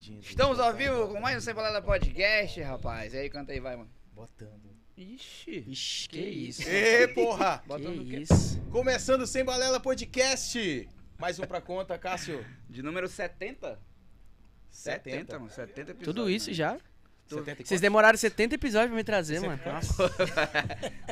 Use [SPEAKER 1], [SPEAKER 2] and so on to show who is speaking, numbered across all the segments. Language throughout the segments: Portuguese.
[SPEAKER 1] Tadinho.
[SPEAKER 2] Estamos ao vivo com mais um Sem Balada Podcast, rapaz. E aí, canta aí, vai, mano.
[SPEAKER 1] Botando.
[SPEAKER 3] Ixi.
[SPEAKER 1] Ixi,
[SPEAKER 3] Que isso.
[SPEAKER 1] Ê, porra!
[SPEAKER 3] Que
[SPEAKER 2] Botando o quê?
[SPEAKER 3] isso.
[SPEAKER 1] Começando Sem Balela Podcast. Mais um pra conta, Cássio.
[SPEAKER 2] De número 70? 70,
[SPEAKER 1] 70.
[SPEAKER 2] mano. 70 episódios.
[SPEAKER 3] Tudo isso
[SPEAKER 2] mano.
[SPEAKER 3] já?
[SPEAKER 1] 74.
[SPEAKER 3] Vocês demoraram 70 episódios pra me trazer, mano. Nossa.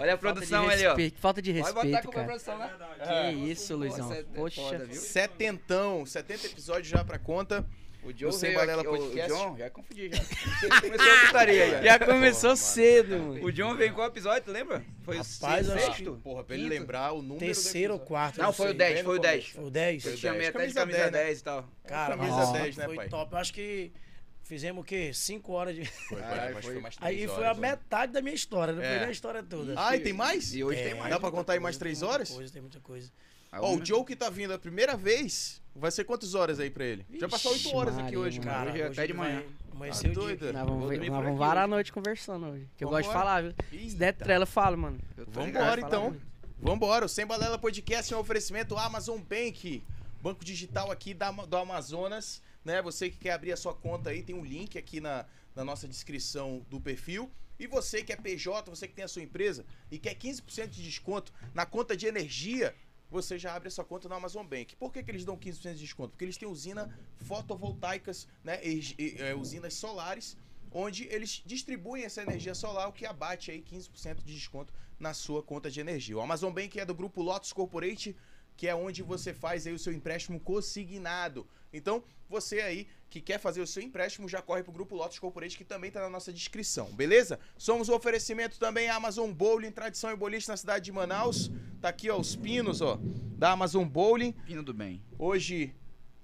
[SPEAKER 2] Olha a produção ali, ó.
[SPEAKER 3] Falta de
[SPEAKER 2] Pode botar
[SPEAKER 3] respeito,
[SPEAKER 2] com a
[SPEAKER 3] cara.
[SPEAKER 2] produção, né?
[SPEAKER 3] Que isso, Luizão.
[SPEAKER 2] Nossa, é foda,
[SPEAKER 3] Poxa.
[SPEAKER 2] viu?
[SPEAKER 1] Setentão, 70 episódios já pra conta.
[SPEAKER 2] O John
[SPEAKER 1] O Sem
[SPEAKER 2] veio
[SPEAKER 1] Balela
[SPEAKER 2] aqui, o-
[SPEAKER 1] Podcast.
[SPEAKER 2] O John, já confundi já. Começou a putaria aí, ó.
[SPEAKER 3] Já começou
[SPEAKER 1] mano.
[SPEAKER 3] cedo, mano.
[SPEAKER 2] O John veio em qual episódio, lembra? Foi
[SPEAKER 4] Rapaz,
[SPEAKER 2] o
[SPEAKER 4] eu acho que-
[SPEAKER 2] é sexto?
[SPEAKER 1] Porra, pra ele
[SPEAKER 2] Quinto?
[SPEAKER 1] lembrar o número. do
[SPEAKER 4] Terceiro ou
[SPEAKER 1] episódio.
[SPEAKER 4] quarto.
[SPEAKER 2] Não,
[SPEAKER 4] eu
[SPEAKER 2] foi o
[SPEAKER 4] sei.
[SPEAKER 2] 10, foi o 10.
[SPEAKER 4] né? Foi o 10?
[SPEAKER 2] Eu te
[SPEAKER 1] Foi o
[SPEAKER 2] chamei
[SPEAKER 1] 10.
[SPEAKER 2] até de
[SPEAKER 1] Camisa
[SPEAKER 2] camisa
[SPEAKER 1] 10, né?
[SPEAKER 2] 10 e tal.
[SPEAKER 4] Cara,
[SPEAKER 1] Camisa
[SPEAKER 4] mas
[SPEAKER 1] 10, né,
[SPEAKER 4] foi
[SPEAKER 1] pai?
[SPEAKER 4] top. Eu acho que fizemos o quê? 5 horas de.
[SPEAKER 1] Foi, foi,
[SPEAKER 2] Caralho,
[SPEAKER 1] acho que
[SPEAKER 2] foi-
[SPEAKER 1] foi mais três
[SPEAKER 4] Aí foi a
[SPEAKER 1] horas, né?
[SPEAKER 4] metade da minha história, não
[SPEAKER 1] É.
[SPEAKER 4] foi nem a história toda.
[SPEAKER 1] Ai, tem mais?
[SPEAKER 2] E hoje
[SPEAKER 4] É.
[SPEAKER 2] tem mais. é
[SPEAKER 1] Dá pra contar aí mais
[SPEAKER 4] Tem
[SPEAKER 1] três
[SPEAKER 4] muita
[SPEAKER 1] horas?
[SPEAKER 4] Coisa, tem muita coisa.
[SPEAKER 1] Ó,
[SPEAKER 2] né?
[SPEAKER 1] o Joe que tá vindo a primeira vez, vai ser quantas horas aí pra ele? Já passou 8
[SPEAKER 3] Vixe,
[SPEAKER 1] horas aqui
[SPEAKER 3] Maria,
[SPEAKER 1] Hum, hoje,
[SPEAKER 3] mano.
[SPEAKER 1] cara.
[SPEAKER 4] Cara,
[SPEAKER 2] hoje é até de manhã.
[SPEAKER 4] vai Amanhecer
[SPEAKER 1] Tá
[SPEAKER 4] o dia.
[SPEAKER 1] doido?
[SPEAKER 3] Nós
[SPEAKER 1] Vou
[SPEAKER 3] vamos, ver-
[SPEAKER 1] dormir
[SPEAKER 3] nós
[SPEAKER 1] por
[SPEAKER 3] vamos
[SPEAKER 1] aqui
[SPEAKER 3] varar a
[SPEAKER 1] hoje.
[SPEAKER 3] noite conversando hoje. Que eu gosto de
[SPEAKER 1] Vambora.
[SPEAKER 3] falar, viu? Se der trela, eu falo, mano.
[SPEAKER 2] Eu tô
[SPEAKER 1] Vambora
[SPEAKER 2] ligado.
[SPEAKER 1] então. Vambora. O Sem Balela Podcast é um oferecimento Amazon Bank, banco digital aqui da, do Amazonas. Né? Você que quer abrir a sua conta aí, tem um link aqui na, na nossa descrição do perfil. E você que é PJ, você que tem a sua empresa e quer 15% de desconto na conta de energia, você já abre a sua conta na Amazon Bank. Por que, que eles dão 15% de desconto? Porque eles têm usina fotovoltaicas, né? E- e- é, usinas solares, onde eles distribuem essa energia solar, o que abate aí 15% de desconto na sua conta de energia. O Amazon Bank é do grupo Lotus Corporate, que é onde você faz aí o seu empréstimo consignado. Então, você aí que quer fazer o seu empréstimo, já corre pro grupo Lotus Corporate, que também tá na nossa descrição, beleza? Somos o oferecimento também Amazon Bowling, tradição e boliche na cidade de Manaus. Tá aqui, ó, os pinos, ó, da Amazon Bowling.
[SPEAKER 2] Pino do bem.
[SPEAKER 1] Hoje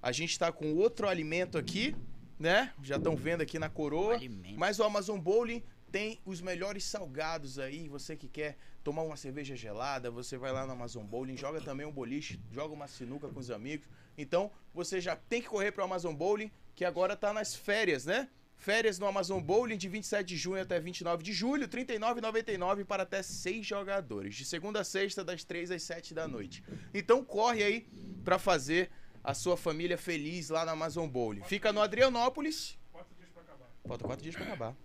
[SPEAKER 1] a gente tá com outro alimento aqui, né? Já estão vendo aqui na coroa.
[SPEAKER 2] Alimento.
[SPEAKER 1] Mas o Amazon Bowling tem os melhores salgados aí. Você que quer tomar uma cerveja gelada, você vai lá no Amazon Bowling, joga também um boliche, joga uma sinuca com os amigos. Então, você já tem que correr pro Amazon Bowling, que agora tá nas férias, né? Férias no Amazon Bowling de 27 de junho até 29 de julho, R$ 39,99 para até 6 jogadores, de segunda a sexta, das 3 às 7 da noite. Então corre aí para fazer a sua família feliz lá na Amazon Bowling. Fica no Adrianópolis, Falta quatro dias pra acabar.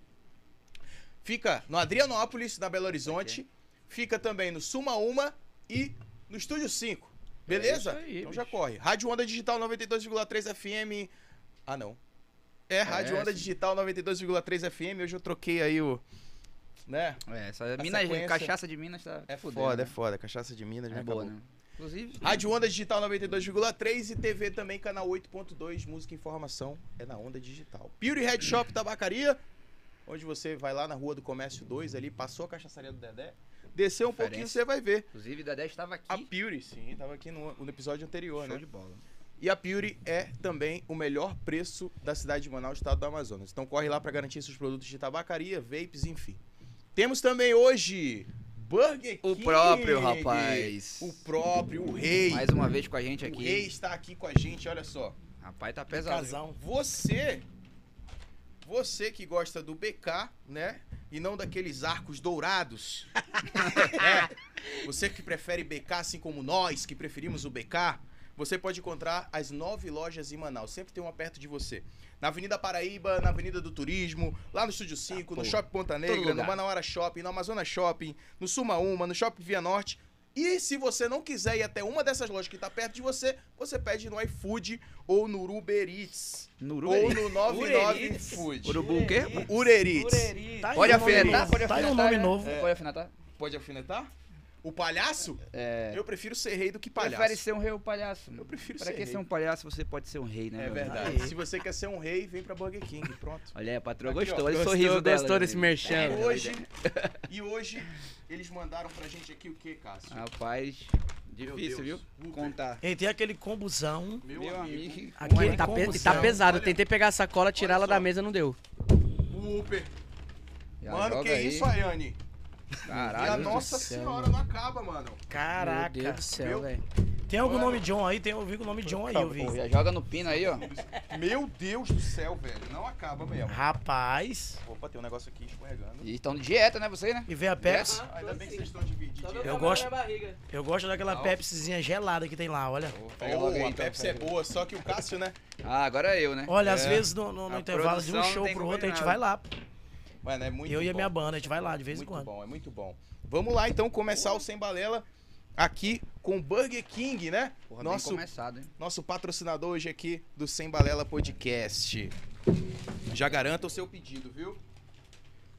[SPEAKER 1] Fica no Adrianópolis, na Belo Horizonte. Fica também no Suma Uma e no Estúdio 5. Beleza?
[SPEAKER 3] É isso aí,
[SPEAKER 1] então já
[SPEAKER 3] bicho.
[SPEAKER 1] corre. Rádio Onda Digital 92,3 FM. Ah, não. É, Rádio
[SPEAKER 2] É,
[SPEAKER 1] Onda
[SPEAKER 2] sim.
[SPEAKER 1] Digital 92,3 FM. Hoje eu troquei aí o. Né?
[SPEAKER 2] É, essa Minas,
[SPEAKER 1] sequência-
[SPEAKER 2] cachaça de Minas tá
[SPEAKER 1] É
[SPEAKER 2] fudendo,
[SPEAKER 1] foda, é
[SPEAKER 2] né?
[SPEAKER 1] foda. Cachaça de Minas,
[SPEAKER 2] É
[SPEAKER 1] me
[SPEAKER 2] boa,
[SPEAKER 1] acabou.
[SPEAKER 2] né? Inclusive,
[SPEAKER 1] Rádio Onda Digital 92,3 e TV também, canal 8.2. Música e informação é na Onda Digital. Beauty Head Shop Tabacaria, onde você vai lá na Rua do Comércio 2, ali, passou a cachaçaria do Dedé, desceu um
[SPEAKER 2] Diferença.
[SPEAKER 1] pouquinho, você vai ver.
[SPEAKER 2] inclusive, Dedé estava aqui.
[SPEAKER 1] A Beauty, sim, tava aqui no, no episódio anterior,
[SPEAKER 2] Show
[SPEAKER 1] né?
[SPEAKER 2] de bola.
[SPEAKER 1] E a Pure é também o melhor preço da cidade de Manaus, estado do Amazonas. Então corre lá para garantir seus produtos de tabacaria, vapes, enfim. Temos também hoje Burger King.
[SPEAKER 2] O próprio, rapaz.
[SPEAKER 1] O próprio, o rei.
[SPEAKER 2] Mais uma vez com a gente
[SPEAKER 1] o rei
[SPEAKER 2] aqui.
[SPEAKER 1] está aqui com a gente, olha só.
[SPEAKER 2] Rapaz, tá pesado. viu?
[SPEAKER 4] Casão.
[SPEAKER 1] Você você que gosta do BK, né? E não daqueles arcos dourados. É. Você que prefere BK, assim como nós que preferimos o BK, você pode encontrar as nove lojas em Manaus. Sempre tem uma perto de você. Na Avenida Paraíba, na Avenida do Turismo, lá no Estúdio 5, no
[SPEAKER 2] porra.
[SPEAKER 1] Shopping Ponta
[SPEAKER 2] Todo
[SPEAKER 1] Negra, no
[SPEAKER 2] lugar.
[SPEAKER 1] Manauara Shopping, no Amazonas Shopping, no Suma Uma, no Shopping Via Norte. E se você não quiser ir até uma dessas lojas que tá perto de você, você pede no iFood ou no Uber Eats.
[SPEAKER 2] Nuru.
[SPEAKER 1] Ou no 99
[SPEAKER 4] Urerits.
[SPEAKER 1] Food.
[SPEAKER 2] Urubu o quê?
[SPEAKER 1] Urerits.
[SPEAKER 4] Tá aí
[SPEAKER 2] Pode
[SPEAKER 4] um nome
[SPEAKER 2] afinetar,
[SPEAKER 4] novo.
[SPEAKER 2] pode
[SPEAKER 4] Tá aí
[SPEAKER 2] afinetar.
[SPEAKER 4] um nome
[SPEAKER 2] né?
[SPEAKER 4] novo.
[SPEAKER 2] É. Pode afinetar?
[SPEAKER 1] Pode afinetar? O palhaço? É. Eu prefiro ser rei do que palhaço.
[SPEAKER 2] Prefere ser um rei ou palhaço?
[SPEAKER 1] Eu prefiro
[SPEAKER 2] Pra
[SPEAKER 1] ser
[SPEAKER 2] que
[SPEAKER 1] rei.
[SPEAKER 2] ser um palhaço, você pode ser um rei, né?
[SPEAKER 1] É
[SPEAKER 2] mano?
[SPEAKER 1] verdade.
[SPEAKER 4] Aí.
[SPEAKER 1] Se você quer ser um rei, vem pra Burger King. Pronto.
[SPEAKER 2] Olha aí, a patroa
[SPEAKER 1] Aqui,
[SPEAKER 2] gostou.
[SPEAKER 1] ó.
[SPEAKER 2] Olha o
[SPEAKER 3] Gostou-
[SPEAKER 2] sorriso dela.
[SPEAKER 3] gostou desse
[SPEAKER 2] né?
[SPEAKER 3] merchan,
[SPEAKER 2] É,
[SPEAKER 1] E
[SPEAKER 3] velho.
[SPEAKER 1] hoje, e hoje, eles mandaram pra gente aqui o que, Cássio?
[SPEAKER 2] Rapaz, Ah, difícil, viu?
[SPEAKER 1] Deus. Uber.
[SPEAKER 2] Contar.
[SPEAKER 4] E tem aquele combuzão.
[SPEAKER 1] Meu,
[SPEAKER 2] Meu
[SPEAKER 1] amigo.
[SPEAKER 2] amigo.
[SPEAKER 4] Aqui
[SPEAKER 2] Olha,
[SPEAKER 4] ele tá, pe-
[SPEAKER 1] Concussão.
[SPEAKER 4] tá pesado.
[SPEAKER 1] Olha.
[SPEAKER 4] Eu tentei pegar a sacola, tirar ela
[SPEAKER 1] só.
[SPEAKER 4] da mesa, não deu.
[SPEAKER 1] O Uber.
[SPEAKER 2] já
[SPEAKER 1] Mano,
[SPEAKER 2] joga
[SPEAKER 1] que
[SPEAKER 2] aí.
[SPEAKER 1] isso, Ayane? E a
[SPEAKER 2] Caralho.
[SPEAKER 1] nossa
[SPEAKER 3] céu,
[SPEAKER 1] senhora
[SPEAKER 3] mano.
[SPEAKER 1] não acaba, mano.
[SPEAKER 4] Caraca.
[SPEAKER 3] Meu Deus do
[SPEAKER 1] Viu?
[SPEAKER 3] céu, velho.
[SPEAKER 4] Tem algum nome John aí? Tem, eu vi que o nome John aí, eu vi.
[SPEAKER 2] Pô, já joga no pino aí, ó.
[SPEAKER 1] Meu Deus do céu, velho. Não acaba mesmo.
[SPEAKER 4] Rapaz.
[SPEAKER 1] Opa, tem um negócio aqui escorregando.
[SPEAKER 2] E estão de dieta, né, você, né?
[SPEAKER 4] E vem a Pepsi.
[SPEAKER 1] Ah, ainda bem que vocês estão dividindo.
[SPEAKER 4] Eu gosto. Eu gosto daquela Pepsizinha gelada que tem lá, olha.
[SPEAKER 2] Pega logo aí,
[SPEAKER 1] Oh, a
[SPEAKER 2] então,
[SPEAKER 1] Pepsi é
[SPEAKER 2] pega
[SPEAKER 1] boa, só que o Cássio, né?
[SPEAKER 2] Ah, agora é eu, né?
[SPEAKER 4] Olha, às vezes no, no- no
[SPEAKER 2] A
[SPEAKER 4] intervalo de um
[SPEAKER 2] produção não
[SPEAKER 4] show
[SPEAKER 2] tem
[SPEAKER 4] pro outro, a gente
[SPEAKER 2] combinado.
[SPEAKER 4] vai lá.
[SPEAKER 1] Mano, é muito
[SPEAKER 4] eu e a
[SPEAKER 1] bom.
[SPEAKER 4] minha banda, a gente vai lá de vez em
[SPEAKER 1] muito
[SPEAKER 4] quando.
[SPEAKER 1] bom, é muito bom. Vamos lá então começar o Sem Balela aqui com Burger King, né?
[SPEAKER 2] Porra, bem
[SPEAKER 1] nosso,
[SPEAKER 2] começado, hein?
[SPEAKER 1] nosso patrocinador hoje aqui do Sem Balela Podcast. Já garanta o seu pedido, viu?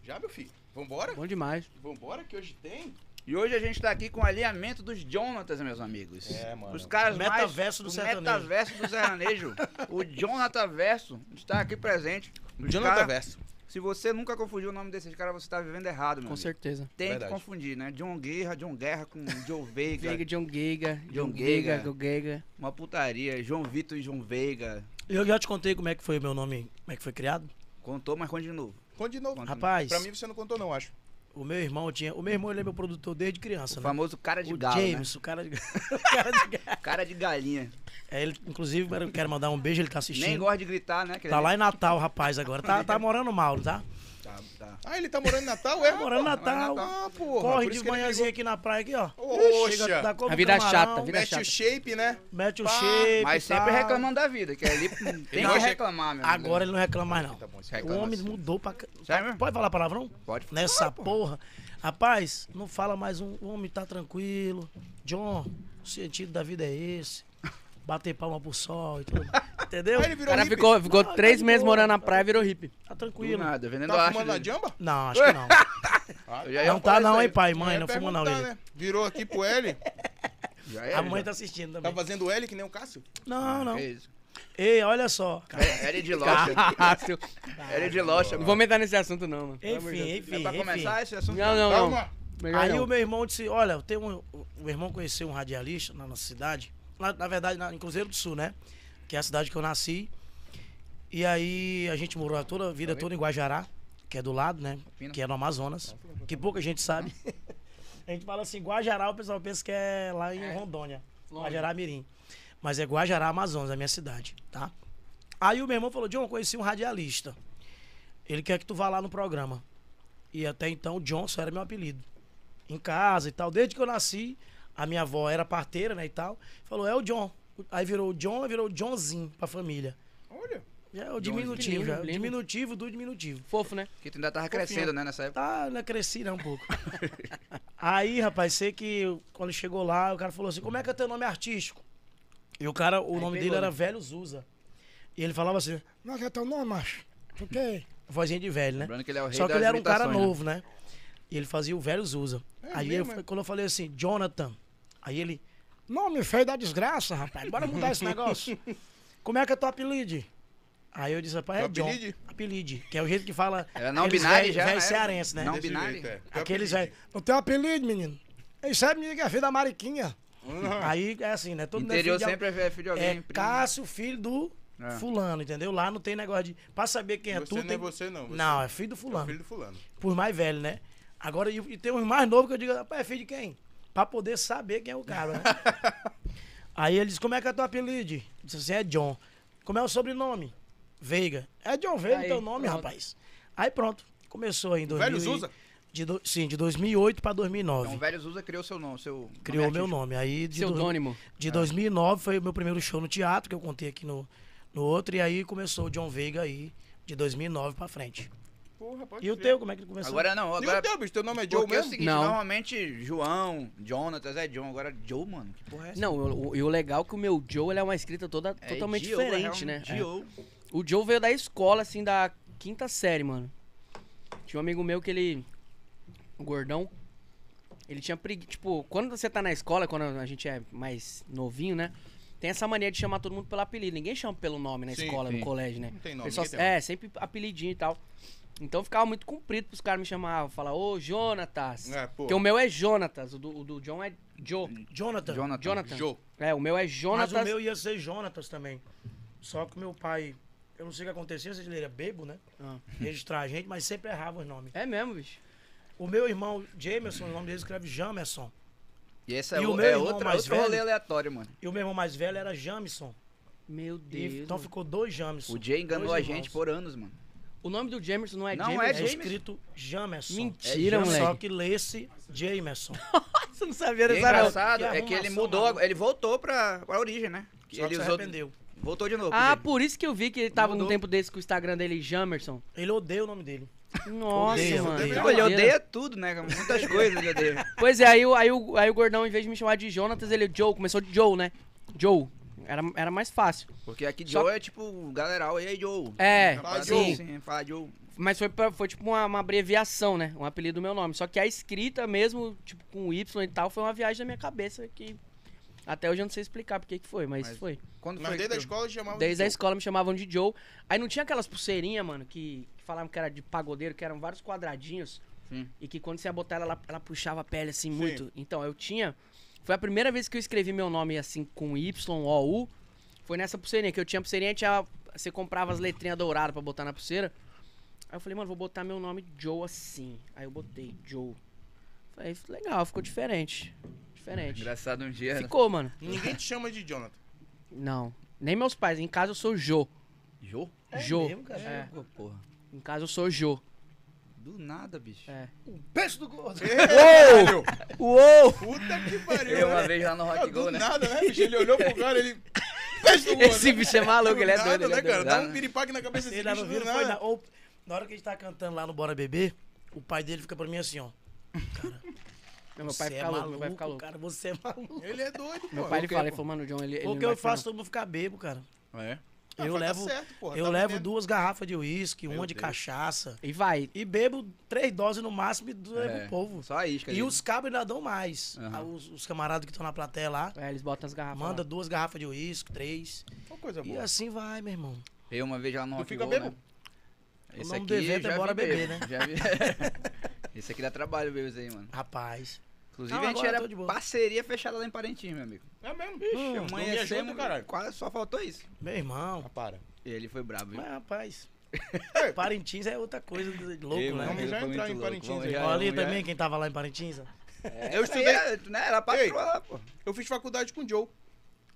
[SPEAKER 1] Já, meu filho? Vambora?
[SPEAKER 3] Bom demais.
[SPEAKER 1] Vambora que hoje tem?
[SPEAKER 2] E hoje a gente tá aqui com o alinhamento dos Jonatas, meus amigos.
[SPEAKER 1] É, mano.
[SPEAKER 2] Os caras
[SPEAKER 4] Metaverso do
[SPEAKER 2] mais...
[SPEAKER 4] sertanejo.
[SPEAKER 2] O metaverso do sertanejo. o Jonathan Verso está aqui presente. Os
[SPEAKER 1] Jonathan
[SPEAKER 2] cara-
[SPEAKER 1] Verso.
[SPEAKER 2] Se você nunca confundiu o nome desses caras, você tá vivendo errado, meu
[SPEAKER 3] Com
[SPEAKER 2] amigo.
[SPEAKER 3] certeza.
[SPEAKER 2] Tem
[SPEAKER 1] Verdade.
[SPEAKER 2] que confundir, né? John Guerra, John Guerra com Joe
[SPEAKER 3] Veiga,
[SPEAKER 2] Veiga.
[SPEAKER 3] John Giga.
[SPEAKER 2] John
[SPEAKER 3] John
[SPEAKER 2] Giga.
[SPEAKER 3] Giga, Go Giga.
[SPEAKER 2] uma putaria. João Vitor e João Veiga.
[SPEAKER 4] Eu já te contei como é que foi meu nome, como é que foi criado.
[SPEAKER 2] Contou, mas conta de novo.
[SPEAKER 1] Conte de novo.
[SPEAKER 2] Conta.
[SPEAKER 4] Rapaz,
[SPEAKER 1] Pra mim você não contou não, acho.
[SPEAKER 4] o meu irmão tinha. O meu irmão ele é meu produtor desde criança,
[SPEAKER 2] O
[SPEAKER 4] né?
[SPEAKER 2] famoso cara de
[SPEAKER 4] O
[SPEAKER 2] galo,
[SPEAKER 4] James, o cara de. o cara de
[SPEAKER 2] né? Cara de galinha.
[SPEAKER 4] É, ele, inclusive, eu quero mandar um beijo, ele tá
[SPEAKER 2] Nem
[SPEAKER 4] assistindo.
[SPEAKER 2] gosta de gritar, né?
[SPEAKER 4] Tá lá em Natal, rapaz, agora. Tá, tá morando mal, tá?
[SPEAKER 2] Tá, tá.
[SPEAKER 1] Ah, ele tá morando em Natal, é?
[SPEAKER 4] Tá morando em Natal.
[SPEAKER 1] Ah, porra.
[SPEAKER 4] Corre
[SPEAKER 1] por isso que
[SPEAKER 4] de
[SPEAKER 1] ele
[SPEAKER 4] manhãzinha aqui na praia, aqui, ó.
[SPEAKER 1] Oxa.
[SPEAKER 4] Chega, dá como
[SPEAKER 3] A vida é
[SPEAKER 4] camarão,
[SPEAKER 3] chata, a vida-
[SPEAKER 1] Mete o shape, né?
[SPEAKER 4] Mete o
[SPEAKER 1] Pá.
[SPEAKER 4] shape.
[SPEAKER 2] Mas
[SPEAKER 4] e
[SPEAKER 2] sempre né?
[SPEAKER 4] tal.
[SPEAKER 2] reclamando da vida, que ali tem que
[SPEAKER 1] gosta de-
[SPEAKER 2] reclamar, meu amigo.
[SPEAKER 4] Agora ele não reclama mais, não.
[SPEAKER 1] Tá bom, isso
[SPEAKER 4] O
[SPEAKER 1] reclama
[SPEAKER 4] homem
[SPEAKER 1] assim.
[SPEAKER 4] mudou pra. ca-
[SPEAKER 2] Sério mesmo?
[SPEAKER 4] Pode falar palavrão?
[SPEAKER 2] Pode falar,
[SPEAKER 4] Nessa porra. Rapaz, não fala mais um. O homem tá tranquilo. John, o sentido da vida é esse. Bater palma pro sol e tudo. Entendeu?
[SPEAKER 1] Aí ele
[SPEAKER 3] O
[SPEAKER 1] virou
[SPEAKER 3] cara
[SPEAKER 1] hippie.
[SPEAKER 3] ficou, ficou
[SPEAKER 4] Ah,
[SPEAKER 3] três
[SPEAKER 4] tá de
[SPEAKER 3] meses
[SPEAKER 4] boa.
[SPEAKER 3] morando na praia e virou hippie.
[SPEAKER 4] Tá
[SPEAKER 2] Do
[SPEAKER 4] tranquilo.
[SPEAKER 2] nada, vendendo
[SPEAKER 1] Tá
[SPEAKER 2] arte
[SPEAKER 1] fumando a
[SPEAKER 2] dele.
[SPEAKER 1] jamba?
[SPEAKER 4] Não, acho que não.
[SPEAKER 1] Ah,
[SPEAKER 2] Eu já ia
[SPEAKER 4] Não tá, não,
[SPEAKER 2] aparecer.
[SPEAKER 4] hein, pai?
[SPEAKER 1] Eu
[SPEAKER 4] Mãe,
[SPEAKER 1] ia
[SPEAKER 4] não fuma, não,
[SPEAKER 1] perguntar,
[SPEAKER 4] ele.
[SPEAKER 1] né? Virou aqui pro L.
[SPEAKER 2] Já
[SPEAKER 4] A
[SPEAKER 2] era,
[SPEAKER 4] mãe
[SPEAKER 2] É, já.
[SPEAKER 4] tá assistindo
[SPEAKER 1] Tá
[SPEAKER 4] também.
[SPEAKER 1] fazendo L que nem o Cássio?
[SPEAKER 4] Não, não.
[SPEAKER 2] É isso.
[SPEAKER 4] Ei, olha só.
[SPEAKER 2] É- Era de loja.
[SPEAKER 3] Cássio.
[SPEAKER 2] Era de loja.
[SPEAKER 3] Não
[SPEAKER 2] mano.
[SPEAKER 3] vamos entrar nesse assunto, não, mano. Pelo amor de
[SPEAKER 4] Enfim,
[SPEAKER 3] Deus.
[SPEAKER 2] É
[SPEAKER 4] enfim.
[SPEAKER 2] pra
[SPEAKER 4] enfim.
[SPEAKER 2] começar esse assunto?
[SPEAKER 3] Não, não, não.
[SPEAKER 1] Calma.
[SPEAKER 3] Melhor
[SPEAKER 4] Aí
[SPEAKER 3] não.
[SPEAKER 4] o meu irmão disse: Olha, tem um. O meu irmão conheceu um radialista na nossa cidade, lá, na verdade, na- em Cruzeiro do Sul, né? Que é a cidade que eu nasci. E aí a gente morou a toda a
[SPEAKER 3] Tá
[SPEAKER 4] vida toda em Guajará, que é do lado, né?
[SPEAKER 2] Pina.
[SPEAKER 4] Que é no Amazonas, que pouca gente sabe. A gente fala assim: Guajará, o pessoal pensa que é lá em Rondônia, Guajará Mirim. Mas é Guajará, Amazonas, a minha cidade, tá? Aí o meu irmão falou: John, conheci um radialista. Ele quer que tu vá lá no programa. E até então, John só era meu apelido em casa e tal. Desde que eu nasci, a minha avó era parteira, né, e tal. Falou, é o John. Aí virou o John, aí virou o Johnzinho pra família.
[SPEAKER 1] Olha.
[SPEAKER 4] Já é o diminutivo,
[SPEAKER 3] lindo,
[SPEAKER 4] já. é O
[SPEAKER 3] lindo.
[SPEAKER 4] diminutivo do diminutivo.
[SPEAKER 3] Fofo, né?
[SPEAKER 2] Que tu ainda tava crescendo, né, nessa época.
[SPEAKER 4] Tá, né, cresci, né, um pouco. aí, rapaz, sei que eu- quando chegou lá, o cara falou assim, como é que é teu nome artístico? E o cara, o nome dele
[SPEAKER 3] pegou,
[SPEAKER 4] era
[SPEAKER 3] né?
[SPEAKER 4] Velho Zusa. E ele falava assim, não é teu nome, macho? Por quê? Vozinha de velho, né?
[SPEAKER 2] Lembrando que ele é o rei
[SPEAKER 4] Só que
[SPEAKER 2] das
[SPEAKER 4] ele era um cara
[SPEAKER 2] imitações, né?
[SPEAKER 4] novo, né? E ele fazia o velho Zusa.
[SPEAKER 1] É
[SPEAKER 4] aí
[SPEAKER 1] mesmo,
[SPEAKER 4] eu-
[SPEAKER 1] é?
[SPEAKER 4] quando eu falei assim, Jonathan, aí ele. Nome feio é da desgraça, rapaz. Bora mudar esse negócio. Como é que é teu apelido? Aí eu disse, rapaz, é
[SPEAKER 1] Teu
[SPEAKER 4] John.
[SPEAKER 1] apelido?
[SPEAKER 4] Apelido, que é o jeito que fala.
[SPEAKER 2] Era não
[SPEAKER 4] aqueles
[SPEAKER 2] binário
[SPEAKER 4] velho-
[SPEAKER 2] já,
[SPEAKER 4] velho
[SPEAKER 2] né?
[SPEAKER 4] cearense, né?
[SPEAKER 2] Não
[SPEAKER 1] Desse
[SPEAKER 2] binário?
[SPEAKER 1] jeito, é. Teu
[SPEAKER 4] Aqueles
[SPEAKER 1] apelido.
[SPEAKER 4] velho. Não tem um apelido, menino. Isso é menino que é filho da Mariquinha.
[SPEAKER 1] Uhum.
[SPEAKER 4] Aí é assim, né? Todo mundo é
[SPEAKER 2] Interior
[SPEAKER 4] filho de al-
[SPEAKER 2] sempre é filho de alguém.
[SPEAKER 4] é
[SPEAKER 2] primo.
[SPEAKER 4] Cássio, filho do
[SPEAKER 2] É.
[SPEAKER 4] fulano, entendeu? Lá não tem negócio de. Pra saber quem é
[SPEAKER 1] Você
[SPEAKER 4] tu.
[SPEAKER 1] não é
[SPEAKER 4] tem-
[SPEAKER 1] você, não. Você
[SPEAKER 4] Não, é filho
[SPEAKER 1] é
[SPEAKER 4] do
[SPEAKER 1] o
[SPEAKER 4] fulano
[SPEAKER 1] filho do fulano.
[SPEAKER 4] por mais velho, né? Agora, e, e tem uns mais novos que eu digo, rapaz, é filho de quem? Pra poder saber quem é o cara, né? Aí ele disse, como é que é teu apelido? Disse assim, é John. Como é o sobrenome? Veiga. É John Veiga
[SPEAKER 3] Aí,
[SPEAKER 4] teu nome,
[SPEAKER 3] pronto.
[SPEAKER 4] rapaz. Aí pronto, começou aí em 2000
[SPEAKER 1] Velho
[SPEAKER 4] e-
[SPEAKER 1] Zusa?
[SPEAKER 4] De do- sim, de 2008 pra
[SPEAKER 2] Então, o
[SPEAKER 4] 2009.
[SPEAKER 2] velho Zusa criou seu nome, seu... nome é
[SPEAKER 4] Criou meu
[SPEAKER 2] artístico.
[SPEAKER 4] nome. Aí de, do-
[SPEAKER 3] é Pseudônimo. É.
[SPEAKER 4] de 2009 foi o meu primeiro show no teatro, que eu contei aqui no, no outro. E aí começou o John Veiga aí, de 2009 pra frente.
[SPEAKER 1] Porra, pode
[SPEAKER 4] E o
[SPEAKER 1] crer.
[SPEAKER 4] teu, como é que começou?
[SPEAKER 2] Agora não,
[SPEAKER 1] E o
[SPEAKER 2] agora...
[SPEAKER 1] teu, bicho? Teu nome é Joe
[SPEAKER 2] Porque é o
[SPEAKER 1] mesmo?
[SPEAKER 2] seguinte,
[SPEAKER 3] Não.
[SPEAKER 2] normalmente João, Jonatas é John, agora Joe, mano, que porra é essa?
[SPEAKER 3] Não, o- o- e o legal é que o meu Joe ele é uma escrita toda
[SPEAKER 2] É
[SPEAKER 3] totalmente
[SPEAKER 2] Joe,
[SPEAKER 3] diferente,
[SPEAKER 2] é um
[SPEAKER 3] né? É.
[SPEAKER 2] Joe.
[SPEAKER 3] O Joe veio da escola, assim, da quinta série, mano. Tinha um amigo meu que ele. O gordão. Ele tinha preguiça. Tipo, quando você tá na escola, quando a gente é mais novinho, né? Tem essa mania de chamar todo mundo pelo apelido. Ninguém chama pelo nome na
[SPEAKER 1] Sim,
[SPEAKER 3] escola,
[SPEAKER 2] sim.
[SPEAKER 3] no colégio, né?
[SPEAKER 1] Não tem nome,
[SPEAKER 3] Pessoal-
[SPEAKER 1] ninguém tem
[SPEAKER 3] é, sempre apelidinho e tal. Então ficava muito comprido pros caras me chamavam. Falar, ô, Jonatas.
[SPEAKER 1] É, pô. Hum.
[SPEAKER 3] Porque o meu é Jonatas, o do, o do John é Joe.
[SPEAKER 4] Então, Jonathan.
[SPEAKER 2] Jonathan.
[SPEAKER 3] Jonathan.
[SPEAKER 1] Joe.
[SPEAKER 3] É, o meu é Jonatas.
[SPEAKER 4] Mas o meu ia ser Jonatas também. Só que meu pai, eu não sei o que aconteceu, se ele era bebo, né?
[SPEAKER 3] Ah.
[SPEAKER 4] Registrar a gente, mas sempre errava os nomes.
[SPEAKER 3] É mesmo, bicho.
[SPEAKER 4] O meu irmão Jameson, o nome dele escreve Jamerson.
[SPEAKER 2] E E essa é,
[SPEAKER 4] E
[SPEAKER 2] o
[SPEAKER 4] o meu
[SPEAKER 2] é
[SPEAKER 4] irmão
[SPEAKER 2] outra,
[SPEAKER 4] mais
[SPEAKER 2] outro rolê
[SPEAKER 4] velho?
[SPEAKER 2] aleatório, mano.
[SPEAKER 4] E o meu irmão mais velho era Jamison.
[SPEAKER 3] Meu
[SPEAKER 4] E-
[SPEAKER 3] Deus.
[SPEAKER 4] então
[SPEAKER 3] mano.
[SPEAKER 4] ficou dois Jamison.
[SPEAKER 2] O Jay enganou
[SPEAKER 4] Dois
[SPEAKER 2] a
[SPEAKER 4] irmãos.
[SPEAKER 2] gente por anos, mano.
[SPEAKER 3] O nome do Jamerson não é
[SPEAKER 2] Não
[SPEAKER 4] É
[SPEAKER 2] é
[SPEAKER 3] Jamerson?
[SPEAKER 2] Jamerson.
[SPEAKER 4] escrito Jamerson.
[SPEAKER 3] Mentira,
[SPEAKER 4] Só
[SPEAKER 3] moleque.
[SPEAKER 4] que lê-se Jamerson.
[SPEAKER 3] Você não sabia
[SPEAKER 2] E o
[SPEAKER 3] dessa não.
[SPEAKER 2] engraçado
[SPEAKER 4] Que
[SPEAKER 2] é que ele
[SPEAKER 4] arrumação,
[SPEAKER 2] mudou,
[SPEAKER 4] maluco.
[SPEAKER 2] ele voltou pra, pra origem, né? Que
[SPEAKER 4] Só
[SPEAKER 2] ele
[SPEAKER 4] que se
[SPEAKER 2] usou-
[SPEAKER 4] arrependeu.
[SPEAKER 2] Voltou de novo.
[SPEAKER 3] Ah,
[SPEAKER 2] pro
[SPEAKER 3] por isso que eu vi que ele tava num
[SPEAKER 2] Mudou.
[SPEAKER 3] tempo desse com o Instagram dele, Jamerson.
[SPEAKER 4] Ele odeia o nome dele.
[SPEAKER 3] Nossa,
[SPEAKER 4] Odeia,
[SPEAKER 3] mano.
[SPEAKER 2] Jay.
[SPEAKER 1] odeia.
[SPEAKER 2] Não, ele odeia tudo, né? cara? Muitas coisas ele odeia.
[SPEAKER 3] Pois é, aí, o- aí, o, aí o gordão, em vez de me chamar de Jonatas, ele é Joe. Começou de Joe, né? Joe. Era, era mais fácil.
[SPEAKER 2] Porque aqui
[SPEAKER 3] Só-
[SPEAKER 2] Joe é tipo, galeral, e aí Joe.
[SPEAKER 3] É,
[SPEAKER 2] Uma parada
[SPEAKER 1] sim.
[SPEAKER 2] assim, fala Joe.
[SPEAKER 3] Mas foi, pra- foi tipo uma, uma abreviação, né? Um apelido do meu nome. Só que a escrita mesmo, tipo, com Y e tal, foi uma viagem da minha cabeça que até hoje eu não sei explicar porque que foi, mas,
[SPEAKER 2] Mas-
[SPEAKER 3] foi.
[SPEAKER 2] Quando
[SPEAKER 1] Mas
[SPEAKER 4] é
[SPEAKER 2] foi
[SPEAKER 1] desde a
[SPEAKER 2] que é? tu-
[SPEAKER 1] escola chamava
[SPEAKER 3] Desde a escola me chamavam de Joe. Aí não tinha aquelas pulseirinhas, mano, que, que falavam que era de pagodeiro, que eram vários quadradinhos.
[SPEAKER 2] Sim.
[SPEAKER 3] E que quando você ia botar ela, ela, ela puxava a pele assim
[SPEAKER 1] Sim.
[SPEAKER 3] muito. Então eu tinha. Foi a primeira vez que eu escrevi meu nome assim com Y, O, U. Foi nessa pulseirinha, que eu tinha pulseirinha, tinha, você comprava as letrinhas douradas pra botar na pulseira. Aí eu falei, mano, vou botar meu nome Joe assim. Aí eu botei Joe. Falei, "Isso é legal, ficou diferente. Diferente.
[SPEAKER 2] Engraçado um dia.
[SPEAKER 3] Ficou, mano.
[SPEAKER 1] Ninguém te chama de Jonathan.
[SPEAKER 3] Não. Nem meus pais. Em casa eu sou Jô.
[SPEAKER 2] né? Joe?
[SPEAKER 3] Jô.
[SPEAKER 4] mesmo, cara?
[SPEAKER 3] É.
[SPEAKER 2] Pô, porra.
[SPEAKER 3] Em casa eu sou Jô.
[SPEAKER 2] Do nada, bicho.
[SPEAKER 3] É.
[SPEAKER 4] Peixe do gordo.
[SPEAKER 1] Caralho!
[SPEAKER 3] Uou!
[SPEAKER 1] Puta que
[SPEAKER 2] Eu
[SPEAKER 1] pariu,
[SPEAKER 2] uma
[SPEAKER 1] né?
[SPEAKER 2] vez lá no
[SPEAKER 1] Ah,
[SPEAKER 4] É
[SPEAKER 2] Rock
[SPEAKER 1] do
[SPEAKER 2] Go, né?
[SPEAKER 1] nada, né, bicho? Ele olhou pro cara, ele... Peixe do gordo.
[SPEAKER 3] Esse bicho é maluco, ele é
[SPEAKER 1] né? Do
[SPEAKER 3] doido,
[SPEAKER 1] nada,
[SPEAKER 3] ele é
[SPEAKER 1] né, cara?
[SPEAKER 3] doido.
[SPEAKER 2] doido,
[SPEAKER 1] Dá
[SPEAKER 2] né?
[SPEAKER 1] um piripaque na cabeça desse
[SPEAKER 4] Ele lá
[SPEAKER 1] bicho é?
[SPEAKER 4] no
[SPEAKER 1] do
[SPEAKER 4] vídeo foi
[SPEAKER 1] nada.
[SPEAKER 4] na... Ou, na hora que a gente tá cantando lá no Bora Beber, o pai dele fica pra mim assim, ó.
[SPEAKER 3] Não, meu pai
[SPEAKER 4] "Você é
[SPEAKER 3] fica louco, meu pai fica louco.
[SPEAKER 4] Cara, você é maluco.
[SPEAKER 1] Ele é doido, pô.
[SPEAKER 3] Meu pai ele
[SPEAKER 2] Por quê,
[SPEAKER 3] fala, ele
[SPEAKER 2] pô?
[SPEAKER 3] falou, mano, o John, ele. ele não
[SPEAKER 4] Porque
[SPEAKER 3] vai
[SPEAKER 4] eu
[SPEAKER 3] ficar,
[SPEAKER 4] faço todo mundo ficar bebo, cara.
[SPEAKER 2] É.
[SPEAKER 1] Ah,
[SPEAKER 4] eu
[SPEAKER 1] mas tá
[SPEAKER 4] levo,
[SPEAKER 1] certo, porra,
[SPEAKER 4] eu
[SPEAKER 1] tá
[SPEAKER 4] levo
[SPEAKER 1] bebendo.
[SPEAKER 4] duas garrafas de uísque,
[SPEAKER 1] Meu
[SPEAKER 4] uma de
[SPEAKER 1] Deus.
[SPEAKER 4] cachaça.
[SPEAKER 3] não. E vai.
[SPEAKER 4] E bebo três doses no máximo e do
[SPEAKER 2] É.
[SPEAKER 4] pro povo.
[SPEAKER 2] Só a isca.
[SPEAKER 4] E
[SPEAKER 2] ali.
[SPEAKER 4] os cabos ainda dão mais.
[SPEAKER 2] Aham.
[SPEAKER 4] Ah, Os, os camaradas que estão na plateia lá,
[SPEAKER 3] É, eles botam as garrafas.
[SPEAKER 4] manda
[SPEAKER 3] lá.
[SPEAKER 4] duas garrafas de uísque, três.
[SPEAKER 1] Uma
[SPEAKER 2] Tá
[SPEAKER 1] coisa
[SPEAKER 4] E
[SPEAKER 1] boa.
[SPEAKER 4] assim vai, meu irmão.
[SPEAKER 2] Eu uma vez lá no
[SPEAKER 1] Tu
[SPEAKER 2] Rock
[SPEAKER 1] fica
[SPEAKER 2] Go,
[SPEAKER 1] bebo?
[SPEAKER 2] né?
[SPEAKER 4] O nome do evento é
[SPEAKER 2] já
[SPEAKER 4] Bora
[SPEAKER 2] vi
[SPEAKER 4] Beber,
[SPEAKER 2] bebo,
[SPEAKER 4] né?
[SPEAKER 2] Já vi... Esse aqui dá trabalho, bebês aí, mano.
[SPEAKER 4] Rapaz.
[SPEAKER 2] Inclusive,
[SPEAKER 4] Não,
[SPEAKER 2] a gente
[SPEAKER 4] agora eu tô de
[SPEAKER 2] era
[SPEAKER 4] boa.
[SPEAKER 2] parceria fechada lá em Parintins, meu amigo.
[SPEAKER 1] É mesmo, bicho.
[SPEAKER 4] Hum,
[SPEAKER 1] Não me ajuda,
[SPEAKER 2] Amanhecemos,
[SPEAKER 1] caralho.
[SPEAKER 2] Quase só faltou isso.
[SPEAKER 4] Meu irmão.
[SPEAKER 1] Ah, para.
[SPEAKER 2] E ele foi brabo, viu?
[SPEAKER 4] Mas, rapaz. Parintins é outra coisa de louco,
[SPEAKER 2] Ei,
[SPEAKER 4] né?
[SPEAKER 2] mano,
[SPEAKER 1] Vamos
[SPEAKER 2] ele
[SPEAKER 1] já
[SPEAKER 2] foi
[SPEAKER 1] entrar
[SPEAKER 2] muito
[SPEAKER 1] em
[SPEAKER 2] louco,
[SPEAKER 1] Parintins
[SPEAKER 2] vamos
[SPEAKER 1] aí.
[SPEAKER 2] já,
[SPEAKER 4] Olha ali
[SPEAKER 2] vamos já.
[SPEAKER 4] também quem tava lá em Parintins. ó.
[SPEAKER 2] É,
[SPEAKER 1] Eu
[SPEAKER 2] isso aí
[SPEAKER 1] estudei-
[SPEAKER 2] Era, né, era patroa lá, pô.
[SPEAKER 1] Eu fiz faculdade com o Joe.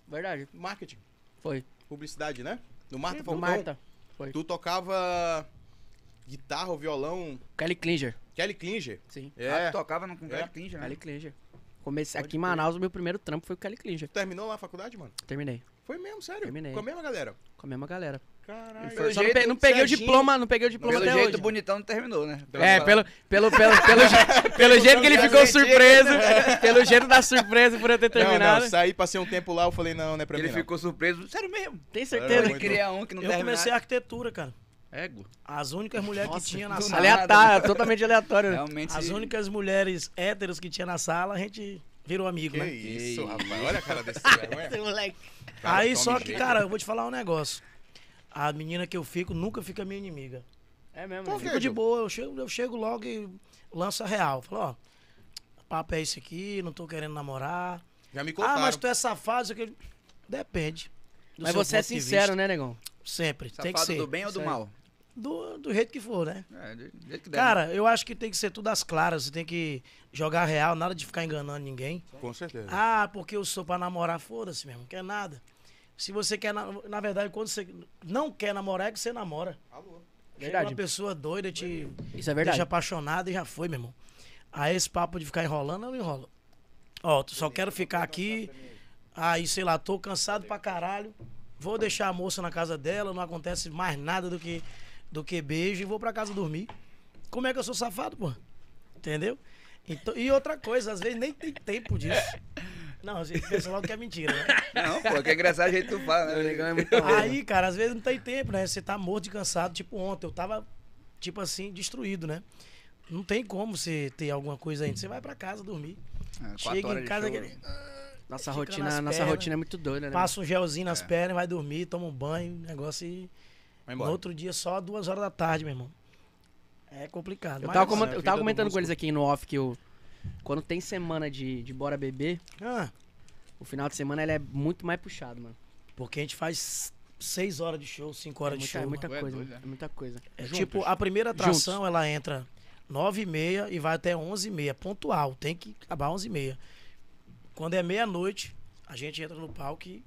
[SPEAKER 3] Verdade.
[SPEAKER 1] Marketing.
[SPEAKER 3] Foi.
[SPEAKER 1] Publicidade, né? No Marta
[SPEAKER 3] Do
[SPEAKER 1] Falcão.
[SPEAKER 3] Marta.
[SPEAKER 1] Tu tocava guitarra ou violão.
[SPEAKER 3] Kelly Klinger.
[SPEAKER 1] Kelly Klinger.
[SPEAKER 3] Sim.
[SPEAKER 2] Ah,
[SPEAKER 1] É.
[SPEAKER 2] tu tocava no Congresso
[SPEAKER 1] É.
[SPEAKER 2] é. Clinch, né?
[SPEAKER 3] Kelly Klinger. Comecei aqui em Manaus, o meu primeiro trampo foi o Kelly Klinger.
[SPEAKER 1] Terminou lá a faculdade, mano?
[SPEAKER 3] Terminei.
[SPEAKER 1] Foi mesmo, sério.
[SPEAKER 3] Terminei.
[SPEAKER 1] Com a mesma galera.
[SPEAKER 3] Com a mesma galera.
[SPEAKER 1] Caralho.
[SPEAKER 2] Pelo
[SPEAKER 3] Só não,
[SPEAKER 2] jeito,
[SPEAKER 3] pe- não peguei
[SPEAKER 1] certinho.
[SPEAKER 3] o diploma, não peguei o diploma
[SPEAKER 2] Pelo
[SPEAKER 3] até
[SPEAKER 2] jeito,
[SPEAKER 3] hoje.
[SPEAKER 2] bonitão não terminou, né?
[SPEAKER 3] É, pelo, pelo, pelo, pelo, je- pelo jeito que ele ficou surpreso, pelo jeito da surpresa por eu ter
[SPEAKER 1] Não,
[SPEAKER 3] terminado.
[SPEAKER 1] não, saí, passei um tempo lá, eu falei, não, não é pra
[SPEAKER 2] Ele
[SPEAKER 1] mim,
[SPEAKER 2] ficou surpreso. Sério mesmo?
[SPEAKER 3] Tem
[SPEAKER 1] Era
[SPEAKER 3] certeza?
[SPEAKER 2] Ele
[SPEAKER 1] muito
[SPEAKER 2] queria um que não
[SPEAKER 4] Eu comecei
[SPEAKER 2] terminasse.
[SPEAKER 4] arquitetura, cara.
[SPEAKER 2] Ego.
[SPEAKER 4] As únicas mulheres que tinha na
[SPEAKER 2] do
[SPEAKER 4] sala.
[SPEAKER 3] Aleatório, totalmente aleatório. né?
[SPEAKER 2] Realmente.
[SPEAKER 4] As únicas mulheres héteros que tinha na sala, a gente virou
[SPEAKER 1] não.
[SPEAKER 4] amigo,
[SPEAKER 1] Que
[SPEAKER 4] né?
[SPEAKER 1] isso,
[SPEAKER 2] Que
[SPEAKER 1] rapaz. Olha a cara desse vergonha. Cara,
[SPEAKER 4] Aí
[SPEAKER 1] toma
[SPEAKER 4] só que,
[SPEAKER 1] jeito.
[SPEAKER 4] cara, eu vou te falar um negócio. A menina que eu fico nunca fica minha inimiga.
[SPEAKER 3] É mesmo.
[SPEAKER 1] Por
[SPEAKER 3] né?
[SPEAKER 1] quê?
[SPEAKER 4] Fico de
[SPEAKER 1] Diego?
[SPEAKER 4] boa, eu chego, eu chego logo e lanço a real. Falo, ó, o papo é esse aqui, não tô querendo namorar.
[SPEAKER 1] Já me contaram.
[SPEAKER 4] Ah, mas tu é safado, isso aqui. Depende. do
[SPEAKER 3] Mas
[SPEAKER 4] seu
[SPEAKER 3] você é
[SPEAKER 4] ponto de
[SPEAKER 3] sincero,
[SPEAKER 4] vista.
[SPEAKER 3] né, negão?
[SPEAKER 4] Sempre, tem que
[SPEAKER 2] Safado
[SPEAKER 4] ser.
[SPEAKER 2] do
[SPEAKER 4] Do,
[SPEAKER 2] bem ou do
[SPEAKER 3] Isso aí.
[SPEAKER 2] mal?
[SPEAKER 4] do, jeito que for, né?
[SPEAKER 2] É, do do jeito que der.
[SPEAKER 4] Cara, eu acho que tem que ser tudo às claras, você tem que jogar a real, nada de ficar enganando ninguém.
[SPEAKER 1] Com certeza.
[SPEAKER 4] Ah, porque eu sou pra namorar, foda-se mesmo, não quer nada. Se você quer, na, na verdade, quando você não quer namorar, é que você namora.
[SPEAKER 1] Alô.
[SPEAKER 4] Chega
[SPEAKER 3] Verdade.
[SPEAKER 4] Uma pessoa doida te
[SPEAKER 3] Isso é
[SPEAKER 4] deixa
[SPEAKER 3] verdade.
[SPEAKER 4] apaixonada e já foi, meu irmão. Aí esse papo de ficar enrolando, eu não enrolo. Ó, tu só quero ficar aqui. Aí, sei lá, tô cansado pra caralho. Vou deixar a moça na casa dela, não acontece mais nada do que, do que beijo e vou pra casa dormir. Como é que eu sou safado, pô? Entendeu? Então, e outra coisa, às vezes nem tem tempo disso. Não, a gente pensa logo que é mentira, né?
[SPEAKER 2] Não, pô, que é engraçado o jeito que tu fala, né?
[SPEAKER 3] Negão é muito bom.
[SPEAKER 4] Aí, cara, às vezes não tem tempo, né? Você tá morto de cansado. Tipo, ontem eu tava, tipo assim, destruído, né? Não tem como você ter alguma coisa ainda. Você vai pra casa dormir.
[SPEAKER 2] É, quatro
[SPEAKER 4] Chega
[SPEAKER 2] horas
[SPEAKER 4] em
[SPEAKER 2] de
[SPEAKER 4] casa,
[SPEAKER 2] show,
[SPEAKER 4] aquele-
[SPEAKER 3] Nossa
[SPEAKER 4] Fica
[SPEAKER 3] rotina,
[SPEAKER 4] nas
[SPEAKER 3] nossa
[SPEAKER 4] pernas.
[SPEAKER 3] rotina é muito doida, né?
[SPEAKER 4] passa um gelzinho nas pernas, vai dormir, toma um banho, negócio e.
[SPEAKER 1] Vai
[SPEAKER 4] No
[SPEAKER 1] embora.
[SPEAKER 4] outro dia, só duas horas da tarde, meu irmão. É complicado.
[SPEAKER 3] Eu
[SPEAKER 4] mas-
[SPEAKER 3] tava,
[SPEAKER 1] Mas,
[SPEAKER 3] coment-
[SPEAKER 1] né,
[SPEAKER 3] eu
[SPEAKER 1] a
[SPEAKER 3] tava
[SPEAKER 1] vida do
[SPEAKER 3] comentando
[SPEAKER 1] músico.
[SPEAKER 3] com eles aqui no off que eu. Quando tem semana de, de bora beber,
[SPEAKER 4] Ah,
[SPEAKER 3] o final de semana ele é muito mais puxado, mano.
[SPEAKER 4] porque a gente faz seis horas de show, cinco horas
[SPEAKER 3] É
[SPEAKER 4] de
[SPEAKER 3] muita,
[SPEAKER 4] show.
[SPEAKER 3] é muita
[SPEAKER 2] mano.
[SPEAKER 3] coisa,
[SPEAKER 2] Ué,
[SPEAKER 3] mano.
[SPEAKER 2] doido,
[SPEAKER 3] É muita coisa.
[SPEAKER 4] É tipo, a primeira atração, ela entra 9 e meia e vai até 11 e meia, pontual, tem que acabar 11 e meia. Quando é meia-noite, a gente entra no palco e.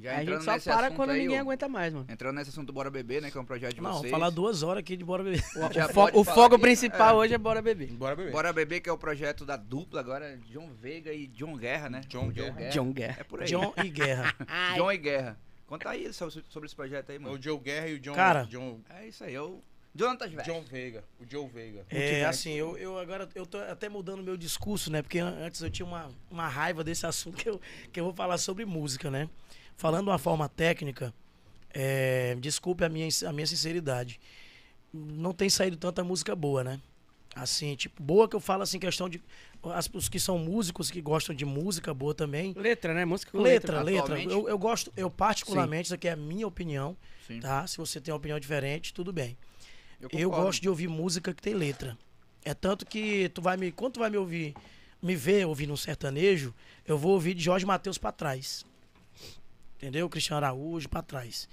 [SPEAKER 2] Já
[SPEAKER 3] Aí a gente
[SPEAKER 2] entrando
[SPEAKER 3] só
[SPEAKER 2] nesse
[SPEAKER 3] para
[SPEAKER 2] assunto
[SPEAKER 3] quando
[SPEAKER 2] aí,
[SPEAKER 3] ninguém
[SPEAKER 2] ô,
[SPEAKER 3] aguenta mais, mano.
[SPEAKER 2] Entrando nesse assunto do Bora Beber, né? Que é um projeto de
[SPEAKER 4] não,
[SPEAKER 2] vocês.
[SPEAKER 4] falar duas horas aqui de bora beber.
[SPEAKER 2] Já
[SPEAKER 3] O, fo-
[SPEAKER 2] pode
[SPEAKER 3] o
[SPEAKER 2] falar
[SPEAKER 3] foco
[SPEAKER 2] aqui,
[SPEAKER 3] principal
[SPEAKER 2] é.
[SPEAKER 3] hoje é bora beber.
[SPEAKER 1] Bora beber.
[SPEAKER 2] Bora Beber, que é o projeto da dupla agora, John Veiga e John Guerra, né?
[SPEAKER 1] John
[SPEAKER 2] O
[SPEAKER 1] Guerra.
[SPEAKER 3] John Guerra.
[SPEAKER 2] É por aí.
[SPEAKER 4] John e Guerra.
[SPEAKER 2] John e Guerra. Conta aí sobre, sobre esse projeto aí, mano.
[SPEAKER 1] O Joe Guerra e o John.
[SPEAKER 4] Cara.
[SPEAKER 1] John,
[SPEAKER 2] É isso aí, eu. Jonathan Veiga.
[SPEAKER 1] John Veiga. O Joe Veiga.
[SPEAKER 4] É, assim, eu, eu agora eu tô até mudando meu discurso, né? Porque an- antes eu tinha uma, uma raiva desse assunto que eu, que eu vou falar sobre música, né? Falando de uma forma técnica, é, desculpe a minha, ins- a minha sinceridade. Não tem saído tanta música boa, né? Assim, tipo, boa que eu falo assim, questão de. as- os que são músicos, que gostam de música boa também.
[SPEAKER 3] Letra, né? Música com letra.
[SPEAKER 4] Letra, letra.
[SPEAKER 2] atualmente?
[SPEAKER 4] Eu, eu gosto, eu particularmente, isso aqui é a minha opinião,
[SPEAKER 2] Sim.
[SPEAKER 4] tá? Se você tem uma opinião diferente, tudo bem. Eu,
[SPEAKER 2] concordo.
[SPEAKER 4] gosto de ouvir música que tem letra. É tanto que tu vai me. Quando tu vai me ouvir, me ver ouvindo um sertanejo, eu vou ouvir de Jorge Matheus pra trás. Entendeu? Cristiano Araújo pra trás.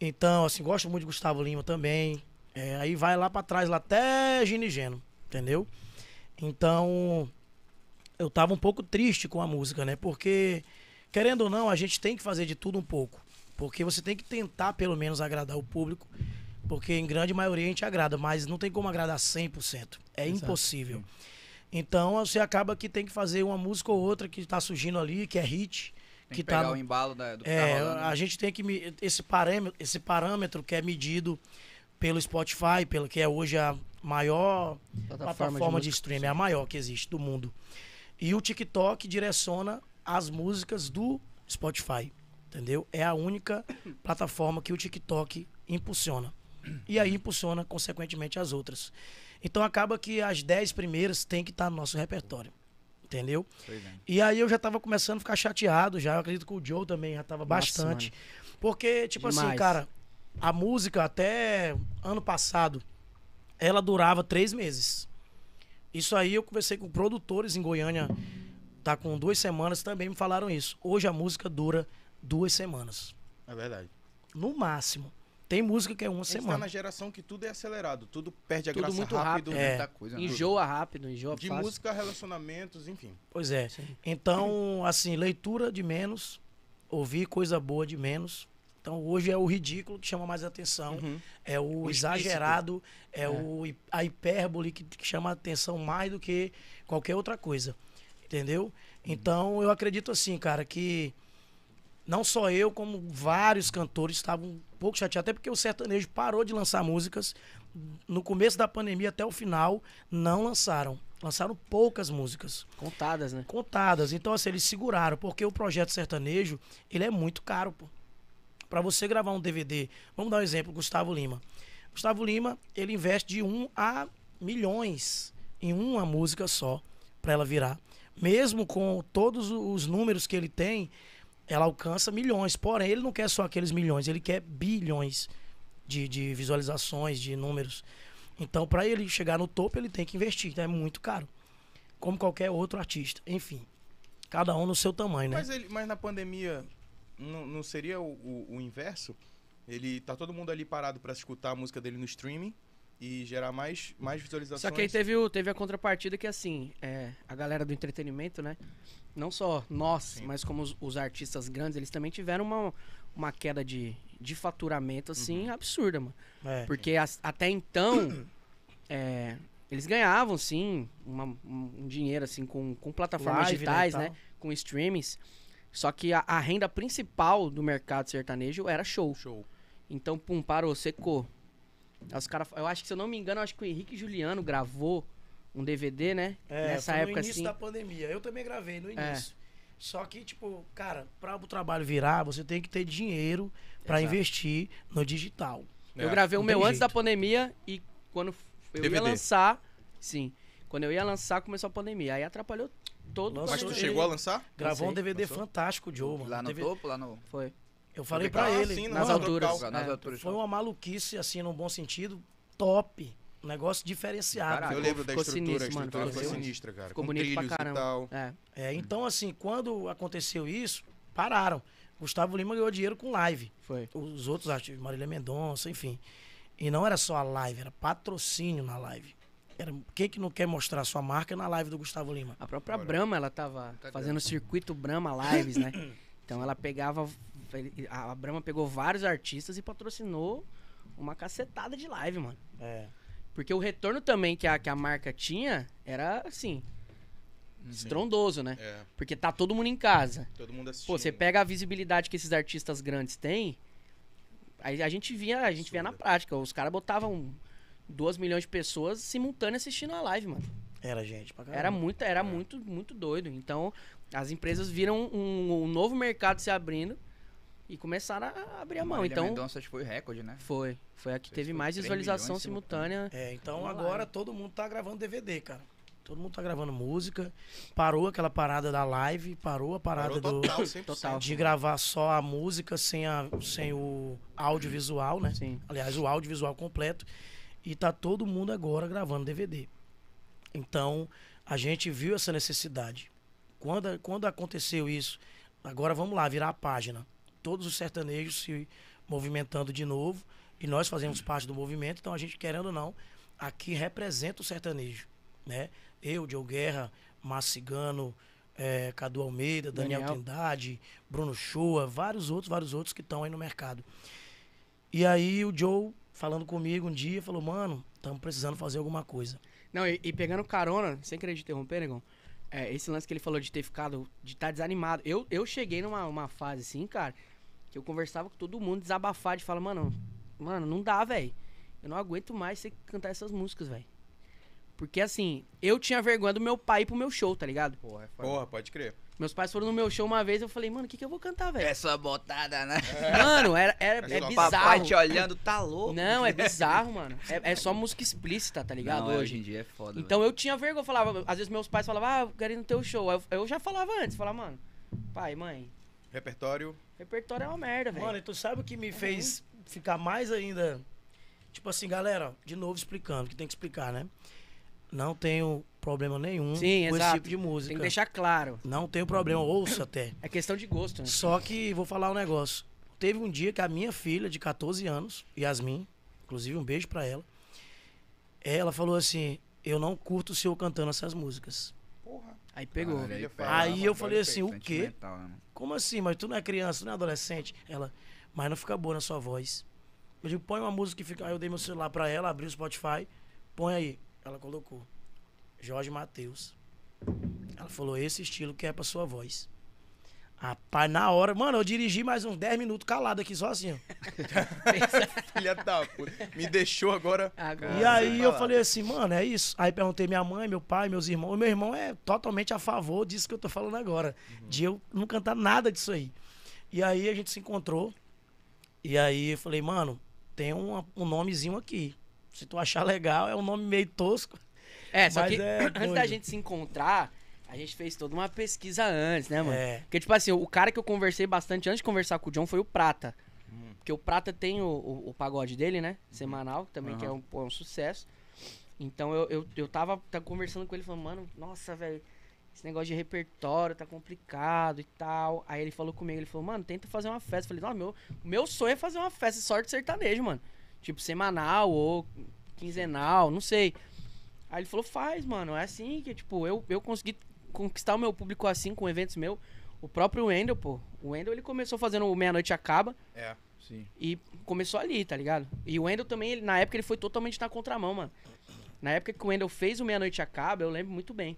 [SPEAKER 4] Então, assim, gosto muito de Gustavo Lima também. É, aí vai lá pra trás, lá até Gino e Geno, entendeu? Então, eu tava um pouco triste com a música, né? Porque, querendo ou não, a gente tem que fazer de tudo um pouco. Porque você tem que tentar, pelo menos, agradar o público. Porque, em grande maioria, a gente agrada, mas não tem como agradar 100%. É impossível. Então, você acaba que tem que fazer uma música ou outra que tá surgindo ali, que é hit.
[SPEAKER 2] Tem
[SPEAKER 4] que
[SPEAKER 2] que,
[SPEAKER 4] tá
[SPEAKER 2] pegar
[SPEAKER 4] no-
[SPEAKER 2] o embalo da, do que
[SPEAKER 4] é,
[SPEAKER 2] tá rolando. né?
[SPEAKER 4] a gente tem que me- esse parâmetro, esse parâmetro que é medido pelo Spotify, pelo que é hoje a maior plataforma, de, streaming, é a maior que existe do mundo. E o TikTok direciona as músicas do Spotify, entendeu? É a única plataforma que o TikTok impulsiona. E aí impulsiona consequentemente as outras. Então acaba que as 10 primeiras tem que estar no nosso repertório. Entendeu?
[SPEAKER 2] Pois é.
[SPEAKER 4] E aí eu já tava começando a ficar chateado já. Eu acredito que o Joe também já tava
[SPEAKER 3] Nossa,
[SPEAKER 4] bastante. Porque, tipo assim,
[SPEAKER 3] Demais.
[SPEAKER 4] cara, a música até ano passado, ela durava três meses. Isso aí eu conversei com produtores em Goiânia, tá com duas semanas, também me falaram isso. Hoje a música dura duas semanas.
[SPEAKER 1] É verdade.
[SPEAKER 4] No máximo. Tem música que é uma
[SPEAKER 1] A gente tá na
[SPEAKER 4] semana.
[SPEAKER 1] geração que tudo é acelerado. Tudo perde a
[SPEAKER 3] Tudo
[SPEAKER 1] graça
[SPEAKER 3] muito
[SPEAKER 1] rápido.
[SPEAKER 3] rápido,
[SPEAKER 1] né?
[SPEAKER 4] É.
[SPEAKER 2] Muita coisa, né?
[SPEAKER 3] Enjoa rápido, enjoa
[SPEAKER 1] De
[SPEAKER 3] fácil.
[SPEAKER 1] música, relacionamentos, enfim.
[SPEAKER 4] Pois é. Então, assim, leitura de menos, ouvir coisa boa de menos. Então, hoje é o ridículo que chama mais atenção, é o,
[SPEAKER 1] Uhum. O explícito.
[SPEAKER 4] exagerado, é, o hi- a hipérbole que, que chama atenção mais do que qualquer outra coisa.
[SPEAKER 1] Uhum.
[SPEAKER 4] Entendeu? Então, eu acredito assim, cara, que não só eu, como vários cantores estavam um pouco chateados, até porque o sertanejo parou de lançar músicas. No começo da pandemia até o final, não lançaram. Lançaram poucas músicas
[SPEAKER 3] Contadas, né?
[SPEAKER 4] contadas. Então, assim, eles seguraram, porque o projeto sertanejo, ele é muito caro, pô. Pra você gravar um DVD, vamos dar um exemplo, Gustavo Lima. Gustavo Lima, ele investe de 1 a milhões em uma música só pra ela virar. Mesmo com todos os números que ele tem, ela alcança milhões. Porém, ele não quer só aqueles milhões, ele quer bilhões de, de visualizações, de números. Então, pra ele chegar no topo, ele tem que investir. Então, é muito caro como qualquer outro artista. Enfim, cada um no seu tamanho, né?
[SPEAKER 1] Mas, ele, mas na pandemia, não, não seria o, o- o inverso? Ele tá todo mundo ali parado pra escutar a música dele no streaming e gerar mais, mais visualizações.
[SPEAKER 3] Só que aí teve, o, teve a contrapartida que, assim, é, a galera do entretenimento, né? Não só nós, mas como os, os artistas grandes, eles também tiveram uma, uma queda de, de faturamento, assim, absurda, mano.
[SPEAKER 4] É.
[SPEAKER 3] Porque as- até então, é, eles ganhavam, sim, uma- um, um dinheiro, assim, com, com plataformas
[SPEAKER 4] Live, né,
[SPEAKER 3] digitais,
[SPEAKER 4] e tal.
[SPEAKER 3] né? Com streamings. Só que a, a renda principal do mercado sertanejo era show.
[SPEAKER 1] Show.
[SPEAKER 3] Então, pum, parou, secou. Aí os cara, eu acho que, se eu não me engano, eu acho que o Henrique Juliano gravou um DVD, né? Nessa
[SPEAKER 4] É, foi
[SPEAKER 3] época,
[SPEAKER 4] no início
[SPEAKER 3] assim. É.
[SPEAKER 4] da pandemia. Eu também gravei no início. Só que, tipo, cara, para o trabalho virar, você tem que ter dinheiro pra
[SPEAKER 3] Exato.
[SPEAKER 4] investir no digital.
[SPEAKER 3] Eu
[SPEAKER 1] É.
[SPEAKER 3] gravei o
[SPEAKER 4] não
[SPEAKER 3] meu
[SPEAKER 4] tem
[SPEAKER 3] antes da
[SPEAKER 4] jeito.
[SPEAKER 3] pandemia e quando f- eu
[SPEAKER 1] DVD.
[SPEAKER 3] ia lançar, sim. Quando eu ia lançar, começou a pandemia. Aí atrapalhou todo o
[SPEAKER 4] Lançou
[SPEAKER 1] Mas tu
[SPEAKER 4] Ele-
[SPEAKER 3] projeto.
[SPEAKER 1] chegou a lançar?
[SPEAKER 4] Gravou um
[SPEAKER 3] sei,
[SPEAKER 4] DVD
[SPEAKER 1] lançou.
[SPEAKER 4] fantástico, Joe, mano.
[SPEAKER 2] Lá no
[SPEAKER 4] DVD
[SPEAKER 2] topo, lá no.
[SPEAKER 3] Foi.
[SPEAKER 4] Eu falei
[SPEAKER 1] Tropical.
[SPEAKER 4] pra
[SPEAKER 1] Ah,
[SPEAKER 4] ele.
[SPEAKER 1] sim,
[SPEAKER 4] mano,
[SPEAKER 3] Nas
[SPEAKER 1] Não,
[SPEAKER 3] alturas.
[SPEAKER 1] tropical.
[SPEAKER 2] Nas
[SPEAKER 3] é.
[SPEAKER 2] alturas.
[SPEAKER 4] Foi uma maluquice, assim, num bom sentido, top. Um negócio diferenciado.
[SPEAKER 2] Caralho.
[SPEAKER 1] eu
[SPEAKER 2] ficou-
[SPEAKER 1] lembro da
[SPEAKER 3] ficou
[SPEAKER 1] estrutura, a
[SPEAKER 3] sinistro, mano,
[SPEAKER 1] estrutura
[SPEAKER 3] ficou
[SPEAKER 1] foi
[SPEAKER 3] sinistro.
[SPEAKER 1] sinistra, cara.
[SPEAKER 3] Ficou
[SPEAKER 1] Com
[SPEAKER 3] bonito pra
[SPEAKER 1] trilhos e
[SPEAKER 3] caramba.
[SPEAKER 1] tal.
[SPEAKER 3] É.
[SPEAKER 4] É, então, assim, quando aconteceu isso, pararam. Gustavo Lima ganhou dinheiro com live.
[SPEAKER 3] Foi.
[SPEAKER 4] os outros artistas, Marília Mendonça, enfim. E não era só a live, era patrocínio na live. Era, quem que não quer mostrar sua marca na live do Gustavo Lima?
[SPEAKER 3] A própria
[SPEAKER 1] Olha.
[SPEAKER 3] Brahma, ela tava
[SPEAKER 2] Tá
[SPEAKER 3] fazendo o circuito Brahma Lives, né? Então ela pegava. A Brahma pegou vários artistas e patrocinou uma cacetada de live, mano.
[SPEAKER 4] É.
[SPEAKER 3] Porque o retorno também que a, que a marca tinha era, assim, estrondoso, né?
[SPEAKER 1] É,
[SPEAKER 3] Porque tá todo mundo em casa.
[SPEAKER 1] todo mundo assistindo.
[SPEAKER 3] Pô, você é pega a visibilidade que esses artistas grandes têm, aí a gente via, a gente via na
[SPEAKER 1] Absurda.
[SPEAKER 3] prática. Os caras botavam 2 milhões de pessoas simultâneas assistindo a live, mano.
[SPEAKER 4] Era gente pra caramba.
[SPEAKER 3] Era muito, era
[SPEAKER 1] É.
[SPEAKER 3] muito, muito doido. Então, as empresas viram um, um novo mercado se abrindo e começaram a abrir a mão.
[SPEAKER 2] Marília
[SPEAKER 3] Então,
[SPEAKER 2] Mendonça acho que foi recorde, né?
[SPEAKER 3] foi. Foi a que
[SPEAKER 2] Isso
[SPEAKER 3] teve
[SPEAKER 2] foi
[SPEAKER 3] mais
[SPEAKER 2] 3
[SPEAKER 3] visualização
[SPEAKER 2] milhões simultânea.
[SPEAKER 3] simultânea.
[SPEAKER 4] É, então
[SPEAKER 3] Uma
[SPEAKER 4] agora
[SPEAKER 3] live.
[SPEAKER 4] todo mundo tá gravando DVD, cara. Todo mundo tá gravando música. Parou aquela parada da live, parou a parada
[SPEAKER 1] Parou
[SPEAKER 4] do,
[SPEAKER 1] total, 100%.
[SPEAKER 3] Total.
[SPEAKER 4] de gravar só a música sem, a, sem o audiovisual, né?
[SPEAKER 3] Sim.
[SPEAKER 4] Aliás, o audiovisual completo. E tá todo mundo agora gravando DVD. Então, a gente viu essa necessidade. Quando, quando aconteceu isso, agora vamos lá, virar a página. Todos os sertanejos se movimentando de novo. E nós fazemos parte do movimento, então a gente, querendo ou não, aqui representa o sertanejo. Né? Eu, Diogo Guerra, Márcio Cigano, eh, Cadu Almeida, Daniel,
[SPEAKER 3] Daniel.
[SPEAKER 4] Trindade, Bruno Shoa, vários outros, vários outros que estão aí no mercado. E aí o Joe, falando comigo um dia, falou, mano, estamos precisando fazer alguma coisa.
[SPEAKER 3] Não, e, e pegando carona, sem querer te interromper, negão, é, esse lance que ele falou de ter ficado, de estar desanimado. Eu, eu cheguei numa uma fase assim, cara, que eu conversava com todo mundo, desabafar, de falar, mano, mano, não dá, velho. Eu não aguento mais você cantar essas músicas, velho. Porque assim, eu tinha vergonha do meu pai ir pro meu show, tá ligado?
[SPEAKER 2] Porra, é foda.
[SPEAKER 1] Porra, pode crer.
[SPEAKER 3] Meus pais foram no meu show uma vez, eu falei, mano, o que, que eu vou cantar, velho?
[SPEAKER 2] Essa botada, né?
[SPEAKER 3] Mano, era, era,
[SPEAKER 1] Mas
[SPEAKER 3] é
[SPEAKER 1] só
[SPEAKER 3] bizarro.
[SPEAKER 2] Papai te olhando, tá louco.
[SPEAKER 3] Não, é bizarro, mano. É, é só música explícita, tá ligado?
[SPEAKER 2] Não, é,
[SPEAKER 3] hoje.
[SPEAKER 2] em dia é foda.
[SPEAKER 4] né?
[SPEAKER 3] Então eu tinha vergonha, eu falava, às vezes meus pais falavam, ah, eu quero ir no teu show. Aí Eu, eu já falava antes, falava, mano, pai, mãe,
[SPEAKER 1] Repertório.
[SPEAKER 3] repertório é uma merda,
[SPEAKER 4] Mano,
[SPEAKER 3] velho.
[SPEAKER 4] e tu sabe o que me fez ficar mais ainda. Tipo assim, galera, ó, de novo explicando, que tem que explicar, né? Não tenho problema nenhum
[SPEAKER 3] Sim,
[SPEAKER 4] com esse
[SPEAKER 3] exato.
[SPEAKER 4] tipo de música.
[SPEAKER 3] Tem que deixar claro.
[SPEAKER 4] Não tenho problema, ouço até.
[SPEAKER 3] É questão de gosto, né?
[SPEAKER 4] Só que vou falar um negócio. Teve um dia que a minha filha, de 14 anos, Yasmin, inclusive um beijo pra ela, ela falou assim: Eu não curto o seu cantando essas músicas.
[SPEAKER 1] Porra.
[SPEAKER 3] Aí pegou.
[SPEAKER 2] Caralho.
[SPEAKER 4] Aí eu falei assim: O quê?
[SPEAKER 2] Sentimental, né?
[SPEAKER 4] Como assim? Mas tu não é criança, tu não é adolescente? Ela, mas não fica boa na sua voz. Eu digo, põe uma música que fica. Aí eu dei meu celular pra ela, abri o Spotify, põe aí. Ela colocou. Jorge Matheus. Ela falou, esse estilo que é pra sua voz. Rapaz, na hora. Mano, eu dirigi mais uns 10 minutos calado aqui, só assim, ó.
[SPEAKER 1] Filha da puta. Me deixou agora.
[SPEAKER 3] Agora.
[SPEAKER 4] E
[SPEAKER 1] Ah,
[SPEAKER 4] aí
[SPEAKER 1] sem
[SPEAKER 4] eu
[SPEAKER 1] palavras.
[SPEAKER 4] falei assim, mano, é isso. Aí perguntei minha mãe, meu pai, meus irmãos. Meu irmão é totalmente a favor disso que eu tô falando agora.
[SPEAKER 1] Uhum.
[SPEAKER 4] De eu não cantar nada disso aí. E aí a gente se encontrou. E aí eu falei, mano, tem um, um nomezinho aqui. Se tu achar legal, é um nome meio tosco.
[SPEAKER 3] É, só
[SPEAKER 4] Mas
[SPEAKER 3] que
[SPEAKER 4] é
[SPEAKER 3] antes da
[SPEAKER 4] doido.
[SPEAKER 3] gente se encontrar, a gente fez toda uma pesquisa antes, né, mano?
[SPEAKER 4] É.
[SPEAKER 3] Porque, tipo assim, o cara que eu conversei bastante antes de conversar com o John foi o Prata. Porque o Prata tem o, o- o pagode dele, né? Semanal, também, que é um, pô, é um sucesso. Então eu, eu, eu tava, tava conversando com ele, falando, mano, nossa, velho, esse negócio de repertório tá complicado e tal. Aí ele falou comigo, ele falou, mano, tenta fazer uma festa. Eu falei, não, meu, meu sonho é fazer uma festa de sorte sertanejo, mano. Tipo, semanal ou quinzenal, não sei. Aí ele falou, faz, mano. É assim que, tipo, eu, eu consegui conquistar o meu público assim com eventos meus. O próprio Wendel, pô. O Wendel, ele começou fazendo o Meia Noite Acaba
[SPEAKER 1] É.
[SPEAKER 2] Sim.
[SPEAKER 3] e começou ali, tá ligado? E o Wendel também, ele- na época, ele foi totalmente na contramão, mano. Na época que o Wendel fez o Meia Noite Acaba, eu lembro muito bem.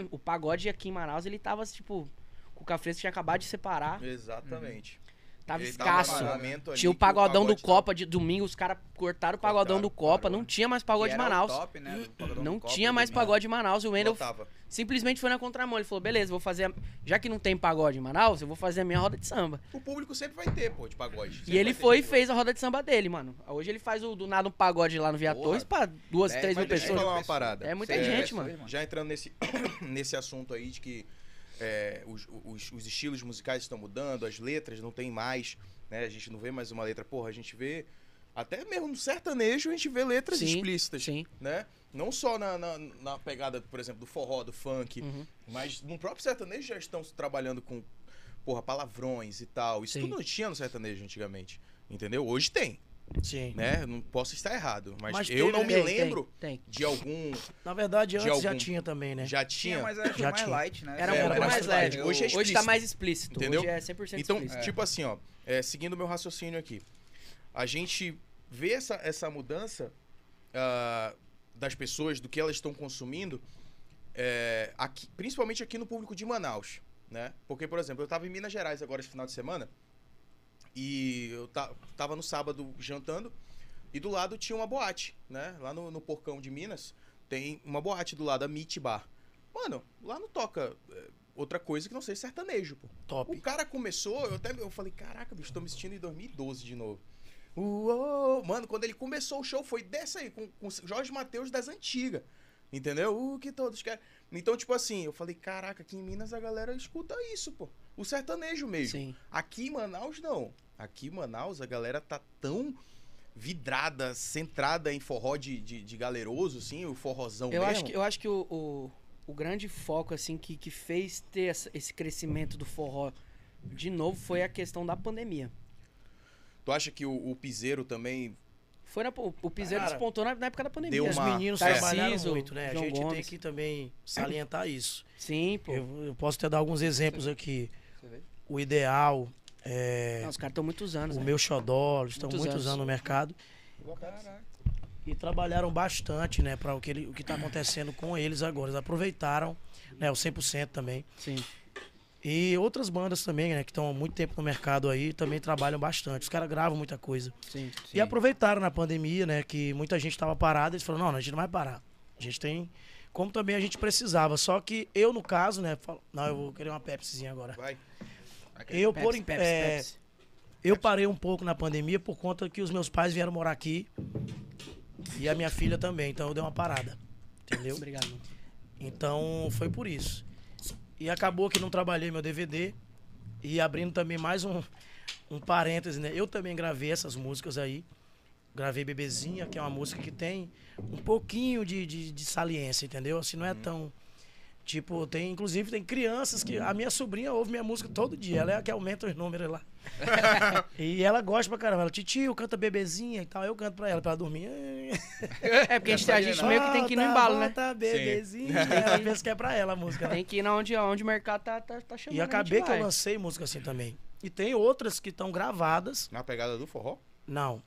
[SPEAKER 3] O pagode aqui em Manaus, ele tava, tipo... O Cafresco tinha acabado de separar,
[SPEAKER 1] Exatamente.
[SPEAKER 3] Uhum. tava
[SPEAKER 1] Ele num
[SPEAKER 3] escasso.
[SPEAKER 1] paramento ali
[SPEAKER 3] tinha o
[SPEAKER 1] que
[SPEAKER 3] pagodão do
[SPEAKER 1] pagode tava-
[SPEAKER 3] Copa de domingo, os caras cortaram o pagodão
[SPEAKER 1] Cortaram,
[SPEAKER 3] do Copa,
[SPEAKER 1] parou,
[SPEAKER 3] não
[SPEAKER 1] né?
[SPEAKER 3] tinha mais pagode
[SPEAKER 2] Que
[SPEAKER 3] de
[SPEAKER 2] era o
[SPEAKER 3] Manaus.
[SPEAKER 2] top, né, do Pagodão
[SPEAKER 3] Não
[SPEAKER 2] do Copa,
[SPEAKER 3] tinha
[SPEAKER 2] do
[SPEAKER 3] mais
[SPEAKER 2] Domingo.
[SPEAKER 3] pagode em Manaus. O Wendel
[SPEAKER 1] Lotava.
[SPEAKER 3] simplesmente foi na contramão. Ele falou: beleza, vou fazer. a- Já que não tem pagode em Manaus, eu vou fazer a minha roda de samba.
[SPEAKER 1] O público sempre vai ter, pô, de pagode. Sempre
[SPEAKER 3] E ele
[SPEAKER 1] vai ter
[SPEAKER 3] foi e
[SPEAKER 1] de
[SPEAKER 3] fez a roda de samba dele, mano. Hoje ele faz o, do nada um pagode lá no Via
[SPEAKER 2] Porra.
[SPEAKER 3] Torres pra duas,
[SPEAKER 2] É,
[SPEAKER 3] três
[SPEAKER 2] mas
[SPEAKER 3] mil
[SPEAKER 1] deixa eu
[SPEAKER 3] pessoas.
[SPEAKER 1] falar uma parada.
[SPEAKER 3] É muita
[SPEAKER 1] É,
[SPEAKER 3] gente,
[SPEAKER 2] isso
[SPEAKER 3] mano.
[SPEAKER 2] aí, mano.
[SPEAKER 1] Já entrando nesse, nesse assunto aí de que é, os, os- os estilos musicais estão mudando, as letras não tem mais, né? A gente não vê mais uma letra. Porra, a gente vê. Até mesmo no sertanejo a gente vê letras
[SPEAKER 3] Sim,
[SPEAKER 1] explícitas,
[SPEAKER 3] sim.
[SPEAKER 1] né? Não só na, na- na pegada, por exemplo, do forró, do funk,
[SPEAKER 3] Uhum.
[SPEAKER 1] mas no próprio sertanejo já estão trabalhando com, porra, palavrões e tal. Isso
[SPEAKER 3] Sim.
[SPEAKER 1] tudo não tinha no sertanejo antigamente, entendeu? Hoje tem.
[SPEAKER 4] Sim.
[SPEAKER 1] né? Não posso estar errado, mas,
[SPEAKER 4] Mas
[SPEAKER 1] eu
[SPEAKER 4] teve,
[SPEAKER 1] não
[SPEAKER 4] né?
[SPEAKER 1] me
[SPEAKER 3] Tem, tem,
[SPEAKER 1] lembro é
[SPEAKER 3] Tem.
[SPEAKER 1] de algum.
[SPEAKER 4] Na verdade,
[SPEAKER 1] De
[SPEAKER 4] antes já
[SPEAKER 1] algum-
[SPEAKER 4] tinha também, né?
[SPEAKER 1] Já tinha.
[SPEAKER 2] Tinha, mas era
[SPEAKER 4] Já
[SPEAKER 2] mais
[SPEAKER 4] tinha.
[SPEAKER 2] light, né?
[SPEAKER 3] Era
[SPEAKER 1] É,
[SPEAKER 3] um pouco
[SPEAKER 1] era
[SPEAKER 3] mais
[SPEAKER 1] mais
[SPEAKER 3] leve.
[SPEAKER 1] light. Hoje é
[SPEAKER 3] Hoje tá
[SPEAKER 1] explícito.
[SPEAKER 3] mais explícito.
[SPEAKER 1] Entendeu?
[SPEAKER 3] Hoje é 100%
[SPEAKER 1] Então,
[SPEAKER 3] explícito.
[SPEAKER 1] tipo assim, ó, é, seguindo o meu raciocínio aqui, a gente vê essa, essa mudança ah, das pessoas, do que elas estão consumindo, é, aqui- principalmente aqui no público de Manaus, né? Porque, por exemplo, eu tava em Minas Gerais agora esse final de semana e eu ta- tava no sábado jantando e do lado tinha uma boate, né? Lá no, no Porcão de Minas tem uma boate do lado, a Meat Bar. Mano, lá não toca é, outra coisa que não seja sertanejo, pô. O
[SPEAKER 4] Top.
[SPEAKER 1] cara começou, eu até eu falei, caraca, bicho, tô me sentindo em 2012 de novo. Uh, Uou! oh. Mano, quando ele começou o show, foi dessa aí, com, com Jorge Matheus das antigas. Entendeu? O que todos querem. Então, tipo assim, eu falei, caraca, aqui em Minas a galera escuta isso, pô. O sertanejo mesmo.
[SPEAKER 3] Sim.
[SPEAKER 1] Aqui em Manaus, não. Aqui em Manaus, a galera tá tão vidrada, centrada em forró de, de, de galeroso, assim, o forrozão
[SPEAKER 3] Eu
[SPEAKER 1] mesmo.
[SPEAKER 3] acho que, eu acho que o, o, o grande foco, assim, que, que fez ter essa- esse crescimento do forró de novo foi a questão da pandemia.
[SPEAKER 1] Tu acha que o, o piseiro também
[SPEAKER 3] Foi na, o, o Piseiro
[SPEAKER 4] Cara,
[SPEAKER 3] despontou na, na época da pandemia.
[SPEAKER 1] deu
[SPEAKER 4] Os
[SPEAKER 1] uma-
[SPEAKER 4] meninos
[SPEAKER 1] Tarcísio,
[SPEAKER 4] trabalharam muito, né? A
[SPEAKER 3] João
[SPEAKER 4] gente tem
[SPEAKER 3] Gomes.
[SPEAKER 4] que também salientar isso.
[SPEAKER 3] Sim, pô.
[SPEAKER 4] Eu, eu posso até dar alguns exemplos aqui. O ideal, é,
[SPEAKER 3] Não, os caras estão muitos anos,
[SPEAKER 4] o
[SPEAKER 3] né?
[SPEAKER 4] meu xodó, eles estão
[SPEAKER 3] Muitos
[SPEAKER 4] muitos
[SPEAKER 3] anos.
[SPEAKER 4] anos no mercado.
[SPEAKER 2] Caraca.
[SPEAKER 4] e trabalharam bastante, né, para o que ele- o que está acontecendo com eles agora. Eles aproveitaram, né, o 100% também.
[SPEAKER 3] Sim.
[SPEAKER 4] E outras bandas também, né, que estão há muito tempo no mercado aí, também trabalham bastante. Os caras gravam muita coisa.
[SPEAKER 3] Sim.
[SPEAKER 4] E aproveitaram na pandemia, né, que muita gente estava parada, eles falaram: "Não, a gente não vai parar. A gente tem como também a gente precisava". Só que eu no caso, né, falo, não, eu vou querer uma Pepsizinha agora.
[SPEAKER 1] vai...
[SPEAKER 4] Eu por
[SPEAKER 3] Pepsi,
[SPEAKER 4] em-
[SPEAKER 3] Pepsi,
[SPEAKER 4] é,
[SPEAKER 3] Pepsi.
[SPEAKER 4] eu parei um pouco na pandemia por conta que os meus pais vieram morar aqui e a minha filha também, então eu dei uma parada. Entendeu?
[SPEAKER 3] Obrigado, mano.
[SPEAKER 4] Então foi por isso. E acabou que não trabalhei meu DVD. E abrindo também mais um, um parêntese, né? Eu também gravei essas músicas aí. Gravei Bebezinha, que é uma música que tem um pouquinho de, de, de saliência, entendeu? Assim, não é tão. Tipo, tem, inclusive, tem crianças que. A minha sobrinha ouve minha música todo dia. Ela é a que aumenta os números lá. e ela gosta pra caramba. Ela, titio, canta bebezinha e tal. Eu canto pra ela, pra ela dormir.
[SPEAKER 3] É porque a gente, a gente meio que tem que ir no
[SPEAKER 1] tá
[SPEAKER 3] embalo, né?
[SPEAKER 4] Volta, bebezinha. Ela pensa que é pra ela a música. né?
[SPEAKER 3] Tem que ir na onde, onde o mercado tá, tá, tá chamando.
[SPEAKER 4] E
[SPEAKER 3] a gente
[SPEAKER 4] acabei que
[SPEAKER 3] vai.
[SPEAKER 4] eu lancei música assim também. E tem outras que estão gravadas,
[SPEAKER 1] Na pegada do forró?
[SPEAKER 4] não,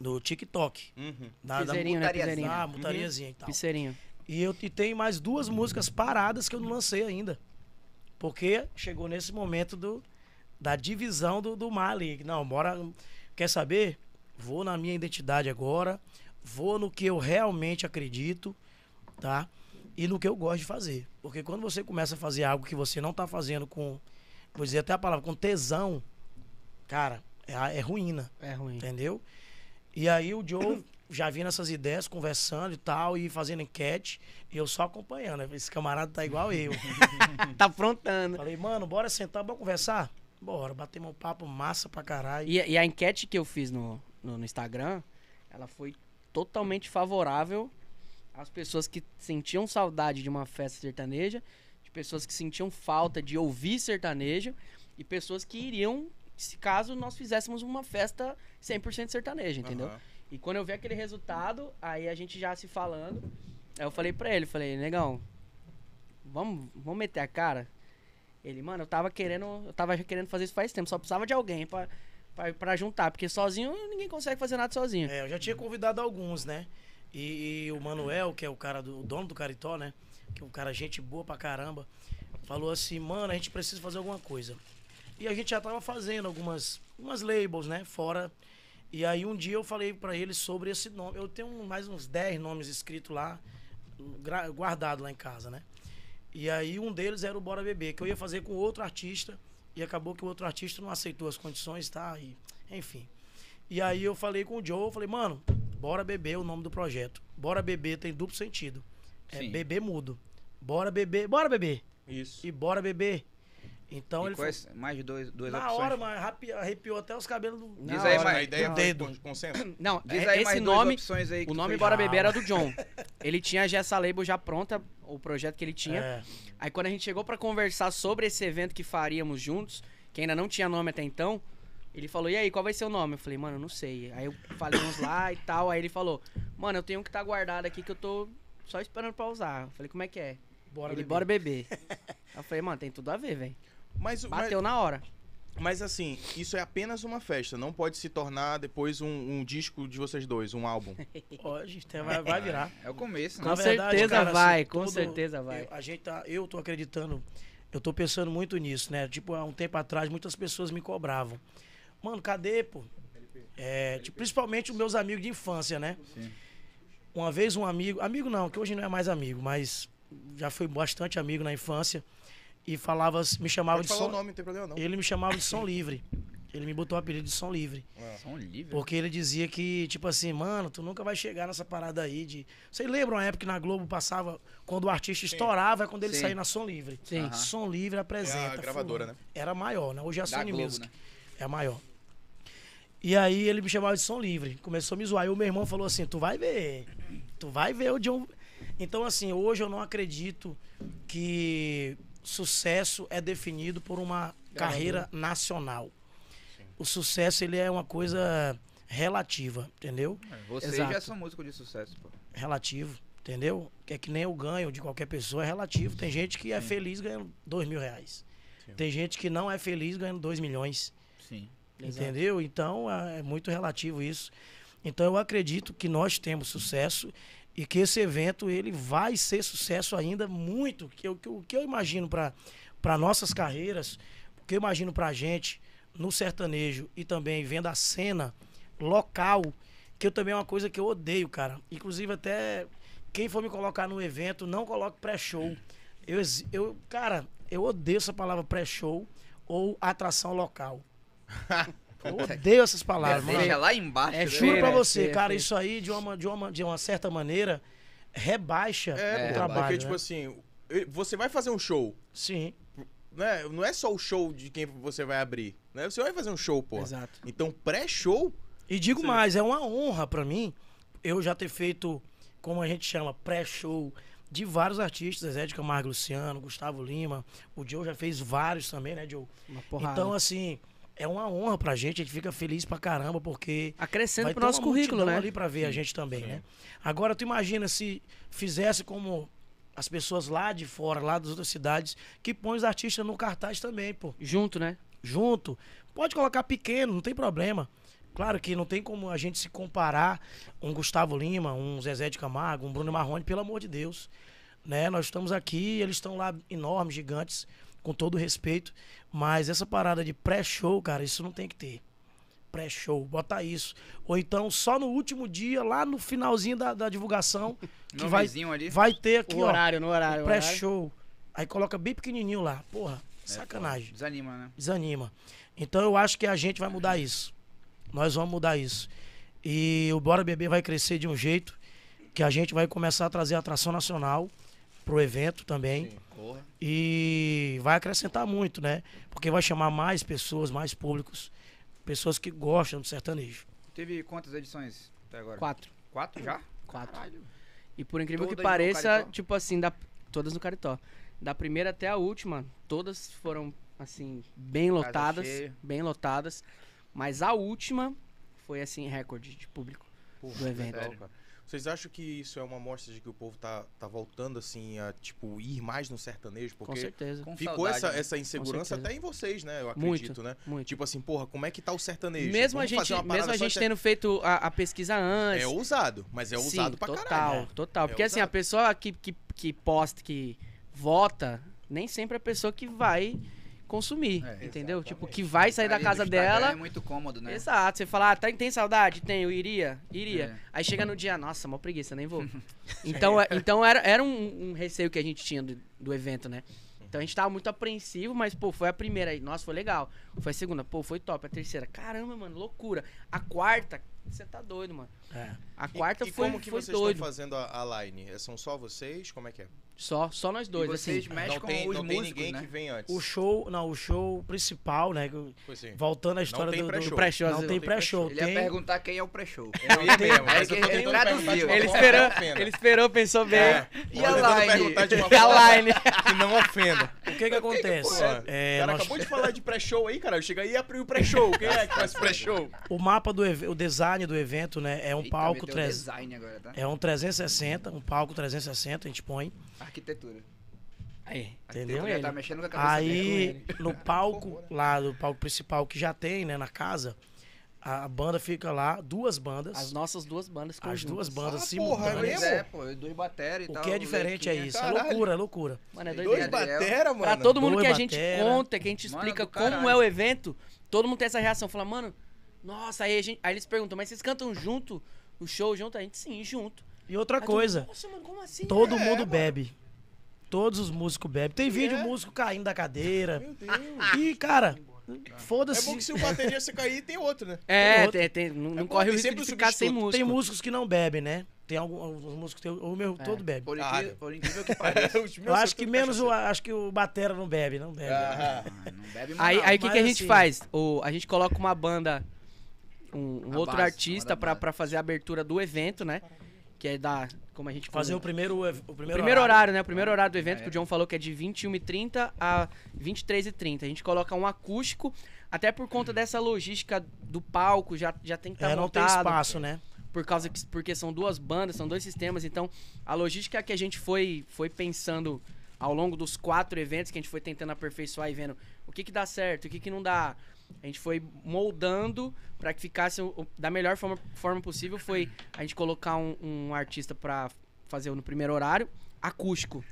[SPEAKER 4] do TikTok,
[SPEAKER 1] Uhum.
[SPEAKER 4] da, da,
[SPEAKER 3] Piseirinho, né?
[SPEAKER 2] putaria,
[SPEAKER 3] Piseirinho.
[SPEAKER 4] da mutariazinha e tal.
[SPEAKER 3] Piseirinho.
[SPEAKER 4] E eu e tem mais duas músicas paradas que eu não lancei ainda. Porque chegou nesse momento do, da divisão do, do mar ali. Não, bora. Quer saber? Vou na minha identidade agora. Vou no que eu realmente acredito, tá? E no que eu gosto de fazer. Porque quando você começa a fazer algo que você não tá fazendo com. Vou dizer até a palavra, com tesão, cara, é, a- é ruína.
[SPEAKER 3] É ruim.
[SPEAKER 4] Entendeu? E aí o Joe já vindo essas ideias, conversando e tal, e fazendo enquete, e eu só acompanhando. né? Esse camarada tá igual eu. É,
[SPEAKER 3] Tá afrontando.
[SPEAKER 4] Falei, mano, bora sentar, bora conversar? Bora, batemos um papo massa pra caralho.
[SPEAKER 3] E, e a enquete que eu fiz no, no, no Instagram, ela foi totalmente favorável às pessoas que sentiam saudade de uma festa sertaneja, de pessoas que sentiam falta de ouvir sertanejo e pessoas que iriam se caso nós fizéssemos uma festa 100% sertaneja, entendeu?
[SPEAKER 1] Aham.
[SPEAKER 3] E quando eu vi aquele resultado, aí a gente já se falando, aí eu falei pra ele, falei, negão, vamos, vamos meter a cara? Ele, mano, eu tava querendo, eu tava já querendo fazer isso faz tempo, só precisava de alguém pra, pra, pra juntar, porque sozinho ninguém consegue fazer nada sozinho.
[SPEAKER 4] É, eu já tinha convidado alguns, né? E, e o Manuel, que é o cara do o dono do Caritó, né? Que é um cara gente boa pra caramba, falou assim, mano, a gente precisa fazer alguma coisa. E a gente já tava fazendo algumas, algumas labels, né? Fora. E aí um dia eu falei pra ele sobre esse nome. Eu tenho um- mais uns 10 nomes escritos lá, gra- guardado lá em casa, né? E aí um deles era o Bora Beber, que eu ia fazer com outro artista. E acabou que o outro artista não aceitou as condições, tá? E, enfim. E aí eu falei com o Joe, eu falei, mano, bora beber é o nome do projeto. Bora beber tem duplo sentido. É
[SPEAKER 2] Sim.
[SPEAKER 4] beber mudo. Bora beber, bora beber.
[SPEAKER 1] Isso.
[SPEAKER 4] E bora beber. Então
[SPEAKER 2] E
[SPEAKER 4] ele
[SPEAKER 2] quais- mais de dois, duas
[SPEAKER 4] falou, na
[SPEAKER 2] opções.
[SPEAKER 4] hora, mano, arrepi- arrepiou até os cabelos do.
[SPEAKER 3] Na
[SPEAKER 2] Diz aí,
[SPEAKER 3] hora.
[SPEAKER 1] Mas
[SPEAKER 2] mais-
[SPEAKER 1] a ideia
[SPEAKER 4] não.
[SPEAKER 1] foi
[SPEAKER 4] Dedo.
[SPEAKER 1] con- consenso?
[SPEAKER 3] Não,
[SPEAKER 2] Diz
[SPEAKER 3] é-
[SPEAKER 2] aí
[SPEAKER 3] esse
[SPEAKER 2] mais duas
[SPEAKER 3] nome,
[SPEAKER 2] opções aí que
[SPEAKER 3] o
[SPEAKER 2] tu
[SPEAKER 3] nome
[SPEAKER 2] fez. Ah.
[SPEAKER 3] Bora Beber era do John. Ele tinha já essa label já pronta, o projeto que ele tinha.
[SPEAKER 4] É,
[SPEAKER 3] Aí quando a gente chegou pra conversar sobre esse evento que faríamos juntos, que ainda não tinha nome até então, Ele falou, e aí, qual vai ser o nome? Eu falei, mano, eu não sei. Aí eu falei uns lá e tal. Aí ele falou, mano, eu tenho um que tá guardado aqui que eu tô só esperando pra usar. Eu falei, como é que é?
[SPEAKER 4] Bora,
[SPEAKER 3] ele,
[SPEAKER 4] bebê.
[SPEAKER 3] bora beber. Aí eu falei, mano, tem tudo a ver, velho.
[SPEAKER 1] Mas, mas,
[SPEAKER 3] Bateu na hora.
[SPEAKER 1] mas assim, isso é apenas uma festa, não pode se tornar depois um, um disco de vocês dois, um álbum.
[SPEAKER 4] Ó, gente, tem- vai, vai virar.
[SPEAKER 2] É o começo, né?
[SPEAKER 3] Com
[SPEAKER 4] Na verdade,
[SPEAKER 3] certeza
[SPEAKER 4] cara, assim,
[SPEAKER 3] vai, com
[SPEAKER 4] tudo-
[SPEAKER 3] certeza vai.
[SPEAKER 4] Eu, a gente tá, eu tô acreditando, eu tô pensando muito nisso, né? Tipo, há um tempo atrás, muitas pessoas me cobravam. Mano, cadê, pô? É, tipo, principalmente os meus amigos de infância, né?
[SPEAKER 2] Sim.
[SPEAKER 4] Uma vez um amigo, amigo não, que hoje não é mais amigo, mas já foi bastante amigo na infância, e falava, me chamava
[SPEAKER 1] Pode
[SPEAKER 4] de
[SPEAKER 1] falar o
[SPEAKER 4] som,
[SPEAKER 1] nome, não tem problema não.
[SPEAKER 4] ele me chamava de som livre. Ele me botou o apelido de som livre.
[SPEAKER 2] Som livre.
[SPEAKER 4] Porque ele dizia que, tipo assim, mano, tu nunca vai chegar nessa parada aí de. Vocês lembram a época que na Globo passava, quando o artista estourava, é quando ele
[SPEAKER 2] Sim.
[SPEAKER 4] saía na Som Livre.
[SPEAKER 3] Sim.
[SPEAKER 2] Aham.
[SPEAKER 4] Som Livre apresenta.
[SPEAKER 1] É a gravadora,
[SPEAKER 4] fulano. Era maior, né? Hoje é a
[SPEAKER 2] Da
[SPEAKER 4] Sony
[SPEAKER 2] Globo,
[SPEAKER 4] Music.
[SPEAKER 2] né?
[SPEAKER 4] É a maior. E aí ele me chamava de Som Livre. Começou a me zoar. E o meu irmão falou assim: Tu vai ver. Tu vai ver o John. Então, assim, hoje eu não acredito que sucesso é definido por uma carreira nacional. O sucesso, ele é uma coisa relativa, entendeu?
[SPEAKER 2] Vocês
[SPEAKER 3] Exato.
[SPEAKER 2] já são músicos de sucesso, pô.
[SPEAKER 4] Relativo, entendeu? Que é que nem o ganho de qualquer pessoa é relativo. Tem gente que é feliz ganhando dois mil reais. Tem gente que não é feliz ganhando dois milhões.
[SPEAKER 2] Sim.
[SPEAKER 3] Exato.
[SPEAKER 4] Entendeu? Então é muito relativo isso. Então eu acredito que nós temos sucesso e que esse evento ele vai ser sucesso ainda muito. Que eu- que O que, eu imagino para nossas carreiras, o que eu imagino para a gente no sertanejo e também vendo a cena local, que eu também é uma coisa que eu odeio, cara. Inclusive até quem for me colocar no evento, não coloque pré-show. Eu, exi- eu, cara, eu odeio essa palavra pré-show ou atração local. Eu odeio essas palavras, mano.
[SPEAKER 2] Deixa lá embaixo.
[SPEAKER 3] É
[SPEAKER 2] né?
[SPEAKER 4] Juro pra
[SPEAKER 3] feira,
[SPEAKER 4] você,
[SPEAKER 3] feira,
[SPEAKER 4] cara,
[SPEAKER 3] feira.
[SPEAKER 4] isso aí, de uma, de, uma, de uma certa maneira, rebaixa
[SPEAKER 1] É,
[SPEAKER 4] o
[SPEAKER 1] pô,
[SPEAKER 4] trabalho.
[SPEAKER 1] porque
[SPEAKER 4] né?
[SPEAKER 1] tipo assim, você vai fazer um show,
[SPEAKER 4] Sim,
[SPEAKER 1] né? Não é só o show de quem você vai abrir, né? Você vai fazer um show, pô.
[SPEAKER 3] Exato.
[SPEAKER 1] Então, pré-show,
[SPEAKER 4] E digo mais, é uma honra pra mim eu já ter feito, como a gente chama, pré-show de vários artistas, Zé de Camargo Luciano, Gustavo Lima, o Joe já fez vários também, né, Joe?
[SPEAKER 3] Uma porrada.
[SPEAKER 4] Então, assim, é uma honra pra gente, a gente fica feliz pra caramba, porque
[SPEAKER 3] Acrescenta
[SPEAKER 4] vai
[SPEAKER 3] pro
[SPEAKER 4] ter
[SPEAKER 3] nosso
[SPEAKER 4] uma
[SPEAKER 3] currículo,
[SPEAKER 4] multidão
[SPEAKER 3] né?
[SPEAKER 4] ali pra ver a gente também, né? Agora tu imagina se fizesse como as pessoas lá de fora, lá das outras cidades, que põe os artistas no cartaz também, pô
[SPEAKER 3] Junto, né?
[SPEAKER 4] junto. Pode colocar pequeno, não tem problema. Claro que não tem como a gente se comparar um Gustavo Lima, um Zezé de Camargo, um Bruno Marrone, pelo amor de Deus. Né? Nós estamos aqui, eles estão lá enormes, gigantes, com todo respeito, mas essa parada de pré-show, cara, isso não tem que ter. Pré-show, bota isso. Ou então só no último dia, lá no finalzinho da, da divulgação, que vai,
[SPEAKER 2] Nomezinho ali.
[SPEAKER 4] vai ter aqui,
[SPEAKER 3] O
[SPEAKER 4] ó,
[SPEAKER 3] horário, no horário. É o horário.
[SPEAKER 4] pré-show. Aí coloca bem pequenininho lá. Porra, sacanagem
[SPEAKER 2] Desanima, né?
[SPEAKER 4] desanima. Então eu acho que a gente vai mudar isso. Nós vamos mudar isso. E o Bora Bebê vai crescer de um jeito que a gente vai começar a trazer atração nacional pro evento também.
[SPEAKER 2] Porra.
[SPEAKER 4] E vai acrescentar muito, né? Porque vai chamar mais pessoas, mais públicos, pessoas que gostam do sertanejo.
[SPEAKER 2] Teve quantas edições até agora?
[SPEAKER 3] Quatro.
[SPEAKER 2] Quatro já?
[SPEAKER 3] Quatro.
[SPEAKER 2] Caralho.
[SPEAKER 3] E por incrível que
[SPEAKER 2] Todas no
[SPEAKER 3] pareça,
[SPEAKER 2] Caritó?
[SPEAKER 3] tipo assim, da, todas no Caritó. Da primeira até a última, todas foram, assim, bem
[SPEAKER 2] Casa
[SPEAKER 3] lotadas.
[SPEAKER 2] cheia.
[SPEAKER 3] Bem lotadas. Mas a última foi, assim, recorde de público do evento.
[SPEAKER 2] sério.
[SPEAKER 1] vocês acham que isso é uma amostra de que o povo tá, tá voltando, assim, a, tipo, ir mais no sertanejo?
[SPEAKER 3] Com
[SPEAKER 1] Porque
[SPEAKER 3] certeza.
[SPEAKER 2] Com
[SPEAKER 1] ficou
[SPEAKER 2] saudade,
[SPEAKER 1] essa,
[SPEAKER 2] né?
[SPEAKER 1] essa insegurança
[SPEAKER 3] certeza.
[SPEAKER 1] até em vocês, né? Eu
[SPEAKER 3] Muito,
[SPEAKER 1] acredito, né?
[SPEAKER 3] Muito.
[SPEAKER 1] Tipo assim, porra, como é que tá o sertanejo?
[SPEAKER 3] mesmo a
[SPEAKER 1] Vamos
[SPEAKER 3] gente,
[SPEAKER 1] fazer uma parada
[SPEAKER 3] mesmo a
[SPEAKER 1] só
[SPEAKER 3] gente
[SPEAKER 1] de
[SPEAKER 3] tendo feito a, a pesquisa antes.
[SPEAKER 1] É ousado, mas é ousado
[SPEAKER 3] Sim,
[SPEAKER 1] pra
[SPEAKER 3] total,
[SPEAKER 1] caralho. né?
[SPEAKER 3] Total,
[SPEAKER 1] É
[SPEAKER 3] Porque assim, a
[SPEAKER 1] ousado.
[SPEAKER 3] pessoa que, que, que posta, que vota, nem sempre é a pessoa que vai consumir,
[SPEAKER 2] É,
[SPEAKER 3] entendeu?
[SPEAKER 1] exatamente. Tá
[SPEAKER 3] Tipo, que vai sair da
[SPEAKER 2] Aí no
[SPEAKER 3] casa
[SPEAKER 2] Instagram
[SPEAKER 3] dela.
[SPEAKER 2] É muito cômodo, né?
[SPEAKER 3] Exato, você fala, ah, tá- tem saudade? Tem, eu iria, iria.
[SPEAKER 2] É.
[SPEAKER 3] Aí chega no dia, nossa, mó preguiça, nem vou. então, é- então era, era um, um receio que a gente tinha do, do evento, né? Então a gente tava muito apreensivo, mas, pô, foi a primeira aí, nossa, foi legal. Foi a segunda, pô, foi top. A terceira, caramba, mano, loucura. A quarta, você tá doido, mano.
[SPEAKER 4] É.
[SPEAKER 3] A
[SPEAKER 1] E-
[SPEAKER 3] quarta
[SPEAKER 1] e
[SPEAKER 3] foi,
[SPEAKER 1] como que
[SPEAKER 3] foi
[SPEAKER 1] vocês
[SPEAKER 3] doido.
[SPEAKER 1] estão fazendo a, a line? É, São só vocês? Como é que é?
[SPEAKER 3] Só, só nós dois,
[SPEAKER 2] e vocês
[SPEAKER 3] assim.
[SPEAKER 2] mexem
[SPEAKER 1] não
[SPEAKER 2] com
[SPEAKER 1] tem,
[SPEAKER 2] os
[SPEAKER 1] não tem
[SPEAKER 2] músicos,
[SPEAKER 1] ninguém
[SPEAKER 2] né?
[SPEAKER 1] que vem antes.
[SPEAKER 4] O show, não, o show principal, né?
[SPEAKER 1] Tipo assim,
[SPEAKER 4] Voltando à história
[SPEAKER 1] tem
[SPEAKER 4] do- do,
[SPEAKER 1] pré-show.
[SPEAKER 3] Pré-show,
[SPEAKER 4] Não tem pré-show,
[SPEAKER 2] Ele ia
[SPEAKER 4] tem.
[SPEAKER 2] perguntar quem é o pré-show.
[SPEAKER 1] Eu ia mesmo, mas
[SPEAKER 3] é
[SPEAKER 2] que
[SPEAKER 1] eu tô
[SPEAKER 2] ele
[SPEAKER 1] tentando
[SPEAKER 2] traduziu.
[SPEAKER 1] perguntar de uma
[SPEAKER 3] Ele
[SPEAKER 1] forma
[SPEAKER 3] esperou,
[SPEAKER 1] que não ofenda.
[SPEAKER 3] ele esperou, pensou bem.
[SPEAKER 1] É,
[SPEAKER 2] E
[SPEAKER 1] eu tô
[SPEAKER 2] a
[SPEAKER 1] tentando
[SPEAKER 2] line?
[SPEAKER 1] perguntar de uma
[SPEAKER 3] E a
[SPEAKER 1] forma
[SPEAKER 3] line?
[SPEAKER 1] Que não ofenda.
[SPEAKER 4] que que acontece?
[SPEAKER 1] É,
[SPEAKER 4] É,
[SPEAKER 1] o cara
[SPEAKER 4] nós-
[SPEAKER 1] acabou de falar de pré-show aí, cara. Eu cheguei aí e abri o pré-show. Quem é que faz pré-show?
[SPEAKER 4] O mapa do evento, o design do evento, né? É um
[SPEAKER 2] Eita,
[SPEAKER 4] palco
[SPEAKER 2] meteu
[SPEAKER 4] treze-
[SPEAKER 2] design agora, tá?
[SPEAKER 4] É um 360, um palco 360, a gente põe.
[SPEAKER 2] Arquitetura.
[SPEAKER 3] Aí.
[SPEAKER 4] Entendeu?
[SPEAKER 2] Arquitetura já tá
[SPEAKER 3] Ele.
[SPEAKER 2] mexendo com a cabeça dele.
[SPEAKER 4] Aí, no
[SPEAKER 1] né?
[SPEAKER 4] palco lá, do palco principal que já tem, né, na casa, a a banda fica lá, duas bandas.
[SPEAKER 3] As nossas duas bandas
[SPEAKER 4] As duas
[SPEAKER 3] conjuntas.
[SPEAKER 4] bandas
[SPEAKER 1] Ah, porra, é
[SPEAKER 2] Pois
[SPEAKER 4] simultâneas.
[SPEAKER 1] mesmo?
[SPEAKER 2] é, pô, dois baterias e
[SPEAKER 4] o
[SPEAKER 2] tal.
[SPEAKER 4] que é diferente é
[SPEAKER 2] Lequinha.
[SPEAKER 4] isso.
[SPEAKER 1] caralho.
[SPEAKER 4] É loucura, é loucura.
[SPEAKER 3] Mano, é
[SPEAKER 2] Dois
[SPEAKER 1] Dois
[SPEAKER 3] doideira.
[SPEAKER 1] batera, mano.
[SPEAKER 3] Pra todo mundo
[SPEAKER 4] Boi,
[SPEAKER 3] que a gente
[SPEAKER 4] batera.
[SPEAKER 3] conta, que a gente
[SPEAKER 2] Mano
[SPEAKER 3] explica
[SPEAKER 2] do
[SPEAKER 3] como
[SPEAKER 2] caralho.
[SPEAKER 3] é o evento, todo mundo tem essa reação. Fala, mano, nossa, aí, a gente, aí eles perguntam, mas vocês cantam junto? O show junto? A gente, sim, junto.
[SPEAKER 4] E outra
[SPEAKER 3] Aí todo mundo,
[SPEAKER 4] coisa,
[SPEAKER 3] Nossa, mano, como assim?
[SPEAKER 4] todo
[SPEAKER 1] É,
[SPEAKER 4] mundo
[SPEAKER 1] mano.
[SPEAKER 4] bebe. Todos os músicos bebem. Tem vídeo
[SPEAKER 1] É.
[SPEAKER 4] músico caindo da cadeira.
[SPEAKER 1] Meu Deus.
[SPEAKER 4] E, cara,
[SPEAKER 1] É bom que
[SPEAKER 4] foda-se.
[SPEAKER 1] se o bateria se cair, tem outro, né?
[SPEAKER 3] É,
[SPEAKER 4] outro.
[SPEAKER 3] tem- tem- não, não
[SPEAKER 1] É bom,
[SPEAKER 3] corre o
[SPEAKER 1] tem
[SPEAKER 3] risco
[SPEAKER 1] sempre um
[SPEAKER 3] de ficar sem
[SPEAKER 1] substituto.
[SPEAKER 3] música.
[SPEAKER 4] Tem músicos que não bebem, né? Tem algum- alguns músicos que tem- o meu todo bebe.
[SPEAKER 2] Por,
[SPEAKER 1] Ah,
[SPEAKER 2] incrível, por incrível que pareça.
[SPEAKER 1] Os meus são
[SPEAKER 4] Eu acho que
[SPEAKER 1] tudo
[SPEAKER 4] menos o
[SPEAKER 1] cachaceiro.
[SPEAKER 4] acho que o Batera não bebe, não bebe.
[SPEAKER 1] Ah,
[SPEAKER 2] Ah, não bebe mais
[SPEAKER 3] Aí
[SPEAKER 2] não.
[SPEAKER 3] aí o que,
[SPEAKER 4] mas
[SPEAKER 3] que a gente
[SPEAKER 4] assim-
[SPEAKER 3] faz? O, a gente coloca uma banda, um, um
[SPEAKER 2] A
[SPEAKER 3] outro
[SPEAKER 2] base, uma
[SPEAKER 3] artista
[SPEAKER 2] da
[SPEAKER 3] pra,
[SPEAKER 2] base.
[SPEAKER 3] pra fazer a abertura do evento, né? Que é da. Como a gente
[SPEAKER 4] Fazer
[SPEAKER 3] combinou.
[SPEAKER 4] o primeiro o primeiro,
[SPEAKER 3] Primeiro horário, né? O primeiro horário do evento,
[SPEAKER 2] É.
[SPEAKER 3] que o John falou que é de 21h30 a 23h30. A gente coloca um acústico, até por conta dessa logística do palco, já, já tem que estar
[SPEAKER 4] É, não tem
[SPEAKER 3] tá montado.
[SPEAKER 4] espaço, né?
[SPEAKER 3] Por causa que, porque são duas bandas, são dois sistemas. Então, a logística que a gente foi, foi pensando ao longo dos quatro eventos, que a gente foi tentando aperfeiçoar e vendo o que, que dá certo, o que, que não dá. A gente foi moldando pra que ficasse o- o- da melhor forma, forma possível. Foi a gente colocar um, um artista pra fazer no primeiro horário, acústico.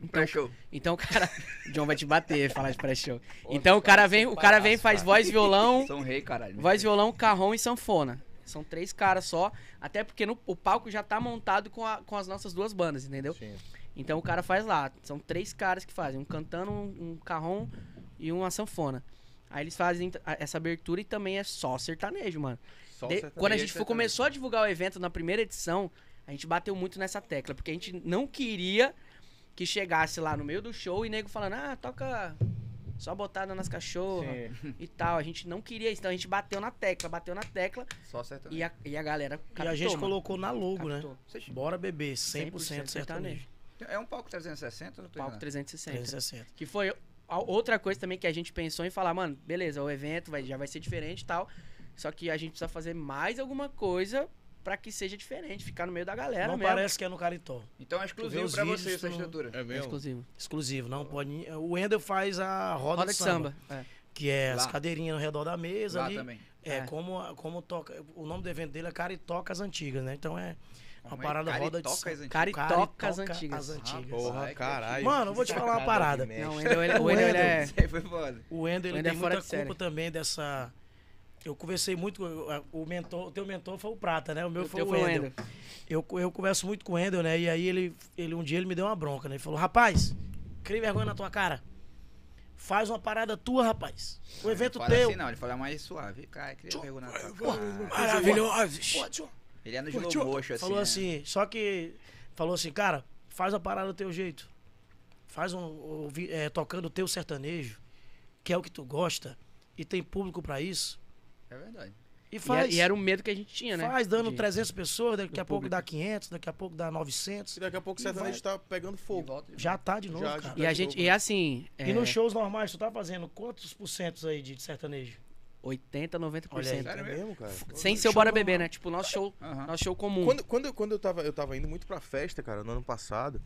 [SPEAKER 3] Então,
[SPEAKER 2] Pré-show.
[SPEAKER 3] então o cara. O John vai te bater falar de pré-show. Então o cara vem, o cara vem, faz voz, violão.
[SPEAKER 2] São um rei, caralho.
[SPEAKER 3] Voz, violão, carrom e sanfona. São três caras só. Até porque no- o palco já tá montado com, a- com as nossas duas bandas, entendeu?
[SPEAKER 1] Sim.
[SPEAKER 3] Então o cara faz lá. São três caras que fazem. Um cantando, um, um carrom e uma sanfona. Aí eles fazem t- a- essa abertura e também é só sertanejo, mano.
[SPEAKER 1] Só o
[SPEAKER 3] De-
[SPEAKER 1] sertanejo.
[SPEAKER 3] quando a gente
[SPEAKER 2] sertanejo.
[SPEAKER 3] foi- começou a divulgar o evento na primeira edição, a gente bateu muito nessa tecla. Porque a gente não queria que chegasse lá no meio do show e nego falando, ah, toca só botada nas cachorras
[SPEAKER 1] Sim.
[SPEAKER 3] e tal. A gente não queria isso, então a gente bateu na tecla, bateu na tecla
[SPEAKER 2] Só sertanejo.
[SPEAKER 3] e a, e a galera captou,
[SPEAKER 4] Tá. e a gente
[SPEAKER 3] mano.
[SPEAKER 4] colocou na logo, né?
[SPEAKER 3] Captou.
[SPEAKER 2] Vocês-
[SPEAKER 4] Bora beber 100%,
[SPEAKER 3] 100%
[SPEAKER 4] sertanejo.
[SPEAKER 3] sertanejo.
[SPEAKER 2] É um palco 360 ou não tô
[SPEAKER 3] Palco
[SPEAKER 4] Tá.
[SPEAKER 2] enganado?
[SPEAKER 3] 360.
[SPEAKER 4] 360.
[SPEAKER 3] Que foi a outra coisa também que a gente pensou em falar, mano, beleza, o evento vai, já vai ser diferente e tal. Só que a gente precisa fazer mais alguma coisa pra que seja diferente, ficar no meio da galera
[SPEAKER 4] não
[SPEAKER 3] mesmo.
[SPEAKER 4] parece que é no Caritó.
[SPEAKER 2] Então é
[SPEAKER 4] Tu
[SPEAKER 2] exclusivo
[SPEAKER 4] vê
[SPEAKER 2] pra vocês
[SPEAKER 4] os vídeos,
[SPEAKER 2] essa
[SPEAKER 4] tu-
[SPEAKER 2] estrutura.
[SPEAKER 1] É
[SPEAKER 3] É
[SPEAKER 1] mesmo?
[SPEAKER 3] exclusivo.
[SPEAKER 4] Exclusivo, não pode. O Wendel faz a roda,
[SPEAKER 3] Roda de samba. é.
[SPEAKER 4] que é as
[SPEAKER 2] Lá.
[SPEAKER 4] cadeirinhas ao redor da mesa
[SPEAKER 2] Lá
[SPEAKER 4] ali.
[SPEAKER 2] também.
[SPEAKER 4] É,
[SPEAKER 3] É.
[SPEAKER 4] Como, como toca. O nome do evento dele é Caritocas Antigas, né? Então é uma
[SPEAKER 2] Como é?
[SPEAKER 4] parada roda de
[SPEAKER 2] Caritocas
[SPEAKER 4] samba.
[SPEAKER 2] antigas.
[SPEAKER 3] Caritocas
[SPEAKER 4] Caritoca
[SPEAKER 3] Antigas.
[SPEAKER 4] as Antigas.
[SPEAKER 1] Ah,
[SPEAKER 4] É.
[SPEAKER 1] Porra,
[SPEAKER 2] Ai,
[SPEAKER 1] caralho.
[SPEAKER 4] Mano, eu vou te falar uma parada.
[SPEAKER 3] Não, o Wendel, ele- o Wendel, ele é...
[SPEAKER 2] Isso aí foi foda.
[SPEAKER 4] É. O Wendel ele
[SPEAKER 3] Wendel
[SPEAKER 4] tem
[SPEAKER 3] é fora
[SPEAKER 4] muita
[SPEAKER 3] de série.
[SPEAKER 4] culpa também dessa. Eu conversei muito. com- O, mentor, o teu mentor foi o Prata, né? O meu
[SPEAKER 3] O
[SPEAKER 4] foi
[SPEAKER 3] teu
[SPEAKER 4] o
[SPEAKER 3] foi o
[SPEAKER 4] Wendel.
[SPEAKER 3] Wendel.
[SPEAKER 4] Eu, eu converso muito com o Wendel, né? E aí ele, ele um dia ele me deu uma bronca, né? Ele falou, rapaz, crie vergonha na tua cara. Faz uma parada tua, rapaz.
[SPEAKER 3] É,
[SPEAKER 4] O evento
[SPEAKER 2] Fala
[SPEAKER 4] teu.
[SPEAKER 2] assim não, ele fala mais suave. Cara, queria perguntar.
[SPEAKER 4] Maravilhoso.
[SPEAKER 2] Ele é no slow
[SPEAKER 3] Tipo
[SPEAKER 2] motion, assim.
[SPEAKER 4] Falou
[SPEAKER 2] né?
[SPEAKER 4] assim, só que. Falou assim, cara, faz a parada do teu jeito. Faz um. ouvi- é, tocando o teu sertanejo, que é o que tu gosta, e tem público pra isso.
[SPEAKER 2] É verdade.
[SPEAKER 3] E
[SPEAKER 4] E
[SPEAKER 3] era-
[SPEAKER 4] faz.
[SPEAKER 3] E era o medo que a gente tinha, né?
[SPEAKER 4] Faz dando
[SPEAKER 3] De-
[SPEAKER 4] 300 pessoas, daqui
[SPEAKER 3] do
[SPEAKER 4] a pouco
[SPEAKER 3] público.
[SPEAKER 4] dá 500, daqui a pouco dá 900.
[SPEAKER 1] Daqui a pouco o sertanejo tá pegando
[SPEAKER 2] E
[SPEAKER 1] fogo.
[SPEAKER 2] volta de-
[SPEAKER 4] Já tá de novo,
[SPEAKER 1] Já,
[SPEAKER 4] cara.
[SPEAKER 3] E a gente... E assim...
[SPEAKER 4] E
[SPEAKER 3] é,
[SPEAKER 4] nos shows normais, tu tá fazendo quantos por cento aí de sertanejo?
[SPEAKER 3] 80, 90%.
[SPEAKER 2] Sério mesmo,
[SPEAKER 1] cara?
[SPEAKER 3] Sem ser o
[SPEAKER 4] Show
[SPEAKER 3] Bora
[SPEAKER 4] normal.
[SPEAKER 3] Beber, né? Tipo, nosso show,
[SPEAKER 2] Aham.
[SPEAKER 3] nosso show comum.
[SPEAKER 1] Quando, quando, eu- quando eu, tava, eu tava indo muito pra festa, cara, no ano passado,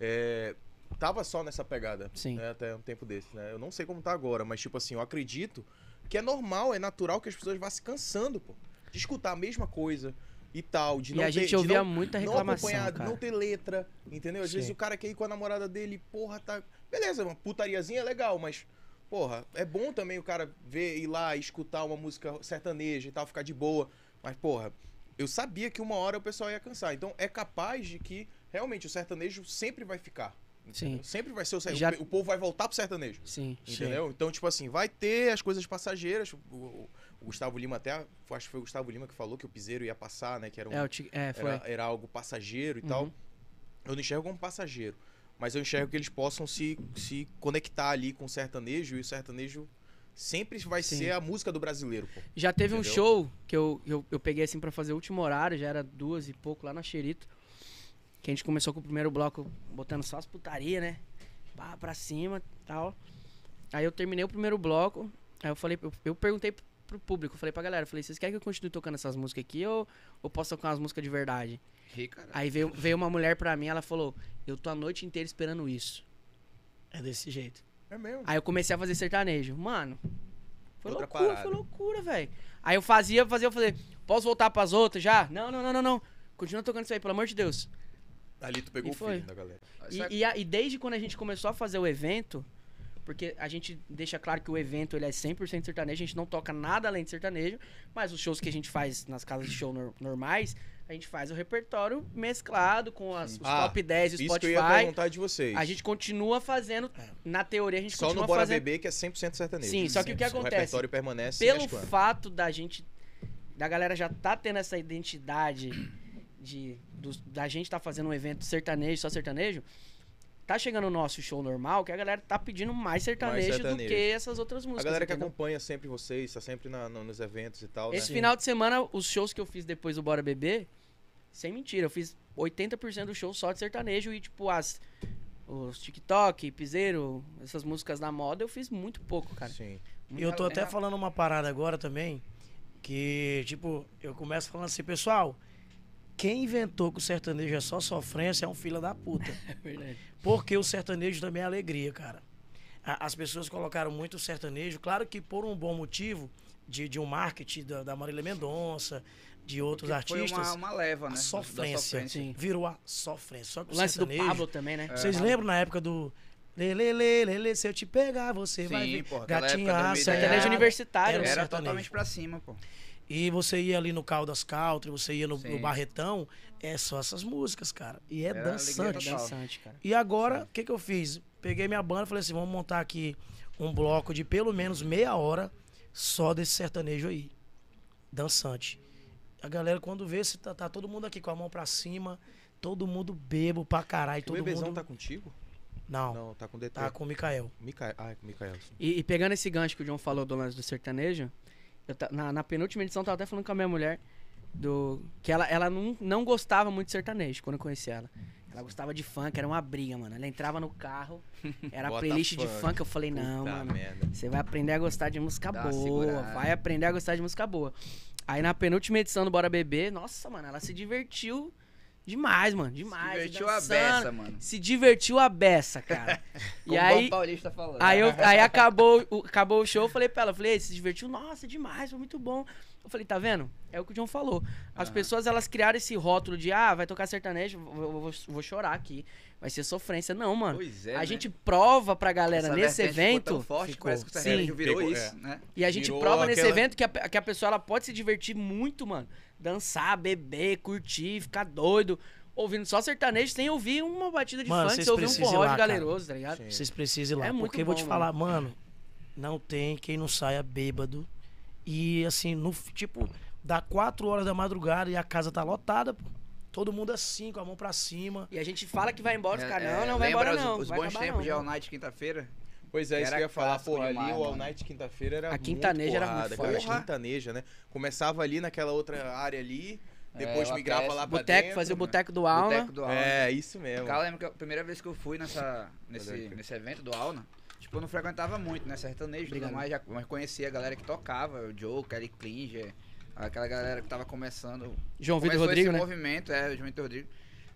[SPEAKER 1] é, tava só nessa pegada.
[SPEAKER 3] Sim.
[SPEAKER 1] né, até um tempo desse, né? Eu não sei como tá agora, mas tipo assim, eu acredito que é normal, é natural que as pessoas vão se cansando, pô. De escutar a mesma coisa e tal. De
[SPEAKER 3] E
[SPEAKER 1] não
[SPEAKER 3] a
[SPEAKER 1] ter-
[SPEAKER 3] gente
[SPEAKER 1] de
[SPEAKER 3] ouvia
[SPEAKER 1] não-
[SPEAKER 3] muita
[SPEAKER 1] não
[SPEAKER 3] reclamação,
[SPEAKER 1] acompanhar,
[SPEAKER 3] cara.
[SPEAKER 1] Não ter letra, entendeu? Às
[SPEAKER 4] Sim.
[SPEAKER 1] vezes o cara quer ir com a namorada dele, porra, tá. Beleza, uma putariazinha é legal, mas. Porra, é bom também o cara ver, ir lá e escutar uma música sertaneja e tal, ficar de boa. Mas, porra, eu sabia que uma hora o pessoal ia cansar. Então é capaz de que realmente o sertanejo sempre vai ficar. entendeu?
[SPEAKER 3] Sim.
[SPEAKER 1] Sempre vai ser o
[SPEAKER 3] Já-
[SPEAKER 1] sertanejo. O povo vai voltar pro sertanejo.
[SPEAKER 3] Sim.
[SPEAKER 1] Entendeu? Então, tipo assim, vai ter as coisas passageiras. O, o- o Gustavo Lima até. Acho que foi o Gustavo Lima que falou que o Piseiro ia passar, né? Que era um,
[SPEAKER 3] É, o Ti- é, foi. Uhum.
[SPEAKER 1] era, era algo passageiro e tal. Eu não enxergo como passageiro, mas eu enxergo que eles possam se, se conectar ali com o sertanejo e o sertanejo sempre vai
[SPEAKER 3] Sim.
[SPEAKER 1] ser a música do brasileiro, pô.
[SPEAKER 3] Já teve um
[SPEAKER 1] Entendeu?
[SPEAKER 3] show que eu, eu, eu peguei assim pra fazer o último horário, já era duas e pouco lá na Xerito. Que a gente começou com o primeiro bloco botando só as putaria, né? pá, pra cima tal. Aí eu terminei o primeiro bloco, aí eu falei, eu, eu perguntei pro público, falei pra galera, falei, vocês querem que eu continue tocando essas músicas aqui ou eu posso tocar umas músicas de verdade?
[SPEAKER 2] Rica, né?
[SPEAKER 3] Aí veio, veio uma mulher pra mim, ela falou, eu tô a noite inteira esperando isso.
[SPEAKER 4] É desse jeito.
[SPEAKER 1] É mesmo.
[SPEAKER 3] Aí eu comecei a fazer sertanejo. Mano, foi
[SPEAKER 1] Outra
[SPEAKER 3] loucura,
[SPEAKER 1] parada.
[SPEAKER 3] foi loucura, velho. Aí eu fazia, fazia, eu falei, posso voltar pras outras já? Não, não, não, não, não. Continua tocando isso aí, pelo amor de Deus.
[SPEAKER 1] Ali tu pegou
[SPEAKER 3] E
[SPEAKER 1] o filho
[SPEAKER 3] foi.
[SPEAKER 1] da galera.
[SPEAKER 3] E,
[SPEAKER 2] Sabe-
[SPEAKER 3] e a- e desde quando a gente começou a fazer o evento, porque a gente deixa claro que o evento ele é 100% sertanejo, a gente não toca nada além de sertanejo, mas os shows que a gente faz nas casas de show nor- normais, a gente faz o repertório mesclado com as- os
[SPEAKER 1] Ah,
[SPEAKER 3] top 10 do
[SPEAKER 1] Isso que eu ia
[SPEAKER 3] Spotify.
[SPEAKER 1] perguntar de vocês.
[SPEAKER 3] A gente continua fazendo, na teoria a gente
[SPEAKER 1] Só
[SPEAKER 3] continua
[SPEAKER 1] no Bora
[SPEAKER 3] fazendo.
[SPEAKER 1] Bebê que é 100% sertanejo.
[SPEAKER 3] Sim, só que o que
[SPEAKER 1] O
[SPEAKER 3] acontece?
[SPEAKER 1] repertório permanece
[SPEAKER 3] pelo
[SPEAKER 1] acho que- é.
[SPEAKER 3] fato da gente da galera já tá tendo essa identidade de dos- da gente tá fazendo um evento sertanejo só sertanejo tá chegando o nosso show normal que a galera tá pedindo mais sertanejo,
[SPEAKER 1] sertanejo.
[SPEAKER 3] do que essas outras
[SPEAKER 1] A
[SPEAKER 3] músicas
[SPEAKER 1] galera que
[SPEAKER 3] entendeu?
[SPEAKER 1] acompanha sempre vocês, tá sempre na- no- nos eventos e tal,
[SPEAKER 3] esse
[SPEAKER 1] né?
[SPEAKER 3] final de semana os shows que eu fiz depois do Bora Beber sem mentira eu fiz 80% do show só de sertanejo e tipo as os TikTok, Piseiro, essas músicas da moda, eu fiz muito pouco, cara.
[SPEAKER 1] Sim.
[SPEAKER 4] E eu tô até falando uma parada agora também, que, tipo, eu começo falando assim, pessoal, quem inventou que o sertanejo é só sofrência é um fila da puta.
[SPEAKER 3] Verdade.
[SPEAKER 4] Porque o sertanejo também é alegria, cara. A- As pessoas colocaram muito o sertanejo, claro que por um bom motivo, de, de um marketing da, da Marília Mendonça, de outros
[SPEAKER 2] Porque
[SPEAKER 4] artistas.
[SPEAKER 2] Foi uma, uma leva, né? da-
[SPEAKER 4] a
[SPEAKER 2] da
[SPEAKER 4] sofrência,
[SPEAKER 3] Sim.
[SPEAKER 4] virou a sofrência. Só que
[SPEAKER 3] O lance do
[SPEAKER 4] sertanejo-
[SPEAKER 3] Pablo também, né?
[SPEAKER 4] Vocês lembram na época do. Lele, lele, lele, se eu te pegar, você
[SPEAKER 2] Sim,
[SPEAKER 4] vai ver.
[SPEAKER 2] porra, aquela
[SPEAKER 4] Gatinha,
[SPEAKER 2] época do
[SPEAKER 4] ah,
[SPEAKER 2] Miguel.
[SPEAKER 3] Sertanejo
[SPEAKER 2] Era-
[SPEAKER 3] universitário,
[SPEAKER 4] era
[SPEAKER 3] né?
[SPEAKER 4] um
[SPEAKER 2] Era
[SPEAKER 4] sertanejo.
[SPEAKER 2] totalmente pra cima, pô.
[SPEAKER 4] E você ia ali no Caldas Country, você ia no, no
[SPEAKER 2] Sim.
[SPEAKER 4] Barretão, é só essas músicas, cara. E é
[SPEAKER 2] Era
[SPEAKER 4] dançante.
[SPEAKER 2] alegria total.
[SPEAKER 3] Dançante, cara.
[SPEAKER 4] E agora, o que, que eu fiz? Peguei minha banda e falei assim: vamos montar aqui um bloco de pelo menos meia hora só desse sertanejo aí. Dançante. A galera, quando vê, se tá, tá todo mundo aqui com a mão pra cima, todo mundo bebo pra caralho,
[SPEAKER 1] O
[SPEAKER 4] todo
[SPEAKER 1] bebezão
[SPEAKER 4] mundo.
[SPEAKER 1] tá contigo?
[SPEAKER 4] Não,
[SPEAKER 1] Não, tá com o DT.
[SPEAKER 4] tá com o Mikael.
[SPEAKER 1] Mica... Ah, é com o Micaelson.
[SPEAKER 3] E, e pegando esse gancho que o John falou do lance do sertanejo, eu ta- na, na penúltima edição eu tava até falando com a minha mulher do que ela, ela não, não gostava muito de sertanejo quando eu conheci ela. Ela gostava de funk, era uma briga, mano. Ela entrava no carro, era
[SPEAKER 1] Bota
[SPEAKER 3] playlist de
[SPEAKER 1] funk.
[SPEAKER 3] funk, eu falei, não,
[SPEAKER 1] Puta
[SPEAKER 3] mano.
[SPEAKER 1] merda.
[SPEAKER 3] Você vai aprender a gostar de música
[SPEAKER 2] Dá uma
[SPEAKER 3] boa.
[SPEAKER 2] segurada.
[SPEAKER 3] Vai aprender a gostar de música boa. Aí na penúltima edição do Bora Beber, nossa, mano, ela se divertiu demais, mano. Demais.
[SPEAKER 2] Se divertiu a
[SPEAKER 3] dançando,
[SPEAKER 2] beça, mano.
[SPEAKER 3] Se divertiu a beça, cara. e
[SPEAKER 2] Como o
[SPEAKER 3] aí,
[SPEAKER 2] bom paulista falando.
[SPEAKER 3] aí, eu- aí acabou, o, acabou o show, eu falei pra ela, eu falei, "Ei, se divertiu? Nossa, demais, foi muito bom. Eu falei, tá vendo? É o que o John falou. As
[SPEAKER 2] Aham.
[SPEAKER 3] pessoas, elas criaram esse rótulo de, ah, vai tocar sertanejo, vou, vou- vou chorar aqui, vai ser sofrência. Não, mano.
[SPEAKER 2] Pois é,
[SPEAKER 3] a
[SPEAKER 2] né?
[SPEAKER 3] gente prova pra galera
[SPEAKER 2] Essa
[SPEAKER 3] nesse
[SPEAKER 2] vertente ficou tão
[SPEAKER 3] evento...
[SPEAKER 2] forte, que parece que o
[SPEAKER 3] ficou.
[SPEAKER 2] sertanejo
[SPEAKER 3] Sim.
[SPEAKER 2] virou
[SPEAKER 1] Pegou, é.
[SPEAKER 2] isso, né?
[SPEAKER 3] E a gente
[SPEAKER 1] Virou
[SPEAKER 3] prova nesse
[SPEAKER 1] aquela-
[SPEAKER 3] evento que a, pe- que a pessoa ela pode se divertir muito, mano. Dançar, beber, curtir, ficar doido, ouvindo só sertanejo, sem ouvir uma batida de
[SPEAKER 4] Mano,
[SPEAKER 3] funk,
[SPEAKER 4] vocês
[SPEAKER 3] sem ouvir um
[SPEAKER 4] precisam ir
[SPEAKER 3] forró
[SPEAKER 4] lá,
[SPEAKER 3] de
[SPEAKER 4] cara.
[SPEAKER 3] galeroso, tá ligado?
[SPEAKER 1] Sim.
[SPEAKER 4] Vocês precisam ir lá.
[SPEAKER 3] É muito
[SPEAKER 4] porque eu vou
[SPEAKER 3] bom,
[SPEAKER 4] te falar, mano, não tem quem não saia bêbado. E assim, no f- tipo, dá quatro horas da madrugada e a casa tá lotada, pô. Todo mundo assim, com a mão pra cima.
[SPEAKER 3] E a gente fala que vai embora, os
[SPEAKER 2] É,
[SPEAKER 3] caras,
[SPEAKER 2] é,
[SPEAKER 3] não, não vai embora
[SPEAKER 2] lembra os-
[SPEAKER 3] não.
[SPEAKER 2] Os
[SPEAKER 3] vai
[SPEAKER 2] bons
[SPEAKER 3] acabar
[SPEAKER 2] tempos
[SPEAKER 3] não.
[SPEAKER 2] de All Night quinta-feira?
[SPEAKER 1] Pois é, isso
[SPEAKER 2] Era
[SPEAKER 1] que eu ia falar.
[SPEAKER 2] clássico
[SPEAKER 1] Pô, ali
[SPEAKER 2] demais,
[SPEAKER 1] o All
[SPEAKER 2] mano.
[SPEAKER 1] Night quinta-feira era
[SPEAKER 3] A
[SPEAKER 1] muito
[SPEAKER 3] quintaneja era
[SPEAKER 1] porrada,
[SPEAKER 3] muito
[SPEAKER 1] cara.
[SPEAKER 3] forte.
[SPEAKER 1] A quintaneja, né? Começava ali naquela outra área ali, depois
[SPEAKER 2] É, o
[SPEAKER 1] migrava
[SPEAKER 2] APS.
[SPEAKER 1] lá pra
[SPEAKER 3] Boteco,
[SPEAKER 1] dentro.
[SPEAKER 3] fazer o
[SPEAKER 2] né?
[SPEAKER 3] boteco do Alna.
[SPEAKER 2] Boteco do Alna.
[SPEAKER 1] É, isso mesmo.
[SPEAKER 2] Cara, eu lembro que a primeira vez que eu fui nessa,
[SPEAKER 1] Olha aí,
[SPEAKER 2] nesse,
[SPEAKER 1] cara.
[SPEAKER 2] nesse evento do Alna, tipo, eu não frequentava muito, né? Sertanejo e tudo
[SPEAKER 3] Obrigado.
[SPEAKER 2] mais, já, mas conhecia a galera que tocava, o Joe, Kelly Klinger, aquela galera que tava começando.
[SPEAKER 3] João Vitor
[SPEAKER 2] começou
[SPEAKER 3] Rodrigo,
[SPEAKER 2] é esse
[SPEAKER 3] né?
[SPEAKER 2] movimento, é, o João Vitor Rodrigo.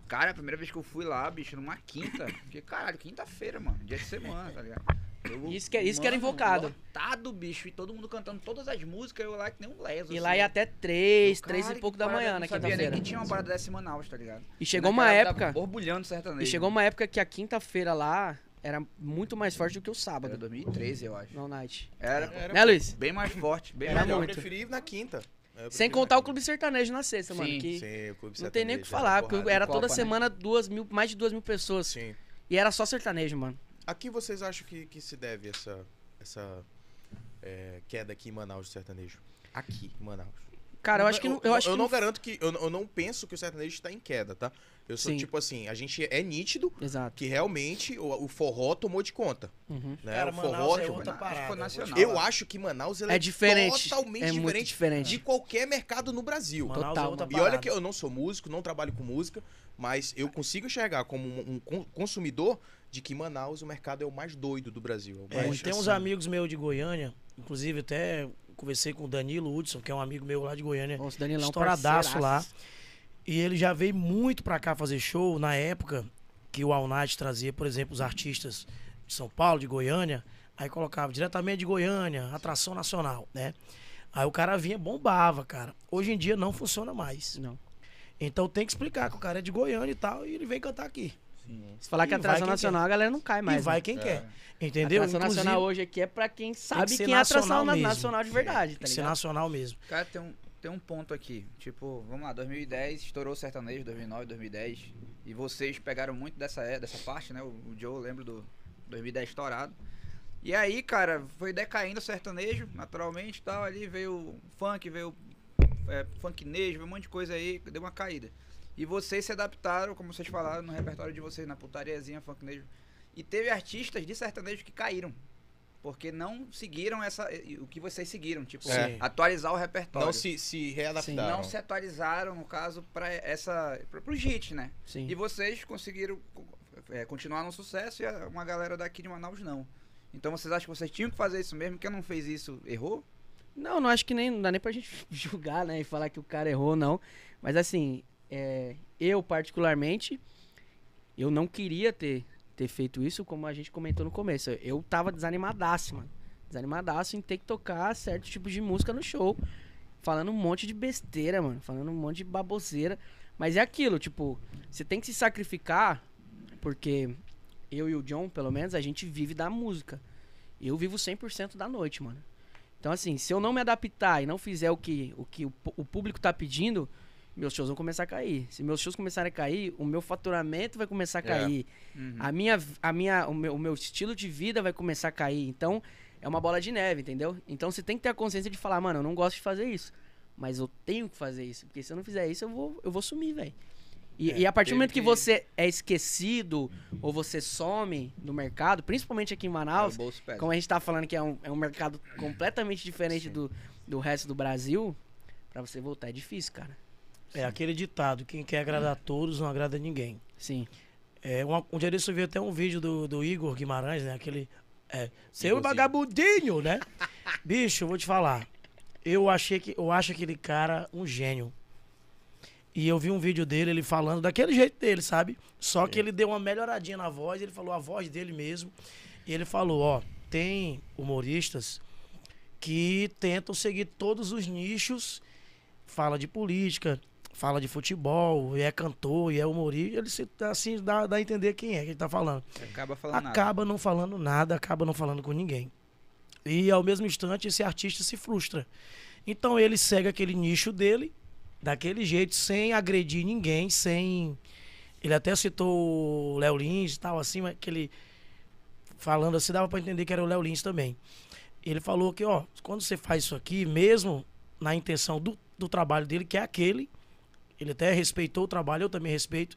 [SPEAKER 2] Cara, a primeira vez que eu fui lá, bicho, numa quinta, fiquei, caralho, quinta-feira, mano, dia de semana, tá ligado? Eu,
[SPEAKER 3] Isso que- é- isso que era invocado.
[SPEAKER 2] Lotado, bicho, e todo mundo cantando todas as músicas, eu lá que nem um leso.
[SPEAKER 3] E
[SPEAKER 2] assim.
[SPEAKER 3] lá ia até três, três
[SPEAKER 2] Cara,
[SPEAKER 3] e
[SPEAKER 2] que
[SPEAKER 3] pouco da
[SPEAKER 2] parada,
[SPEAKER 3] manhã
[SPEAKER 2] eu
[SPEAKER 3] na
[SPEAKER 2] Não sabia nem
[SPEAKER 3] quinta-feira.
[SPEAKER 2] que tinha uma parada dessa em Manaus, tá ligado?
[SPEAKER 3] E chegou uma
[SPEAKER 2] Naquela época.
[SPEAKER 3] época-
[SPEAKER 2] borbulhando sertanejo.
[SPEAKER 3] E chegou uma época que a quinta-feira lá era muito mais forte do que o
[SPEAKER 2] Era
[SPEAKER 3] sábado.
[SPEAKER 2] 2013, eu acho.
[SPEAKER 3] No All Night.
[SPEAKER 2] Era,
[SPEAKER 1] Era-
[SPEAKER 3] Né, Luiz?
[SPEAKER 2] bem mais forte, bem
[SPEAKER 3] Era
[SPEAKER 1] Melhor,
[SPEAKER 2] melhor.
[SPEAKER 3] muito.
[SPEAKER 1] Eu preferi na quinta. Eu
[SPEAKER 3] Sem
[SPEAKER 1] preferi
[SPEAKER 3] contar
[SPEAKER 1] na
[SPEAKER 3] o Clube Sertanejo na sexta, mano.
[SPEAKER 2] Sim.
[SPEAKER 3] Que
[SPEAKER 1] quinta. Sim, o Clube
[SPEAKER 3] não tem nem o é que
[SPEAKER 1] Sertanejo,
[SPEAKER 3] falar,
[SPEAKER 1] porrada.
[SPEAKER 3] porque era
[SPEAKER 2] Copa,
[SPEAKER 3] toda
[SPEAKER 2] né?
[SPEAKER 3] semana duas mil, mais de duas mil pessoas.
[SPEAKER 1] Sim.
[SPEAKER 3] E era só sertanejo, mano.
[SPEAKER 1] A que vocês acham que, que se deve essa, essa é, queda aqui em Manaus do sertanejo? Aqui, em Manaus.
[SPEAKER 3] Cara, eu acho que não. Eu, acho
[SPEAKER 1] eu
[SPEAKER 3] que
[SPEAKER 1] não garanto que. Eu, eu não penso que o sertanejo está em queda, tá? Eu sou
[SPEAKER 3] Sim.
[SPEAKER 1] tipo assim, a gente é nítido
[SPEAKER 3] Exato.
[SPEAKER 1] que realmente o, o forró tomou de conta.
[SPEAKER 3] Uhum.
[SPEAKER 1] Né?
[SPEAKER 4] Cara,
[SPEAKER 1] o
[SPEAKER 4] Manaus
[SPEAKER 1] forró.
[SPEAKER 4] é
[SPEAKER 1] tipo, né?
[SPEAKER 4] outra
[SPEAKER 2] acho que
[SPEAKER 4] parada.
[SPEAKER 2] foi
[SPEAKER 4] eu vou te
[SPEAKER 2] nacional.
[SPEAKER 4] falar.
[SPEAKER 1] eu acho que Manaus ela
[SPEAKER 3] né? É diferente.
[SPEAKER 1] totalmente
[SPEAKER 3] é muito
[SPEAKER 1] diferente,
[SPEAKER 3] diferente.
[SPEAKER 1] de qualquer mercado no Brasil.
[SPEAKER 4] Manaus
[SPEAKER 3] Total,
[SPEAKER 4] é outra
[SPEAKER 3] mano.
[SPEAKER 1] E olha que
[SPEAKER 4] parada.
[SPEAKER 1] eu não sou músico, não trabalho com música, mas eu consigo enxergar como um, um con- consumidor de que Manaus o mercado é o mais doido do Brasil. é o
[SPEAKER 4] É,
[SPEAKER 1] mais,
[SPEAKER 4] tem uns
[SPEAKER 1] assim,
[SPEAKER 4] amigos meus de Goiânia, inclusive até conversei com o Danilo Hudson, que é um amigo meu lá de Goiânia.
[SPEAKER 3] Nossa, Danilão,
[SPEAKER 4] Estouradaço lá.
[SPEAKER 3] parceiraço.
[SPEAKER 4] E ele já veio muito pra cá fazer show na época que o Alnat trazia, por exemplo, os artistas de São Paulo, de Goiânia, aí colocava diretamente de Goiânia, atração nacional, né? Aí o cara vinha, bombava, cara. Hoje em dia não funciona mais.
[SPEAKER 3] Não.
[SPEAKER 4] Então tem que explicar que o cara é de Goiânia e tal, e ele vem cantar aqui.
[SPEAKER 3] Se falar que
[SPEAKER 4] E
[SPEAKER 3] é atração
[SPEAKER 4] vai quem
[SPEAKER 3] nacional, a galera não cai mais.
[SPEAKER 4] e vai
[SPEAKER 3] né?
[SPEAKER 4] quem
[SPEAKER 2] É.
[SPEAKER 4] quer. Entendeu?
[SPEAKER 3] Atração
[SPEAKER 4] Inclusive,
[SPEAKER 3] nacional hoje aqui é pra quem sabe
[SPEAKER 4] ser
[SPEAKER 3] quem é atração
[SPEAKER 4] nacional
[SPEAKER 3] na-
[SPEAKER 4] mesmo.
[SPEAKER 3] nacional de verdade, tá
[SPEAKER 4] tem que ser
[SPEAKER 3] ligado?
[SPEAKER 4] nacional mesmo.
[SPEAKER 2] Cara, tem um, tem um ponto aqui. Tipo, vamos lá, 2010 estourou o sertanejo, 2009, 2010. E vocês pegaram muito dessa, é- dessa parte, né? O, o Joe, eu lembro do 2010 estourado. E aí, cara, foi decaindo o sertanejo, naturalmente e tal. Ali veio o funk, veio é, funknejo, veio um monte de coisa aí, deu uma caída. E vocês se adaptaram, como vocês falaram, no repertório de vocês, na putariazinha, funknejo. E teve artistas de sertanejo que caíram. Porque não seguiram essa, o que vocês seguiram. Tipo,
[SPEAKER 4] Sim.
[SPEAKER 2] atualizar o repertório.
[SPEAKER 1] Não se, se readaptaram.
[SPEAKER 2] Não se atualizaram, no caso, para essa. Pra, pros hits, né?
[SPEAKER 3] Sim.
[SPEAKER 2] E vocês conseguiram co- é, continuar no sucesso e a- uma galera daqui de Manaus não. Então vocês acham que vocês tinham que fazer isso mesmo? Quem não fez isso errou?
[SPEAKER 3] Não, não acho que nem. Não dá nem pra gente julgar, né? E falar que o cara errou, não. Mas assim, é, eu particularmente, eu não queria ter, ter feito isso, como a gente comentou no começo. Eu tava desanimadaço, mano. Desanimadaço em ter que tocar certo tipo de música no show. Falando um monte de besteira, mano. Falando um monte de baboseira. Mas é aquilo, tipo, você tem que se sacrificar, porque eu e o John, pelo menos, a gente vive da música. Eu vivo 100% da noite, mano. Então, assim, se eu não me adaptar e não fizer o que o, que o, pu- o público tá pedindo, meus shows vão começar a cair. Se meus shows começarem a cair, o meu faturamento vai começar
[SPEAKER 1] É.
[SPEAKER 3] a cair.
[SPEAKER 2] Hum. Uhum.
[SPEAKER 3] A minha, a minha, o, meu, o meu estilo de vida vai começar a cair. Então, é uma bola de neve, entendeu? Então, você tem que ter a consciência de falar, mano, eu não gosto de fazer isso. Mas eu tenho que fazer isso. Porque se eu não fizer isso, eu vou, eu vou sumir, velho. E,
[SPEAKER 4] É,
[SPEAKER 3] e a partir do
[SPEAKER 2] teve
[SPEAKER 3] momento que
[SPEAKER 2] que-
[SPEAKER 3] você é esquecido ou você some do mercado, principalmente aqui em
[SPEAKER 2] Aí
[SPEAKER 3] Manaus,
[SPEAKER 2] o bolso pesa.
[SPEAKER 3] como a gente tá falando que é um, é um mercado completamente diferente
[SPEAKER 2] Sim.
[SPEAKER 3] do, do resto do Brasil, pra você voltar é difícil, cara.
[SPEAKER 4] É aquele ditado: quem quer agradar a todos não agrada ninguém.
[SPEAKER 3] Sim.
[SPEAKER 4] É, uma, um dia desse eu vi até um vídeo do, do Igor Guimarães, né? Aquele. É, seu
[SPEAKER 1] Igorzinho.
[SPEAKER 4] vagabundinho, né? Bicho, eu vou te falar. Eu achei que. Eu acho aquele cara um gênio. E eu vi um vídeo dele, ele falando daquele jeito dele, sabe? Só que ele deu uma melhoradinha na voz, ele falou a voz dele mesmo. E ele falou, ó, tem humoristas que tentam seguir todos os nichos, fala de política, fala de futebol, e é cantor, e é humorista, ele se, assim dá, dá a entender quem é que ele tá falando.
[SPEAKER 2] Acaba falando nada.
[SPEAKER 4] Acaba não falando nada, acaba não falando com ninguém. E ao mesmo instante esse artista se frustra. Então ele segue aquele nicho dele, daquele jeito, sem agredir ninguém, sem. Ele até citou o Léo Lins e tal, assim, mas que ele. Falando assim, dava pra entender que era o Léo Lins também. Ele falou que, ó, quando você faz isso aqui, mesmo na intenção do, do trabalho dele, que é aquele, ele até respeitou o trabalho, eu também respeito,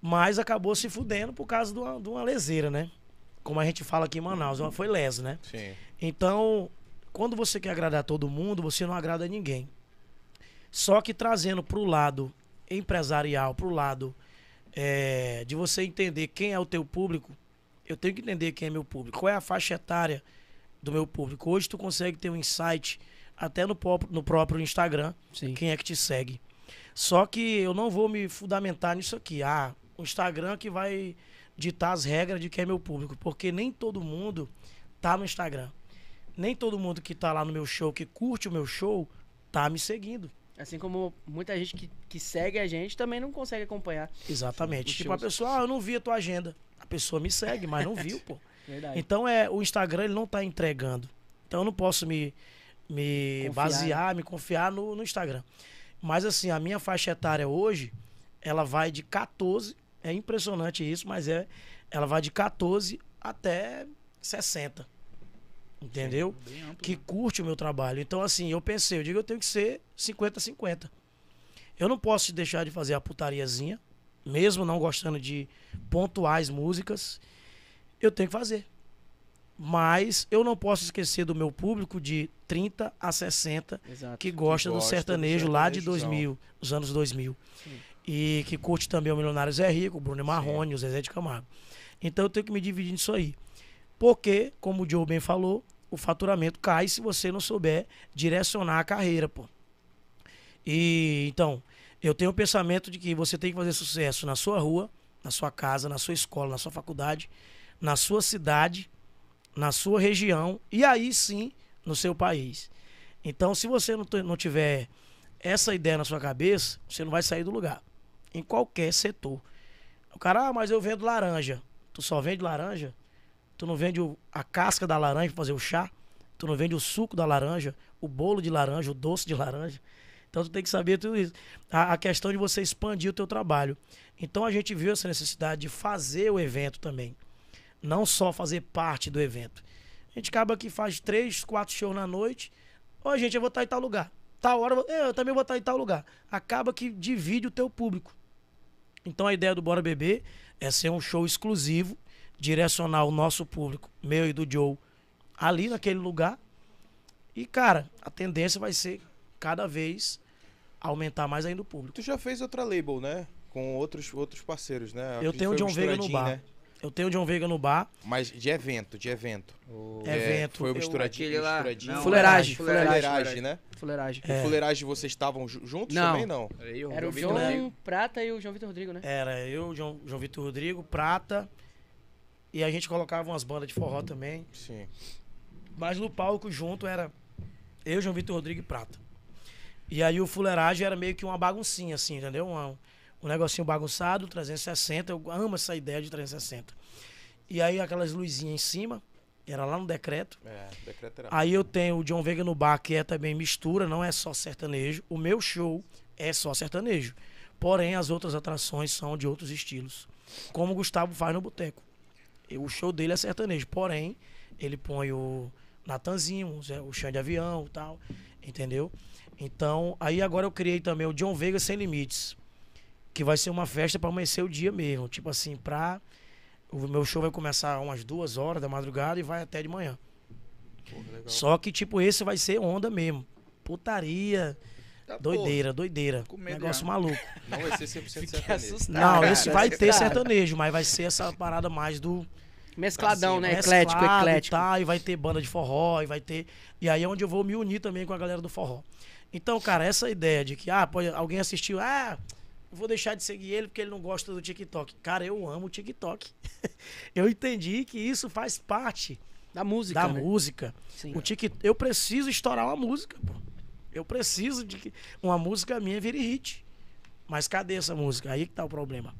[SPEAKER 4] mas acabou se fudendo por causa de uma, de uma leseira, né? Como a gente fala aqui em Manaus, uma- foi lesa, né?
[SPEAKER 1] Sim.
[SPEAKER 4] Então, quando você quer agradar todo mundo, você não agrada ninguém. Só que trazendo para o lado empresarial, para o lado eh, de você entender quem é o teu público, eu tenho que entender quem é meu público, qual é a faixa etária do meu público. Hoje tu consegue ter um insight até no, pró- no próprio Instagram,
[SPEAKER 3] Sim.
[SPEAKER 4] quem é que te segue. Só que eu não vou me fundamentar nisso aqui. Ah, o Instagram que vai ditar as regras de quem é meu público, porque nem todo mundo tá no Instagram. Nem todo mundo que tá lá no meu show, que curte o meu show, tá me seguindo.
[SPEAKER 3] Assim como muita gente que, que segue a gente também não consegue acompanhar.
[SPEAKER 4] Exatamente.
[SPEAKER 3] Os
[SPEAKER 4] Tipo, a
[SPEAKER 3] shows.
[SPEAKER 4] pessoa, ah, eu não vi a tua agenda. A pessoa me segue, mas não viu, pô.
[SPEAKER 3] Verdade.
[SPEAKER 4] Então é, o Instagram ele não tá entregando. Então eu não posso me, me
[SPEAKER 3] Confiar,
[SPEAKER 4] basear, me confiar no, no Instagram. Mas assim, a minha faixa etária hoje, ela vai de 14, é impressionante isso, mas é, ela vai de 14 até 60. entendeu?
[SPEAKER 2] Bem amplo, né?
[SPEAKER 4] que curte o meu trabalho. Então, assim, eu pensei, eu digo, eu tenho que ser 50-50. Eu não posso deixar de fazer a putariazinha, mesmo não gostando de pontuais músicas, eu tenho que fazer. Mas eu não posso esquecer do meu público de 30 a 60
[SPEAKER 3] Exato.
[SPEAKER 4] que gosta do
[SPEAKER 1] gosta do
[SPEAKER 4] sertanejo lá de
[SPEAKER 1] sertanejozão.
[SPEAKER 4] 2000, os anos 2000.
[SPEAKER 3] Sim.
[SPEAKER 4] E que curte também o Milionário Zé Rico, o Bruno Marrone, o Zezé de Camargo. Então eu tenho que me dividir nisso aí. Porque, como o Joe bem falou, o faturamento cai se você não souber direcionar a carreira, pô. E então, eu tenho o pensamento de que você tem que fazer sucesso na sua rua, na sua casa, na sua escola, na sua faculdade, na sua cidade, na sua região e aí sim no seu país. Então, se você não, t- não tiver essa ideia na sua cabeça, você não vai sair do lugar. Em qualquer setor. O cara, ah, mas eu vendo laranja. Tu só vende laranja? Tu não vende o- a casca da laranja pra fazer o chá? Tu não vende o suco da laranja, o bolo de laranja, o doce de laranja? Então tu tem que saber tudo isso. A, a questão de você expandir o teu trabalho. Então a gente viu essa necessidade de fazer o evento também. Não só fazer parte do evento. A gente acaba que faz três, quatro shows na noite. Ô, gente, eu vou estar em tal lugar. Tal hora, eu vou- eu também vou estar em tal lugar. Acaba que divide o teu público. Então a ideia do Bora Beber é ser um show exclusivo, direcionar o nosso público, meu e do Joe, ali naquele lugar. E, cara, a tendência vai ser cada vez aumentar mais ainda o público.
[SPEAKER 1] Tu já fez outra label, né? Com outros, outros parceiros, né?
[SPEAKER 4] Eu
[SPEAKER 1] Acredito
[SPEAKER 4] tenho o
[SPEAKER 1] que foi
[SPEAKER 4] John Veiga no
[SPEAKER 1] Misturadinho,
[SPEAKER 4] bar.
[SPEAKER 1] né?
[SPEAKER 4] Eu tenho o John Veiga no bar.
[SPEAKER 1] Mas de evento, de evento.
[SPEAKER 2] O-
[SPEAKER 4] É. Evento.
[SPEAKER 1] Foi o
[SPEAKER 2] Eu-
[SPEAKER 1] misturadinho.
[SPEAKER 2] aquele lá-
[SPEAKER 1] misturadinho.
[SPEAKER 2] não,
[SPEAKER 3] Fuleiragem,
[SPEAKER 1] Fuleiragem,
[SPEAKER 3] fuleiragem,
[SPEAKER 1] fuleiragem, né?
[SPEAKER 3] Fuleiragem.
[SPEAKER 1] O fuleiragem vocês estavam ju- juntos
[SPEAKER 3] É. Não.
[SPEAKER 1] também, não?
[SPEAKER 2] Era eu,
[SPEAKER 3] Era um o
[SPEAKER 2] Vitor
[SPEAKER 3] João
[SPEAKER 2] Rodrigo.
[SPEAKER 3] Prata e o João Vitor Rodrigo, né?
[SPEAKER 4] Era eu, João, João Vitor Rodrigo, Prata. E a gente colocava umas bandas de forró também.
[SPEAKER 1] Sim.
[SPEAKER 4] Mas no palco junto era eu, João Vitor Rodrigo e Prata. E aí o fuleiragem era meio que uma baguncinha, assim, entendeu? Uma- um negocinho bagunçado, 360. Eu amo essa ideia de 360. E aí aquelas luzinhas em cima, era lá no decreto.
[SPEAKER 1] É, decreto era.
[SPEAKER 4] Aí eu tenho o John Vega no bar, que é também mistura, não é só sertanejo. O meu show é só sertanejo. Porém, as outras atrações são de outros estilos. Como o Gustavo faz no Boteco. E O show dele é sertanejo. Porém, ele põe o Natanzinho, o Zé- o Xande Avião e tal. Entendeu? Então, aí agora eu criei também o John Vega Sem Limites. Que vai ser uma festa para amanhecer o dia mesmo. Tipo assim, pra. O meu show vai começar umas duas horas da madrugada e vai até de manhã.
[SPEAKER 3] Ah.
[SPEAKER 1] Porra, legal.
[SPEAKER 4] Só que, tipo, esse vai ser onda mesmo. Putaria.
[SPEAKER 2] Tá, pô.
[SPEAKER 4] Doideira, doideira.
[SPEAKER 2] Com medo Tá,
[SPEAKER 4] Negócio
[SPEAKER 2] já.
[SPEAKER 4] maluco.
[SPEAKER 1] Não vai ser 100%
[SPEAKER 3] Fiquei
[SPEAKER 1] sertanejo.
[SPEAKER 3] assustado.
[SPEAKER 4] Não,
[SPEAKER 3] cara.
[SPEAKER 4] esse vai ter
[SPEAKER 2] tá.
[SPEAKER 3] Cara,
[SPEAKER 4] sertanejo, mas vai ser essa parada mais do.
[SPEAKER 3] Mescladão, né?
[SPEAKER 4] mesclado
[SPEAKER 3] Eclético,
[SPEAKER 4] e
[SPEAKER 3] eclético.
[SPEAKER 4] tal, e vai ter banda de forró, e vai ter. E aí é onde eu vou me unir também com a galera do forró. Então, cara, essa ideia de que, ah, pode, alguém assistiu, ah, eu vou deixar de seguir ele porque ele não gosta do TikTok. Cara, eu amo o TikTok. eu entendi que isso faz parte
[SPEAKER 3] Da música,
[SPEAKER 4] da
[SPEAKER 3] né?
[SPEAKER 4] música.
[SPEAKER 3] Sim.
[SPEAKER 4] O TikTok, eu preciso estourar uma música, pô. Eu preciso de que uma música minha vire hit. Mas cadê essa música? Aí que tá o problema.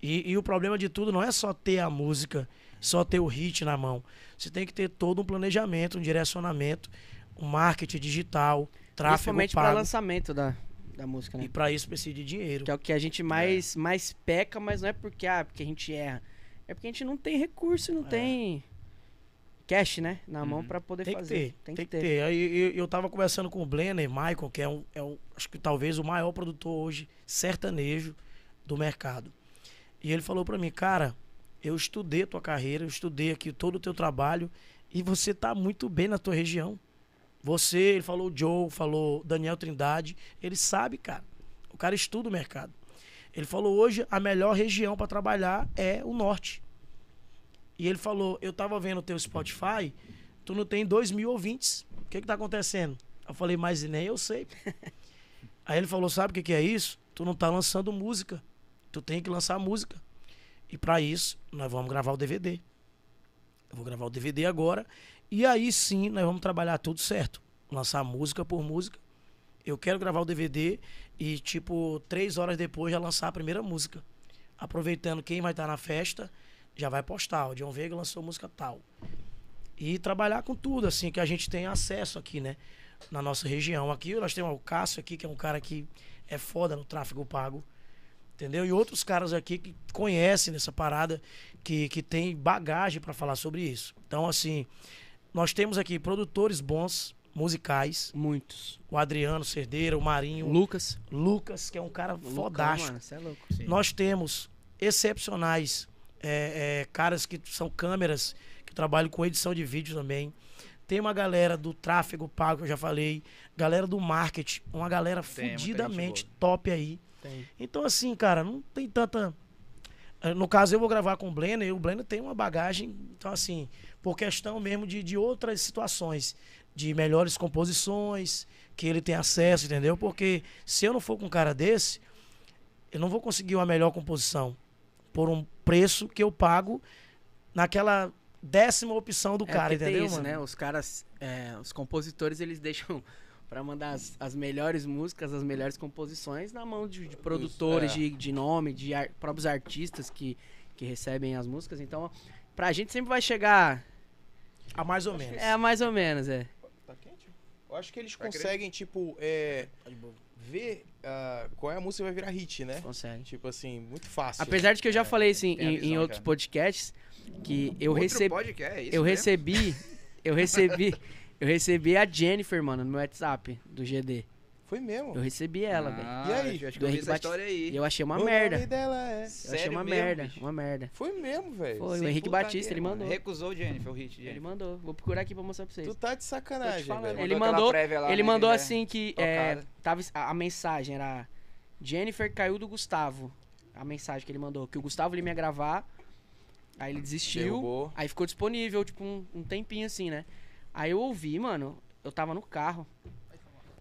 [SPEAKER 4] E, e o problema de tudo não é só ter a música, só ter o hit na mão. Você tem que ter todo um planejamento, um direcionamento, um marketing digital, tráfego
[SPEAKER 3] Principalmente pra
[SPEAKER 4] pago.
[SPEAKER 3] lançamento da, da música, né?
[SPEAKER 4] E para isso precisa de dinheiro.
[SPEAKER 3] Que é o que a gente mais, mais peca, mas não é porque, ah, porque a gente erra. É porque a gente não tem recurso,
[SPEAKER 4] É.
[SPEAKER 3] não tem cash, né? Na mão pra poder
[SPEAKER 4] Uhum. Tem que
[SPEAKER 3] fazer.
[SPEAKER 4] ter, tem, que ter. Aí eu, eu tava conversando com o Blenner Michael, que é um, é um, acho que talvez o maior produtor hoje sertanejo do mercado. E ele falou pra mim, cara, eu estudei a tua carreira, eu estudei aqui todo o teu trabalho e você tá muito bem na tua região. Você, ele falou o Joe, falou Daniel Trindade, ele sabe, cara. O cara estuda o mercado. Ele falou hoje a melhor região pra trabalhar é o norte. E ele falou, eu tava vendo o teu Spotify, tu não tem dois mil ouvintes. O que que tá acontecendo? Eu falei, mas nem eu sei. Aí ele falou, sabe o que que é isso? Tu não tá lançando música. Tu tem que lançar música. E para isso, nós vamos gravar o DVD. Eu vou gravar o DVD agora. E aí sim, nós vamos trabalhar tudo certo. Lançar música por música. Eu quero gravar o DVD e, tipo, três horas depois já lançar a primeira música. Aproveitando quem vai estar na festa, já vai postar. O John Veiga lançou música tal e trabalhar com tudo, assim, que a gente tem acesso aqui, né? Na nossa região. Aqui nós temos o Cássio aqui, que é um cara que é foda no tráfego pago. Entendeu? E outros caras aqui que conhecem dessa parada, que, que tem bagagem para falar sobre isso. Então, assim, Nós temos aqui produtores bons, musicais.
[SPEAKER 3] Muitos.
[SPEAKER 4] O Adriano Cerdeira, o Marinho,
[SPEAKER 3] Lucas.
[SPEAKER 4] Lucas, que é um cara fodástico.
[SPEAKER 3] Você é louco.
[SPEAKER 2] Sim.
[SPEAKER 4] Nós temos excepcionais é, é, caras que são câmeras, que trabalham com edição de vídeo também. Tem uma galera do tráfego pago, que eu já falei. Galera do marketing. Uma galera
[SPEAKER 2] Tem, muita gente
[SPEAKER 4] fudidamente
[SPEAKER 2] boa.
[SPEAKER 4] top aí.
[SPEAKER 3] Tem.
[SPEAKER 4] Então, assim, cara, não tem tanta. Eh, No caso, eu vou gravar com o Blender e o Blender tem uma bagagem, então, assim, por questão mesmo de, de outras situações, de melhores composições, que ele tem acesso, entendeu? Porque se eu não for com um cara desse, eu não vou conseguir uma melhor composição por um preço que eu pago naquela décima opção do
[SPEAKER 3] É,
[SPEAKER 4] cara,
[SPEAKER 3] porque tem
[SPEAKER 4] entendeu,
[SPEAKER 3] isso,
[SPEAKER 4] mano?
[SPEAKER 3] né? Os caras, é, os compositores, eles deixam pra mandar as, as melhores músicas, as melhores composições na mão de, de produtores,
[SPEAKER 1] é.
[SPEAKER 3] de, de nome, de ar- próprios artistas que, que recebem as músicas. Então, pra gente sempre vai chegar...
[SPEAKER 4] A Ah, mais ou menos.
[SPEAKER 3] É, mais ou menos, é.
[SPEAKER 1] Tá quente? Eu acho que eles
[SPEAKER 2] Tá querendo?
[SPEAKER 1] conseguem, tipo, é, ver ah, qual é a música que vai virar hit, né?
[SPEAKER 3] Consegue.
[SPEAKER 1] Tipo assim, muito fácil.
[SPEAKER 3] Apesar de que eu já falei isso em,
[SPEAKER 2] É, tem a
[SPEAKER 3] em- em
[SPEAKER 2] visão
[SPEAKER 3] outros
[SPEAKER 2] já.
[SPEAKER 3] podcasts, que eu
[SPEAKER 2] Outro
[SPEAKER 3] recebi...
[SPEAKER 2] podcast, é isso
[SPEAKER 3] eu
[SPEAKER 2] mesmo?
[SPEAKER 3] recebi... Eu recebi... Eu recebi a Jennifer, mano, no meu WhatsApp do GD.
[SPEAKER 1] Foi mesmo.
[SPEAKER 3] Eu recebi ela, velho.
[SPEAKER 2] Ah,
[SPEAKER 1] E aí?
[SPEAKER 2] acho- Acho que
[SPEAKER 3] Do
[SPEAKER 2] eu vi
[SPEAKER 3] Henrique
[SPEAKER 2] essa
[SPEAKER 3] Batista.
[SPEAKER 2] história aí.
[SPEAKER 3] E eu achei uma
[SPEAKER 1] O
[SPEAKER 3] merda.
[SPEAKER 1] nome dela é...
[SPEAKER 3] Eu achei
[SPEAKER 2] Sério
[SPEAKER 3] uma
[SPEAKER 2] mesmo,
[SPEAKER 3] merda,
[SPEAKER 2] bicho?
[SPEAKER 3] uma merda.
[SPEAKER 1] Foi mesmo, velho.
[SPEAKER 3] Foi, o
[SPEAKER 2] Sem
[SPEAKER 3] Henrique
[SPEAKER 2] putaria,
[SPEAKER 3] Batista, ele
[SPEAKER 2] mano.
[SPEAKER 3] mandou.
[SPEAKER 2] Recusou, Jennifer, o hit,
[SPEAKER 3] Ele
[SPEAKER 2] Jennifer.
[SPEAKER 3] mandou. Vou procurar aqui pra mostrar pra vocês.
[SPEAKER 1] Tu tá de
[SPEAKER 3] Tô
[SPEAKER 1] sacanagem,
[SPEAKER 3] te falando,
[SPEAKER 1] velho.
[SPEAKER 3] Ele
[SPEAKER 2] aquela
[SPEAKER 3] mandou-
[SPEAKER 2] prévia lá,
[SPEAKER 3] ele
[SPEAKER 2] né,
[SPEAKER 3] mandou
[SPEAKER 2] que já-
[SPEAKER 3] assim que é,
[SPEAKER 2] Tocada.
[SPEAKER 3] tava, a, a mensagem era Jennifer caiu do Gustavo. A mensagem que ele mandou. Que o Gustavo ele ia gravar. Aí ele desistiu.
[SPEAKER 1] Derrubou.
[SPEAKER 3] Aí ficou disponível, tipo, um, um tempinho assim, né? Aí eu ouvi, mano. Eu tava no carro.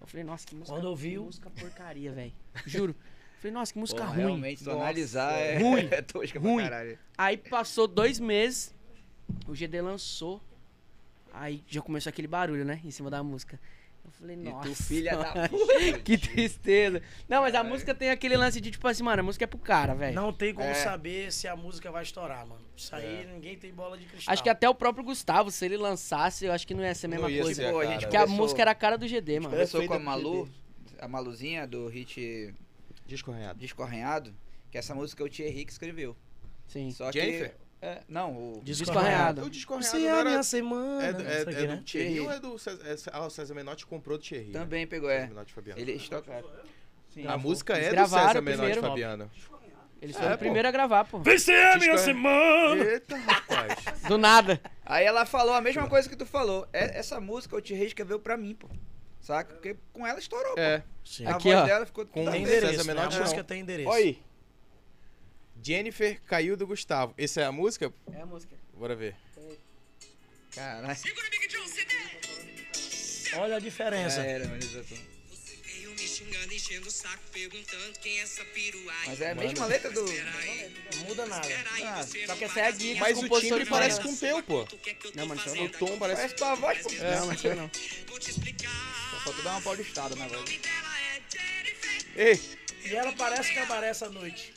[SPEAKER 3] Eu falei, nossa, que música.
[SPEAKER 4] Quando ouviu-
[SPEAKER 3] Que música porcaria, velho. Juro. Falei, nossa, que música
[SPEAKER 2] Porra,
[SPEAKER 3] ruim.
[SPEAKER 2] Realmente, se tu
[SPEAKER 1] Nossa,
[SPEAKER 2] analisar, é,
[SPEAKER 3] Ruim.
[SPEAKER 2] é tosca
[SPEAKER 3] Ruim.
[SPEAKER 2] pra caralho.
[SPEAKER 3] Aí passou dois meses, o GD lançou. Aí já começou aquele barulho, né? Em cima da música. Eu falei, nossa.
[SPEAKER 2] E tu, filha da
[SPEAKER 3] Que
[SPEAKER 2] puta.
[SPEAKER 3] tristeza. Não, mas a
[SPEAKER 2] Caralho.
[SPEAKER 3] música tem aquele lance de tipo assim, mano, a música é pro cara, velho.
[SPEAKER 4] Não tem como
[SPEAKER 2] É.
[SPEAKER 4] saber se a música vai estourar, mano. Isso aí ninguém tem bola de cristal.
[SPEAKER 3] Acho que é até o próprio Gustavo, se ele lançasse, eu acho que não ia ser a
[SPEAKER 1] Não
[SPEAKER 3] mesma
[SPEAKER 1] ia
[SPEAKER 3] coisa.
[SPEAKER 1] ser.
[SPEAKER 2] Pô, a gente
[SPEAKER 3] Porque a
[SPEAKER 2] começou-
[SPEAKER 3] música era a cara do GD, mano.
[SPEAKER 1] Parece
[SPEAKER 2] Começou
[SPEAKER 1] feita
[SPEAKER 2] com a
[SPEAKER 1] pro
[SPEAKER 2] Malu, a Maluzinha do hit
[SPEAKER 1] Descorrenhado.
[SPEAKER 2] Descorrenhado, que essa música o Thierry que escreveu.
[SPEAKER 3] Sim.
[SPEAKER 2] Só
[SPEAKER 1] Jennifer?
[SPEAKER 2] que. É, não, o.
[SPEAKER 3] Descorrenhado.
[SPEAKER 1] O descorrenhado
[SPEAKER 4] Você é
[SPEAKER 1] não
[SPEAKER 4] a
[SPEAKER 1] era...
[SPEAKER 4] minha semana.
[SPEAKER 1] É, do- é,
[SPEAKER 4] isso aqui,
[SPEAKER 1] é
[SPEAKER 4] né?
[SPEAKER 1] do Thierry
[SPEAKER 2] Thierry.
[SPEAKER 1] ou é do César... é- Ah, o César Menotti comprou do Thierry. né?
[SPEAKER 2] Também pegou,
[SPEAKER 1] César
[SPEAKER 2] é.
[SPEAKER 1] Menotti e Fabiano.
[SPEAKER 2] Eles tocaram. Sim.
[SPEAKER 1] A música
[SPEAKER 3] Eles
[SPEAKER 1] é do
[SPEAKER 3] gravaram
[SPEAKER 1] César Menotti e
[SPEAKER 3] primeiro.
[SPEAKER 1] Fabiano.
[SPEAKER 3] Eles
[SPEAKER 1] É,
[SPEAKER 3] foram o
[SPEAKER 1] pô.
[SPEAKER 3] primeiro a gravar, pô.
[SPEAKER 4] Você é a minha
[SPEAKER 1] Descorre-
[SPEAKER 4] semana.
[SPEAKER 1] Eita, rapaz.
[SPEAKER 3] Do nada.
[SPEAKER 2] Aí ela falou a mesma coisa que tu falou. É- essa música o Thierry escreveu pra mim, pô. Saca? Porque com ela estourou, pô.
[SPEAKER 1] É.
[SPEAKER 4] Sim.
[SPEAKER 2] A
[SPEAKER 3] Aqui,
[SPEAKER 2] voz
[SPEAKER 3] ó.
[SPEAKER 2] dela ficou
[SPEAKER 1] Com
[SPEAKER 2] tá
[SPEAKER 4] Tem
[SPEAKER 1] César
[SPEAKER 2] vendo?
[SPEAKER 4] endereço, né? A
[SPEAKER 1] Menotti não.
[SPEAKER 4] música tem endereço.
[SPEAKER 1] Olha aí. Jennifer caiu do Gustavo. Essa é a música?
[SPEAKER 3] É a música.
[SPEAKER 1] Bora ver.
[SPEAKER 2] Caralho.
[SPEAKER 4] Olha
[SPEAKER 2] Já
[SPEAKER 4] a diferença.
[SPEAKER 2] era, mano, exato.
[SPEAKER 5] Você veio me xingando, enchendo o saco, perguntando quem é essa piruai.
[SPEAKER 2] Mas é a mesma letra do.
[SPEAKER 4] Não muda nada.
[SPEAKER 5] Peraí,
[SPEAKER 2] Ah,
[SPEAKER 5] você
[SPEAKER 3] só
[SPEAKER 5] não
[SPEAKER 3] que essa é
[SPEAKER 5] paga
[SPEAKER 3] a guia.
[SPEAKER 5] as
[SPEAKER 1] Mas
[SPEAKER 3] As
[SPEAKER 1] o timbre
[SPEAKER 3] composições
[SPEAKER 1] parece com
[SPEAKER 3] maneiras.
[SPEAKER 1] o teu, pô.
[SPEAKER 5] contas, o que é que eu tô
[SPEAKER 3] Não, mano, isso é
[SPEAKER 1] O
[SPEAKER 5] fazendo
[SPEAKER 1] tom parece...
[SPEAKER 2] Parece tua voz,
[SPEAKER 1] É,
[SPEAKER 2] pô.
[SPEAKER 3] Não, mas eu não.
[SPEAKER 5] aqui? Vou te explicar.
[SPEAKER 2] Faltou dar uma paulistada na
[SPEAKER 5] O
[SPEAKER 2] voz.
[SPEAKER 5] nome dela é Jennifer.
[SPEAKER 1] Ei!
[SPEAKER 4] E ela parece que aparece à noite.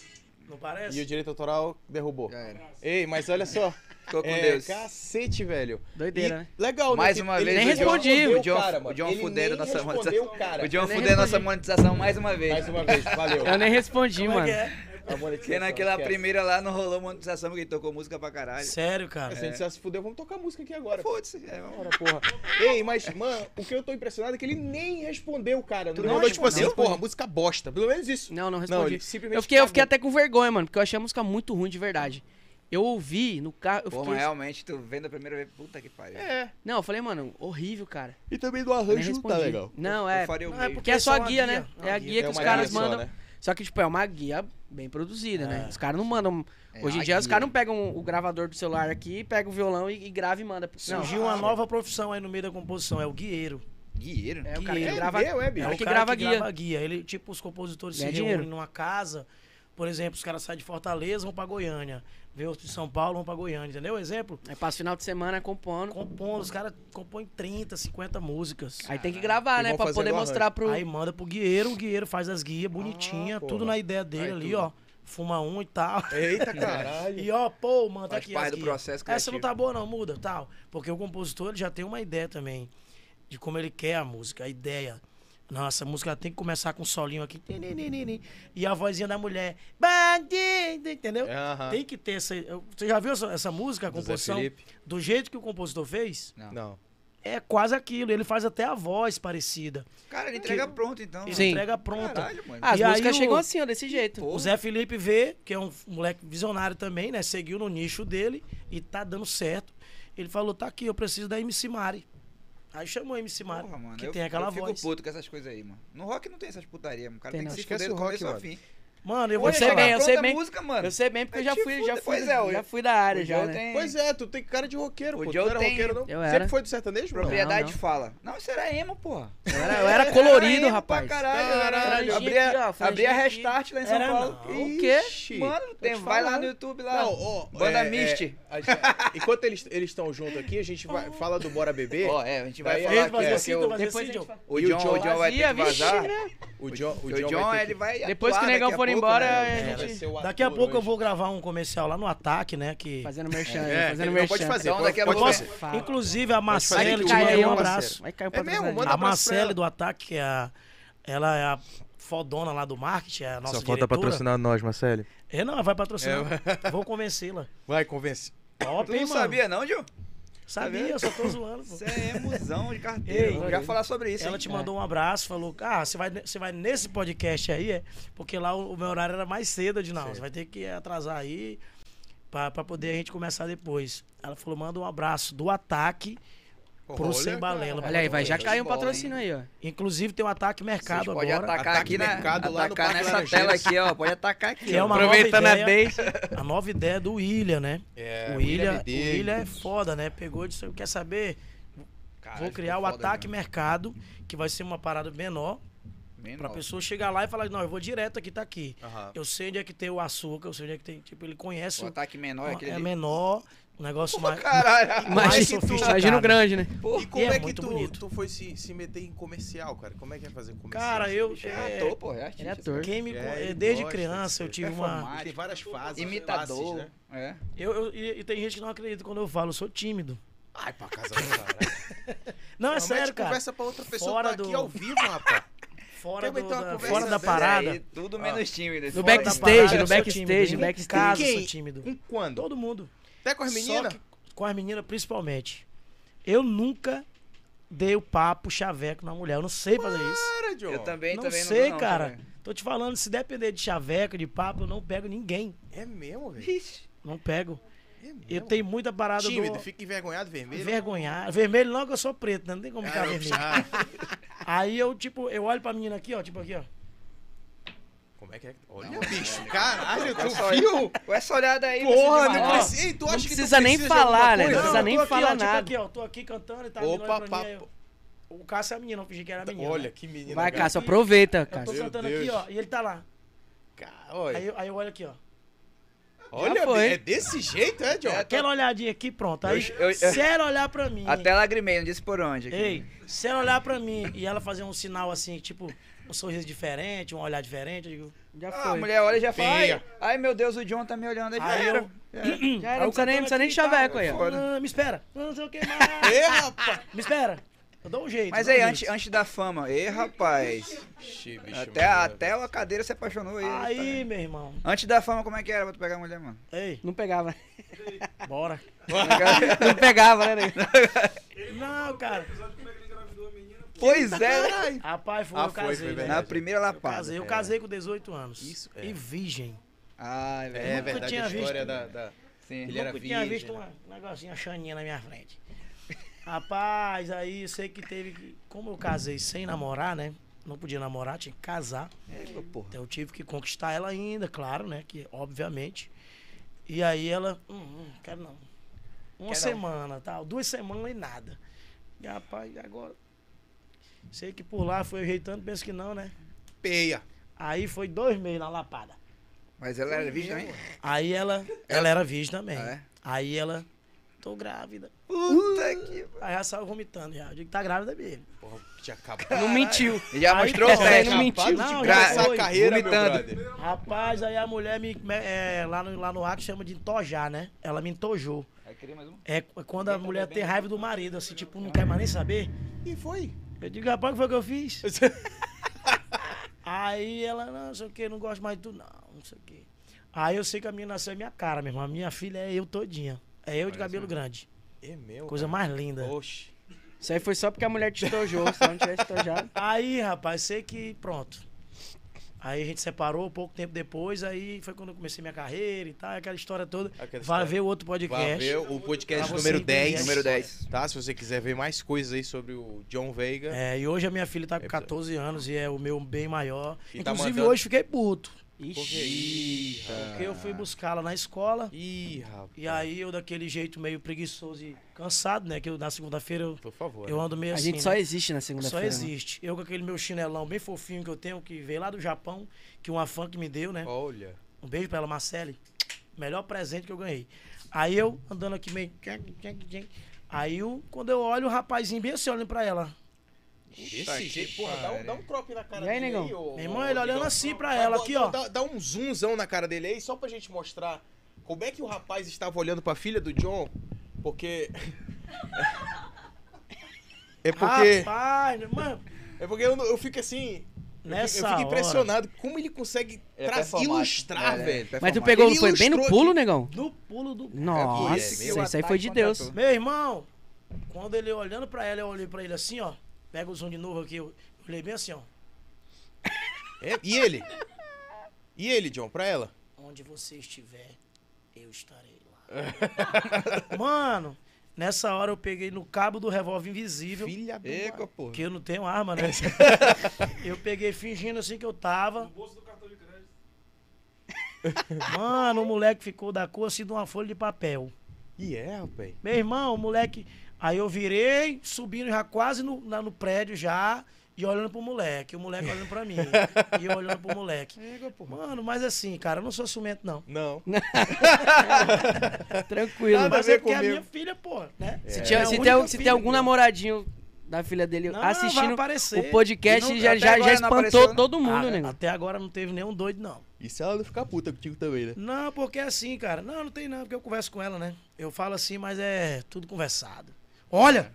[SPEAKER 4] Não
[SPEAKER 1] E o
[SPEAKER 4] parece?
[SPEAKER 1] direito autoral derrubou.
[SPEAKER 2] Já era.
[SPEAKER 1] Ei, mas olha só.
[SPEAKER 2] Ficou com
[SPEAKER 1] é,
[SPEAKER 2] Deus.
[SPEAKER 1] Cacete, velho.
[SPEAKER 3] Doideira,
[SPEAKER 1] E-
[SPEAKER 3] né?
[SPEAKER 1] Legal, né?
[SPEAKER 2] Mais
[SPEAKER 1] que
[SPEAKER 2] uma
[SPEAKER 1] ele
[SPEAKER 2] vez
[SPEAKER 3] nem
[SPEAKER 2] o John-
[SPEAKER 3] respondeu,
[SPEAKER 2] o John,
[SPEAKER 1] cara, mano.
[SPEAKER 2] o John
[SPEAKER 1] Ele
[SPEAKER 2] fudeu
[SPEAKER 1] nem
[SPEAKER 2] nossa
[SPEAKER 1] respondeu,
[SPEAKER 2] monetização.
[SPEAKER 1] cara.
[SPEAKER 2] O John
[SPEAKER 3] nem
[SPEAKER 2] fudeu nossa
[SPEAKER 3] respondi.
[SPEAKER 2] monetização mais uma vez.
[SPEAKER 1] Mais uma vez, valeu.
[SPEAKER 3] Eu nem respondi,
[SPEAKER 4] Como é
[SPEAKER 3] mano.
[SPEAKER 4] que é?
[SPEAKER 1] A monetização,
[SPEAKER 2] Porque naquela
[SPEAKER 1] esquece.
[SPEAKER 2] primeira lá não rolou monetização porque ele tocou música pra caralho.
[SPEAKER 4] Sério,
[SPEAKER 1] Se
[SPEAKER 3] É,
[SPEAKER 4] cara. É.
[SPEAKER 1] a gente já se fudeu, vamos tocar música aqui agora.
[SPEAKER 2] Foda-se. É, uma-
[SPEAKER 1] Bora, porra. Ei, mas, mano, o que eu tô impressionado é que ele nem respondeu, cara.
[SPEAKER 2] Tu
[SPEAKER 1] não
[SPEAKER 2] não
[SPEAKER 1] mandou, tipo assim,
[SPEAKER 2] respondeu?
[SPEAKER 1] porra, música bosta. Pelo menos isso.
[SPEAKER 3] Não,
[SPEAKER 1] Não,
[SPEAKER 3] não respondi.
[SPEAKER 1] ele simplesmente.
[SPEAKER 3] eu, fiquei, eu
[SPEAKER 1] cagou.
[SPEAKER 3] fiquei até com vergonha, mano, porque eu achei a música muito ruim de verdade. Eu ouvi no carro, eu
[SPEAKER 2] Pô,
[SPEAKER 3] fiquei.
[SPEAKER 2] mas realmente, tu vendo a primeira vez, puta que pariu.
[SPEAKER 1] É.
[SPEAKER 3] Não, eu falei, mano, horrível, cara.
[SPEAKER 1] E também do
[SPEAKER 3] Eu nem
[SPEAKER 1] arranjo não
[SPEAKER 3] respondi.
[SPEAKER 1] tá legal.
[SPEAKER 3] Não, é.
[SPEAKER 2] Eu faria o
[SPEAKER 4] Não, é
[SPEAKER 2] mesmo.
[SPEAKER 3] Porque é só a
[SPEAKER 4] Só uma
[SPEAKER 3] guia,
[SPEAKER 4] guia,
[SPEAKER 3] né?
[SPEAKER 4] uma
[SPEAKER 3] É a
[SPEAKER 4] guia.
[SPEAKER 3] guia que
[SPEAKER 1] É
[SPEAKER 3] os
[SPEAKER 1] uma
[SPEAKER 3] caras
[SPEAKER 1] guia só,
[SPEAKER 3] mandam.
[SPEAKER 1] né?
[SPEAKER 3] Só que, tipo, é uma guia bem produzida, né?
[SPEAKER 4] É.
[SPEAKER 3] Os caras não mandam.
[SPEAKER 2] É,
[SPEAKER 3] Hoje em
[SPEAKER 2] a
[SPEAKER 3] dia, os
[SPEAKER 2] guia.
[SPEAKER 3] caras não pegam o gravador do celular aqui, pega o violão e, e grava e manda. Não, é,
[SPEAKER 4] Surgiu uma nova profissão aí no meio da composição, é o guieiro.
[SPEAKER 2] Guieiro?
[SPEAKER 3] é o cara que
[SPEAKER 4] guia.
[SPEAKER 3] grava.
[SPEAKER 1] meu, é, bicho.
[SPEAKER 4] É
[SPEAKER 3] Cara
[SPEAKER 4] o
[SPEAKER 3] que
[SPEAKER 4] cara
[SPEAKER 3] grava
[SPEAKER 4] que
[SPEAKER 3] guia.
[SPEAKER 4] grava guia. Ele, tipo, os compositores se
[SPEAKER 3] Ganha
[SPEAKER 4] reúnem
[SPEAKER 3] dinheiro.
[SPEAKER 4] numa casa. Por exemplo, os caras saem de Fortaleza, vão pra Goiânia. Vê outros de São Paulo, vão pra Goiânia, entendeu? Exemplo,
[SPEAKER 3] Aí É, passa o final de semana compondo.
[SPEAKER 4] compondo, os caras compõem 30, 50 músicas.
[SPEAKER 3] Aí tem que gravar,
[SPEAKER 1] E
[SPEAKER 3] né?
[SPEAKER 1] vão
[SPEAKER 3] Pra
[SPEAKER 1] fazendo
[SPEAKER 3] poder
[SPEAKER 1] o
[SPEAKER 3] mostrar pro.
[SPEAKER 4] Aí manda pro guieiro, o guieiro faz as guias bonitinha,
[SPEAKER 1] Ah, porra.
[SPEAKER 4] tudo na ideia dele
[SPEAKER 2] Aí
[SPEAKER 4] ali,
[SPEAKER 2] tudo.
[SPEAKER 4] ó. Fuma um e tal.
[SPEAKER 1] Eita, caralho.
[SPEAKER 4] E ó, pô, mano, tá
[SPEAKER 2] Faz
[SPEAKER 4] aqui.
[SPEAKER 2] parte
[SPEAKER 4] as
[SPEAKER 2] do
[SPEAKER 4] guias.
[SPEAKER 2] processo
[SPEAKER 4] Essa
[SPEAKER 2] criativo.
[SPEAKER 4] não tá boa, não, muda, tal. Porque o compositor ele já tem uma ideia também de como ele quer a música, a ideia. Nossa, a música tem que começar com um solinho aqui. tininininini, E a vozinha da mulher. Bandido! tem, tem, entendeu?
[SPEAKER 2] É.
[SPEAKER 1] Aham.
[SPEAKER 4] Tem que ter essa. eu- Você já viu essa, essa música, a
[SPEAKER 1] Do Zé
[SPEAKER 4] composição?
[SPEAKER 1] Felipe.
[SPEAKER 4] Do jeito que o compositor fez,
[SPEAKER 1] Não.
[SPEAKER 4] é quase aquilo. Ele faz até a voz parecida.
[SPEAKER 2] Cara, ele entrega
[SPEAKER 4] Que-
[SPEAKER 2] pronto, então.
[SPEAKER 4] Ele
[SPEAKER 3] Sim.
[SPEAKER 4] entrega pronta.
[SPEAKER 2] Caralho, mano.
[SPEAKER 3] Ah, as
[SPEAKER 4] E
[SPEAKER 3] músicas
[SPEAKER 4] aí o-
[SPEAKER 3] chegam assim, ó, desse jeito.
[SPEAKER 4] O Zé Felipe vê, que é um moleque visionário também, né? Seguiu no nicho dele e tá dando certo. Ele falou: tá aqui, eu preciso da MC Mari. Aí chamou a MC Mari,
[SPEAKER 2] Porra, mano,
[SPEAKER 4] que
[SPEAKER 2] eu,
[SPEAKER 4] tem aquela
[SPEAKER 2] eu
[SPEAKER 4] voz.
[SPEAKER 2] fico puto com essas coisas aí, mano. No rock não tem essas putaria, mano. O cara
[SPEAKER 3] Tem
[SPEAKER 2] tem,
[SPEAKER 3] não.
[SPEAKER 2] que se
[SPEAKER 1] Esquece
[SPEAKER 2] fuder do
[SPEAKER 1] o rock,
[SPEAKER 2] começo
[SPEAKER 1] mano.
[SPEAKER 2] ao fim.
[SPEAKER 4] Mano, eu vou
[SPEAKER 3] Olha,
[SPEAKER 2] Pô,
[SPEAKER 3] sei
[SPEAKER 4] falar.
[SPEAKER 3] bem, eu
[SPEAKER 2] pronta
[SPEAKER 3] sei
[SPEAKER 2] a
[SPEAKER 3] bem.
[SPEAKER 2] música, mano.
[SPEAKER 3] Eu sei bem porque eu
[SPEAKER 2] Aí
[SPEAKER 3] já
[SPEAKER 2] te
[SPEAKER 3] fui, já
[SPEAKER 2] fuda,
[SPEAKER 3] fui,
[SPEAKER 2] pois é, o-
[SPEAKER 3] já fui da área
[SPEAKER 2] o
[SPEAKER 3] já,
[SPEAKER 2] Joe
[SPEAKER 3] né?
[SPEAKER 2] tem
[SPEAKER 1] Pois é, tu tem cara de roqueiro,
[SPEAKER 2] O
[SPEAKER 1] pô. Tu
[SPEAKER 2] Joe
[SPEAKER 1] não era
[SPEAKER 2] tem-
[SPEAKER 1] roqueiro, não?
[SPEAKER 3] Eu
[SPEAKER 1] Sempre
[SPEAKER 3] era.
[SPEAKER 1] foi do sertanejo, mano?
[SPEAKER 2] Propriedade
[SPEAKER 3] não.
[SPEAKER 2] fala. Não, isso era emo, porra.
[SPEAKER 3] Eu era, eu era colorido,
[SPEAKER 2] emo pra
[SPEAKER 3] rapaz.
[SPEAKER 2] caralho, eu era-
[SPEAKER 3] Franjinha aqui,
[SPEAKER 2] Abria,
[SPEAKER 3] ó, franjinha
[SPEAKER 2] abria
[SPEAKER 3] aqui.
[SPEAKER 2] restart lá em São
[SPEAKER 4] Era
[SPEAKER 2] Paulo.
[SPEAKER 4] não.
[SPEAKER 2] Ih,
[SPEAKER 3] O quê?
[SPEAKER 2] Mano, não tem.
[SPEAKER 1] te
[SPEAKER 2] Vai lá
[SPEAKER 1] falando.
[SPEAKER 2] no YouTube lá.
[SPEAKER 1] Não, ó, é,
[SPEAKER 2] Banda Mist.
[SPEAKER 1] a gente- enquanto eles estão juntos aqui, a gente vai, fala do Bora Beber.
[SPEAKER 2] Ó, é, a gente vai
[SPEAKER 1] Daí
[SPEAKER 2] falar
[SPEAKER 1] ele
[SPEAKER 2] aqui.
[SPEAKER 4] fazia
[SPEAKER 2] porque
[SPEAKER 4] assim,
[SPEAKER 2] o-
[SPEAKER 4] então fazia
[SPEAKER 2] depois
[SPEAKER 4] assim,
[SPEAKER 2] a gente
[SPEAKER 4] Joe.
[SPEAKER 2] fala. O John, o John vai ter
[SPEAKER 3] Fazia,
[SPEAKER 2] que
[SPEAKER 3] vixe,
[SPEAKER 2] vazar.
[SPEAKER 3] né?
[SPEAKER 1] o John,
[SPEAKER 2] O John,
[SPEAKER 1] vai ter é,
[SPEAKER 2] ele vai
[SPEAKER 3] Depois que o
[SPEAKER 2] atuar
[SPEAKER 3] negão
[SPEAKER 2] daqui a
[SPEAKER 3] for
[SPEAKER 2] pouco,
[SPEAKER 3] embora,
[SPEAKER 2] né?
[SPEAKER 3] a
[SPEAKER 1] vai
[SPEAKER 3] gente...
[SPEAKER 1] ser o
[SPEAKER 4] Daqui a
[SPEAKER 1] ator
[SPEAKER 4] pouco eu
[SPEAKER 1] hoje.
[SPEAKER 4] vou gravar um comercial lá no Ataque, né? Que...
[SPEAKER 3] Fazendo merchan,
[SPEAKER 1] É,
[SPEAKER 3] né? fazendo
[SPEAKER 1] ele não
[SPEAKER 3] merchan.
[SPEAKER 1] pode fazer.
[SPEAKER 2] Então,
[SPEAKER 1] pode-
[SPEAKER 2] daqui a
[SPEAKER 1] pode
[SPEAKER 2] pouco-
[SPEAKER 1] fazer.
[SPEAKER 3] Fala.
[SPEAKER 4] Inclusive a
[SPEAKER 1] fazer
[SPEAKER 4] Marcele,
[SPEAKER 1] que
[SPEAKER 4] te
[SPEAKER 1] o
[SPEAKER 4] mandei um
[SPEAKER 1] João
[SPEAKER 4] abraço.
[SPEAKER 3] Vai cair o
[SPEAKER 1] É mesmo?
[SPEAKER 3] patrocinador.
[SPEAKER 1] Manda
[SPEAKER 4] A
[SPEAKER 1] abraço pra
[SPEAKER 4] Marcele
[SPEAKER 1] ela.
[SPEAKER 4] do Ataque, que é a, ela é a fodona lá do marketing, é a nossa diretora.
[SPEAKER 1] nós, Marcelo.
[SPEAKER 4] É, não, ela vai patrocinar. Vou convencê-la.
[SPEAKER 1] Vai, convence.
[SPEAKER 4] Top,
[SPEAKER 2] É. Tu
[SPEAKER 4] hein,
[SPEAKER 2] não
[SPEAKER 4] mano?
[SPEAKER 2] sabia, não, Gil?
[SPEAKER 4] Sabia, eu só tô zoando, pô.
[SPEAKER 2] Você é emozão de carteira.
[SPEAKER 4] Ei,
[SPEAKER 2] Vamos já falar sobre isso.
[SPEAKER 4] Ela
[SPEAKER 2] hein?
[SPEAKER 4] te mandou um abraço, falou, ah, você vai, você vai nesse podcast aí, é? Porque lá o, o meu horário era mais cedo, eu disse, não, você vai ter que atrasar aí pra, pra poder a gente começar depois. Ela falou, manda um abraço do ataque pro
[SPEAKER 1] Olha,
[SPEAKER 4] Sem
[SPEAKER 1] cara.
[SPEAKER 4] Balela.
[SPEAKER 3] Olha aí, vai já
[SPEAKER 2] de
[SPEAKER 3] cair um
[SPEAKER 2] bola, hein?
[SPEAKER 3] patrocínio aí, ó.
[SPEAKER 4] Inclusive tem o ataque mercado
[SPEAKER 2] Vocês podem
[SPEAKER 4] agora.
[SPEAKER 2] atacar
[SPEAKER 1] Ataque
[SPEAKER 2] aqui, né?
[SPEAKER 1] mercado lá no
[SPEAKER 2] Atacar
[SPEAKER 1] Parque
[SPEAKER 2] nessa
[SPEAKER 1] Laranjeiras.
[SPEAKER 2] tela aqui, ó. Pode atacar aqui.
[SPEAKER 4] Que é
[SPEAKER 2] ó.
[SPEAKER 4] uma
[SPEAKER 3] Aproveitando
[SPEAKER 4] nova
[SPEAKER 3] a
[SPEAKER 4] ideia,
[SPEAKER 3] deixa.
[SPEAKER 4] A nova ideia do William, né?
[SPEAKER 1] É, William
[SPEAKER 4] o William, o
[SPEAKER 1] Medeiros.
[SPEAKER 4] William é foda, né? Pegou e disse, quer saber?
[SPEAKER 2] Caralho,
[SPEAKER 4] Vou criar o
[SPEAKER 2] ficou foda,
[SPEAKER 4] ataque
[SPEAKER 2] né?
[SPEAKER 4] mercado, que vai ser uma parada menor,
[SPEAKER 2] Bem
[SPEAKER 4] pra
[SPEAKER 2] nova.
[SPEAKER 4] pessoa chegar lá e falar, não, eu vou direto aqui, tá aqui.
[SPEAKER 1] Aham.
[SPEAKER 4] Eu sei onde é que tem o açúcar, eu sei onde é que tem. Tipo, ele conhece.
[SPEAKER 2] O
[SPEAKER 4] o-
[SPEAKER 2] ataque menor é
[SPEAKER 4] é
[SPEAKER 2] aquele. ali.
[SPEAKER 4] menor, o negócio mais.
[SPEAKER 2] Caralho.
[SPEAKER 4] Mais
[SPEAKER 3] Imagina,
[SPEAKER 4] sofisticado.
[SPEAKER 3] imagina o grande, né?
[SPEAKER 1] E como
[SPEAKER 4] E
[SPEAKER 1] é,
[SPEAKER 4] é
[SPEAKER 1] que
[SPEAKER 4] muito
[SPEAKER 1] tu,
[SPEAKER 4] bonito.
[SPEAKER 1] tu foi se, se meter em comercial, cara? Como é que é fazer comercial?
[SPEAKER 4] Cara, eu.
[SPEAKER 2] É
[SPEAKER 4] é,
[SPEAKER 2] ator, pô. É
[SPEAKER 3] Ele é
[SPEAKER 2] artista.
[SPEAKER 3] ator.
[SPEAKER 4] quem me,
[SPEAKER 1] É,
[SPEAKER 4] con-
[SPEAKER 1] ele
[SPEAKER 4] desde
[SPEAKER 1] gosta de
[SPEAKER 4] criança
[SPEAKER 1] ser
[SPEAKER 4] eu tive uma.
[SPEAKER 2] performático.
[SPEAKER 1] Tem várias fases.
[SPEAKER 2] Imitador.
[SPEAKER 1] faces, né?
[SPEAKER 2] É.
[SPEAKER 4] Eu, eu- e, e tem gente que não acredita quando eu falo, eu sou tímido.
[SPEAKER 1] Ai, pra casa do caralho.
[SPEAKER 4] Não, é
[SPEAKER 1] Normalmente
[SPEAKER 4] sério, cara.
[SPEAKER 1] Então, conversa pra outra pessoa
[SPEAKER 4] Fora
[SPEAKER 1] que tá aqui
[SPEAKER 4] do-
[SPEAKER 1] ao vivo, rapaz.
[SPEAKER 4] Fora,
[SPEAKER 1] Também
[SPEAKER 4] do,
[SPEAKER 1] tem uma
[SPEAKER 4] da,
[SPEAKER 1] conversa
[SPEAKER 4] fora da
[SPEAKER 1] dessa
[SPEAKER 4] parada.
[SPEAKER 2] Aí, tudo
[SPEAKER 1] Ó.
[SPEAKER 2] menos tímido.
[SPEAKER 3] No
[SPEAKER 2] fora da
[SPEAKER 3] backstage,
[SPEAKER 2] parada.
[SPEAKER 3] no
[SPEAKER 4] eu sou
[SPEAKER 3] backstage,
[SPEAKER 4] tímido. Em
[SPEAKER 3] backstage.
[SPEAKER 4] casa, eu
[SPEAKER 1] Quem?
[SPEAKER 4] sou tímido.
[SPEAKER 1] Com quando?
[SPEAKER 4] Todo mundo.
[SPEAKER 1] Até com as
[SPEAKER 4] Só
[SPEAKER 1] meninas?
[SPEAKER 4] que com as meninas, principalmente. Eu nunca dei o papo chaveco na mulher. Eu não sei fazer isso.
[SPEAKER 1] Para, John.
[SPEAKER 2] Eu também,
[SPEAKER 4] né? não
[SPEAKER 2] também
[SPEAKER 4] sei,
[SPEAKER 2] não,
[SPEAKER 4] cara.
[SPEAKER 2] também.
[SPEAKER 4] Tô te falando, se depender de chaveco, de papo, eu não pego ninguém.
[SPEAKER 1] É mesmo, velho.
[SPEAKER 2] Ixi.
[SPEAKER 4] Não pego.
[SPEAKER 1] É mesmo.
[SPEAKER 4] Eu tenho muita parada
[SPEAKER 1] Tímido,
[SPEAKER 4] do...
[SPEAKER 1] fica envergonhado, vermelho.
[SPEAKER 4] Vergonhar. Vermelho não, que eu sou preto, né? Não tem como ficar
[SPEAKER 1] Cara, eu-
[SPEAKER 4] vermelho.
[SPEAKER 1] Ah,
[SPEAKER 4] Aí eu, tipo, eu olho pra menina aqui, ó, tipo aqui, ó.
[SPEAKER 1] Como é que é? Olha, bicho. Caralho,
[SPEAKER 2] Com
[SPEAKER 1] tu
[SPEAKER 2] essa-
[SPEAKER 1] viu?
[SPEAKER 2] Com essa olhada aí.
[SPEAKER 1] Porra, não
[SPEAKER 2] vai ser
[SPEAKER 4] né?
[SPEAKER 2] demais.
[SPEAKER 1] precisa. Ei, tu
[SPEAKER 3] Não
[SPEAKER 1] acha que tu
[SPEAKER 3] precisa nem
[SPEAKER 1] de
[SPEAKER 3] falar,
[SPEAKER 1] alguma coisa?
[SPEAKER 3] né? Não precisa
[SPEAKER 4] eu
[SPEAKER 3] nem
[SPEAKER 4] tô aqui,
[SPEAKER 3] falar
[SPEAKER 4] ó, tipo
[SPEAKER 3] nada.
[SPEAKER 4] aqui, ó, tô aqui cantando e tá
[SPEAKER 1] Opa,
[SPEAKER 4] menina olhando pra mim, aí,
[SPEAKER 1] papo.
[SPEAKER 4] ó. O Cássio é a menina, eu fingi que era a menina.
[SPEAKER 1] Olha,
[SPEAKER 4] né?
[SPEAKER 1] que menina.
[SPEAKER 3] Vai,
[SPEAKER 1] cara.
[SPEAKER 3] Cássio, aproveita,
[SPEAKER 4] Eu tô
[SPEAKER 3] Cássio.
[SPEAKER 1] Meu
[SPEAKER 4] cantando
[SPEAKER 1] Deus.
[SPEAKER 4] aqui, ó, e ele tá lá.
[SPEAKER 1] Cara, olha.
[SPEAKER 4] Aí, eu- aí eu olho aqui, ó.
[SPEAKER 1] Olha,
[SPEAKER 3] Já foi.
[SPEAKER 1] é desse jeito, é, John?
[SPEAKER 2] É,
[SPEAKER 4] Aquela olhadinha aqui, pronto. Aí,
[SPEAKER 2] Eu- eu-
[SPEAKER 4] se ela olhar pra mim...
[SPEAKER 2] Até lagrimei, não disse por onde. aqui.
[SPEAKER 4] Ei, se ela olhar pra mim e ela fazer um sinal assim, tipo, um sorriso diferente, um olhar diferente, eu digo...
[SPEAKER 3] Já
[SPEAKER 2] Ah, a
[SPEAKER 3] foi.
[SPEAKER 2] mulher olha e já fala. Ai,
[SPEAKER 1] Feia.
[SPEAKER 2] ai, meu Deus, o John tá me olhando. Aí já
[SPEAKER 4] Aí
[SPEAKER 2] era. É.
[SPEAKER 3] Já
[SPEAKER 4] eu...
[SPEAKER 3] era, não
[SPEAKER 4] Aí o
[SPEAKER 3] precisa nem, não precisa nem de
[SPEAKER 4] cantando
[SPEAKER 3] chaveco
[SPEAKER 4] aqui,
[SPEAKER 3] aí, ó.
[SPEAKER 4] tá, ah, Me espera. Eu não sei o que mais.
[SPEAKER 1] Ê, rapaz.
[SPEAKER 4] Me espera. Eu dou um jeito.
[SPEAKER 2] Mas
[SPEAKER 4] dou um
[SPEAKER 2] aí,
[SPEAKER 4] jeito.
[SPEAKER 2] antes, antes da fama. Ei, rapaz.
[SPEAKER 1] Ixi, bicho,
[SPEAKER 2] Até,
[SPEAKER 1] mano.
[SPEAKER 2] até a cadeira se apaixonou aí.
[SPEAKER 4] Aí, meu irmão.
[SPEAKER 2] Antes da fama, como é que era pra tu pegar a mulher, mano?
[SPEAKER 4] Ei,
[SPEAKER 3] Não pegava.
[SPEAKER 4] bora.
[SPEAKER 3] Não pegava, né?
[SPEAKER 4] Não, cara.
[SPEAKER 2] pois é, né?
[SPEAKER 1] Caralho.
[SPEAKER 4] Rapaz, foi,
[SPEAKER 1] Ah,
[SPEAKER 4] eu
[SPEAKER 1] foi,
[SPEAKER 4] casei.
[SPEAKER 1] foi
[SPEAKER 4] velho.
[SPEAKER 1] verdade.
[SPEAKER 2] Na primeira
[SPEAKER 4] Eu
[SPEAKER 2] lapada.
[SPEAKER 4] casei, um- eu
[SPEAKER 1] É.
[SPEAKER 4] casei com 18 anos.
[SPEAKER 1] Isso, é.
[SPEAKER 4] E virgem.
[SPEAKER 2] Ai, velho.
[SPEAKER 1] É
[SPEAKER 4] Nunca
[SPEAKER 1] verdade,
[SPEAKER 4] tinha
[SPEAKER 1] a história
[SPEAKER 4] visto.
[SPEAKER 1] da... da-
[SPEAKER 2] Ah, Sim.
[SPEAKER 1] Ele era
[SPEAKER 4] Nunca tinha
[SPEAKER 1] virgem, né?
[SPEAKER 4] visto uma- um negocinho, uma chaninha na minha frente. Rapaz, aí eu sei que teve que... Como eu casei sem namorar, né? Não podia namorar, tinha que casar.
[SPEAKER 2] É, porra.
[SPEAKER 4] Então eu tive que conquistar ela ainda, claro, né? Que obviamente. E aí ela, hum, hum, quero não. Uma
[SPEAKER 2] Quer não.
[SPEAKER 4] semana, tal, duas semanas e nada. E rapaz, e agora? Sei que por lá foi ajeitando, penso que não, né?
[SPEAKER 1] Peia.
[SPEAKER 4] Aí foi dois meses na lapada.
[SPEAKER 2] Mas ela era virgem também?
[SPEAKER 4] Aí ela, ela era virgem também.
[SPEAKER 2] Ah, é?
[SPEAKER 4] Aí ela, tô grávida.
[SPEAKER 2] Puta que.
[SPEAKER 4] Aí ela saiu vomitando já. Eu digo, tá grávida mesmo.
[SPEAKER 1] Porra, tinha acabado.
[SPEAKER 3] Não mentiu.
[SPEAKER 2] E Já
[SPEAKER 4] Aí,
[SPEAKER 2] mostrou o
[SPEAKER 4] essa aí
[SPEAKER 2] pé.
[SPEAKER 3] não mentiu.
[SPEAKER 1] Acabado
[SPEAKER 4] Não,
[SPEAKER 1] de
[SPEAKER 4] já
[SPEAKER 1] graçar
[SPEAKER 4] foi.
[SPEAKER 1] a carreira,
[SPEAKER 2] Vomitando.
[SPEAKER 1] meu brother.
[SPEAKER 4] Rapaz, aí a mulher me, me- é, lá, no, lá no acto chama de entojar, né? Ela me entojou.
[SPEAKER 2] Aí queria mais um.
[SPEAKER 4] É qu- quando a mulher tem raiva do marido, assim, tipo, não quer mais nem saber.
[SPEAKER 1] E foi.
[SPEAKER 4] Eu digo, rapaz, o que foi que eu fiz? Aí ela, não, não sei o que, não gosto mais de tu, não, não sei o que. Aí eu sei que a minha nasceu é minha cara, meu irmão. A minha filha é eu todinha. É eu de cabelo grande.
[SPEAKER 1] É meu.
[SPEAKER 4] Coisa
[SPEAKER 1] cara.
[SPEAKER 4] mais linda.
[SPEAKER 1] Oxe.
[SPEAKER 3] Isso aí foi só porque a mulher te tojou. Se não tivesse tojado.
[SPEAKER 4] Aí, rapaz, sei que pronto. Aí a gente separou pouco tempo depois, aí foi quando eu comecei minha carreira e tal, aquela história toda.
[SPEAKER 1] Aquela
[SPEAKER 4] Vai
[SPEAKER 1] história.
[SPEAKER 4] ver o outro
[SPEAKER 1] Vai
[SPEAKER 4] podcast.
[SPEAKER 1] ver o podcast
[SPEAKER 4] Pra
[SPEAKER 1] número
[SPEAKER 4] você entender
[SPEAKER 1] 10.
[SPEAKER 4] a
[SPEAKER 2] Número 10.
[SPEAKER 1] Tá? Se você quiser ver mais coisas aí sobre o John Veiga.
[SPEAKER 4] É, e hoje a minha filha tá com
[SPEAKER 1] É, pessoal.
[SPEAKER 4] 14 anos e é o meu bem maior.
[SPEAKER 1] E tá É.
[SPEAKER 4] Inclusive,
[SPEAKER 1] mandando-
[SPEAKER 4] hoje fiquei puto.
[SPEAKER 1] Ixi.
[SPEAKER 4] Porque eu fui buscá-la na escola.
[SPEAKER 1] Ih, rapaz.
[SPEAKER 4] E aí eu, daquele jeito meio preguiçoso e cansado, né? Que eu, na segunda-feira eu,
[SPEAKER 1] Por favor.
[SPEAKER 4] eu ando
[SPEAKER 3] A
[SPEAKER 4] meio assim.
[SPEAKER 3] gente só
[SPEAKER 4] né?
[SPEAKER 3] existe na
[SPEAKER 4] Só
[SPEAKER 3] segunda-feira. né?
[SPEAKER 4] existe. Eu com aquele meu chinelão bem fofinho que eu tenho, que veio lá do Japão, que uma fã que me deu, né?
[SPEAKER 1] Olha.
[SPEAKER 4] Um beijo pra ela, Marcele. Melhor presente que eu ganhei. Aí eu andando aqui meio. Aí eu- quando eu olho, o rapazinho bem assim olhando pra ela.
[SPEAKER 1] Desse jeito, porra, dá um, dá um crop na cara
[SPEAKER 3] E aí,
[SPEAKER 1] dele
[SPEAKER 3] negão?
[SPEAKER 1] aí, ô,
[SPEAKER 4] Meu irmão,
[SPEAKER 1] ô,
[SPEAKER 4] ele olhando
[SPEAKER 1] Digão.
[SPEAKER 4] assim pra
[SPEAKER 1] Mas
[SPEAKER 4] ela,
[SPEAKER 1] bo-
[SPEAKER 4] aqui,
[SPEAKER 1] dá-
[SPEAKER 4] ó.
[SPEAKER 1] Dá, dá um zoomzão na cara dele aí, só pra gente mostrar como é que o rapaz estava olhando pra filha do John, porque... é porque...
[SPEAKER 4] Rapaz, mano.
[SPEAKER 1] É porque eu, não- eu fico assim... eu fico-
[SPEAKER 4] Nessa
[SPEAKER 1] eu fico
[SPEAKER 4] hora.
[SPEAKER 1] impressionado como ele consegue
[SPEAKER 2] Ele é
[SPEAKER 1] traz-
[SPEAKER 2] performático.
[SPEAKER 1] ilustrar,
[SPEAKER 2] É, ele
[SPEAKER 4] né?
[SPEAKER 2] é
[SPEAKER 1] Ah, velho.
[SPEAKER 3] Mas tu
[SPEAKER 2] performático.
[SPEAKER 3] pegou,
[SPEAKER 1] Ele
[SPEAKER 3] foi bem no
[SPEAKER 1] ilustrou
[SPEAKER 3] pulo,
[SPEAKER 1] aqui.
[SPEAKER 3] negão?
[SPEAKER 4] No pulo do.
[SPEAKER 3] Nossa,
[SPEAKER 1] isso, meu
[SPEAKER 3] isso aí foi de
[SPEAKER 2] ataque
[SPEAKER 3] Deus.
[SPEAKER 2] contra
[SPEAKER 4] Meu irmão, quando ele olhando pra ela, eu olhei pra ele assim, ó. Pega o zoom de novo aqui. Eu olhei bem assim, ó.
[SPEAKER 1] É, e ele? E ele, John, pra ela?
[SPEAKER 4] Onde você estiver, eu estarei lá. Mano, nessa hora eu peguei no cabo do revólver invisível.
[SPEAKER 1] Filha do...
[SPEAKER 2] Eca, pô.
[SPEAKER 4] Porque eu não tenho arma, né? eu peguei fingindo assim que eu tava. No bolso do cartão de crédito. Mano, o moleque ficou da cor assim de uma folha de papel.
[SPEAKER 1] E é, rapaz.
[SPEAKER 4] Meu irmão, o moleque. Aí eu virei, subindo já quase no, na- no prédio já, e olhando pro moleque. O moleque olhando pra mim. e eu olhando pro moleque. Mano, mas assim, cara, eu não sou ciumento, não.
[SPEAKER 1] Não.
[SPEAKER 3] Tranquilo.
[SPEAKER 1] Nada a
[SPEAKER 4] Mas
[SPEAKER 1] ver
[SPEAKER 4] é porque é a
[SPEAKER 1] comigo.
[SPEAKER 4] minha filha, pô, né?
[SPEAKER 3] Se,
[SPEAKER 4] É
[SPEAKER 3] tinha-
[SPEAKER 4] a
[SPEAKER 3] se
[SPEAKER 4] única
[SPEAKER 3] tem, um- se tem
[SPEAKER 4] filha.
[SPEAKER 3] algum namoradinho da filha dele
[SPEAKER 4] Não, vai
[SPEAKER 3] assistindo
[SPEAKER 4] aparecer.
[SPEAKER 3] o podcast,
[SPEAKER 2] E não-
[SPEAKER 3] já,
[SPEAKER 2] até
[SPEAKER 3] já, já
[SPEAKER 2] agora não
[SPEAKER 3] espantou
[SPEAKER 2] apareceu, né?
[SPEAKER 3] todo mundo,
[SPEAKER 4] Ah,
[SPEAKER 3] negão.
[SPEAKER 4] Até agora não teve nenhum doido, não.
[SPEAKER 1] E se ela não ficar puta contigo também, né?
[SPEAKER 4] Não, porque é assim, cara. Não, não tem não, porque eu converso com ela, né? Eu falo assim, mas é tudo conversado. Olha!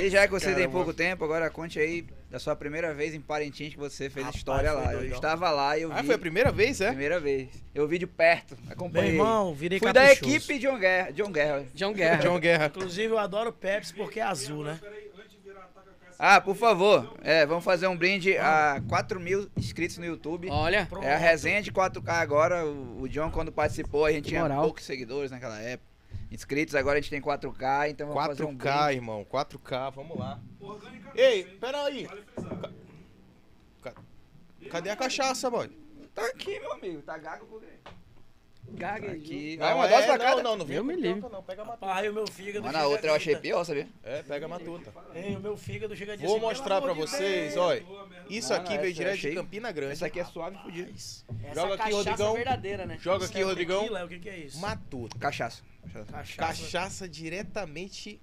[SPEAKER 2] E já que você tem
[SPEAKER 1] Caramba.
[SPEAKER 2] pouco tempo, agora conte aí da sua primeira vez em Parintins que você fez
[SPEAKER 4] Rapaz,
[SPEAKER 2] história
[SPEAKER 4] foi
[SPEAKER 2] lá. Eu
[SPEAKER 4] doidão.
[SPEAKER 2] estava lá e eu vi.
[SPEAKER 1] Ah, foi a primeira vez, é?
[SPEAKER 2] primeira vez. Eu vi de perto,
[SPEAKER 4] Meu
[SPEAKER 2] acompanhei.
[SPEAKER 4] irmão, virei
[SPEAKER 2] Fui da
[SPEAKER 4] caprichoso.
[SPEAKER 2] equipe John Guerra. John Guerra.
[SPEAKER 3] John Guerra.
[SPEAKER 2] É.
[SPEAKER 1] John Guerra.
[SPEAKER 4] Inclusive, eu adoro Pepsi porque é azul, né?
[SPEAKER 2] Ah, por favor. É, vamos fazer um brinde a 4 mil inscritos no YouTube.
[SPEAKER 3] Olha,
[SPEAKER 4] Pronto.
[SPEAKER 2] É a resenha de 4K agora. O o John, quando participou, a gente tinha
[SPEAKER 3] Moral.
[SPEAKER 2] poucos seguidores naquela época. Inscritos, agora a gente tem 4K, então vamos fazer um
[SPEAKER 1] 4K,
[SPEAKER 2] brinde.
[SPEAKER 1] irmão. 4K, vamos lá. Ei, pera aí. Ca- Cadê a cachaça, boy?
[SPEAKER 2] Tá aqui, meu amigo. Tá gago por quê? Aqui.
[SPEAKER 1] Não,
[SPEAKER 2] Vai, uma
[SPEAKER 1] é,
[SPEAKER 2] dose pra
[SPEAKER 1] não,
[SPEAKER 2] cada.
[SPEAKER 1] Não, não vem
[SPEAKER 3] Eu
[SPEAKER 1] com
[SPEAKER 3] me
[SPEAKER 1] bronca,
[SPEAKER 3] livre.
[SPEAKER 1] Não, pega a matuta.
[SPEAKER 4] Pai, o meu fígado.
[SPEAKER 2] Mas
[SPEAKER 4] chega
[SPEAKER 2] na outra eu achei
[SPEAKER 4] grita.
[SPEAKER 2] pior, sabia?
[SPEAKER 1] É, pega a matuta.
[SPEAKER 4] Ei, o meu fígado chega de
[SPEAKER 1] Vou mostrar pra vocês, ó. Isso
[SPEAKER 2] Não,
[SPEAKER 1] aqui
[SPEAKER 2] não,
[SPEAKER 1] veio
[SPEAKER 2] essa
[SPEAKER 1] direto
[SPEAKER 2] eu achei-
[SPEAKER 1] de Campina Grande.
[SPEAKER 2] Essa aqui é suave e fodida.
[SPEAKER 1] Joga aqui, Rodrigão.
[SPEAKER 3] verdadeira, né?
[SPEAKER 1] Joga
[SPEAKER 4] é um
[SPEAKER 1] aqui, Rodrigão.
[SPEAKER 4] O que, que é isso?
[SPEAKER 1] Matuta.
[SPEAKER 2] Cachaça. Cachaça.
[SPEAKER 4] Cachaça.
[SPEAKER 1] Cachaça diretamente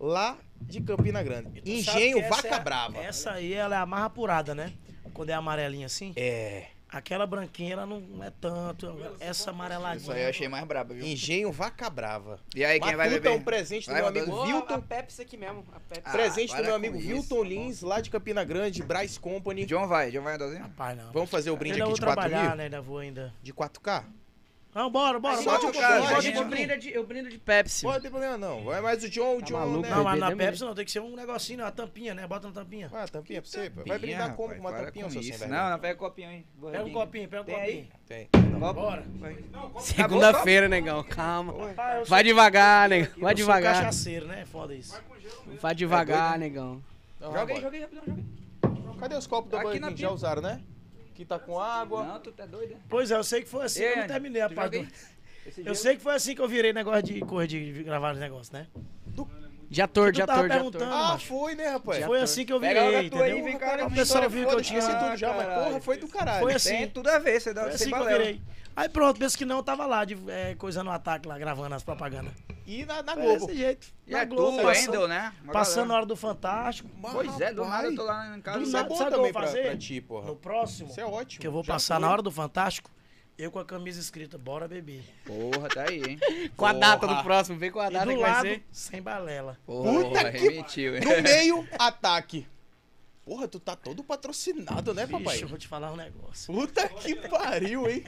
[SPEAKER 1] lá de Campina Grande.
[SPEAKER 4] E tu sabe
[SPEAKER 1] Engenho
[SPEAKER 4] que essa
[SPEAKER 1] Vaca
[SPEAKER 4] é a-
[SPEAKER 1] Brava.
[SPEAKER 4] Essa aí, ela é a mais apurada, né? Quando é amarelinha assim.
[SPEAKER 1] É.
[SPEAKER 4] Aquela branquinha, ela não é tanto. Essa amareladinha.
[SPEAKER 2] Isso aí eu achei mais braba, viu?
[SPEAKER 1] Engenho Vaca Brava.
[SPEAKER 2] E aí, quem vai
[SPEAKER 1] Matuta
[SPEAKER 2] beber?
[SPEAKER 1] é um presente do
[SPEAKER 2] Vai,
[SPEAKER 1] meu
[SPEAKER 2] Rodolfo.
[SPEAKER 1] amigo Wilton.
[SPEAKER 3] Pepsi aqui mesmo. A Pepsi.
[SPEAKER 2] Ah,
[SPEAKER 1] Presente do
[SPEAKER 2] para
[SPEAKER 1] meu amigo
[SPEAKER 2] com isso,
[SPEAKER 1] Wilton
[SPEAKER 2] tá bom.
[SPEAKER 1] Lins, lá de Campina Grande, Bryce Company.
[SPEAKER 2] John vai, John vai assim? andozinho?
[SPEAKER 4] Pai, não.
[SPEAKER 1] Vamos fazer o brinde
[SPEAKER 4] ainda
[SPEAKER 1] aqui
[SPEAKER 4] vou
[SPEAKER 1] de 4
[SPEAKER 4] trabalhar,
[SPEAKER 1] mil?
[SPEAKER 4] né? Ainda vou ainda.
[SPEAKER 1] De 4K?
[SPEAKER 4] Não, bora, bora,
[SPEAKER 1] Só
[SPEAKER 4] bora. um
[SPEAKER 1] de
[SPEAKER 4] bora,
[SPEAKER 1] cara, gente.
[SPEAKER 3] a
[SPEAKER 4] bora,
[SPEAKER 1] né?
[SPEAKER 3] gente
[SPEAKER 4] bora.
[SPEAKER 3] brinda Ah, de, eu brindo de Pepsi.
[SPEAKER 1] Pode ter problema não. Vai mais o John, o
[SPEAKER 3] Tá
[SPEAKER 1] John,
[SPEAKER 3] maluco,
[SPEAKER 1] né?
[SPEAKER 4] Não, mas na
[SPEAKER 3] Beber,
[SPEAKER 4] Pepsi não, tem que ser um negocinho, uma tampinha, né? Bota na tampinha.
[SPEAKER 1] Ah, tampinha pra você? Vai brindar como com uma
[SPEAKER 2] Para
[SPEAKER 1] tampinha,
[SPEAKER 2] com
[SPEAKER 1] seu
[SPEAKER 2] isso.
[SPEAKER 1] sem vergonha?
[SPEAKER 2] Não, não, pega o copinho aí.
[SPEAKER 4] Pega um copinho, pega um
[SPEAKER 2] Tem aí?
[SPEAKER 4] copinho.
[SPEAKER 1] Tem.
[SPEAKER 2] Copo.
[SPEAKER 4] Bora.
[SPEAKER 2] Vai.
[SPEAKER 3] Segunda-feira, negão. Calma.
[SPEAKER 4] Ah, eu sou-
[SPEAKER 3] Vai devagar, negão. Vai
[SPEAKER 4] eu sou
[SPEAKER 3] devagar.
[SPEAKER 4] cachaceiro, né? Foda isso.
[SPEAKER 3] Vai
[SPEAKER 1] É
[SPEAKER 3] devagar, negão.
[SPEAKER 1] Então,
[SPEAKER 2] Joga aí,
[SPEAKER 1] vambora.
[SPEAKER 2] joga aí, rapidão, joga aí.
[SPEAKER 1] Cadê os copos do
[SPEAKER 2] Aqui
[SPEAKER 1] banho
[SPEAKER 2] na
[SPEAKER 1] que
[SPEAKER 2] pia.
[SPEAKER 1] já usaram, né? Que tá com água.
[SPEAKER 2] Não, tu tá doido, né?
[SPEAKER 4] Pois é, eu sei que foi assim,
[SPEAKER 2] Ei,
[SPEAKER 4] eu não
[SPEAKER 2] Andy,
[SPEAKER 4] terminei a
[SPEAKER 2] tu
[SPEAKER 4] parte
[SPEAKER 2] joga
[SPEAKER 4] do-
[SPEAKER 2] Esse
[SPEAKER 4] Eu
[SPEAKER 2] gelo-
[SPEAKER 4] sei que foi assim que eu virei negócio de cor de gravar os negócios, né?
[SPEAKER 3] De ator,
[SPEAKER 4] Tu
[SPEAKER 3] de
[SPEAKER 4] tava
[SPEAKER 3] ator, de
[SPEAKER 4] perguntando.
[SPEAKER 3] ator.
[SPEAKER 1] Ah,
[SPEAKER 4] macho.
[SPEAKER 1] foi, né, rapaz?
[SPEAKER 4] Foi assim que eu
[SPEAKER 2] Pega logo
[SPEAKER 4] virei,
[SPEAKER 2] a tua aí,
[SPEAKER 4] entendeu?
[SPEAKER 2] vem cara.
[SPEAKER 4] A
[SPEAKER 1] que
[SPEAKER 4] pessoa
[SPEAKER 1] história
[SPEAKER 4] viu que eu
[SPEAKER 1] foda,
[SPEAKER 4] tinha
[SPEAKER 1] esqueci
[SPEAKER 2] Ah,
[SPEAKER 1] tudo já, mas
[SPEAKER 2] caralho.
[SPEAKER 1] porra, foi do caralho.
[SPEAKER 4] Foi assim.
[SPEAKER 2] Tem tudo a ver, você dá
[SPEAKER 4] Foi
[SPEAKER 2] você
[SPEAKER 4] assim que eu
[SPEAKER 2] balela.
[SPEAKER 4] virei. Aí pronto, penso que não, eu tava lá, de, é, coisando o ataque lá, gravando as propagandas.
[SPEAKER 1] E na, na
[SPEAKER 4] Foi
[SPEAKER 1] É Globo.
[SPEAKER 4] desse jeito.
[SPEAKER 2] E
[SPEAKER 4] Na
[SPEAKER 2] é
[SPEAKER 4] Globo,
[SPEAKER 2] tu,
[SPEAKER 4] passando-
[SPEAKER 2] Endel, né? Uma
[SPEAKER 4] Passando a
[SPEAKER 2] galera.
[SPEAKER 4] hora do Fantástico.
[SPEAKER 1] Mas,
[SPEAKER 2] Pois é, do nada
[SPEAKER 1] rapaz,
[SPEAKER 2] eu tô lá em casa.
[SPEAKER 4] Do
[SPEAKER 1] Isso é
[SPEAKER 4] nada,
[SPEAKER 1] bom
[SPEAKER 4] sabe o que eu
[SPEAKER 1] também
[SPEAKER 4] vou
[SPEAKER 1] pra,
[SPEAKER 4] fazer?
[SPEAKER 1] pra ti, porra.
[SPEAKER 4] No próximo,
[SPEAKER 1] Isso é ótimo.
[SPEAKER 4] que eu vou
[SPEAKER 1] Já
[SPEAKER 4] passar na
[SPEAKER 1] foi.
[SPEAKER 4] hora do Fantástico, eu com a camisa escrita, bora beber.
[SPEAKER 2] Porra, tá aí, hein?
[SPEAKER 3] Com a data do
[SPEAKER 1] Porra.
[SPEAKER 3] próximo, vem com a
[SPEAKER 4] E
[SPEAKER 3] data
[SPEAKER 4] do
[SPEAKER 3] que vai
[SPEAKER 4] lado,
[SPEAKER 3] ser.
[SPEAKER 4] sem balela.
[SPEAKER 2] Porra,
[SPEAKER 1] que-
[SPEAKER 2] mentiu, hein?
[SPEAKER 1] No meio, ataque. Porra, tu tá todo patrocinado, né, papai?
[SPEAKER 4] Bicho, eu vou te falar um negócio.
[SPEAKER 1] Puta que pariu, hein?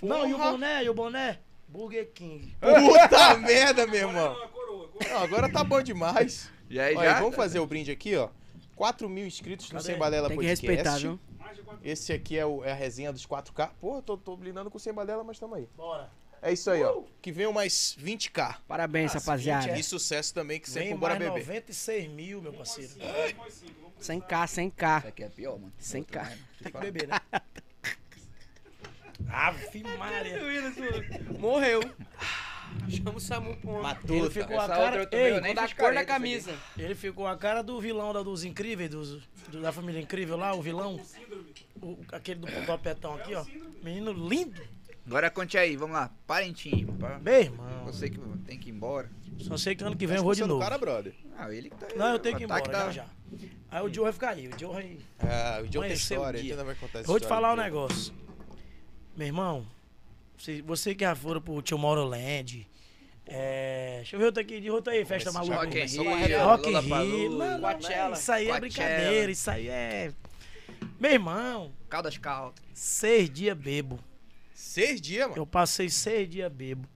[SPEAKER 4] Não, e o
[SPEAKER 1] Porra.
[SPEAKER 4] boné, e o boné? Burger King.
[SPEAKER 1] Puta merda, meu irmão.
[SPEAKER 6] Não, é coroa, coroa. É
[SPEAKER 1] Não, agora tá bom demais.
[SPEAKER 2] E aí,
[SPEAKER 1] Olha,
[SPEAKER 2] já?
[SPEAKER 1] vamos fazer o brinde aqui, ó. 4 mil inscritos no
[SPEAKER 4] Cadê?
[SPEAKER 1] Sem Balela
[SPEAKER 3] Tem que
[SPEAKER 1] Podcast.
[SPEAKER 3] respeitar, viu?
[SPEAKER 6] Mais de quatro
[SPEAKER 1] Esse aqui é, o- é a resenha dos 4K. Pô, eu tô, tô blindando com o Sem Balela, mas tamo aí.
[SPEAKER 4] Bora.
[SPEAKER 1] É isso aí,
[SPEAKER 6] Uh!
[SPEAKER 1] ó. Que venham mais 20K.
[SPEAKER 3] Parabéns,
[SPEAKER 4] Ah,
[SPEAKER 3] rapaziada.
[SPEAKER 4] seguinte,
[SPEAKER 1] E sucesso também, que sempre
[SPEAKER 4] Vem
[SPEAKER 1] o Bora
[SPEAKER 4] mais
[SPEAKER 1] Beber.
[SPEAKER 4] 96 mil, meu parceiro.
[SPEAKER 6] cinco, mais cinco, vamos pro
[SPEAKER 3] 100k,
[SPEAKER 2] Isso
[SPEAKER 3] 100k.
[SPEAKER 2] aqui é pior, mano.
[SPEAKER 3] Sem
[SPEAKER 2] Outro,
[SPEAKER 3] cara.
[SPEAKER 2] né?
[SPEAKER 4] Tem que beber, né? Ave Maria.
[SPEAKER 3] Morreu. Chama o Samu Ponto.
[SPEAKER 1] Matuta.
[SPEAKER 4] ficou-
[SPEAKER 2] Essa
[SPEAKER 4] a
[SPEAKER 2] outra
[SPEAKER 4] cara-
[SPEAKER 2] eu
[SPEAKER 4] Ei,
[SPEAKER 2] tomei, eu nem
[SPEAKER 3] Mudou a
[SPEAKER 2] fiz
[SPEAKER 3] cor da
[SPEAKER 2] careta isso
[SPEAKER 3] camisa.
[SPEAKER 2] aqui.
[SPEAKER 4] Ele ficou a cara do vilão da, dos incríveis, dos- do- da família incrível lá, o vilão.
[SPEAKER 6] síndrome.
[SPEAKER 4] O- aquele
[SPEAKER 1] É.
[SPEAKER 4] do papetão aqui, ó. Menino lindo.
[SPEAKER 2] Agora conte aí, vamos lá. Parentinho, pá.
[SPEAKER 4] Meu irmão.
[SPEAKER 2] Você que tem que ir embora.
[SPEAKER 4] Só sei que ano que vem eu vou de
[SPEAKER 1] Você é do
[SPEAKER 4] novo.
[SPEAKER 1] cara, brother.
[SPEAKER 2] Ah, ele que tá
[SPEAKER 4] Não, eu tenho
[SPEAKER 2] o
[SPEAKER 4] que ir
[SPEAKER 2] ataque
[SPEAKER 4] embora
[SPEAKER 2] tá-
[SPEAKER 4] já, já. Aí o Joe vai ficar aí. O Joe vai...
[SPEAKER 1] Ah, o John tem
[SPEAKER 4] Conheceu o
[SPEAKER 1] história,
[SPEAKER 4] dia.
[SPEAKER 1] ele ainda vai contar essa
[SPEAKER 4] Vou te
[SPEAKER 1] história
[SPEAKER 4] falar um
[SPEAKER 1] do
[SPEAKER 2] é
[SPEAKER 1] John.
[SPEAKER 4] negócio. Meu irmão, você, você que já foram pro Tio Moroland, é, deixa eu ver outra aqui de outra aí, festa
[SPEAKER 1] Começa- já
[SPEAKER 4] maluca.
[SPEAKER 2] Rock in
[SPEAKER 1] começou
[SPEAKER 2] Rio,
[SPEAKER 1] com a Rihanna.
[SPEAKER 4] Rock in
[SPEAKER 2] Lollapalooza,
[SPEAKER 4] Rio. Não, não, não,
[SPEAKER 3] Coachella.
[SPEAKER 4] Isso aí é
[SPEAKER 2] Coachella.
[SPEAKER 4] brincadeira, isso aí é... Meu irmão,
[SPEAKER 2] Caldas Caldas.
[SPEAKER 4] seis dias bebo.
[SPEAKER 1] Seis dias, mano.
[SPEAKER 4] Eu passei seis dias bebo.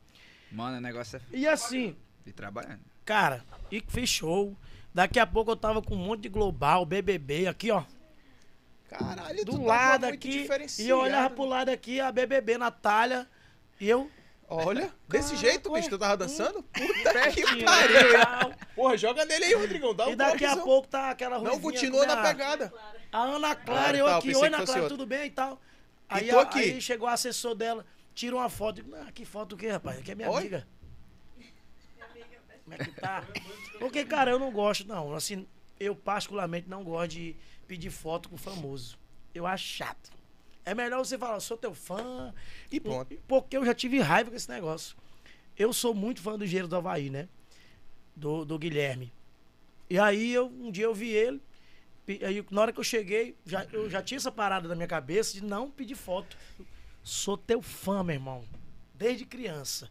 [SPEAKER 2] Mano, o negócio é
[SPEAKER 4] E assim,
[SPEAKER 2] de trabalhar. né?
[SPEAKER 4] Cara, e fechou. Daqui a pouco eu tava com um monte de global, BBB, aqui, ó.
[SPEAKER 1] Caralho, tu
[SPEAKER 4] Do
[SPEAKER 1] tá
[SPEAKER 4] lado
[SPEAKER 1] muito
[SPEAKER 4] aqui. E eu
[SPEAKER 1] diferenciado.
[SPEAKER 4] olhava pro lado aqui, a BBB, Natália. E eu.
[SPEAKER 1] Olha, desse jeito, bicho, tu tava dançando? Puta que
[SPEAKER 4] tinha,
[SPEAKER 1] pariu, hein?
[SPEAKER 4] tal.
[SPEAKER 1] Porra, joga nele aí, Rodrigão. Dá um
[SPEAKER 4] né? E daqui a
[SPEAKER 1] toquezão.
[SPEAKER 4] pouco tá aquela
[SPEAKER 1] Não,
[SPEAKER 4] ruivinha,
[SPEAKER 1] continua
[SPEAKER 4] né?
[SPEAKER 1] na pegada.
[SPEAKER 4] A Ana Clara,
[SPEAKER 1] Ah,
[SPEAKER 4] eu
[SPEAKER 1] tá, eu
[SPEAKER 4] aqui,
[SPEAKER 1] pensei
[SPEAKER 4] oi
[SPEAKER 1] que
[SPEAKER 4] Ana
[SPEAKER 1] fosse
[SPEAKER 4] Clara,
[SPEAKER 1] outra.
[SPEAKER 4] tudo bem e tal.
[SPEAKER 1] E
[SPEAKER 4] Aí,
[SPEAKER 1] tô
[SPEAKER 4] a-
[SPEAKER 1] aqui.
[SPEAKER 4] aí chegou o assessor dela, tirou uma foto. digo, Ah, que foto o quê, rapaz? Aqui é minha
[SPEAKER 1] Oi?
[SPEAKER 4] amiga. Como é que tá? Porque, cara, eu não gosto, não. Assim, eu particularmente não gosto de pedir foto com famoso. Eu acho chato. É melhor você falar, sou teu fã.
[SPEAKER 1] E ponto.
[SPEAKER 4] Porque eu já tive raiva com esse negócio. Eu sou muito fã do Engenheiro do Havaí, né? Do, do Guilherme. E aí, eu, um dia eu vi ele. pe- Aí, na hora que eu cheguei, já, eu já tinha essa parada na minha cabeça de não pedir foto. Sou teu fã, meu irmão. Desde criança.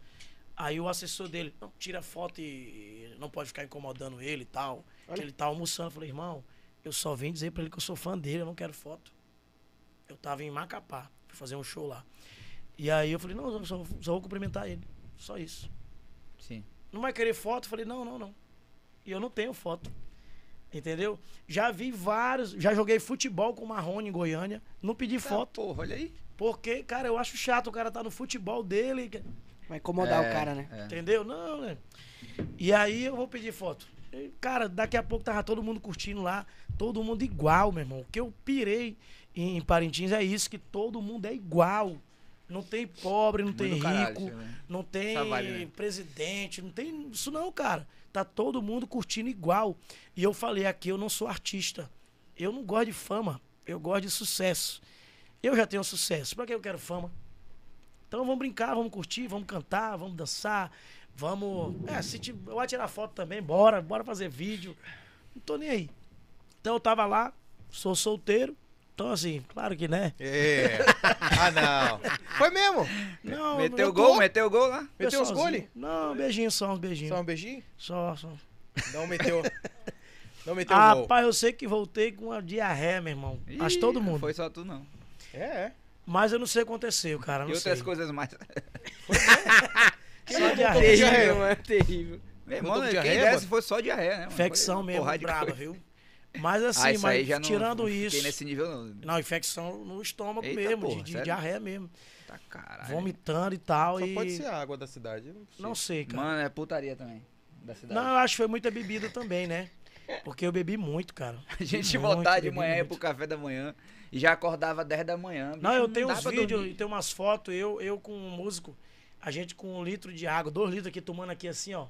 [SPEAKER 4] Aí o assessor dele, não, tira foto e não pode ficar incomodando ele e tal. Que ele tá almoçando. Eu falei, irmão, eu só vim dizer pra ele que eu sou fã dele, eu não quero foto. Eu tava em Macapá, fui fazer um show lá. E aí eu falei, não, eu só, só vou cumprimentar ele. Só isso.
[SPEAKER 2] Sim.
[SPEAKER 4] Não vai querer foto? Eu falei, não, não, não. E eu não tenho foto. Entendeu? Já vi vários. Já joguei futebol com o Marrone em Goiânia. Não pedi
[SPEAKER 1] Tá.
[SPEAKER 2] Foto,
[SPEAKER 4] foto.
[SPEAKER 2] porra, olha aí.
[SPEAKER 4] Porque, cara, eu acho chato o cara tá no futebol dele. que-
[SPEAKER 3] Vai incomodar
[SPEAKER 2] É,
[SPEAKER 3] o cara, né?
[SPEAKER 2] é.
[SPEAKER 4] Entendeu? Não, né? E aí eu vou pedir foto. E, Cara, daqui a pouco tava todo mundo curtindo lá, todo mundo igual, meu irmão. O que eu pirei em Parintins é isso, que todo mundo é igual. Não tem pobre, não
[SPEAKER 2] Muito
[SPEAKER 4] tem
[SPEAKER 2] do caralho
[SPEAKER 4] rico,
[SPEAKER 2] isso, né?
[SPEAKER 4] não tem
[SPEAKER 2] Essa vibe, né?
[SPEAKER 4] presidente, não tem isso não, cara. Tá todo mundo curtindo igual. E eu falei aqui, eu não sou artista. Eu não gosto de fama, eu gosto de sucesso. Eu já tenho sucesso, pra que eu quero fama? Então vamos brincar, vamos curtir, vamos cantar, vamos dançar, vamos. É, se te... eu vou tirar foto também, bora, bora fazer vídeo. Não tô nem aí. Então eu tava lá, sou solteiro. Então, assim, claro que né.
[SPEAKER 1] É. Ah, não. Foi mesmo.
[SPEAKER 4] Não,
[SPEAKER 2] Meteu
[SPEAKER 4] eu
[SPEAKER 2] o
[SPEAKER 4] tô-
[SPEAKER 2] gol, meteu o gol lá.
[SPEAKER 4] eu
[SPEAKER 1] Meteu os
[SPEAKER 4] sozinho.
[SPEAKER 1] goles?
[SPEAKER 4] Não, um beijinho só, um beijinho.
[SPEAKER 1] Só um beijinho?
[SPEAKER 4] Só, só.
[SPEAKER 1] Não meteu. Não
[SPEAKER 2] Então,
[SPEAKER 1] meteu o gol.
[SPEAKER 4] Rapaz, eu sei que voltei com uma diarreia, meu irmão.
[SPEAKER 2] Ih,
[SPEAKER 4] Mas todo
[SPEAKER 2] Não
[SPEAKER 4] mundo.
[SPEAKER 2] foi só tu, não.
[SPEAKER 1] É, é.
[SPEAKER 4] Mas eu não sei o que aconteceu, cara. Não
[SPEAKER 2] E outras
[SPEAKER 4] sei.
[SPEAKER 2] coisas mais.
[SPEAKER 4] Só
[SPEAKER 1] diarreia.
[SPEAKER 4] diarreia.
[SPEAKER 3] Terrível, mano. Terrível.
[SPEAKER 2] Meu
[SPEAKER 1] Não tô
[SPEAKER 2] irmão,
[SPEAKER 1] com
[SPEAKER 2] quem
[SPEAKER 1] diarreia,
[SPEAKER 2] dera
[SPEAKER 1] mano?
[SPEAKER 2] se fosse só diarreia, né? mano?
[SPEAKER 4] Infecção
[SPEAKER 2] Foi
[SPEAKER 4] mesmo,
[SPEAKER 2] porrada de
[SPEAKER 4] braba,
[SPEAKER 2] coisa.
[SPEAKER 4] viu? Mas assim,
[SPEAKER 2] ah, isso aí
[SPEAKER 4] mas
[SPEAKER 2] já não,
[SPEAKER 4] tirando
[SPEAKER 2] não
[SPEAKER 4] isso.
[SPEAKER 2] Fiquei nesse nível, não.
[SPEAKER 4] Não, infecção no estômago
[SPEAKER 2] Eita
[SPEAKER 4] mesmo,
[SPEAKER 2] porra,
[SPEAKER 4] de- de,
[SPEAKER 2] sério?
[SPEAKER 4] diarreia mesmo.
[SPEAKER 2] Tá caralho.
[SPEAKER 4] vomitando e tal.
[SPEAKER 1] Só
[SPEAKER 4] e...
[SPEAKER 1] pode ser a água da cidade. Não,
[SPEAKER 2] assim.
[SPEAKER 1] precisa.
[SPEAKER 4] Não sei, cara.
[SPEAKER 2] Mano, é putaria também. Da cidade.
[SPEAKER 4] Não, eu acho que foi muita bebida também, né? Porque eu bebi muito, cara.
[SPEAKER 2] A gente
[SPEAKER 4] Muito,
[SPEAKER 2] voltava de
[SPEAKER 4] bebi
[SPEAKER 2] manhã, ia
[SPEAKER 4] muito.
[SPEAKER 2] pro café da manhã e já acordava 10 da manhã.
[SPEAKER 4] Não,
[SPEAKER 2] bicho,
[SPEAKER 4] eu tenho
[SPEAKER 2] dá
[SPEAKER 4] uns
[SPEAKER 2] pra
[SPEAKER 4] vídeos,
[SPEAKER 2] dormir.
[SPEAKER 4] e tem umas fotos, eu, eu com um músico, a gente com um litro de água, dois litros aqui, tomando aqui assim, ó.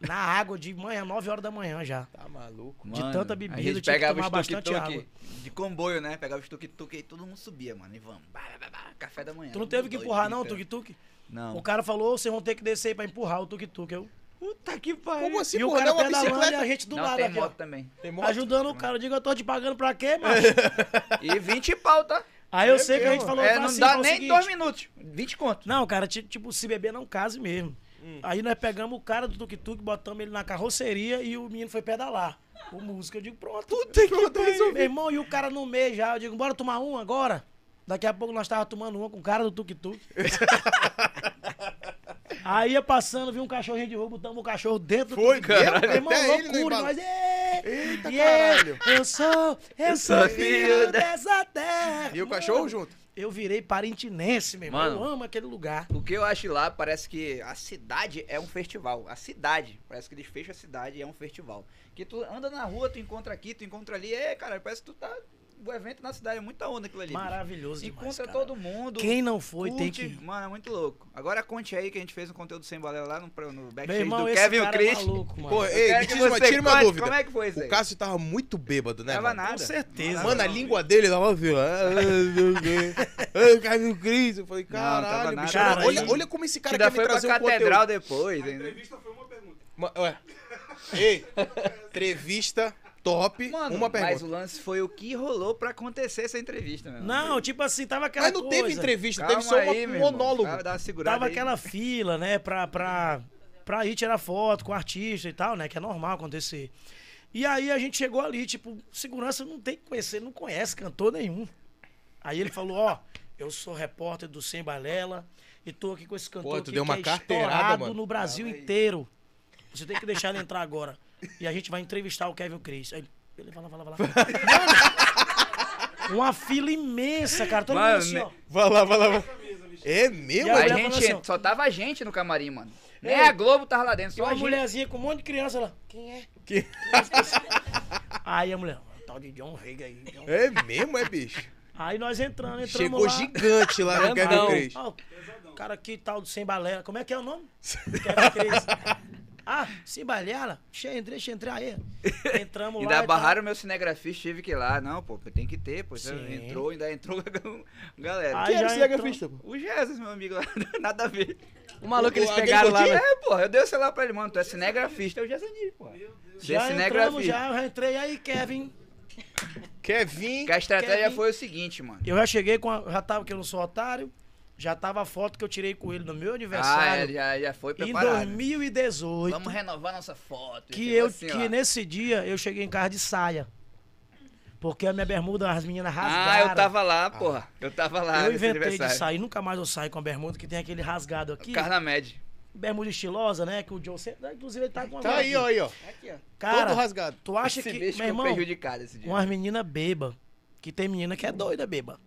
[SPEAKER 4] Na água de manhã, nove horas da manhã já.
[SPEAKER 1] Tá maluco.
[SPEAKER 4] de tanta bebida,
[SPEAKER 2] a
[SPEAKER 4] tinha
[SPEAKER 2] gente
[SPEAKER 4] que
[SPEAKER 2] pegava
[SPEAKER 4] tomar
[SPEAKER 2] os
[SPEAKER 4] bastante
[SPEAKER 2] tuk-tuk de comboio, né? Pegava os tuk-tuk e todo mundo subia, mano. E vamos. Bah, bah, bah, bah, café da manhã.
[SPEAKER 4] Tu não teve que
[SPEAKER 2] Doido,
[SPEAKER 4] empurrar, não, o
[SPEAKER 2] gritando.
[SPEAKER 4] tuk-tuk?
[SPEAKER 2] Não.
[SPEAKER 4] O cara falou, vocês vão ter que descer aí pra empurrar o tuk-tuk. Eu...
[SPEAKER 2] Puta que pariu.
[SPEAKER 1] Como assim,
[SPEAKER 4] E o
[SPEAKER 1] porra?
[SPEAKER 4] cara
[SPEAKER 1] Não é uma
[SPEAKER 4] pedalando e a
[SPEAKER 1] bicicleta.
[SPEAKER 4] gente do
[SPEAKER 2] não,
[SPEAKER 4] lado
[SPEAKER 2] tem
[SPEAKER 4] aqui, ó.
[SPEAKER 2] moto também.
[SPEAKER 1] Tem moto?
[SPEAKER 4] Ajudando o cara, eu digo, eu tô te pagando pra quê, mano?
[SPEAKER 2] E 20 pau, tá?
[SPEAKER 4] Aí eu sei que a gente
[SPEAKER 1] mesmo.
[SPEAKER 4] falou
[SPEAKER 2] É,
[SPEAKER 4] pra
[SPEAKER 2] não
[SPEAKER 4] assim,
[SPEAKER 2] dá
[SPEAKER 4] falou o
[SPEAKER 2] nem
[SPEAKER 4] seguinte,
[SPEAKER 2] dois minutos. 20 conto.
[SPEAKER 4] Não, cara, ti- tipo, se beber não case
[SPEAKER 1] Hum.
[SPEAKER 4] mesmo. Aí nós pegamos o cara do tuk-tuk, botamos ele na carroceria e o menino foi pedalar. com música. Eu digo, pronto.
[SPEAKER 1] Puta que
[SPEAKER 4] Meu irmão, e o cara no meio já. Eu digo, bora tomar uma agora. Daqui a pouco nós tava tomando uma com o cara do tuk-tuk. Aí ia passando, vi um cachorrinho de rua, botamos o cachorro dentro
[SPEAKER 1] Foi,
[SPEAKER 4] do
[SPEAKER 1] cara.
[SPEAKER 4] Meu irmão,
[SPEAKER 1] Até ele não
[SPEAKER 4] loucura.
[SPEAKER 1] embala.
[SPEAKER 4] Nós, "Ê,
[SPEAKER 1] Eita,
[SPEAKER 4] e é,
[SPEAKER 1] caralho.
[SPEAKER 4] Eu sou, eu, sou filho dessa terra.
[SPEAKER 1] E o
[SPEAKER 4] Mano,
[SPEAKER 1] cachorro junto.
[SPEAKER 4] Eu virei parintinense, meu irmão.
[SPEAKER 2] Mano.
[SPEAKER 4] Eu amo aquele lugar.
[SPEAKER 2] O que eu acho lá, parece que a cidade é um festival. A cidade, parece que eles fecham a cidade e é um festival. Que tu anda na rua, tu encontra aqui, tu encontra ali. É, cara, parece que tu tá... O evento na cidade é muita onda aquilo ali. bicho.
[SPEAKER 4] Maravilhoso demais,
[SPEAKER 2] Encontra
[SPEAKER 4] cara.
[SPEAKER 2] todo mundo.
[SPEAKER 4] Quem não foi
[SPEAKER 2] curte.
[SPEAKER 4] tem que ir.
[SPEAKER 2] Mano, é muito louco. Agora conte aí que a gente fez um conteúdo sem balela lá no, no
[SPEAKER 4] Meu
[SPEAKER 2] backstage
[SPEAKER 4] irmão,
[SPEAKER 2] do
[SPEAKER 4] esse
[SPEAKER 2] Kevin e o
[SPEAKER 4] cara
[SPEAKER 2] Chris.
[SPEAKER 4] é maluco, mano.
[SPEAKER 1] Pô,
[SPEAKER 2] Eu
[SPEAKER 1] ei,
[SPEAKER 2] quero
[SPEAKER 1] me
[SPEAKER 2] que
[SPEAKER 1] tira uma,
[SPEAKER 2] você
[SPEAKER 1] tira uma
[SPEAKER 2] conte,
[SPEAKER 1] dúvida.
[SPEAKER 2] Como é que foi isso aí?
[SPEAKER 1] O Cássio tava muito bêbado, né?
[SPEAKER 2] Tava
[SPEAKER 1] mano?
[SPEAKER 2] nada.
[SPEAKER 4] Com certeza.
[SPEAKER 1] Mano, a
[SPEAKER 2] não.
[SPEAKER 1] língua dele tava assim, ó. Ai, Caiu o Cris. Eu falei, caralho,
[SPEAKER 2] tava
[SPEAKER 1] bicho.
[SPEAKER 4] nada.
[SPEAKER 1] olha- olha, olha como esse cara
[SPEAKER 2] Ainda
[SPEAKER 1] quer me
[SPEAKER 2] foi pra
[SPEAKER 1] trazer um
[SPEAKER 2] catedral
[SPEAKER 1] conteúdo.
[SPEAKER 2] depois.
[SPEAKER 6] A
[SPEAKER 2] entendeu?
[SPEAKER 6] entrevista foi uma pergunta.
[SPEAKER 1] Ma- ué. Ei, entrevista top.
[SPEAKER 2] Mano,
[SPEAKER 1] uma
[SPEAKER 2] mas
[SPEAKER 1] pergunta.
[SPEAKER 2] o lance foi o que rolou pra acontecer essa entrevista, meu irmão.
[SPEAKER 4] Não, tipo assim, tava aquela
[SPEAKER 1] Mas não teve
[SPEAKER 4] coisa.
[SPEAKER 1] entrevista,
[SPEAKER 2] é Calma
[SPEAKER 1] teve só uma-
[SPEAKER 2] aí,
[SPEAKER 1] um
[SPEAKER 2] meu irmão.
[SPEAKER 1] monólogo.
[SPEAKER 2] Calma, dá uma segurada
[SPEAKER 4] Tava
[SPEAKER 2] aí.
[SPEAKER 4] aquela fila, né, pra, pra, pra ir tirar foto com o artista e tal, né, que é normal acontecer. E aí a gente chegou ali, tipo, segurança não tem que conhecer, não conhece cantor nenhum. Aí ele falou, ó, eu sou repórter do Sem Balela e tô aqui com esse cantor
[SPEAKER 1] Pô, tu
[SPEAKER 4] aqui
[SPEAKER 1] deu uma
[SPEAKER 4] que é
[SPEAKER 1] carteirada,
[SPEAKER 4] estourado
[SPEAKER 1] mano.
[SPEAKER 4] no Brasil inteiro. Você tem que deixar ele entrar agora. E a gente vai entrevistar o Kevin Cris. Aí ele, ele vai lá, vai lá, vai lá. Mano, uma fila imensa, cara. Todo
[SPEAKER 2] Mano,
[SPEAKER 4] mundo assim,
[SPEAKER 2] né?
[SPEAKER 4] ó.
[SPEAKER 1] Vai lá, vai lá. vai lá. É mesmo?
[SPEAKER 4] a
[SPEAKER 2] A
[SPEAKER 1] é?
[SPEAKER 4] mulher falou assim, ó.
[SPEAKER 2] gente, só tava a gente no camarim, mano. Nem
[SPEAKER 4] Ei,
[SPEAKER 2] a Globo tava lá dentro,
[SPEAKER 4] E
[SPEAKER 2] só a
[SPEAKER 4] uma
[SPEAKER 2] gente.
[SPEAKER 4] mulherzinha com um monte de criança lá. Quem é?
[SPEAKER 1] Que-
[SPEAKER 4] Aí a mulher, "Ah, tal de John Reagan aí. John."
[SPEAKER 1] É mesmo, é, bicho?
[SPEAKER 4] Aí nós entrando, entramos
[SPEAKER 1] Chegou
[SPEAKER 4] lá.
[SPEAKER 1] gigante lá
[SPEAKER 2] né,
[SPEAKER 1] no Kevin
[SPEAKER 3] Grandão.
[SPEAKER 1] Cris.
[SPEAKER 4] Ó, o cara aqui tal do Sem Balela. Como é que é o nome? Kevin Cris. Ah, Sem Balela? Che, entrei, che, entrei aí. Entramos lá.
[SPEAKER 2] Ainda
[SPEAKER 4] e tal.
[SPEAKER 2] barraram meu cinegrafista, tive que ir lá. Não, pô, tem que ter, pô. é
[SPEAKER 4] Sim.
[SPEAKER 2] Entrou, ainda entrou. Galera.
[SPEAKER 4] Aí
[SPEAKER 1] Quem era
[SPEAKER 4] já
[SPEAKER 1] esse cinegrafista, pô?
[SPEAKER 2] O Jesus, meu amigo, lá, nada a ver.
[SPEAKER 3] O maluco que eles
[SPEAKER 1] Aquele
[SPEAKER 3] pegaram lá,
[SPEAKER 1] gordinho?
[SPEAKER 4] né?
[SPEAKER 3] velho.
[SPEAKER 2] É, porra, eu dei o celular pra ele, mano. Tu é cinegrafista, eu já sabia, porra. Você é
[SPEAKER 4] Já entramos,
[SPEAKER 2] cinegrafista.
[SPEAKER 4] já, eu já entrei. Aí, Kevin.
[SPEAKER 1] Kevin.
[SPEAKER 2] Que a estratégia
[SPEAKER 4] Kevin.
[SPEAKER 2] foi o seguinte, mano.
[SPEAKER 4] Eu já cheguei com a... Já tava que eu não sou otário. Já tava a foto que eu tirei com ele no meu
[SPEAKER 2] Ah, é,
[SPEAKER 4] aniversário.
[SPEAKER 2] já, já foi
[SPEAKER 4] em
[SPEAKER 2] preparado.
[SPEAKER 4] 2018.
[SPEAKER 2] Vamos renovar nossa foto.
[SPEAKER 4] que
[SPEAKER 2] chegou
[SPEAKER 4] eu
[SPEAKER 2] assim,
[SPEAKER 4] que
[SPEAKER 2] ó.
[SPEAKER 4] nesse dia eu cheguei em casa de saia. Porque a minha bermuda, as meninas
[SPEAKER 2] Ah,
[SPEAKER 4] rasgaram.
[SPEAKER 2] eu tava lá, porra. Eu tava lá
[SPEAKER 4] Eu
[SPEAKER 2] nesse
[SPEAKER 4] inventei de
[SPEAKER 2] aniversário.
[SPEAKER 4] sair, nunca mais eu saio com a bermuda que tem aquele rasgado aqui.
[SPEAKER 2] Carnamed.
[SPEAKER 4] Bermuda estilosa, né? Que o Joe sempre. Inclusive, ele tá com uma
[SPEAKER 1] Tá
[SPEAKER 4] agora
[SPEAKER 1] aí,
[SPEAKER 4] aqui.
[SPEAKER 1] ó, aí, ó.
[SPEAKER 2] Aqui, ó.
[SPEAKER 4] Cara,
[SPEAKER 1] Todo rasgado.
[SPEAKER 4] tu acha
[SPEAKER 2] Esse
[SPEAKER 4] que.
[SPEAKER 2] bicho ficou
[SPEAKER 4] Meu irmão,
[SPEAKER 2] prejudicado esse dia.
[SPEAKER 4] É. umas meninas beba. Que tem menina que é doida, beba.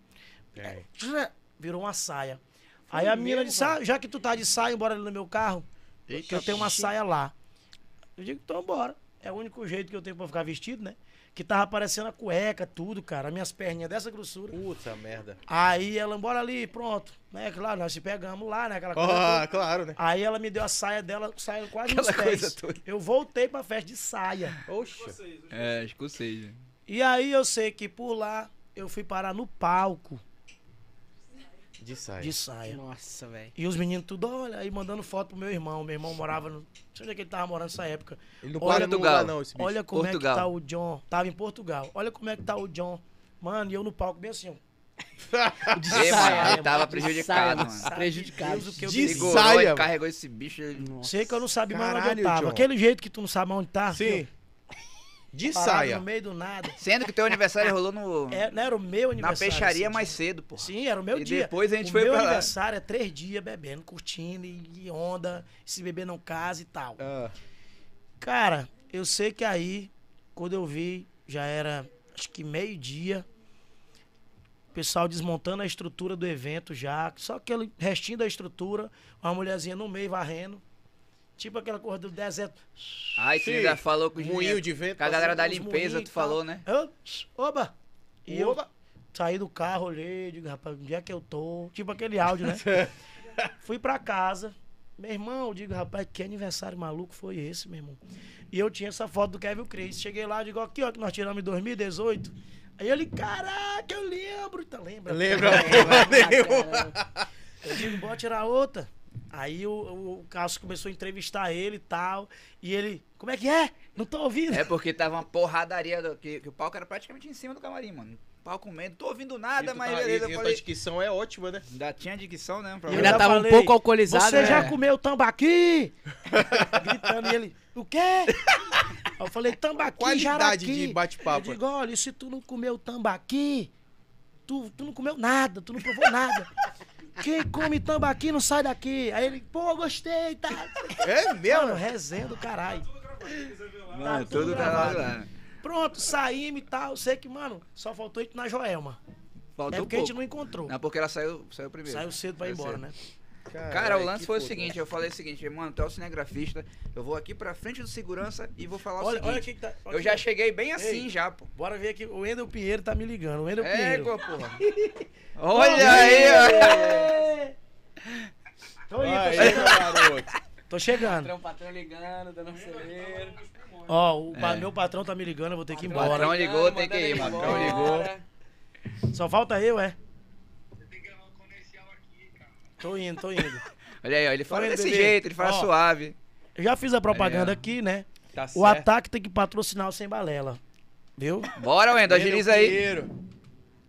[SPEAKER 2] É.
[SPEAKER 4] Tchá, Virou uma saia. aí a menina disse: ah, já que tu tá de saia, bora ali no meu carro. que eu tenho uma saia lá. Eu digo, então bora. É o único jeito que eu tenho pra ficar vestido, né? Que tava aparecendo a cueca, tudo, cara. Minhas perninhas dessa grossura.
[SPEAKER 1] Puta merda.
[SPEAKER 4] Aí ela, bora ali, pronto. Né? Claro, nós se pegamos lá, né? Aquela coisa.
[SPEAKER 1] Ah,
[SPEAKER 4] toda.
[SPEAKER 1] claro, né?
[SPEAKER 4] Aí ela me deu a saia dela, saia quase nos
[SPEAKER 2] Aquela coisa
[SPEAKER 4] pés.
[SPEAKER 2] toda.
[SPEAKER 4] Eu voltei pra festa de saia.
[SPEAKER 1] Oxa.
[SPEAKER 2] É, escocês.
[SPEAKER 4] E aí eu sei que por lá eu fui parar no palco
[SPEAKER 1] De saia.
[SPEAKER 4] de saia.
[SPEAKER 3] Nossa, velho.
[SPEAKER 4] E os meninos tudo, olha, aí mandando foto pro meu irmão. Meu irmão morava no. Não sei onde é que ele tava morando nessa época.
[SPEAKER 1] Ele não
[SPEAKER 4] Olha,
[SPEAKER 1] para no
[SPEAKER 2] Portugal.
[SPEAKER 1] lugar, não, esse bicho.
[SPEAKER 4] Olha como
[SPEAKER 2] Portugal.
[SPEAKER 4] é que tá o John. Tava em Portugal. Olha como é que tá o John. Mano, e eu no palco bem assim, ó.
[SPEAKER 3] De
[SPEAKER 2] Ei, mano, ele tava prejudicado,
[SPEAKER 3] saia,
[SPEAKER 2] mano.
[SPEAKER 3] Prejudicado.
[SPEAKER 4] Deus, o que eu
[SPEAKER 1] De
[SPEAKER 4] fiz.
[SPEAKER 2] Segurou,
[SPEAKER 1] saia,
[SPEAKER 2] ele
[SPEAKER 1] mano.
[SPEAKER 2] carregou esse bicho. ele-
[SPEAKER 3] Nossa.
[SPEAKER 4] Sei que eu não sabia mais onde
[SPEAKER 1] Caralho,
[SPEAKER 4] eu tava.
[SPEAKER 1] John.
[SPEAKER 4] Aquele jeito que tu não sabe mais onde tá.
[SPEAKER 1] Sim.
[SPEAKER 4] assim,
[SPEAKER 1] De
[SPEAKER 4] ó, parado
[SPEAKER 1] saia.
[SPEAKER 4] No meio do nada.
[SPEAKER 2] Sendo que teu aniversário rolou no...
[SPEAKER 4] É, não era o meu
[SPEAKER 2] na
[SPEAKER 4] aniversário.
[SPEAKER 2] peixaria
[SPEAKER 4] esse
[SPEAKER 2] mais
[SPEAKER 4] dia.
[SPEAKER 2] cedo, porra.
[SPEAKER 4] Sim, era o meu
[SPEAKER 2] E
[SPEAKER 4] dia.
[SPEAKER 2] depois a gente
[SPEAKER 4] o
[SPEAKER 2] foi
[SPEAKER 4] meu
[SPEAKER 2] pra lá.
[SPEAKER 4] aniversário é três dias bebendo, curtindo e e onda, se beber não casa e tal.
[SPEAKER 1] Ah,
[SPEAKER 4] Cara, eu sei que aí, quando eu vi, já era acho que meio-dia. O pessoal desmontando a estrutura do evento já. Só aquele restinho da estrutura, uma mulherzinha no meio varrendo. Tipo aquela coisa do deserto.
[SPEAKER 2] Aí tu
[SPEAKER 1] Sim.
[SPEAKER 2] ainda falou com os
[SPEAKER 1] Moinho
[SPEAKER 2] meninos-
[SPEAKER 1] de vento
[SPEAKER 2] Com a galera da
[SPEAKER 4] Os
[SPEAKER 2] limpeza,
[SPEAKER 4] moinhos
[SPEAKER 2] tu
[SPEAKER 4] e
[SPEAKER 2] falou,
[SPEAKER 4] tal.
[SPEAKER 2] né?
[SPEAKER 4] Eu, oba! E eu
[SPEAKER 1] Oba!
[SPEAKER 4] saí do carro, olhei, digo, rapaz, onde é que eu tô? Tipo aquele áudio, né? Fui pra casa. Meu irmão, eu digo, rapaz, que aniversário maluco foi esse, meu irmão? E eu tinha essa foto do Kevin Cris. Cheguei lá, digo, aqui, ó, que nós tiramos em 2018. Aí ele, caraca, eu lembro. Tá, lembra?
[SPEAKER 1] Lembra
[SPEAKER 3] É,
[SPEAKER 1] porra nenhuma.
[SPEAKER 4] Eu digo, bora tirar outra. Aí o, o, o Cássio começou a entrevistar ele e tal. E ele, como é que é? Não tô ouvindo.
[SPEAKER 2] É porque tava uma porradaria, do- que, que o palco era praticamente em cima do camarim, mano. O palco comendo, tô ouvindo nada, mas
[SPEAKER 1] tá
[SPEAKER 2] beleza, eu
[SPEAKER 1] A
[SPEAKER 2] falei...
[SPEAKER 1] descrição é ótima, né?
[SPEAKER 2] Ainda tinha dicção, né? Pra
[SPEAKER 4] Eu
[SPEAKER 3] Ainda
[SPEAKER 4] já
[SPEAKER 3] tava um
[SPEAKER 4] falei,
[SPEAKER 3] pouco
[SPEAKER 2] É.
[SPEAKER 3] alcoolizado.
[SPEAKER 4] Você já
[SPEAKER 3] né?
[SPEAKER 4] comeu tambaqui? Gritando e ele, o quê? Aí eu falei, tambaqui,
[SPEAKER 1] Qualidade
[SPEAKER 4] jaraqui.
[SPEAKER 1] de bate-papo.
[SPEAKER 4] Eu digo, olha, se tu não comeu tambaqui, tu, tu não comeu nada, tu não provou nada. Quem come tambaqui não sai daqui. Aí ele, pô, gostei, tá.
[SPEAKER 1] É
[SPEAKER 4] Mano,
[SPEAKER 1] mesmo?
[SPEAKER 4] resenha do caralho.
[SPEAKER 2] Mano,
[SPEAKER 4] tudo
[SPEAKER 2] tudo
[SPEAKER 4] gravado. né?
[SPEAKER 2] gravado lá.
[SPEAKER 4] Pronto, saímos e tal. Sei que, mano, só faltou a gente na Joelma. é
[SPEAKER 2] Faltou
[SPEAKER 4] porque a
[SPEAKER 2] pouco.
[SPEAKER 4] gente não encontrou.
[SPEAKER 2] Não, porque ela saiu, saiu primeiro.
[SPEAKER 4] Saiu cedo pra
[SPEAKER 2] Saiu
[SPEAKER 4] ir
[SPEAKER 2] cedo.
[SPEAKER 4] embora, né?
[SPEAKER 2] Cara,
[SPEAKER 1] Caralho,
[SPEAKER 2] o lance
[SPEAKER 1] É, que
[SPEAKER 2] foi o
[SPEAKER 1] foda.
[SPEAKER 2] seguinte, eu falei o seguinte, mano, tu é o cinegrafista, eu vou aqui pra frente do segurança e vou falar
[SPEAKER 4] Olha,
[SPEAKER 2] o
[SPEAKER 4] olha
[SPEAKER 2] seguinte.
[SPEAKER 4] aqui que tá.
[SPEAKER 2] eu já cheguei bem assim
[SPEAKER 4] Ei.
[SPEAKER 2] já, pô.
[SPEAKER 4] Bora ver aqui. O Wendel Pinheiro tá me ligando. O Wendel
[SPEAKER 2] É,
[SPEAKER 4] Pinheiro.
[SPEAKER 2] pô, porra. Olha aí, ó.
[SPEAKER 4] Então Tô indo, tô
[SPEAKER 1] Aê,
[SPEAKER 4] chegando.
[SPEAKER 1] garoto.
[SPEAKER 4] Tô chegando.
[SPEAKER 3] um patrão ligando, dando um acelero.
[SPEAKER 4] Ó, o pa- meu patrão tá me ligando, eu vou ter que ir embora.
[SPEAKER 2] É. Patrão ligou, tem que ir, mano. Patrão ligou.
[SPEAKER 4] Só falta eu, é?
[SPEAKER 5] um
[SPEAKER 4] Tô indo, tô indo.
[SPEAKER 2] Olha aí, ó, ele fala
[SPEAKER 4] Olha,
[SPEAKER 2] desse
[SPEAKER 4] bebê.
[SPEAKER 2] jeito, ele fala
[SPEAKER 4] Ó.
[SPEAKER 2] suave.
[SPEAKER 4] Eu já fiz a propaganda
[SPEAKER 2] Aí, ó.
[SPEAKER 4] aqui, né?
[SPEAKER 1] Tá
[SPEAKER 4] O ataque tem que patrocinar o Sem Balela. Viu?
[SPEAKER 2] Bora, Wendel,
[SPEAKER 1] Ele é o
[SPEAKER 2] agiliza aí.
[SPEAKER 1] primeiro.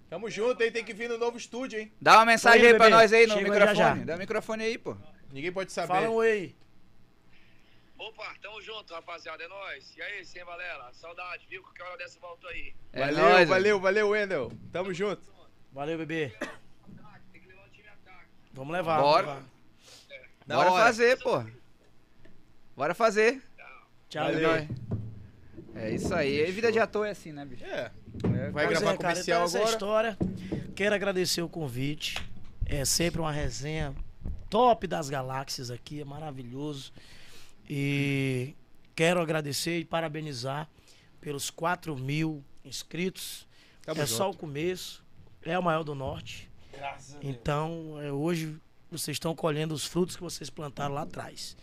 [SPEAKER 1] Tamo junto, hein? Tem que vir no novo estúdio, hein?
[SPEAKER 2] Dá uma mensagem
[SPEAKER 4] Oi,
[SPEAKER 2] aí pra
[SPEAKER 4] bebê.
[SPEAKER 2] nós aí no
[SPEAKER 4] Chegou já,
[SPEAKER 2] microfone.
[SPEAKER 4] já.
[SPEAKER 2] Dá o microfone aí, pô.
[SPEAKER 1] Ninguém pode
[SPEAKER 2] Tá
[SPEAKER 1] saber.
[SPEAKER 4] Fala um oi aí.
[SPEAKER 5] Opa, tamo junto, rapaziada, é nóis. E aí, sem valela, saudade, viu? Qualquer hora dessa volta aí.
[SPEAKER 2] É
[SPEAKER 1] valeu,
[SPEAKER 2] nóis,
[SPEAKER 1] valeu, valeu, Wendel. Tamo junto.
[SPEAKER 4] Valeu, bebê.
[SPEAKER 5] Tem que levar o time ataque.
[SPEAKER 4] Vamos levar.
[SPEAKER 2] Bora.
[SPEAKER 4] vamos levar.
[SPEAKER 1] Na
[SPEAKER 2] Bora
[SPEAKER 1] hora.
[SPEAKER 2] fazer, pô. Bora fazer.
[SPEAKER 4] Tchau,
[SPEAKER 1] Valeu.
[SPEAKER 4] bebê.
[SPEAKER 2] É isso aí. E vida de ator é assim, né, bicho?
[SPEAKER 1] É.
[SPEAKER 2] É,
[SPEAKER 1] Vai
[SPEAKER 4] Pois
[SPEAKER 1] gravar
[SPEAKER 4] cara,
[SPEAKER 1] comercial agora?
[SPEAKER 4] então Essa história. Quero agradecer o convite. É sempre uma resenha top das galáxias aqui, é maravilhoso. E quero agradecer e parabenizar pelos 4 mil inscritos.
[SPEAKER 1] Tamo
[SPEAKER 4] é
[SPEAKER 1] junto.
[SPEAKER 4] só o começo. É o maior do norte.
[SPEAKER 6] Graças a Deus.
[SPEAKER 4] Então, é, hoje vocês estão colhendo os frutos que vocês plantaram lá atrás.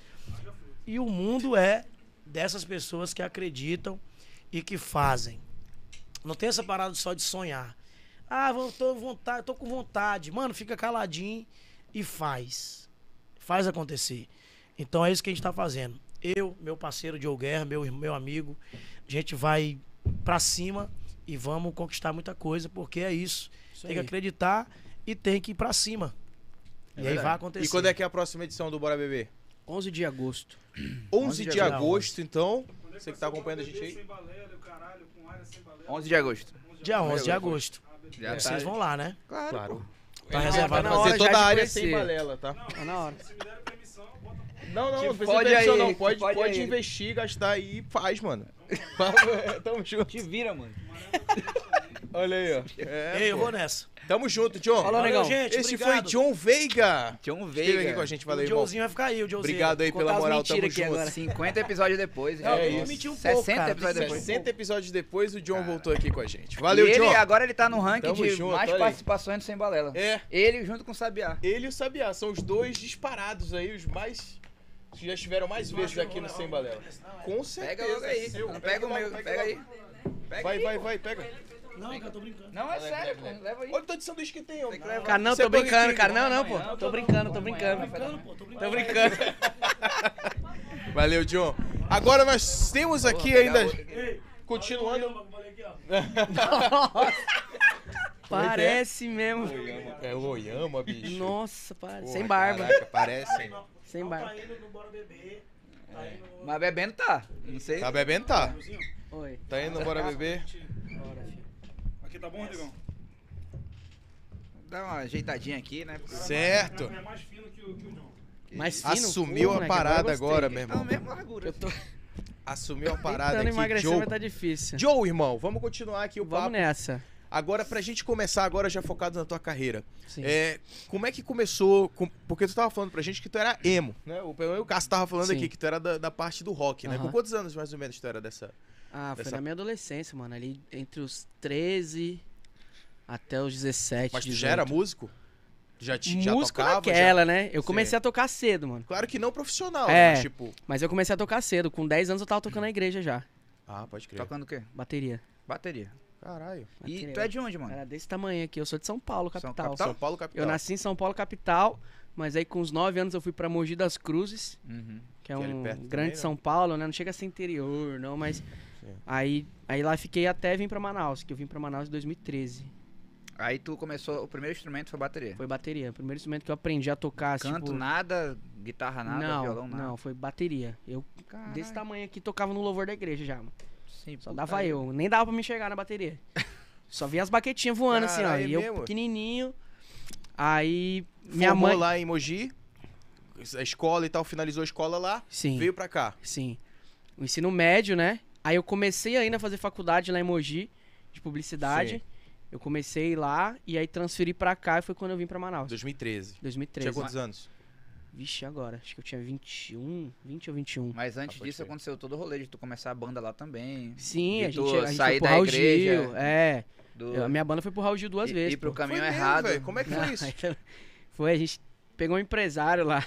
[SPEAKER 4] E o mundo é dessas pessoas que acreditam e que fazem. Não tem essa parada só de sonhar. Ah, vou- tô, vontade, tô com vontade. Mano, fica caladinho e faz. Faz acontecer. Então é isso que a gente tá fazendo. Eu, meu parceiro Diogo Guerra, meu, ir- meu amigo, a gente vai pra cima e vamos conquistar muita coisa, porque é isso.
[SPEAKER 1] Isso
[SPEAKER 4] tem que
[SPEAKER 1] aí.
[SPEAKER 4] acreditar e tem que ir pra cima.
[SPEAKER 2] É
[SPEAKER 4] e aí
[SPEAKER 2] verdade.
[SPEAKER 4] vai acontecer.
[SPEAKER 1] E quando é que é a próxima edição do Bora Beber?
[SPEAKER 3] 11 de agosto.
[SPEAKER 1] 11 de,
[SPEAKER 4] de agosto.
[SPEAKER 1] agosto, então.
[SPEAKER 6] Quando é
[SPEAKER 1] Você
[SPEAKER 6] vai
[SPEAKER 1] que
[SPEAKER 6] ser
[SPEAKER 1] tá
[SPEAKER 6] o
[SPEAKER 1] acompanhando a
[SPEAKER 6] BBB
[SPEAKER 1] gente aí.
[SPEAKER 6] Sem balela, o caralho, com área sem balela.
[SPEAKER 2] 11 de agosto.
[SPEAKER 4] Dia 11 de
[SPEAKER 2] Vai,
[SPEAKER 4] agosto.
[SPEAKER 2] Já tá.
[SPEAKER 4] Vocês vão lá, né?
[SPEAKER 2] Claro.
[SPEAKER 1] É, Claro.
[SPEAKER 2] pô.
[SPEAKER 4] Tá
[SPEAKER 1] Vai
[SPEAKER 3] Ele tá
[SPEAKER 4] reservado
[SPEAKER 3] na
[SPEAKER 4] pra
[SPEAKER 3] hora
[SPEAKER 1] fazer
[SPEAKER 4] vocês.
[SPEAKER 3] já
[SPEAKER 1] toda
[SPEAKER 3] de
[SPEAKER 1] a área
[SPEAKER 3] conhecer.
[SPEAKER 1] sem balela, tá?
[SPEAKER 6] Não,
[SPEAKER 3] Tá na hora.
[SPEAKER 6] Se me deram permissão, bota
[SPEAKER 1] Não, não,
[SPEAKER 2] Te
[SPEAKER 1] não precisa
[SPEAKER 2] fode
[SPEAKER 1] ter edição,
[SPEAKER 2] aí,
[SPEAKER 1] não.
[SPEAKER 2] te
[SPEAKER 1] Pode,
[SPEAKER 2] fode
[SPEAKER 1] pode
[SPEAKER 2] aí.
[SPEAKER 1] investir, gastar aí e faz, mano. Tamo junto.
[SPEAKER 2] Te vira, mano.
[SPEAKER 1] Olha aí, ó. É,
[SPEAKER 4] Ei, eu
[SPEAKER 1] pô.
[SPEAKER 4] vou nessa.
[SPEAKER 1] Tamo junto, John.
[SPEAKER 3] Falou, negão.
[SPEAKER 4] gente.
[SPEAKER 1] Esse foi
[SPEAKER 4] obrigado.
[SPEAKER 1] John Veiga. Esteve aqui
[SPEAKER 2] John um Veiga.
[SPEAKER 1] com a gente, valeu,
[SPEAKER 4] o
[SPEAKER 1] irmão.
[SPEAKER 4] Um Joãozinho vai ficar aí, o Joãozinho.
[SPEAKER 1] Obrigado aí
[SPEAKER 3] Vou contar
[SPEAKER 1] pela
[SPEAKER 3] as
[SPEAKER 1] moral, tamo
[SPEAKER 3] mentiras aqui
[SPEAKER 1] junto.
[SPEAKER 3] agora.
[SPEAKER 2] 50 episódios depois.
[SPEAKER 4] Não,
[SPEAKER 1] É
[SPEAKER 4] eu
[SPEAKER 1] isso.
[SPEAKER 4] menti um pouco,
[SPEAKER 2] 60
[SPEAKER 4] cara.
[SPEAKER 2] episódios depois.
[SPEAKER 1] 60 episódios depois, o John voltou aqui com a gente. Valeu,
[SPEAKER 2] e ele,
[SPEAKER 1] John.
[SPEAKER 2] agora ele tá no ranking
[SPEAKER 1] Tamo
[SPEAKER 2] de
[SPEAKER 1] junto,
[SPEAKER 2] mais
[SPEAKER 1] olha aí.
[SPEAKER 2] participações do Sem Balela.
[SPEAKER 1] É,
[SPEAKER 2] Ele junto com o Sabiá.
[SPEAKER 1] ele e o Sabiá são os dois disparados aí, os mais. que já estiveram mais vezes aqui no Sem Balela. Com certeza.
[SPEAKER 2] Pega logo aí.
[SPEAKER 1] é seu.
[SPEAKER 2] Não é. pega o
[SPEAKER 1] logo,
[SPEAKER 2] meu. Pega aí.
[SPEAKER 1] logo.
[SPEAKER 2] Pega
[SPEAKER 1] Vai,
[SPEAKER 2] aí,
[SPEAKER 1] vai,
[SPEAKER 2] pô.
[SPEAKER 1] vai, pega.
[SPEAKER 4] Não, cara, tô brincando.
[SPEAKER 2] Não, é sério, pô.
[SPEAKER 1] leva.
[SPEAKER 2] Leva aí.
[SPEAKER 1] Olha o tanto de sanduíche que tem, homem. é
[SPEAKER 2] Tem que levar.
[SPEAKER 3] Cara, não,
[SPEAKER 1] Você
[SPEAKER 3] tô
[SPEAKER 1] põe
[SPEAKER 3] brincando,
[SPEAKER 1] aqui,
[SPEAKER 3] cara. Não, não,
[SPEAKER 2] amanhã,
[SPEAKER 3] pô. Tô
[SPEAKER 2] não,
[SPEAKER 3] brincando, tô
[SPEAKER 2] amanhã,
[SPEAKER 3] brincando.
[SPEAKER 2] vai dar-
[SPEAKER 3] Tô brincando.
[SPEAKER 1] Valeu, John. Agora nós temos aqui ainda.
[SPEAKER 2] outra
[SPEAKER 4] É
[SPEAKER 1] Continuando.
[SPEAKER 3] Parece mesmo.
[SPEAKER 1] É o Oyama, bicho.
[SPEAKER 3] Nossa, parece.
[SPEAKER 1] Porra,
[SPEAKER 3] Sem barba.
[SPEAKER 1] Caraca, parece. hein?
[SPEAKER 3] Sem barba.
[SPEAKER 4] indo no Bora Beber. Tá indo
[SPEAKER 2] Mas bebendo tá. Não sei.
[SPEAKER 1] Tá bebendo, tá.
[SPEAKER 3] Oi.
[SPEAKER 1] Tá indo, bora beber.
[SPEAKER 6] Aqui tá bom, Rodrigão?
[SPEAKER 2] Dá uma ajeitadinha aqui, né?
[SPEAKER 1] Certo.
[SPEAKER 6] É mais fino que o, que o John.
[SPEAKER 3] Mais fino?
[SPEAKER 1] Assumiu
[SPEAKER 3] Pô,
[SPEAKER 1] a
[SPEAKER 3] moleque,
[SPEAKER 1] parada
[SPEAKER 3] eu gostei.
[SPEAKER 1] agora, meu
[SPEAKER 2] Tá na
[SPEAKER 1] irmão.
[SPEAKER 2] mesma largura.
[SPEAKER 3] Eu tô
[SPEAKER 1] Assumiu a parada
[SPEAKER 3] tentando
[SPEAKER 1] aqui,
[SPEAKER 3] emagrecer,
[SPEAKER 1] Joe.
[SPEAKER 3] mas tá difícil.
[SPEAKER 1] Joe, irmão, vamos continuar aqui o
[SPEAKER 3] Vamos
[SPEAKER 1] papo.
[SPEAKER 3] nessa.
[SPEAKER 1] Agora, pra gente começar agora já focado na tua carreira.
[SPEAKER 3] Sim.
[SPEAKER 1] É, como é que começou? com- porque tu tava falando pra gente que tu era emo, né? O, pelo menos o Cássio tava falando
[SPEAKER 3] Sim.
[SPEAKER 1] aqui que tu era da, da parte do rock, né?
[SPEAKER 3] Aham.
[SPEAKER 1] Com quantos anos mais ou menos tu era dessa?
[SPEAKER 3] Ah, foi
[SPEAKER 1] Dessa-
[SPEAKER 3] na minha adolescência, mano. Ali entre os 13 até os 17.
[SPEAKER 1] Mas tu
[SPEAKER 3] 18.
[SPEAKER 1] já era músico? Já, te, já
[SPEAKER 3] Músico
[SPEAKER 1] tocava? já-
[SPEAKER 3] naquela, né? Eu
[SPEAKER 1] Sim.
[SPEAKER 3] comecei a tocar cedo, mano.
[SPEAKER 1] Claro que não profissional,
[SPEAKER 3] É.
[SPEAKER 1] mas tipo.
[SPEAKER 3] Mas eu comecei a tocar cedo. Com 10 anos eu tava tocando na igreja já.
[SPEAKER 1] Ah, pode crer.
[SPEAKER 2] Tocando o quê?
[SPEAKER 3] Bateria.
[SPEAKER 2] Bateria.
[SPEAKER 1] Caralho.
[SPEAKER 2] E
[SPEAKER 3] Bateria.
[SPEAKER 2] tu é de onde, mano?
[SPEAKER 3] Era desse tamanho aqui. Eu sou de São Paulo,
[SPEAKER 2] São-
[SPEAKER 3] capital.
[SPEAKER 2] capital?
[SPEAKER 1] São Paulo capital.
[SPEAKER 3] Eu nasci em São Paulo, capital. Mas aí com os 9 anos eu fui pra Mogi das Cruzes,
[SPEAKER 2] Uhum.
[SPEAKER 3] que é
[SPEAKER 1] Que é ali
[SPEAKER 3] um
[SPEAKER 1] perto
[SPEAKER 3] grande
[SPEAKER 1] também, né?
[SPEAKER 3] São Paulo, né? Não chega a ser interior, não, mas... Aí, aí lá fiquei até vim pra Manaus, que eu vim pra Manaus em 2013.
[SPEAKER 2] Aí tu começou, o primeiro instrumento foi bateria.
[SPEAKER 3] Foi bateria. O primeiro instrumento que eu aprendi a tocar,
[SPEAKER 2] Canto,
[SPEAKER 3] tipo...
[SPEAKER 2] nada, guitarra, nada,
[SPEAKER 3] não,
[SPEAKER 2] violão, nada.
[SPEAKER 3] não, foi bateria. Eu,
[SPEAKER 2] Caralho,
[SPEAKER 3] desse tamanho aqui, tocava no louvor da igreja já, mano.
[SPEAKER 2] sim,
[SPEAKER 3] Só
[SPEAKER 2] puta
[SPEAKER 3] dava
[SPEAKER 2] aí.
[SPEAKER 3] eu, nem dava pra me chegar na bateria. Só via as baquetinhas voando assim, ó.
[SPEAKER 1] Caralho,
[SPEAKER 3] E
[SPEAKER 1] é
[SPEAKER 3] eu
[SPEAKER 1] mesmo?
[SPEAKER 3] pequenininho. Aí minha
[SPEAKER 1] Minha Formou
[SPEAKER 3] mãe.
[SPEAKER 1] lá em Mogi, a escola e tal, finalizou a escola lá,
[SPEAKER 3] Sim,
[SPEAKER 1] veio pra cá.
[SPEAKER 3] sim. O ensino médio, né? Aí eu comecei ainda a fazer faculdade lá em Mogi, de publicidade.
[SPEAKER 1] Sim.
[SPEAKER 3] Eu comecei lá e aí transferi pra cá e foi quando eu vim pra Manaus.
[SPEAKER 1] 2013. Tinha
[SPEAKER 3] 2013.
[SPEAKER 1] quantos anos?
[SPEAKER 3] Vixe, agora. Acho que eu tinha 21, 20 ou 21.
[SPEAKER 2] Mas antes
[SPEAKER 1] Ah, pode
[SPEAKER 2] disso
[SPEAKER 1] ser.
[SPEAKER 2] aconteceu todo o rolê de tu começar a banda lá também.
[SPEAKER 3] Sim,
[SPEAKER 2] De
[SPEAKER 3] a
[SPEAKER 2] tu
[SPEAKER 3] gente, a gente
[SPEAKER 2] sair
[SPEAKER 3] foi pro
[SPEAKER 2] da
[SPEAKER 3] Raul
[SPEAKER 2] igreja,
[SPEAKER 3] Gil. É,
[SPEAKER 2] Do...
[SPEAKER 3] eu- a minha banda foi pro Raul Gil duas
[SPEAKER 2] e,
[SPEAKER 3] vezes.
[SPEAKER 2] E pro
[SPEAKER 3] pô. Então,
[SPEAKER 2] caminho
[SPEAKER 1] Foi mesmo,
[SPEAKER 2] errado.
[SPEAKER 1] velho, Como é que foi isso?
[SPEAKER 3] Foi, a gente pegou um empresário lá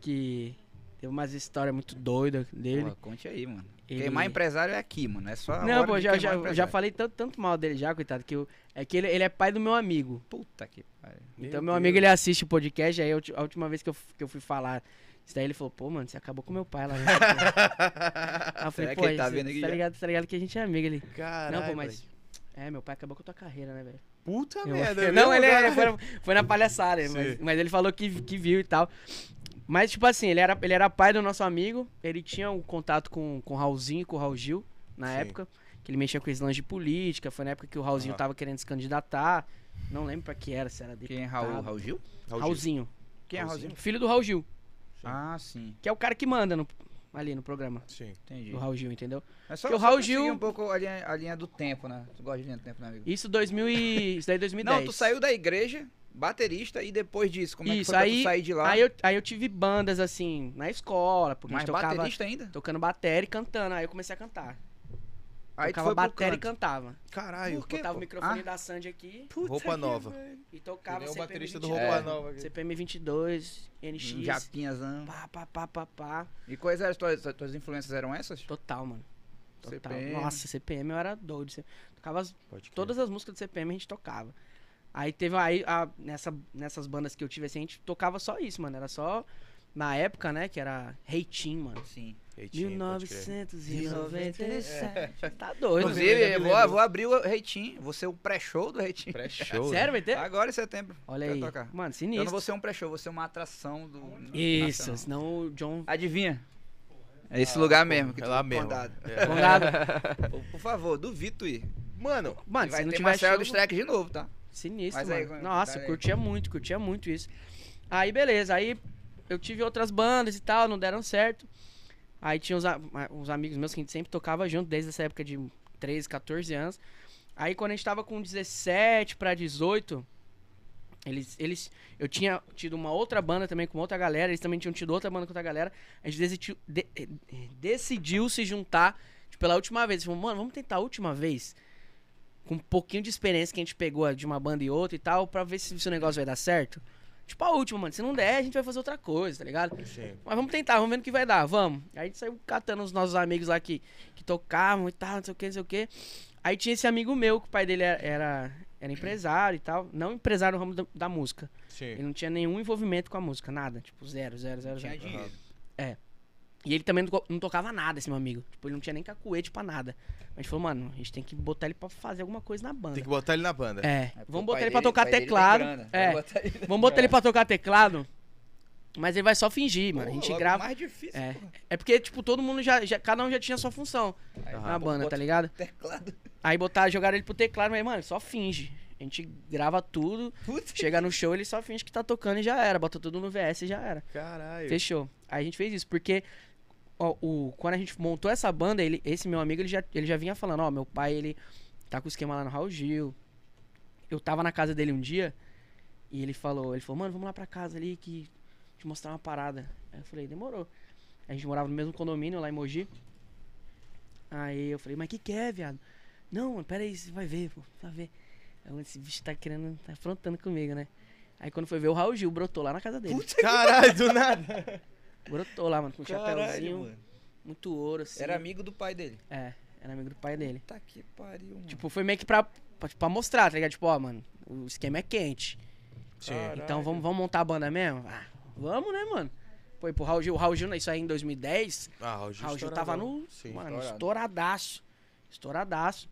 [SPEAKER 3] que teve umas histórias muito doidas dele.
[SPEAKER 2] Pô, conte aí, mano.
[SPEAKER 3] Ele-
[SPEAKER 2] Queimar empresário é aqui, mano. É só. a
[SPEAKER 3] Não,
[SPEAKER 2] hora
[SPEAKER 3] pô,
[SPEAKER 2] de
[SPEAKER 3] já,
[SPEAKER 2] queimar
[SPEAKER 3] já, eu já
[SPEAKER 2] empresário.
[SPEAKER 3] falei tanto, tanto mal dele já, coitado, que eu, é que ele, ele é pai do meu amigo.
[SPEAKER 2] Puta que pariu.
[SPEAKER 3] então, meu amigo, ele assiste o podcast, aí a ulti- a última vez que eu, f- que eu fui falar isso daí, ele falou, pô, mano, você acabou com meu pai lá. né?" aí eu falei,
[SPEAKER 2] Será que
[SPEAKER 3] pô,
[SPEAKER 2] ele tá
[SPEAKER 3] você-
[SPEAKER 2] vendo
[SPEAKER 3] você
[SPEAKER 2] aqui
[SPEAKER 3] tá
[SPEAKER 2] já?
[SPEAKER 3] ligado, você tá ligado que a gente é amigo. Ele,
[SPEAKER 1] Caralho,
[SPEAKER 3] não, pô, mas...
[SPEAKER 1] velho.
[SPEAKER 3] É, meu pai acabou com a tua carreira, né, velho?
[SPEAKER 1] Puta
[SPEAKER 3] Eu-
[SPEAKER 1] merda. é
[SPEAKER 3] não,
[SPEAKER 1] mesmo,
[SPEAKER 3] ele é-
[SPEAKER 1] cara?
[SPEAKER 3] foi, na- foi na palhaçada,
[SPEAKER 1] Sim.
[SPEAKER 3] mas, mas ele falou que, que viu e tal. Mas, tipo assim, ele era, ele era pai do nosso amigo, ele tinha um contato com, com o Raulzinho, e com o Raul Gil, na
[SPEAKER 1] Sim.
[SPEAKER 3] época, que ele mexia com esse lance de política, foi na época que o Raulzinho
[SPEAKER 1] Aham.
[SPEAKER 3] tava querendo se candidatar, não lembro pra que era, se era dele.
[SPEAKER 2] Quem é Raul? Raul Gil?
[SPEAKER 1] Raul Gil.
[SPEAKER 3] Raulzinho,
[SPEAKER 2] Quem é Raulzinho?
[SPEAKER 3] filho do Raul Gil,
[SPEAKER 2] Ah, sim.
[SPEAKER 3] que é o cara que manda no- ali no programa,
[SPEAKER 1] Sim.
[SPEAKER 2] Entendi.
[SPEAKER 3] do Raul Gil, entendeu?
[SPEAKER 2] É só,
[SPEAKER 3] Porque o
[SPEAKER 2] só
[SPEAKER 3] Raul
[SPEAKER 2] pra seguir
[SPEAKER 3] Gil-
[SPEAKER 2] um pouco a linha, a linha do tempo, né? Tu gosta de linha do tempo, né, amigo?
[SPEAKER 3] Isso, 2000 e, isso daí
[SPEAKER 2] Não,
[SPEAKER 3] 2010.
[SPEAKER 2] tu saiu da igreja, baterista, e depois disso, como
[SPEAKER 3] Isso,
[SPEAKER 2] é que foi pra
[SPEAKER 3] aí-
[SPEAKER 2] tu sair de lá?
[SPEAKER 3] Aí eu, aí eu tive bandas, assim, na escola, porque
[SPEAKER 2] mas
[SPEAKER 3] a gente tocava...
[SPEAKER 2] baterista ainda?
[SPEAKER 3] Tocando bateria e cantando. Aí eu comecei a cantar.
[SPEAKER 2] Aí tu
[SPEAKER 3] tocava
[SPEAKER 2] foi pro
[SPEAKER 3] bateria e
[SPEAKER 2] canto.
[SPEAKER 3] cantava.
[SPEAKER 1] Caralho.
[SPEAKER 2] Por quê?
[SPEAKER 3] Botava
[SPEAKER 2] pô?
[SPEAKER 3] o microfone
[SPEAKER 2] Ah?
[SPEAKER 3] da Sandy aqui
[SPEAKER 1] Roupa nova.
[SPEAKER 3] e tocava
[SPEAKER 1] Ele é o
[SPEAKER 3] CPM
[SPEAKER 1] baterista do
[SPEAKER 3] 22,
[SPEAKER 1] Roupa Nova aqui.
[SPEAKER 3] CPM 22, NX.
[SPEAKER 2] Um Japinhazão.
[SPEAKER 3] Pá, pá, pá, pá, pá.
[SPEAKER 2] E quais eram as tuas, as tuas influências? Eram essas?
[SPEAKER 3] Total, mano. Total.
[SPEAKER 2] CPM.
[SPEAKER 3] Nossa, CPM eu era doido. Você- Tocava as-
[SPEAKER 1] Pode crer.
[SPEAKER 3] todas as músicas do CPM a gente tocava. Aí teve aí a- nessa, nessas bandas que eu tive assim, a gente tocava só isso, mano. Era só na época, né, que era Reitinho, mano.
[SPEAKER 2] Sim.
[SPEAKER 1] Reitinho, pode crer.
[SPEAKER 3] 1997. Tá doido, mano.
[SPEAKER 2] É. Inclusive, vou, vou abrir o Reitinho. Vou ser o pré-show do Reitinho.
[SPEAKER 1] Pré-show.
[SPEAKER 3] Sério, vai ter?
[SPEAKER 2] Agora em setembro.
[SPEAKER 3] Olha
[SPEAKER 2] Quero
[SPEAKER 3] aí.
[SPEAKER 2] tocar.
[SPEAKER 3] Mano,
[SPEAKER 2] Eu
[SPEAKER 3] sinistro.
[SPEAKER 2] não vou ser um pré-show, vou ser uma atração do.
[SPEAKER 3] Isso,
[SPEAKER 2] nacional.
[SPEAKER 3] senão o John.
[SPEAKER 2] Adivinha? É esse lugar mesmo. Que
[SPEAKER 1] É
[SPEAKER 2] tu
[SPEAKER 3] tá
[SPEAKER 1] lá
[SPEAKER 2] foi
[SPEAKER 1] mesmo.
[SPEAKER 2] acordado.
[SPEAKER 1] É.
[SPEAKER 3] Conrado.
[SPEAKER 2] Por, por favor, duvido tu ir.
[SPEAKER 1] Mano,
[SPEAKER 3] Mano,
[SPEAKER 2] vai
[SPEAKER 3] se não
[SPEAKER 2] ter
[SPEAKER 3] tiver
[SPEAKER 2] Marcelo
[SPEAKER 3] show,
[SPEAKER 2] dos Tracks de novo, tá?
[SPEAKER 3] sinistro,
[SPEAKER 2] Mas aí,
[SPEAKER 3] mano.
[SPEAKER 2] vai-
[SPEAKER 3] Nossa,
[SPEAKER 2] vai tá
[SPEAKER 3] eu
[SPEAKER 2] aí.
[SPEAKER 3] curtia muito, curtia muito isso. Aí, beleza. Aí eu tive outras bandas e tal, não deram certo. Aí tinha uns, a- uns amigos meus que a gente sempre tocava junto, desde essa época de 13, 14 anos. Aí quando a gente tava com 17 pra 18, eles, eles. Eu tinha tido uma outra banda também com outra galera, eles também tinham tido outra banda com outra galera. A gente desistiu- de- eh, decidiu se juntar tipo, pela última vez. Falou, mano, vamos tentar a última vez. Com um pouquinho de experiência que a gente pegou de uma banda e outra e tal, pra ver se, se o negócio vai dar certo. Tipo, a última, mano. Se não der, a gente vai fazer outra coisa, tá ligado?
[SPEAKER 1] sim.
[SPEAKER 3] Mas vamos tentar, vamos ver no que vai dar, vamos. Aí a gente saiu catando os nossos amigos lá que, que tocavam e tal, não sei o que, não sei o que. Aí tinha esse amigo meu, que o pai dele era, era, era empresário e tal. Não empresário no ramo da, da música. Ele
[SPEAKER 1] Sim.
[SPEAKER 3] não tinha nenhum envolvimento com a música, nada. Tipo, zero, zero, zero,
[SPEAKER 2] Tinha
[SPEAKER 3] zero.
[SPEAKER 2] dinheiro.
[SPEAKER 3] E ele também não to- não tocava nada, esse meu amigo. Tipo, ele não tinha nem cacuete pra nada. A gente falou, mano, a gente tem que botar ele pra fazer alguma coisa na banda.
[SPEAKER 1] Tem que botar ele na banda.
[SPEAKER 3] É,
[SPEAKER 2] É, porque o
[SPEAKER 3] vamos botar
[SPEAKER 2] pai
[SPEAKER 3] ele pra
[SPEAKER 2] dele- o
[SPEAKER 3] tocar
[SPEAKER 2] pai dele tem
[SPEAKER 3] teclado.
[SPEAKER 2] grana.
[SPEAKER 3] É,
[SPEAKER 2] Vamos botar ele-
[SPEAKER 3] vamos botar ele pra tocar teclado. Mas ele vai só fingir, mano. A
[SPEAKER 2] Pô,
[SPEAKER 3] gente
[SPEAKER 2] logo
[SPEAKER 3] grava.
[SPEAKER 2] mais difícil.
[SPEAKER 3] É. É porque, tipo, todo mundo já, já- Cada um já tinha sua função
[SPEAKER 2] Aí, ah,
[SPEAKER 3] na
[SPEAKER 2] pô,
[SPEAKER 3] banda,
[SPEAKER 2] bota
[SPEAKER 3] tá ligado?
[SPEAKER 2] o Teclado.
[SPEAKER 3] Aí botar, jogaram ele pro teclado, mas, mano, só finge. A gente grava tudo,
[SPEAKER 2] Puta.
[SPEAKER 3] chega no show, ele só finge que tá tocando e já era. Bota tudo no VS e já era.
[SPEAKER 1] Caralho.
[SPEAKER 3] Fechou. Aí a gente fez isso, porque ó, o, quando a gente montou essa banda, ele, esse meu amigo, ele já, ele já vinha falando, ó, meu pai, ele tá com o esquema lá no Raul Gil. Eu tava na casa dele um dia e ele falou, ele falou, mano, vamos lá pra casa ali que te mostrar uma parada. Aí eu falei, demorou. A gente morava no mesmo condomínio lá em Mogi. Aí eu falei, mas que que é, viado? Não, mano, pera aí, você vai ver, pô, vai ver. Aí, Esse bicho tá querendo, tá afrontando comigo, né? Aí quando foi ver, o Raul Gil brotou lá na casa dele.
[SPEAKER 1] Caralho, do nada.
[SPEAKER 3] Brotou lá, mano, com um
[SPEAKER 2] Caralho,
[SPEAKER 3] chapéuzinho,
[SPEAKER 2] mano.
[SPEAKER 3] muito ouro, assim.
[SPEAKER 2] Era amigo do pai dele.
[SPEAKER 3] É, era amigo do pai dele.
[SPEAKER 2] Tá que pariu, mano.
[SPEAKER 3] Tipo, foi meio que pra, pra, tipo, pra mostrar, tá ligado? Tipo, ó, mano, o esquema é quente.
[SPEAKER 1] Sim.
[SPEAKER 3] Então vamos, vamos montar a banda mesmo? Ah, vamos, né, mano? Pô, e pro Raul Gil, o Raul Gil, isso aí em 2010,
[SPEAKER 1] Ah, o Gil
[SPEAKER 3] Raul Gil
[SPEAKER 1] estourado.
[SPEAKER 3] tava no,
[SPEAKER 1] Sim.
[SPEAKER 3] mano,
[SPEAKER 2] estourado.
[SPEAKER 3] estouradaço. Estouradaço.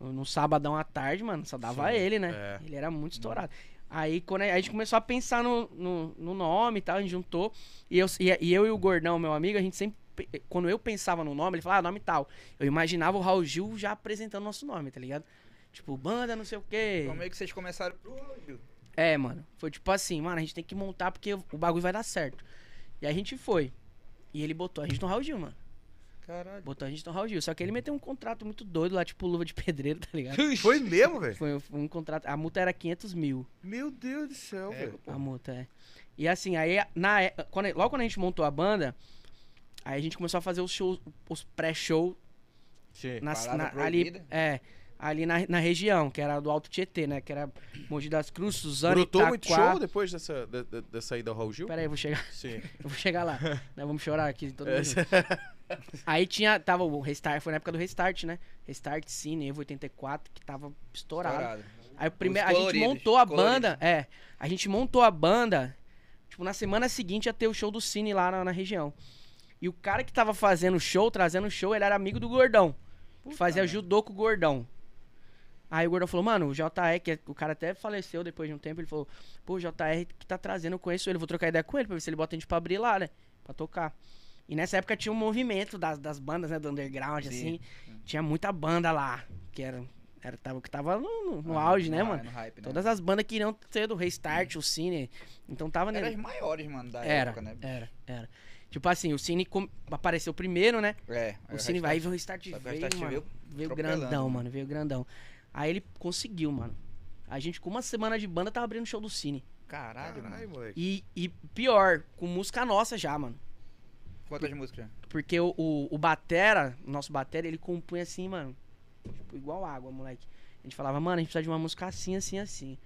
[SPEAKER 3] No sabadão à tarde, mano, só dava
[SPEAKER 1] Sim,
[SPEAKER 3] ele, né?
[SPEAKER 1] é.
[SPEAKER 3] Ele era muito estourado. Aí quando a a gente começou a pensar no, no, no nome e tal, a gente juntou. E eu e, e eu e o Gordão, meu amigo, a gente sempre. pe- Quando eu pensava no nome, ele falava, ah, nome tal. Eu imaginava o Raul Gil já apresentando nosso nome, tá ligado? Tipo, banda, não sei o quê.
[SPEAKER 2] Como é que vocês começaram pro áudio?
[SPEAKER 3] É, mano. Foi tipo assim, mano, a gente tem que montar porque o bagulho vai dar certo. E a gente foi. E ele botou a gente no Raul Gil, mano.
[SPEAKER 2] Caralho.
[SPEAKER 3] Botou a gente no Raul Gil. Só que ele meteu um contrato muito doido lá, tipo luva de pedreiro, tá ligado?
[SPEAKER 1] Foi mesmo, velho?
[SPEAKER 3] Foi um- foi um contrato. A multa era 500 mil.
[SPEAKER 1] Meu Deus do céu, velho.
[SPEAKER 3] A multa, é. E assim, aí, na, é- quando, logo quando a gente montou a banda, aí a gente começou a fazer os shows, os pré-shows
[SPEAKER 1] Sim.
[SPEAKER 3] nas-
[SPEAKER 2] Palavra
[SPEAKER 3] na- ali,
[SPEAKER 2] proibida.
[SPEAKER 3] é, ali na, na região, que era do Alto Tietê, né? Que era Mogi das Cruzes, Suzano,
[SPEAKER 1] Brotou muito
[SPEAKER 3] Itaquá.
[SPEAKER 1] show né? depois dessa, da, da, dessa ida ao Raul Gil?
[SPEAKER 3] Pera aí, eu vou chegar,
[SPEAKER 1] Sim.
[SPEAKER 3] eu vou chegar lá. né, vamos chorar aqui,
[SPEAKER 1] É,
[SPEAKER 3] todo mundo. junto. Aí tinha, tava o Restart, foi na época do Restart, né? Restart Cine, Evo 84, que tava estourado. Aí o prime-
[SPEAKER 2] Os
[SPEAKER 3] a gente
[SPEAKER 2] coloridos,
[SPEAKER 3] montou a
[SPEAKER 2] coloridos.
[SPEAKER 3] banda, é, a gente montou a banda, tipo, na semana seguinte ia ter o show do Cine lá na, na região. E o cara que tava fazendo o show, trazendo o show, ele era amigo do Gordão. que fazia judô com o Gordão. Aí o Gordão falou, mano, o JR, que é- o cara até faleceu depois de um tempo, ele falou, pô, o JR que tá trazendo, eu conheço ele, vou trocar ideia com ele pra ver se ele bota a gente pra abrir lá, né? Pra tocar. E nessa época tinha um movimento das, das bandas, né, do underground, assim. Tinha muita banda lá, que era, era tava, que tava no, no-
[SPEAKER 2] Ah,
[SPEAKER 3] no auge, né, mano?
[SPEAKER 2] No hype, né?
[SPEAKER 3] Todas as bandas queriam ter do Restart,
[SPEAKER 2] Uhum.
[SPEAKER 3] o Cine. Então tava
[SPEAKER 2] Eram as
[SPEAKER 3] ne-
[SPEAKER 2] maiores, mano, da
[SPEAKER 3] Era,
[SPEAKER 2] época, né? bicho?
[SPEAKER 3] era, era. Tipo assim, o Cine com- apareceu primeiro, né?
[SPEAKER 2] É.
[SPEAKER 3] O Cine vai e o Restart
[SPEAKER 2] só
[SPEAKER 3] veio,
[SPEAKER 2] que o Restart
[SPEAKER 3] mano.
[SPEAKER 2] veio
[SPEAKER 3] Veio
[SPEAKER 2] atropelando,
[SPEAKER 3] grandão,
[SPEAKER 2] né?
[SPEAKER 3] mano, veio grandão. Aí ele conseguiu, mano. A gente, com uma semana de banda, tava abrindo show do Cine.
[SPEAKER 2] Caralho, mano.
[SPEAKER 1] moleque.
[SPEAKER 3] E, e pior, com música nossa já, mano.
[SPEAKER 2] Quantas músicas?
[SPEAKER 3] Porque o, o, o Batera, o nosso Batera, ele compunha assim, mano. Tipo, igual água, moleque. A gente falava, mano, a gente precisa de uma música assim, assim, assim.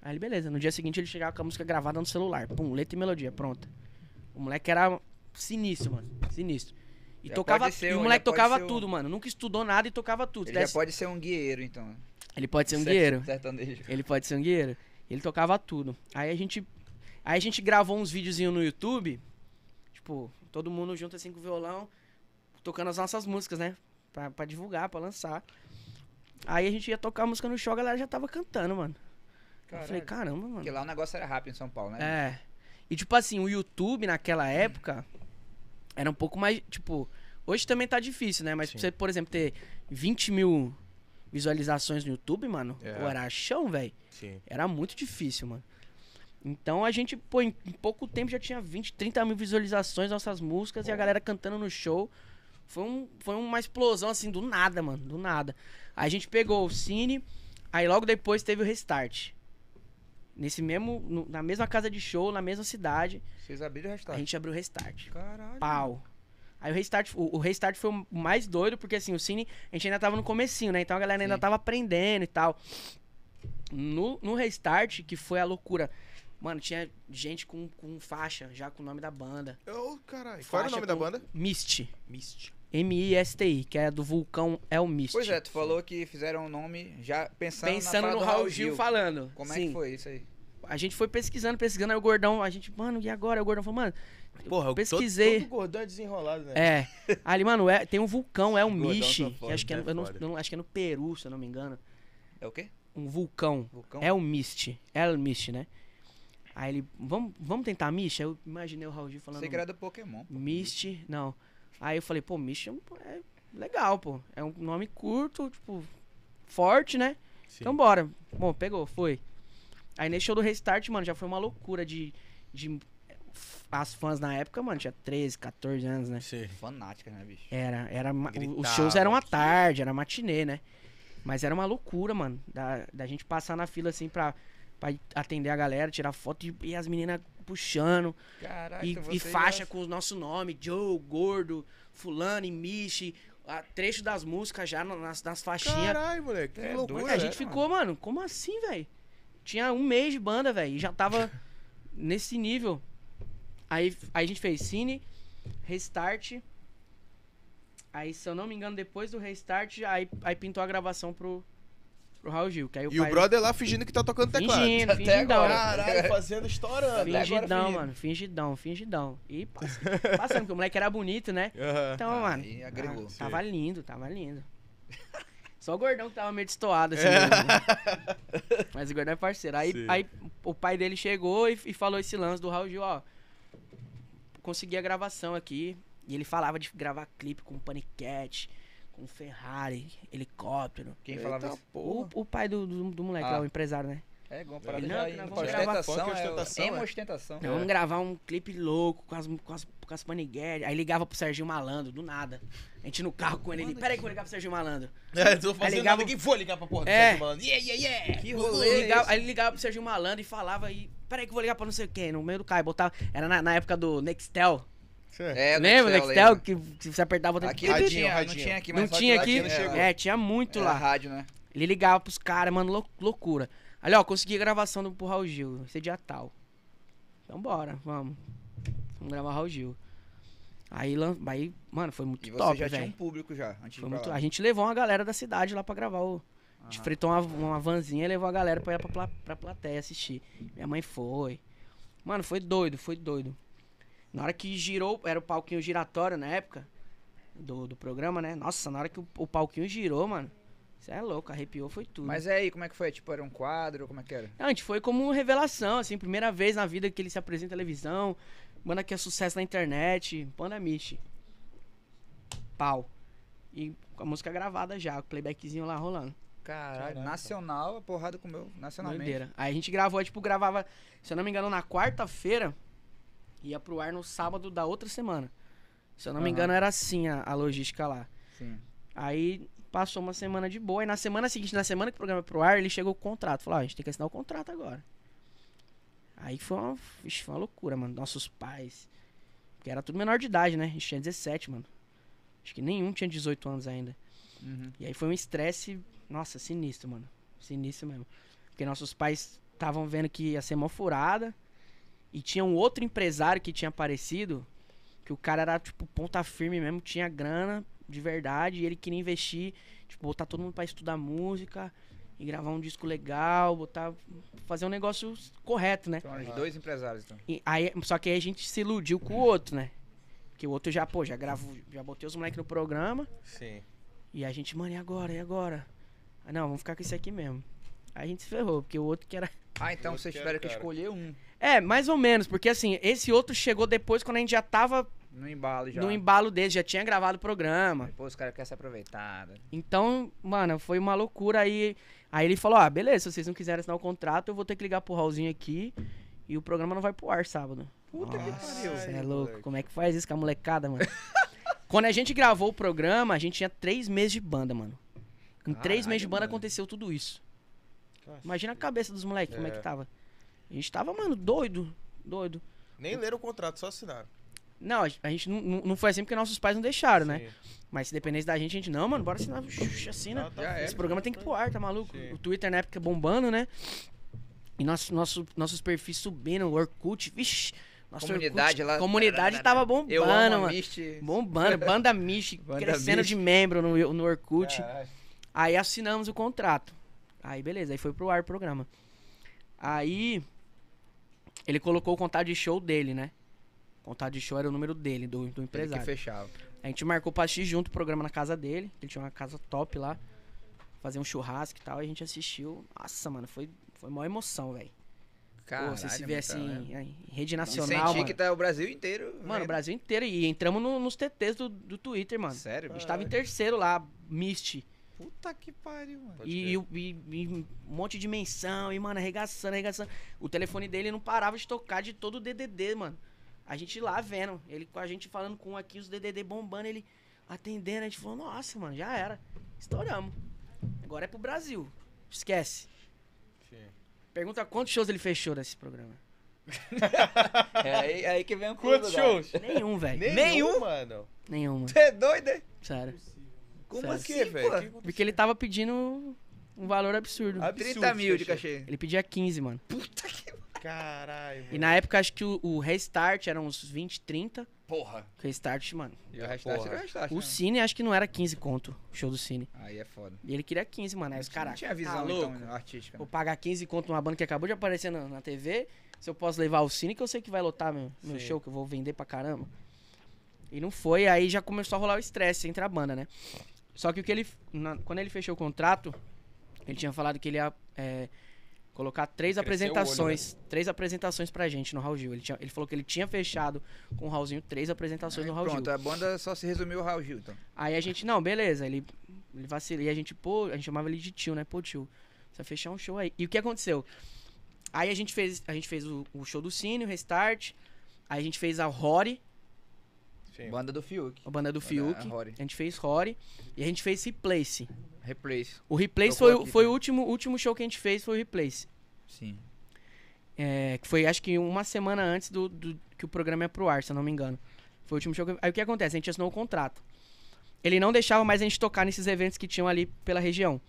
[SPEAKER 3] Aí ele, beleza. No dia seguinte ele chegava com a música gravada no celular. Pum, letra e melodia, pronta. O moleque era sinistro, mano. Sinistro. E
[SPEAKER 2] Já
[SPEAKER 3] tocava.
[SPEAKER 2] pode ser
[SPEAKER 3] e
[SPEAKER 2] um-
[SPEAKER 3] o
[SPEAKER 2] já
[SPEAKER 3] moleque
[SPEAKER 2] pode
[SPEAKER 3] tocava
[SPEAKER 2] ser um-
[SPEAKER 3] tudo, mano. Nunca estudou nada e tocava tudo.
[SPEAKER 2] Ele
[SPEAKER 3] Desse-
[SPEAKER 2] já pode ser um guieiro, então.
[SPEAKER 3] ele pode ser um
[SPEAKER 2] Ser-
[SPEAKER 3] guerreiro.
[SPEAKER 2] Sertanejo.
[SPEAKER 3] Ele pode ser um guerreiro. Ele tocava tudo. Aí a gente. Aí a gente gravou uns videozinhos no YouTube. Tipo, todo mundo junto assim com o violão, tocando as nossas músicas, né? Pra, pra divulgar, pra lançar. Aí a gente ia tocar a música no show, a galera já tava cantando, mano. Eu falei, caramba, mano.
[SPEAKER 2] Porque lá o negócio era rápido em São Paulo, né?
[SPEAKER 3] É. E tipo assim, o YouTube naquela época era um pouco mais. Tipo, hoje também tá difícil, né? Mas pra você, por exemplo, ter 20 mil visualizações no YouTube, mano,
[SPEAKER 1] É.
[SPEAKER 3] pô, era chão, velho.
[SPEAKER 1] Sim.
[SPEAKER 3] Era muito difícil, mano. Então a gente, pô, em em pouco tempo já tinha 20, 30 mil visualizações nossas músicas e a galera cantando no show. Foi, um, foi uma explosão, assim, do nada, mano, do nada. Aí a gente pegou o Cine, aí logo depois teve o Restart. Nesse mesmo, no- na mesma casa de show, na mesma cidade,
[SPEAKER 2] Vocês abriram o
[SPEAKER 3] a
[SPEAKER 2] restaurante.
[SPEAKER 3] gente abriu o Restart.
[SPEAKER 2] Caralho.
[SPEAKER 3] Pau. Aí o Restart, o, o Restart foi o mais doido, porque assim, o Cine, a gente ainda tava no comecinho, né? Então a galera ainda
[SPEAKER 2] Sim.
[SPEAKER 3] tava aprendendo e tal. No, no Restart, que foi a loucura. Mano, tinha gente com, com faixa, já com o nome da banda.
[SPEAKER 1] Ô, caralho. Qual era o
[SPEAKER 3] Faixa
[SPEAKER 1] nome da
[SPEAKER 3] com-
[SPEAKER 1] banda?
[SPEAKER 3] Mist.
[SPEAKER 1] Mist.
[SPEAKER 3] M-I-S-T-I, que é do vulcão El Mist.
[SPEAKER 2] Pois é, tu falou que fizeram o nome já pensando,
[SPEAKER 3] Pensando
[SPEAKER 2] na fala
[SPEAKER 3] no
[SPEAKER 2] do
[SPEAKER 3] Raul Gil, falando.
[SPEAKER 2] Como é
[SPEAKER 3] Sim.
[SPEAKER 2] que foi isso aí?
[SPEAKER 3] A gente foi pesquisando, pesquisando, aí o Gordão, a gente, mano, e agora? Aí O Gordão falou, mano,
[SPEAKER 1] Porra, eu
[SPEAKER 3] Pesquisei.
[SPEAKER 1] Todo, todo gordão é desenrolado, né?
[SPEAKER 3] É. Ali, mano, é- tem um vulcão, é um
[SPEAKER 1] Gordão
[SPEAKER 3] Michi.
[SPEAKER 2] tá
[SPEAKER 1] safado,
[SPEAKER 3] que acho que é,
[SPEAKER 1] né?
[SPEAKER 3] eu não-
[SPEAKER 1] Foda.
[SPEAKER 3] eu não- acho que é no Peru, se eu não me engano.
[SPEAKER 2] É o quê?
[SPEAKER 3] Um vulcão.
[SPEAKER 2] Vulcão?
[SPEAKER 3] É o Mist. É o Mist, né? Aí ele, vamos, vamos tentar Mist? Aí eu imaginei o Raul Gil falando.
[SPEAKER 2] Sei que era do Pokémon.
[SPEAKER 3] Mist, não. Aí eu falei, pô, Mist é, um- é legal, pô. É um nome curto, tipo, forte, né?
[SPEAKER 1] Sim.
[SPEAKER 3] Então bora. Bom, pegou, foi. Aí nesse show do Restart, mano, já foi uma loucura de. de as fãs na época, mano, tinha 13, 14 anos, né?
[SPEAKER 1] Sim.
[SPEAKER 2] Fanática, né, bicho?
[SPEAKER 3] Era, era ma- o- os
[SPEAKER 1] Gritava
[SPEAKER 3] shows eram à
[SPEAKER 1] aqui.
[SPEAKER 3] tarde, era matinê, né? Mas era uma loucura, mano, da, da gente passar na fila assim pra, pra atender a galera, tirar foto e, e as meninas puxando
[SPEAKER 2] Caraca,
[SPEAKER 3] e,
[SPEAKER 2] Ah, então você
[SPEAKER 3] e faixa
[SPEAKER 2] já-
[SPEAKER 3] com o nosso nome, Joe, Gordo, Fulano e Michi, a- trecho das músicas já na- nas, nas faixinhas.
[SPEAKER 1] Caralho, moleque. Que
[SPEAKER 2] É,
[SPEAKER 1] loucura.
[SPEAKER 2] doido,
[SPEAKER 3] a
[SPEAKER 1] né?
[SPEAKER 3] gente ficou, mano, como assim, velho? Tinha um mês de banda, velho, e já tava nesse nível. Aí, aí a gente fez Cine, Restart. Aí, se eu não me engano, depois do Restart, aí, aí pintou a gravação pro, pro Raul Gil. Que aí o
[SPEAKER 1] E o
[SPEAKER 3] pai-
[SPEAKER 1] brother lá fingindo que tá tocando teclado.
[SPEAKER 3] Fingindo,
[SPEAKER 2] Até
[SPEAKER 3] fingidão.
[SPEAKER 2] agora.
[SPEAKER 1] Caralho, fazendo estourando.
[SPEAKER 2] Até agora é
[SPEAKER 3] Fingidão,
[SPEAKER 2] fingindo.
[SPEAKER 3] mano. Fingidão, fingidão. E pass- passando, porque o moleque era bonito, né?
[SPEAKER 1] Aham.
[SPEAKER 3] Então, mano.
[SPEAKER 2] Aí agregou.
[SPEAKER 3] Tava lindo, tava lindo. Só o gordão que tava meio destoado, assim.
[SPEAKER 2] É.
[SPEAKER 3] né? Mas o gordão é parceiro. Aí,
[SPEAKER 1] Sim.
[SPEAKER 3] aí o pai dele chegou e, e falou esse lance do Raul Gil, ó. Consegui a gravação aqui. E ele falava de gravar clipe com paniquete, com Ferrari, helicóptero.
[SPEAKER 2] Quem falava isso?
[SPEAKER 3] O, o pai do, do, do moleque
[SPEAKER 2] Ah.
[SPEAKER 3] lá, o empresário, né?
[SPEAKER 2] É, uma parada
[SPEAKER 3] Não,
[SPEAKER 2] já
[SPEAKER 3] que
[SPEAKER 2] em
[SPEAKER 3] nós vamos gravar
[SPEAKER 2] ostentação,
[SPEAKER 1] funk,
[SPEAKER 2] é,
[SPEAKER 1] ostentação,
[SPEAKER 2] ostentação.
[SPEAKER 1] é.
[SPEAKER 2] Em ostentação.
[SPEAKER 3] Nós vamos gravar um clipe louco com as, com as, com as Panigueri. Aí ligava pro Serginho Malandro, do nada. A gente no carro com ele. ele Peraí que eu vou ligar pro Serginho Malandro.
[SPEAKER 1] É, tô
[SPEAKER 3] Aí
[SPEAKER 1] fazendo
[SPEAKER 3] ligava-
[SPEAKER 1] nada. Quem foi ligar pra porra do
[SPEAKER 3] É.
[SPEAKER 1] Sérgio Malandro? Yeah, yeah, yeah.
[SPEAKER 2] Que
[SPEAKER 3] Rolê,
[SPEAKER 2] rolê é
[SPEAKER 3] ligava,
[SPEAKER 2] esse?
[SPEAKER 3] aí ele ligava pro Serginho Malandro e falava aí, peraí que eu vou ligar pra não sei quem, no meio do carro, botava, era na, na época do Nextel,
[SPEAKER 2] É,
[SPEAKER 3] lembra Nextel, que, que você apertava o botão-
[SPEAKER 2] Aqui
[SPEAKER 1] Radinho,
[SPEAKER 2] não tinha, não
[SPEAKER 1] radinho.
[SPEAKER 2] tinha aqui,
[SPEAKER 3] não
[SPEAKER 2] mas só
[SPEAKER 3] tinha
[SPEAKER 2] lá
[SPEAKER 3] aqui,
[SPEAKER 1] aqui não chegou.
[SPEAKER 3] é, tinha muito
[SPEAKER 2] Era
[SPEAKER 3] lá,
[SPEAKER 2] rádio, né?
[SPEAKER 3] ele ligava pros caras, mano, lou- loucura, ali ó, consegui a gravação do pro Raul Gil, esse é dia tal, então bora, vamos, vamos gravar Raul Gil, aí, lan- aí mano, foi muito
[SPEAKER 2] E você
[SPEAKER 3] top,
[SPEAKER 2] já
[SPEAKER 3] velho.
[SPEAKER 2] tinha um público já, antes
[SPEAKER 3] Foi
[SPEAKER 2] de ir pra
[SPEAKER 3] muito-
[SPEAKER 2] lá.
[SPEAKER 3] A gente levou uma galera da cidade lá pra gravar o. A gente
[SPEAKER 2] Aham.
[SPEAKER 3] fritou uma, uma vanzinha e levou a galera pra, ir pra, pla- pra plateia assistir. Minha mãe foi. Mano, foi doido, foi doido. Na hora que girou, era o palquinho giratório na época do, do programa, né? Nossa, na hora que o, o palquinho girou, mano. Você é louco, arrepiou, foi tudo.
[SPEAKER 2] Mas aí, como é que foi? Tipo, era um quadro, como é que era?
[SPEAKER 3] Não, a gente foi como uma revelação, assim, primeira vez na vida que ele se apresenta na televisão, manda que é sucesso na internet, Panda Michi. Pau. E com a música gravada já, o playbackzinho lá rolando.
[SPEAKER 2] Caralho, nacional, a porrada comeu nacionalmente.
[SPEAKER 3] Doideira. Aí a gente gravou, tipo, gravava, se eu não me engano, na quarta-feira, ia pro ar no sábado da outra semana. Se eu não me
[SPEAKER 2] Aham.
[SPEAKER 3] engano, era assim a, a logística lá.
[SPEAKER 2] Sim.
[SPEAKER 3] Aí passou uma semana de boa, e na semana seguinte, na semana que o programa foi pro ar, ele chegou com o contrato. Falou, ó, a gente tem que assinar o contrato agora. Aí foi uma, vixe, foi uma loucura, mano. Nossos pais. Porque era tudo menor de idade, né? A gente tinha 17, mano. Acho que nenhum tinha 18 anos ainda.
[SPEAKER 2] Uhum.
[SPEAKER 3] E aí foi um estresse, nossa, sinistro, mano. Sinistro mesmo. Porque nossos pais estavam vendo que ia ser mó furada. E tinha um outro empresário que tinha aparecido, que o cara era, tipo, ponta firme mesmo, tinha grana de verdade, e ele queria investir, tipo, botar todo mundo pra estudar música e gravar um disco legal, botar. fazer um negócio correto, né?
[SPEAKER 2] Então, eram os dois empresários, então.
[SPEAKER 3] E aí, só que aí a gente se iludiu com o outro, né? Porque o outro já, pô, já gravou, já botei os moleques no programa.
[SPEAKER 1] Sim.
[SPEAKER 3] E a gente, mano, e agora? E agora? Ah, não, vamos ficar com isso aqui mesmo. Aí a gente se ferrou, porque o outro que era.
[SPEAKER 2] Ah, então vocês
[SPEAKER 1] quero,
[SPEAKER 2] tiveram que
[SPEAKER 1] cara.
[SPEAKER 2] escolher um
[SPEAKER 3] É, mais ou menos, porque assim, esse outro chegou depois quando a gente já tava
[SPEAKER 2] no embalo já.
[SPEAKER 3] no embalo dele, já tinha gravado o programa.
[SPEAKER 2] Pô, os caras querem se aproveitar. né?
[SPEAKER 3] Então, mano, foi uma loucura aí. Aí ele falou: ah, beleza, se vocês não quiserem assinar o contrato, eu vou ter que ligar pro Raulzinho aqui e o programa não vai pro ar sábado. Puta
[SPEAKER 2] que pariu.
[SPEAKER 3] Você é
[SPEAKER 1] Ai,
[SPEAKER 3] louco,
[SPEAKER 1] moleque.
[SPEAKER 3] como é que faz isso com a molecada, mano? Quando a gente gravou o programa, a gente tinha três meses de banda, mano. Em três
[SPEAKER 2] Caralho,
[SPEAKER 3] meses de banda
[SPEAKER 2] mano.
[SPEAKER 3] aconteceu tudo isso.
[SPEAKER 1] Cacete.
[SPEAKER 3] Imagina a cabeça dos moleques, como é que
[SPEAKER 1] É.
[SPEAKER 3] tava. A gente tava, mano, doido, doido.
[SPEAKER 1] Nem leram o contrato, só assinaram.
[SPEAKER 3] Não, a gente- a gente não, não não foi assim porque nossos pais não deixaram, né?
[SPEAKER 1] Sim.
[SPEAKER 3] Mas se dependesse da gente, a gente, não, mano, bora assinar, Xuxa, assina.
[SPEAKER 1] Ah, tá
[SPEAKER 2] Já
[SPEAKER 1] feito.
[SPEAKER 2] era.
[SPEAKER 3] Esse programa tem que ir pro ar, tá maluco?
[SPEAKER 1] Sim.
[SPEAKER 3] O Twitter na época bombando, né? E nosso, nosso, nossos perfis subindo, o Orkut, vixi. Nosso
[SPEAKER 2] Comunidade
[SPEAKER 3] Orkut,
[SPEAKER 2] lá.
[SPEAKER 3] Comunidade tava bombando,
[SPEAKER 2] Eu amo
[SPEAKER 3] mano.
[SPEAKER 2] a Misty.
[SPEAKER 3] Bombando, banda Michi,
[SPEAKER 2] Banda
[SPEAKER 3] crescendo
[SPEAKER 2] Michi.
[SPEAKER 3] de membro no, no Orkut.
[SPEAKER 1] Caralho.
[SPEAKER 3] Aí assinamos o contrato. Aí beleza, aí foi pro ar o programa. Aí ele colocou o contato de show dele, né? O contato de show era o número dele, do, do
[SPEAKER 2] Ele que
[SPEAKER 3] empresário.
[SPEAKER 2] fechava.
[SPEAKER 3] A gente marcou pra assistir junto o programa na casa dele. Ele tinha uma casa top lá. Fazer um churrasco e tal. E a gente assistiu. Nossa, mano, foi, foi maior emoção, velho. Pô,
[SPEAKER 2] Caralho,
[SPEAKER 3] você se
[SPEAKER 2] é
[SPEAKER 3] vê
[SPEAKER 2] muito,
[SPEAKER 3] assim,
[SPEAKER 2] né?
[SPEAKER 3] em rede
[SPEAKER 2] E
[SPEAKER 3] nacional,
[SPEAKER 2] senti
[SPEAKER 3] mano.
[SPEAKER 2] que tá o Brasil inteiro.
[SPEAKER 3] Mano, o
[SPEAKER 2] vendo.
[SPEAKER 3] Brasil inteiro. E entramos no- nos TTs do, do Twitter, mano.
[SPEAKER 2] Sério?
[SPEAKER 3] A gente
[SPEAKER 2] bicho?
[SPEAKER 3] tava em terceiro lá, Mist.
[SPEAKER 2] Puta que pariu, mano.
[SPEAKER 1] Pode
[SPEAKER 3] E, e- e um monte de menção, e, mano, arregaçando, arregaçando. O telefone dele não parava de tocar de todo o DDD, mano. A gente lá vendo, ele com a gente falando com um aqui, os DDD bombando, ele atendendo. A gente falou, nossa, mano, já era. Estouramos. Agora é pro Brasil. Esquece.
[SPEAKER 1] Sim.
[SPEAKER 3] Pergunta quantos shows ele fechou nesse programa.
[SPEAKER 2] É aí, aí que vem o pulo,
[SPEAKER 1] Quantos
[SPEAKER 2] cara.
[SPEAKER 1] shows?
[SPEAKER 3] Nenhum, velho.
[SPEAKER 1] Nenhum,
[SPEAKER 2] Nenhum?
[SPEAKER 1] mano.
[SPEAKER 3] Nenhum, mano.
[SPEAKER 2] Você é doido, é?
[SPEAKER 3] Sério.
[SPEAKER 2] Como
[SPEAKER 3] Sério.
[SPEAKER 1] Por quê,
[SPEAKER 2] assim,
[SPEAKER 1] velho?
[SPEAKER 2] pô?
[SPEAKER 1] Que-
[SPEAKER 3] Porque ele tava pedindo um valor absurdo.
[SPEAKER 1] Ah,
[SPEAKER 2] 30 mil de
[SPEAKER 1] Absurdo,
[SPEAKER 2] cachê.
[SPEAKER 3] Ele pedia 15, mano.
[SPEAKER 2] Puta que.
[SPEAKER 1] Caralho,
[SPEAKER 3] E
[SPEAKER 1] mano.
[SPEAKER 3] na época, acho que o, o Restart era uns 20, 30.
[SPEAKER 2] Porra.
[SPEAKER 3] Que o Restart, mano.
[SPEAKER 2] E o restart
[SPEAKER 1] Porra.
[SPEAKER 2] era o restart.
[SPEAKER 3] O
[SPEAKER 2] né?
[SPEAKER 3] Cine, acho que não era 15 conto, o show do Cine.
[SPEAKER 2] Aí é foda.
[SPEAKER 3] E ele queria 15, mano. Aí né? os
[SPEAKER 2] Não
[SPEAKER 3] caras.
[SPEAKER 2] tinha visão,
[SPEAKER 3] tá louco?
[SPEAKER 2] então, artística. né?
[SPEAKER 3] Vou pagar 15 conto numa banda que acabou de aparecer na, na TV. Se eu posso levar o Cine, que eu sei que vai lotar meu, meu
[SPEAKER 1] Sim.
[SPEAKER 3] show, que eu vou vender pra caramba. E não foi, aí já começou a rolar o estresse entre a banda, né? Só que o que ele. na- quando ele fechou o contrato, ele tinha falado que ele ia é, colocar três
[SPEAKER 7] Cresceu o olho,
[SPEAKER 3] apresentações. Três apresentações pra gente no Raul Gil. Ele, tinha- ele falou que ele tinha fechado com o Raulzinho três apresentações no Raul
[SPEAKER 2] É, Pronto,
[SPEAKER 3] Gil.
[SPEAKER 2] a banda só se resumiu ao Raul Gil, então.
[SPEAKER 3] Aí a gente, não, beleza. Ele, ele vacila. E a gente, pô, a gente chamava ele de tio, né? Pô, tio, você vai fechar um show aí. E o que aconteceu? Aí a gente fez, a gente fez o, o show do Cine, o Restart. Aí a gente fez a Rory,
[SPEAKER 7] Sim.
[SPEAKER 2] Banda do Fiuk.
[SPEAKER 3] a banda do
[SPEAKER 2] Banda-
[SPEAKER 3] Fiuk.
[SPEAKER 2] a Rory.
[SPEAKER 3] A gente fez Rory. E a gente fez Replace.
[SPEAKER 2] Replace.
[SPEAKER 3] O
[SPEAKER 2] Tocou
[SPEAKER 3] Replace foi, o-
[SPEAKER 2] aqui né?
[SPEAKER 3] foi o
[SPEAKER 2] também.
[SPEAKER 3] último, último show que a gente fez, foi o Replace.
[SPEAKER 2] Sim.
[SPEAKER 3] É, que foi acho que uma semana antes do, do- que o programa ia pro ar, se eu não me engano. Foi o último show que... Aí o que acontece? A gente assinou o contrato. Ele não deixava mais a gente tocar nesses eventos que tinham ali pela região.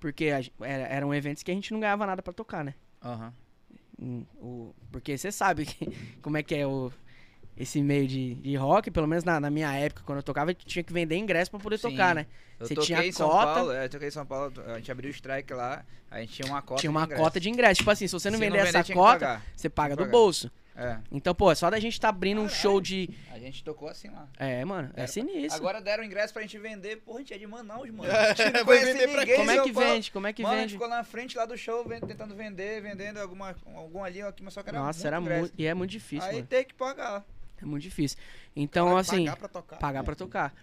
[SPEAKER 3] Porque a gen- era- eram eventos que a gente não ganhava nada pra tocar, né?
[SPEAKER 2] Aham.
[SPEAKER 3] Hum, o- porque você sabe que- como é que é o, esse meio de, de rock, pelo menos na, na minha época, quando eu tocava, tinha que vender ingresso pra poder
[SPEAKER 2] Sim.
[SPEAKER 3] tocar, né?
[SPEAKER 2] Eu
[SPEAKER 3] Você
[SPEAKER 2] toquei
[SPEAKER 3] tinha
[SPEAKER 2] em São
[SPEAKER 3] cota.
[SPEAKER 2] Paulo, é, eu toquei em São Paulo, a gente abriu o strike lá, a gente tinha uma cota
[SPEAKER 3] tinha uma
[SPEAKER 2] de
[SPEAKER 3] cota de ingresso. Tipo assim, se você não vender essa
[SPEAKER 2] tinha que
[SPEAKER 3] cota,
[SPEAKER 2] pagar.
[SPEAKER 3] você paga do
[SPEAKER 2] pagar.
[SPEAKER 3] bolso.
[SPEAKER 2] É,
[SPEAKER 3] Então, pô, é só da gente tá abrindo um show de.
[SPEAKER 2] a gente tocou assim lá.
[SPEAKER 3] É, mano, é
[SPEAKER 2] Era-
[SPEAKER 3] sinistro.
[SPEAKER 2] Agora deram ingresso pra gente vender, porra, a gente é de Manaus, mano.
[SPEAKER 1] É,
[SPEAKER 2] A gente
[SPEAKER 1] vai
[SPEAKER 2] não conhece
[SPEAKER 1] vender pra
[SPEAKER 2] ninguém,
[SPEAKER 3] Como é
[SPEAKER 2] São
[SPEAKER 3] que
[SPEAKER 2] Paulo.
[SPEAKER 3] vende? Como é que
[SPEAKER 2] Mano, a gente
[SPEAKER 3] vende?
[SPEAKER 2] ficou na frente lá do show, ven- tentando vender, vendendo alguma, algum ali, ó, que- mas só que era
[SPEAKER 3] Nossa, era
[SPEAKER 2] ingresso.
[SPEAKER 3] muito. E é muito difícil,
[SPEAKER 2] Aí
[SPEAKER 3] mano.
[SPEAKER 2] tem que pagar.
[SPEAKER 3] É muito difícil. Então,
[SPEAKER 1] Vai
[SPEAKER 3] assim,
[SPEAKER 1] Pagar pra tocar.
[SPEAKER 3] pagar pra tocar.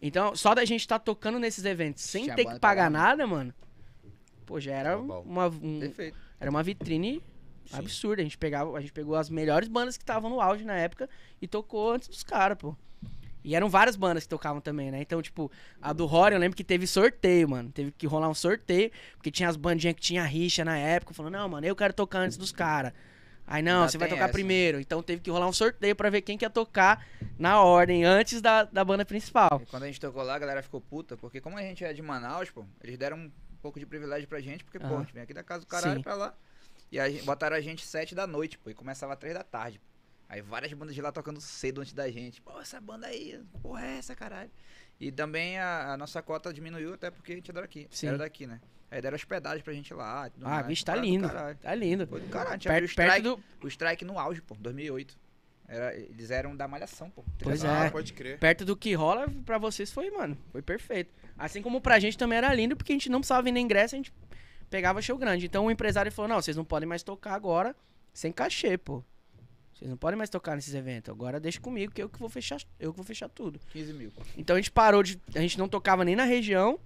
[SPEAKER 3] Então, só da gente tá tocando nesses eventos sem
[SPEAKER 2] Tinha
[SPEAKER 3] ter
[SPEAKER 2] banda
[SPEAKER 3] que
[SPEAKER 2] pra
[SPEAKER 3] pagar
[SPEAKER 2] lá, né?
[SPEAKER 3] nada, mano. Pô, já era
[SPEAKER 7] Tá bom.
[SPEAKER 3] uma, um-
[SPEAKER 2] Perfeito.
[SPEAKER 3] era uma vitrine absurda. A gente, pegava, a gente pegou as melhores bandas que estavam no auge na época e tocou antes dos caras, pô. E eram várias bandas que tocavam também, né? Então, tipo, a do Rory, eu lembro que teve sorteio, mano. Teve que rolar um sorteio, porque tinha as bandinhas que tinha rixa na época, falando, não, mano, eu quero tocar antes dos caras. Aí, não,
[SPEAKER 2] Ainda
[SPEAKER 3] você vai
[SPEAKER 2] tem
[SPEAKER 3] tocar
[SPEAKER 2] essa.
[SPEAKER 3] primeiro. Então teve que rolar um sorteio pra ver quem que ia tocar na ordem, antes da, da banda principal.
[SPEAKER 2] E quando a gente tocou lá, a galera ficou puta, porque como a gente é de Manaus, pô, eles deram um pouco de privilégio pra gente, porque, pô,
[SPEAKER 3] Aham.
[SPEAKER 2] a gente vem aqui da casa do caralho
[SPEAKER 3] Sim.
[SPEAKER 2] pra lá. E aí botaram a gente sete da noite, pô, e começava três da tarde. pô. Aí várias bandas de lá tocando cedo antes da gente. Pô, essa banda aí, porra é essa, caralho? E também a, a nossa cota diminuiu até porque a gente era daqui,
[SPEAKER 3] Sim.
[SPEAKER 2] era daqui, né? Aí deram hospedagem pra gente lá. e tudo
[SPEAKER 3] Ah,
[SPEAKER 2] mais,
[SPEAKER 3] bicho, tá
[SPEAKER 2] parada do
[SPEAKER 3] lindo.
[SPEAKER 2] Caralho.
[SPEAKER 3] Tá lindo.
[SPEAKER 2] Foi do caralho, a gente abriu o
[SPEAKER 3] Perto, perto
[SPEAKER 2] strike,
[SPEAKER 3] do,
[SPEAKER 2] o strike no auge, pô, 2008. Era, eles eram da malhação, pô.
[SPEAKER 3] Pois
[SPEAKER 2] Era-
[SPEAKER 3] é.
[SPEAKER 1] Ah, pode crer.
[SPEAKER 3] perto do que rola, pra vocês foi, mano, foi perfeito. Assim como pra gente também era lindo, porque a gente não precisava vender ingresso, a gente pegava show grande. Então o empresário falou, não, vocês não podem mais tocar agora sem cachê, pô. Vocês não podem mais tocar nesses eventos. Agora deixa comigo que eu que vou fechar, eu que vou fechar tudo.
[SPEAKER 2] 15 mil.
[SPEAKER 3] Então a gente parou de. A gente não tocava nem na região,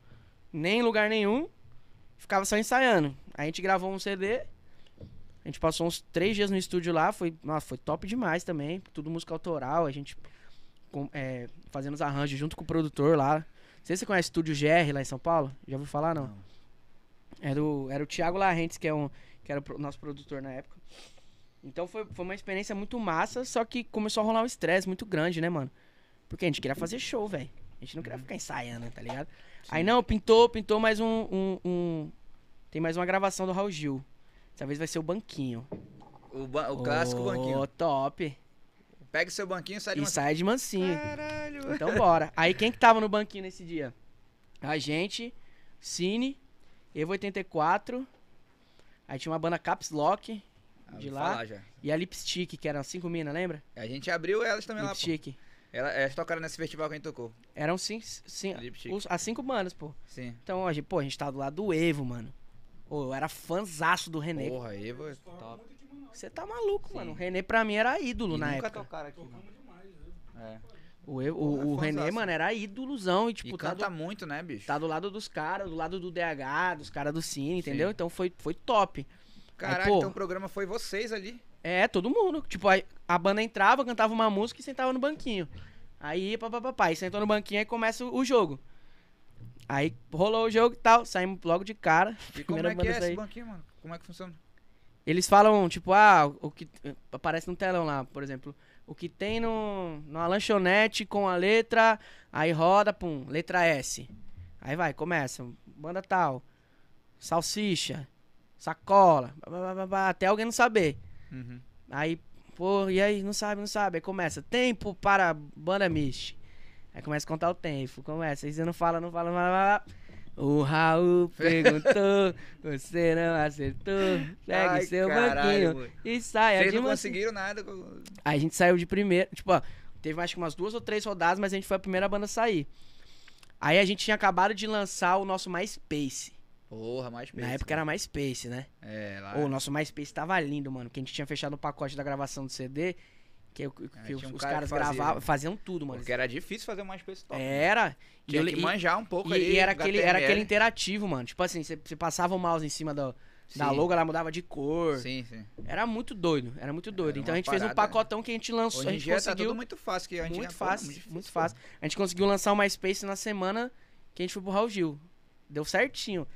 [SPEAKER 3] nem em lugar nenhum. Ficava só ensaiando. Aí a gente gravou um CD. A gente passou uns três dias no estúdio lá. Foi, nossa, foi top demais também. Tudo música autoral. A gente com, é, fazendo os arranjos junto com o produtor lá. Não sei se você conhece o Estúdio GR lá em São Paulo. Já ouviu falar, não?
[SPEAKER 2] Não.
[SPEAKER 3] Era o, era o Thiago Larrentes, que, é um, que era o pro- nosso produtor na época. Então foi, foi uma experiência muito massa, só que começou a rolar um estresse muito grande, né, mano? Porque a gente queria fazer show, velho. A gente não queria ficar ensaiando, tá ligado? Aí não, pintou, pintou mais um, um- um- Tem mais uma gravação do Raul Gil. Dessa vez vai ser o banquinho.
[SPEAKER 2] O, ba- o clássico
[SPEAKER 3] Ô,
[SPEAKER 2] banquinho.
[SPEAKER 3] top.
[SPEAKER 2] Pega o seu banquinho e sai de
[SPEAKER 3] E
[SPEAKER 2] uma...
[SPEAKER 3] sai de mansinho. Então bora. Aí quem que tava no banquinho nesse dia? A gente, Cine, Evo 84. Aí tinha uma banda Caps Lock
[SPEAKER 2] Ah,
[SPEAKER 3] de
[SPEAKER 2] vou
[SPEAKER 3] lá.
[SPEAKER 2] falar já.
[SPEAKER 3] e a Lipstick, que eram cinco minas, lembra?
[SPEAKER 2] A gente abriu elas também lá, pô.
[SPEAKER 3] Lipstick.
[SPEAKER 2] Ela- Elas tocaram nesse festival que a gente tocou.
[SPEAKER 3] Eram cinco, cinco,
[SPEAKER 2] Lipstick.
[SPEAKER 3] os- as cinco bandas, pô.
[SPEAKER 2] Sim.
[SPEAKER 3] Então, a gente, pô, a gente tá do lado do Evo, mano. Ô, eu era fãzaço do René.
[SPEAKER 2] Porra, aí, pô. Top.
[SPEAKER 3] Você tá maluco, mano. O René pra mim era ídolo
[SPEAKER 2] E
[SPEAKER 3] na
[SPEAKER 2] nunca
[SPEAKER 3] época.
[SPEAKER 2] tocaram aqui, mano. É.
[SPEAKER 3] O, Evo- o-
[SPEAKER 2] Porra,
[SPEAKER 3] o René,
[SPEAKER 2] fãzaço.
[SPEAKER 3] mano, era ídolozão. E,
[SPEAKER 2] E
[SPEAKER 3] tipo, tá do,
[SPEAKER 2] canta muito, né, bicho?
[SPEAKER 3] tá do lado dos caras, do lado do DH, dos caras do Cine, entendeu? Então foi, foi top.
[SPEAKER 2] Caralho,
[SPEAKER 3] pô.
[SPEAKER 2] então o programa foi vocês ali.
[SPEAKER 3] É, todo mundo. Tipo, a, a banda entrava, cantava uma música e sentava no banquinho. Aí, papapá, aí sentou no banquinho e começa o, o jogo. Aí rolou o jogo e tal, saímos logo de cara.
[SPEAKER 2] E como
[SPEAKER 3] Primeira
[SPEAKER 2] é que é
[SPEAKER 3] banda a
[SPEAKER 2] esse
[SPEAKER 3] sair.
[SPEAKER 2] banquinho, mano? Como é que funciona?
[SPEAKER 3] Eles falam, tipo, ah, o que aparece no telão lá, por exemplo, o que tem no numa lanchonete com a letra, aí roda, pum, letra S. Aí vai, começa, banda tal, salsicha, sacola, blá, blá, blá, blá, até alguém não saber.
[SPEAKER 2] Uhum.
[SPEAKER 3] Aí, pô, e aí, não sabe, não sabe. Aí começa, tempo para banda mist. Aí começa a contar o tempo, começa, aí você não fala, não fala, não fala. O Raul perguntou, você não acertou, pegue
[SPEAKER 2] Ai,
[SPEAKER 3] seu
[SPEAKER 2] caralho,
[SPEAKER 3] banquinho
[SPEAKER 2] mano.
[SPEAKER 3] e saia
[SPEAKER 2] Vocês
[SPEAKER 3] de
[SPEAKER 2] não
[SPEAKER 3] mansinho.
[SPEAKER 2] conseguiram nada. com-
[SPEAKER 3] Aí a gente saiu de primeiro, tipo, ó, teve acho que umas duas ou três rodadas, mas a gente foi a primeira banda a sair. Aí a gente tinha acabado de lançar o nosso MySpace.
[SPEAKER 2] Porra, mais peso.
[SPEAKER 3] Na época era MySpace, né?
[SPEAKER 2] É, lá.
[SPEAKER 3] Ô, o nosso MySpace tava lindo, mano. Que a gente tinha fechado o pacote da gravação do CD. Que, eu- que
[SPEAKER 2] tinha
[SPEAKER 3] os,
[SPEAKER 2] um
[SPEAKER 3] os
[SPEAKER 2] cara que
[SPEAKER 3] caras
[SPEAKER 2] fazia,
[SPEAKER 3] gravavam,
[SPEAKER 2] né?
[SPEAKER 3] faziam tudo, mano.
[SPEAKER 2] Porque era difícil fazer um mais peso top.
[SPEAKER 3] Era. É, E,
[SPEAKER 2] Tinha
[SPEAKER 3] eu,
[SPEAKER 2] que
[SPEAKER 3] e,
[SPEAKER 2] manjar um pouco
[SPEAKER 3] e-
[SPEAKER 2] ali.
[SPEAKER 3] e era, aquele, era
[SPEAKER 2] HTML.
[SPEAKER 3] aquele interativo, mano. Tipo assim, você você passava o mouse em cima do, da
[SPEAKER 2] Sim.
[SPEAKER 3] logo, ela mudava de cor.
[SPEAKER 2] Sim, sim.
[SPEAKER 3] Era muito doido, era muito doido.
[SPEAKER 2] Era
[SPEAKER 3] então
[SPEAKER 2] uma
[SPEAKER 3] a gente fez um
[SPEAKER 2] parada-
[SPEAKER 3] pacotão que a gente lançou.
[SPEAKER 2] Hoje
[SPEAKER 3] a
[SPEAKER 2] em
[SPEAKER 3] gente
[SPEAKER 2] dia tá
[SPEAKER 3] conseguiu.
[SPEAKER 2] tudo muito fácil. Que a gente
[SPEAKER 3] muito
[SPEAKER 2] Pô, era
[SPEAKER 3] fácil, muito,
[SPEAKER 2] difícil, pô.
[SPEAKER 3] fácil. A gente conseguiu lançar o MySpace na semana que a gente foi pro Raul Gil. Deu certinho.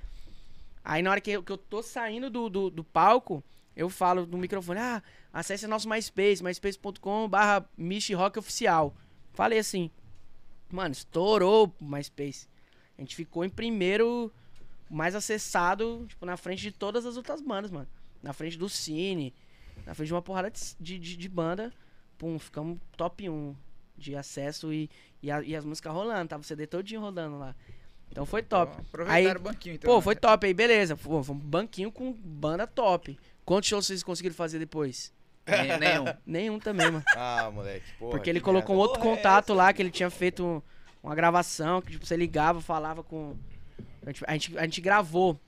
[SPEAKER 3] Aí na hora que eu, que eu tô saindo do, do, do palco, eu falo no microfone, ah, acesse nosso MySpace, myspace.com barra Rock Oficial. Falei assim, mano, estourou o MySpace. A gente ficou em primeiro mais acessado, tipo, na frente de todas as outras bandas, mano. Na frente do Cine, na frente de uma porrada de, de, de- de banda. Pum, ficamos top 1 de acesso e, e, a- e as músicas rolando. Tava o CD todinho rolando lá. Então foi top.
[SPEAKER 2] Então, Aproveitaram
[SPEAKER 3] Aí-
[SPEAKER 2] o banquinho, então.
[SPEAKER 3] Pô,
[SPEAKER 2] né?
[SPEAKER 3] foi top aí, beleza. Pô, foi um banquinho com banda top. Quantos shows vocês conseguiram fazer depois?
[SPEAKER 2] Nem- Nenhum.
[SPEAKER 3] Nenhum também, mano.
[SPEAKER 1] Ah, moleque, porra.
[SPEAKER 3] Porque ele
[SPEAKER 1] que
[SPEAKER 3] colocou um
[SPEAKER 1] merda.
[SPEAKER 3] outro
[SPEAKER 2] Porra, é
[SPEAKER 3] contato
[SPEAKER 2] essa,
[SPEAKER 3] lá que ele tinha feito um- uma gravação, que tipo, você ligava, falava com. A gente, a gente, a gente gravou.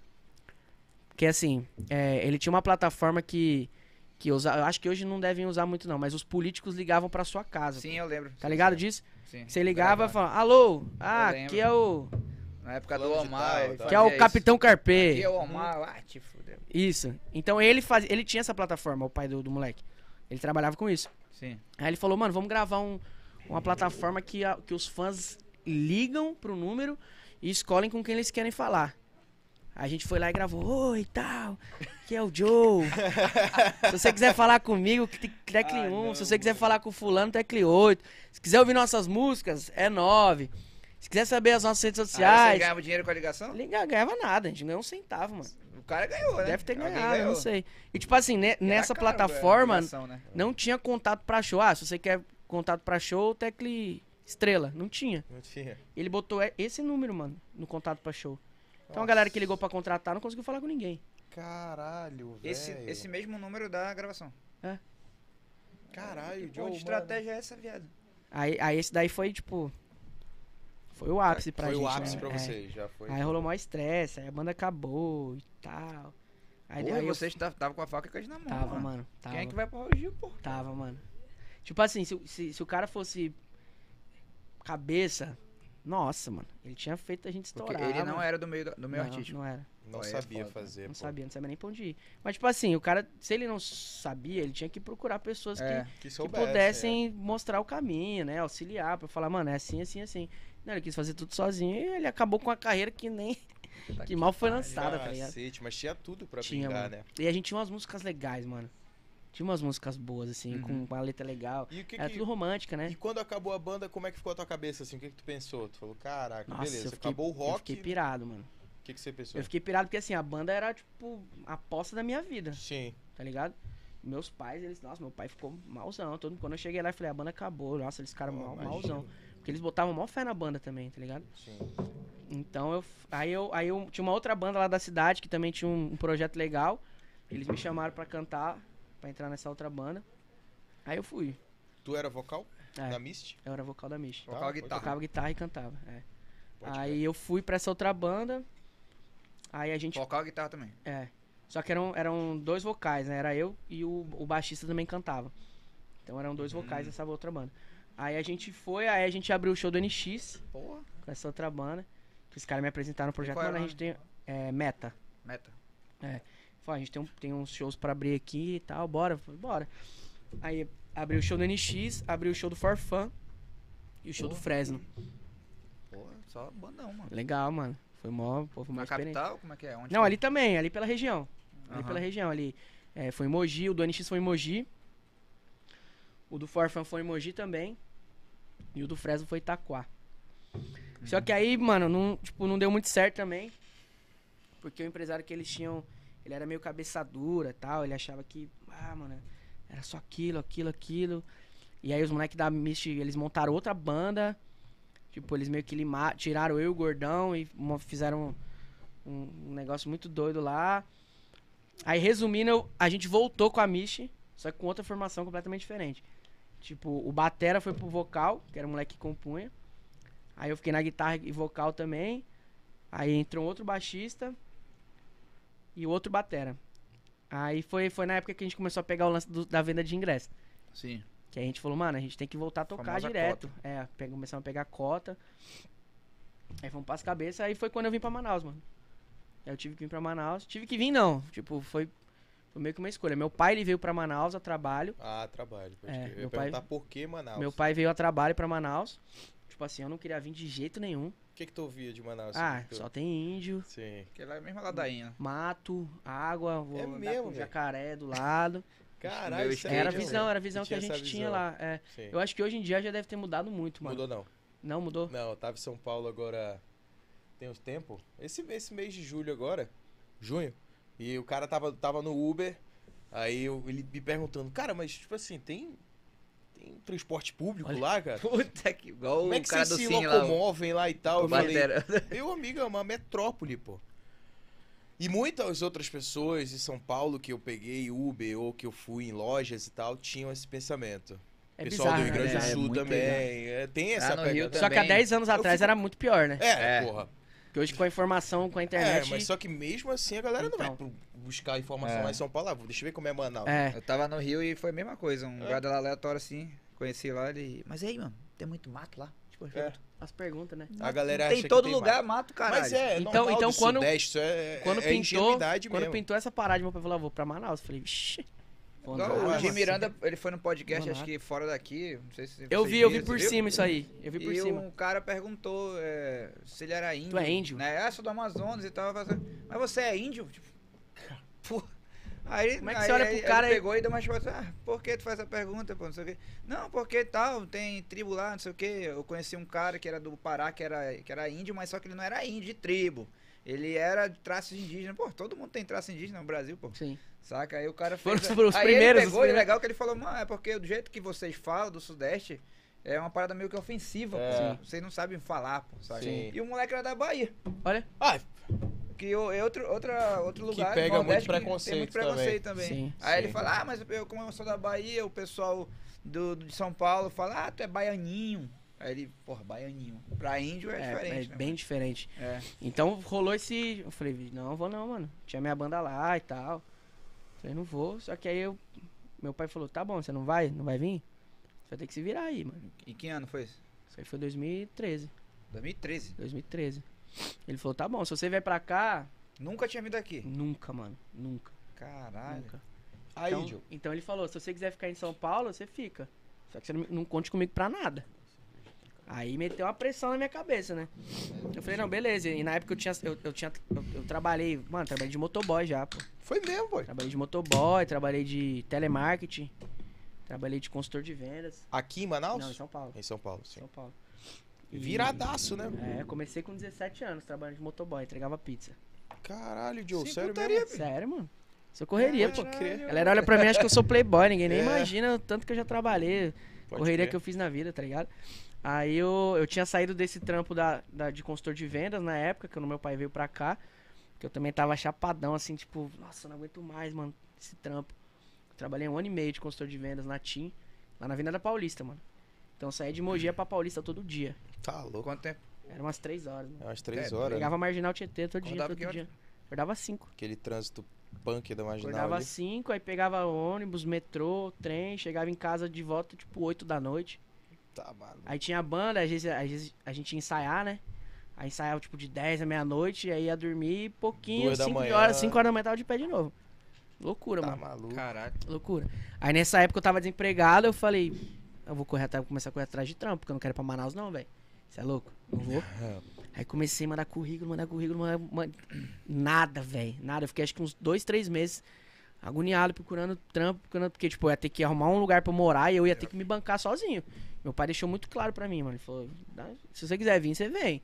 [SPEAKER 3] Porque assim, é, ele tinha uma plataforma que. que usa, eu acho que hoje não devem usar muito, não, mas os políticos ligavam pra sua casa.
[SPEAKER 2] Sim, eu lembro.
[SPEAKER 3] Tá ligado disso?
[SPEAKER 2] Sim.
[SPEAKER 3] Você ligava e
[SPEAKER 2] Gravava.
[SPEAKER 3] falava, alô, ah,
[SPEAKER 2] lembro.
[SPEAKER 3] aqui é o.
[SPEAKER 2] Na época do
[SPEAKER 1] Fulano de tal,
[SPEAKER 2] Omar. ele
[SPEAKER 1] tal.
[SPEAKER 3] Que é o
[SPEAKER 2] fazia isso.
[SPEAKER 3] Capitão Carpê.
[SPEAKER 2] Aqui é o Omar. Ah, te fudeu.
[SPEAKER 3] Isso. Então ele faz, ele tinha essa plataforma, o pai do, do moleque. Ele trabalhava com isso.
[SPEAKER 2] Sim.
[SPEAKER 3] Aí ele falou, mano, vamos gravar um- uma plataforma que, a- que os fãs ligam pro número e escolhem com quem eles querem falar. A gente foi lá e gravou, oi e tal, que é o Joe. se você quiser falar comigo, te- tecle
[SPEAKER 2] Ah,
[SPEAKER 3] 1.
[SPEAKER 2] não,
[SPEAKER 3] Se você quiser falar com o fulano, tecle 8. Se quiser ouvir nossas músicas, é 9. Se quiser saber as nossas redes
[SPEAKER 2] Aí você
[SPEAKER 3] sociais.
[SPEAKER 2] ganhava dinheiro com a ligação?
[SPEAKER 3] Ele não ganhava nada, a gente não ganhou um centavo, mano.
[SPEAKER 2] O cara ganhou, né?
[SPEAKER 3] Deve ter
[SPEAKER 2] Alguém
[SPEAKER 3] ganhado,
[SPEAKER 2] ganhou.
[SPEAKER 3] não sei. E tipo assim, ne-
[SPEAKER 2] Era
[SPEAKER 3] nessa
[SPEAKER 2] caro, era
[SPEAKER 3] plataforma
[SPEAKER 2] ligação, né?
[SPEAKER 3] não tinha contato pra show. Ah, se você quer contato pra show, tecle estrela. Não tinha.
[SPEAKER 1] Não tinha.
[SPEAKER 3] Ele botou e- esse número, mano, no contato pra show. Então a galera que ligou pra contratar não conseguiu falar com ninguém.
[SPEAKER 1] Caralho, velho.
[SPEAKER 2] Esse, esse mesmo número da gravação.
[SPEAKER 1] Caralho,
[SPEAKER 2] Que
[SPEAKER 1] Joe,
[SPEAKER 2] porra de estratégia é essa, viado?
[SPEAKER 3] Aí, aí esse daí foi, tipo. Foi o ápice pra
[SPEAKER 1] Foi
[SPEAKER 3] gente.
[SPEAKER 1] o ápice
[SPEAKER 3] né?
[SPEAKER 1] pra
[SPEAKER 3] É.
[SPEAKER 1] vocês, já foi.
[SPEAKER 3] Aí rolou maior estresse, aí a banda acabou e tal. Aí,
[SPEAKER 2] Porra,
[SPEAKER 3] aí eu
[SPEAKER 2] vocês tavam tava com a faca e queijo na mão.
[SPEAKER 3] é tava, mano. Tava.
[SPEAKER 2] Quem é que vai pro Raul Gil, pô?
[SPEAKER 3] Tava, mano. Tipo assim, se, se, se o cara fosse cabeça, nossa, mano. Ele tinha feito a gente
[SPEAKER 2] Porque
[SPEAKER 3] estourar.
[SPEAKER 2] ele não
[SPEAKER 3] mano.
[SPEAKER 2] era do meio, do meio
[SPEAKER 3] não,
[SPEAKER 2] artístico.
[SPEAKER 3] Não era.
[SPEAKER 1] Não
[SPEAKER 2] Pô, é
[SPEAKER 1] sabia
[SPEAKER 2] foda.
[SPEAKER 1] fazer,
[SPEAKER 3] Não
[SPEAKER 1] pô.
[SPEAKER 3] sabia, não sabia nem pra onde ir. Mas, tipo assim, o cara, se ele não sabia, ele tinha que procurar pessoas
[SPEAKER 2] É.
[SPEAKER 3] que,
[SPEAKER 1] Que
[SPEAKER 3] que
[SPEAKER 1] soubesse,
[SPEAKER 3] pudessem mostrar o caminho, né? Auxiliar, pra falar, mano, é assim, assim, assim. Não, ele quis fazer tudo sozinho e ele acabou com a carreira que nem.
[SPEAKER 2] Tá
[SPEAKER 3] que mal foi
[SPEAKER 1] é.
[SPEAKER 3] lançada,
[SPEAKER 2] Ah,
[SPEAKER 3] tá ligado?
[SPEAKER 1] Cacete, mas tinha tudo pra
[SPEAKER 3] Tinha,
[SPEAKER 1] pingar,
[SPEAKER 3] mano.
[SPEAKER 1] né?
[SPEAKER 3] E a gente tinha umas músicas legais, mano. Tinha umas músicas boas, assim,
[SPEAKER 2] Uhum.
[SPEAKER 3] com uma letra legal.
[SPEAKER 1] E o que
[SPEAKER 3] Era
[SPEAKER 1] que-
[SPEAKER 3] tudo romântica, né?
[SPEAKER 1] E quando acabou a banda, como é que ficou a tua cabeça, assim? O que que tu pensou? Tu falou, caraca,
[SPEAKER 3] Nossa,
[SPEAKER 1] beleza,
[SPEAKER 3] eu fiquei,
[SPEAKER 1] acabou o
[SPEAKER 3] Eu
[SPEAKER 1] rock, né?
[SPEAKER 3] fiquei pirado, mano.
[SPEAKER 1] o que que você pensou?
[SPEAKER 3] Eu fiquei pirado porque, assim, a banda era, tipo, a aposta da minha vida,
[SPEAKER 1] Sim.
[SPEAKER 3] tá ligado? Meus pais, eles... Nossa, meu pai ficou malzão. Todo, quando eu cheguei lá, eu falei, a banda acabou. Nossa, eles ficaram
[SPEAKER 1] Pô,
[SPEAKER 3] mal,
[SPEAKER 1] imagino.
[SPEAKER 3] malzão. Porque eles botavam maior fé na banda também, tá ligado?
[SPEAKER 1] Sim.
[SPEAKER 3] Então, eu... Aí eu... Aí eu... Tinha uma outra banda lá da cidade que também tinha um, um projeto legal. Eles me chamaram pra cantar, pra entrar nessa outra banda. Aí eu fui.
[SPEAKER 1] Tu era vocal
[SPEAKER 3] É.
[SPEAKER 1] na Mist?
[SPEAKER 3] Eu era vocal da Mish.
[SPEAKER 2] Vocal guitarra.
[SPEAKER 3] Tocava guitarra e cantava, é.
[SPEAKER 1] Pode
[SPEAKER 3] Aí eu fui pra essa outra banda. Aí a gente
[SPEAKER 2] Vocal e Tipo, guitarra também.
[SPEAKER 3] É. Só que eram, eram dois vocais, né? Era eu e o, o baixista também cantava. Então eram dois vocais
[SPEAKER 2] Hum.
[SPEAKER 3] dessa outra banda. Aí a gente foi, aí a gente abriu o show do NX
[SPEAKER 2] Porra,
[SPEAKER 3] com essa outra banda. Que os caras me apresentaram o projeto,
[SPEAKER 2] qual era
[SPEAKER 3] mano, a
[SPEAKER 2] o
[SPEAKER 3] gente tem. É, meta.
[SPEAKER 2] meta.
[SPEAKER 3] Falei, a gente tem, um- tem uns shows pra abrir aqui e tal, bora, Falei, bora. Aí abriu o show do NX, abriu o show do Forfã e o show do Fresno.
[SPEAKER 2] Porra, só bandão, mano.
[SPEAKER 3] Legal, mano. Foi mó, pô, foi mó
[SPEAKER 2] Na
[SPEAKER 3] experiência.
[SPEAKER 2] capital, como é que é? Onde
[SPEAKER 3] Não,
[SPEAKER 2] que-
[SPEAKER 3] ali também, ali pela região. Ali
[SPEAKER 2] Aham.
[SPEAKER 3] pela região, ali. É, foi em Mogi, o do NX foi em Mogi. O do Forfan foi em Mogi também. E o do Fresno foi em Itaquá. Só que aí, mano, não, tipo, não deu muito certo também. Porque o empresário que eles tinham, ele era meio cabeça dura e tal. Ele achava que, ah, mano, era só aquilo, aquilo, aquilo. E aí os moleques da Mist, eles montaram outra banda. Tipo, eles meio que lima, tiraram eu e o Gordão e mo- fizeram um, um negócio muito doido lá. Aí, resumindo, eu- a gente voltou com a Michi, só que com outra formação completamente diferente. Tipo, o Batera foi pro vocal, que era o moleque que um compunha. Aí eu fiquei na guitarra e vocal também. Aí entrou outro baixista e outro batera. Aí foi, foi na época que a gente começou a pegar o lance do- da venda de ingresso.
[SPEAKER 2] Sim.
[SPEAKER 3] Que a gente falou, mano, a gente tem que voltar a tocar
[SPEAKER 2] Famosa
[SPEAKER 3] direto. É, pe- começamos a pegar cota. Aí foi um passo cabeça, aí foi quando eu vim pra Manaus, mano. Aí eu tive que vir pra Manaus. Tive que vir, não. Tipo, foi, foi meio que uma escolha. Meu pai, ele veio pra Manaus a trabalho.
[SPEAKER 1] Ah, trabalho. Pode
[SPEAKER 3] É,
[SPEAKER 1] crer. eu
[SPEAKER 3] meu
[SPEAKER 1] ia
[SPEAKER 3] pai-
[SPEAKER 1] perguntar por que Manaus.
[SPEAKER 3] Meu pai veio a trabalho pra Manaus. Tipo assim, eu não queria vir de jeito nenhum.
[SPEAKER 1] O que que tu ouvia de Manaus?
[SPEAKER 3] ah,
[SPEAKER 1] Assim, tu-
[SPEAKER 3] só tem índio,
[SPEAKER 1] Sim.
[SPEAKER 2] Porque lá é a mesma ladainha.
[SPEAKER 3] mato, água, vou
[SPEAKER 1] É
[SPEAKER 3] andar
[SPEAKER 1] mesmo,
[SPEAKER 3] com um
[SPEAKER 1] velho?
[SPEAKER 3] jacaré do lado.
[SPEAKER 1] Caralho,
[SPEAKER 2] Meu
[SPEAKER 1] isso aí,
[SPEAKER 3] era a
[SPEAKER 1] né,
[SPEAKER 3] visão,
[SPEAKER 1] velho?
[SPEAKER 3] era a visão que a
[SPEAKER 1] Tinha
[SPEAKER 3] gente
[SPEAKER 1] essa
[SPEAKER 3] tinha
[SPEAKER 1] visão.
[SPEAKER 3] lá. é.
[SPEAKER 1] Sim.
[SPEAKER 3] Eu acho que hoje em dia já deve ter mudado muito, mano.
[SPEAKER 1] Mudou não.
[SPEAKER 3] Não, mudou?
[SPEAKER 1] Não, eu tava em São Paulo agora. Tem uns tempo? Esse, esse mês de julho agora. Junho. E o cara tava, tava no Uber. Aí eu- ele me perguntando, cara, mas tipo assim, tem. Tem transporte público
[SPEAKER 3] Olha.
[SPEAKER 1] lá, cara?
[SPEAKER 2] Puta que. Igual
[SPEAKER 1] Como é
[SPEAKER 2] o
[SPEAKER 1] que
[SPEAKER 2] cara
[SPEAKER 1] vocês
[SPEAKER 2] do
[SPEAKER 1] se
[SPEAKER 2] Cine lá. o-
[SPEAKER 1] locomovem lá e tal?
[SPEAKER 2] O
[SPEAKER 1] Eu falei,
[SPEAKER 2] batera.
[SPEAKER 1] meu amigo, é uma metrópole, pô. E muitas outras pessoas de São Paulo que eu peguei Uber ou que eu fui em lojas e tal tinham esse pensamento.
[SPEAKER 3] É
[SPEAKER 1] Pessoal
[SPEAKER 3] bizarro,
[SPEAKER 1] do Rio Grande
[SPEAKER 3] né?
[SPEAKER 1] do
[SPEAKER 2] É
[SPEAKER 1] Sul
[SPEAKER 2] muito
[SPEAKER 1] também.
[SPEAKER 2] bizarro.
[SPEAKER 1] é, tem
[SPEAKER 2] Lá
[SPEAKER 1] essa
[SPEAKER 2] no Rio
[SPEAKER 1] pegada.
[SPEAKER 3] Só que há
[SPEAKER 2] também.
[SPEAKER 3] 10 anos
[SPEAKER 1] Eu
[SPEAKER 3] atrás
[SPEAKER 1] fico-
[SPEAKER 3] era muito pior, né?
[SPEAKER 1] É,
[SPEAKER 2] É.
[SPEAKER 1] porra.
[SPEAKER 3] Porque hoje com a informação, com a internet.
[SPEAKER 1] É, mas só que mesmo assim a galera não vai
[SPEAKER 3] Então.
[SPEAKER 1] pro- buscar informação
[SPEAKER 2] É.
[SPEAKER 1] lá em São Paulo. Ah, vou- deixa eu ver como é Manaus.
[SPEAKER 3] É.
[SPEAKER 2] Eu tava no Rio e foi a mesma coisa. Um
[SPEAKER 1] É.
[SPEAKER 2] lugar lá aleatório assim. Conheci lá, ele. Mas e aí, mano? Tem muito mato lá? Tipo, eu
[SPEAKER 1] É.
[SPEAKER 2] pergunto,
[SPEAKER 3] As perguntas, né?
[SPEAKER 1] A galera
[SPEAKER 2] tem
[SPEAKER 1] acha
[SPEAKER 2] todo
[SPEAKER 1] que tem
[SPEAKER 2] lugar
[SPEAKER 1] mato.
[SPEAKER 2] mato, caralho.
[SPEAKER 1] Mas é, é
[SPEAKER 3] Então-
[SPEAKER 1] normal
[SPEAKER 3] então
[SPEAKER 1] do
[SPEAKER 3] quando-
[SPEAKER 1] Sudeste, isso é,
[SPEAKER 3] Quando
[SPEAKER 1] é
[SPEAKER 3] pintou,
[SPEAKER 1] ingenuidade
[SPEAKER 3] quando
[SPEAKER 1] mesmo.
[SPEAKER 3] pintou essa parada, meu pai falou, ah, vou pra Manaus. Eu falei, vixi.
[SPEAKER 2] Igual
[SPEAKER 3] vou andar,
[SPEAKER 1] Não,
[SPEAKER 2] o
[SPEAKER 1] mas
[SPEAKER 3] mano.
[SPEAKER 2] Jim Miranda, ele foi no podcast,
[SPEAKER 3] Mano,
[SPEAKER 2] acho que fora daqui. Não sei se.
[SPEAKER 3] Eu
[SPEAKER 2] vocês
[SPEAKER 3] vi, eu vi
[SPEAKER 2] viram,
[SPEAKER 3] por
[SPEAKER 2] você viu?
[SPEAKER 3] cima isso aí. Eu vi por
[SPEAKER 2] e
[SPEAKER 3] cima.
[SPEAKER 2] um cara perguntou é, se ele era índio.
[SPEAKER 3] Tu é índio?
[SPEAKER 2] Né? Ah, sou do Amazonas e tal. Mas mas você é índio? Tipo, pô. Aí,
[SPEAKER 3] Como é que
[SPEAKER 2] aí,
[SPEAKER 3] você olha pro
[SPEAKER 2] aí,
[SPEAKER 3] cara
[SPEAKER 2] ele
[SPEAKER 3] e-
[SPEAKER 2] pegou e deu uma resposta. Ah, por que tu faz essa pergunta, pô? Não sei o quê. Não, porque tal, tem tribo lá, não sei o quê. Eu conheci um cara que era do Pará, que era, que era índio, mas só que ele não era índio de tribo. Ele era de traços indígenas. Pô, todo mundo tem traço indígena no Brasil, pô.
[SPEAKER 3] Sim.
[SPEAKER 2] Saca? Aí o cara fez.
[SPEAKER 3] Foram os- os
[SPEAKER 2] aí
[SPEAKER 3] primeiros,
[SPEAKER 2] Ele
[SPEAKER 3] os
[SPEAKER 2] pegou e
[SPEAKER 3] primeiros.
[SPEAKER 2] legal que ele falou, mano, é porque do jeito que vocês falam do Sudeste é uma parada meio que ofensiva,
[SPEAKER 1] É.
[SPEAKER 2] pô. Vocês não sabem falar, pô. Sabe?
[SPEAKER 1] Sim.
[SPEAKER 2] E o moleque era da Bahia.
[SPEAKER 3] Olha.
[SPEAKER 1] Ah,
[SPEAKER 2] Que o- é outro, outra, outro lugar.
[SPEAKER 1] pega muito
[SPEAKER 2] Nordeste, que
[SPEAKER 1] preconceito
[SPEAKER 2] Tem muito preconceito também.
[SPEAKER 3] Sim,
[SPEAKER 2] Aí
[SPEAKER 1] sim.
[SPEAKER 2] ele fala, ah, mas eu, como eu sou da Bahia, o pessoal do, do- de São Paulo fala, ah, tu é baianinho. Aí ele, porra, baianinho. Pra índio é,
[SPEAKER 3] É,
[SPEAKER 2] diferente.
[SPEAKER 3] é
[SPEAKER 2] né,
[SPEAKER 3] bem diferente.
[SPEAKER 2] mano? É.
[SPEAKER 3] Então rolou esse. Eu falei, não, vou não, mano. Tinha minha banda lá e tal. Falei, não vou. Só que aí eu. Meu pai falou, tá bom, você não vai? Não vai vir? Você vai ter que se virar aí, mano.
[SPEAKER 2] Em que ano foi isso?
[SPEAKER 3] Isso aí foi 2013.
[SPEAKER 2] 2013.
[SPEAKER 3] 2013. Ele falou, tá bom, se você vier pra cá,
[SPEAKER 2] Nunca tinha vindo aqui.
[SPEAKER 3] nunca, mano. Nunca.
[SPEAKER 2] Caralho.
[SPEAKER 3] nunca.
[SPEAKER 1] aí,
[SPEAKER 3] Então,
[SPEAKER 1] Gil,
[SPEAKER 3] então ele falou, se você quiser ficar em São Paulo, você fica. Só que você não, me- não conte comigo pra nada. Aí meteu uma pressão na minha cabeça, né? Eu falei, não, beleza. E na época eu tinha. Eu, eu tinha. Eu, eu trabalhei. Mano, trabalhei de motoboy já, pô.
[SPEAKER 1] Foi mesmo, pô.
[SPEAKER 3] Trabalhei de motoboy, trabalhei de telemarketing, trabalhei de consultor de vendas.
[SPEAKER 1] Aqui em Manaus?
[SPEAKER 3] Não, em São Paulo.
[SPEAKER 1] Em São Paulo, sim.
[SPEAKER 3] São Paulo. E-
[SPEAKER 1] Viradaço, né?
[SPEAKER 3] É, comecei com 17 anos trabalhando de motoboy, entregava pizza.
[SPEAKER 1] Caralho, Joe,
[SPEAKER 2] Sim,
[SPEAKER 1] sério
[SPEAKER 2] putaria,
[SPEAKER 1] mesmo?
[SPEAKER 3] Sério, mano. Isso eu correria, pô.
[SPEAKER 1] Pode crer.
[SPEAKER 3] Galera olha pra mim, acha que eu sou playboy, ninguém nem
[SPEAKER 1] É.
[SPEAKER 3] imagina o tanto que eu já trabalhei,
[SPEAKER 1] Pode
[SPEAKER 3] correria
[SPEAKER 1] crer.
[SPEAKER 3] que eu fiz na vida, tá ligado? Aí eu, eu tinha saído desse trampo da, da- de consultor de vendas na época, quando meu pai veio pra cá, que eu também tava chapadão, assim, tipo, nossa, eu não aguento mais, mano, esse trampo. Eu trabalhei um ano e meio de consultor de vendas na TIM, lá na Avenida Paulista, mano. Então eu saía de Mogi pra Paulista todo dia.
[SPEAKER 1] Tá louco.
[SPEAKER 2] Quanto tempo?
[SPEAKER 3] Era umas três horas, mano.
[SPEAKER 1] É umas três
[SPEAKER 2] É,
[SPEAKER 1] horas. né?
[SPEAKER 3] Pegava a Marginal Tietê todo dia,
[SPEAKER 2] Acordava que
[SPEAKER 3] todo
[SPEAKER 2] hora?
[SPEAKER 3] dia. Acordava às cinco.
[SPEAKER 1] Aquele trânsito punk da marginal
[SPEAKER 3] Acordava
[SPEAKER 1] ali.
[SPEAKER 3] às 5, aí pegava ônibus, metrô, trem, chegava em casa de volta tipo 8 da noite.
[SPEAKER 1] Tá maluco.
[SPEAKER 3] Aí tinha banda, às vezes, às vezes a gente ia ensaiar, né? Aí ensaiava tipo de 10 à meia-noite, aí ia dormir pouquinho,
[SPEAKER 1] Duas da
[SPEAKER 3] 5
[SPEAKER 1] manhã.
[SPEAKER 3] horas, 5 horas da manhã tava de pé de novo. Loucura,
[SPEAKER 1] Tá
[SPEAKER 3] mano.
[SPEAKER 1] maluco.
[SPEAKER 2] Caralho.
[SPEAKER 3] Loucura. Aí nessa época eu tava desempregado, eu falei, eu vou correr atrás, vou começar a correr atrás de trampo, porque eu não quero ir pra Manaus não, velho. Você é louco? Não vou. Aí comecei a mandar currículo, mandar currículo, mandar. man- Nada, velho. Nada. Eu fiquei acho que uns dois, três meses agoniado, procurando trampo, procurando. Porque, tipo, eu ia ter que arrumar um lugar pra eu morar e eu ia ter que me bancar sozinho. Meu pai deixou muito claro pra mim, mano. Ele falou: "Dá- se você quiser vir, você vem.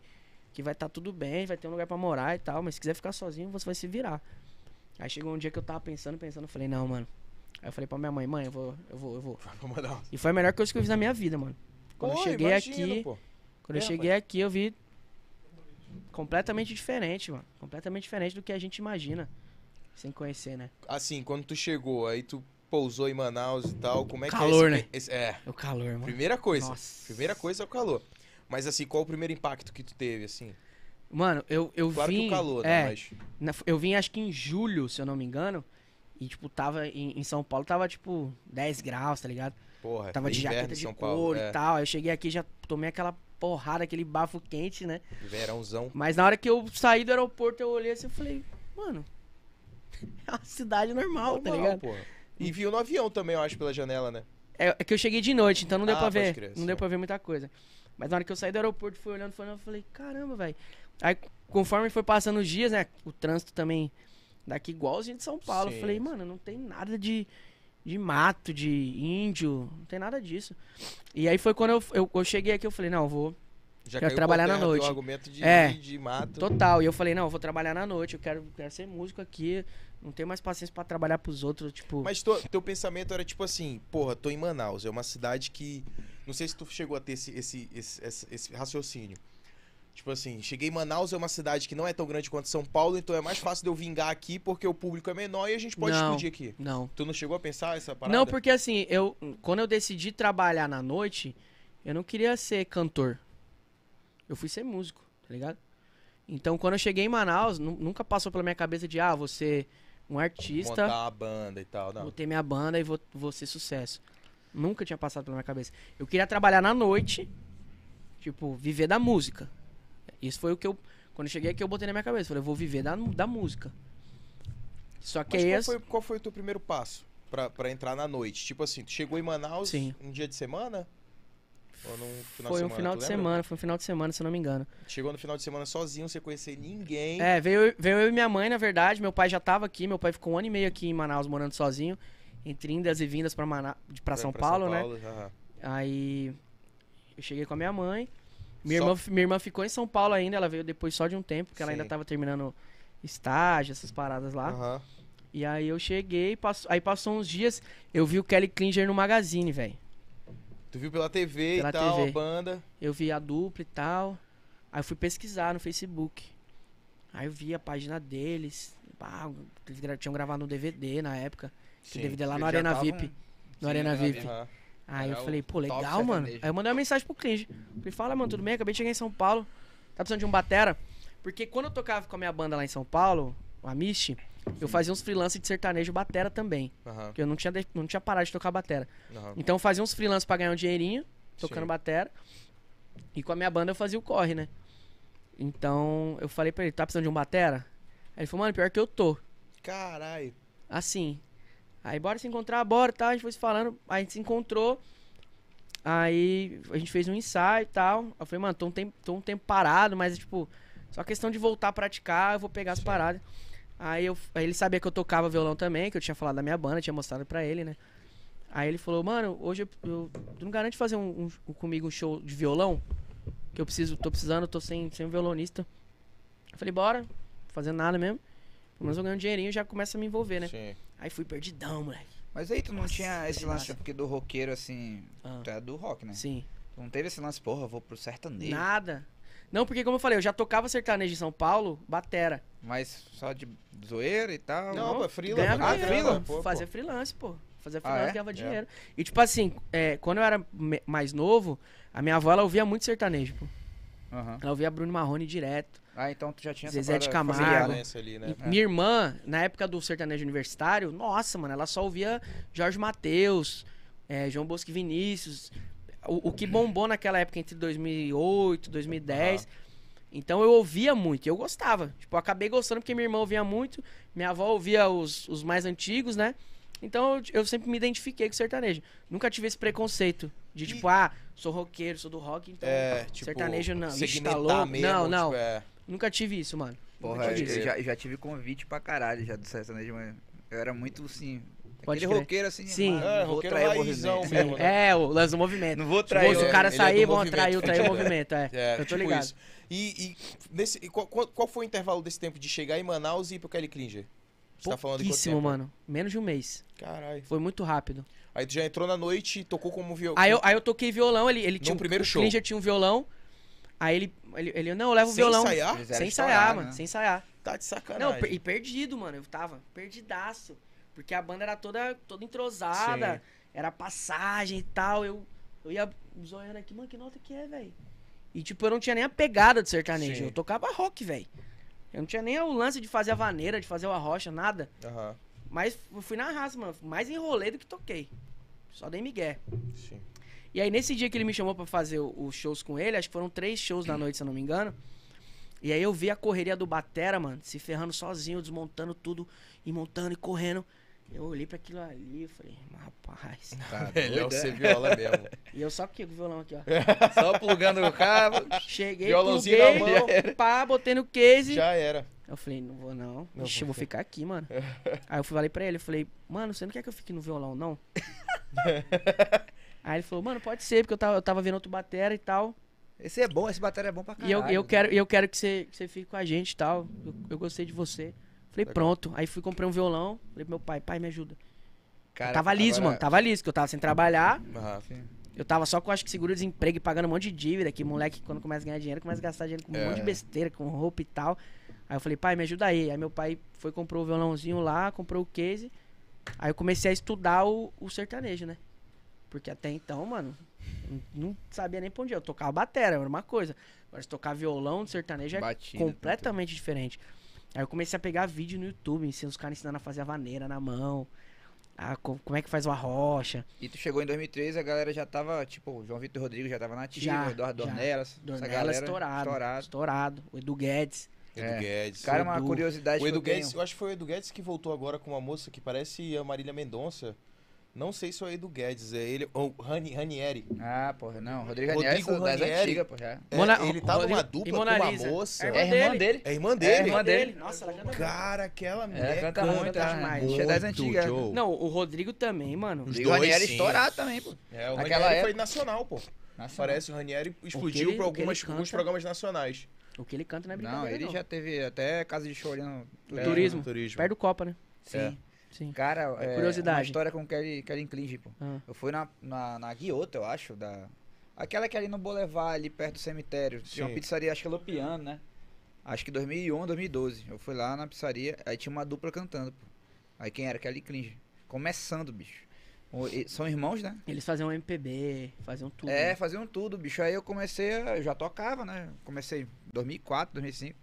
[SPEAKER 3] Que vai tá tudo bem, vai ter um lugar pra morar e tal. Mas se quiser ficar sozinho, você vai se virar. Aí chegou um dia que eu tava pensando, pensando, eu falei, não, mano. Aí eu falei pra minha mãe, mãe, eu vou, eu vou, eu vou.
[SPEAKER 1] Vou mandar um-
[SPEAKER 3] E foi a melhor coisa que eu fiz na minha vida, mano. Quando eu
[SPEAKER 1] Pô,
[SPEAKER 3] cheguei
[SPEAKER 1] imagino,
[SPEAKER 3] aqui.
[SPEAKER 1] pô.
[SPEAKER 3] Quando
[SPEAKER 1] É,
[SPEAKER 3] eu cheguei aqui, eu vi completamente diferente, mano. Completamente diferente do que a gente imagina. Sem conhecer, né?
[SPEAKER 1] Assim, quando tu chegou, aí tu pousou em Manaus e tal, como é que
[SPEAKER 3] Calor,
[SPEAKER 1] é
[SPEAKER 3] né?
[SPEAKER 1] esse- esse- É,
[SPEAKER 3] O calor, mano.
[SPEAKER 1] primeira coisa.
[SPEAKER 3] Nossa.
[SPEAKER 1] Primeira coisa é o calor. Mas assim, qual o primeiro impacto que tu teve, assim?
[SPEAKER 3] Mano, eu, eu
[SPEAKER 1] Claro
[SPEAKER 3] vim.
[SPEAKER 1] que o calor,
[SPEAKER 3] é,
[SPEAKER 1] né? Mas
[SPEAKER 3] na- eu vim acho que em julho, se eu não me engano. E, tipo, tava em, em São Paulo, tava tipo 10 graus, tá ligado?
[SPEAKER 1] Porra,
[SPEAKER 3] Tava de
[SPEAKER 1] É, inverno
[SPEAKER 3] jaqueta
[SPEAKER 1] em
[SPEAKER 3] de
[SPEAKER 1] São
[SPEAKER 3] couro
[SPEAKER 1] Paulo.
[SPEAKER 3] e
[SPEAKER 1] é,
[SPEAKER 3] tal. Aí eu cheguei aqui já tomei aquela porrada, aquele bafo quente, né?
[SPEAKER 1] verãozão.
[SPEAKER 3] Mas na hora que eu saí do aeroporto, eu olhei assim e falei, mano, é uma cidade normal, tá
[SPEAKER 1] Normal,
[SPEAKER 3] ligado?
[SPEAKER 1] porra. E viu no avião também, eu acho, pela janela, né?
[SPEAKER 3] É, é que eu cheguei de noite, então não deu
[SPEAKER 1] Ah,
[SPEAKER 3] pra
[SPEAKER 1] pode
[SPEAKER 3] ver.
[SPEAKER 1] crer,
[SPEAKER 3] não
[SPEAKER 1] sim.
[SPEAKER 3] deu pra ver muita coisa. Mas na hora que eu saí do aeroporto, fui olhando, fui olhando, falei, caramba, velho. Aí, conforme foi passando os dias, né? O trânsito também daqui igualzinho de São Paulo.
[SPEAKER 1] Sim.
[SPEAKER 3] Eu falei, mano, não tem nada de, de mato, de índio, não tem nada disso. E aí foi quando eu, eu, eu cheguei aqui, eu falei, não, eu vou.
[SPEAKER 1] Já
[SPEAKER 3] Quero
[SPEAKER 1] caiu
[SPEAKER 3] trabalhar
[SPEAKER 1] por
[SPEAKER 3] na
[SPEAKER 1] terra teu
[SPEAKER 3] noite.
[SPEAKER 1] argumento de,
[SPEAKER 3] É.
[SPEAKER 1] de mato.
[SPEAKER 3] Total. E eu falei, não, eu vou trabalhar na noite, eu quero, quero ser músico aqui. Não tenho mais paciência pra trabalhar pros outros, tipo.
[SPEAKER 1] Mas to- teu pensamento era tipo assim, porra, tô em Manaus, é uma cidade que. Não sei se tu chegou a ter esse, esse, esse, esse- esse raciocínio. Tipo assim, cheguei em Manaus, é uma cidade que não é tão grande quanto São Paulo, então é mais fácil de eu vingar aqui porque o público é menor e a gente pode
[SPEAKER 3] Não.
[SPEAKER 1] explodir aqui.
[SPEAKER 3] Não.
[SPEAKER 1] Tu não chegou a pensar essa parada?
[SPEAKER 3] Não, porque assim, eu quando eu decidi trabalhar na noite, eu não queria ser cantor. Eu fui ser músico, tá ligado? Então, quando eu cheguei em Manaus, nu- nunca passou pela minha cabeça de, ah, vou ser um artista,
[SPEAKER 1] Montar a banda e tal,
[SPEAKER 3] vou
[SPEAKER 1] não.
[SPEAKER 3] ter minha banda e vou, vou ser sucesso. Nunca tinha passado pela minha cabeça. Eu queria trabalhar na noite, tipo, viver da música. Isso foi o que eu. Quando eu cheguei aqui, eu botei na minha cabeça. Falei, eu vou viver da, da música. Só que
[SPEAKER 1] Mas
[SPEAKER 3] aí.
[SPEAKER 1] qual,
[SPEAKER 3] as-
[SPEAKER 1] foi, qual foi o teu primeiro passo pra, pra entrar na noite? Tipo assim, tu chegou em Manaus
[SPEAKER 3] Sim.
[SPEAKER 1] um dia de semana? Ou num final
[SPEAKER 3] Foi
[SPEAKER 1] de semana?
[SPEAKER 3] um final
[SPEAKER 1] tu
[SPEAKER 3] de
[SPEAKER 1] lembra?
[SPEAKER 3] semana, foi um final de semana, se eu não me engano.
[SPEAKER 1] Chegou no final de semana sozinho, sem conhecer ninguém.
[SPEAKER 3] É, veio, veio eu e minha mãe, na verdade. Meu pai já tava aqui, meu pai ficou um ano e meio aqui em Manaus morando sozinho, entre indas e vindas pra, Mana... de- pra
[SPEAKER 1] Foi
[SPEAKER 3] São, Paulo, né?
[SPEAKER 1] aham.
[SPEAKER 3] Aí eu cheguei com a minha mãe. Minha,
[SPEAKER 1] Só-
[SPEAKER 3] irmã, minha irmã ficou em São Paulo ainda, ela veio depois só de um tempo, porque ela ainda
[SPEAKER 1] Sim.
[SPEAKER 3] tava terminando estágio, essas paradas lá.
[SPEAKER 1] Aham.
[SPEAKER 3] E aí eu cheguei, passo- aí passou uns dias, eu vi o Kelly Klinger no Magazine, velho.
[SPEAKER 1] Tu viu pela TV
[SPEAKER 3] Pela
[SPEAKER 1] e tal,
[SPEAKER 3] TV.
[SPEAKER 1] a banda.
[SPEAKER 3] Eu vi a dupla e tal. Aí eu fui pesquisar no Facebook. Aí eu vi a página deles. Pá, eles gra- tinham gravado um no DVD na época. Que
[SPEAKER 1] Sim.
[SPEAKER 3] DVD lá
[SPEAKER 2] Eles
[SPEAKER 3] no
[SPEAKER 2] já
[SPEAKER 3] Arena
[SPEAKER 2] tavam-
[SPEAKER 3] VIP. No Arena
[SPEAKER 2] Arena
[SPEAKER 3] VIP.
[SPEAKER 2] VIP.
[SPEAKER 1] Aham.
[SPEAKER 3] Aí
[SPEAKER 2] Era
[SPEAKER 3] eu
[SPEAKER 2] É o
[SPEAKER 3] falei,
[SPEAKER 2] top
[SPEAKER 3] pô, legal, mano. Aí
[SPEAKER 2] sertanejo.
[SPEAKER 3] eu mandei uma mensagem pro Cringe. Falei, fala, mano, tudo bem? Acabei de chegar em São Paulo. Tá precisando de um batera? Porque quando eu tocava com a minha banda lá em São Paulo, a Mist, eu fazia uns freelance de sertanejo batera também.
[SPEAKER 1] Aham.
[SPEAKER 3] Porque eu não tinha, de- não tinha parado de tocar batera.
[SPEAKER 2] Tá
[SPEAKER 1] aham.
[SPEAKER 3] Então eu fazia uns freelance pra ganhar um dinheirinho, tocando
[SPEAKER 1] Sim.
[SPEAKER 3] batera. E com a minha banda eu fazia o corre, né? Então eu falei pra ele, tá precisando de um batera? Aí ele falou, mano, pior que eu tô.
[SPEAKER 1] Caralho.
[SPEAKER 3] Assim. Aí bora se encontrar, bora, tá? A gente foi se falando, aí a gente se encontrou. Aí a gente fez um ensaio e tal. Eu falei, mano, tô um tempo, tô um tempo parado, mas tipo, só questão de voltar a praticar, eu vou pegar as
[SPEAKER 1] Sim.
[SPEAKER 3] paradas. Aí, eu, aí ele sabia que eu tocava violão também, que eu tinha falado da minha banda, tinha mostrado pra ele, né? Aí ele falou, mano, hoje eu, eu- tu não garante fazer um, um- comigo um show de violão? Que eu preciso, tô precisando, tô sem, sem um violonista. Eu falei, bora, não tô fazendo nada mesmo. Pelo menos eu ganho um dinheirinho e já começa a me envolver, né?
[SPEAKER 1] Sim.
[SPEAKER 3] Aí fui perdidão, moleque.
[SPEAKER 2] Mas aí tu não
[SPEAKER 3] Nossa,
[SPEAKER 2] tinha esse
[SPEAKER 3] que
[SPEAKER 2] lance,
[SPEAKER 3] massa.
[SPEAKER 2] porque do roqueiro, assim,
[SPEAKER 3] Ah.
[SPEAKER 2] tu é do rock, né?
[SPEAKER 3] Sim.
[SPEAKER 2] Tu Não teve esse lance, porra, vou pro sertanejo.
[SPEAKER 3] Nada. Não, porque como eu falei, eu já tocava sertanejo em São Paulo, batera.
[SPEAKER 2] Mas só de zoeira e
[SPEAKER 3] Tá
[SPEAKER 2] tal.
[SPEAKER 1] Não, pô, é frila,
[SPEAKER 3] ganhava
[SPEAKER 2] pô,
[SPEAKER 3] dinheiro,
[SPEAKER 2] frila,
[SPEAKER 3] mano.
[SPEAKER 1] pô, pô.
[SPEAKER 3] Fazia freelance, pô. Fazia
[SPEAKER 2] Ah,
[SPEAKER 3] freelance,
[SPEAKER 2] é?
[SPEAKER 3] ganhava
[SPEAKER 1] É.
[SPEAKER 3] dinheiro. E tipo assim, é, quando eu era me- mais novo, a minha avó, ela ouvia muito sertanejo, pô.
[SPEAKER 2] Aham.
[SPEAKER 3] Ela ouvia Bruno Marrone direto.
[SPEAKER 2] Ah, então tu já tinha
[SPEAKER 3] Zezé de
[SPEAKER 2] parada
[SPEAKER 3] Camargo.
[SPEAKER 2] familiar, né?
[SPEAKER 1] Doença ali, né?
[SPEAKER 3] E Minha irmã, na época do sertanejo universitário, nossa, mano, ela só ouvia Jorge Mateus, é, João Bosco e Vinícius. O, o que bombou naquela época entre 2008, 2010. Então eu ouvia muito, e eu gostava. Tipo, eu acabei gostando porque minha irmã ouvia muito, minha avó ouvia os, os mais antigos, né? Então eu, eu sempre me identifiquei com sertanejo. Nunca tive esse preconceito de tipo, ah, sou roqueiro, sou do rock, então
[SPEAKER 1] É, tipo,
[SPEAKER 3] sertanejo não, Ixi, tá
[SPEAKER 1] segmentar
[SPEAKER 3] louco.
[SPEAKER 1] mesmo,
[SPEAKER 3] não, não.
[SPEAKER 1] tipo, é.
[SPEAKER 3] Nunca tive isso, mano.
[SPEAKER 2] Porra,
[SPEAKER 3] Nunca
[SPEAKER 2] eu,
[SPEAKER 3] tive isso.
[SPEAKER 2] eu já, eu já tive convite pra caralho já do sertanejo, mas eu era muito, assim...
[SPEAKER 3] Pode
[SPEAKER 2] aquele
[SPEAKER 3] crer.
[SPEAKER 2] roqueiro, assim,
[SPEAKER 3] Sim.
[SPEAKER 2] ah, não
[SPEAKER 1] É,
[SPEAKER 2] vou
[SPEAKER 1] roqueiro
[SPEAKER 2] trair, eu vou
[SPEAKER 1] raizão
[SPEAKER 2] resistir.
[SPEAKER 1] mesmo, né?
[SPEAKER 3] É, o lance do movimento.
[SPEAKER 2] Não vou
[SPEAKER 3] Trair,
[SPEAKER 2] trair.
[SPEAKER 3] Moço,
[SPEAKER 1] é,
[SPEAKER 3] o cara
[SPEAKER 1] ele é do
[SPEAKER 3] sair, bom,
[SPEAKER 1] movimento,
[SPEAKER 3] traiu, traiu o
[SPEAKER 1] fudido,
[SPEAKER 3] movimento, é.
[SPEAKER 1] É,
[SPEAKER 3] eu tô
[SPEAKER 1] tipo
[SPEAKER 3] ligado.
[SPEAKER 1] isso. E, e nesse, e qual, qual- qual foi o intervalo desse tempo de chegar em Manaus e ir pro Kelly Klinger? Você tá falando de quanto
[SPEAKER 3] Pouquíssimo,
[SPEAKER 1] tempo?
[SPEAKER 3] mano. Menos de um mês.
[SPEAKER 1] Caralho.
[SPEAKER 3] Foi muito rápido.
[SPEAKER 1] Aí tu já entrou na noite e tocou como um violão.
[SPEAKER 3] Aí eu, aí eu toquei violão, ele,
[SPEAKER 1] No
[SPEAKER 3] ele tinha. um-
[SPEAKER 1] primeiro
[SPEAKER 3] o
[SPEAKER 1] show.
[SPEAKER 3] Klinger tinha um violão. Aí ele. Ele, ele não, eu levo o
[SPEAKER 1] Sem
[SPEAKER 3] violão.
[SPEAKER 1] ensaiar?
[SPEAKER 2] Eles eram
[SPEAKER 3] Sem ensaiar,
[SPEAKER 2] estourados,
[SPEAKER 3] mano.
[SPEAKER 2] né?
[SPEAKER 3] Sem ensaiar.
[SPEAKER 1] Tá de
[SPEAKER 3] Não,
[SPEAKER 1] sacanagem.
[SPEAKER 3] per- e perdido, mano. Eu tava perdidaço. Porque a banda era toda, toda entrosada.
[SPEAKER 1] Sim.
[SPEAKER 3] Era passagem e tal. Eu, eu ia zoando aqui, mano, que nota que é, velho? E, tipo, eu não tinha nem a pegada de sertanejo.
[SPEAKER 1] Sim.
[SPEAKER 3] Eu tocava rock, velho. Eu não tinha nem o lance de fazer a vaneira, de fazer o arrocha, nada.
[SPEAKER 1] Aham,
[SPEAKER 3] Mas eu fui na raça, mano. Mais enrolei do que toquei. Só dei migué.
[SPEAKER 1] sim.
[SPEAKER 3] E aí, nesse dia que ele me chamou pra fazer o- os shows com ele, acho que foram três shows na noite, se eu não me engano. E aí eu vi a correria do Batera, mano, se ferrando sozinho, desmontando tudo, e montando e correndo. Eu olhei pra aquilo ali e falei, rapaz.
[SPEAKER 2] Tá
[SPEAKER 1] Melhor
[SPEAKER 2] doido, é?
[SPEAKER 1] ser viola mesmo.
[SPEAKER 3] E eu só aqui com o violão aqui, ó.
[SPEAKER 2] Só plugando o cabo.
[SPEAKER 3] Cheguei,
[SPEAKER 1] Violãozinho
[SPEAKER 3] pluguei,
[SPEAKER 1] na mão.
[SPEAKER 3] pá, botei no case.
[SPEAKER 1] Já era.
[SPEAKER 3] Eu falei, não vou não.
[SPEAKER 1] Não
[SPEAKER 3] Ixi,
[SPEAKER 1] vou
[SPEAKER 3] eu vou ficar aqui, mano. Aí eu fui- falei pra ele, eu falei, mano, você não quer que eu fique no violão, não? Aí ele falou, mano, pode ser, porque eu tava, eu tava vendo outro batera e tal.
[SPEAKER 2] Esse é bom, esse batalha é bom pra
[SPEAKER 3] E
[SPEAKER 2] caralho.
[SPEAKER 3] eu, eu quero, eu quero que, você, que você fique com a gente e tal. Eu, eu gostei de você. Falei, pronto. Aí fui comprei um violão. Falei pro meu pai, pai, me ajuda.
[SPEAKER 2] Cara,
[SPEAKER 3] eu tava tá? liso,
[SPEAKER 2] agora-
[SPEAKER 3] mano. Tava liso, que eu tava sem trabalhar.
[SPEAKER 1] Aham.
[SPEAKER 3] Eu tava só com, acho que, seguro-desemprego e pagando um monte de dívida, que moleque, quando começa a ganhar dinheiro, começa a gastar dinheiro com um
[SPEAKER 1] É.
[SPEAKER 3] monte de besteira, com roupa e tal. Aí eu falei, pai, me ajuda aí. Aí meu pai foi, comprou o violãozinho lá, comprou o case. Aí eu comecei a estudar o, o sertanejo, né? Porque até então, mano, eu não sabia nem pra onde ia. Eu tocava batera, era uma coisa. Agora, se tocar violão de sertanejo é
[SPEAKER 2] Batida,
[SPEAKER 3] completamente diferente. Aí eu comecei a pegar vídeo no YouTube, ensinando os caras ensinando a fazer a vaneira na mão, a, co- como é que faz uma rocha.
[SPEAKER 2] E tu chegou em 2013, a galera já tava, tipo, o João Vitor Rodrigues já tava na ativa,
[SPEAKER 3] Já,
[SPEAKER 2] Eduardo
[SPEAKER 3] já.
[SPEAKER 2] Dornelas, essa
[SPEAKER 3] Dornella
[SPEAKER 2] galera
[SPEAKER 3] estourado, estourado.
[SPEAKER 2] estourado.
[SPEAKER 3] O Edu Guedes.
[SPEAKER 1] Edu
[SPEAKER 2] É.
[SPEAKER 1] Guedes.
[SPEAKER 2] Cara, uma
[SPEAKER 3] Edu.
[SPEAKER 2] curiosidade
[SPEAKER 1] o Edu
[SPEAKER 2] que eu
[SPEAKER 1] Guedes,
[SPEAKER 2] tenho.
[SPEAKER 1] eu acho que foi o Edu Guedes que voltou agora com uma moça que parece a Marília Mendonça. Não sei se é o Edu Guedes, é ele ou Rani, Ranieri.
[SPEAKER 2] Ah, porra, não, Rodrigo
[SPEAKER 1] Rodrigo
[SPEAKER 2] Ranieri, essa das
[SPEAKER 1] Ranieri.
[SPEAKER 2] antigas, pô, já.
[SPEAKER 1] É,
[SPEAKER 3] Mona-
[SPEAKER 1] ele tava
[SPEAKER 3] Rodrigo-
[SPEAKER 1] numa
[SPEAKER 3] e
[SPEAKER 1] dupla com
[SPEAKER 3] Mona
[SPEAKER 1] uma
[SPEAKER 3] Lisa.
[SPEAKER 1] moça.
[SPEAKER 3] É
[SPEAKER 2] É
[SPEAKER 3] irmã
[SPEAKER 2] a irmã dele.
[SPEAKER 1] É a irmã
[SPEAKER 2] É a
[SPEAKER 1] dele.
[SPEAKER 2] irmã dele.
[SPEAKER 3] Nossa, ela canta
[SPEAKER 1] Cara, aquela mulher
[SPEAKER 2] É, canta muito,
[SPEAKER 1] canta
[SPEAKER 2] né?
[SPEAKER 1] muito,
[SPEAKER 2] É das antigas.
[SPEAKER 1] Joe.
[SPEAKER 3] né? tá- Não, o Rodrigo também, mano.
[SPEAKER 1] Os
[SPEAKER 2] Rodrigo
[SPEAKER 1] dois,
[SPEAKER 2] Ranieri
[SPEAKER 1] sim.
[SPEAKER 2] estourado também, pô.
[SPEAKER 1] É, o
[SPEAKER 2] Naquela
[SPEAKER 1] Ranieri foi
[SPEAKER 2] época.
[SPEAKER 1] nacional, pô.
[SPEAKER 2] Nossa,
[SPEAKER 1] Parece o Ranieri explodiu
[SPEAKER 3] ele-
[SPEAKER 1] pra
[SPEAKER 3] o que ele
[SPEAKER 1] algumas, alguns
[SPEAKER 3] canta-
[SPEAKER 1] programas nacionais.
[SPEAKER 3] O que ele canta não é
[SPEAKER 2] Não,
[SPEAKER 3] brincadeira, não.
[SPEAKER 2] ele já teve até casa de show ali no...
[SPEAKER 3] O
[SPEAKER 1] É,
[SPEAKER 3] turismo.
[SPEAKER 1] turismo.
[SPEAKER 3] Perde o Copa, né?
[SPEAKER 2] Sim.
[SPEAKER 3] Sim.
[SPEAKER 2] Cara, é,
[SPEAKER 3] Curiosidade.
[SPEAKER 2] uma história com o Kelly, Kelly Clinge, pô.
[SPEAKER 3] Ah.
[SPEAKER 2] Eu fui na, na, na Guiota, eu acho, da... Aquela que é ali no Boulevard, ali perto do cemitério. Tinha
[SPEAKER 1] Sim.
[SPEAKER 2] uma pizzaria, acho que é Lopiano, né? Acho que 2011, 2012. Eu fui lá na pizzaria, aí tinha uma dupla cantando, pô. Aí quem era? Kelly Clinge. Começando, bicho. O- e- São irmãos, né?
[SPEAKER 3] Eles faziam um MPB, faziam tudo.
[SPEAKER 2] É,
[SPEAKER 3] né?
[SPEAKER 2] faziam tudo, bicho. Aí eu comecei, a, eu já tocava, né? Comecei em 2004, 2005.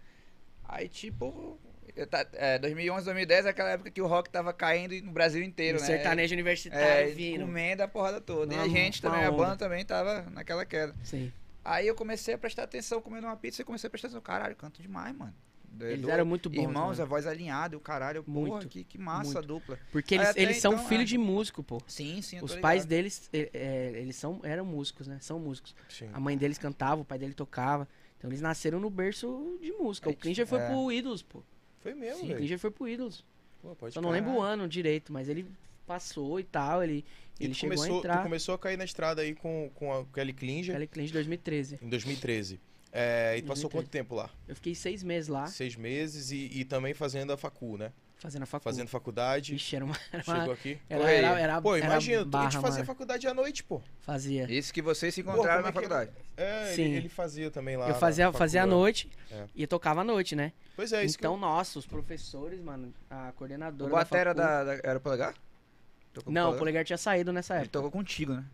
[SPEAKER 2] Aí, tipo, eu tá, é, 2011, 2010 é aquela época que o rock tava caindo no Brasil inteiro,
[SPEAKER 3] E
[SPEAKER 2] né?
[SPEAKER 3] sertanejo
[SPEAKER 2] é,
[SPEAKER 3] universitário vindo.
[SPEAKER 2] comendo a porrada toda.
[SPEAKER 3] Uma-
[SPEAKER 2] e a gente
[SPEAKER 3] uma
[SPEAKER 2] também, a
[SPEAKER 3] onda.
[SPEAKER 2] banda também tava naquela queda.
[SPEAKER 3] Sim.
[SPEAKER 2] Aí eu comecei a prestar atenção comendo uma pizza e comecei a prestar atenção. Caralho, eu canto demais, mano. Do-
[SPEAKER 3] Eles
[SPEAKER 2] do-
[SPEAKER 3] eram muito bons,
[SPEAKER 2] Irmãos,
[SPEAKER 3] né?
[SPEAKER 2] a voz alinhada, o caralho. Porra,
[SPEAKER 3] Muito,
[SPEAKER 2] que, que massa
[SPEAKER 3] muito.
[SPEAKER 2] a dupla.
[SPEAKER 3] Porque
[SPEAKER 2] Aí
[SPEAKER 3] eles,
[SPEAKER 2] até
[SPEAKER 3] eles são
[SPEAKER 2] então,
[SPEAKER 3] filhos
[SPEAKER 2] é.
[SPEAKER 3] de músico, pô.
[SPEAKER 2] Sim, sim. eu tô
[SPEAKER 3] Os pais
[SPEAKER 2] ligado.
[SPEAKER 3] deles, é, é, eles são, eram músicos, né? São músicos.
[SPEAKER 1] Sim.
[SPEAKER 3] A mãe deles cantava, o pai dele tocava. Então eles nasceram no berço de música. O
[SPEAKER 2] É,
[SPEAKER 3] Klinger foi
[SPEAKER 2] é.
[SPEAKER 3] pro Ídolos, pô.
[SPEAKER 1] Foi mesmo,
[SPEAKER 3] Sim, o
[SPEAKER 1] velho.
[SPEAKER 3] Klinger foi pro Ídolos.
[SPEAKER 1] Pô, pode
[SPEAKER 3] Só não
[SPEAKER 1] crer.
[SPEAKER 3] lembro o ano direito, mas ele passou e tal, ele,
[SPEAKER 1] E
[SPEAKER 3] ele
[SPEAKER 1] tu
[SPEAKER 3] chegou
[SPEAKER 1] começou,
[SPEAKER 3] a
[SPEAKER 1] tu
[SPEAKER 3] entrar. é
[SPEAKER 1] começou a cair na estrada aí com, com a Kelly Klinger
[SPEAKER 3] Kelly Clint de 2013.
[SPEAKER 1] em 2013. É, e tu passou
[SPEAKER 3] 2013.
[SPEAKER 1] quanto tempo lá?
[SPEAKER 3] Eu fiquei seis meses lá,
[SPEAKER 1] Seis meses e, e também fazendo a facu, né?
[SPEAKER 3] fazendo a faculdade.
[SPEAKER 1] Fazendo faculdade.
[SPEAKER 3] Vixe, era uma... Era uma
[SPEAKER 1] Chegou aqui.
[SPEAKER 3] era,
[SPEAKER 2] Foi.
[SPEAKER 3] era, era,
[SPEAKER 1] Pô,
[SPEAKER 3] era
[SPEAKER 1] imagina, tu a
[SPEAKER 3] barra,
[SPEAKER 1] gente fazia
[SPEAKER 3] mano.
[SPEAKER 1] faculdade à noite, pô.
[SPEAKER 3] Fazia.
[SPEAKER 2] Isso que vocês se
[SPEAKER 1] Pô, como
[SPEAKER 2] encontraram na
[SPEAKER 1] é que era?
[SPEAKER 2] faculdade.
[SPEAKER 1] É,
[SPEAKER 3] Sim.
[SPEAKER 1] Ele, ele fazia também lá. na
[SPEAKER 3] Eu fazia, fazia à
[SPEAKER 1] faculdade.
[SPEAKER 3] noite
[SPEAKER 1] É.
[SPEAKER 3] e eu tocava à noite, né?
[SPEAKER 1] Pois é, isso
[SPEAKER 3] então, nossa, os professores, mano, a
[SPEAKER 2] O
[SPEAKER 3] coordenadora da
[SPEAKER 2] batera
[SPEAKER 3] facu-
[SPEAKER 2] da, da- Era o Polegar? Tocou com
[SPEAKER 3] Não, o Polegar tinha saído nessa
[SPEAKER 2] Ele
[SPEAKER 3] época.
[SPEAKER 2] tocou contigo, né?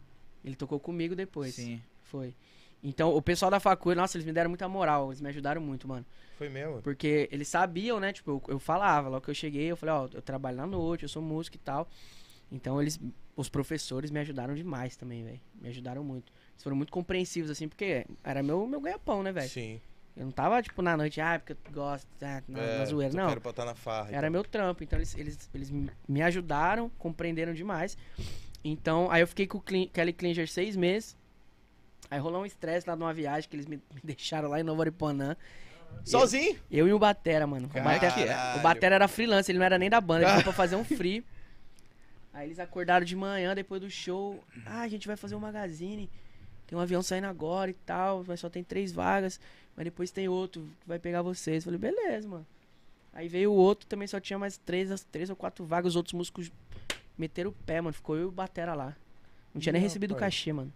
[SPEAKER 3] Ele tocou comigo depois.
[SPEAKER 2] Sim.
[SPEAKER 3] Foi. Então, o pessoal da facu, nossa, eles me deram muita moral, eles me ajudaram muito, mano.
[SPEAKER 1] que eu- Foi mesmo.
[SPEAKER 3] Porque eles sabiam, né? Tipo, eu, eu falava, logo que eu cheguei, eu falei, ó, eu trabalho na noite, eu sou músico e tal. Então eles, os professores me ajudaram demais também, velho. Me ajudaram muito. Eles foram muito compreensivos, assim, porque era meu, meu ganha-pão, né, velho?
[SPEAKER 1] Sim.
[SPEAKER 3] Eu não tava, tipo, na noite, ah, porque eu gosto, ah, na,
[SPEAKER 1] É,
[SPEAKER 3] na zoeira.
[SPEAKER 1] tu
[SPEAKER 3] Não,
[SPEAKER 1] Quero botar na farra.
[SPEAKER 3] era meu trampo. Então eles, eles, eles me- me ajudaram, compreenderam demais. Então, aí eu fiquei com o Clin- Kelly Klinger seis meses. Aí rolou um estresse lá numa viagem que eles me, me deixaram lá em Novo Ariponã.
[SPEAKER 1] então. Sozinho?
[SPEAKER 3] Eu e o Batera, mano. O
[SPEAKER 2] Caralho.
[SPEAKER 3] Batera, o Batera era freelancer, ele não era nem da banda, ele foi pra fazer um free. Aí eles acordaram de manhã, depois do show. Ah, a gente vai fazer um magazine. Tem um avião saindo agora e tal, mas só tem três vagas. Mas depois tem outro que vai pegar vocês. Eu falei, beleza, mano. Aí veio o outro, também só tinha mais três, as- três ou quatro vagas. Os outros músicos meteram o pé, mano. Ficou eu e o Batera lá. Não tinha nem
[SPEAKER 1] Ih,
[SPEAKER 3] recebido o
[SPEAKER 1] rapaz.
[SPEAKER 3] cachê, mano.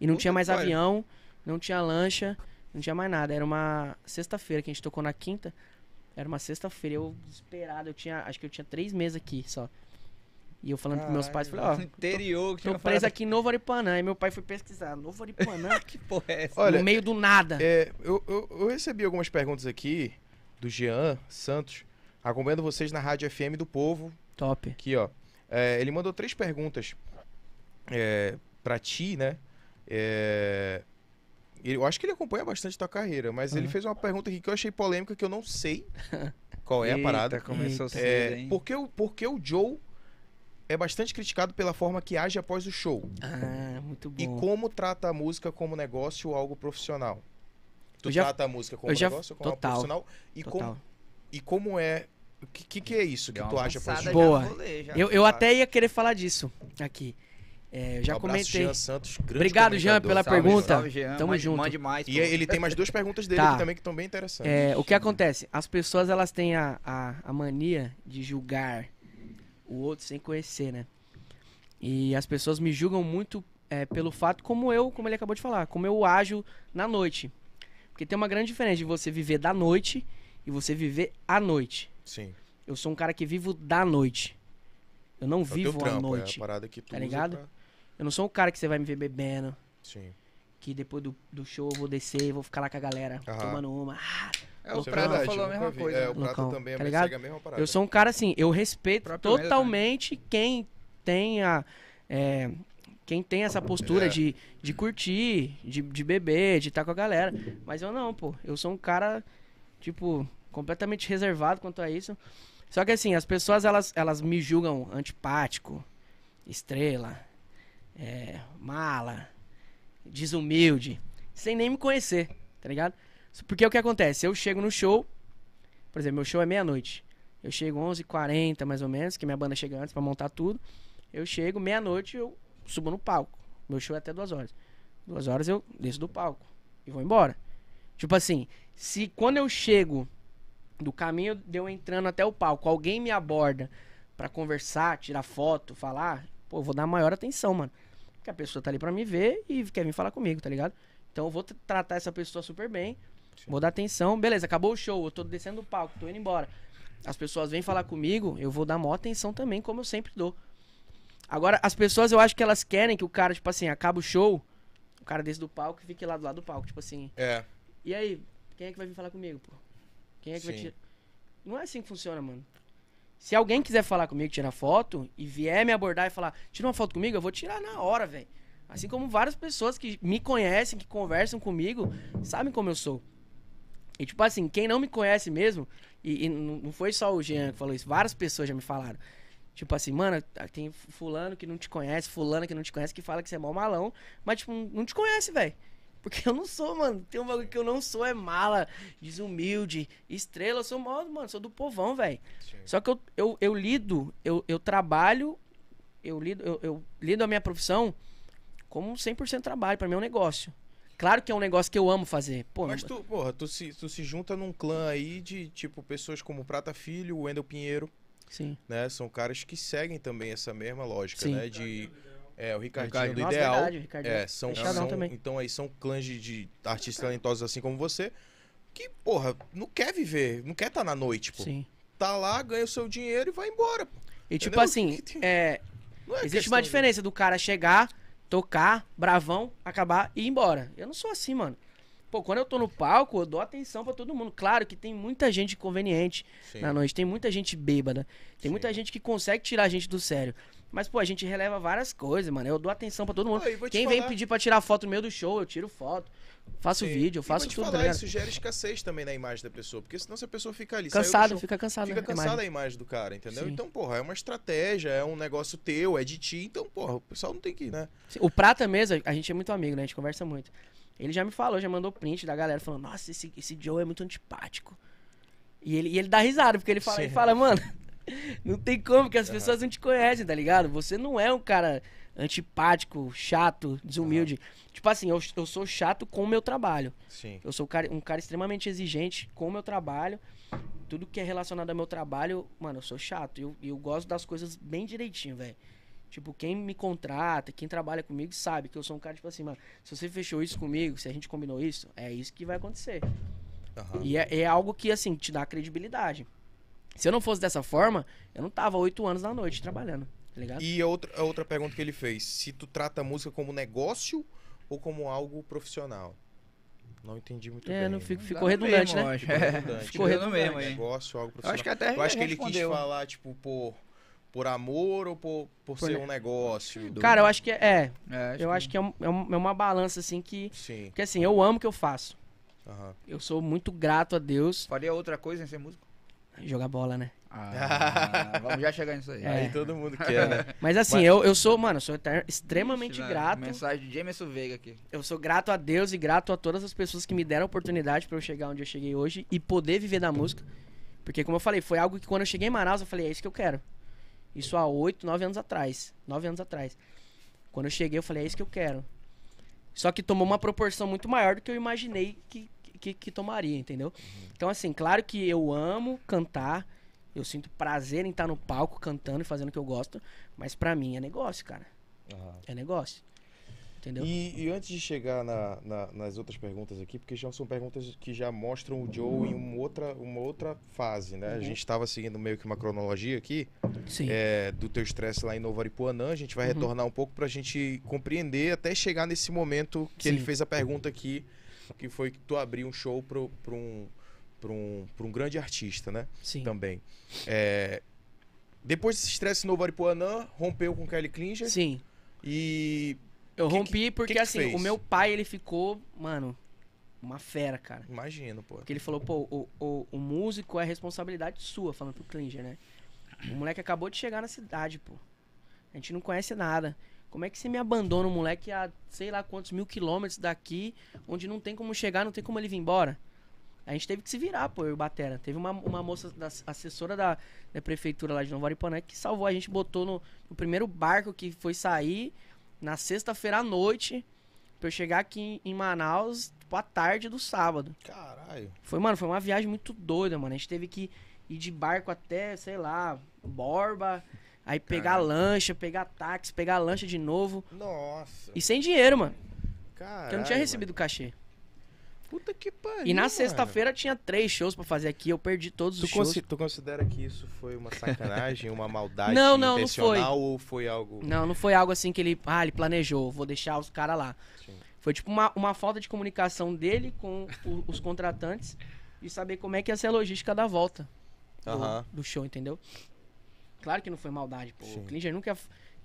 [SPEAKER 3] E não
[SPEAKER 1] Puta
[SPEAKER 3] tinha mais
[SPEAKER 1] que pariu.
[SPEAKER 3] avião, não tinha lancha, não tinha mais nada. Era uma sexta-feira que a gente tocou na quinta. Era uma sexta-feira, eu desesperado, eu tinha. Acho que eu tinha três meses aqui só. E eu falando pros meus pais, falei, ó,
[SPEAKER 2] Interior, que
[SPEAKER 3] tô
[SPEAKER 2] tinha
[SPEAKER 3] preso
[SPEAKER 2] falado,
[SPEAKER 3] aqui em Novo Aripanã. E meu pai foi pesquisar, Novo Aripanã?
[SPEAKER 2] Que porra é essa?
[SPEAKER 1] Olha,
[SPEAKER 3] no meio do nada.
[SPEAKER 1] É, eu, eu- eu recebi algumas perguntas aqui do Jean Santos, acompanhando vocês na Rádio FM do Povo.
[SPEAKER 3] Top.
[SPEAKER 1] Aqui, ó. É, ele mandou três perguntas é, para ti, né? É, ele- eu acho que ele acompanha bastante tua carreira, mas
[SPEAKER 3] Uhum.
[SPEAKER 1] ele fez uma pergunta aqui que eu achei polêmica, que eu não sei qual é a
[SPEAKER 2] Eita,
[SPEAKER 1] parada.
[SPEAKER 2] começou
[SPEAKER 1] É,
[SPEAKER 2] cedo, hein?
[SPEAKER 1] por, que o, por que o Joe é bastante criticado pela forma que age após o show?
[SPEAKER 3] Ah, muito bom.
[SPEAKER 1] E como trata a música como negócio ou algo profissional? Tu
[SPEAKER 3] Eu já-
[SPEAKER 1] trata a música como
[SPEAKER 3] eu já-
[SPEAKER 1] negócio ou como algo
[SPEAKER 3] total,
[SPEAKER 1] profissional? E,
[SPEAKER 3] Total.
[SPEAKER 1] Como, e como é... O que, que, que é isso que
[SPEAKER 2] Deu
[SPEAKER 1] tu
[SPEAKER 2] uma
[SPEAKER 1] acha
[SPEAKER 2] avançada
[SPEAKER 1] profissional?
[SPEAKER 2] já,
[SPEAKER 3] Boa.
[SPEAKER 2] vou ler, já.
[SPEAKER 1] é
[SPEAKER 2] Tá.
[SPEAKER 3] Eu, eu até ia querer falar disso aqui. É, eu já
[SPEAKER 1] Um abraço,
[SPEAKER 3] comentei.
[SPEAKER 1] Jean Santos, grande
[SPEAKER 3] Obrigado, Jean,
[SPEAKER 1] comunicador.
[SPEAKER 3] pela
[SPEAKER 2] Salve,
[SPEAKER 3] pergunta.
[SPEAKER 2] salve, Jean,
[SPEAKER 3] Tamo
[SPEAKER 2] mande-
[SPEAKER 3] junto.
[SPEAKER 2] Mande mais.
[SPEAKER 1] E
[SPEAKER 2] pô.
[SPEAKER 1] ele tem mais duas perguntas dele
[SPEAKER 3] Tá.
[SPEAKER 1] aqui também que estão bem interessantes.
[SPEAKER 3] É, o que acontece? As pessoas elas têm a, a, a mania de julgar o outro sem conhecer, né? E as pessoas me julgam muito é, pelo fato como eu, como ele acabou de falar, como eu ajo na noite. Porque tem uma grande diferença de você viver da noite e você viver à noite.
[SPEAKER 1] Sim. é
[SPEAKER 3] Eu sou um cara que vivo da noite. Eu não
[SPEAKER 1] É o
[SPEAKER 3] vivo
[SPEAKER 1] teu trampo,
[SPEAKER 3] à
[SPEAKER 1] É a
[SPEAKER 3] noite.
[SPEAKER 1] parada que tu
[SPEAKER 3] tá
[SPEAKER 1] usa
[SPEAKER 3] ligado?
[SPEAKER 1] pra-
[SPEAKER 3] Eu não sou um cara que você vai me ver bebendo.
[SPEAKER 1] Sim.
[SPEAKER 3] que depois do, do show eu vou descer, vou ficar lá com a galera,
[SPEAKER 1] Aham.
[SPEAKER 3] tomando uma. Ah,
[SPEAKER 2] É, o
[SPEAKER 1] Isso é
[SPEAKER 2] Prada
[SPEAKER 1] verdade,
[SPEAKER 2] falou a
[SPEAKER 1] nunca
[SPEAKER 2] mesma
[SPEAKER 1] vi.
[SPEAKER 2] coisa.
[SPEAKER 1] É,
[SPEAKER 2] né?
[SPEAKER 1] o Prata
[SPEAKER 3] Loucão,
[SPEAKER 1] também
[SPEAKER 3] tá
[SPEAKER 1] mas
[SPEAKER 3] ligado?
[SPEAKER 1] segue a mesma parada.
[SPEAKER 3] eu sou um cara assim, eu respeito
[SPEAKER 2] Próprio
[SPEAKER 3] totalmente quem tem a. é, quem tem essa postura
[SPEAKER 1] É.
[SPEAKER 3] de, de curtir, de, de beber, de estar com a galera. Mas eu não, pô. Eu sou um cara, tipo, completamente reservado quanto a isso. Só que assim, as pessoas elas, elas me julgam antipático, estrela, é, mala, desumilde, sem nem me conhecer, tá ligado? Porque o que acontece? Eu chego no show, por exemplo, meu show é meia-noite. Eu chego 11h40 mais ou menos, que minha banda chega antes pra montar tudo. Eu chego meia-noite eu subo no palco. Meu show é até duas horas. Duas horas eu desço do palco e vou embora. Tipo assim, se quando eu chego do caminho de eu entrando até o palco, alguém me aborda pra conversar, tirar foto, falar, pô, eu vou dar maior atenção, mano. Porque a pessoa tá ali pra me ver e quer vir falar comigo, tá ligado? Então eu vou tra- tratar essa pessoa super bem, vou dar atenção. Beleza, acabou o show, eu tô descendo do palco, tô indo embora. As pessoas vêm falar comigo, eu vou dar maior atenção também, como eu sempre dou. Agora, as pessoas, eu acho que elas querem que o cara, tipo assim, acaba o show, o cara desce do palco e fique lá do lado do palco, tipo assim,
[SPEAKER 1] É,
[SPEAKER 3] e aí, quem é que vai vir falar comigo, pô? Quem é que vai
[SPEAKER 1] Sim.
[SPEAKER 3] tirar? Não é assim que funciona, mano. Se alguém quiser falar comigo, tirar foto, e vier me abordar e falar, tira uma foto comigo, eu vou tirar na hora, velho. Assim como várias pessoas que me conhecem, que conversam comigo, sabem como eu sou. E tipo assim, quem não me conhece mesmo, e, e não não foi só o Jean que falou isso, várias pessoas já me falaram. Tipo assim, mano, tem fulano que não te conhece, fulano que não te conhece, que fala que você é mó malão, mas tipo, não te conhece, velho. Porque eu não sou, mano. Tem um bagulho que eu não sou, é mala, desumilde, estrela. Eu sou modo, mano, sou do povão, velho.
[SPEAKER 1] Sim.
[SPEAKER 3] Só que eu, eu, eu lido, eu, eu trabalho, eu lido, eu, eu lido a minha profissão como 100% trabalho, pra mim é um negócio. Claro que é um negócio que eu amo fazer. Pô,
[SPEAKER 1] mas
[SPEAKER 3] não-
[SPEAKER 1] tu, porra, tu se, tu se junta num clã aí de, tipo, pessoas como Prata Filho, Wendel Pinheiro,
[SPEAKER 3] sim.
[SPEAKER 1] né? São caras que seguem também essa mesma lógica,
[SPEAKER 3] Sim.
[SPEAKER 1] né? De, é, o Ricardinho
[SPEAKER 2] Ricardinho.
[SPEAKER 1] do
[SPEAKER 3] Nossa,
[SPEAKER 1] Ideal.
[SPEAKER 3] verdade, Ricardo.
[SPEAKER 1] É, são,
[SPEAKER 3] Fechadão
[SPEAKER 1] são
[SPEAKER 3] também.
[SPEAKER 1] então aí são clãs de, de artistas talentosos assim como você, que, porra, não quer viver, não quer estar na noite, pô.
[SPEAKER 3] Sim.
[SPEAKER 1] Tá lá, ganha o seu dinheiro e vai embora. pô.
[SPEAKER 3] E tipo
[SPEAKER 1] Entendeu?
[SPEAKER 3] assim,
[SPEAKER 1] Que tem-
[SPEAKER 3] é,
[SPEAKER 1] Não é
[SPEAKER 3] Existe
[SPEAKER 1] questão
[SPEAKER 3] uma
[SPEAKER 1] de-
[SPEAKER 3] diferença do cara chegar, tocar, bravão, acabar e ir embora. Eu não sou assim, mano. Pô, quando eu tô no palco, eu dou atenção pra todo mundo. Claro que tem muita gente inconveniente
[SPEAKER 1] Sim.
[SPEAKER 3] na noite, tem muita gente bêbada, tem
[SPEAKER 1] Sim.
[SPEAKER 3] muita gente que consegue tirar a gente do sério. Mas, pô, a gente releva várias coisas, mano. Eu dou atenção pra todo mundo.
[SPEAKER 1] Ah, e vou te
[SPEAKER 3] Quem
[SPEAKER 1] falar-
[SPEAKER 3] vem pedir pra tirar foto no meio do show, eu tiro foto, faço
[SPEAKER 1] Sim.
[SPEAKER 3] vídeo, eu
[SPEAKER 1] E
[SPEAKER 3] faço
[SPEAKER 1] vou te
[SPEAKER 3] tudo, tá
[SPEAKER 1] falar,
[SPEAKER 3] ligado?
[SPEAKER 1] isso gera escassez também na imagem da pessoa, porque senão se a pessoa fica ali, saiu do
[SPEAKER 3] Cansado,
[SPEAKER 1] show,
[SPEAKER 3] fica cansado.
[SPEAKER 1] Fica
[SPEAKER 3] né? a imagem.
[SPEAKER 1] cansada a imagem do cara, entendeu?
[SPEAKER 3] Sim.
[SPEAKER 1] Então, porra, é uma estratégia, é um negócio teu, é de ti, então, porra, o pessoal não tem que, né?
[SPEAKER 3] Sim, O Prata mesmo, a gente é muito amigo, né? A gente conversa muito. Ele já me falou, já mandou print da galera falando, nossa, esse, esse Joe é muito antipático. E ele, e ele dá risada, porque ele fala, ele
[SPEAKER 1] Sim.
[SPEAKER 3] fala, mano, não tem como, que as pessoas não te conhecem, tá ligado? Você não é um cara antipático, chato, desumilde. Tipo assim, eu, eu sou chato com o meu trabalho.
[SPEAKER 1] Sim.
[SPEAKER 3] Eu sou um cara, um cara extremamente exigente com o meu trabalho. Tudo que é relacionado ao meu trabalho, mano, eu sou chato. E eu, eu gosto das coisas bem direitinho, velho. Tipo, quem me contrata, quem trabalha comigo, sabe que eu sou um cara, tipo assim, mano, se você fechou isso comigo, se a gente combinou isso, é isso que vai acontecer.
[SPEAKER 1] Aham.
[SPEAKER 3] E é, é algo que, assim, te dá credibilidade. Se eu não fosse dessa forma, eu não tava oito anos na noite trabalhando. Tá ligado?
[SPEAKER 1] E a outra, a outra pergunta que ele fez: se tu trata a música como negócio ou como algo profissional? Não entendi muito
[SPEAKER 3] É,
[SPEAKER 1] bem.
[SPEAKER 3] não
[SPEAKER 1] né?
[SPEAKER 3] fico- ficou
[SPEAKER 2] Dá no
[SPEAKER 3] redundante,
[SPEAKER 2] mesmo, eu
[SPEAKER 3] né?
[SPEAKER 2] acho.
[SPEAKER 1] redundante.
[SPEAKER 2] É, Ficou redundante mesmo aí.
[SPEAKER 1] Negócio, algo
[SPEAKER 2] Eu
[SPEAKER 1] profissional.
[SPEAKER 2] acho que até
[SPEAKER 1] Eu acho que ele quis
[SPEAKER 2] respondeu.
[SPEAKER 1] falar, tipo, por, por amor ou por, por
[SPEAKER 3] Por
[SPEAKER 1] ser
[SPEAKER 3] ne-
[SPEAKER 1] um negócio?
[SPEAKER 3] Cara, eu acho que é. é,
[SPEAKER 2] É,
[SPEAKER 3] eu acho que é, um- é um- é uma balança, assim, que.
[SPEAKER 1] Sim.
[SPEAKER 3] Porque assim, eu amo o que eu faço.
[SPEAKER 1] aham.
[SPEAKER 3] Eu sou muito grato a Deus.
[SPEAKER 2] Faria outra coisa sem ser músico?
[SPEAKER 3] Jogar bola, né?
[SPEAKER 2] Ah, vamos já chegar nisso
[SPEAKER 3] É,
[SPEAKER 2] aí.
[SPEAKER 1] Aí todo mundo quer, né?
[SPEAKER 3] Mas assim,
[SPEAKER 1] Mas-
[SPEAKER 3] eu, eu sou, mano, eu sou eter- extremamente
[SPEAKER 2] Ixi, velho,
[SPEAKER 3] grato.
[SPEAKER 2] Mensagem de Jameson Veiga aqui.
[SPEAKER 3] Eu sou grato a Deus e grato a todas as pessoas que me deram a oportunidade pra eu chegar onde eu cheguei hoje e poder viver da música. Porque, como eu falei, foi algo que quando eu cheguei em Manaus, eu falei, é isso que eu quero. Isso há oito, nove anos atrás. Nove anos atrás. Quando eu cheguei, eu falei, é isso que eu quero. Só que tomou uma proporção muito maior do que eu imaginei que, que, que tomaria, entendeu?
[SPEAKER 1] Uhum.
[SPEAKER 3] Então, assim, claro que eu amo cantar. Eu sinto prazer em estar no palco cantando e fazendo o que eu gosto. Mas pra mim é negócio, cara.
[SPEAKER 1] Aham.
[SPEAKER 3] É negócio. Entendeu?
[SPEAKER 1] E, e antes de chegar na- na- nas outras perguntas aqui, porque já são perguntas que já mostram o Joe em uma outra, uma outra fase,
[SPEAKER 3] Uhum.
[SPEAKER 1] né? A gente estava seguindo meio que uma cronologia aqui
[SPEAKER 3] Sim.
[SPEAKER 1] é, do teu estresse lá em Novo Aripuanã. A gente vai
[SPEAKER 3] Uhum.
[SPEAKER 1] retornar um pouco para a gente compreender até chegar nesse momento que ele
[SPEAKER 3] Sim.
[SPEAKER 1] fez a pergunta aqui, que foi que tu abriu um show para um, pra um, pra um grande artista, né?
[SPEAKER 3] Sim.
[SPEAKER 1] Também. É, depois desse estresse em Novo Aripuanã, rompeu com Kelly Klinger
[SPEAKER 3] Sim.
[SPEAKER 1] e...
[SPEAKER 3] Eu
[SPEAKER 1] Que que-
[SPEAKER 3] rompi porque,
[SPEAKER 1] que que
[SPEAKER 3] assim,
[SPEAKER 1] fez?
[SPEAKER 3] o meu pai, ele ficou, mano, uma fera, cara.
[SPEAKER 1] Imagino, pô.
[SPEAKER 3] Porque ele falou, pô, o, o, o músico é responsabilidade sua, falando pro Klinger, né? O moleque acabou de chegar na cidade, pô. A gente não conhece nada. Como é que você me abandona, um moleque, a sei lá quantos mil quilômetros daqui, onde não tem como chegar, não tem como ele vir embora? A gente teve que se virar, pô, eu e o Batera. Teve uma, uma moça, da, assessora da, da prefeitura lá de Novo Aripuanã, que salvou a gente, botou no, no primeiro barco que foi sair, na sexta-feira à noite, pra eu chegar aqui em, em Manaus, tipo, à tarde do sábado.
[SPEAKER 1] Caralho.
[SPEAKER 3] Foi, mano, foi uma viagem muito doida, mano. A gente teve que ir de barco até, sei lá, Borba, aí pegar
[SPEAKER 2] Caraca.
[SPEAKER 3] lancha, pegar táxi, pegar lancha de novo.
[SPEAKER 1] Nossa.
[SPEAKER 3] E sem dinheiro, mano.
[SPEAKER 1] Caralho.
[SPEAKER 3] Porque eu não tinha recebido cachê.
[SPEAKER 1] mano. Puta que pariu.
[SPEAKER 3] E na
[SPEAKER 1] mano.
[SPEAKER 3] sexta-feira tinha três shows pra fazer aqui, eu perdi todos
[SPEAKER 1] Tu,
[SPEAKER 3] os shows.
[SPEAKER 1] consi- tu considera que isso foi uma sacanagem, uma maldade
[SPEAKER 3] Não, não, não foi.
[SPEAKER 1] intencional ou foi algo.
[SPEAKER 3] Não, não foi algo assim que ele. Ah, ele planejou, vou deixar os caras lá.
[SPEAKER 1] Sim.
[SPEAKER 3] Foi tipo uma, uma falta de comunicação dele com o- os contratantes e saber como é que ia ser a logística da volta do,
[SPEAKER 1] Aham.
[SPEAKER 3] do show, entendeu? Claro que não foi maldade, pô.
[SPEAKER 1] Sim.
[SPEAKER 3] O Klinger nunca ia,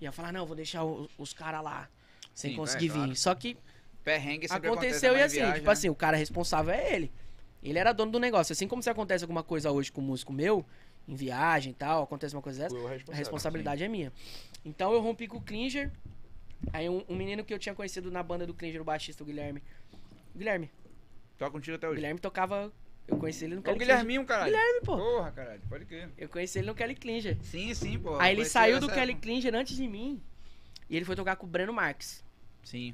[SPEAKER 3] ia falar, não, vou deixar o- os caras lá. Sem
[SPEAKER 2] Sim,
[SPEAKER 3] conseguir
[SPEAKER 2] é,
[SPEAKER 3] vir.
[SPEAKER 2] claro.
[SPEAKER 3] Só que
[SPEAKER 2] Perrengue sempre acontece,
[SPEAKER 3] aconteceu e
[SPEAKER 2] na
[SPEAKER 3] assim,
[SPEAKER 2] viagem,
[SPEAKER 3] tipo
[SPEAKER 2] né?
[SPEAKER 3] assim, o cara responsável é ele. Ele era dono do negócio. Assim como se acontece alguma coisa hoje com o músico meu, em viagem e tal, acontece uma coisa dessa,
[SPEAKER 1] Foi o
[SPEAKER 3] a
[SPEAKER 1] responsável.
[SPEAKER 3] responsabilidade é minha. Então eu rompi com o Klinger. Aí um, um menino que eu tinha conhecido na banda do Klinger, o baixista, o Guilherme. Guilherme.
[SPEAKER 2] né? Toca contigo até
[SPEAKER 3] O
[SPEAKER 2] hoje.
[SPEAKER 3] Guilherme tocava. Eu conheci ele no
[SPEAKER 2] É o
[SPEAKER 3] Kelly Klinger.
[SPEAKER 2] Guilherminho, caralho.
[SPEAKER 3] Guilherme, pô.
[SPEAKER 2] Porra, caralho, pode crer.
[SPEAKER 3] Eu conheci ele no Kelly Klinger.
[SPEAKER 2] Sim, sim, pô.
[SPEAKER 3] Aí ele
[SPEAKER 2] Conheci
[SPEAKER 3] saiu do
[SPEAKER 2] essa
[SPEAKER 3] Kelly
[SPEAKER 2] época.
[SPEAKER 3] Klinger antes de mim. E ele foi tocar com o Breno Marques.
[SPEAKER 2] Sim.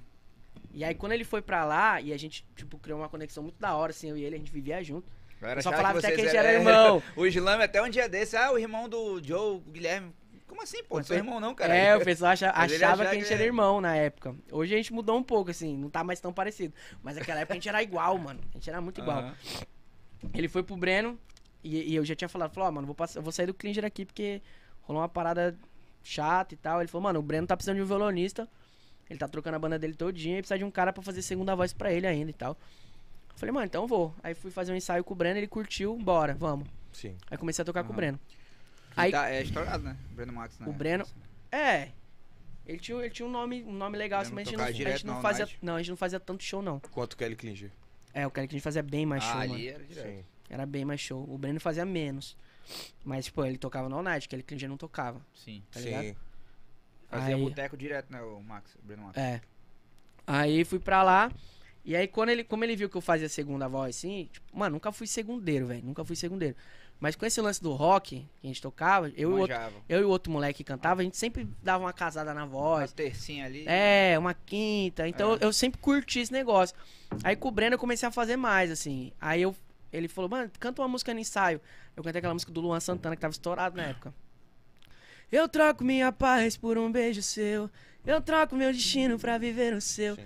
[SPEAKER 3] E aí quando ele foi pra lá, e a gente, tipo, criou uma conexão muito da hora, assim, eu e ele, a gente vivia junto.
[SPEAKER 2] Galera
[SPEAKER 3] Eu só
[SPEAKER 2] achava
[SPEAKER 3] falava até que a
[SPEAKER 2] vocês
[SPEAKER 3] gente era
[SPEAKER 2] eram-
[SPEAKER 3] irmão.
[SPEAKER 2] o Slam até um dia desse, ah, o irmão do Joe, o Guilherme. Como assim, pô? Não sou irmão não, cara.
[SPEAKER 3] É, o pessoal acha-
[SPEAKER 2] Mas ele
[SPEAKER 3] achava
[SPEAKER 2] achava
[SPEAKER 3] que a gente
[SPEAKER 2] que- é.
[SPEAKER 3] era irmão na época. Hoje a gente mudou um pouco, assim, não tá mais tão parecido. Mas naquela época a gente era igual, mano. A gente era muito igual.
[SPEAKER 2] Aham.
[SPEAKER 3] Ele foi pro Breno e, e eu já tinha falado, falou, ó, mano, vou, passar, vou sair do Klinger aqui porque rolou uma parada chata e tal. Ele falou, mano, o Breno tá precisando de um violonista. Ele tá trocando a banda dele todinha e precisa de um cara pra fazer segunda voz pra ele ainda e tal. Eu falei, mano, então eu vou. Aí fui fazer um ensaio com o Breno, ele curtiu, bora, vamos.
[SPEAKER 1] Sim.
[SPEAKER 3] Aí comecei a tocar com o
[SPEAKER 2] Aham.
[SPEAKER 3] Breno.
[SPEAKER 2] Que
[SPEAKER 3] Aí
[SPEAKER 2] tá- é estourado, né? Breno Max, né?
[SPEAKER 3] o Breno. É. Ele tinha, ele tinha um nome, um nome legal, assim,
[SPEAKER 2] Breno
[SPEAKER 3] mas
[SPEAKER 2] tocava
[SPEAKER 3] a gente, não, a gente
[SPEAKER 2] direto
[SPEAKER 3] não
[SPEAKER 2] na
[SPEAKER 3] fazia.
[SPEAKER 2] Unite.
[SPEAKER 3] Não, a gente não fazia tanto show, não.
[SPEAKER 1] Quanto Kelly Klinger?
[SPEAKER 3] É, o cara que a gente fazia bem mais show,
[SPEAKER 2] Ah,
[SPEAKER 3] mano.
[SPEAKER 2] ali era direto.
[SPEAKER 1] Sim.
[SPEAKER 3] Era bem mais show. O Breno fazia menos. Mas, tipo, ele tocava no All Night, que ele que já não tocava,
[SPEAKER 2] Sim.
[SPEAKER 3] tá ligado?
[SPEAKER 1] Sim.
[SPEAKER 2] Fazia
[SPEAKER 3] Aí.
[SPEAKER 2] boteco direto, né, o Max, o Breno Max.
[SPEAKER 3] É. Aí fui pra lá. E aí, quando ele, como ele viu que eu fazia segunda voz, assim, tipo, mano, nunca fui segundeiro, velho. Nunca fui segundeiro. Mas com esse lance do rock que a gente tocava, eu, e o, outro,
[SPEAKER 2] Manjava.
[SPEAKER 3] eu e o outro moleque que cantava, a gente sempre dava uma casada na
[SPEAKER 2] Uma
[SPEAKER 3] voz.
[SPEAKER 2] tercinha ali.
[SPEAKER 3] É, uma quinta. Então
[SPEAKER 2] É.
[SPEAKER 3] eu sempre curti esse negócio. Aí com o Breno eu comecei a fazer mais, assim. Aí eu, ele falou, mano, canta uma música no ensaio. Eu cantei aquela música do Luan Santana que tava estourado na época. Eu troco minha paz por um beijo seu. Eu troco meu destino pra viver o seu.
[SPEAKER 1] Sim.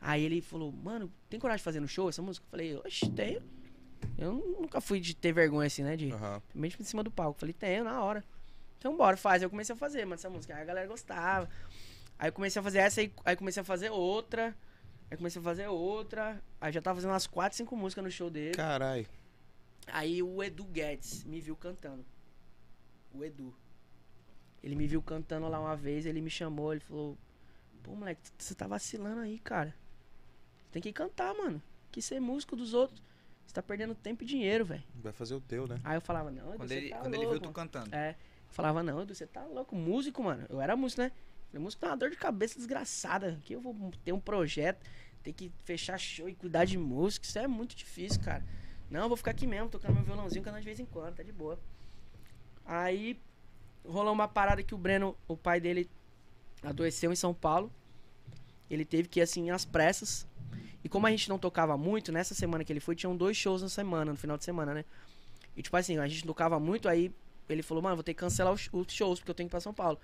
[SPEAKER 3] Aí ele falou, mano, tem coragem de fazer no show essa música? Eu falei, oxe, tenho. Eu nunca fui de ter vergonha assim, né? De,
[SPEAKER 1] Aham.
[SPEAKER 3] Mesmo em cima do palco. Falei, tenho, na hora. Então bora, faz. Eu comecei a fazer, mano, essa música. Aí a galera gostava. Aí eu comecei a fazer essa, aí, aí comecei a fazer outra. Aí comecei a fazer outra. Aí já tava fazendo umas 4, 5 músicas no show dele.
[SPEAKER 1] Caralho.
[SPEAKER 3] Aí o Edu Guedes me viu cantando. O Edu. Ele me viu cantando lá uma vez, ele me chamou, ele falou: Pô, moleque, tu- você tá vacilando aí, cara. Tem que cantar, mano. Que ser músico dos outros. Você tá perdendo tempo e dinheiro, velho.
[SPEAKER 1] Vai fazer o teu, né?
[SPEAKER 3] Aí eu falava: Não, Edu,
[SPEAKER 2] Quando,
[SPEAKER 3] você
[SPEAKER 2] ele,
[SPEAKER 3] tá
[SPEAKER 2] quando
[SPEAKER 3] louco,
[SPEAKER 2] ele viu tu
[SPEAKER 3] mano."
[SPEAKER 2] cantando.
[SPEAKER 3] É. Falava, não, Edu, você tá louco, músico, mano. Eu era músico, né? Falei, músico dá uma dor de cabeça desgraçada. Que eu vou ter um projeto, ter que fechar show e cuidar de música. Isso é muito difícil, cara. Não, eu vou ficar aqui mesmo, tocando meu violãozinho, cantando de vez em quando, tá de boa. Aí rolou uma parada que o Breno, o pai dele, adoeceu em São Paulo. Ele teve que ir assim às pressas. E como a gente não tocava muito, nessa semana que ele foi, tinham dois shows na semana, no final de semana, né? E tipo assim, a gente tocava muito, aí ele falou, mano, vou ter que cancelar os, os shows, porque eu tenho que ir pra São Paulo.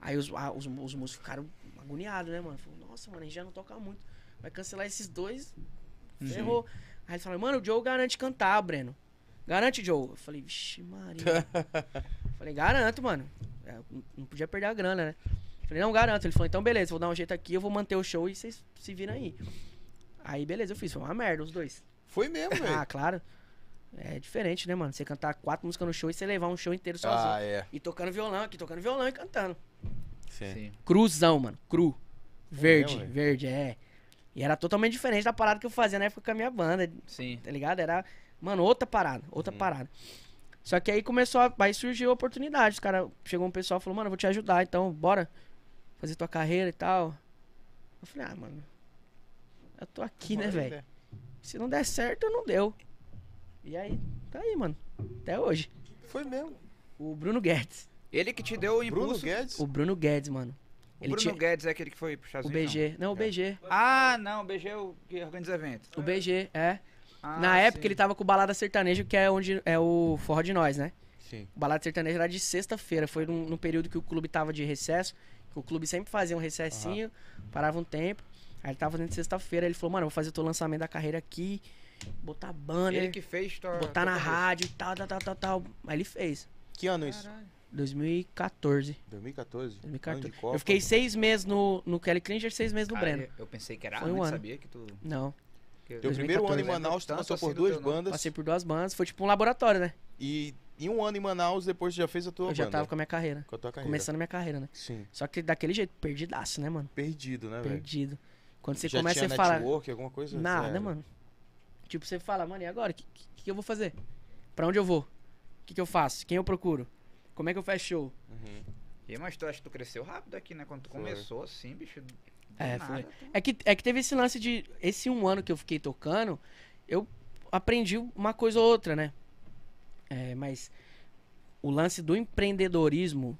[SPEAKER 3] Aí os, a- os, os músicos ficaram agoniados, né, mano? Falou, nossa, mano, a gente já não toca muito. Vai cancelar esses dois. Ferrou. Aí ele falou, mano, o Joe garante cantar, Breno. Garante, Joe. Eu falei, vixe, Maria. falei, garanto, mano. É, não- não podia perder a grana, né? Falei, não, garanto. Ele falou, então beleza, vou dar um jeito aqui, eu vou manter o show e vocês se viram aí. Aí, beleza, eu fiz. Foi uma merda, os dois.
[SPEAKER 1] Foi mesmo, velho.
[SPEAKER 3] Ah, claro. É diferente, né, mano? Você cantar quatro músicas no show e você levar um show inteiro sozinho.
[SPEAKER 1] Ah, é.
[SPEAKER 3] E tocando violão aqui, tocando violão e cantando.
[SPEAKER 1] Sim.
[SPEAKER 2] Sim.
[SPEAKER 3] Cruzão, mano. Cru. Verde,
[SPEAKER 1] mesmo, é?
[SPEAKER 3] verde, é. E era totalmente diferente da parada que eu fazia na época com a minha banda,
[SPEAKER 2] Sim.
[SPEAKER 3] tá ligado? Era, mano, outra parada,
[SPEAKER 1] Hum.
[SPEAKER 3] outra parada. Só que aí começou, a, aí surgiu a oportunidade. Os cara, chegou um pessoal e falou, mano, eu vou te ajudar, então bora fazer tua carreira e tal. Eu falei, ah, mano, eu tô aqui, né, velho? Se não der certo, não deu. E aí, tá aí, mano. Até hoje.
[SPEAKER 1] Foi mesmo.
[SPEAKER 3] O Bruno Guedes.
[SPEAKER 2] Ele que te deu o
[SPEAKER 1] Bruno
[SPEAKER 2] impulso.
[SPEAKER 1] Guedes?
[SPEAKER 3] O Bruno Guedes, mano.
[SPEAKER 2] O
[SPEAKER 3] Ele
[SPEAKER 2] Bruno
[SPEAKER 3] tinha.
[SPEAKER 2] Guedes é aquele que foi pro
[SPEAKER 3] O
[SPEAKER 2] Brasil,
[SPEAKER 3] BG. Não, o BG.
[SPEAKER 2] não? Ah, não, o BG é o que organiza evento.
[SPEAKER 3] O BG, é.
[SPEAKER 2] Ah,
[SPEAKER 3] Na época
[SPEAKER 2] sim.
[SPEAKER 3] ele tava com o Balada Sertanejo, que é onde é o Forró de Nós, né?
[SPEAKER 1] Sim.
[SPEAKER 3] O Balada Sertanejo era de sexta-feira. Foi num, num período que o clube tava de recesso. que O clube sempre fazia um recessinho, parava um tempo. Aí ele tava fazendo de sexta-feira. Ele falou, mano, eu vou fazer o teu lançamento da carreira aqui. Botar banner,
[SPEAKER 2] Ele que fez tua,
[SPEAKER 3] botar
[SPEAKER 2] tua
[SPEAKER 3] na
[SPEAKER 2] cabeça.
[SPEAKER 3] rádio e tal, tal, tal, tal, tal. Aí ele fez.
[SPEAKER 1] Que ano isso?
[SPEAKER 2] Caralho.
[SPEAKER 3] 2014.
[SPEAKER 1] 2014. Ano
[SPEAKER 3] 2014.
[SPEAKER 1] de Copa.
[SPEAKER 3] Eu fiquei seis meses no, no Kelly Klinger, seis meses no
[SPEAKER 2] Cara,
[SPEAKER 3] Breno.
[SPEAKER 2] Eu pensei que era
[SPEAKER 3] Foi um
[SPEAKER 2] antes,
[SPEAKER 3] ano.
[SPEAKER 2] sabia que tu.
[SPEAKER 3] Não.
[SPEAKER 2] que-
[SPEAKER 1] Teu primeiro ano em
[SPEAKER 2] 2014,
[SPEAKER 3] né?
[SPEAKER 1] Manaus, tu
[SPEAKER 2] tanto
[SPEAKER 1] passou
[SPEAKER 2] assim
[SPEAKER 1] por
[SPEAKER 2] do
[SPEAKER 1] duas
[SPEAKER 2] teu nome.
[SPEAKER 1] bandas.
[SPEAKER 3] Passei por duas bandas. Foi tipo um laboratório, né?
[SPEAKER 1] E em um ano em Manaus, depois tu já fez a tua
[SPEAKER 3] Eu já
[SPEAKER 1] banda.
[SPEAKER 3] tava com a minha carreira.
[SPEAKER 1] com a tua carreira.
[SPEAKER 3] Começando a minha carreira, né?
[SPEAKER 1] Sim.
[SPEAKER 3] Só que daquele jeito, perdidaço, né, mano?
[SPEAKER 1] Perdido, né, velho?
[SPEAKER 3] Perdido. Quando você
[SPEAKER 1] já
[SPEAKER 3] começa
[SPEAKER 1] tinha
[SPEAKER 3] a falar.
[SPEAKER 1] network, alguma coisa? É,
[SPEAKER 3] Nada,
[SPEAKER 1] Zero.
[SPEAKER 3] mano. Tipo, você fala, mano, e agora? O que, que- que eu vou fazer? Pra onde eu vou? O que, que eu faço? Quem eu procuro? Como é que eu fecho show?
[SPEAKER 1] Uhum.
[SPEAKER 2] E, mas tu acha que tu cresceu rápido aqui, né? Quando tu
[SPEAKER 1] Foi.
[SPEAKER 2] começou assim, bicho. do
[SPEAKER 3] É,
[SPEAKER 2] nada,
[SPEAKER 3] foi.
[SPEAKER 2] tu-
[SPEAKER 3] É que, é que teve esse lance de. Esse um ano que eu fiquei tocando, eu aprendi uma coisa ou outra, né? É, mas o lance do empreendedorismo,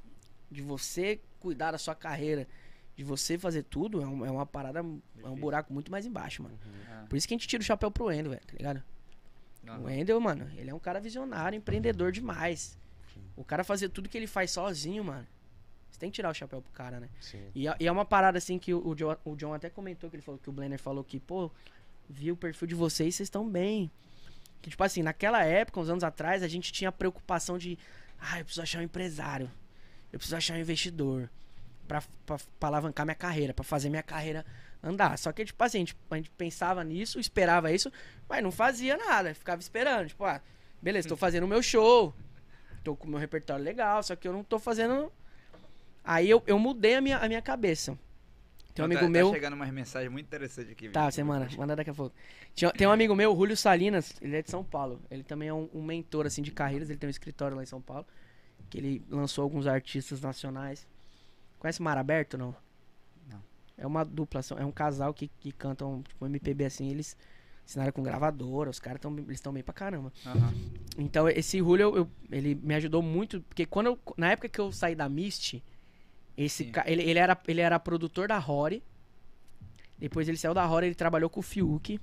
[SPEAKER 3] de você cuidar da sua carreira, de você fazer tudo, é, um- é uma parada, é um
[SPEAKER 2] Difícil.
[SPEAKER 3] buraco muito mais embaixo, mano.
[SPEAKER 2] Ah,
[SPEAKER 3] Por isso que a gente tira o chapéu pro Endo, velho, tá ligado?
[SPEAKER 2] não,
[SPEAKER 3] O
[SPEAKER 2] não.
[SPEAKER 3] Endel, mano, ele é um cara visionário, empreendedor demais. O cara fazer tudo que ele faz sozinho, mano. Você tem que tirar o chapéu pro cara, né?
[SPEAKER 1] Sim.
[SPEAKER 3] E, é- e é uma parada assim que o, o John, o John até comentou, que ele falou que o Blender falou que, pô, vi o perfil de vocês, vocês estão bem. Que, tipo assim, naquela época, uns anos atrás, a gente tinha a preocupação de, ah, eu preciso achar um empresário, eu preciso achar um investidor pra, pra, pra alavancar minha carreira, pra fazer minha carreira andar. Só que, tipo assim, a gente, a gente pensava nisso, esperava isso, mas não fazia nada, ficava esperando, tipo, ah, beleza,
[SPEAKER 2] Hum.
[SPEAKER 3] tô fazendo o meu show, tô com o meu repertório legal, só que eu não tô fazendo Aí eu, eu mudei a minha, a minha cabeça. Tem um
[SPEAKER 2] Não,
[SPEAKER 3] amigo
[SPEAKER 2] tá,
[SPEAKER 3] meu.
[SPEAKER 2] Tá chegando umas mensagens muito interessantes aqui.
[SPEAKER 3] Tá,
[SPEAKER 2] bicho.
[SPEAKER 3] você manda, manda daqui a pouco. Tinha- tem um amigo meu, o Julio Salinas, ele é de São Paulo. Ele também é um, um mentor, assim, de carreiras. Ele tem um escritório lá em São Paulo. Que ele lançou alguns artistas nacionais. Conhece Mar Aberto, não?
[SPEAKER 2] Não.
[SPEAKER 3] É uma dupla, são- é um casal que, que cantam, tipo, MPB, assim. Eles assinaram com gravadora, os caras estão eles tão bem pra caramba.
[SPEAKER 2] Aham. Tá,
[SPEAKER 3] Então, esse Julio, eu- eu- ele me ajudou muito, porque quando eu- na época que eu saí da Mist, esse
[SPEAKER 2] Sim.
[SPEAKER 3] ca- ele, ele era, ele era produtor da Rory. Depois ele saiu da Rory, ele trabalhou com o Fiuk.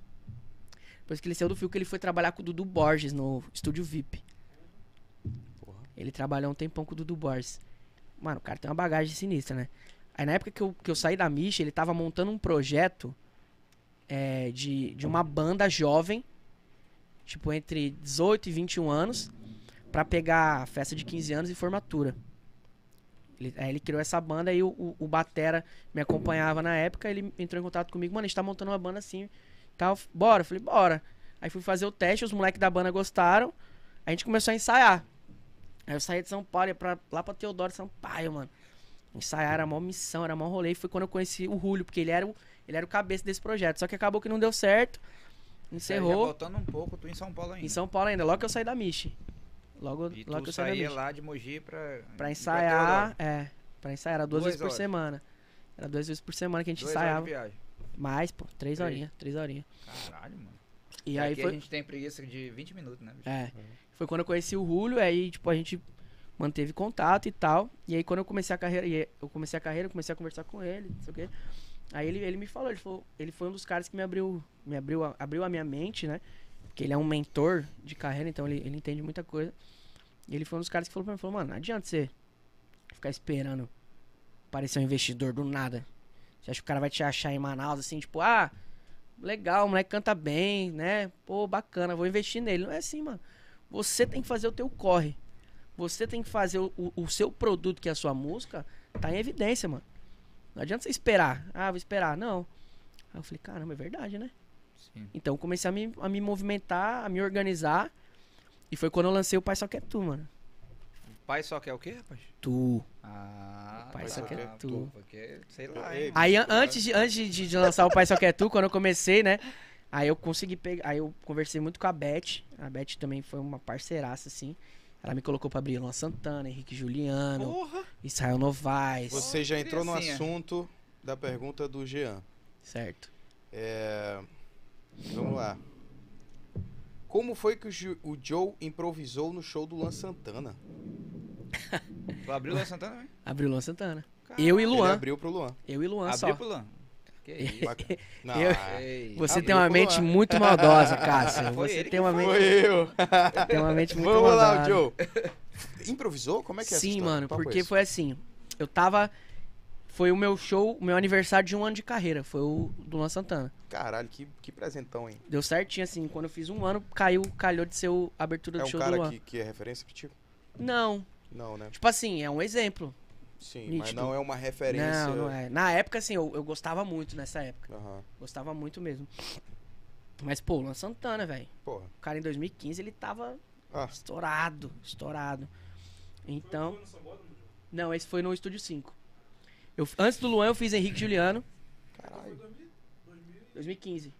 [SPEAKER 3] Depois que ele saiu do Fiuk, ele foi trabalhar com o Dudu Borges no estúdio VIP.
[SPEAKER 1] Porra.
[SPEAKER 3] Ele trabalhou um tempão com o Dudu Borges. Mano, o cara tem uma bagagem sinistra, né? Aí na época que eu, que eu saí da Mist, ele tava montando um projeto é, de, de uma banda jovem, tipo um entre 18 e 21 anos, pra pegar festa de 15 anos e formatura. Ele, aí ele criou essa banda e o, o, o Batera me acompanhava na época. Ele entrou em contato comigo, mano, a gente tá montando uma banda assim. Tal, bora. Eu falei, bora. Aí fui fazer o teste, os moleques da banda gostaram. A gente começou a ensaiar. Aí eu saí de São Paulo, ia pra, lá pra Teodoro Sampaio, mano. Ensaiar era a maior missão, era a maior rolê. E foi quando eu conheci o Julio, porque ele era o, ele era o cabeça desse projeto. Só que acabou que não deu certo.
[SPEAKER 2] Já
[SPEAKER 3] Encerrou.
[SPEAKER 2] voltando um pouco, tu em São Paulo ainda.
[SPEAKER 3] Em São Paulo ainda, logo que eu saí da Michi. Logo,
[SPEAKER 2] E
[SPEAKER 3] logo que
[SPEAKER 2] tu
[SPEAKER 3] eu saí da
[SPEAKER 2] saía
[SPEAKER 3] Michi.
[SPEAKER 2] lá de Mogi pra...
[SPEAKER 3] Pra
[SPEAKER 2] pra
[SPEAKER 3] ensaiar,
[SPEAKER 2] Teodoro.
[SPEAKER 3] é. Pra ensaiar, era duas,
[SPEAKER 2] Duas
[SPEAKER 3] vezes por
[SPEAKER 2] horas.
[SPEAKER 3] semana. Era duas vezes por semana que a gente
[SPEAKER 2] Duas horas de
[SPEAKER 3] ensaiava.
[SPEAKER 2] viagem.
[SPEAKER 3] Mais, pô, três
[SPEAKER 2] Três.
[SPEAKER 3] horinhas, três horinhas.
[SPEAKER 2] Caralho, mano.
[SPEAKER 3] E aí
[SPEAKER 2] Aqui
[SPEAKER 3] foi.
[SPEAKER 2] a gente tem preguiça de 20 minutos, né? bicho?
[SPEAKER 3] É. Foi quando eu conheci o Julio, aí, tipo, a gente manteve contato e tal. E aí, quando eu comecei a carreira, e eu comecei a carreira, eu comecei a conversar com ele, não sei o quê. Aí ele, ele me falou, ele, falou, ele foi um dos caras que me abriu, me abriu, a, abriu a minha mente, né? Porque ele é um mentor de carreira, então ele, ele entende muita coisa. E ele foi um dos caras que falou pra mim, falou, mano, não adianta você ficar esperando aparecer um investidor do nada. Você acha que o cara vai te achar em Manaus, assim, tipo, ah, legal, o moleque canta bem, né? Pô, bacana, vou investir nele. Não é assim, mano. Você tem que fazer o teu corre. Você tem que fazer o, o- o seu produto, que é a sua música, tá em evidência, mano. Não adianta você esperar. Ah, vou esperar. Não. Aí eu falei, caramba, é verdade, né?
[SPEAKER 2] Sim.
[SPEAKER 3] Então eu comecei a me, a me movimentar, a me organizar. E foi quando eu lancei o Pai Só Quer Tu, mano.
[SPEAKER 2] O pai só quer o quê, rapaz?
[SPEAKER 3] Tu.
[SPEAKER 2] Ah,
[SPEAKER 3] O pai
[SPEAKER 1] só
[SPEAKER 2] tá,
[SPEAKER 3] quer
[SPEAKER 2] pô,
[SPEAKER 3] tu.
[SPEAKER 2] Porque, sei lá,
[SPEAKER 1] Ei,
[SPEAKER 2] hein?
[SPEAKER 3] Aí an- antes, de, antes de, de lançar o Pai Só Quer Tu, quando eu comecei, né? Aí eu consegui pegar. Aí eu conversei muito com a Beth. A Beth também foi uma parceiraça, assim. Ela me colocou pra abrir Luan Santana, Henrique Juliano,
[SPEAKER 2] Porra!
[SPEAKER 3] Israel Novaes.
[SPEAKER 1] Você já entrou no
[SPEAKER 2] criancinha.
[SPEAKER 1] assunto da pergunta do Jean.
[SPEAKER 3] Certo.
[SPEAKER 1] É, Vamos lá. Como foi que o, Ju- o Joe improvisou no show do Luan Santana?
[SPEAKER 2] Tu abriu né? o Luan Santana, hein?
[SPEAKER 3] Abriu Luan Santana. Eu e
[SPEAKER 1] Ele
[SPEAKER 3] Luan.
[SPEAKER 1] abriu pro Luan.
[SPEAKER 3] Eu e Luan
[SPEAKER 2] Abriu
[SPEAKER 3] só.
[SPEAKER 2] pro Luan. Que isso?
[SPEAKER 1] Bacana. Não,
[SPEAKER 3] Eu-
[SPEAKER 1] ah,
[SPEAKER 2] Ei.
[SPEAKER 3] Você
[SPEAKER 1] Abriu
[SPEAKER 3] tem uma
[SPEAKER 1] pro
[SPEAKER 3] mente
[SPEAKER 1] Luan.
[SPEAKER 3] muito maldosa, Cássio.
[SPEAKER 2] Foi
[SPEAKER 3] Você
[SPEAKER 2] ele que
[SPEAKER 3] tem uma mente,
[SPEAKER 1] Foi eu.
[SPEAKER 3] tem uma mente muito
[SPEAKER 1] Vamos
[SPEAKER 3] maldosa.
[SPEAKER 1] lá, Joe. Improvisou? Como é que é essa
[SPEAKER 3] Sim,
[SPEAKER 1] história?
[SPEAKER 3] mano,
[SPEAKER 1] Papo
[SPEAKER 3] porque
[SPEAKER 1] esse.
[SPEAKER 3] foi assim. Eu tava. Foi o meu show, o meu aniversário de um ano de carreira. Foi o do Luan Santana.
[SPEAKER 1] Caralho, que, que presentão, hein?
[SPEAKER 3] Deu certinho, assim. Quando eu fiz um ano, caiu, calhou de ser o- a abertura
[SPEAKER 1] É
[SPEAKER 3] do
[SPEAKER 1] um
[SPEAKER 3] show do
[SPEAKER 1] cara
[SPEAKER 3] Luan.
[SPEAKER 1] que, que é referência pra ti?
[SPEAKER 3] Não.
[SPEAKER 1] Não, né?
[SPEAKER 3] Tipo assim, é um exemplo.
[SPEAKER 1] Sim, mas
[SPEAKER 3] Nítido.
[SPEAKER 1] não é uma referência.
[SPEAKER 3] Não, não é. Na época, assim, eu, eu gostava muito nessa época.
[SPEAKER 1] Aham.
[SPEAKER 3] Gostava muito mesmo. Mas, pô, Luan Santana, velho.
[SPEAKER 1] Porra.
[SPEAKER 3] O cara em 2015 ele tava
[SPEAKER 1] Ah.
[SPEAKER 3] estourado, estourado. Então. Não, esse foi no Estúdio 5. Eu, antes do Luan eu fiz Henrique Juliano.
[SPEAKER 1] Caralho.
[SPEAKER 3] 2015.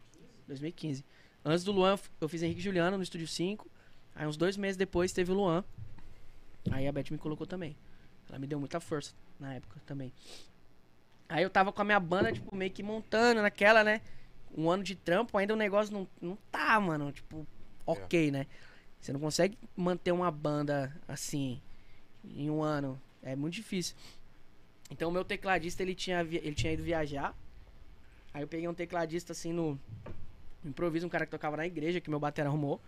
[SPEAKER 3] 2015. Antes do Luan eu f- eu fiz Henrique Juliano no Estúdio 5. Aí uns dois meses depois teve o Luan. Aí a Beth me colocou também. Ela me deu muita força na época também. Aí eu tava com a minha banda, tipo, meio que montando naquela, né? Um ano de trampo, ainda o negócio não, não tá, mano. Tipo, ok, né? Você não consegue manter uma banda assim em um ano. É muito difícil. Então o meu tecladista, ele tinha, vi- ele tinha ido viajar. Aí eu peguei um tecladista assim no, no improviso, um cara que tocava na igreja, que meu batera arrumou.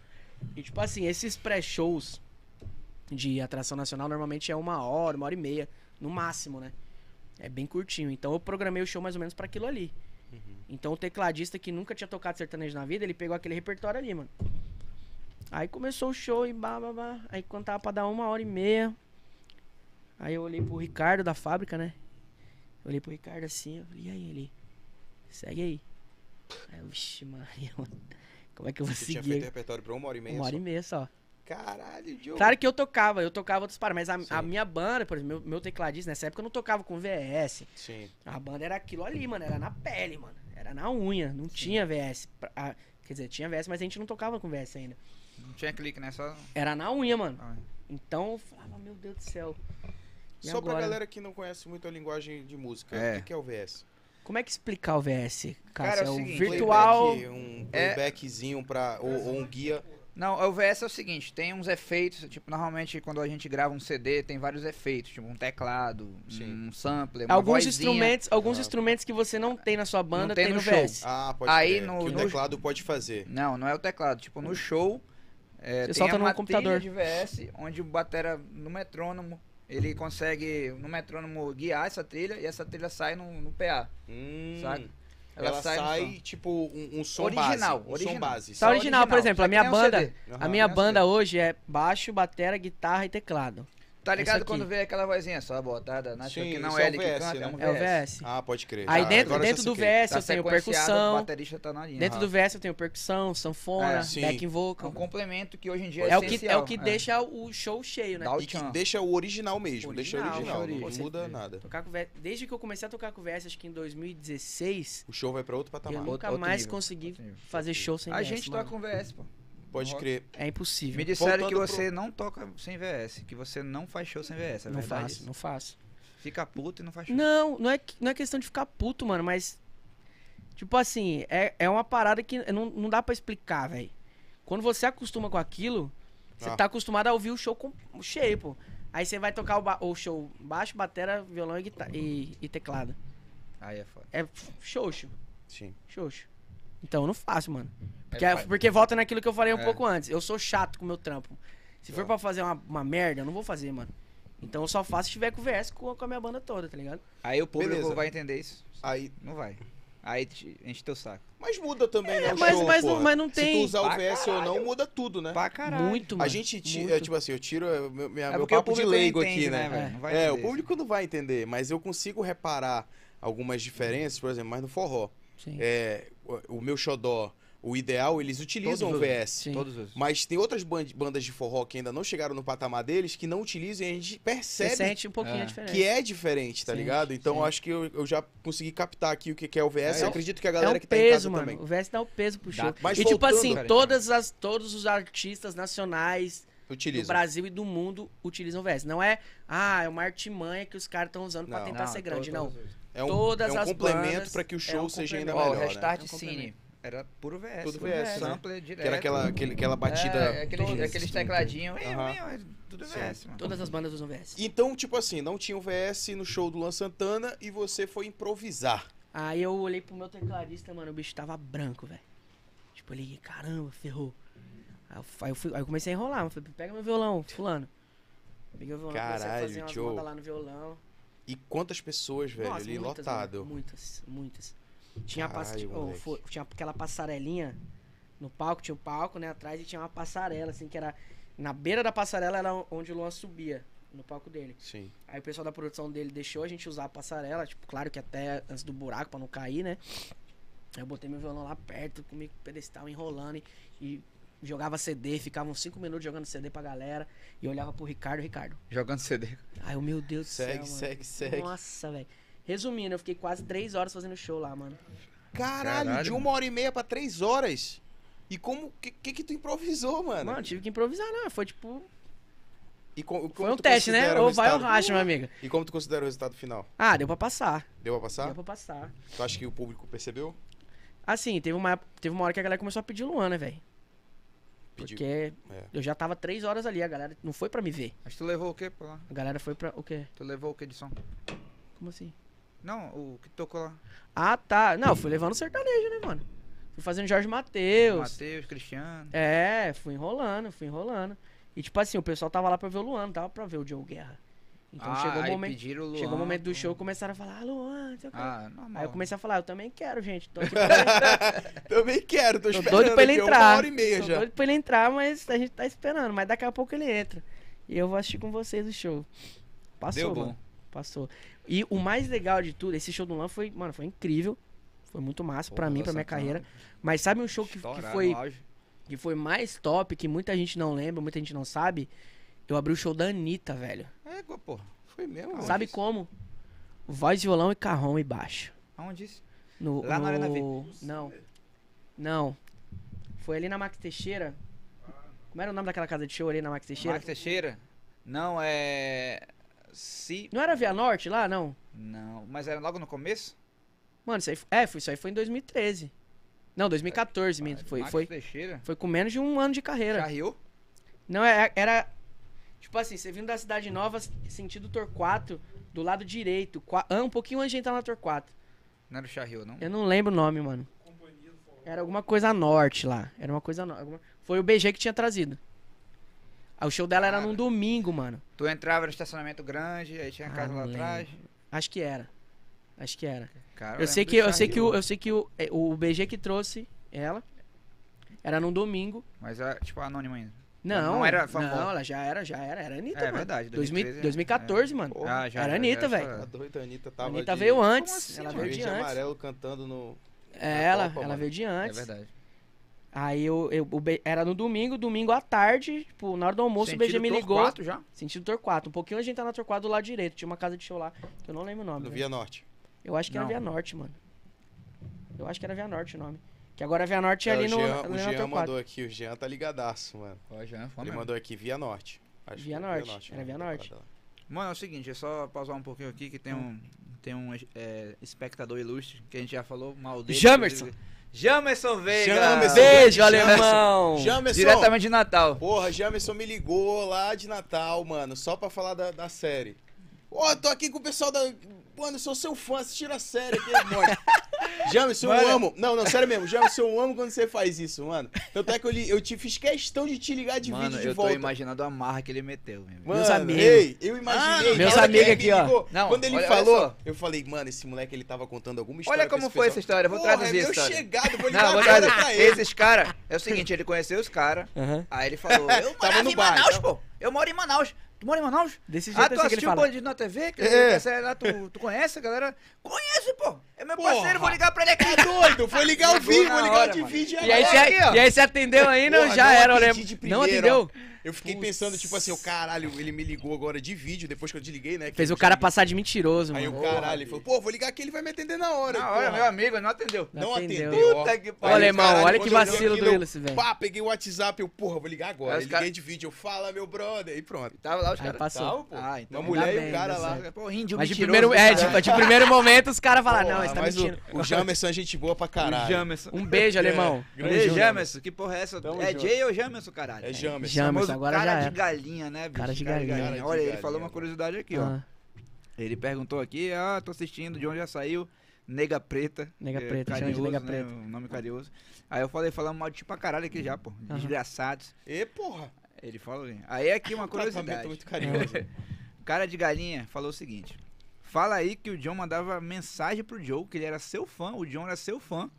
[SPEAKER 3] E tipo assim, esses pré-shows de atração nacional normalmente é uma hora, uma hora e meia, no máximo, né? É bem curtinho. Então eu programei o show mais ou menos pra aquilo ali.
[SPEAKER 1] Uhum.
[SPEAKER 3] Então o tecladista que nunca tinha tocado sertanejo na vida, ele pegou aquele repertório ali, mano. Aí começou o show e bah, bah, bah. Aí quando tava pra dar uma hora e meia. Aí eu olhei pro Ricardo da fábrica, né? Eu olhei pro Ricardo assim, eu falei, e aí, ele? Segue aí. Aí eu, vixe, Maria, mano. Como é que eu vou
[SPEAKER 1] Você tinha feito
[SPEAKER 3] seguir?
[SPEAKER 1] repertório pra uma hora e meia.
[SPEAKER 3] Uma hora
[SPEAKER 1] só.
[SPEAKER 3] e meia só.
[SPEAKER 1] Caralho, Joe.
[SPEAKER 3] Claro que eu tocava, eu tocava outros paradas, mas a, a
[SPEAKER 1] Sim.
[SPEAKER 3] minha banda, por exemplo, meu, meu tecladista, nessa época eu não tocava com VS.
[SPEAKER 1] Sim.
[SPEAKER 3] A banda era aquilo ali, mano, era na pele, mano. Era na unha, não tinha VS. pra- ah, quer dizer, tinha VS, mas a gente não tocava com VS ainda.
[SPEAKER 2] Não tinha clique, né? Só...
[SPEAKER 3] Era na unha, mano.
[SPEAKER 2] Ah,
[SPEAKER 3] Então eu falava, meu Deus do céu. E
[SPEAKER 1] Só pra
[SPEAKER 3] agora?
[SPEAKER 1] galera que não conhece muito a linguagem de música,
[SPEAKER 2] É.
[SPEAKER 1] o que que é o VS?
[SPEAKER 3] Como é que explicar o VS, cara?
[SPEAKER 2] Cara, é
[SPEAKER 3] é
[SPEAKER 2] o
[SPEAKER 3] o
[SPEAKER 2] seguinte,
[SPEAKER 1] um
[SPEAKER 3] virtual.
[SPEAKER 1] Playback, um
[SPEAKER 2] É.
[SPEAKER 1] playbackzinho pra, ou, ou um guia.
[SPEAKER 2] Não, o VS é o seguinte, tem uns efeitos, tipo, normalmente quando a gente grava um CD, tem vários efeitos, tipo um teclado,
[SPEAKER 1] Sim.
[SPEAKER 2] um sampler, uma
[SPEAKER 3] Alguns
[SPEAKER 2] vozinha.
[SPEAKER 3] instrumentos, alguns
[SPEAKER 1] Ah.
[SPEAKER 3] instrumentos que você não tem na sua banda,
[SPEAKER 2] tem
[SPEAKER 3] tem,
[SPEAKER 2] no
[SPEAKER 3] no,
[SPEAKER 2] show.
[SPEAKER 3] VS.
[SPEAKER 1] Ah, pode
[SPEAKER 2] Aí
[SPEAKER 1] crer,
[SPEAKER 2] no-
[SPEAKER 1] que o
[SPEAKER 2] no-
[SPEAKER 1] teclado pode fazer.
[SPEAKER 2] Não, não é o teclado, tipo, no show é,
[SPEAKER 3] Hum. Você
[SPEAKER 2] tem
[SPEAKER 3] solta
[SPEAKER 2] uma
[SPEAKER 3] no
[SPEAKER 2] trilha
[SPEAKER 3] computador.
[SPEAKER 2] de VS, onde o batera no metrônomo, ele consegue no metrônomo guiar essa trilha e essa trilha sai no, no PA,
[SPEAKER 1] Hum,
[SPEAKER 2] saca?
[SPEAKER 1] Ela, sai,
[SPEAKER 2] no som.
[SPEAKER 1] tipo, um, um som base.
[SPEAKER 2] Original,
[SPEAKER 1] Um som
[SPEAKER 2] original.
[SPEAKER 1] base.
[SPEAKER 3] Tá
[SPEAKER 2] Só
[SPEAKER 3] original, por
[SPEAKER 2] original,
[SPEAKER 3] exemplo,
[SPEAKER 2] só
[SPEAKER 3] a
[SPEAKER 1] Ah,
[SPEAKER 2] que
[SPEAKER 3] minha
[SPEAKER 2] tem um
[SPEAKER 3] banda.
[SPEAKER 2] CD.
[SPEAKER 1] Aham.
[SPEAKER 3] A minha
[SPEAKER 2] tem um
[SPEAKER 3] banda hoje é baixo, batera, guitarra e teclado.
[SPEAKER 2] Tá ligado
[SPEAKER 3] aqui.
[SPEAKER 2] quando vê aquela vozinha só botada, né?
[SPEAKER 1] Sim,
[SPEAKER 2] que não
[SPEAKER 1] isso
[SPEAKER 2] é
[SPEAKER 1] é
[SPEAKER 2] ele
[SPEAKER 1] o
[SPEAKER 2] que
[SPEAKER 1] VS,
[SPEAKER 2] canta, é um VS.
[SPEAKER 1] né?
[SPEAKER 3] É o VS.
[SPEAKER 1] Ah, pode crer.
[SPEAKER 3] Aí
[SPEAKER 2] Tá,
[SPEAKER 1] Já-
[SPEAKER 3] dentro,
[SPEAKER 1] agora já
[SPEAKER 3] dentro do
[SPEAKER 1] saquei.
[SPEAKER 3] VS eu tenho
[SPEAKER 2] sequenciado, O
[SPEAKER 3] percussão.
[SPEAKER 2] baterista tá na linha.
[SPEAKER 3] Dentro do VS eu tenho percussão, sanfona,
[SPEAKER 2] É,
[SPEAKER 1] sim.
[SPEAKER 3] backing
[SPEAKER 2] É um
[SPEAKER 3] vocal.
[SPEAKER 2] complemento que hoje em dia é,
[SPEAKER 3] É o que, é
[SPEAKER 2] essencial,
[SPEAKER 3] o que deixa o show cheio, né?
[SPEAKER 2] Dá o
[SPEAKER 1] E que
[SPEAKER 2] tchan.
[SPEAKER 1] deixa o original mesmo, deixa
[SPEAKER 3] Original,
[SPEAKER 1] o original,
[SPEAKER 2] original.
[SPEAKER 1] não
[SPEAKER 3] Com
[SPEAKER 1] muda
[SPEAKER 2] certeza.
[SPEAKER 1] nada.
[SPEAKER 3] Tocar com VS. Desde que eu comecei a tocar com o VS, acho que em 2016,
[SPEAKER 1] O show vai pra outro
[SPEAKER 3] eu
[SPEAKER 1] patamar.
[SPEAKER 3] nunca
[SPEAKER 2] Outro
[SPEAKER 3] mais
[SPEAKER 2] nível,
[SPEAKER 3] consegui
[SPEAKER 2] outro nível.
[SPEAKER 3] fazer show sem
[SPEAKER 2] A
[SPEAKER 3] VS.
[SPEAKER 2] gente
[SPEAKER 3] mano.
[SPEAKER 2] toca com VS, pô.
[SPEAKER 1] Pode
[SPEAKER 2] Rock.
[SPEAKER 1] crer.
[SPEAKER 3] É impossível.
[SPEAKER 2] Me disseram
[SPEAKER 1] Voltando
[SPEAKER 2] que
[SPEAKER 1] pro-
[SPEAKER 2] você não toca sem VS, que você não faz show sem VS, é
[SPEAKER 3] Não
[SPEAKER 2] verdade
[SPEAKER 3] faço,
[SPEAKER 2] isso?
[SPEAKER 3] não faço.
[SPEAKER 2] Fica puto e não faz show.
[SPEAKER 3] Não, não é, que- não é questão de ficar puto, mano, mas. Tipo assim, é, é uma parada que não, não dá pra explicar, velho. Quando você acostuma com aquilo, você
[SPEAKER 1] Ah.
[SPEAKER 3] tá acostumado a ouvir o show com, cheio, pô. Aí você vai tocar o, ba- o show baixo, batera, violão e, guita- e, e teclado.
[SPEAKER 2] Aí é foda.
[SPEAKER 3] É xoxo,
[SPEAKER 1] Sim.
[SPEAKER 3] xoxo. Então eu não faço, mano. Porque,
[SPEAKER 2] É, fa-
[SPEAKER 3] porque volta naquilo que eu falei um
[SPEAKER 2] É.
[SPEAKER 3] pouco antes. Eu sou chato com o meu trampo. Se for
[SPEAKER 1] Tá.
[SPEAKER 3] pra fazer uma, uma merda, eu não vou fazer, mano. Então eu só faço se tiver com o VS com, com a minha banda toda, tá ligado?
[SPEAKER 2] Aí o público
[SPEAKER 1] Beleza.
[SPEAKER 2] vai entender isso?
[SPEAKER 1] Aí,
[SPEAKER 2] Não vai. Aí te- enche teu saco.
[SPEAKER 1] mas muda também, né, o
[SPEAKER 3] mas-
[SPEAKER 1] show,
[SPEAKER 3] mas não-
[SPEAKER 1] porra.
[SPEAKER 3] mas não
[SPEAKER 1] Se tu
[SPEAKER 3] tem-
[SPEAKER 1] usar o
[SPEAKER 2] Pra
[SPEAKER 1] VS ou não, muda tudo, né?
[SPEAKER 2] Pra caralho.
[SPEAKER 3] Muito, mano.
[SPEAKER 1] A gente, ti-
[SPEAKER 3] muito.
[SPEAKER 1] é, tipo assim, eu tiro é, meu, minha,
[SPEAKER 2] É
[SPEAKER 1] meu
[SPEAKER 2] porque o
[SPEAKER 1] papo de
[SPEAKER 2] público não
[SPEAKER 1] leigo
[SPEAKER 2] entende,
[SPEAKER 1] aqui, né?
[SPEAKER 2] velho? Não vai
[SPEAKER 1] É, o
[SPEAKER 2] entender isso.
[SPEAKER 1] público não vai entender, mas eu consigo reparar algumas diferenças, por exemplo, mas no forró.
[SPEAKER 3] Sim.
[SPEAKER 1] É, o, o meu xodó, o ideal, eles utilizam
[SPEAKER 2] Todos
[SPEAKER 1] o
[SPEAKER 2] usam.
[SPEAKER 1] VS.
[SPEAKER 3] Sim.
[SPEAKER 2] Todos os.
[SPEAKER 1] Mas tem outras ban- bandas de forró que ainda não chegaram no patamar deles que não utilizam e a gente
[SPEAKER 3] Você
[SPEAKER 1] percebe
[SPEAKER 3] sente um pouquinho
[SPEAKER 2] É.
[SPEAKER 3] a diferença.
[SPEAKER 1] que é diferente, tá
[SPEAKER 3] Sim,
[SPEAKER 1] ligado? Então
[SPEAKER 3] sim.
[SPEAKER 1] eu acho que eu, eu já consegui captar aqui o que que é o VS.
[SPEAKER 2] É,
[SPEAKER 1] eu
[SPEAKER 2] é
[SPEAKER 1] acredito que a
[SPEAKER 3] É
[SPEAKER 1] galera
[SPEAKER 3] um
[SPEAKER 1] que tá em
[SPEAKER 3] peso,
[SPEAKER 1] casa
[SPEAKER 3] mano.
[SPEAKER 1] também.
[SPEAKER 3] O VS dá o peso pro
[SPEAKER 2] Dá.
[SPEAKER 3] show.
[SPEAKER 1] Mas
[SPEAKER 3] e tipo
[SPEAKER 1] voltando- então.
[SPEAKER 3] assim,
[SPEAKER 2] Peraí,
[SPEAKER 3] todas as, todos os artistas nacionais do
[SPEAKER 1] Utiliza.
[SPEAKER 3] Brasil e do mundo utilizam o VS. Não é, ah, é uma artimanha que os caras estão usando pra
[SPEAKER 1] Não.
[SPEAKER 3] tentar ser grande, não.
[SPEAKER 1] É um,
[SPEAKER 3] todas
[SPEAKER 1] é um
[SPEAKER 3] as
[SPEAKER 1] complemento
[SPEAKER 3] bandas,
[SPEAKER 1] pra que o
[SPEAKER 3] é
[SPEAKER 1] show
[SPEAKER 3] um
[SPEAKER 1] seja ainda
[SPEAKER 3] complemento.
[SPEAKER 2] Ó,
[SPEAKER 1] melhor,
[SPEAKER 2] o
[SPEAKER 1] né?
[SPEAKER 2] Restart
[SPEAKER 3] É um
[SPEAKER 2] Cine era puro VS.
[SPEAKER 1] Tudo
[SPEAKER 2] pô.
[SPEAKER 1] VS, né?
[SPEAKER 2] Sampler direto.
[SPEAKER 1] Que
[SPEAKER 3] é,
[SPEAKER 1] era aquela, aquele- aquela batida...
[SPEAKER 2] É, aqueles,
[SPEAKER 3] Todos.
[SPEAKER 2] aqueles tecladinhos. é,
[SPEAKER 1] Aham.
[SPEAKER 2] é, é, Tudo
[SPEAKER 1] Sim.
[SPEAKER 2] VS, mano.
[SPEAKER 3] Todas as bandas usam VS.
[SPEAKER 1] Então, tipo assim, não tinha o VS no show do Luan Santana e você foi improvisar.
[SPEAKER 3] Aí eu olhei pro meu tecladista, mano, o bicho tava branco, velho. Tipo, eu liguei, caramba, ferrou. Aí eu, aí eu fui- aí eu comecei a enrolar, eu falei, pega meu violão, fulano. Peguei o violão, comecei a
[SPEAKER 1] Caralho,
[SPEAKER 3] fazer umas
[SPEAKER 1] Joe.
[SPEAKER 3] modas lá no violão.
[SPEAKER 1] E quantas pessoas, velho,
[SPEAKER 3] Nossa,
[SPEAKER 1] ali
[SPEAKER 3] muitas,
[SPEAKER 1] lotado.
[SPEAKER 3] mano, Muitas, muitas. Tinha, a pas-
[SPEAKER 1] Caralho,
[SPEAKER 3] oh,
[SPEAKER 1] moleque.
[SPEAKER 3] fo- tinha aquela passarelinha no palco, tinha o palco, né, atrás, e tinha uma passarela, assim, que era. Na beira da passarela era onde o Luan subia, no palco dele.
[SPEAKER 1] Sim.
[SPEAKER 3] Aí o pessoal da produção dele deixou a gente usar a passarela, tipo, claro que até antes do buraco pra não cair, né? Aí eu botei meu violão lá perto, comigo pedestal enrolando e, e jogava CD, ficava uns 5 minutos jogando CD pra galera e eu olhava pro Ricardo, Ricardo.
[SPEAKER 2] Jogando CD.
[SPEAKER 3] Aí eu, meu Deus do céu.
[SPEAKER 1] Segue,
[SPEAKER 3] mano.
[SPEAKER 1] segue, segue.
[SPEAKER 3] Nossa, velho. Resumindo, eu fiquei quase três horas fazendo show lá, mano.
[SPEAKER 1] Caralho,
[SPEAKER 2] Caralho,
[SPEAKER 1] de uma hora e meia pra três horas. E como... Que que, que tu improvisou, mano?
[SPEAKER 3] Mano, tive que improvisar, não. Foi tipo.
[SPEAKER 1] E co- como
[SPEAKER 3] Foi um
[SPEAKER 1] tu
[SPEAKER 3] teste, né?
[SPEAKER 1] considera o
[SPEAKER 3] Ou vai ou
[SPEAKER 1] resultado-
[SPEAKER 3] racha, meu amigo.
[SPEAKER 1] E como tu considera o resultado final?
[SPEAKER 3] Ah, deu pra passar.
[SPEAKER 1] Deu pra passar?
[SPEAKER 3] Deu pra passar.
[SPEAKER 1] Tu acha que o público percebeu?
[SPEAKER 3] Assim, teve uma, teve uma hora que a galera começou a pedir Luan, né, velho?
[SPEAKER 1] Pediu.
[SPEAKER 3] Porque
[SPEAKER 1] É.
[SPEAKER 3] eu já tava três horas ali, a galera não foi pra me ver.
[SPEAKER 2] Mas tu levou o quê pra lá?
[SPEAKER 3] A galera foi pra. O quê?
[SPEAKER 2] Tu levou o quê de som?
[SPEAKER 3] Como assim?
[SPEAKER 2] Não, o que tocou lá?
[SPEAKER 3] Ah, tá. Não, eu fui levando sertanejo, né, mano? Fui fazendo Jorge Matheus.
[SPEAKER 2] Matheus, Cristiano.
[SPEAKER 3] É, fui enrolando, fui enrolando. E tipo assim, o pessoal tava lá pra ver o Luan, não tava pra ver o Diogo Guerra. Então
[SPEAKER 2] ah,
[SPEAKER 3] chegou o
[SPEAKER 2] aí
[SPEAKER 3] momento.
[SPEAKER 2] pediram o Luan,
[SPEAKER 3] Chegou o momento do
[SPEAKER 2] pô.
[SPEAKER 3] show, começaram a falar, ah, Luan, não sei o quê.
[SPEAKER 2] Ah, normal.
[SPEAKER 3] Aí eu comecei a falar, eu também quero, gente. Tô, aqui pra...
[SPEAKER 1] Também quero, tô
[SPEAKER 3] tô
[SPEAKER 1] esperando.
[SPEAKER 3] doido pra ele
[SPEAKER 1] aqui, é
[SPEAKER 3] entrar.
[SPEAKER 1] Uma hora e meia
[SPEAKER 3] tô
[SPEAKER 1] já.
[SPEAKER 3] doido pra ele entrar, mas a gente tá esperando. Mas daqui a pouco ele entra. E eu vou assistir com vocês o show. Passou,
[SPEAKER 2] Deu bom.
[SPEAKER 3] mano. Passou. E o mais legal de tudo, esse show do Luan foi, mano, foi incrível. Foi muito massa pra mim, pra minha carreira. Mas sabe um show que, que foi que foi mais top, que muita gente não lembra, muita gente não sabe? Eu abri o show da Anitta, velho.
[SPEAKER 2] É, porra.
[SPEAKER 1] Foi mesmo, mano.
[SPEAKER 3] sabe como? Voz, violão e carrão e baixo.
[SPEAKER 2] Aonde isso?
[SPEAKER 3] No,
[SPEAKER 2] Lá na Arena
[SPEAKER 3] no... Não. Não. Foi ali na Max Teixeira. Como era o nome daquela casa de show ali na Max Teixeira?
[SPEAKER 2] Max Teixeira? Não, é... Se...
[SPEAKER 3] Não era Via Norte lá, não?
[SPEAKER 2] Não, mas era logo no começo?
[SPEAKER 3] Mano, isso aí, f- é, foi, isso aí foi em 2013. Não, 2014, minto.
[SPEAKER 2] Caralho,
[SPEAKER 3] Foi,
[SPEAKER 2] Max
[SPEAKER 3] foi,
[SPEAKER 2] Teixeira?
[SPEAKER 3] foi com menos de um ano de carreira.
[SPEAKER 2] Charriou?
[SPEAKER 3] Não, é- era. Tipo assim, você vindo da Cidade Nova, sentido Torquato, do lado direito. qua- ah, um pouquinho antes de entrar na Torquato.
[SPEAKER 2] Não era o Charriou, não?
[SPEAKER 3] Eu não lembro o nome, mano.
[SPEAKER 6] Companhia do forró.
[SPEAKER 3] Era alguma coisa norte lá. Era uma coisa norte. Foi o BG que tinha trazido. Aí o show dela era num
[SPEAKER 2] Cara.
[SPEAKER 3] domingo, mano.
[SPEAKER 2] Tu entrava no estacionamento grande, aí tinha a
[SPEAKER 3] Ah,
[SPEAKER 2] casa lá
[SPEAKER 3] não
[SPEAKER 2] atrás.
[SPEAKER 3] Acho que era. Acho que era.
[SPEAKER 2] Cara,
[SPEAKER 3] Eu sei
[SPEAKER 2] lembro
[SPEAKER 3] que,
[SPEAKER 2] do
[SPEAKER 3] eu sei que,
[SPEAKER 2] Charriot.
[SPEAKER 3] o, eu sei que o, é, o BG que trouxe ela era num domingo.
[SPEAKER 2] Mas era, é, tipo, anônimo ainda.
[SPEAKER 3] Não,
[SPEAKER 2] Não era famosa.
[SPEAKER 3] Não, ela já era, já era. Era a Anitta,
[SPEAKER 2] É
[SPEAKER 3] mano.
[SPEAKER 2] verdade,
[SPEAKER 3] 2000
[SPEAKER 2] 2013,
[SPEAKER 3] 2014, mano.
[SPEAKER 2] Ah, já
[SPEAKER 3] Era
[SPEAKER 2] já-
[SPEAKER 3] Anitta,
[SPEAKER 2] já-
[SPEAKER 3] velho.
[SPEAKER 1] A doida a Anitta
[SPEAKER 3] A
[SPEAKER 1] tava
[SPEAKER 3] Anitta
[SPEAKER 1] de-
[SPEAKER 3] veio antes.
[SPEAKER 2] assim,
[SPEAKER 3] ela
[SPEAKER 1] de
[SPEAKER 2] mano?
[SPEAKER 3] veio de
[SPEAKER 1] verde e
[SPEAKER 3] antes.
[SPEAKER 1] amarelo cantando no...
[SPEAKER 3] É, ela,
[SPEAKER 1] Copa,
[SPEAKER 3] ela
[SPEAKER 1] mano.
[SPEAKER 3] veio de
[SPEAKER 2] É
[SPEAKER 3] antes.
[SPEAKER 2] verdade.
[SPEAKER 3] Aí eu, eu- o Be- era no domingo, domingo à tarde, tipo, na hora do almoço, o BG me ligou.
[SPEAKER 2] Torquato já?
[SPEAKER 3] Sentido Torquato. Um pouquinho a gente tá na Torquato do lado direito. Tinha uma casa de show lá, que eu não lembro o nome.
[SPEAKER 1] No
[SPEAKER 3] velho.
[SPEAKER 1] Via Norte.
[SPEAKER 3] Eu acho que
[SPEAKER 2] Não.
[SPEAKER 3] era Via Norte, mano. Eu acho que era Via Norte o nome. Que agora a Via Norte é
[SPEAKER 1] É,
[SPEAKER 3] ali
[SPEAKER 1] o
[SPEAKER 3] no,
[SPEAKER 1] Jean,
[SPEAKER 3] ali
[SPEAKER 1] o
[SPEAKER 3] na
[SPEAKER 1] Jean
[SPEAKER 3] Torquato.
[SPEAKER 1] mandou aqui, o Jean tá ligadaço, mano.
[SPEAKER 2] Ó, já, foi
[SPEAKER 1] Ele
[SPEAKER 2] mesmo.
[SPEAKER 1] mandou aqui Via Norte. Acho
[SPEAKER 3] Via
[SPEAKER 1] que
[SPEAKER 3] Norte, era
[SPEAKER 1] né,
[SPEAKER 3] Via
[SPEAKER 1] tá
[SPEAKER 3] Norte.
[SPEAKER 1] parado lá.
[SPEAKER 2] Mano, é o seguinte, é só pausar um pouquinho aqui que tem um, tem um é, espectador ilustre que a gente já falou mal dele.
[SPEAKER 3] Jamerson.
[SPEAKER 2] inclusive. Jamerson Veiga!
[SPEAKER 1] Jamerson.
[SPEAKER 3] Beijo,
[SPEAKER 1] Jamerson.
[SPEAKER 3] alemão!
[SPEAKER 1] Jamerson!
[SPEAKER 2] Diretamente de Natal.
[SPEAKER 1] Porra, Jamerson me ligou lá de Natal, mano, só pra falar da, da série. Ó, tô aqui com o pessoal da. Mano, eu sou seu fã, assistir a série aqui, mano. Jamerson, eu
[SPEAKER 2] Mano.
[SPEAKER 1] amo. Não, não, sério mesmo. Jamerson, eu amo quando você faz isso, mano. Tanto é que eu, li- eu te fiz questão de te ligar de
[SPEAKER 2] Mano,
[SPEAKER 1] vídeo de
[SPEAKER 2] eu
[SPEAKER 1] volta.
[SPEAKER 2] tô imaginando a marra que ele meteu. meu amigo.
[SPEAKER 1] Mano,
[SPEAKER 3] Meus amigos.
[SPEAKER 1] Ei, eu imaginei.
[SPEAKER 2] Ah,
[SPEAKER 3] Mano, meus
[SPEAKER 1] Na hora que
[SPEAKER 3] amigos
[SPEAKER 1] ele
[SPEAKER 3] aqui,
[SPEAKER 1] me
[SPEAKER 3] ó.
[SPEAKER 1] ligou,
[SPEAKER 2] Não,
[SPEAKER 1] Quando ele
[SPEAKER 2] olha- olha
[SPEAKER 1] falou,
[SPEAKER 2] só.
[SPEAKER 1] eu falei, mano, esse moleque ele tava contando alguma história.
[SPEAKER 2] Olha
[SPEAKER 1] pra
[SPEAKER 2] como
[SPEAKER 1] esse
[SPEAKER 2] foi essa
[SPEAKER 1] pessoal.
[SPEAKER 2] história, eu vou
[SPEAKER 1] Porra,
[SPEAKER 2] traduzir
[SPEAKER 1] é
[SPEAKER 2] essa
[SPEAKER 1] meu
[SPEAKER 2] história.
[SPEAKER 1] chegado, vou ligar
[SPEAKER 2] Não, vou
[SPEAKER 1] agora
[SPEAKER 2] trazer-
[SPEAKER 1] pra ele.
[SPEAKER 2] Esses caras, é o seguinte, ele conheceu os caras,
[SPEAKER 3] Aham.
[SPEAKER 2] aí ele falou, eu
[SPEAKER 1] Tava
[SPEAKER 2] morava
[SPEAKER 1] no
[SPEAKER 2] em
[SPEAKER 1] bar,
[SPEAKER 2] Manaus,
[SPEAKER 1] então.
[SPEAKER 2] pô. Eu moro em Manaus. Tu mora em Manaus?
[SPEAKER 3] Desse
[SPEAKER 2] Ah,
[SPEAKER 3] jeito
[SPEAKER 2] tu
[SPEAKER 3] assim que ele
[SPEAKER 2] assistiu o
[SPEAKER 3] fala.
[SPEAKER 2] Bandido na TV? Que
[SPEAKER 1] É.
[SPEAKER 2] essa é lá, tu, tu conhece a galera? Conheço, pô. É meu
[SPEAKER 1] Porra.
[SPEAKER 2] parceiro, vou ligar pra ele aqui.
[SPEAKER 1] Tá doido? Foi ligar ao
[SPEAKER 2] Ligou
[SPEAKER 1] vivo,
[SPEAKER 2] na
[SPEAKER 1] vou ligar
[SPEAKER 2] hora,
[SPEAKER 1] de
[SPEAKER 2] mano.
[SPEAKER 1] vídeo
[SPEAKER 3] E aí,
[SPEAKER 1] agora.
[SPEAKER 3] você,
[SPEAKER 2] Olha aqui, ó.
[SPEAKER 3] e aí você atendeu ainda?
[SPEAKER 1] Porra,
[SPEAKER 3] já
[SPEAKER 1] não
[SPEAKER 3] era,
[SPEAKER 1] atendi
[SPEAKER 3] olha.
[SPEAKER 1] de
[SPEAKER 3] Não
[SPEAKER 1] primeira,
[SPEAKER 3] atendeu?
[SPEAKER 1] Eu fiquei pensando, tipo assim, o caralho, ele me ligou agora de vídeo, depois que eu desliguei, né? que
[SPEAKER 3] Fez
[SPEAKER 1] eu
[SPEAKER 3] o cara
[SPEAKER 1] desliguei.
[SPEAKER 3] passar de mentiroso,
[SPEAKER 1] Aí
[SPEAKER 3] mano.
[SPEAKER 1] o caralho, ele falou, pô, vou ligar aqui, ele vai me atender na hora.
[SPEAKER 2] Na hora,
[SPEAKER 1] porra.
[SPEAKER 2] meu amigo, ele não atendeu.
[SPEAKER 1] Não atendeu.
[SPEAKER 3] Puta
[SPEAKER 1] ó.
[SPEAKER 2] Puta que
[SPEAKER 1] Aí o
[SPEAKER 3] Olha,
[SPEAKER 2] pariu.
[SPEAKER 3] irmão,
[SPEAKER 1] caralho,
[SPEAKER 3] olha
[SPEAKER 1] quando
[SPEAKER 3] que
[SPEAKER 1] eu olhei
[SPEAKER 3] vacilo
[SPEAKER 1] aquilo,
[SPEAKER 3] do
[SPEAKER 1] eu,
[SPEAKER 3] Willis, velho.
[SPEAKER 1] Pá, peguei o WhatsApp, eu, porra, vou ligar agora.
[SPEAKER 2] Aí
[SPEAKER 1] Eu
[SPEAKER 2] os
[SPEAKER 1] Liguei
[SPEAKER 2] cara-
[SPEAKER 1] de vídeo, eu, fala, meu brother, e pronto.
[SPEAKER 2] Tava lá os
[SPEAKER 3] Aí
[SPEAKER 1] tá
[SPEAKER 2] caras.
[SPEAKER 3] passou.
[SPEAKER 1] Tava, pô.
[SPEAKER 2] Ah,
[SPEAKER 1] Uma
[SPEAKER 2] então ainda
[SPEAKER 1] mulher e
[SPEAKER 3] bem,
[SPEAKER 1] o cara
[SPEAKER 3] deu
[SPEAKER 1] lá.
[SPEAKER 3] certo.
[SPEAKER 2] Pô, índio
[SPEAKER 3] Mas de
[SPEAKER 2] mentiroso,
[SPEAKER 3] primeiro, é,
[SPEAKER 2] cara.
[SPEAKER 3] de, de primeiro momento os caras falaram,
[SPEAKER 1] Porra,
[SPEAKER 3] não, esse tá
[SPEAKER 1] mas o-
[SPEAKER 3] mentindo.
[SPEAKER 1] O Jamerson é gente boa pra
[SPEAKER 2] O
[SPEAKER 1] caralho.
[SPEAKER 2] Jamerson.
[SPEAKER 3] Um beijo, alemão.
[SPEAKER 1] grande
[SPEAKER 2] Ei,
[SPEAKER 1] Jamerson.
[SPEAKER 2] Jamerson, que porra é essa?
[SPEAKER 1] Tamo
[SPEAKER 2] é
[SPEAKER 1] junto.
[SPEAKER 2] Jay ou Jamerson, caralho?
[SPEAKER 1] É Jamerson.
[SPEAKER 2] Famoso
[SPEAKER 3] Jamerson, agora
[SPEAKER 2] cara
[SPEAKER 3] já
[SPEAKER 2] de
[SPEAKER 3] era.
[SPEAKER 2] galinha, né, bicho?
[SPEAKER 3] Cara de galinha.
[SPEAKER 1] Cara de
[SPEAKER 2] Olha, ele
[SPEAKER 1] galinha,
[SPEAKER 2] falou uma
[SPEAKER 1] mano.
[SPEAKER 2] curiosidade aqui, ó.
[SPEAKER 3] Ah,
[SPEAKER 2] Ele perguntou aqui, ah, tô assistindo, de onde já saiu? Nega Preta.
[SPEAKER 3] Nega
[SPEAKER 2] que é
[SPEAKER 3] Preta, chama de
[SPEAKER 2] carinhoso,
[SPEAKER 3] Nega
[SPEAKER 2] né,
[SPEAKER 3] Preta.
[SPEAKER 2] O nome carinhoso. Aí eu falei, falando mal de tipo pra caralho aqui já, pô. Desgraçados.
[SPEAKER 1] E, porra,
[SPEAKER 2] Ele falou assim. Aí aqui uma
[SPEAKER 1] tratamento
[SPEAKER 2] curiosidade.
[SPEAKER 1] Tá muito carinhoso.
[SPEAKER 2] Cara de galinha falou o seguinte. Fala aí que o John mandava mensagem pro Joe, que ele era seu fã, o John era seu fã.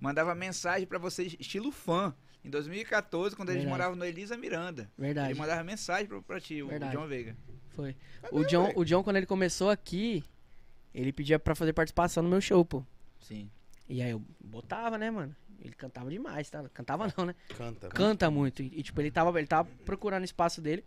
[SPEAKER 2] Mandava mensagem pra vocês, estilo fã. Em 2014, quando eles
[SPEAKER 3] Verdade.
[SPEAKER 2] moravam no Elisa Miranda.
[SPEAKER 3] Verdade.
[SPEAKER 2] Ele mandava mensagem pra, pra ti, o-
[SPEAKER 3] Verdade.
[SPEAKER 2] o John Veiga.
[SPEAKER 3] Foi. O John, o John, quando ele começou aqui, ele pedia pra fazer participação no meu show, pô.
[SPEAKER 2] Sim.
[SPEAKER 3] E aí eu botava, né, mano? Ele cantava demais, tá? Cantava não, né?
[SPEAKER 1] Canta.
[SPEAKER 3] Canta muito. E, tipo, ele tava, ele tava procurando espaço dele.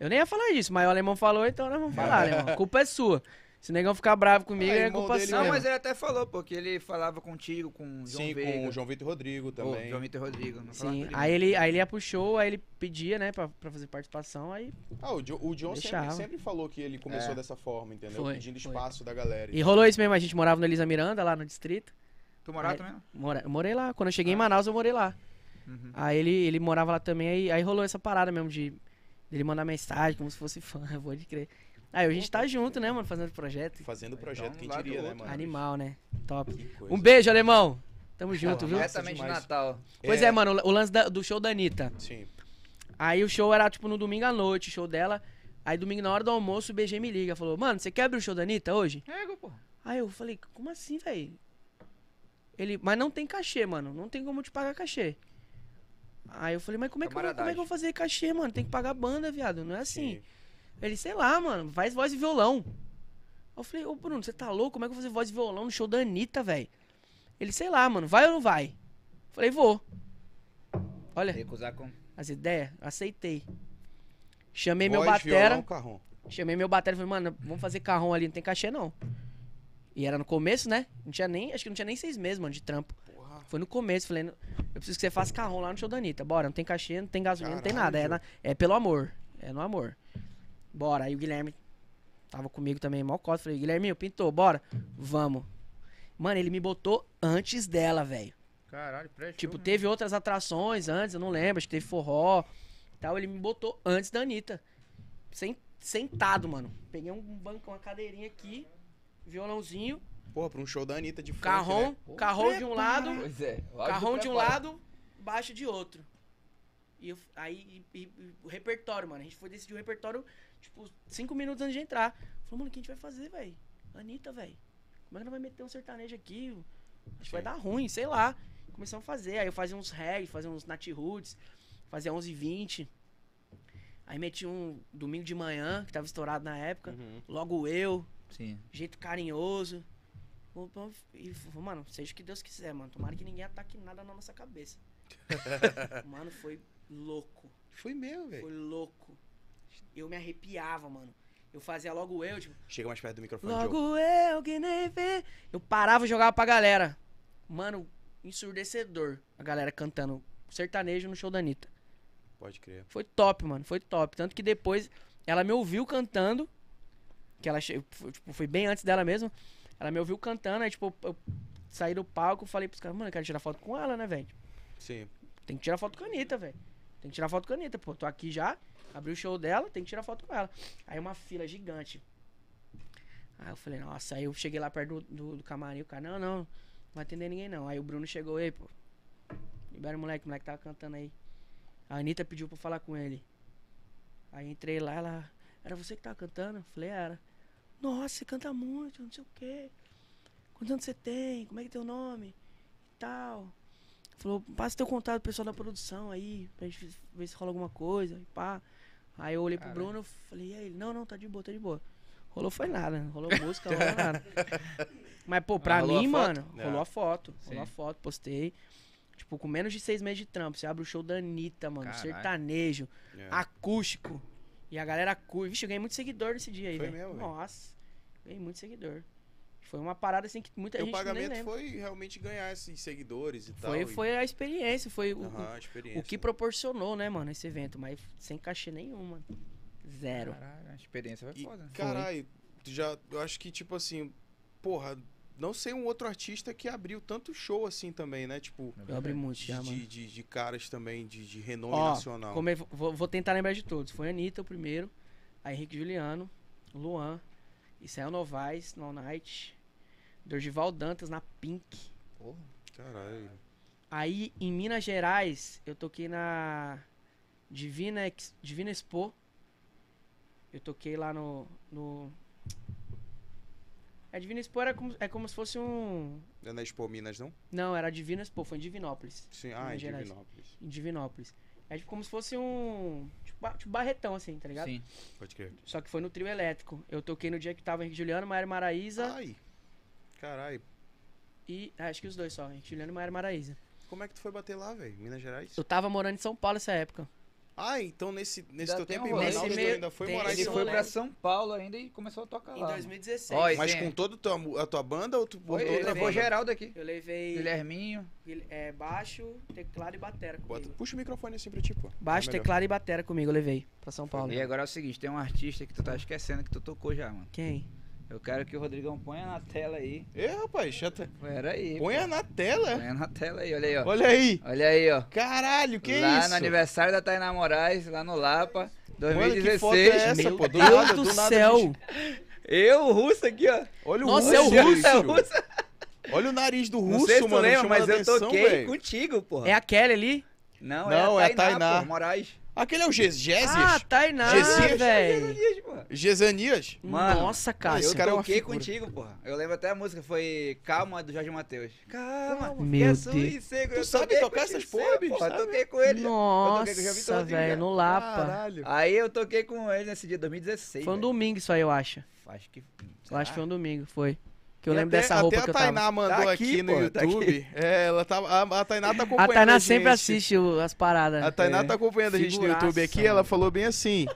[SPEAKER 3] Eu nem ia falar isso, mas o alemão falou, então nós vamos falar, alemão. A culpa é sua. Se o negão ficar bravo comigo,
[SPEAKER 1] Ah,
[SPEAKER 3] é
[SPEAKER 1] irmão
[SPEAKER 3] culpa
[SPEAKER 1] dele
[SPEAKER 3] sua.
[SPEAKER 2] Não,
[SPEAKER 1] mesmo.
[SPEAKER 2] mas ele até falou, porque ele falava contigo, com o João
[SPEAKER 1] Sim,
[SPEAKER 2] Veiga.
[SPEAKER 1] com o João Vitor Rodrigo
[SPEAKER 2] Ô,
[SPEAKER 1] também.
[SPEAKER 2] João Vitor Rodrigo. Não falava
[SPEAKER 3] Sim,
[SPEAKER 2] com
[SPEAKER 3] aí ele, aí ele ia pro show, aí ele pedia, né, pra, pra fazer participação, aí...
[SPEAKER 1] Ah, o, Jo- o John sempre,
[SPEAKER 3] Deixava.
[SPEAKER 1] sempre falou que ele começou
[SPEAKER 2] É.
[SPEAKER 1] dessa forma, entendeu?
[SPEAKER 3] Foi,
[SPEAKER 1] Pedindo
[SPEAKER 3] foi.
[SPEAKER 1] espaço da galera.
[SPEAKER 3] E rolou isso mesmo, a gente morava no Elisa Miranda, lá no distrito.
[SPEAKER 2] Tu morava
[SPEAKER 3] Aí-
[SPEAKER 2] também?
[SPEAKER 3] Mora, eu morei lá, quando eu cheguei em Manaus, eu morei lá. Aí ele, ele morava lá também, aí, aí rolou essa parada mesmo de... Ele mandar mensagem como se fosse fã, pode crer. Aí a gente tá junto, né, mano, fazendo projeto.
[SPEAKER 1] Fazendo o projeto,
[SPEAKER 2] um
[SPEAKER 1] quem
[SPEAKER 2] lado do
[SPEAKER 1] diria, né,
[SPEAKER 2] outro.
[SPEAKER 1] mano?
[SPEAKER 3] Animal, né? Top.
[SPEAKER 1] Que coisa.
[SPEAKER 3] Um beijo, alemão. Tamo junto,
[SPEAKER 1] Porra,
[SPEAKER 3] viu?
[SPEAKER 1] massa
[SPEAKER 2] Diretamente de
[SPEAKER 1] demais.
[SPEAKER 2] Natal.
[SPEAKER 3] Pois é, mano, o lance da- do show da Anitta.
[SPEAKER 1] Sim.
[SPEAKER 3] Aí o show era, tipo, no domingo à noite, o show dela. Aí domingo, na hora do almoço, o BG me liga. Falou, mano, você quer abrir o show da Anitta hoje?
[SPEAKER 2] Pega, pô.
[SPEAKER 3] Aí eu falei, como assim, velho? Ele, mas não tem cachê, mano. Não tem como eu te pagar cachê. Aí eu falei, mas como é, que eu, vou- como é que eu vou fazer cachê, mano? Tem que pagar banda, viado. Não é assim.
[SPEAKER 1] Sim.
[SPEAKER 3] Ele, sei lá, mano, faz voz e violão. Eu falei, ô Bruno, você tá louco? Como é que eu vou fazer voz e violão no show da Anitta, velho? Ele, sei lá, mano, vai ou não vai? Eu Falei, vou. Olha,
[SPEAKER 2] Recusar com...
[SPEAKER 3] as ideias, aceitei. Chamei meu
[SPEAKER 1] Voz,
[SPEAKER 3] batera,
[SPEAKER 1] violão, carrom.
[SPEAKER 3] chamei meu batera e falei, mano, vamos fazer carrão ali, não tem cachê não. E era no começo, né? Não tinha nem, acho que não tinha nem seis meses, mano, de trampo.
[SPEAKER 1] Porra.
[SPEAKER 3] Foi no começo, falei, eu preciso que você faça carrão lá no show da Anitta. Bora, não tem cachê, não tem gasolina, não tem nada. É,
[SPEAKER 1] Caralho.
[SPEAKER 3] na- é pelo amor. É no amor. Bora. Aí o Guilherme tava comigo também, mal cota. Falei, Guilherminho, pintou, bora. Vamos. Mano, ele me botou antes dela, velho.
[SPEAKER 2] Caralho, preste.
[SPEAKER 3] Tipo, teve outras atrações antes, eu não lembro, acho que teve forró e tal. Ele me botou antes da Anitta. Sem- sentado, mano. Peguei um banco, uma cadeirinha aqui, violãozinho,
[SPEAKER 1] Porra, pra um show da Anitta de funk,
[SPEAKER 3] carrom,
[SPEAKER 1] né?
[SPEAKER 3] carrom de um lado,
[SPEAKER 2] Pois é.
[SPEAKER 3] Carrão de um lado, baixo de outro. E eu- aí, e- e- o repertório, mano. A gente foi decidir o repertório, tipo, cinco minutos antes de entrar. Falou, mano, o que a gente vai fazer, velho? Anitta, velho. Como é que nós vai meter um sertanejo aqui? Acho que vai
[SPEAKER 1] Sim.
[SPEAKER 3] dar ruim, sei lá. Começamos a fazer. Aí eu fazia uns reggae, fazia uns nat roots, fazia 11 e 20. Aí meti um domingo de manhã, que tava estourado na época.
[SPEAKER 1] né? Uhum.
[SPEAKER 3] Logo eu,
[SPEAKER 2] Sim.
[SPEAKER 3] jeito carinhoso. Pô, pô, E, f- mano, seja o que Deus quiser, mano. Tomara que ninguém ataque nada na nossa cabeça. mano, foi louco.
[SPEAKER 1] Foi meu, velho.
[SPEAKER 3] Foi louco. Eu me arrepiava, mano. Eu fazia logo eu, tipo.
[SPEAKER 1] Chega mais perto do microfone, Diogo.
[SPEAKER 3] Logo eu que nem vê. Eu parava e jogava pra galera. Mano, ensurdecedor. A galera cantando sertanejo no show da Anitta.
[SPEAKER 1] Pode crer.
[SPEAKER 3] Foi top, mano. Foi top. Tanto que depois ela me ouviu cantando. Que ela che- foi, tipo, foi bem antes dela mesmo. Ela me ouviu cantando. Aí, tipo, eu saí do palco falei pros caras, mano, eu quero tirar foto com ela, né, velho?
[SPEAKER 1] Sim.
[SPEAKER 3] Tem que tirar foto com a Anitta, velho. Tem que tirar foto com a Anitta, pô. Tô aqui já, abri o show dela, tem que tirar foto com ela. Aí uma fila gigante. Aí eu falei, nossa, aí eu cheguei lá perto do, do, do camarim, o cara, não, não, não vai atender ninguém não. Aí o Bruno chegou, ei, pô, libera o moleque, o moleque tava cantando aí. A Anitta pediu pra eu falar com ele. Aí entrei lá, ela, era você que tava cantando? Eu falei, era. Nossa, você canta muito, não sei o quê. Quantos anos você tem? Como é que é teu nome? E tal. Falou, passa teu contato pro pessoal da produção aí, pra gente ver se rola alguma coisa, e pá. Aí eu olhei pro
[SPEAKER 2] Caralho.
[SPEAKER 3] Bruno, falei, e aí? Ele, não, não, tá de boa, tá de boa. Rolou foi nada, né? rolou música, rolou nada. Mas, pô, pra
[SPEAKER 2] rolou a
[SPEAKER 3] mim,
[SPEAKER 2] foto?
[SPEAKER 3] mano,
[SPEAKER 1] É.
[SPEAKER 3] rolou a foto. Rolou a
[SPEAKER 2] Sim.
[SPEAKER 3] foto, postei. Tipo, com menos de seis meses de trampo, você abre o show da Anitta, mano,
[SPEAKER 2] Caralho.
[SPEAKER 3] sertanejo,
[SPEAKER 1] É.
[SPEAKER 3] acústico. E a galera curte. Vixe, eu ganhei muito seguidor nesse dia aí,
[SPEAKER 1] Foi
[SPEAKER 3] velho.
[SPEAKER 1] mesmo, velho?
[SPEAKER 3] Nossa, ganhei muito seguidor. Foi uma parada assim que muita
[SPEAKER 1] Teu
[SPEAKER 3] gente nem
[SPEAKER 1] pagamento
[SPEAKER 3] lembra.
[SPEAKER 1] foi realmente ganhar esses seguidores e tal.
[SPEAKER 3] Foi,
[SPEAKER 1] e-
[SPEAKER 3] foi a experiência, foi o-
[SPEAKER 1] Aham, a
[SPEAKER 3] o,
[SPEAKER 1] experiência.
[SPEAKER 3] o que
[SPEAKER 1] né?
[SPEAKER 3] proporcionou, né, mano, esse evento. Mas sem cachê nenhum, mano. Zero.
[SPEAKER 2] Caralho, a experiência
[SPEAKER 3] é
[SPEAKER 2] vai
[SPEAKER 1] E,
[SPEAKER 2] foda.
[SPEAKER 1] caralho, tu já, eu acho que, tipo assim, porra, não sei um outro artista que abriu tanto show assim também, né? Tipo,
[SPEAKER 3] Eu abri muito
[SPEAKER 1] de,
[SPEAKER 3] já, mano.
[SPEAKER 1] de, de- de caras também, de, de renome
[SPEAKER 3] Ó,
[SPEAKER 1] nacional.
[SPEAKER 3] Come- é, vou, vou tentar lembrar de todos. Foi Anitta o primeiro, aí Henrique Juliano, Luan, Israel Novaes, No Night, Dorgival Dantas na Pink.
[SPEAKER 2] Porra.
[SPEAKER 1] Caralho.
[SPEAKER 3] Aí em Minas Gerais, eu toquei na Divina, Ex- Divina Expo. Eu toquei lá no. no... A Divina Expo era como, é como se fosse um.
[SPEAKER 1] Não é na Expo Minas, não?
[SPEAKER 3] Não, era a Divina Expo, foi em Divinópolis.
[SPEAKER 1] Sim, ah, em
[SPEAKER 3] Minas Gerais.
[SPEAKER 1] Divinópolis.
[SPEAKER 3] Em Divinópolis. É tipo como se fosse um. Tipo, ba- tipo barretão, assim, tá ligado?
[SPEAKER 2] Sim.
[SPEAKER 1] Pode crer.
[SPEAKER 3] Só que foi no trio elétrico. Eu toquei no dia que tava Henrique Juliano, Maíra Maraíza
[SPEAKER 1] Ai, caralho.
[SPEAKER 3] e. ah, Acho que os dois só, Henrique Juliano e Maíra Maraíza.
[SPEAKER 1] Como é que tu foi bater lá, velho? Minas Gerais?
[SPEAKER 3] Eu tava morando em São Paulo nessa época.
[SPEAKER 1] Ah, então nesse, nesse
[SPEAKER 2] Ainda
[SPEAKER 1] teu
[SPEAKER 2] tem
[SPEAKER 1] tempo
[SPEAKER 2] um
[SPEAKER 1] em
[SPEAKER 2] rolê.
[SPEAKER 1] Manaus,
[SPEAKER 3] Nesse
[SPEAKER 1] tu
[SPEAKER 3] meio-
[SPEAKER 1] ainda foi
[SPEAKER 3] tem-
[SPEAKER 1] morar em
[SPEAKER 3] esse
[SPEAKER 2] Ele
[SPEAKER 1] São
[SPEAKER 2] foi
[SPEAKER 3] rolê.
[SPEAKER 2] pra
[SPEAKER 1] Paulo.
[SPEAKER 2] São Paulo ainda e começou a tocar lá. mano.
[SPEAKER 3] 2016.
[SPEAKER 2] Ó,
[SPEAKER 1] Mas
[SPEAKER 2] Sim.
[SPEAKER 1] com toda a tua, mu- a tua banda ou tu
[SPEAKER 2] Foi,
[SPEAKER 1] botou
[SPEAKER 2] ele
[SPEAKER 1] outra
[SPEAKER 2] levou
[SPEAKER 1] banda?
[SPEAKER 2] geral daqui.
[SPEAKER 3] Eu levei
[SPEAKER 2] Guilherminho.
[SPEAKER 3] Guil- é, baixo, teclado e batera comigo.
[SPEAKER 1] Bota- puxa o microfone assim pra ti, pô.
[SPEAKER 3] Baixo,
[SPEAKER 1] É melhor.
[SPEAKER 3] teclado e batera comigo, eu levei pra São Paulo.
[SPEAKER 2] E agora é o seguinte, tem um artista que tu tá esquecendo que tu tocou já, mano.
[SPEAKER 3] Quem?
[SPEAKER 2] Eu quero que o Rodrigão ponha na tela aí.
[SPEAKER 1] Ê, rapaz, já tá...
[SPEAKER 2] Pera aí.
[SPEAKER 1] Põe na
[SPEAKER 2] pô.
[SPEAKER 1] tela.
[SPEAKER 2] Ponha na tela aí, olha aí, ó.
[SPEAKER 1] Olha aí.
[SPEAKER 2] Olha aí, ó.
[SPEAKER 1] Caralho, que
[SPEAKER 2] É. lá
[SPEAKER 1] isso?
[SPEAKER 2] no aniversário da Tainá Moraes, lá no Lapa,
[SPEAKER 1] Mano,
[SPEAKER 2] 2016.
[SPEAKER 1] que foto é essa,
[SPEAKER 3] Meu
[SPEAKER 1] pô? Do
[SPEAKER 3] Deus
[SPEAKER 1] nada,
[SPEAKER 3] do,
[SPEAKER 1] do nada,
[SPEAKER 3] céu!
[SPEAKER 1] bicho.
[SPEAKER 2] Eu, o russo aqui, ó.
[SPEAKER 1] Olha o
[SPEAKER 3] Nossa, é o
[SPEAKER 1] russo.
[SPEAKER 3] russo,
[SPEAKER 2] é o
[SPEAKER 1] bicho.
[SPEAKER 2] russo.
[SPEAKER 1] Olha o nariz do russo,
[SPEAKER 2] Não sei se tu
[SPEAKER 1] mano.
[SPEAKER 2] lembra,
[SPEAKER 1] chama
[SPEAKER 2] mas
[SPEAKER 1] a
[SPEAKER 2] eu
[SPEAKER 1] atenção,
[SPEAKER 2] toquei
[SPEAKER 1] velho.
[SPEAKER 2] contigo, porra.
[SPEAKER 3] É a Kelly ali?
[SPEAKER 2] Não,
[SPEAKER 1] Não,
[SPEAKER 2] é
[SPEAKER 1] é
[SPEAKER 2] a
[SPEAKER 1] a
[SPEAKER 2] Tainá,
[SPEAKER 1] Tainá.
[SPEAKER 2] porra, Moraes.
[SPEAKER 1] Aquele é o Ges
[SPEAKER 3] Ah,
[SPEAKER 1] Gesias?
[SPEAKER 3] Tainá,
[SPEAKER 1] Gesias?
[SPEAKER 3] velho!
[SPEAKER 2] porra.
[SPEAKER 1] Gesanias?
[SPEAKER 2] Mano,
[SPEAKER 3] Nossa, cara.
[SPEAKER 1] esse
[SPEAKER 2] eu
[SPEAKER 1] cara é uma
[SPEAKER 2] toquei
[SPEAKER 1] figura.
[SPEAKER 2] contigo, porra. Eu lembro até a música, foi Calma, do Jorge Matheus. Calma, é
[SPEAKER 3] Meu Deus.
[SPEAKER 2] Tu
[SPEAKER 1] Tu sabe tocar essas porra, bicho,
[SPEAKER 2] Eu
[SPEAKER 1] sabe?
[SPEAKER 2] toquei com ele. Eu toquei com o João Vitor
[SPEAKER 3] Nossa,
[SPEAKER 2] Rodrigues,
[SPEAKER 3] velho,
[SPEAKER 2] já.
[SPEAKER 3] no Lapa.
[SPEAKER 2] Aí eu toquei com ele nesse dia, 2016.
[SPEAKER 3] Foi um
[SPEAKER 2] velho.
[SPEAKER 3] domingo isso aí, eu acho.
[SPEAKER 2] Acho que... Ah,
[SPEAKER 3] Eu acho que foi um domingo, foi. Que eu
[SPEAKER 1] E
[SPEAKER 3] lembro
[SPEAKER 1] até-
[SPEAKER 3] dessa roupa
[SPEAKER 1] até
[SPEAKER 3] que eu
[SPEAKER 1] a Tainá
[SPEAKER 3] tava.
[SPEAKER 1] mandou
[SPEAKER 2] Tá
[SPEAKER 1] aqui,
[SPEAKER 2] aqui,
[SPEAKER 1] no
[SPEAKER 2] pô, tá aqui.
[SPEAKER 1] YouTube. É, ela tá, a, a Tainá tá
[SPEAKER 3] A
[SPEAKER 1] acompanhando
[SPEAKER 3] Tainá
[SPEAKER 1] a
[SPEAKER 3] sempre
[SPEAKER 1] gente.
[SPEAKER 3] assiste né? o- as paradas.
[SPEAKER 1] A Tainá
[SPEAKER 2] É.
[SPEAKER 1] tá acompanhando a gente no
[SPEAKER 3] Figuraça,
[SPEAKER 1] YouTube aqui,
[SPEAKER 3] mano.
[SPEAKER 1] ela falou bem assim.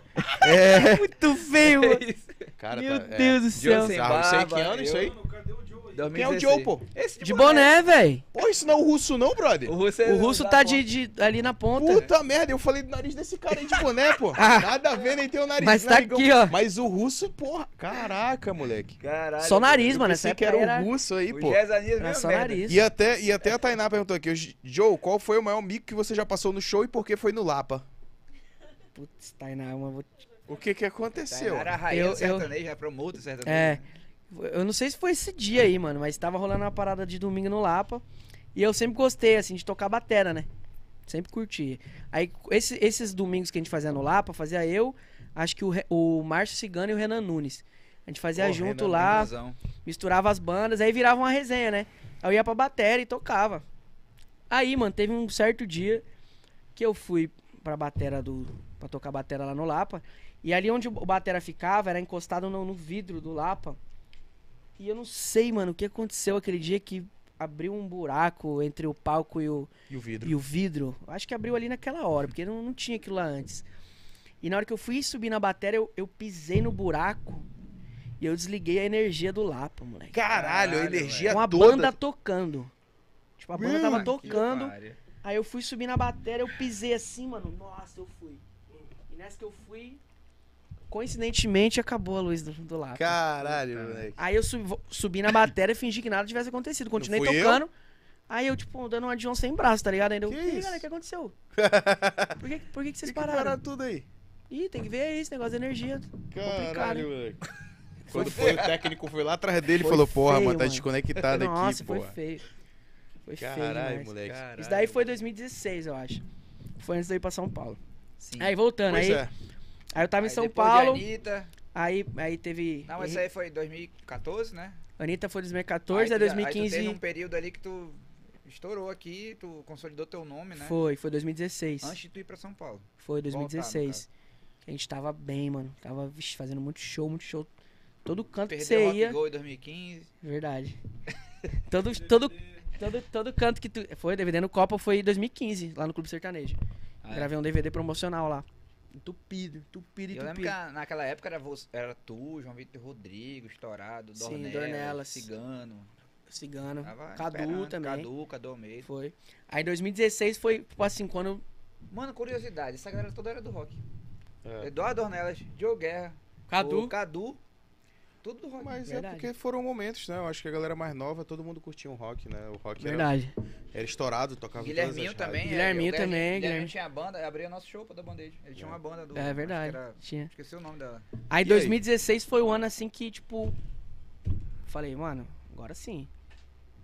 [SPEAKER 3] Muito feio,
[SPEAKER 2] é
[SPEAKER 3] mano.
[SPEAKER 1] Cara,
[SPEAKER 3] Meu
[SPEAKER 1] tá- é.
[SPEAKER 3] Deus do
[SPEAKER 2] Joe
[SPEAKER 3] céu.
[SPEAKER 2] sem
[SPEAKER 1] Ah, não sei
[SPEAKER 2] barba,
[SPEAKER 1] que ano isso
[SPEAKER 2] eu-
[SPEAKER 1] aí.
[SPEAKER 6] Mano, cadê o Joe aí?
[SPEAKER 2] 2016.
[SPEAKER 1] Quem é o Joe, pô?
[SPEAKER 2] Esse
[SPEAKER 3] De boné, velho.
[SPEAKER 1] Pô, isso não é o russo não, brother?
[SPEAKER 2] O russo, é-
[SPEAKER 3] O russo
[SPEAKER 2] da
[SPEAKER 3] tá
[SPEAKER 2] porra.
[SPEAKER 3] de, de- ali na ponta.
[SPEAKER 1] Puta merda, eu falei do nariz desse cara aí de boné, pô. Nada a ver, nem tem o nariz.
[SPEAKER 3] Ah. Mas tá
[SPEAKER 1] narigão.
[SPEAKER 3] aqui, ó.
[SPEAKER 1] Mas o russo, porra. Caraca, moleque.
[SPEAKER 2] Caralho.
[SPEAKER 3] Só nariz,
[SPEAKER 1] eu
[SPEAKER 3] mano.
[SPEAKER 1] pensei
[SPEAKER 3] Essa
[SPEAKER 1] que
[SPEAKER 3] época
[SPEAKER 1] era
[SPEAKER 3] era,
[SPEAKER 1] o russo aí,
[SPEAKER 2] O
[SPEAKER 1] pô.
[SPEAKER 2] Jezanias
[SPEAKER 3] era
[SPEAKER 2] mesmo,
[SPEAKER 3] só
[SPEAKER 2] merda.
[SPEAKER 3] nariz.
[SPEAKER 1] E até, e até a Tainá perguntou aqui, Joe, qual foi o maior mico que você já passou no show e por que foi no Lapa?
[SPEAKER 3] Putz, Tainá, eu vou
[SPEAKER 1] O que que aconteceu?
[SPEAKER 2] Tainá Era a rainha
[SPEAKER 3] Eu-
[SPEAKER 2] do
[SPEAKER 3] eu-
[SPEAKER 2] sertanejo, Tá é promotor do sertanejo.
[SPEAKER 3] É. Eu não sei se foi esse dia aí, mano, mas tava rolando uma parada de domingo no Lapa. E eu sempre gostei, assim, de tocar batera, né? Sempre curti. Aí, esse- esses domingos que a gente fazia no Lapa, fazia eu, acho que o, Re- o Márcio Cigano e o Renan Nunes. A gente fazia
[SPEAKER 1] Pô,
[SPEAKER 3] junto
[SPEAKER 1] Renan
[SPEAKER 3] lá,
[SPEAKER 2] Ilusão.
[SPEAKER 3] misturava as bandas, aí virava uma resenha, né? Aí eu ia pra batera e tocava. Aí, mano, teve um certo dia que eu fui pra batera do, pra tocar batera lá no Lapa. E ali onde o batera ficava era encostado no, no vidro do Lapa. E eu não sei, mano, o que aconteceu aquele dia que abriu um buraco entre o palco e o,
[SPEAKER 1] E o vidro.
[SPEAKER 3] e o vidro. Eu Acho que abriu ali naquela hora, porque não, não tinha aquilo lá antes. E na hora que eu fui subir na bateria, eu, eu pisei no buraco e eu desliguei a energia do Lapa, moleque.
[SPEAKER 1] Caralho, a
[SPEAKER 2] Caralho,
[SPEAKER 1] energia
[SPEAKER 3] Com a
[SPEAKER 1] toda.
[SPEAKER 3] banda tocando. Tipo, a banda tava tocando. Aí eu fui subir na bateria, eu pisei assim, mano. Nossa, eu fui. E nessa que eu fui, coincidentemente acabou a luz do, do Lapa.
[SPEAKER 1] Caralho, moleque.
[SPEAKER 3] Aí eu subi, subi na bateria e fingi que nada tivesse acontecido. Continuei
[SPEAKER 1] fui eu?
[SPEAKER 3] tocando. Aí eu, tipo, dando uma de John sem braço, tá ligado? Ainda eu,
[SPEAKER 1] Que
[SPEAKER 3] "E aí,
[SPEAKER 1] isso?
[SPEAKER 3] galera, o que aconteceu? Por que, por que, que vocês
[SPEAKER 1] Tem que
[SPEAKER 3] pararam?
[SPEAKER 1] parar tudo aí.
[SPEAKER 3] Ih, tem que ver aí esse negócio de energia. Complicado, hein?
[SPEAKER 1] Caralho, moleque. Quando foi, o técnico foi lá atrás dele e falou,
[SPEAKER 3] feio,
[SPEAKER 1] porra, mano, tá
[SPEAKER 3] mano.
[SPEAKER 1] desconectado
[SPEAKER 3] Nossa,
[SPEAKER 1] aqui,
[SPEAKER 3] foi
[SPEAKER 1] porra.
[SPEAKER 3] feio. Foi feio
[SPEAKER 1] Caralho,
[SPEAKER 3] demais.
[SPEAKER 1] moleque.
[SPEAKER 3] Isso daí foi 2016, eu acho. Foi antes de eu ir pra São Paulo.
[SPEAKER 2] Sim.
[SPEAKER 3] Aí voltando,
[SPEAKER 1] Pois
[SPEAKER 3] aí,
[SPEAKER 1] é.
[SPEAKER 3] aí eu tava em
[SPEAKER 2] Aí
[SPEAKER 3] São
[SPEAKER 2] depois
[SPEAKER 3] Paulo,
[SPEAKER 2] De Anitta.
[SPEAKER 3] aí, aí teve...
[SPEAKER 2] Não, mas isso aí foi 2014, né?
[SPEAKER 3] Anitta foi 2014, aí
[SPEAKER 2] tu já- Aí tu
[SPEAKER 3] 2015...
[SPEAKER 2] teve um período ali que tu estourou aqui, tu consolidou teu nome, né?
[SPEAKER 3] Foi, foi 2016.
[SPEAKER 2] Antes de tu ir pra São Paulo.
[SPEAKER 3] Foi
[SPEAKER 2] Voltar, no
[SPEAKER 3] 2016. a gente tava bem, mano. Tava vixe, fazendo muito show, muito show. Todo canto que
[SPEAKER 2] Perdeu o
[SPEAKER 3] você
[SPEAKER 2] Rock
[SPEAKER 3] ia.
[SPEAKER 2] Go em 2015.
[SPEAKER 3] Verdade. todo, todo, todo, todo canto que tu. Foi, DVD no Copa foi em 2015, lá no Clube Sertanejo.
[SPEAKER 2] Ah, é?
[SPEAKER 3] Gravei um DVD promocional lá. Entupido, entupido,
[SPEAKER 2] Eu lembro
[SPEAKER 3] entupido.
[SPEAKER 2] que a- naquela época era, você- era tu, João Vitor Rodrigo, Estourado,
[SPEAKER 3] Sim,
[SPEAKER 2] Dornelas,
[SPEAKER 3] Dornelas.
[SPEAKER 2] Cigano.
[SPEAKER 3] Cigano.
[SPEAKER 2] Tava
[SPEAKER 3] Cadu
[SPEAKER 2] esperando,
[SPEAKER 3] também.
[SPEAKER 2] Cadu, Cadu Almeida.
[SPEAKER 3] Foi. Aí em 2016 foi, tipo assim, quando.
[SPEAKER 2] Mano, curiosidade, essa galera toda era do rock.
[SPEAKER 1] É.
[SPEAKER 2] Eduardo Dornelas, Diogo Guerra, o
[SPEAKER 3] Cadu.
[SPEAKER 2] Cadu, tudo do rock.
[SPEAKER 1] Mas é
[SPEAKER 3] Verdade.
[SPEAKER 1] porque foram momentos, né? Eu acho que a galera mais nova, todo mundo curtia o rock, né? O rock era,
[SPEAKER 3] Verdade.
[SPEAKER 1] era estourado, tocava em todas as
[SPEAKER 2] Guilherminho
[SPEAKER 1] rádios.
[SPEAKER 2] também. é,
[SPEAKER 3] Guilherminho
[SPEAKER 2] o Guerra-
[SPEAKER 3] também, Guilherme.
[SPEAKER 2] Guilherminho tinha banda, abria nosso show pra dar bandeja. Ele tinha uma banda do. acho
[SPEAKER 3] É
[SPEAKER 2] que
[SPEAKER 3] verdade.
[SPEAKER 2] era-
[SPEAKER 3] Tinha.
[SPEAKER 2] esqueci o nome dela.
[SPEAKER 3] Aí
[SPEAKER 1] E aí?
[SPEAKER 3] 2016 foi o ano assim que, tipo. Falei, mano, agora sim.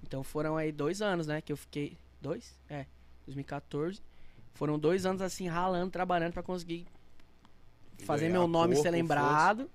[SPEAKER 3] Então foram aí dois anos, né? Que eu fiquei. Dois? É. 2014. Foram dois anos assim, ralando, trabalhando pra conseguir fazer
[SPEAKER 1] Ganhar
[SPEAKER 3] meu nome
[SPEAKER 1] corpo,
[SPEAKER 3] ser lembrado.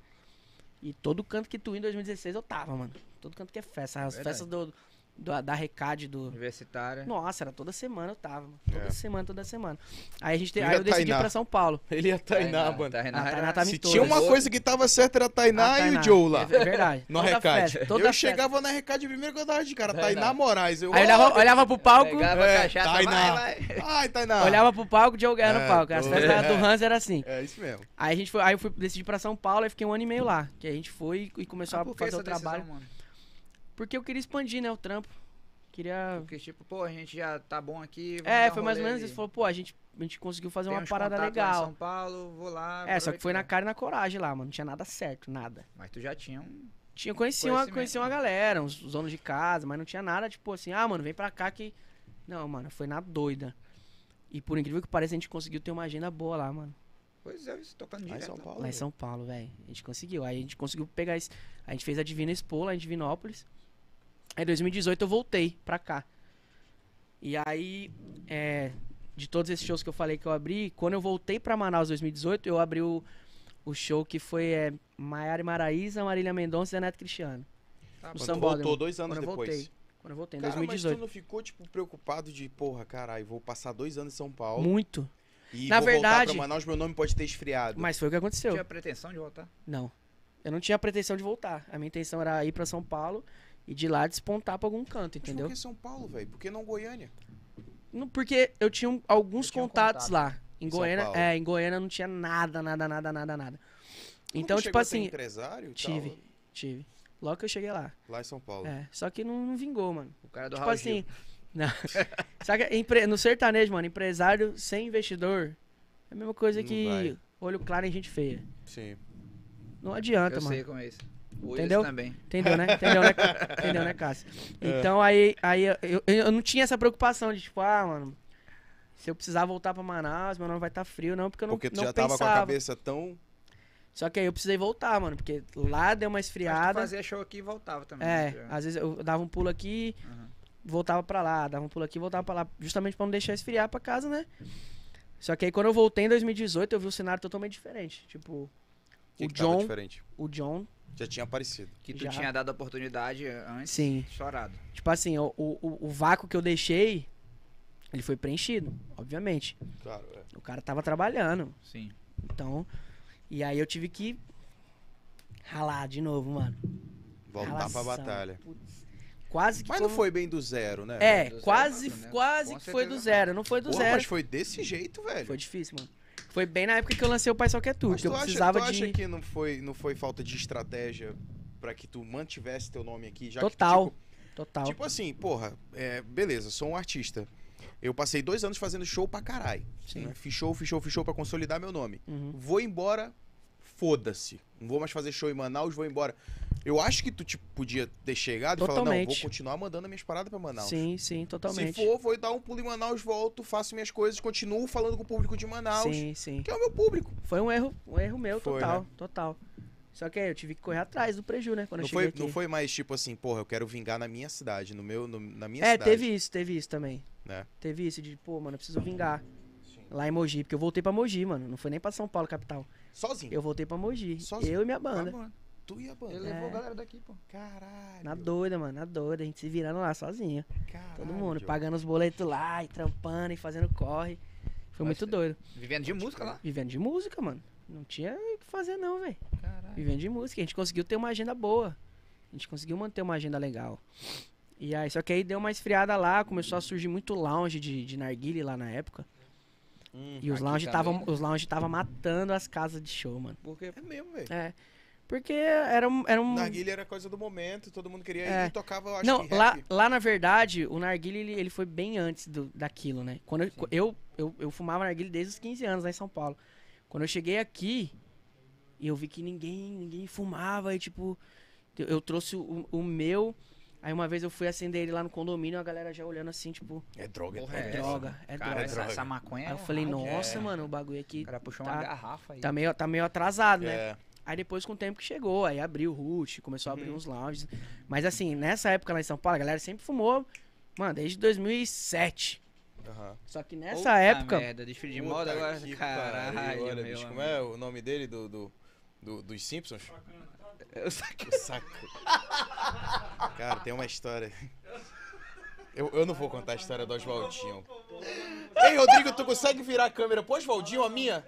[SPEAKER 3] E todo canto que tu ia em 2016 eu tava, mano. Todo canto que é festa. As
[SPEAKER 2] Verdade.
[SPEAKER 3] festas do, do- da Recade do.
[SPEAKER 2] Universitária.
[SPEAKER 3] Nossa, era toda semana eu tava, mano. Toda
[SPEAKER 1] É.
[SPEAKER 3] semana, toda semana. Aí a gente te-
[SPEAKER 1] E
[SPEAKER 3] aí
[SPEAKER 1] a
[SPEAKER 3] eu decidi ir
[SPEAKER 1] Tainá?
[SPEAKER 3] pra São Paulo.
[SPEAKER 1] Ele e a Tainá, mano.
[SPEAKER 2] Tainá,
[SPEAKER 3] A Ah, Tainá
[SPEAKER 2] era-
[SPEAKER 3] tava em
[SPEAKER 1] Se
[SPEAKER 3] todas.
[SPEAKER 1] tinha uma coisa que tava certa era a Tainá,
[SPEAKER 3] A
[SPEAKER 1] e o
[SPEAKER 3] Tainá.
[SPEAKER 1] Joe lá.
[SPEAKER 3] É verdade.
[SPEAKER 1] No
[SPEAKER 3] Toda
[SPEAKER 1] recade.
[SPEAKER 3] festa, toda
[SPEAKER 1] eu
[SPEAKER 3] festa.
[SPEAKER 1] chegava na recade primeiro que eu dava de cara, Tainá Moraes. Eu,
[SPEAKER 3] Aí olhava, olhava pro palco,
[SPEAKER 2] Pegava
[SPEAKER 1] É,
[SPEAKER 2] cachaça, vai,
[SPEAKER 1] Tainá.
[SPEAKER 2] vai.
[SPEAKER 1] Ai, Tainá.
[SPEAKER 3] olhava pro palco e jogava
[SPEAKER 1] É,
[SPEAKER 3] no palco. As
[SPEAKER 1] tô-
[SPEAKER 3] festas
[SPEAKER 1] é.
[SPEAKER 3] do Hans era assim.
[SPEAKER 1] É isso mesmo.
[SPEAKER 3] Aí a gente foi, aí eu fui decidir pra São Paulo e fiquei um ano e meio lá. Que a gente foi e começou
[SPEAKER 2] Ah,
[SPEAKER 3] a
[SPEAKER 2] por que
[SPEAKER 3] É fazer
[SPEAKER 2] essa
[SPEAKER 3] o trabalho.
[SPEAKER 2] decisão, mano?
[SPEAKER 3] Porque eu queria expandir, né, o trampo. Queria.
[SPEAKER 2] Porque, tipo, pô, a gente já tá bom aqui. vamos
[SPEAKER 3] É,
[SPEAKER 2] dar um
[SPEAKER 3] foi mais ou
[SPEAKER 2] rolê
[SPEAKER 3] menos
[SPEAKER 2] ali.
[SPEAKER 3] isso. Falou, pô, a gente, a gente conseguiu fazer
[SPEAKER 2] Tem
[SPEAKER 3] uma
[SPEAKER 2] uns
[SPEAKER 3] parada
[SPEAKER 2] contatos lá em
[SPEAKER 3] legal.
[SPEAKER 2] São Paulo, né? vou lá.
[SPEAKER 3] É, só que foi na
[SPEAKER 2] aproveita.
[SPEAKER 3] cara e na coragem lá, mano. Não tinha nada certo, nada.
[SPEAKER 2] Mas tu já tinha um.
[SPEAKER 3] Tinha, conheci uma,
[SPEAKER 2] Conhecimento,
[SPEAKER 3] conheci uma
[SPEAKER 2] né?
[SPEAKER 3] galera, uns uns donos de casa, mas não tinha nada, tipo assim, ah, mano, vem pra cá que. Não, mano, foi na doida. E por incrível que pareça, a gente conseguiu ter uma agenda boa lá, mano.
[SPEAKER 2] Pois é, isso tocando
[SPEAKER 1] Lá em
[SPEAKER 2] direto.
[SPEAKER 1] São Paulo.
[SPEAKER 3] Lá em São Paulo, velho. A gente conseguiu. Aí a gente conseguiu pegar isso. A gente fez a Divina Expo lá em Divinópolis. Aí em 2018 eu voltei pra cá. E aí, é, de todos esses shows que eu falei que eu abri, quando eu voltei pra Manaus em 2018, eu abri o, o show que foi é, Maiara e Maraísa, Marília Mendonça e Neto Cristiano.
[SPEAKER 2] Tá,
[SPEAKER 3] o
[SPEAKER 1] Quando
[SPEAKER 2] bom.
[SPEAKER 3] São
[SPEAKER 1] tu
[SPEAKER 3] Paulo,
[SPEAKER 1] voltou dois anos
[SPEAKER 3] Quando eu
[SPEAKER 1] depois.
[SPEAKER 3] voltei. Quando eu voltei, em
[SPEAKER 1] Cara, mas tu
[SPEAKER 3] 2018.
[SPEAKER 1] não ficou, tipo, preocupado de, porra, caralho, vou passar dois anos em São Paulo
[SPEAKER 3] Muito.
[SPEAKER 1] e
[SPEAKER 3] Na
[SPEAKER 1] vou voltar
[SPEAKER 3] verdade-
[SPEAKER 1] pra Manaus, meu nome pode ter esfriado.
[SPEAKER 3] Mas foi o que
[SPEAKER 2] Tu
[SPEAKER 3] aconteceu.
[SPEAKER 2] tinha pretensão de voltar?
[SPEAKER 3] Não. Eu não tinha pretensão de voltar. A minha intenção era ir pra São Paulo e de lá despontar pra algum canto,
[SPEAKER 1] Mas
[SPEAKER 3] entendeu?
[SPEAKER 1] Por que São Paulo, velho? Por que não Goiânia?
[SPEAKER 3] Não, porque eu tinha um- alguns
[SPEAKER 2] Eu tinha um
[SPEAKER 3] contatos
[SPEAKER 2] contato.
[SPEAKER 3] lá. Em
[SPEAKER 1] Em São
[SPEAKER 3] Goiânia,
[SPEAKER 1] Paulo.
[SPEAKER 3] é, em Goiânia não tinha nada, nada, nada, nada, nada.
[SPEAKER 1] Nunca
[SPEAKER 3] Então,
[SPEAKER 1] chegou
[SPEAKER 3] tipo
[SPEAKER 1] a ter
[SPEAKER 3] assim,
[SPEAKER 1] empresário e tal,
[SPEAKER 3] tive, tive. Logo que eu cheguei lá.
[SPEAKER 1] lá em São Paulo.
[SPEAKER 3] É, só que não, não vingou, mano.
[SPEAKER 2] O cara do
[SPEAKER 3] tipo
[SPEAKER 2] Raul
[SPEAKER 3] assim,
[SPEAKER 2] Gil.
[SPEAKER 3] não. Só que empre- no sertanejo, mano, empresário sem investidor é a mesma coisa
[SPEAKER 1] Não
[SPEAKER 3] que
[SPEAKER 1] vai.
[SPEAKER 3] olho claro em gente feia.
[SPEAKER 1] Sim.
[SPEAKER 3] Não adianta,
[SPEAKER 2] Eu
[SPEAKER 3] mano.
[SPEAKER 2] sei como é isso. O
[SPEAKER 3] ah, Entendeu?
[SPEAKER 2] Entendeu? também.
[SPEAKER 3] Entendeu, né? Entendeu, né? Ca- Entendeu, né, Cássio?
[SPEAKER 1] É.
[SPEAKER 3] Então aí, aí eu, eu, eu não tinha essa preocupação de tipo, ah, mano, se eu precisar voltar pra Manaus, meu nome vai estar frio, não, porque eu não,
[SPEAKER 1] Porque tu
[SPEAKER 3] não
[SPEAKER 1] já tava
[SPEAKER 3] pensava.
[SPEAKER 1] com a cabeça tão...
[SPEAKER 3] Só que aí eu precisei voltar, mano, porque lá deu uma
[SPEAKER 2] Mas tu
[SPEAKER 3] esfriada.
[SPEAKER 2] fazia show aqui e voltava também.
[SPEAKER 3] É,
[SPEAKER 2] né?
[SPEAKER 3] às vezes eu dava um pulo aqui,
[SPEAKER 2] Aham.
[SPEAKER 3] voltava pra lá, dava um pulo aqui, voltava pra lá, justamente pra não deixar esfriar pra casa, né? Só que aí quando eu voltei em 2018, eu vi o cenário totalmente diferente. Tipo,
[SPEAKER 1] que
[SPEAKER 3] o
[SPEAKER 1] que tava
[SPEAKER 3] John,
[SPEAKER 1] diferente?
[SPEAKER 3] o John
[SPEAKER 1] Já tinha aparecido.
[SPEAKER 2] Que tu
[SPEAKER 3] Já.
[SPEAKER 2] tinha dado oportunidade antes.
[SPEAKER 3] Sim.
[SPEAKER 2] Chorado.
[SPEAKER 3] Tipo assim, o, o, o vácuo que eu deixei, ele foi preenchido, obviamente.
[SPEAKER 1] Claro, é.
[SPEAKER 3] O cara tava trabalhando.
[SPEAKER 2] Sim.
[SPEAKER 3] Então, e aí eu tive que ralar de novo, mano.
[SPEAKER 7] Voltar pra
[SPEAKER 3] Ralação.
[SPEAKER 7] batalha.
[SPEAKER 3] Putz. Quase que
[SPEAKER 1] Mas não
[SPEAKER 3] como-
[SPEAKER 1] foi bem do zero, né?
[SPEAKER 3] É,
[SPEAKER 2] Do zero,
[SPEAKER 3] quase,
[SPEAKER 2] né?
[SPEAKER 3] quase
[SPEAKER 2] Com
[SPEAKER 3] que foi do
[SPEAKER 2] certeza.
[SPEAKER 3] zero. Não foi do
[SPEAKER 1] Porra,
[SPEAKER 3] zero.
[SPEAKER 1] mas foi desse jeito, velho.
[SPEAKER 3] Foi difícil, mano. Foi bem na época que eu lancei o Pai Só Quer Tudo.
[SPEAKER 1] Mas
[SPEAKER 3] que eu
[SPEAKER 1] tu acha-
[SPEAKER 3] precisava
[SPEAKER 1] tu acha,
[SPEAKER 3] de.
[SPEAKER 1] que não foi, não foi falta de estratégia pra que tu mantivesse teu nome aqui? Já que,
[SPEAKER 3] Total.
[SPEAKER 1] tipo,
[SPEAKER 3] Total.
[SPEAKER 1] tipo assim, porra, é, beleza, sou um artista. Eu passei dois anos fazendo show pra caralho.
[SPEAKER 3] Sim.
[SPEAKER 1] Né? Fiz show, fiz show, fiz show pra consolidar meu nome.
[SPEAKER 3] Uhum.
[SPEAKER 1] Vou embora, foda-se. Não vou mais fazer show em Manaus, vou embora. Eu acho que tu tipo, podia ter chegado e falar, não, vou
[SPEAKER 3] Totalmente.
[SPEAKER 1] continuar mandando minhas paradas pra Manaus.
[SPEAKER 3] Sim, sim, totalmente.
[SPEAKER 1] Se for, vou dar um pulo em Manaus, volto, faço minhas coisas, continuo falando com o público de Manaus,
[SPEAKER 3] Sim, sim.
[SPEAKER 1] que é o meu público.
[SPEAKER 3] Foi um erro, um erro meu
[SPEAKER 1] Foi,
[SPEAKER 3] total,
[SPEAKER 1] né?
[SPEAKER 3] total. Só que aí eu tive que correr atrás do preju, né? Quando
[SPEAKER 1] Não
[SPEAKER 3] eu cheguei
[SPEAKER 1] foi,
[SPEAKER 3] aqui.
[SPEAKER 1] não foi mais tipo assim, porra, eu quero vingar na minha cidade, no meu, no- na minha
[SPEAKER 3] é,
[SPEAKER 1] cidade.
[SPEAKER 3] teve isso, teve isso também.
[SPEAKER 1] Né?
[SPEAKER 3] Teve isso de, pô, mano, eu preciso vingar. Lá em Mogi, porque eu voltei pra Mogi, mano. Não foi nem pra São Paulo, capital.
[SPEAKER 1] Sozinho.
[SPEAKER 3] Eu voltei pra Mogi.
[SPEAKER 1] Sozinho?
[SPEAKER 3] Eu e minha banda.
[SPEAKER 1] Ah, mano, tu e a banda.
[SPEAKER 2] Ele levou
[SPEAKER 3] É.
[SPEAKER 2] a galera daqui, pô.
[SPEAKER 1] Caralho.
[SPEAKER 3] na doida, mano, na doida. A gente se virando lá sozinho.
[SPEAKER 1] caralho,
[SPEAKER 3] Todo mundo,
[SPEAKER 1] Diogo.
[SPEAKER 3] pagando os boletos lá e trampando e fazendo corre. Foi
[SPEAKER 2] Pode
[SPEAKER 3] muito
[SPEAKER 2] ser.
[SPEAKER 3] doido.
[SPEAKER 2] Vivendo de música
[SPEAKER 1] tipo,
[SPEAKER 2] lá.
[SPEAKER 3] Vivendo de música, mano. Não tinha o que fazer, não, velho.
[SPEAKER 2] Caralho.
[SPEAKER 3] Vivendo de música. A gente conseguiu ter uma agenda boa. A gente conseguiu manter uma agenda legal. E aí, só que aí deu uma esfriada lá, começou a surgir muito lounge de, de narguile lá na época. e os
[SPEAKER 2] aqui
[SPEAKER 3] lounge, tavam,
[SPEAKER 2] também, né?
[SPEAKER 3] os lounge tava matando as casas de show, mano.
[SPEAKER 2] Por quê?
[SPEAKER 1] É mesmo, velho.
[SPEAKER 3] É. Porque era um. Era um...
[SPEAKER 1] Narguilha era coisa do momento, todo mundo queria
[SPEAKER 3] É.
[SPEAKER 1] ir e tocava, eu acho
[SPEAKER 3] Não,
[SPEAKER 1] que
[SPEAKER 3] lá,
[SPEAKER 1] rap.
[SPEAKER 3] lá na verdade, o narguile ele, ele foi bem antes do, daquilo, né? Quando eu, eu, eu, eu fumava narguile desde os 15 anos lá em São Paulo. Quando eu cheguei aqui, eu vi que ninguém, ninguém fumava e tipo, eu, eu trouxe o, o meu. Aí uma vez eu fui acender ele lá no condomínio, a galera já olhando assim, tipo,
[SPEAKER 1] É droga.
[SPEAKER 2] Porra,
[SPEAKER 1] é
[SPEAKER 3] é
[SPEAKER 2] essa?
[SPEAKER 3] droga, é
[SPEAKER 2] Cara,
[SPEAKER 3] droga.
[SPEAKER 2] essa,
[SPEAKER 1] droga.
[SPEAKER 2] essa maconha
[SPEAKER 3] Aí
[SPEAKER 2] é
[SPEAKER 3] eu
[SPEAKER 2] um
[SPEAKER 3] falei,
[SPEAKER 2] hard,
[SPEAKER 3] nossa,
[SPEAKER 2] é.
[SPEAKER 3] mano, o bagulho aqui
[SPEAKER 2] O cara puxou uma
[SPEAKER 3] tá,
[SPEAKER 2] garrafa aí.
[SPEAKER 3] tá, meio, tá meio atrasado,
[SPEAKER 2] É.
[SPEAKER 3] né?
[SPEAKER 1] droga.
[SPEAKER 3] Aí depois, com o tempo que chegou, aí abriu o root, começou a
[SPEAKER 1] Uhum.
[SPEAKER 3] abrir uns lounges. Mas assim, nessa época lá em São Paulo, a galera sempre fumou, mano, desde 2007.
[SPEAKER 1] É, aham.
[SPEAKER 3] Só que nessa
[SPEAKER 2] Puta
[SPEAKER 3] época,
[SPEAKER 2] Merda, desfile de
[SPEAKER 1] Puta
[SPEAKER 2] moda agora.
[SPEAKER 1] que
[SPEAKER 2] Caralho,
[SPEAKER 1] pariu, olha,
[SPEAKER 2] meu
[SPEAKER 1] bicho, como
[SPEAKER 2] amigo.
[SPEAKER 1] é o nome dele do, do, do- dos Simpsons?
[SPEAKER 2] Eu
[SPEAKER 3] tá?
[SPEAKER 2] saquei.
[SPEAKER 1] Saco. Cara, tem uma história. Eu, eu não vou contar a história do Oswaldinho. Ei, Rodrigo, tu consegue virar a câmera pro Oswaldinho, a minha?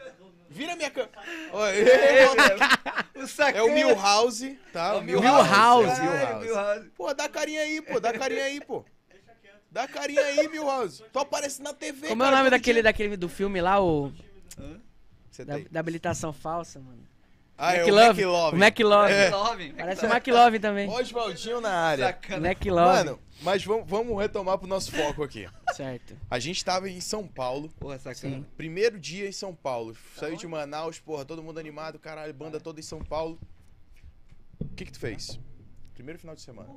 [SPEAKER 1] Vira a minha câmera.
[SPEAKER 2] O saco.
[SPEAKER 1] É o Milhouse, tá? O
[SPEAKER 3] é Milhouse.
[SPEAKER 1] é o Milhouse.
[SPEAKER 2] Milhouse.
[SPEAKER 1] Pô, dá carinha aí, pô. Dá carinha aí, pô. Dá carinha aí, Milhouse. Tu aparece na TV,
[SPEAKER 3] como é o
[SPEAKER 1] cara,
[SPEAKER 3] nome
[SPEAKER 1] todo
[SPEAKER 3] daquele,
[SPEAKER 1] dia.
[SPEAKER 3] daquele do filme lá, o
[SPEAKER 1] Você
[SPEAKER 3] da,
[SPEAKER 1] tem.
[SPEAKER 3] da habilitação falsa, mano?
[SPEAKER 1] Ah, é o
[SPEAKER 3] McLove.
[SPEAKER 1] McLove.
[SPEAKER 3] O McLove.
[SPEAKER 1] É.
[SPEAKER 2] Love.
[SPEAKER 3] Parece um o McLove também.
[SPEAKER 1] Oswaldinho na área.
[SPEAKER 3] O
[SPEAKER 2] Sacana.
[SPEAKER 3] McLove.
[SPEAKER 1] né? Mano, mas vamos, vamos retomar pro nosso foco aqui.
[SPEAKER 3] Certo.
[SPEAKER 1] A gente tava em São Paulo.
[SPEAKER 2] Porra, sacana.
[SPEAKER 1] Primeiro dia em São Paulo. Saiu de Manaus, porra, todo mundo animado, caralho, banda toda em São Paulo. O que que tu fez? Primeiro final de semana.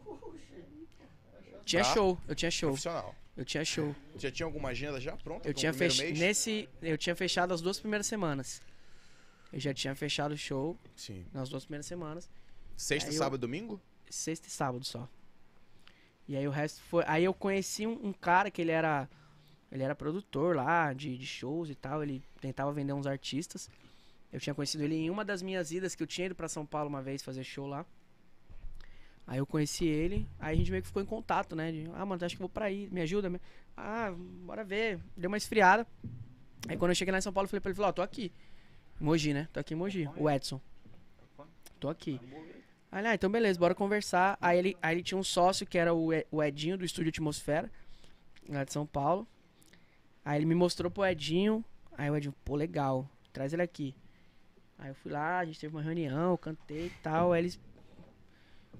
[SPEAKER 3] Tinha
[SPEAKER 1] Tá.
[SPEAKER 3] show, eu tinha show.
[SPEAKER 1] Profissional.
[SPEAKER 3] Eu tinha show.
[SPEAKER 1] Já tinha alguma agenda já pronta?
[SPEAKER 3] Eu
[SPEAKER 1] pro
[SPEAKER 3] tinha
[SPEAKER 1] primeiro
[SPEAKER 3] fech...
[SPEAKER 1] mês?
[SPEAKER 3] nesse Eu tinha fechado as duas primeiras semanas. Eu já tinha fechado o show
[SPEAKER 1] Sim.
[SPEAKER 3] nas duas primeiras semanas.
[SPEAKER 1] Sexta,
[SPEAKER 3] Aí eu-
[SPEAKER 1] sábado, domingo?
[SPEAKER 3] sexta e sábado só. E aí o resto foi. Aí eu conheci um, um cara que ele era. Ele era produtor lá de, de shows e tal. Ele tentava vender uns artistas. Eu tinha conhecido ele em uma das minhas idas que eu tinha ido pra São Paulo uma vez fazer show lá. Aí eu conheci ele, aí a gente meio que ficou em contato, né? De, ah, mano, acho que vou pra aí, me ajuda? Me- Ah, bora ver. Deu uma esfriada. Aí quando eu cheguei lá em São Paulo, eu falei pra ele, falei, ó, tô aqui. Mogi, né? Tô aqui em Mogi. O Edson. Tô aqui. Aí, ele, ah, então beleza, bora conversar. Aí ele, aí ele tinha um sócio que era o E- o Edinho do Estúdio Atmosfera, lá de São Paulo. Aí ele me mostrou pro Edinho. Aí o Edinho, pô, legal, traz ele aqui. Aí eu fui lá, a gente teve uma reunião, cantei e tal. Aí eles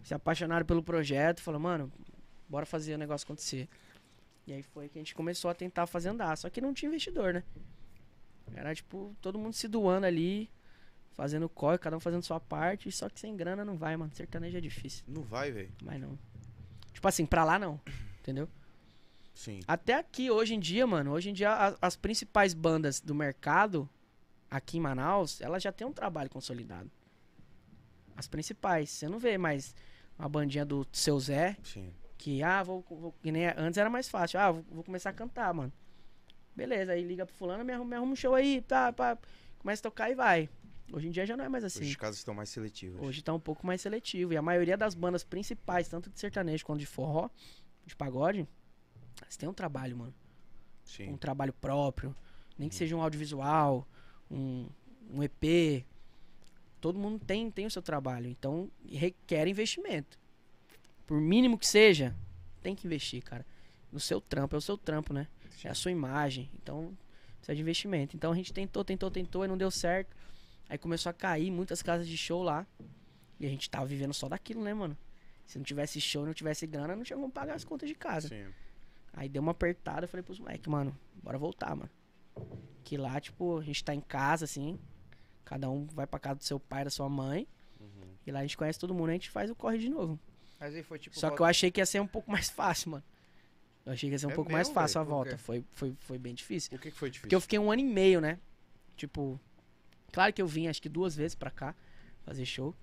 [SPEAKER 3] se apaixonaram pelo projeto, falaram, mano, bora fazer o negócio acontecer. E aí foi que a gente começou a tentar fazer andar. Só que não tinha investidor, né? Era tipo, todo mundo se doando ali, fazendo corre, cada um fazendo sua parte. Só que sem grana não vai, mano. Sertanejo é difícil.
[SPEAKER 1] Não vai, velho.
[SPEAKER 3] Mas não. Tipo assim, pra lá não. Entendeu?
[SPEAKER 1] Sim.
[SPEAKER 3] Até aqui, hoje em dia, mano, hoje em dia a- as, principais bandas do mercado aqui em Manaus, elas já têm um trabalho consolidado. As principais. Você não vê mais uma bandinha do Seu Zé,
[SPEAKER 1] Sim.
[SPEAKER 3] que, ah, vou, vou- que nem antes era mais fácil. Ah, vou, vou começar a cantar, mano. Beleza, aí liga pro fulano, me arruma, me arruma um show aí, tá, pá. Começa a tocar e vai. Hoje em dia já não é mais assim.
[SPEAKER 1] Hoje Os casos estão mais seletivos.
[SPEAKER 3] Hoje tá um pouco mais seletivo. E a maioria das bandas principais, tanto de sertanejo quanto de forró, de pagode, elas têm um trabalho, mano. Um
[SPEAKER 1] Sim.
[SPEAKER 3] trabalho próprio. Nem que seja um audiovisual, um, um EP. Todo mundo tem, tem o seu trabalho. Então, requer investimento. Por mínimo que seja, tem que investir, cara. No seu trampo, é o seu trampo, né? É a sua imagem. Então, precisa de investimento. Então, a gente tentou, tentou, tentou, e não deu certo. Aí começou a cair muitas casas de show lá. E a gente tava vivendo só daquilo, né, mano? Se não tivesse show, não tivesse grana, não tinha como pagar as contas de casa.
[SPEAKER 1] Sim.
[SPEAKER 3] Aí deu uma apertada, eu falei pros moleques, mano, bora voltar, mano. Que lá, tipo, a gente tá em casa, assim, cada um vai pra casa do seu pai, da sua mãe, e lá a gente conhece todo mundo, a gente faz o corre de novo.
[SPEAKER 2] Mas aí foi tipo.
[SPEAKER 3] Só que eu achei que ia ser um pouco mais fácil, mano. Eu achei que ia ser um
[SPEAKER 1] É
[SPEAKER 3] pouco
[SPEAKER 1] mesmo,
[SPEAKER 3] mais fácil
[SPEAKER 1] velho?
[SPEAKER 3] a
[SPEAKER 2] Por
[SPEAKER 3] volta,
[SPEAKER 2] quê?
[SPEAKER 3] foi, foi, foi bem difícil.
[SPEAKER 1] O que que foi difícil?
[SPEAKER 3] Porque eu fiquei um ano e meio, né? Tipo, claro que eu vim acho que duas vezes pra cá fazer show.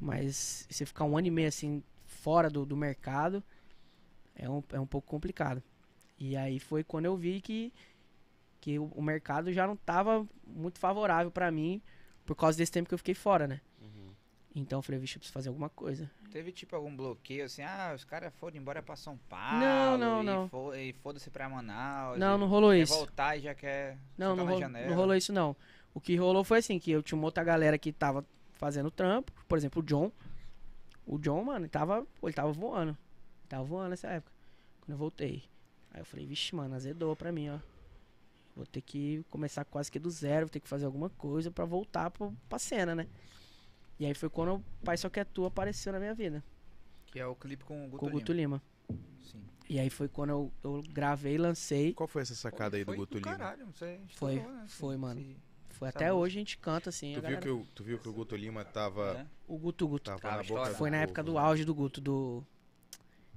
[SPEAKER 3] Mas você ficar um ano e meio assim, fora do, do mercado, é um, é um pouco complicado. E aí foi quando eu vi que, que o, o mercado já não tava muito favorável pra mim por causa desse tempo que eu fiquei fora, né? Então eu falei, vixe, eu preciso fazer alguma coisa.
[SPEAKER 2] Teve tipo algum bloqueio assim, ah, os caras foram embora pra São Paulo.
[SPEAKER 3] não,
[SPEAKER 2] e
[SPEAKER 3] não.
[SPEAKER 2] fo- E foda-se pra Manaus.
[SPEAKER 3] não,
[SPEAKER 2] e
[SPEAKER 3] não rolou
[SPEAKER 2] quer
[SPEAKER 3] isso.
[SPEAKER 2] voltar e já quer. sentar
[SPEAKER 3] Não, não,
[SPEAKER 2] na
[SPEAKER 3] rolou,
[SPEAKER 2] janela.
[SPEAKER 3] não rolou isso não. O que rolou foi assim, que eu tinha uma outra galera que tava fazendo trampo, por exemplo, o John. O John, mano, ele tava, pô, ele tava voando. Ele tava voando nessa época, quando eu voltei. Aí eu falei, vixe, mano, azedou pra mim, ó. Vou ter que começar quase que do zero, vou ter que fazer alguma coisa pra voltar pro, pra cena, né? E aí foi quando o Pai Só Quer Tu apareceu na minha vida,
[SPEAKER 2] Que é o clipe com o Guto
[SPEAKER 3] com o
[SPEAKER 2] Lima.
[SPEAKER 3] Guto Lima.
[SPEAKER 2] Sim.
[SPEAKER 3] E aí foi quando eu, eu gravei, lancei.
[SPEAKER 1] Qual foi essa sacada aí do
[SPEAKER 2] Foi
[SPEAKER 1] Guto Lima?
[SPEAKER 2] Caralho, não sei.
[SPEAKER 3] Foi,
[SPEAKER 2] estourou, né,
[SPEAKER 3] foi,
[SPEAKER 2] esse-
[SPEAKER 3] mano. Foi
[SPEAKER 2] Essa
[SPEAKER 3] até
[SPEAKER 2] música.
[SPEAKER 3] hoje a gente canta assim.
[SPEAKER 1] Tu
[SPEAKER 3] a
[SPEAKER 1] viu,
[SPEAKER 3] galera...
[SPEAKER 1] que o, tu viu que o Guto Lima tava,
[SPEAKER 2] né?
[SPEAKER 3] O Guto, o Guto.
[SPEAKER 1] tava
[SPEAKER 2] Tava
[SPEAKER 1] na boca
[SPEAKER 2] estourado.
[SPEAKER 1] do
[SPEAKER 3] Foi na
[SPEAKER 1] povo,
[SPEAKER 3] época do
[SPEAKER 1] né?
[SPEAKER 3] auge do Guto, do.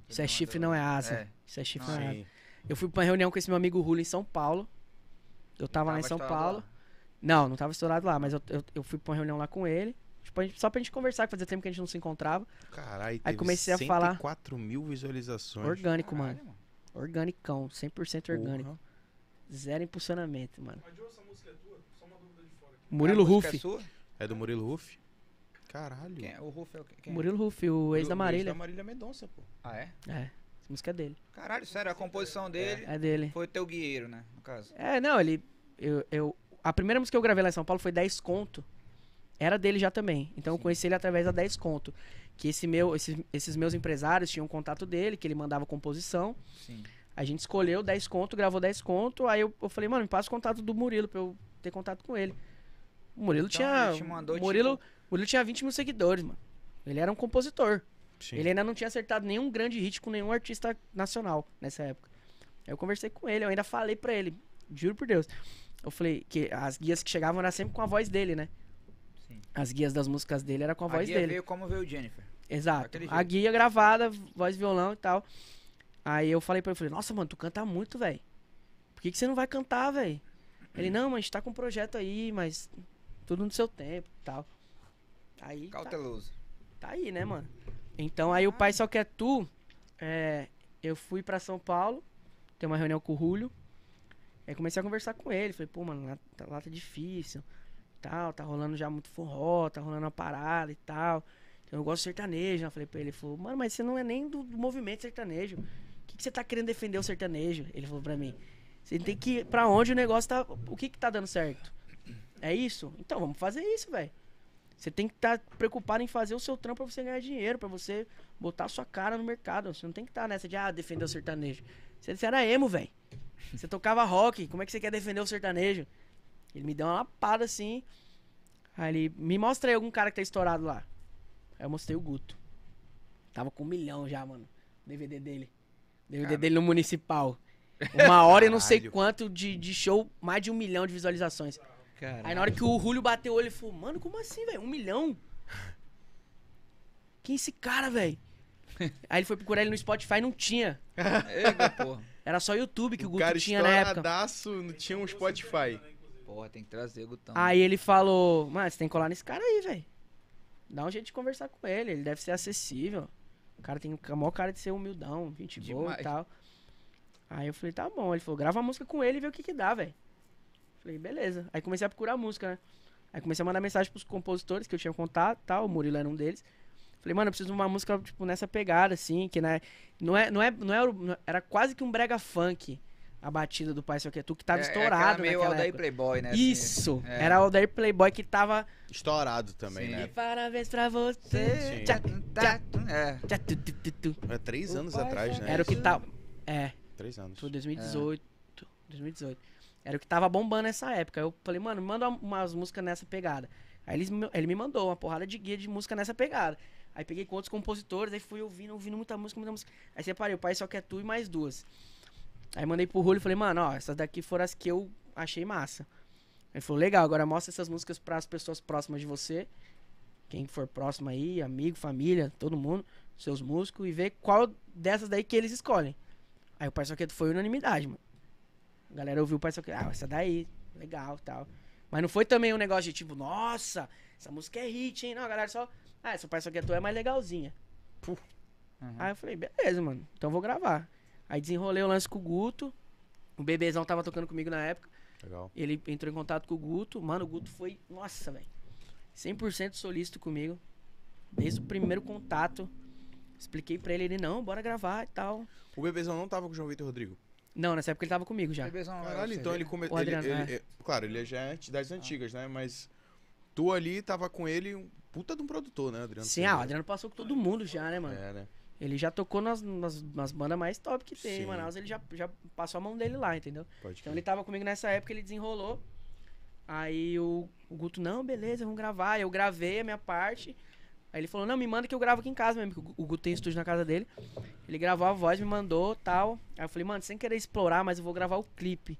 [SPEAKER 3] Isso é chifre, não é asa.
[SPEAKER 2] É.
[SPEAKER 3] Isso é chifre,
[SPEAKER 2] Não,
[SPEAKER 3] não, é asa.
[SPEAKER 1] Sim.
[SPEAKER 3] Eu fui pra uma reunião com esse meu amigo Rulo em São Paulo. Eu tava, lá em
[SPEAKER 2] Tava
[SPEAKER 3] São
[SPEAKER 2] estourado
[SPEAKER 3] Paulo.
[SPEAKER 2] lá.
[SPEAKER 3] Não, não tava estourado lá, mas eu, eu, eu fui pra uma reunião lá com ele. Tipo, a gente- só pra gente conversar, que fazia tempo que a gente não se encontrava.
[SPEAKER 1] Caralho, teve
[SPEAKER 3] comecei a falar-
[SPEAKER 1] 4 mil visualizações.
[SPEAKER 3] Orgânico, mano.
[SPEAKER 2] Caralho, mano.
[SPEAKER 3] Organicão, 100% orgânico.
[SPEAKER 1] Porra.
[SPEAKER 3] Zero impulsionamento, mano.
[SPEAKER 6] Mas, Joe, essa música é tua? Só uma dúvida de fora aqui.
[SPEAKER 3] Murilo
[SPEAKER 2] A música
[SPEAKER 3] Ruff.
[SPEAKER 2] É sua?
[SPEAKER 1] É do Murilo Ruff? Caralho.
[SPEAKER 2] Quem é? O Ruff é o quê? Quem é?
[SPEAKER 3] Murilo Ruff, o ex da É Marília.
[SPEAKER 1] da Marília Mendonça, pô.
[SPEAKER 2] Ah, é?
[SPEAKER 3] É, essa música é dele.
[SPEAKER 2] Caralho, sério, a composição dele
[SPEAKER 3] É dele.
[SPEAKER 2] foi o teu guieiro, né? No caso.
[SPEAKER 3] É, não, ele. Eu, eu- a primeira música que eu gravei lá em São Paulo foi 10 Conto. Era dele já também. Então eu
[SPEAKER 2] Sim.
[SPEAKER 3] conheci ele através da 10 Conto. Que esse meu, esses, esses meus empresários tinham um contato dele, que ele mandava composição.
[SPEAKER 2] Sim.
[SPEAKER 3] A gente escolheu 10 Conto, gravou 10 Conto. Aí eu, eu falei, mano, me passa o contato do Murilo pra eu ter contato com ele. O Murilo
[SPEAKER 2] Então, ele te
[SPEAKER 3] tinha.
[SPEAKER 2] mandou, tipo
[SPEAKER 3] o Murilo, Murilo tinha 20 mil seguidores, mano. Ele era um compositor.
[SPEAKER 1] Sim.
[SPEAKER 3] Ele é ainda não tinha acertado nenhum grande hit com nenhum artista nacional nessa época. Aí eu conversei com ele, eu ainda falei pra ele, juro por Deus. Eu falei que as guias que chegavam era sempre com a voz dele, né?
[SPEAKER 2] Sim.
[SPEAKER 3] As guias das músicas dele era com a, voz
[SPEAKER 2] guia
[SPEAKER 3] dele.
[SPEAKER 2] é veio como veio o Jennifer.
[SPEAKER 3] Exato.
[SPEAKER 2] daquele
[SPEAKER 3] A
[SPEAKER 2] jeito.
[SPEAKER 3] guia gravada, voz violão e tal. Aí eu falei pra ele, falei, nossa, mano, tu canta muito, velho. Por que, que você não vai cantar, velho? Ele, não, mas tá com um projeto aí, mas tudo no seu tempo e tal. Aí. tá-
[SPEAKER 2] Cauteloso.
[SPEAKER 3] Tá aí, né, mano? Então aí o pai só quer tu. é, eu fui pra São Paulo, ter uma reunião com o Julio. Aí comecei a conversar com ele. Falei, pô, mano, lá, tá- lá tá difícil. Tal, tá rolando já muito forró, tá rolando uma parada e tal. Eu gosto de sertanejo. né? Eu falei pra ele, ele falou, mano, mas você não é nem do, do movimento sertanejo. O que, que você tá querendo defender o sertanejo? Ele falou pra mim. Você tem que ir pra onde o negócio tá. O que que tá dando certo? É isso? Então vamos fazer isso, velho. Você tem que estar preocupado em fazer o seu trampo pra você ganhar dinheiro, pra você botar a sua cara no mercado. Você não tem que estar nessa de, ah, defender o sertanejo. Você, você era emo, velho. Você tocava rock, como é que você quer defender o sertanejo? Ele me deu uma lapada assim. Aí ele, me mostra aí algum cara que tá estourado lá. Aí eu mostrei o Guto. Tava com um milhão já, mano. DVD dele. DVD
[SPEAKER 2] Cara.
[SPEAKER 3] dele no municipal. Uma hora e não sei
[SPEAKER 1] Caralho.
[SPEAKER 3] quanto de, de show, mais de um milhão de visualizações.
[SPEAKER 2] Caralho.
[SPEAKER 3] Aí na hora que o Julio bateu o olho, ele falou, mano, como assim, velho? Um milhão? Quem é esse cara, velho? Aí ele foi procurar ele no Spotify e não tinha.
[SPEAKER 2] Ega, porra.
[SPEAKER 3] Era só YouTube que o,
[SPEAKER 1] O
[SPEAKER 3] Guto
[SPEAKER 1] cara
[SPEAKER 3] tinha na época.
[SPEAKER 1] estouradaço, não tinha um Spotify.
[SPEAKER 2] Porra, tem que trazer o Gutão.
[SPEAKER 3] Aí ele falou, mano, você tem que colar nesse cara aí, velho. Dá um jeito de conversar com ele, ele deve ser acessível. O cara tem a maior cara de ser humildão, gente boa
[SPEAKER 2] Demais.
[SPEAKER 3] e tal. Aí eu falei, tá bom. Ele falou, grava a música com ele e vê o que que dá, velho. Falei, beleza. Aí comecei a procurar a música, né? Aí comecei a mandar mensagem pros compositores que eu tinha contato e tal. O Murilo era um deles. Falei, mano, eu preciso de uma música, é, tipo, nessa pegada, assim, que né, não é, não é, não é, não era quase que um brega funk. a batida do Pai Sei O Que Tu, que tava
[SPEAKER 2] É- é aquela
[SPEAKER 3] estourado
[SPEAKER 2] meio
[SPEAKER 3] naquela
[SPEAKER 2] Aldair
[SPEAKER 3] época.
[SPEAKER 2] Playboy, né? assim.
[SPEAKER 3] Isso!
[SPEAKER 2] É.
[SPEAKER 3] Era o Aldair Playboy que tava...
[SPEAKER 1] Estourado também,
[SPEAKER 2] Sim.
[SPEAKER 1] né?
[SPEAKER 3] E parabéns pra você!
[SPEAKER 1] Sim.
[SPEAKER 3] Tchá, tchá,
[SPEAKER 2] É.
[SPEAKER 3] tchá, tu, tu, tu, tu.
[SPEAKER 1] Era É três
[SPEAKER 3] O
[SPEAKER 1] anos
[SPEAKER 3] pai
[SPEAKER 1] atrás,
[SPEAKER 3] já
[SPEAKER 1] né?
[SPEAKER 3] Era o que
[SPEAKER 1] Isso.
[SPEAKER 3] tava... É,
[SPEAKER 1] Três anos.
[SPEAKER 3] foi 2018. 2018. Era o que tava bombando nessa época. Eu falei, mano, me manda umas músicas nessa pegada. Aí eles me- ele me mandou uma porrada de guia de música nessa pegada. Aí peguei com outros compositores, aí fui ouvindo, ouvindo muita música, muita música. Aí separei, o pai só quer tu e mais duas. Aí mandei pro Rulho e falei, mano, ó, essas daqui foram as que eu achei massa. Ele falou, legal, agora mostra essas músicas pras pessoas próximas de você. Quem for próximo aí, amigo, família, todo mundo, seus músicos, e vê qual dessas daí que eles escolhem. Aí o Pai Soqueto foi unanimidade, mano. A galera ouviu o Pai Soqueto. Ah, essa daí, legal tal. Mas não foi também um negócio de tipo, nossa, essa música é hit, hein? Não, a galera só. Ah, essa Pai Soqueto é mais legalzinha. Puf.
[SPEAKER 2] Uhum.
[SPEAKER 3] Aí eu falei, beleza, mano, então eu vou gravar. Aí desenrolei o lance com o Guto. O bebezão tava tocando comigo na época.
[SPEAKER 1] Legal.
[SPEAKER 3] Ele entrou em contato com o Guto. Mano, o Guto foi, nossa, velho. 100% solícito comigo. Desde o primeiro contato. Expliquei pra ele, ele, não, bora gravar e tal.
[SPEAKER 1] O Bebezão não tava com o João Vitor Rodrigo.
[SPEAKER 3] Não, nessa época ele tava comigo já.
[SPEAKER 2] Bebezão,
[SPEAKER 1] Caralho,
[SPEAKER 2] você
[SPEAKER 1] então
[SPEAKER 2] vê?
[SPEAKER 1] ele começou.
[SPEAKER 3] O Adriano, né?
[SPEAKER 1] Claro, ele já é anti- das antigas, né? Mas tu ali tava com ele, um puta de um produtor, né, Adriano?
[SPEAKER 3] Sim, ah, o Adriano passou com todo mundo já, né, mano?
[SPEAKER 1] É, né?
[SPEAKER 3] Ele já tocou nas, nas, nas bandas mais top que tem
[SPEAKER 1] Sim.
[SPEAKER 3] em Manaus, ele já, já passou a mão dele lá, entendeu?
[SPEAKER 1] Pode
[SPEAKER 3] Então
[SPEAKER 1] crer.
[SPEAKER 3] ele tava comigo nessa época, ele desenrolou. Aí o, o Guto, não, beleza, vamos gravar. Eu gravei a minha parte. Aí ele falou, não, me manda que eu gravo aqui em casa mesmo, que o Gu- o Guto tem estúdio na casa dele. Ele gravou a voz, me mandou tal. Aí eu falei, mano, sem querer explorar, mas eu vou gravar o clipe.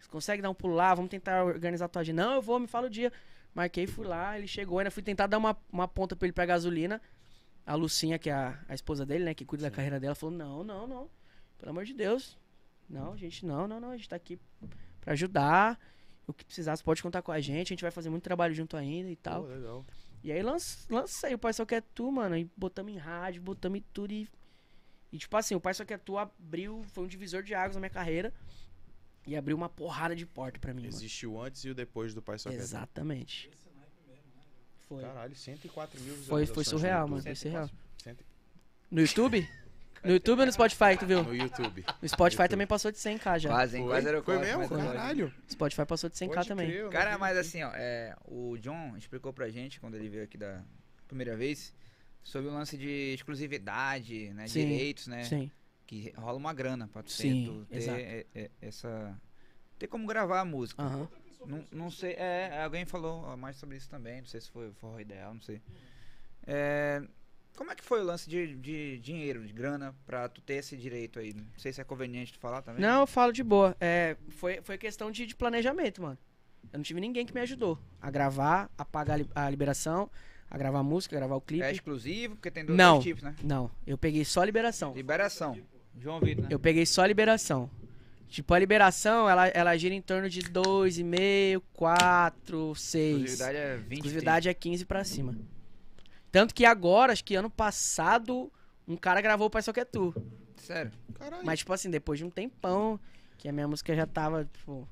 [SPEAKER 3] Você consegue dar um pulo lá? Vamos tentar organizar a tua agenda. Não, eu vou, me fala o dia. Marquei, fui lá, ele chegou, ainda fui tentar dar uma, uma ponta pra ele pra gasolina. A Lucinha, que é a, a esposa dele, né, que cuida da carreira dela, falou, não, não, não. Pelo amor de Deus. Não, gente, não, não, não. A gente tá aqui pra ajudar. O que precisar, você pode contar com a gente. A gente vai fazer muito trabalho junto ainda e tal.
[SPEAKER 1] Pô, legal.
[SPEAKER 3] E aí lanç- lancei o Pai Só Quer É Tu, mano. E botamos em rádio, botamos em tudo. E, e tipo assim, o Pai Só Quer Tu abriu, foi um divisor de águas na minha carreira. E abriu uma porrada de porta pra mim, mano.
[SPEAKER 1] Existe o antes e o depois do Pai Só Quer Tu.
[SPEAKER 3] Exatamente. Foi.
[SPEAKER 1] Caralho, 104 mil
[SPEAKER 3] Foi, foi
[SPEAKER 1] visualizações
[SPEAKER 3] surreal,
[SPEAKER 1] no
[SPEAKER 3] mano.
[SPEAKER 1] YouTube.
[SPEAKER 3] Foi surreal.
[SPEAKER 1] Cento-
[SPEAKER 3] No YouTube? No YouTube ou no Spotify que tu viu?
[SPEAKER 1] No YouTube.
[SPEAKER 3] No Spotify
[SPEAKER 1] YouTube.
[SPEAKER 3] também passou de 100k já.
[SPEAKER 2] Quase, hein?
[SPEAKER 1] Foi?
[SPEAKER 2] Quase era o
[SPEAKER 1] Foi
[SPEAKER 2] quase,
[SPEAKER 1] mesmo?
[SPEAKER 2] mas era o-
[SPEAKER 1] Caralho.
[SPEAKER 3] Spotify passou de 100k
[SPEAKER 1] Pode
[SPEAKER 3] também.
[SPEAKER 1] crer, eu não
[SPEAKER 2] Cara,
[SPEAKER 1] vi.
[SPEAKER 2] mas assim, ó, é, o John explicou pra gente quando ele veio aqui da primeira vez sobre o lance de exclusividade, né?
[SPEAKER 3] Sim,
[SPEAKER 2] Direitos, né?
[SPEAKER 3] Sim.
[SPEAKER 2] Que rola uma grana pra tu ter-
[SPEAKER 3] Sim,
[SPEAKER 2] tu ter
[SPEAKER 3] exato.
[SPEAKER 2] é, é, essa. Ter como gravar a música.
[SPEAKER 3] Aham.
[SPEAKER 1] Tá
[SPEAKER 2] Não, não sei, é, alguém falou ó, mais sobre isso também, não sei se foi o forró ideal, não sei. É, como é que foi o lance de, de dinheiro, de grana, pra tu ter esse direito aí? Não sei se é conveniente tu falar também.
[SPEAKER 3] Não, eu falo de boa. É, foi, foi questão de, de planejamento, mano. Eu não tive ninguém que me ajudou a gravar, a pagar a li- a liberação, a gravar a música, a gravar o clipe.
[SPEAKER 2] É exclusivo, porque tem dois
[SPEAKER 3] Não.
[SPEAKER 2] dois tipos, né?
[SPEAKER 3] Não, eu peguei só a liberação.
[SPEAKER 2] Liberação. João Vitor, né?
[SPEAKER 3] Eu peguei só a liberação. Tipo, a liberação, ela, ela gira em torno de 2,5, 4, 6.
[SPEAKER 2] Exclusividade é 20.
[SPEAKER 3] Exclusividade é 15 pra cima. Tanto que agora, acho que ano passado, um cara gravou o Pai Só Quer Tu.
[SPEAKER 2] tem. Sério.
[SPEAKER 1] Caralho.
[SPEAKER 3] Mas, tipo assim, depois de um tempão, que a minha música já tava, tipo...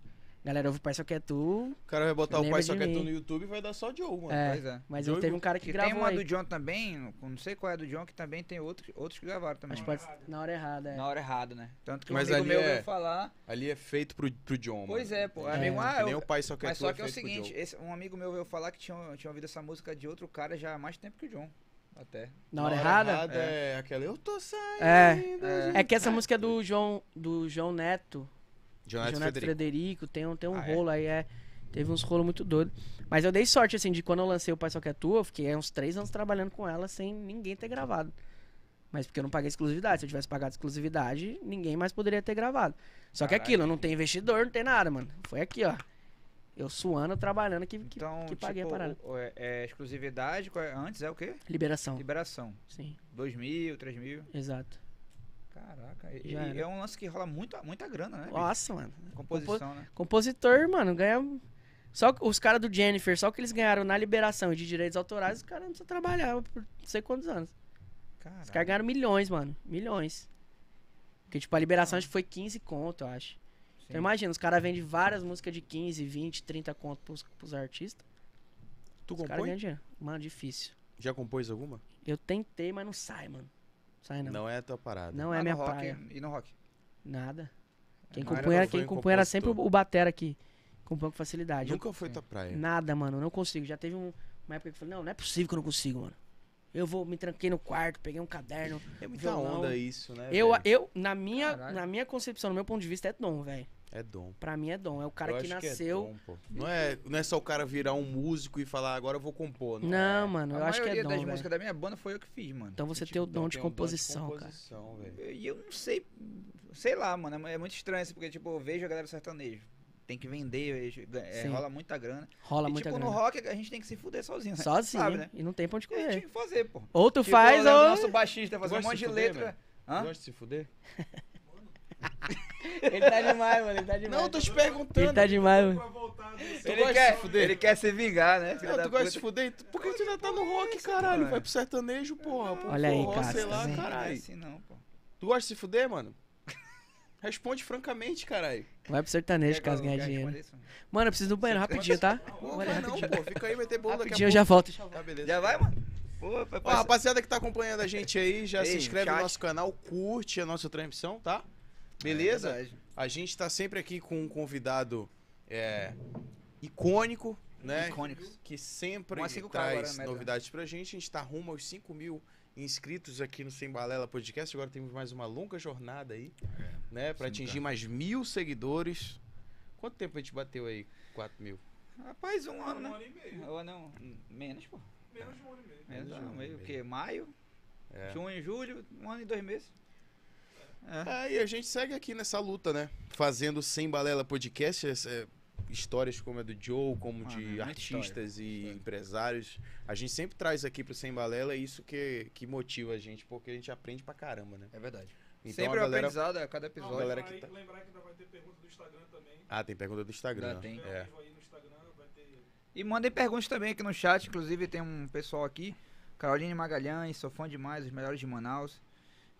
[SPEAKER 3] Galera, ouve o Pai Só Quer Tu,
[SPEAKER 1] O cara vai botar o
[SPEAKER 3] Lembra
[SPEAKER 1] Pai
[SPEAKER 3] de
[SPEAKER 1] Só Quer
[SPEAKER 3] mim.
[SPEAKER 1] Tu no YouTube e vai dar só Joe, mano.
[SPEAKER 3] É,
[SPEAKER 2] Pois é.
[SPEAKER 3] Mas
[SPEAKER 1] Jogo
[SPEAKER 3] eu teve um cara que,
[SPEAKER 2] Que tem
[SPEAKER 3] gravou
[SPEAKER 2] uma
[SPEAKER 3] aí.
[SPEAKER 2] do John também, não sei qual é a do John, que também tem outros, outros que gravaram também.
[SPEAKER 3] Acho que pode... Na hora errada, é.
[SPEAKER 2] Na hora errada, né? Tanto que
[SPEAKER 1] Mas
[SPEAKER 2] um amigo
[SPEAKER 1] ali
[SPEAKER 2] meu
[SPEAKER 1] é-
[SPEAKER 2] veio falar.
[SPEAKER 1] Ali é feito pro, pro John, mano.
[SPEAKER 2] Pois é, pô.
[SPEAKER 3] É.
[SPEAKER 2] Amigo, ah,
[SPEAKER 1] Que
[SPEAKER 2] eu,
[SPEAKER 1] nem o Pai Só Quer
[SPEAKER 2] Mas
[SPEAKER 1] Tu
[SPEAKER 2] só
[SPEAKER 1] é
[SPEAKER 2] que é o
[SPEAKER 1] feito pro
[SPEAKER 2] seguinte,
[SPEAKER 1] Joe.
[SPEAKER 2] esse- um amigo meu veio falar que tinha, tinha ouvido essa música de outro cara já há mais tempo que o John. Até.
[SPEAKER 3] Na hora errada?
[SPEAKER 1] É. aquela. Eu tô saindo.
[SPEAKER 3] É. É que essa música é do João, do João Neto.
[SPEAKER 1] Jonathan,
[SPEAKER 3] João Neto
[SPEAKER 1] Frederico.
[SPEAKER 3] Frederico. Tem um, tem um
[SPEAKER 2] Ah, é?
[SPEAKER 3] rolo aí, é. Teve uns rolos muito doidos. Mas eu dei sorte, assim, de quando eu lancei o Pai Só Que É Tua, eu fiquei aí uns três anos trabalhando com ela sem ninguém ter gravado. Mas porque eu não paguei exclusividade. Se eu tivesse pagado exclusividade, ninguém mais poderia ter gravado. Só que
[SPEAKER 2] Caralho.
[SPEAKER 3] aquilo, não tem investidor, não tem nada, mano. Foi aqui, ó. Eu suando, trabalhando, que, que,
[SPEAKER 2] Então,
[SPEAKER 3] que paguei
[SPEAKER 2] tipo,
[SPEAKER 3] a parada.
[SPEAKER 2] o- o- é, é exclusividade, qual é- antes é o quê?
[SPEAKER 3] Liberação.
[SPEAKER 2] Liberação.
[SPEAKER 3] Sim,
[SPEAKER 2] 2 mil, 3 mil.
[SPEAKER 3] exato.
[SPEAKER 2] Caraca, e,
[SPEAKER 3] Já
[SPEAKER 2] e
[SPEAKER 3] era.
[SPEAKER 2] é um lance que rola muita, muita grana, né? bicho?
[SPEAKER 3] Nossa, mano.
[SPEAKER 2] Composição, né?
[SPEAKER 3] Compositor, mano, ganha. Só que os caras do Jennifer, só que eles ganharam na liberação de direitos autorais, os caras não precisam trabalhar por não sei quantos anos. Os caras
[SPEAKER 2] Caraca.
[SPEAKER 3] ganharam milhões, mano. Milhões. Porque, tipo, a liberação acho que foi 15 conto, eu acho. Então imagina, os caras vendem várias músicas de 15, 20, 30 conto pros, pros artistas.
[SPEAKER 1] Tu
[SPEAKER 3] Os caras ganham
[SPEAKER 1] compõe?
[SPEAKER 3] dinheiro. Mano, difícil.
[SPEAKER 1] Já compôs alguma?
[SPEAKER 3] Eu tentei, mas não sai, mano. Sai não. Não,
[SPEAKER 1] é a tua parada.
[SPEAKER 3] é
[SPEAKER 2] Ah,
[SPEAKER 3] minha
[SPEAKER 2] no rock,
[SPEAKER 3] praia.
[SPEAKER 2] E no rock.
[SPEAKER 3] Nada. Quem
[SPEAKER 1] Não era-
[SPEAKER 3] compunha,
[SPEAKER 1] não foi
[SPEAKER 3] quem
[SPEAKER 1] um
[SPEAKER 3] compunha era sempre
[SPEAKER 1] compositor.
[SPEAKER 3] o batera aqui. Compunha com facilidade. Eu-
[SPEAKER 1] Nunca foi tua praia.
[SPEAKER 3] Nada, mano. é. Não consigo. Já teve um- uma época que eu falei, não, não é possível que eu não consigo, mano. Eu vou, me tranquei no quarto, peguei um caderno.
[SPEAKER 1] É muita
[SPEAKER 3] violão.
[SPEAKER 1] onda isso, né?
[SPEAKER 3] eu,
[SPEAKER 1] velho?
[SPEAKER 3] eu, na minha,
[SPEAKER 2] Caralho.
[SPEAKER 3] na minha concepção, no meu ponto de vista, é dom, velho.
[SPEAKER 1] É dom.
[SPEAKER 3] Pra mim é dom. É o cara
[SPEAKER 1] Eu
[SPEAKER 3] que
[SPEAKER 1] acho é
[SPEAKER 3] nasceu.
[SPEAKER 1] dom, pô. não, é, não é só o cara virar um músico e falar, agora eu vou compor. Não,
[SPEAKER 3] não,
[SPEAKER 1] é.
[SPEAKER 3] mano, eu
[SPEAKER 2] a
[SPEAKER 3] acho que
[SPEAKER 2] maioria
[SPEAKER 3] é dom.
[SPEAKER 2] das
[SPEAKER 3] velho.
[SPEAKER 2] músicas da minha banda foi eu que fiz, mano.
[SPEAKER 3] Então você
[SPEAKER 2] E,
[SPEAKER 3] tem o
[SPEAKER 2] tipo,
[SPEAKER 3] dom de
[SPEAKER 1] Tem um
[SPEAKER 3] composição, cara.
[SPEAKER 1] composição, velho.
[SPEAKER 2] E eu não sei. Sei lá, mano. É muito estranho isso, porque, tipo, eu vejo a galera sertaneja. Tem que vender, é,
[SPEAKER 3] Sim.
[SPEAKER 2] rola muita grana.
[SPEAKER 3] Rola
[SPEAKER 2] e,
[SPEAKER 3] muita
[SPEAKER 2] tipo, no
[SPEAKER 3] grana.
[SPEAKER 2] rock a gente tem que se fuder sozinho, né?
[SPEAKER 3] Sozinho.
[SPEAKER 2] Sabe, né?
[SPEAKER 3] E não tem pra onde
[SPEAKER 2] E a gente tinha
[SPEAKER 3] correr.
[SPEAKER 2] que fazer, pô.
[SPEAKER 3] Ou tu
[SPEAKER 2] Tipo, eu
[SPEAKER 3] faz,
[SPEAKER 2] lembro do
[SPEAKER 3] ou.
[SPEAKER 2] nosso baixista fazer um
[SPEAKER 1] Gosta
[SPEAKER 2] monte
[SPEAKER 1] de
[SPEAKER 2] de
[SPEAKER 1] fuder,
[SPEAKER 2] letra.
[SPEAKER 1] velho?
[SPEAKER 2] Hã?
[SPEAKER 1] Gosta de se fuder?
[SPEAKER 3] Ele tá demais, mano. Ele tá demais.
[SPEAKER 1] Não, eu tô te
[SPEAKER 3] Ele
[SPEAKER 1] perguntando.
[SPEAKER 3] tá demais, mano.
[SPEAKER 6] Pra voltar desse...
[SPEAKER 2] Ele
[SPEAKER 1] gosta
[SPEAKER 2] quer,
[SPEAKER 1] de se fuder?
[SPEAKER 2] ele quer se vingar, né? filha
[SPEAKER 1] Não,
[SPEAKER 2] da
[SPEAKER 1] É, tu gosta de
[SPEAKER 2] puta?
[SPEAKER 1] se fuder? Tu- Por que tu ainda tá no rock, caralho? Vai pro sertanejo, porra. pro
[SPEAKER 3] Olha aí,
[SPEAKER 1] forró,
[SPEAKER 3] cara,
[SPEAKER 1] Sei
[SPEAKER 3] tá
[SPEAKER 1] lá,
[SPEAKER 3] vendo?
[SPEAKER 2] Não é
[SPEAKER 1] caralho.
[SPEAKER 2] assim, não, pô.
[SPEAKER 1] Tu gosta de se fuder, mano? Responde francamente, caralho.
[SPEAKER 3] Vai pro sertanejo, caso ganhar dinheiro. Mano, eu preciso do banheiro rapidinho, tá?
[SPEAKER 1] Não,
[SPEAKER 3] Olha,
[SPEAKER 1] vai não, pô. Fica aí, vai ter bolo daqui a pouco.
[SPEAKER 3] rapidinho eu já volto.
[SPEAKER 1] Tá, beleza.
[SPEAKER 2] Já vai, mano? Pô, vai
[SPEAKER 1] Ó, rapaziada que tá acompanhando a gente aí, já se
[SPEAKER 2] Ei,
[SPEAKER 1] inscreve no
[SPEAKER 2] chat.
[SPEAKER 1] nosso canal, curte a nossa transmissão, tá?
[SPEAKER 2] É
[SPEAKER 1] Beleza?
[SPEAKER 2] verdade.
[SPEAKER 1] a gente tá sempre aqui com um convidado é, icônico, né?
[SPEAKER 2] Icônicos.
[SPEAKER 1] Que sempre
[SPEAKER 2] Uma 5K agora,
[SPEAKER 1] traz
[SPEAKER 2] né, Beto?
[SPEAKER 1] novidades pra gente. A gente tá rumo aos 5 mil inscritos aqui no Sem Balela Podcast. Agora temos mais uma longa jornada aí, né? Pra
[SPEAKER 2] 5K.
[SPEAKER 1] atingir mais mil seguidores. Quanto tempo a gente bateu aí? 4 mil.
[SPEAKER 2] Rapaz, um ano,
[SPEAKER 6] Uma
[SPEAKER 2] né?
[SPEAKER 6] hora e meia.
[SPEAKER 2] Ou não, menos, pô.
[SPEAKER 6] Menos de uma hora e meia.
[SPEAKER 2] Menos
[SPEAKER 1] de um
[SPEAKER 2] não,
[SPEAKER 1] ano e
[SPEAKER 2] meio o
[SPEAKER 1] meio.
[SPEAKER 2] quê? Maio?
[SPEAKER 1] É.
[SPEAKER 2] Junho, julho, um ano e dois meses. É.
[SPEAKER 1] É, e a gente segue aqui nessa luta, né? Fazendo Sem Balela Podcast, essa- é, histórias como a do Joe, como
[SPEAKER 2] Mano, é
[SPEAKER 1] de
[SPEAKER 2] muita
[SPEAKER 1] artistas e
[SPEAKER 2] história.
[SPEAKER 1] empresários. A gente sempre traz aqui pro Sem Balela e isso que, que motiva a gente, porque a gente aprende pra caramba, né?
[SPEAKER 2] É verdade.
[SPEAKER 1] Então
[SPEAKER 2] Sempre
[SPEAKER 1] a
[SPEAKER 2] é um
[SPEAKER 1] galera...
[SPEAKER 2] aprendizado a cada
[SPEAKER 6] Não,
[SPEAKER 1] A
[SPEAKER 2] episódio.
[SPEAKER 1] galera
[SPEAKER 6] lembrar
[SPEAKER 1] que
[SPEAKER 6] aí-
[SPEAKER 1] tá-
[SPEAKER 6] Lembrar que ainda vai ter pergunta do Instagram também.
[SPEAKER 1] Ah, tem pergunta do Instagram.
[SPEAKER 2] Ainda tem.
[SPEAKER 1] É.
[SPEAKER 6] Tem ao vivo aí no Instagram, vai ter...
[SPEAKER 2] E mandem perguntas também aqui no chat. Inclusive tem um pessoal aqui. Caroline Magalhães, sou fã demais, os melhores de Manaus.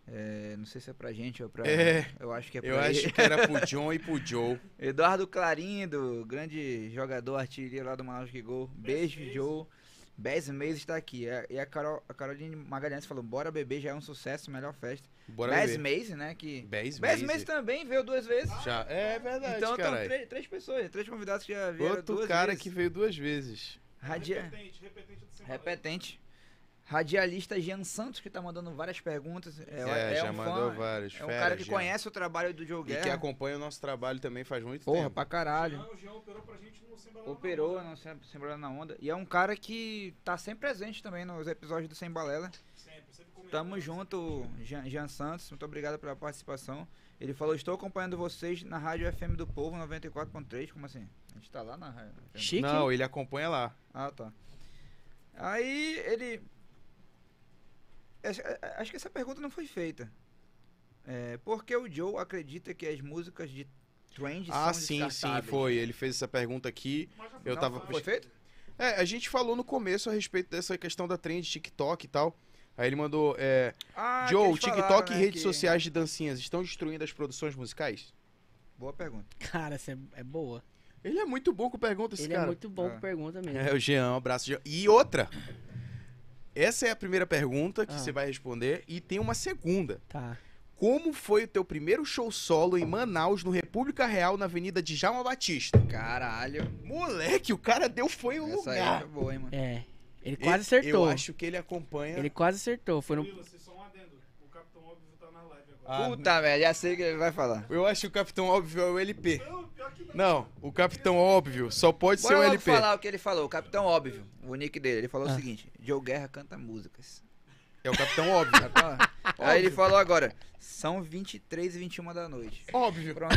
[SPEAKER 2] É, não sei se é pra gente ou pra.
[SPEAKER 1] É.
[SPEAKER 2] Eu acho que é pra
[SPEAKER 1] Eu
[SPEAKER 2] ele.
[SPEAKER 1] acho que era pro John e pro Joe.
[SPEAKER 2] Eduardo Clarindo, grande jogador artilheiro lá do Manaus que gol. Beijo,
[SPEAKER 6] meses.
[SPEAKER 2] Joe. 10 meses tá aqui. É, E a, Carol, a Caroline Magalhães falou: Bora beber, já é um sucesso, melhor festa.
[SPEAKER 1] Bora
[SPEAKER 2] 10
[SPEAKER 1] ver.
[SPEAKER 2] meses, né? Que...
[SPEAKER 1] Dez
[SPEAKER 2] 10
[SPEAKER 1] meses.
[SPEAKER 2] meses também veio duas vezes.
[SPEAKER 1] Já. É verdade,
[SPEAKER 2] então estão
[SPEAKER 1] caralho.
[SPEAKER 2] três, três pessoas, três convidados que já vieram
[SPEAKER 1] Outro
[SPEAKER 2] duas
[SPEAKER 1] cara
[SPEAKER 2] vezes.
[SPEAKER 1] que veio duas vezes.
[SPEAKER 2] Radia...
[SPEAKER 6] Repetente, repetente do Sem Balela.
[SPEAKER 2] Repetente. Radialista Jean Santos, que tá mandando várias perguntas. É,
[SPEAKER 1] É,
[SPEAKER 2] é
[SPEAKER 1] já
[SPEAKER 2] um fã,
[SPEAKER 1] mandou vários.
[SPEAKER 2] É um
[SPEAKER 1] Fera,
[SPEAKER 2] cara que
[SPEAKER 1] Jean.
[SPEAKER 2] conhece o trabalho do Joe
[SPEAKER 1] E
[SPEAKER 2] Tipo Guerra.
[SPEAKER 1] que acompanha o nosso trabalho também faz muito
[SPEAKER 2] Porra,
[SPEAKER 1] tempo.
[SPEAKER 2] pra caralho.
[SPEAKER 6] Jean, o Jean operou pra gente no Sem Balela.
[SPEAKER 2] Operou,
[SPEAKER 6] né?
[SPEAKER 2] não sem sem Balela na onda. E é um cara que tá sempre presente também nos episódios do Sem Balela.
[SPEAKER 6] Sempre, sempre comentando.
[SPEAKER 2] Tamo junto, Jean, Jean Santos. Muito obrigado pela participação. Ele falou: Estou acompanhando vocês na Rádio FM do Povo 94.3. Como assim? A gente tá lá na Rádio. FM?
[SPEAKER 3] Chique.
[SPEAKER 1] Não, ele acompanha lá.
[SPEAKER 2] Ah, tá. Aí ele. Acho- a- Acho que essa pergunta não foi feita. É, por que o Joe acredita que as músicas de trend
[SPEAKER 1] Ah,
[SPEAKER 2] são
[SPEAKER 1] sim, sim,
[SPEAKER 2] descartáveis?
[SPEAKER 1] foi. Ele fez essa pergunta aqui.
[SPEAKER 6] Mas já foi
[SPEAKER 1] Eu
[SPEAKER 2] Não,
[SPEAKER 1] tava.
[SPEAKER 2] Foi feito?
[SPEAKER 1] É, a gente falou no começo a respeito dessa questão da trend, TikTok e tal. Aí ele mandou: é,
[SPEAKER 2] Ah, que
[SPEAKER 1] Joe,
[SPEAKER 2] eles
[SPEAKER 1] TikTok
[SPEAKER 2] falaram,
[SPEAKER 1] e
[SPEAKER 2] né,
[SPEAKER 1] redes
[SPEAKER 2] que-
[SPEAKER 1] sociais de dancinhas estão destruindo as produções musicais?
[SPEAKER 2] Boa pergunta.
[SPEAKER 3] Cara, essa é, é boa.
[SPEAKER 1] Ele é muito bom com pergunta, esse
[SPEAKER 3] Ele
[SPEAKER 1] cara.
[SPEAKER 3] é muito bom com
[SPEAKER 2] Ah.
[SPEAKER 3] pergunta mesmo.
[SPEAKER 1] É, o Jean, um abraço, Jean. E outra. Essa é a primeira pergunta que
[SPEAKER 3] Ah.
[SPEAKER 1] você vai responder. E tem uma segunda.
[SPEAKER 3] Tá.
[SPEAKER 1] Como foi o teu primeiro show solo em Manaus, no República Real, na Avenida Djalma Batista?
[SPEAKER 2] Caralho.
[SPEAKER 1] Moleque, o cara deu foi o
[SPEAKER 2] Essa aí
[SPEAKER 1] lugar.
[SPEAKER 2] é boa, hein, mano.
[SPEAKER 3] É. Ele
[SPEAKER 1] E-
[SPEAKER 3] quase
[SPEAKER 1] Eu
[SPEAKER 3] acertou.
[SPEAKER 1] acho que é. ele acompanha.
[SPEAKER 3] Ele quase acertou. Foi no.
[SPEAKER 6] Vila, vocês só um adendo. O Capitão Óbvio tá na live agora.
[SPEAKER 1] Ah,
[SPEAKER 2] Puta, velho, já sei o que ele vai falar.
[SPEAKER 1] Eu acho que o Capitão Óbvio é o LP.
[SPEAKER 6] Não, pior que não.
[SPEAKER 1] Não, o Capitão Óbvio só pode
[SPEAKER 2] Bora
[SPEAKER 1] ser o
[SPEAKER 2] logo
[SPEAKER 1] LP.
[SPEAKER 2] falar o que ele falou. O Capitão Óbvio, o nick dele. Ele falou
[SPEAKER 3] Ah.
[SPEAKER 2] o seguinte: Joe Guerra canta músicas.
[SPEAKER 1] É o Capitão Óbvio.
[SPEAKER 2] Tá? Aí ele falou agora: são 23 e 21 da noite.
[SPEAKER 1] óbvio.
[SPEAKER 2] Pronto.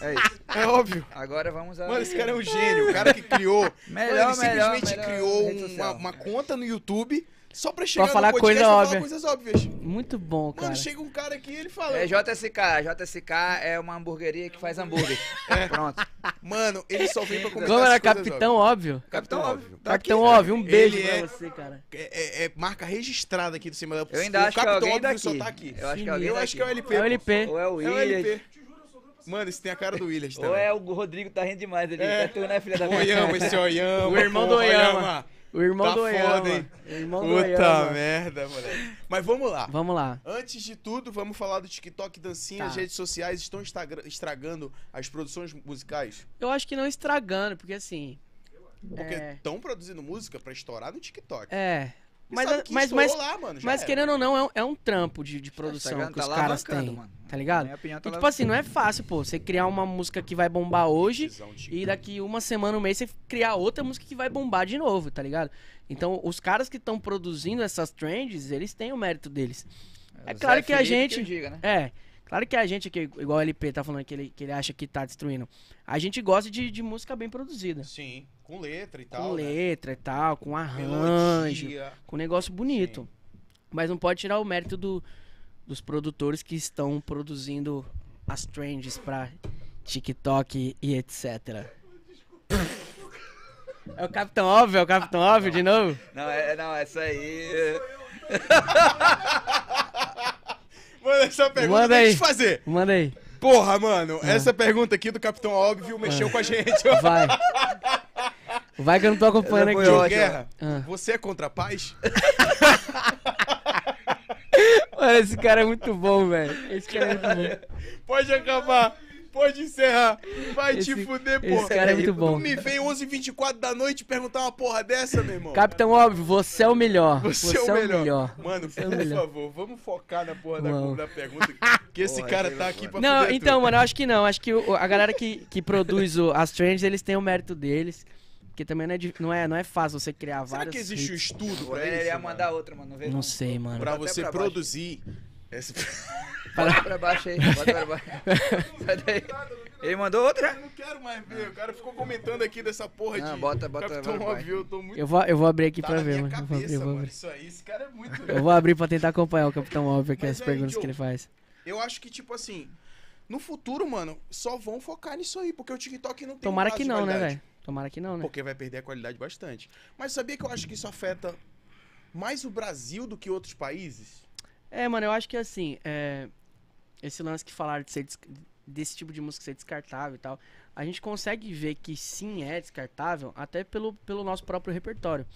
[SPEAKER 2] É isso.
[SPEAKER 1] É óbvio.
[SPEAKER 2] Agora vamos a.
[SPEAKER 1] Mano, esse cara é um gênio. O cara que criou.
[SPEAKER 2] Melhor,
[SPEAKER 1] Mano, ele
[SPEAKER 2] melhor,
[SPEAKER 1] simplesmente
[SPEAKER 2] melhor rede
[SPEAKER 1] criou uma,
[SPEAKER 2] social.
[SPEAKER 1] uma conta no YouTube só pra chegar
[SPEAKER 3] falar
[SPEAKER 1] no
[SPEAKER 3] coisa
[SPEAKER 1] podcast e falar
[SPEAKER 3] óbvia.
[SPEAKER 1] coisas óbvias. Mano,
[SPEAKER 3] Muito bom, cara.
[SPEAKER 1] chega um cara aqui e ele fala.
[SPEAKER 2] É JSK. JSK é uma hamburgueria que faz hambúrguer.
[SPEAKER 1] É.
[SPEAKER 2] Pronto.
[SPEAKER 1] Mano, ele só vem pra comentar
[SPEAKER 3] Como era
[SPEAKER 1] essas coisas
[SPEAKER 3] capitão, óbvio.
[SPEAKER 2] Capitão Óbvio. Tá
[SPEAKER 3] capitão,
[SPEAKER 2] aqui,
[SPEAKER 3] óbvio, um beijo
[SPEAKER 1] Então, Ele
[SPEAKER 3] pra
[SPEAKER 1] é-
[SPEAKER 3] você, cara.
[SPEAKER 1] É, é- é marca registrada aqui do Cima da
[SPEAKER 2] Eu ainda
[SPEAKER 1] o
[SPEAKER 2] acho que é
[SPEAKER 1] Capitão
[SPEAKER 2] alguém
[SPEAKER 1] Óbvio só
[SPEAKER 2] daqui.
[SPEAKER 1] tá aqui.
[SPEAKER 2] Eu acho que é alguém
[SPEAKER 3] Eu
[SPEAKER 1] Eu
[SPEAKER 2] daqui.
[SPEAKER 1] acho que é o LP.
[SPEAKER 3] É o LP.
[SPEAKER 2] Ou é o
[SPEAKER 1] É o
[SPEAKER 2] Williams.
[SPEAKER 1] LP.
[SPEAKER 6] Te juro, eu sou doido pra ser
[SPEAKER 1] Mano, esse tem a cara do Williams
[SPEAKER 2] Ou
[SPEAKER 1] também.
[SPEAKER 2] é o Rodrigo tá rindo demais ali.
[SPEAKER 1] É.
[SPEAKER 2] Tá tu, né, filha da
[SPEAKER 1] Oyama, esse Oyama.
[SPEAKER 3] O irmão do
[SPEAKER 1] porra,
[SPEAKER 3] Oyama.
[SPEAKER 8] O irmão
[SPEAKER 1] Tá
[SPEAKER 8] do Oiama.
[SPEAKER 1] foda, hein?
[SPEAKER 8] O irmão do
[SPEAKER 1] Puta
[SPEAKER 8] Oiama.
[SPEAKER 1] merda, moleque. Mas vamos lá.
[SPEAKER 8] Vamos lá.
[SPEAKER 1] Antes de tudo, vamos falar do TikTok dancinha.
[SPEAKER 3] Tá.
[SPEAKER 1] As redes sociais estão estagra- estragando as produções musicais.
[SPEAKER 3] Eu acho que não estragando, porque assim.
[SPEAKER 1] Porque
[SPEAKER 3] É.
[SPEAKER 1] estão produzindo música pra estourar no TikTok.
[SPEAKER 3] É.
[SPEAKER 1] E
[SPEAKER 3] Mas,
[SPEAKER 1] sabe que
[SPEAKER 3] mas,
[SPEAKER 1] estourou
[SPEAKER 3] mas,
[SPEAKER 1] lá, mano, já
[SPEAKER 3] mas
[SPEAKER 1] era.
[SPEAKER 3] querendo ou não, é um, é um trampo de, de produção
[SPEAKER 2] Instagram
[SPEAKER 3] que
[SPEAKER 2] tá
[SPEAKER 3] os caras
[SPEAKER 2] alavancando,
[SPEAKER 3] têm.
[SPEAKER 2] mano.
[SPEAKER 3] Tá ligado?
[SPEAKER 2] Minha opinião tá
[SPEAKER 3] E tipo
[SPEAKER 2] lá-
[SPEAKER 3] assim, não é fácil, pô, você criar uma música que vai bombar hoje
[SPEAKER 1] Visão de
[SPEAKER 3] e daqui uma semana, um mês, você criar outra música que vai bombar de novo, tá ligado? Então, os caras que estão produzindo essas trends, eles têm o mérito deles. É
[SPEAKER 2] Zé
[SPEAKER 3] claro que a
[SPEAKER 2] Felipe
[SPEAKER 3] gente.
[SPEAKER 2] eu diga, né?
[SPEAKER 3] É, claro que a gente, que, igual o LP tá falando que ele, que ele acha que tá destruindo, a gente gosta de, de música bem produzida.
[SPEAKER 1] Sim, com letra e
[SPEAKER 3] Com
[SPEAKER 1] tal. né?
[SPEAKER 3] letra e tal, com arranjo,
[SPEAKER 1] Melodia.
[SPEAKER 3] com um negócio bonito. Mas não pode tirar o mérito do- dos produtores que estão produzindo as trends pra TikTok e etc. É o Capitão Óbvio, é o Capitão Óbvio de novo?
[SPEAKER 2] Não, é, não, essa aí. é-
[SPEAKER 1] Mano, essa pergunta
[SPEAKER 3] Manda
[SPEAKER 1] tem que
[SPEAKER 3] aí. Ah.
[SPEAKER 1] te fazer.
[SPEAKER 3] Manda aí.
[SPEAKER 1] Porra, mano, essa pergunta aqui do Capitão Óbvio mexeu
[SPEAKER 3] Ah.
[SPEAKER 1] com a gente. ó.
[SPEAKER 3] Vai. Vai que eu não tô acompanhando
[SPEAKER 2] Essa foi
[SPEAKER 3] aqui.
[SPEAKER 1] Diogo
[SPEAKER 2] ótima.
[SPEAKER 1] Guerra,
[SPEAKER 3] Ah.
[SPEAKER 1] você é contra a paz?
[SPEAKER 3] Mano, esse cara é muito bom, velho. Esse cara é muito bom.
[SPEAKER 1] Pode acabar, pode encerrar. Vai te
[SPEAKER 3] Esse-
[SPEAKER 1] fuder,
[SPEAKER 3] esse
[SPEAKER 1] porra.
[SPEAKER 3] cara é muito
[SPEAKER 1] Tu
[SPEAKER 3] bom.
[SPEAKER 1] me vem 11h24 da noite perguntar uma porra dessa, meu irmão.
[SPEAKER 3] Capitão Óbvio, você é o melhor.
[SPEAKER 1] Você, é o melhor. Mano,
[SPEAKER 3] Você é o
[SPEAKER 1] por
[SPEAKER 3] melhor.
[SPEAKER 1] favor, vamos focar na porra da,
[SPEAKER 3] Não.
[SPEAKER 1] da pergunta. Que esse
[SPEAKER 2] Porra,
[SPEAKER 1] cara
[SPEAKER 2] essa
[SPEAKER 1] tá
[SPEAKER 2] aí
[SPEAKER 1] aqui
[SPEAKER 2] foi
[SPEAKER 1] pra
[SPEAKER 3] Não,
[SPEAKER 1] fuder
[SPEAKER 3] então,
[SPEAKER 1] tudo.
[SPEAKER 3] mano, eu acho que não. Acho que o- a galera que, que produz o- as trends, eles têm o mérito deles. Porque também não é, dif- não é, não é fácil você criar
[SPEAKER 1] Será
[SPEAKER 3] vários.
[SPEAKER 1] que existe um
[SPEAKER 3] hits.
[SPEAKER 1] estudo
[SPEAKER 2] Pô,
[SPEAKER 1] pra
[SPEAKER 2] Ele é
[SPEAKER 1] isso?
[SPEAKER 2] ia
[SPEAKER 1] mano?
[SPEAKER 2] mandar outra, mano. Não veio.
[SPEAKER 3] Não sei, mano.
[SPEAKER 1] Pra
[SPEAKER 2] Até
[SPEAKER 1] você
[SPEAKER 2] pra baixo.
[SPEAKER 1] produzir. essa-
[SPEAKER 2] Bota pra baixo aí. Bota pra baixo. Sai daí. Ele mandou outra?
[SPEAKER 1] Eu não quero mais ver. O cara ficou comentando aqui dessa porra
[SPEAKER 2] Não,
[SPEAKER 1] de.
[SPEAKER 2] bota- bota-
[SPEAKER 1] Capitão
[SPEAKER 2] bota-
[SPEAKER 1] Óbvio, eu tô muito.
[SPEAKER 3] Eu vou, eu vou abrir aqui
[SPEAKER 1] tá
[SPEAKER 3] pra
[SPEAKER 1] na
[SPEAKER 3] ver,
[SPEAKER 1] minha
[SPEAKER 3] mano. Eu vou abrir,
[SPEAKER 1] cabeça,
[SPEAKER 3] eu vou
[SPEAKER 1] mano.
[SPEAKER 3] abrir.
[SPEAKER 1] Isso aí, esse cara é muito.
[SPEAKER 3] Eu vou abrir pra tentar acompanhar o Capitão Óbvio aqui,
[SPEAKER 1] Mas
[SPEAKER 3] as
[SPEAKER 1] aí,
[SPEAKER 3] perguntas que
[SPEAKER 1] Diogo,
[SPEAKER 3] ele faz.
[SPEAKER 1] Eu acho que, tipo assim, no futuro, mano, só vão focar nisso aí, porque o TikTok não tem.
[SPEAKER 3] Tomara
[SPEAKER 1] prazo
[SPEAKER 3] que
[SPEAKER 1] de
[SPEAKER 3] não, né,
[SPEAKER 1] validade,
[SPEAKER 3] velho? Tomara que não, né?
[SPEAKER 1] Porque vai perder a qualidade bastante. Mas sabia que eu acho que isso afeta mais o Brasil do que outros países?
[SPEAKER 3] É, mano, eu acho que assim, é, esse lance que falaram de ser des- desse tipo de música ser descartável e tal, a gente consegue ver que sim é descartável até pelo, pelo nosso próprio repertório.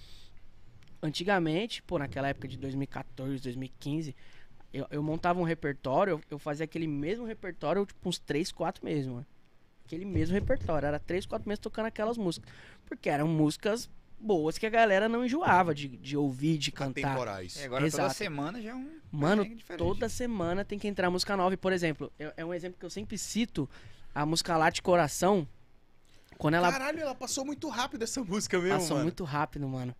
[SPEAKER 3] Antigamente, pô, naquela época de 2014, 2015, eu, eu montava um repertório, eu, eu fazia aquele mesmo repertório, tipo, uns 3, 4 meses, mano. Aquele mesmo repertório, era 3, 4 meses tocando aquelas músicas. Porque eram músicas boas que a galera não enjoava de, de ouvir, de cantar.
[SPEAKER 1] Atemporais.
[SPEAKER 2] É, agora toda
[SPEAKER 3] Exato.
[SPEAKER 2] semana já é um.
[SPEAKER 3] Mano,
[SPEAKER 2] perrengue diferente.
[SPEAKER 3] toda semana tem que entrar música nova. E, por exemplo, eu- é um exemplo que eu sempre cito, a música Lá de Coração, quando ela
[SPEAKER 1] Caralho, ela passou muito rápido essa música mesmo,
[SPEAKER 3] passou
[SPEAKER 1] mano.
[SPEAKER 3] muito rápido, mano.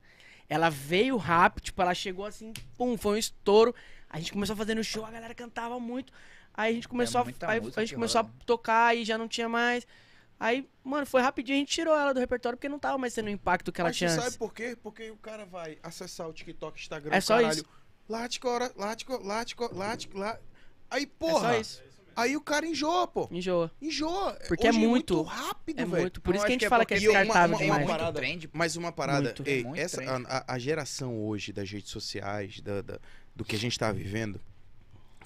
[SPEAKER 3] Ela veio rápido, tipo, ela chegou assim, pum, foi um estouro. A gente começou fazendo show, a galera cantava muito. Aí
[SPEAKER 1] É
[SPEAKER 3] a gente começou,
[SPEAKER 2] muita
[SPEAKER 3] a, aí
[SPEAKER 2] música
[SPEAKER 3] a gente
[SPEAKER 2] que
[SPEAKER 3] começou a
[SPEAKER 2] rola, né?
[SPEAKER 3] tocar e já não tinha mais. Aí, mano, foi rapidinho, a gente tirou ela do repertório porque não tava mais sendo o impacto que ela
[SPEAKER 1] Mas é
[SPEAKER 3] tinha
[SPEAKER 1] você
[SPEAKER 3] antes.
[SPEAKER 1] sabe por quê? Porque o cara vai acessar o TikTok, Instagram,
[SPEAKER 3] É só
[SPEAKER 1] caralho.
[SPEAKER 3] isso.
[SPEAKER 1] Lático, ora- lático, lático, lático, lá. Aí, porra.
[SPEAKER 3] É só isso.
[SPEAKER 1] Aí o cara enjoa, pô.
[SPEAKER 3] Enjoa.
[SPEAKER 1] Enjoa.
[SPEAKER 3] Porque é
[SPEAKER 1] Hoje
[SPEAKER 3] muito-
[SPEAKER 1] rápido,
[SPEAKER 3] É
[SPEAKER 1] velho.
[SPEAKER 3] muito. Por
[SPEAKER 2] Eu
[SPEAKER 3] isso
[SPEAKER 2] acho
[SPEAKER 3] que a gente
[SPEAKER 2] que é
[SPEAKER 3] fala que é
[SPEAKER 1] porque- e uma- uma-
[SPEAKER 3] descartável
[SPEAKER 1] uma
[SPEAKER 3] demais.
[SPEAKER 1] parada-
[SPEAKER 2] trend.
[SPEAKER 1] Mas uma parada,
[SPEAKER 3] Muito.
[SPEAKER 1] ei,
[SPEAKER 2] É muito
[SPEAKER 1] essa,
[SPEAKER 2] trend.
[SPEAKER 1] a, a- a geração hoje das redes sociais, da, da- do que a gente tá vivendo,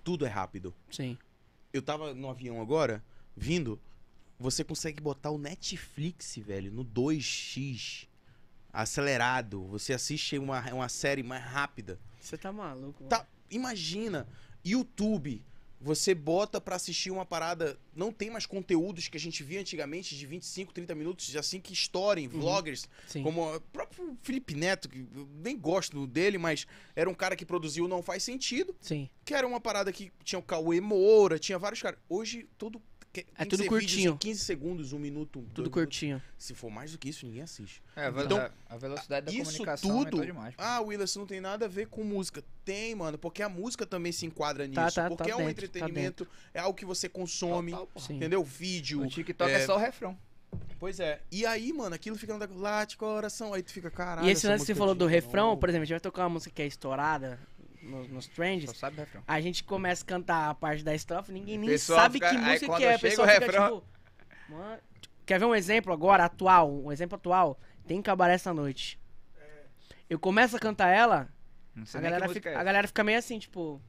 [SPEAKER 1] tudo é rápido.
[SPEAKER 3] Sim.
[SPEAKER 1] Eu tava no avião agora, vindo, você consegue botar o Netflix, velho, no 2x, acelerado. Você assiste uma, uma série mais rápida.
[SPEAKER 3] Você tá maluco. mano.
[SPEAKER 1] Tá, imagina, YouTube, você bota pra assistir uma parada, não tem mais conteúdos que a gente via antigamente de 25, 30 minutos, assim que estourem, vloggers.
[SPEAKER 3] Sim.
[SPEAKER 1] Como o próprio Felipe Neto, que eu nem gosto dele, mas era um cara que produziu Não Faz Sentido,
[SPEAKER 3] Sim.
[SPEAKER 1] que era uma parada que tinha o Cauê Moura, tinha vários caras. Hoje, tudo. que- tem que
[SPEAKER 3] É tudo
[SPEAKER 1] ser vídeos
[SPEAKER 3] curtinho.
[SPEAKER 1] em 15 segundos, um minuto.
[SPEAKER 3] Tudo
[SPEAKER 1] dois
[SPEAKER 3] curtinho.
[SPEAKER 1] minutos. Se for mais do que isso, ninguém assiste.
[SPEAKER 2] É, vai-
[SPEAKER 1] Então,
[SPEAKER 2] a- a velocidade da
[SPEAKER 1] Isso
[SPEAKER 2] comunicação
[SPEAKER 1] tudo.
[SPEAKER 2] aumentou demais. pô.
[SPEAKER 1] Ah, Willis, isso não tem nada a ver com música. Tem, mano, porque a música também se enquadra nisso.
[SPEAKER 3] Tá, tá,
[SPEAKER 1] porque
[SPEAKER 3] tá
[SPEAKER 1] é um
[SPEAKER 3] dentro, tá
[SPEAKER 1] entretenimento, é algo que você consome.
[SPEAKER 2] Total, porra.
[SPEAKER 3] Sim.
[SPEAKER 1] Entendeu? Vídeo.
[SPEAKER 2] O TikTok é...
[SPEAKER 1] é-
[SPEAKER 2] só o refrão.
[SPEAKER 1] Pois é. E aí, mano, aquilo fica no late coração. Aí tu fica, caralho.
[SPEAKER 3] E esse
[SPEAKER 1] essa
[SPEAKER 3] lance que
[SPEAKER 1] música
[SPEAKER 3] você
[SPEAKER 1] é
[SPEAKER 3] falou do
[SPEAKER 1] de
[SPEAKER 3] refrão,
[SPEAKER 1] novo.
[SPEAKER 3] por exemplo, a gente vai tocar uma música que é estourada no- nos
[SPEAKER 2] Só
[SPEAKER 3] trends,
[SPEAKER 2] sabe o refrão.
[SPEAKER 3] a gente começa a cantar a parte da estrofe, ninguém nem
[SPEAKER 2] Pessoal
[SPEAKER 3] sabe
[SPEAKER 2] fica-
[SPEAKER 3] que
[SPEAKER 2] aí
[SPEAKER 3] música
[SPEAKER 2] quando
[SPEAKER 3] que é.
[SPEAKER 2] chega
[SPEAKER 3] pessoal
[SPEAKER 2] o
[SPEAKER 3] fica,
[SPEAKER 2] refrão-
[SPEAKER 3] tipo, "Mano, Quer ver um exemplo agora, atual? Um exemplo atual. Tem cabaré essa noite. Eu começo a cantar ela,
[SPEAKER 2] Não sei
[SPEAKER 3] a
[SPEAKER 2] É. nem que
[SPEAKER 3] galera,
[SPEAKER 2] música
[SPEAKER 3] fica,
[SPEAKER 2] é
[SPEAKER 3] a
[SPEAKER 2] essa.
[SPEAKER 3] galera fica meio assim, tipo.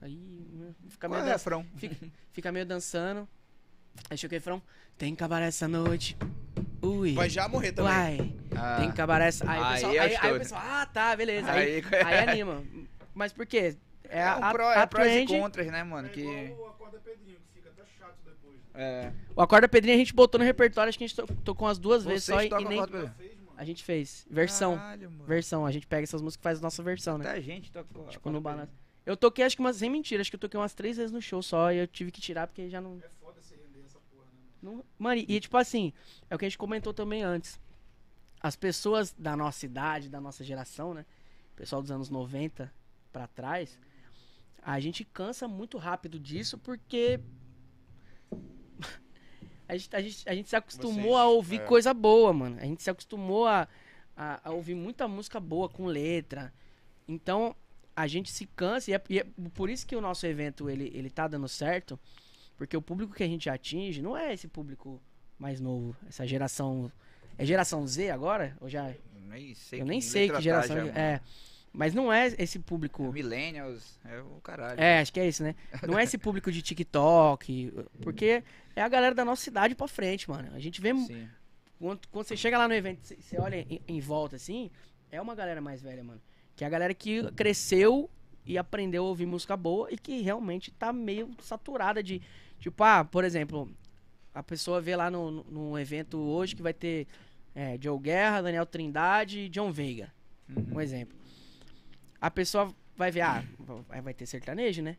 [SPEAKER 3] Aí. né, Fica
[SPEAKER 2] Qual
[SPEAKER 3] meio
[SPEAKER 2] é o
[SPEAKER 3] dessa.
[SPEAKER 2] refrão?
[SPEAKER 3] Fica, fica meio dançando. Aí chega o refrão. Tem cabaré essa noite. Ui.
[SPEAKER 1] Vai já morrer também.
[SPEAKER 3] Uai. Tem
[SPEAKER 2] Ah,
[SPEAKER 3] cabaré. essa- Aí, o
[SPEAKER 2] Aí
[SPEAKER 3] pessoal,
[SPEAKER 2] eu
[SPEAKER 3] aí, aí
[SPEAKER 2] estou.
[SPEAKER 3] o pessoal, ah, tá, beleza. Aí,
[SPEAKER 2] aí,
[SPEAKER 3] aí anima. Mas por quê? É,
[SPEAKER 2] É um
[SPEAKER 3] a,
[SPEAKER 2] pró-
[SPEAKER 3] a
[SPEAKER 2] é prós e
[SPEAKER 3] trend-
[SPEAKER 2] contras, né, mano?
[SPEAKER 9] É
[SPEAKER 2] Que.
[SPEAKER 9] igual o Acorda Pedrinho, que fica até chato depois.
[SPEAKER 2] É.
[SPEAKER 3] O Acorda Pedrinha a gente botou no repertório, acho que a gente to- tocou umas duas vezes só e,
[SPEAKER 2] Vocês
[SPEAKER 3] e
[SPEAKER 2] tocam Ah.
[SPEAKER 3] nem.
[SPEAKER 2] corda pra-
[SPEAKER 9] Fez, mano.
[SPEAKER 3] A gente fez. Versão.
[SPEAKER 2] Caralho, mano.
[SPEAKER 3] Versão. A gente pega essas músicas e faz a nossa versão, né?
[SPEAKER 2] Muita gente toca corda
[SPEAKER 3] Tipo, no
[SPEAKER 2] pra-
[SPEAKER 3] banana. Eu toquei, acho que umas. Sem mentira, acho que eu toquei umas três vezes no show só e eu tive que tirar porque já não.
[SPEAKER 9] É foda se render essa porra, né?
[SPEAKER 3] Não- Mano, e, e tipo assim, é o que a gente comentou também antes. As pessoas da nossa idade, da nossa geração, né? Pessoal dos anos 90 pra trás, a gente cansa muito rápido disso porque a gente, a gente, a gente se acostumou
[SPEAKER 1] Vocês-
[SPEAKER 3] a ouvir
[SPEAKER 1] é.
[SPEAKER 3] coisa boa, mano. A gente se acostumou a, a, a ouvir muita música boa com letra. Então, a gente se cansa e é, e é por isso que o nosso evento ele, ele tá dando certo, porque o público que a gente atinge não é esse público mais novo, essa geração é geração Z agora? Ou já
[SPEAKER 2] Nem sei
[SPEAKER 3] eu nem sei que geração é, mas não é esse público.
[SPEAKER 2] Millennials. É o caralho.
[SPEAKER 3] É, acho que é isso, né? Não é esse público de TikTok, porque é a galera da nossa cidade pra frente, mano. A gente vê
[SPEAKER 2] Sim.
[SPEAKER 3] quando, quando você chega lá no evento, você- você olha em, em volta assim, é uma galera mais velha, mano. Que é a galera que cresceu e aprendeu a ouvir música boa e que realmente tá meio saturada de. Tipo, ah, por exemplo, a pessoa vê lá no, no- num evento hoje que vai ter é, Joe Guerra, Daniel Trindade e John Veiga. Um exemplo. A pessoa vai ver, ah, vai- vai ter sertanejo, né?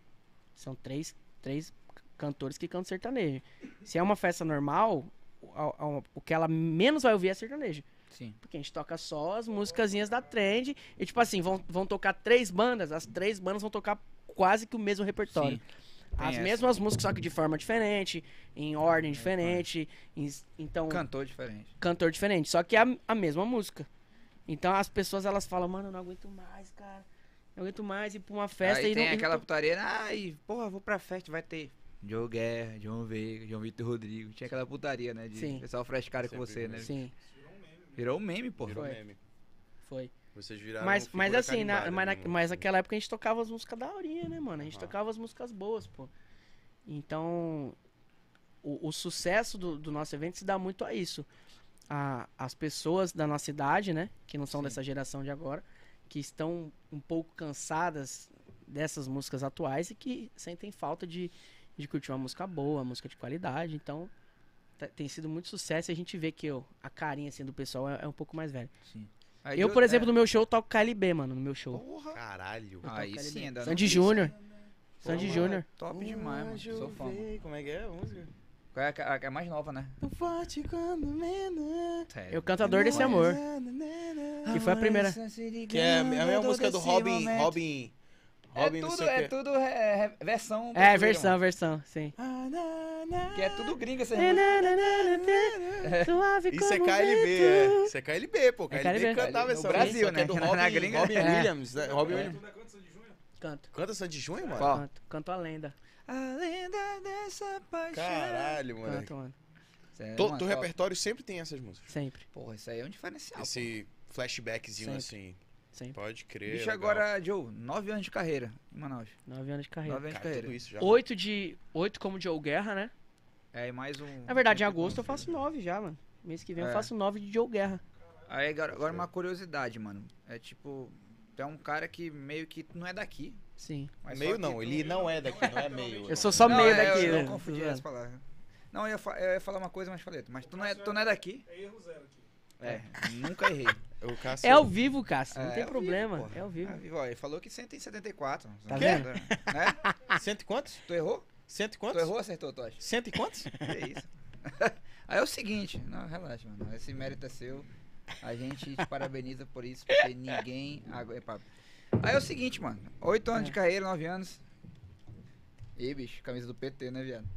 [SPEAKER 3] São três, três cantores que cantam sertanejo. Se é uma festa normal, o- a- a- o que ela menos vai ouvir é sertanejo.
[SPEAKER 2] Sim.
[SPEAKER 3] Porque a gente toca só as musicazinhas da trend. E, tipo assim, vão, vão tocar três bandas. As três bandas vão tocar quase que o mesmo repertório.
[SPEAKER 2] Sim.
[SPEAKER 3] As
[SPEAKER 2] essa.
[SPEAKER 3] mesmas músicas, só que de forma diferente, em ordem diferente. em- então,
[SPEAKER 2] Cantor diferente.
[SPEAKER 3] cantor diferente, só que é a, a mesma música. Então as pessoas elas falam, mano, eu não aguento mais, cara. Eu não aguento mais ir pra uma festa
[SPEAKER 2] aí
[SPEAKER 3] e
[SPEAKER 2] tem
[SPEAKER 3] não. e não
[SPEAKER 2] aquela
[SPEAKER 3] tô-
[SPEAKER 2] putaria, ai, porra, vou pra festa, vai ter Joe Guerra, João Veiga, João Vitor Rodrigo. Tinha aquela putaria, né? De
[SPEAKER 3] Sim.
[SPEAKER 2] pessoal frescário com
[SPEAKER 1] Sempre
[SPEAKER 2] você, né?
[SPEAKER 3] Sim,
[SPEAKER 2] Virou um meme, porra.
[SPEAKER 1] Virou
[SPEAKER 3] Foi.
[SPEAKER 1] meme.
[SPEAKER 3] foi.
[SPEAKER 1] Vocês viraram
[SPEAKER 3] mas, mas
[SPEAKER 1] figura
[SPEAKER 3] assim, na-
[SPEAKER 1] carimbada,
[SPEAKER 3] mas, na-
[SPEAKER 1] né, mano?
[SPEAKER 3] mas naquela época a gente tocava as músicas da horinha, né, mano? A gente
[SPEAKER 1] Aham.
[SPEAKER 3] tocava as músicas boas, pô. Então, o, o sucesso do, do nosso evento se dá muito a isso. A, as pessoas da nossa idade, né, que não são dessa geração de agora, que estão um pouco cansadas dessas músicas atuais e que sentem falta de, de curtir uma música boa, música de qualidade. Então, tá- tem sido muito sucesso e a gente vê que ó, a carinha assim, do pessoal é, é um pouco mais velha.
[SPEAKER 2] Aí
[SPEAKER 3] Eu,
[SPEAKER 2] Joe-
[SPEAKER 3] por exemplo,
[SPEAKER 2] é.
[SPEAKER 3] no meu show, eu toco KLB, mano, no meu show.
[SPEAKER 2] Porra.
[SPEAKER 1] Caralho.
[SPEAKER 3] Eu toco
[SPEAKER 2] Aí
[SPEAKER 3] KLB.
[SPEAKER 2] sim, ainda não
[SPEAKER 3] Sandy
[SPEAKER 2] vi.
[SPEAKER 3] Júnior.
[SPEAKER 2] Porra,
[SPEAKER 3] Sandy
[SPEAKER 2] mano,
[SPEAKER 3] Júnior.
[SPEAKER 2] Top demais, mano.
[SPEAKER 1] Hoje eu
[SPEAKER 2] Sou fã. mano.
[SPEAKER 1] vi- Como é que é a música?
[SPEAKER 2] Qual é a, a- a mais nova, né?
[SPEAKER 1] Eu forte quando menos.
[SPEAKER 2] Sério.
[SPEAKER 3] Eu cantador desse amor. Que foi a primeira.
[SPEAKER 1] Que é assim, a mesma música do Robin. Robin. Robin,
[SPEAKER 2] é
[SPEAKER 1] não
[SPEAKER 2] tudo,
[SPEAKER 1] sei o
[SPEAKER 2] é
[SPEAKER 1] quê.
[SPEAKER 2] tudo é, é versão.
[SPEAKER 3] É,
[SPEAKER 2] brasileira,
[SPEAKER 3] versão, versão, sim.
[SPEAKER 1] Ah,
[SPEAKER 2] mano. Que é tudo gringa essa
[SPEAKER 3] né? Suave
[SPEAKER 1] Isso é
[SPEAKER 3] como
[SPEAKER 1] KLB,
[SPEAKER 3] vento.
[SPEAKER 1] é. Isso é KLB, pô. KLB,
[SPEAKER 3] KLB.
[SPEAKER 1] cantava
[SPEAKER 2] No
[SPEAKER 1] essa
[SPEAKER 2] Brasil,
[SPEAKER 1] música, que é
[SPEAKER 2] né?
[SPEAKER 1] do
[SPEAKER 2] Na- na
[SPEAKER 1] Robin,
[SPEAKER 2] gringa,
[SPEAKER 1] Robin
[SPEAKER 3] né?
[SPEAKER 1] Williams, né? Robin Williams.
[SPEAKER 9] Tu dá quanto de junho?
[SPEAKER 3] Canto.
[SPEAKER 1] Canta Sandy Júnior, mano?
[SPEAKER 2] Qual?
[SPEAKER 3] Canto. Canto a lenda.
[SPEAKER 2] A lenda dessa paixão.
[SPEAKER 1] Caralho, mano.
[SPEAKER 3] Canto, mano.
[SPEAKER 2] Sério,
[SPEAKER 1] To-
[SPEAKER 2] mano,
[SPEAKER 1] Teu
[SPEAKER 2] ó,
[SPEAKER 1] repertório sempre tem essas músicas.
[SPEAKER 3] Sempre,
[SPEAKER 2] é Porra, isso aí é um diferencial. pô.
[SPEAKER 1] Esse flashbackzinho assim.
[SPEAKER 3] sempre.
[SPEAKER 1] Pode crer.
[SPEAKER 2] Bicho
[SPEAKER 1] legal.
[SPEAKER 2] agora, Joe, nove anos de carreira em Manaus.
[SPEAKER 3] Nove anos de carreira.
[SPEAKER 2] Nove anos de
[SPEAKER 1] Cara, tudo
[SPEAKER 2] carreira.
[SPEAKER 1] isso já.
[SPEAKER 3] Oito de. Oito como Joe Guerra, né?
[SPEAKER 2] É, e mais um.
[SPEAKER 3] Na verdade, em agosto eu faço nove já, mano. Mês que vem
[SPEAKER 2] É.
[SPEAKER 3] eu faço nove de Joe Guerra.
[SPEAKER 2] Aí agora, agora uma curiosidade, mano. É tipo, tu é um cara que meio que não é daqui.
[SPEAKER 3] Sim.
[SPEAKER 2] mas só
[SPEAKER 1] Meio
[SPEAKER 2] que
[SPEAKER 1] não,
[SPEAKER 2] tu-
[SPEAKER 1] ele não é daqui, não é meio.
[SPEAKER 3] Eu sou só
[SPEAKER 2] Não,
[SPEAKER 3] meio
[SPEAKER 2] é,
[SPEAKER 3] daqui,
[SPEAKER 2] eu,
[SPEAKER 3] né?
[SPEAKER 2] eu confundi as palavras. Não, eu ia, fa- eu ia falar uma coisa, mas falei, outra. mas tu não é, tu não é daqui.
[SPEAKER 9] É erro zero aqui.
[SPEAKER 2] É, nunca errei.
[SPEAKER 1] O Cássio.
[SPEAKER 3] É ao vivo, Cássio.
[SPEAKER 2] É,
[SPEAKER 3] Não
[SPEAKER 2] é
[SPEAKER 3] tem
[SPEAKER 2] ao vivo,
[SPEAKER 3] problema.
[SPEAKER 2] porra.
[SPEAKER 3] É ao vivo.
[SPEAKER 2] Ah, viu, ó, ele falou que 174.
[SPEAKER 3] Tá
[SPEAKER 2] Né?
[SPEAKER 3] vendo?
[SPEAKER 2] Né?
[SPEAKER 1] Cento e quantos?
[SPEAKER 2] Tu errou?
[SPEAKER 1] Cento e
[SPEAKER 2] Tu
[SPEAKER 1] quantos?
[SPEAKER 2] errou ou acertou, Tocha?
[SPEAKER 1] Cento e quantos?
[SPEAKER 2] Que isso? Aí é o seguinte, não, relaxa, mano. Esse mérito é seu. A gente te parabeniza por isso, porque ninguém. agu- é papo. Aí é o seguinte, mano. Oito
[SPEAKER 3] É.
[SPEAKER 2] anos de carreira, nove anos. Ih, bicho, camisa do PT, né, viado?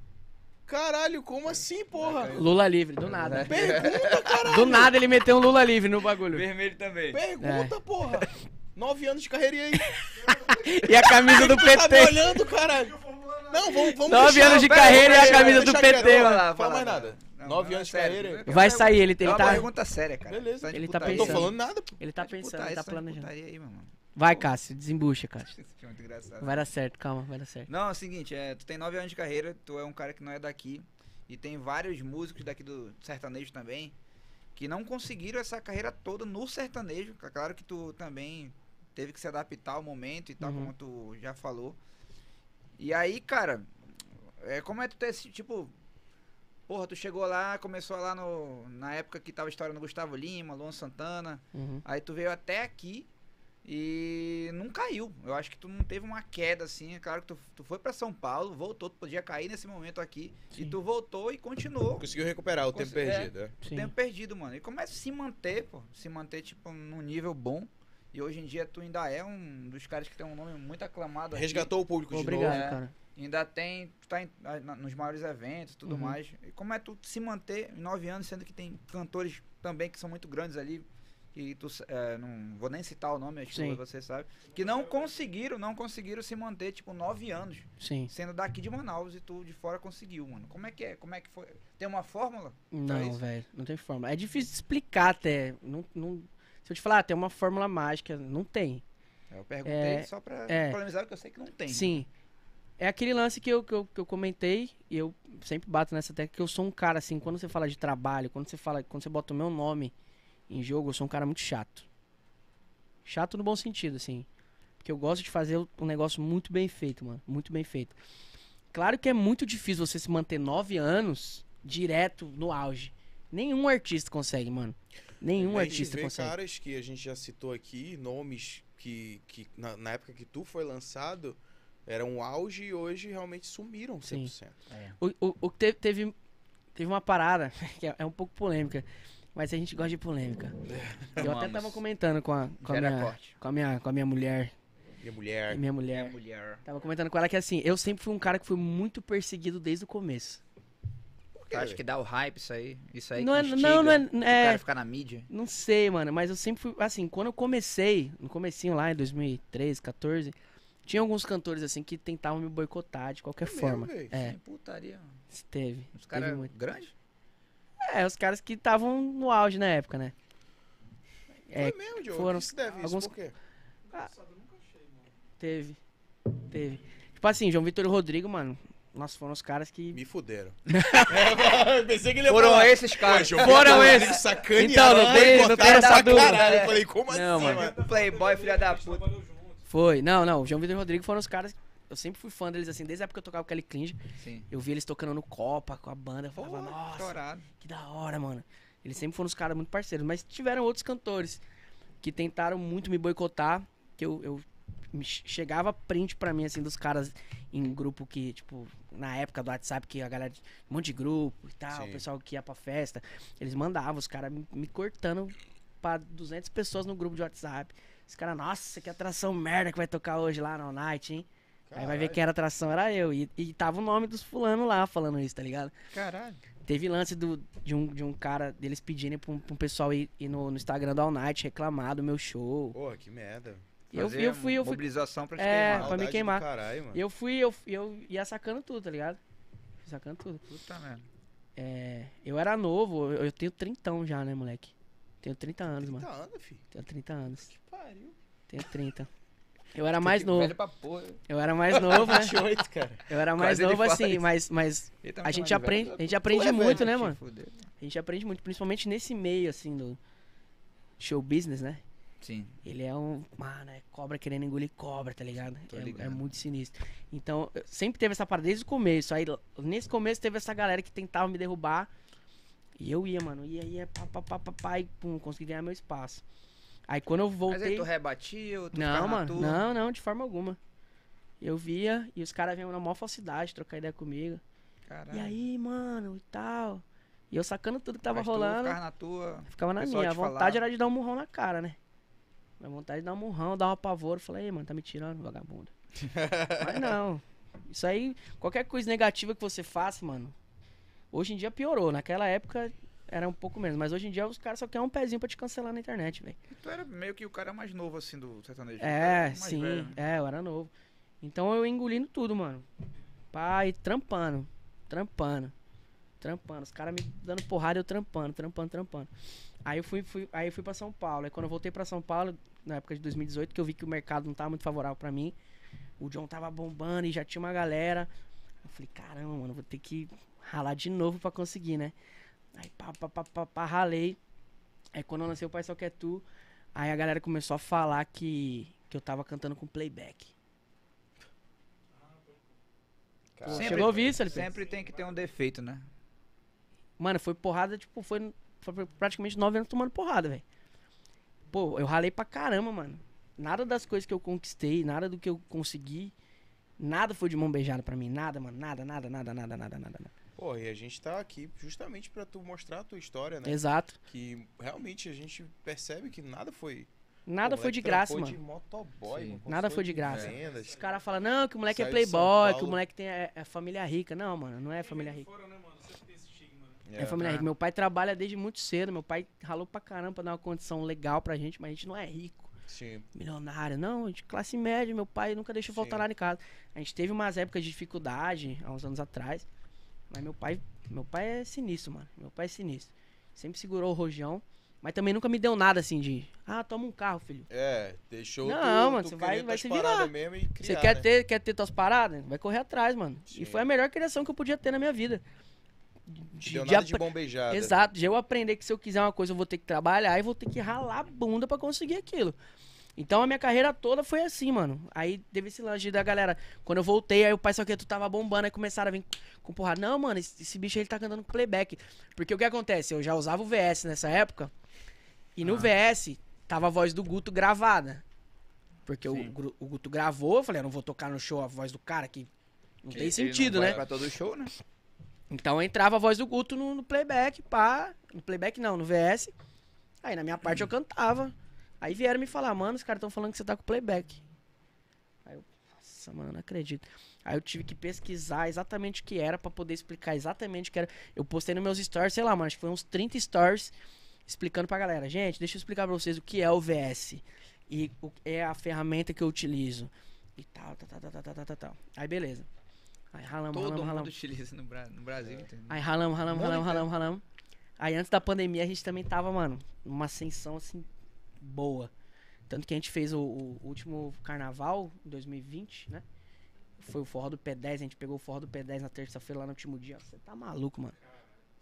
[SPEAKER 1] Caralho, como assim, porra?
[SPEAKER 3] Lula livre, do nada.
[SPEAKER 1] Pergunta,
[SPEAKER 2] É.
[SPEAKER 1] caralho.
[SPEAKER 3] Do nada ele meteu um Lula livre no bagulho. É.
[SPEAKER 2] Vermelho também.
[SPEAKER 1] Pergunta, porra. Nove anos de carreira e aí.
[SPEAKER 3] E a camisa do
[SPEAKER 1] Tá me
[SPEAKER 3] PT.
[SPEAKER 1] olhando, caralho. Não, vamos, vamos
[SPEAKER 3] Nove
[SPEAKER 1] deixar.
[SPEAKER 3] anos de
[SPEAKER 1] Pera,
[SPEAKER 3] carreira e
[SPEAKER 1] vamos
[SPEAKER 3] a camisa
[SPEAKER 1] deixar
[SPEAKER 3] do
[SPEAKER 1] quieto,
[SPEAKER 3] PT,
[SPEAKER 1] não
[SPEAKER 3] mano.
[SPEAKER 1] Fala fala mais nada.
[SPEAKER 2] Não,
[SPEAKER 1] Nove
[SPEAKER 2] não,
[SPEAKER 1] anos de
[SPEAKER 2] sério,
[SPEAKER 1] carreira.
[SPEAKER 2] é uma
[SPEAKER 3] Vai sair ele,
[SPEAKER 2] É
[SPEAKER 3] ele
[SPEAKER 2] uma
[SPEAKER 3] tá.
[SPEAKER 2] pergunta séria, cara.
[SPEAKER 1] Beleza.
[SPEAKER 2] de
[SPEAKER 3] Ele tá
[SPEAKER 1] Não
[SPEAKER 2] putaria.
[SPEAKER 1] tô
[SPEAKER 3] pensando.
[SPEAKER 1] falando nada, pô.
[SPEAKER 3] Ele tá
[SPEAKER 2] de
[SPEAKER 3] pensando,
[SPEAKER 2] putaria,
[SPEAKER 3] ele tá
[SPEAKER 2] isso de
[SPEAKER 3] planejando.
[SPEAKER 2] putaria aí, meu mano.
[SPEAKER 3] Vai, Cássio, desembucha, Cássio.
[SPEAKER 2] Isso é muito engraçado.
[SPEAKER 3] Vai dar certo, calma, vai dar certo.
[SPEAKER 2] Não, é o seguinte, é, tu tem nove anos de carreira, tu é um cara que não é daqui. E tem vários músicos daqui do sertanejo também. que não conseguiram essa carreira toda no sertanejo. Tá Claro que tu também teve que se adaptar ao momento e tal,
[SPEAKER 3] Uhum.
[SPEAKER 2] como tu já falou. E aí, cara, é como é tu ter esse tipo. Porra, tu chegou lá, começou lá no, na época que tava estourando Gustavo Lima, Luan Santana.
[SPEAKER 3] Uhum.
[SPEAKER 2] Aí tu veio até aqui e não caiu. Eu acho que tu não teve uma queda assim. É claro que tu, tu foi pra São Paulo, voltou, tu podia cair nesse momento aqui. E tu voltou e continuou.
[SPEAKER 1] Conseguiu recuperar o tempo
[SPEAKER 2] Consegui- é.
[SPEAKER 1] perdido. é.
[SPEAKER 3] Sim.
[SPEAKER 2] Tempo perdido, mano. E começa a se manter, pô. Se manter, tipo, num nível bom. E hoje em dia tu ainda é um dos caras que tem um nome muito aclamado. aqui.
[SPEAKER 1] Resgatou o público
[SPEAKER 3] Obrigado,
[SPEAKER 1] de novo.
[SPEAKER 2] é.
[SPEAKER 3] cara.
[SPEAKER 2] Ainda tem. Tu tá em- na- na- nos maiores eventos e
[SPEAKER 3] Uhum.
[SPEAKER 2] tudo mais. E como é tu se manter em nove anos, sendo que tem cantores também que são muito grandes ali. Que tu. s- é, não vou nem citar o nome, acho
[SPEAKER 3] Sim.
[SPEAKER 2] que você sabe. Que não conseguiram, não conseguiram se manter, tipo, nove anos.
[SPEAKER 3] Sim.
[SPEAKER 2] Sendo daqui de Manaus e tu de fora conseguiu, mano. Como é que é? Como é que foi? Tem uma fórmula?
[SPEAKER 3] Não,
[SPEAKER 2] isso?
[SPEAKER 3] velho, não tem fórmula. É difícil de explicar até. Não, não- Se eu te falar, ah, tem uma fórmula mágica, não tem.
[SPEAKER 2] Eu perguntei
[SPEAKER 3] É,
[SPEAKER 2] só pra
[SPEAKER 3] é.
[SPEAKER 2] polemizar, porque eu sei que não tem.
[SPEAKER 3] Sim. É aquele lance que eu, que, eu, que eu comentei, e eu sempre bato nessa tecla, que eu sou um cara, assim, quando você fala de trabalho, quando você fala, quando você bota o meu nome em jogo, eu sou um cara muito chato. Chato no bom sentido, assim. Porque eu gosto de fazer um negócio muito bem feito, mano. Muito bem feito. Claro que é muito difícil você se manter nove anos direto no auge. Nenhum artista consegue, mano. Nenhum
[SPEAKER 1] A gente
[SPEAKER 3] artista
[SPEAKER 1] vê
[SPEAKER 3] consegue.
[SPEAKER 1] caras que a gente já citou aqui, nomes que, que na, na época que tu foi lançado, eram um auge e hoje realmente sumiram 100%.
[SPEAKER 3] O, o, o que te- teve, teve uma parada, que é, é um pouco polêmica, mas a gente gosta de polêmica. Eu até
[SPEAKER 2] Amamos.
[SPEAKER 3] tava comentando com a, com a,
[SPEAKER 2] É. Gera
[SPEAKER 3] minha,
[SPEAKER 2] corte.
[SPEAKER 3] com a, minha, com a minha mulher.
[SPEAKER 1] E a mulher.
[SPEAKER 3] Minha
[SPEAKER 2] É
[SPEAKER 3] mulher.
[SPEAKER 2] mulher.
[SPEAKER 3] Tava comentando com ela que assim, eu sempre fui um cara que fui muito perseguido desde o começo.
[SPEAKER 1] Por quê,
[SPEAKER 2] Tu acha
[SPEAKER 1] velho?
[SPEAKER 2] que dá o hype isso aí? Isso aí
[SPEAKER 3] Não
[SPEAKER 2] que
[SPEAKER 3] é- não,
[SPEAKER 2] instiga
[SPEAKER 3] não é-
[SPEAKER 2] O
[SPEAKER 3] é-
[SPEAKER 2] cara ficar na mídia?
[SPEAKER 3] Não sei, mano, mas eu sempre fui. Assim, quando eu comecei, no comecinho lá em 2013, 14, tinha alguns cantores assim que tentavam me boicotar de qualquer
[SPEAKER 1] É mesmo,
[SPEAKER 3] forma.
[SPEAKER 1] velho?
[SPEAKER 3] é,
[SPEAKER 2] Putaria.
[SPEAKER 3] teve.
[SPEAKER 2] Os
[SPEAKER 3] teve
[SPEAKER 2] caras
[SPEAKER 3] muito.
[SPEAKER 2] grandes?
[SPEAKER 3] É, os caras que estavam no auge na época, né? É,
[SPEAKER 1] Foi mesmo, Diogo.
[SPEAKER 3] foram
[SPEAKER 1] Foram isso deve
[SPEAKER 3] alguns-
[SPEAKER 1] isso? Por quê?
[SPEAKER 3] Teve. Teve. Tipo assim, João Vitor e Rodrigo, mano. Nossa, foram os caras que.
[SPEAKER 1] Me fuderam. Eu pensei que ele ia
[SPEAKER 2] Foram
[SPEAKER 1] falar.
[SPEAKER 2] esses caras.
[SPEAKER 1] Pô, João
[SPEAKER 3] Foram
[SPEAKER 1] Vitor,
[SPEAKER 3] esses.
[SPEAKER 1] eles Sacanearam.
[SPEAKER 3] Então, não tem- não tem essa
[SPEAKER 1] boicotaram pra
[SPEAKER 3] dúvida.
[SPEAKER 1] caralho. Eu falei, como
[SPEAKER 3] Não,
[SPEAKER 1] assim,
[SPEAKER 3] mano.
[SPEAKER 1] mano?
[SPEAKER 2] Playboy, filha da puta.
[SPEAKER 10] Trabalhou junto.
[SPEAKER 3] Foi. Não, não. João Vitor e Rodrigo foram os caras. Eu sempre fui fã deles, assim, desde a época que eu tocava com Kelly Clinge.
[SPEAKER 2] Sim.
[SPEAKER 3] Eu vi eles tocando no Copa com a banda. Eu falava,
[SPEAKER 2] Porra,
[SPEAKER 3] nossa,
[SPEAKER 2] estourado.
[SPEAKER 3] que da hora, mano. Eles sempre foram os caras muito parceiros. Mas tiveram outros cantores que tentaram muito me boicotar. Que eu, eu me che- chegava print pra mim, assim, dos caras em grupo que, tipo, na época do WhatsApp, que a galera. Um monte de grupo e tal,
[SPEAKER 1] Sim.
[SPEAKER 3] o pessoal que ia pra festa. Eles mandavam, os caras me, me cortando pra 200 pessoas no grupo de WhatsApp. Os caras, nossa, que atração merda que vai tocar hoje lá na Night, hein? Aí vai ver quem era atração, era eu. E, e tava o nome dos fulano lá falando isso, tá ligado?
[SPEAKER 2] Caralho.
[SPEAKER 3] Teve lance do, de, um, de um cara deles pedindo pra um, pra um pessoal ir, ir no, no Instagram do All Night reclamar do meu show.
[SPEAKER 1] Porra, que merda.
[SPEAKER 3] E eu, fui- eu fui, eu fui.
[SPEAKER 2] Mobilização pra te
[SPEAKER 3] É,
[SPEAKER 2] queimar.
[SPEAKER 3] pra me
[SPEAKER 1] Maldade do
[SPEAKER 3] queimar.
[SPEAKER 1] Caralho, mano.
[SPEAKER 3] E eu fui, eu, fui- eu ia sacando tudo, tá ligado? Fui Sacando tudo.
[SPEAKER 2] Puta merda.
[SPEAKER 3] É, eu era novo, eu, eu tenho 30 já, né, moleque? Tenho 30 anos, mano.
[SPEAKER 1] 30 anos, Tá filho.
[SPEAKER 3] Tenho 30 anos.
[SPEAKER 1] Que pariu.
[SPEAKER 3] Tenho 30. Eu era Tá mais novo.
[SPEAKER 2] Velho pra porra.
[SPEAKER 3] Eu era mais novo, né?
[SPEAKER 1] 28, cara.
[SPEAKER 3] Eu era mais
[SPEAKER 2] Quase ele
[SPEAKER 3] novo
[SPEAKER 2] fala
[SPEAKER 3] assim,
[SPEAKER 2] isso.
[SPEAKER 3] mas, mas
[SPEAKER 2] Ele tá me
[SPEAKER 3] a
[SPEAKER 2] chamando
[SPEAKER 3] gente
[SPEAKER 2] de
[SPEAKER 3] aprende,
[SPEAKER 2] velho.
[SPEAKER 3] a gente aprende muito, né,
[SPEAKER 2] Te
[SPEAKER 3] mano?
[SPEAKER 2] fuder.
[SPEAKER 3] A gente aprende muito, principalmente nesse meio, assim, do show business, né?
[SPEAKER 2] Sim.
[SPEAKER 3] Ele é um. Mano, é cobra querendo engolir cobra, tá ligado?
[SPEAKER 2] Tô
[SPEAKER 3] É- É,
[SPEAKER 2] ligado.
[SPEAKER 3] muito sinistro. Então, eu- sempre teve essa parada desde o começo. Aí, nesse começo, teve essa galera que tentava me derrubar. E eu ia, mano. Ia, ia, pá, pá, pá, pá, pá, e pum, consegui ganhar meu espaço. Aí, quando eu
[SPEAKER 2] Mas aí
[SPEAKER 3] voltei.
[SPEAKER 2] tu rebatia, tu
[SPEAKER 3] não,
[SPEAKER 2] ficava na
[SPEAKER 3] mano.
[SPEAKER 2] tua.
[SPEAKER 3] Não, não, de forma alguma. Eu via e os caras vinham na maior falsidade trocar ideia comigo.
[SPEAKER 2] Caralho.
[SPEAKER 3] E aí, mano, e tal. E eu sacando tudo que tava
[SPEAKER 2] Mas tu
[SPEAKER 3] rolando.
[SPEAKER 2] ficava na tua.
[SPEAKER 3] Ficava na
[SPEAKER 2] pessoal
[SPEAKER 3] minha. A
[SPEAKER 2] te
[SPEAKER 3] vontade
[SPEAKER 2] falava.
[SPEAKER 3] era de dar um murrão na cara, né? A vontade de dar um murrão, dar um apavoro. Falei, "Ei, mano, tá me tirando, vagabundo. Mas não. Isso aí, qualquer coisa negativa que você faça, mano. Hoje em dia piorou. Naquela época era um pouco menos. Mas hoje em dia os caras só querem um pezinho pra te cancelar na internet, velho.
[SPEAKER 2] Tu era meio que o cara mais novo, assim, do sertanejo. Tu era
[SPEAKER 3] É,
[SPEAKER 2] mais
[SPEAKER 3] sim.
[SPEAKER 2] velho, né?
[SPEAKER 3] É, eu era novo. Então eu engolindo tudo, mano. Pai, trampando. Trampando. Trampando. Os caras me dando porrada, eu trampando, trampando, trampando. Aí eu fui, fui, aí eu fui pra São Paulo. Aí quando eu voltei pra São Paulo, na época de 2018, que eu vi que o mercado não tava muito favorável pra mim. O John tava bombando e já tinha uma galera. Eu falei, caramba, mano, vou ter que ralar de novo pra conseguir, né? Aí pá, pá, pá, pá, pá ralei. Aí quando eu lancei o Pai Só Quer Tu, aí a galera começou a falar que, que eu tava cantando com playback.
[SPEAKER 2] Sempre-
[SPEAKER 3] É, Chegou a ouvir isso, Felipe?
[SPEAKER 2] Sempre tem que ter um defeito, né?
[SPEAKER 3] Mano, foi porrada, tipo, foi, foi praticamente nove anos tomando porrada, velho. Pô, eu ralei pra caramba, mano. Nada das coisas que eu conquistei, nada do que eu consegui, nada foi de mão beijada pra mim. Nada, mano. Nada, nada, nada, nada, nada, nada. nada.
[SPEAKER 1] Porra, e a gente tá aqui justamente pra tu mostrar a tua história, né?
[SPEAKER 3] Exato.
[SPEAKER 1] Que realmente a gente percebe que nada foi.
[SPEAKER 3] Nada
[SPEAKER 1] O
[SPEAKER 3] foi de
[SPEAKER 1] moleque
[SPEAKER 3] graça,
[SPEAKER 1] trampou
[SPEAKER 3] mano.
[SPEAKER 1] de motoboy,
[SPEAKER 2] Sim.
[SPEAKER 1] mano,
[SPEAKER 3] Nada
[SPEAKER 1] consultor
[SPEAKER 3] foi de graça.
[SPEAKER 1] vendas.
[SPEAKER 3] Os caras falam, não, que o moleque é
[SPEAKER 1] Saiu de São
[SPEAKER 3] playboy, que o
[SPEAKER 1] Paulo.
[SPEAKER 3] moleque tem, é, é família rica. Não, mano, não é família rica.
[SPEAKER 11] Fora, né, mano? Sempre tem esse estigma, né?
[SPEAKER 3] É família rica. Meu pai trabalha desde muito cedo. Meu pai ralou pra caramba pra dar uma condição legal pra gente, mas a gente não é rico,
[SPEAKER 1] Sim.
[SPEAKER 3] milionário. Não, de classe média. Meu pai nunca deixou faltar
[SPEAKER 1] Sim.
[SPEAKER 3] nada em casa. A gente teve umas épocas de dificuldade há uns anos atrás, mas meu pai, meu pai é sinistro, mano. Meu pai é sinistro. Sempre segurou o rojão, mas também nunca me deu nada assim de, ah, toma um carro, filho.
[SPEAKER 1] É, deixou
[SPEAKER 3] Não,
[SPEAKER 1] tu-
[SPEAKER 3] mano,
[SPEAKER 1] tu
[SPEAKER 3] você vai-
[SPEAKER 1] querer
[SPEAKER 3] vai
[SPEAKER 1] tuas
[SPEAKER 3] se
[SPEAKER 1] paradas
[SPEAKER 3] virar.
[SPEAKER 1] mesmo e
[SPEAKER 3] Você
[SPEAKER 1] criar,
[SPEAKER 3] quer
[SPEAKER 1] né?
[SPEAKER 3] ter, quer ter tuas paradas? Vai correr atrás, mano.
[SPEAKER 1] Sim.
[SPEAKER 3] E foi a melhor criação que eu podia ter na minha vida.
[SPEAKER 1] Deu nada de
[SPEAKER 3] apre-
[SPEAKER 1] bombejada.
[SPEAKER 3] Exato, de eu aprender que se eu quiser uma coisa, eu vou ter que trabalhar e vou ter que ralar a bunda pra conseguir aquilo. Então a minha carreira toda foi assim, mano. Aí teve esse lance da galera. Quando eu voltei, aí o pai só que tu tava bombando, aí começaram a vir com porrada. Não, mano, esse, esse bicho aí ele tá cantando com playback. Porque o que acontece? Eu já usava o VS nessa época. E
[SPEAKER 2] Ah.
[SPEAKER 3] no VS tava a voz do Guto gravada. Porque o,
[SPEAKER 2] Sim.
[SPEAKER 3] Gru- o Guto gravou, eu falei, eu não vou tocar no show a voz do cara que não tem
[SPEAKER 2] Ele não
[SPEAKER 3] sentido,
[SPEAKER 2] vai
[SPEAKER 3] né?
[SPEAKER 2] Pra todo show, né?
[SPEAKER 3] Então entrava a voz do Guto no, no playback, pá. No playback não, no VS. Aí na minha parte eu cantava. Aí vieram me falar, mano, os caras estão falando que você tá com playback. Aí eu, nossa, mano, não acredito. Aí eu tive que pesquisar exatamente o que era pra poder explicar exatamente o que era. Eu postei nos meus stories, sei lá, mano, acho que foi uns 30 stories explicando pra galera. Gente, deixa eu explicar pra vocês o que é o VS. E o, é a ferramenta que eu utilizo. E tal, tal, tal, tal, tal, tal, tal, tal. Aí beleza. Aí ralamos,
[SPEAKER 2] Todo
[SPEAKER 3] ralamos,
[SPEAKER 2] mundo
[SPEAKER 3] ralamos.
[SPEAKER 2] utiliza no, Bra- no Brasil, entendeu?
[SPEAKER 3] Aí ralamos, ralamos,
[SPEAKER 1] Mundo
[SPEAKER 3] ralamos,
[SPEAKER 1] inteiro.
[SPEAKER 3] ralamos, ralamos. Aí antes da pandemia a gente também tava, mano, numa ascensão assim, boa. Tanto que a gente fez o, o último carnaval, em 2020, né? Foi o forró do P10, a gente pegou o forró do P10 na terça-feira lá no último dia. Você tá maluco, mano.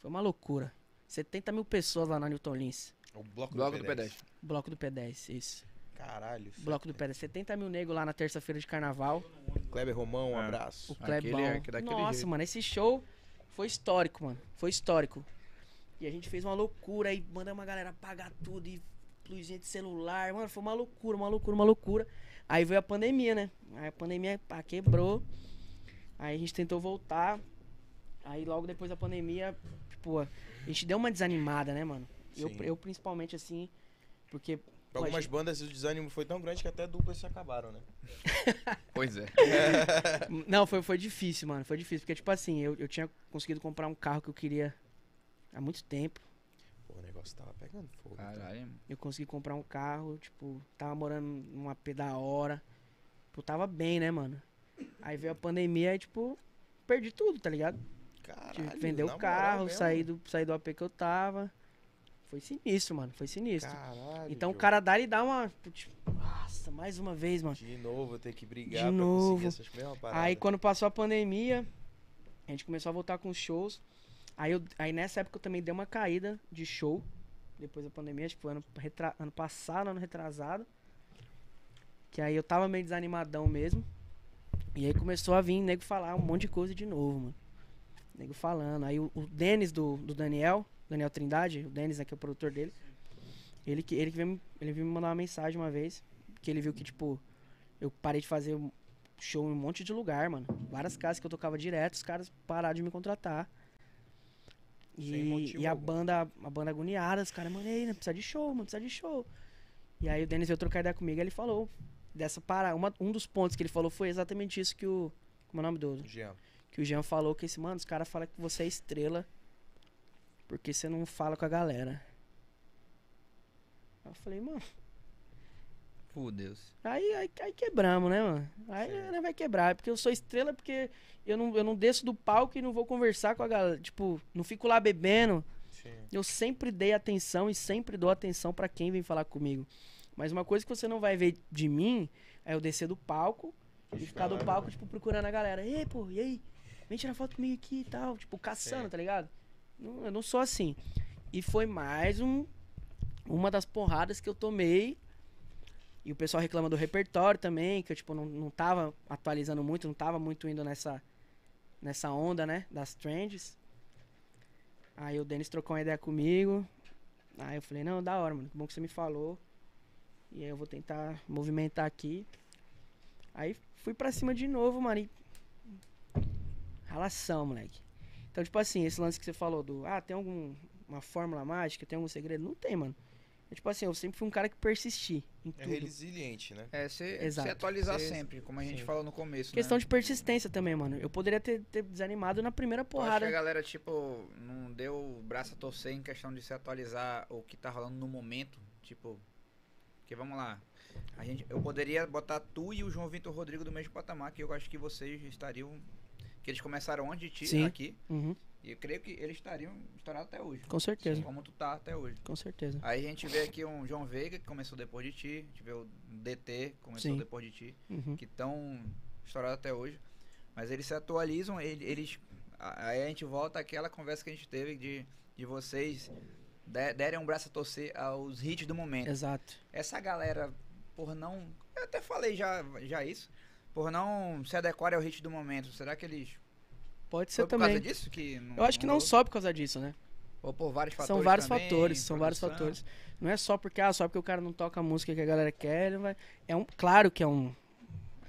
[SPEAKER 3] Foi uma loucura. 70 mil pessoas lá na Newton Lins.
[SPEAKER 1] O bloco,
[SPEAKER 2] Bloco do
[SPEAKER 1] do
[SPEAKER 2] pedestre.
[SPEAKER 1] pedestre.
[SPEAKER 3] Bloco do P10, isso.
[SPEAKER 1] Caralho.
[SPEAKER 3] Bloco do P10. 70 mil negros lá na terça-feira de carnaval.
[SPEAKER 1] Kleber Romão, um
[SPEAKER 2] É.
[SPEAKER 1] abraço.
[SPEAKER 3] O Clebão.
[SPEAKER 2] Aquele- aquele- daquele
[SPEAKER 3] Nossa,
[SPEAKER 2] jeito.
[SPEAKER 3] mano, esse show foi histórico, mano. Foi histórico. E a gente fez uma loucura e mandamos a galera pagar tudo e luzinha de celular. Mano, foi uma loucura, uma loucura, uma loucura. Aí veio a pandemia, né? Aí a pandemia pá, quebrou. Aí a gente tentou voltar. Aí logo depois da pandemia, tipo, a gente deu uma desanimada, né, mano? Eu,
[SPEAKER 1] Sim.
[SPEAKER 3] eu principalmente, assim, porque. pô,
[SPEAKER 1] Pra
[SPEAKER 3] a
[SPEAKER 1] algumas
[SPEAKER 3] gente-
[SPEAKER 1] bandas o desânimo foi tão grande que até duplas se acabaram, né?
[SPEAKER 2] Pois é.
[SPEAKER 3] Não, foi, foi difícil, mano. Foi difícil. Porque, tipo assim, eu, eu tinha conseguido comprar um carro que eu queria há muito tempo.
[SPEAKER 1] Pô, o negócio tava pegando fogo. então.
[SPEAKER 2] Caralho. mano.
[SPEAKER 3] Eu consegui comprar um carro, tipo, tava morando num AP da hora. Tipo, tava bem, né, mano? Aí veio a pandemia e, tipo, perdi tudo, tá ligado? Tive
[SPEAKER 1] Caralho,
[SPEAKER 3] que vender
[SPEAKER 1] na
[SPEAKER 3] o
[SPEAKER 1] moral
[SPEAKER 3] carro,
[SPEAKER 1] mesmo.
[SPEAKER 3] sair do, sair do AP que eu tava. Foi sinistro, mano. Foi sinistro.
[SPEAKER 1] Caralho.
[SPEAKER 3] então o
[SPEAKER 1] Diogo.
[SPEAKER 3] cara dá e dá uma. Tipo, nossa, mais uma vez, mano.
[SPEAKER 1] De novo eu ter que brigar
[SPEAKER 3] De
[SPEAKER 1] pra
[SPEAKER 3] novo.
[SPEAKER 1] conseguir essas mesmas paradas.
[SPEAKER 3] Aí quando passou a pandemia, a gente começou a voltar com os shows. Aí, eu- aí nessa época eu também dei uma caída de show. Depois da pandemia, acho que foi ano, retra- ano passado, ano retrasado. Que aí eu tava meio desanimadão mesmo. E aí começou a vir nego falar um monte de coisa de novo, mano. Nego falando. Aí o, o Denis do, do Daniel, Daniel Trindade, o Denis, né, que é o produtor dele. Ele que, ele que veio, me- ele veio me mandar uma mensagem uma vez. Que ele viu que, tipo, eu parei de fazer show em um monte de lugar, mano. Várias casas que eu tocava direto, os caras pararam de me contratar.
[SPEAKER 1] Sem
[SPEAKER 3] E,
[SPEAKER 1] motivo
[SPEAKER 3] e a
[SPEAKER 1] algum.
[SPEAKER 3] banda, a banda agoniada, os caras, mano, e aí, né, precisa de show, mano, precisa de show. E aí o Denis veio trocar ideia comigo, ele falou dessa parada, uma- um dos pontos que ele falou foi exatamente isso que o como é o nome do
[SPEAKER 1] Jean.
[SPEAKER 3] que o Jean falou que esse mano, os caras falam que você é estrela porque você não fala com a galera. Aí Eu falei, mano,
[SPEAKER 2] Pô, Deus.
[SPEAKER 3] Aí, aí, aí quebramos, né, mano? Aí ela vai quebrar. Porque eu sou estrela, porque eu não, eu não desço do palco e não vou conversar com a galera. Tipo, não fico lá bebendo.
[SPEAKER 1] Sim.
[SPEAKER 3] Eu sempre dei atenção e sempre dou atenção pra quem vem falar comigo. Mas uma coisa que você não vai ver de mim é eu descer do palco e ficar do palco, tipo, procurando a galera. Ei, pô, e aí? Vem tirar foto comigo aqui e tal. Tipo, caçando,
[SPEAKER 1] Sim.
[SPEAKER 3] tá ligado? Não, eu não sou assim. E foi mais um. uma das porradas que eu tomei. E o pessoal reclama do repertório também, que eu, tipo, não, não tava atualizando muito, não tava muito indo nessa, nessa onda, né? Das trends. Aí o Denis trocou uma ideia comigo. Aí eu falei, não, da hora, mano. Que bom que você me falou. E aí eu vou tentar movimentar aqui. Aí fui pra cima de novo, mano. E... Relação, moleque. Então, tipo assim, esse lance que você falou do, ah, tem alguma fórmula mágica, tem algum segredo? Não tem, mano. É, tipo assim, eu sempre fui um cara que persisti em
[SPEAKER 1] É
[SPEAKER 3] tudo.
[SPEAKER 1] resiliente, né?
[SPEAKER 2] É, se,
[SPEAKER 3] Exato.
[SPEAKER 2] se atualizar
[SPEAKER 1] Cê-
[SPEAKER 2] sempre, como a gente falou no começo.
[SPEAKER 3] Questão
[SPEAKER 2] né?
[SPEAKER 3] de persistência também, mano. Eu poderia ter, ter desanimado na primeira
[SPEAKER 2] Eu Acho que a
[SPEAKER 3] porrada.
[SPEAKER 2] galera, tipo, não deu o braço a torcer em questão de se atualizar o que tá rolando no momento. Tipo, porque vamos lá. A gente, eu poderia botar tu e o João Vitor Rodrigo do mesmo patamar, que eu acho que vocês estariam. Que eles começaram antes de ti
[SPEAKER 3] Sim.
[SPEAKER 2] aqui.
[SPEAKER 3] Uhum,
[SPEAKER 2] E eu creio que eles estariam estourados até hoje.
[SPEAKER 3] com certeza,
[SPEAKER 2] Como tu tá até hoje.
[SPEAKER 3] com certeza.
[SPEAKER 2] Aí a gente vê aqui um João Veiga, que começou depois de ti. A gente vê o DT, que começou
[SPEAKER 3] Sim.
[SPEAKER 2] depois de ti
[SPEAKER 3] Uhum.
[SPEAKER 2] que estão estourados até hoje. Mas eles se atualizam, ele- eles. a- Aí a gente volta àquela conversa que a gente teve de, de vocês de- derem um braço a torcer aos hits do momento.
[SPEAKER 3] Exato.
[SPEAKER 2] Essa galera, por não. Eu até falei já, já isso. Por não se adequarem ao hit do momento. Será que eles.
[SPEAKER 3] Pode
[SPEAKER 2] foi
[SPEAKER 3] ser
[SPEAKER 2] por causa
[SPEAKER 3] também.
[SPEAKER 2] disso? Que não,
[SPEAKER 3] Eu acho que não
[SPEAKER 2] rolou?
[SPEAKER 3] só por causa disso, né?
[SPEAKER 2] Ou por vários fatores.
[SPEAKER 3] são vários
[SPEAKER 2] também,
[SPEAKER 3] fatores, são vários
[SPEAKER 2] produção.
[SPEAKER 3] fatores. Não é só porque, ah, só porque o cara não toca a música que a galera quer, ele vai... É um, claro que é um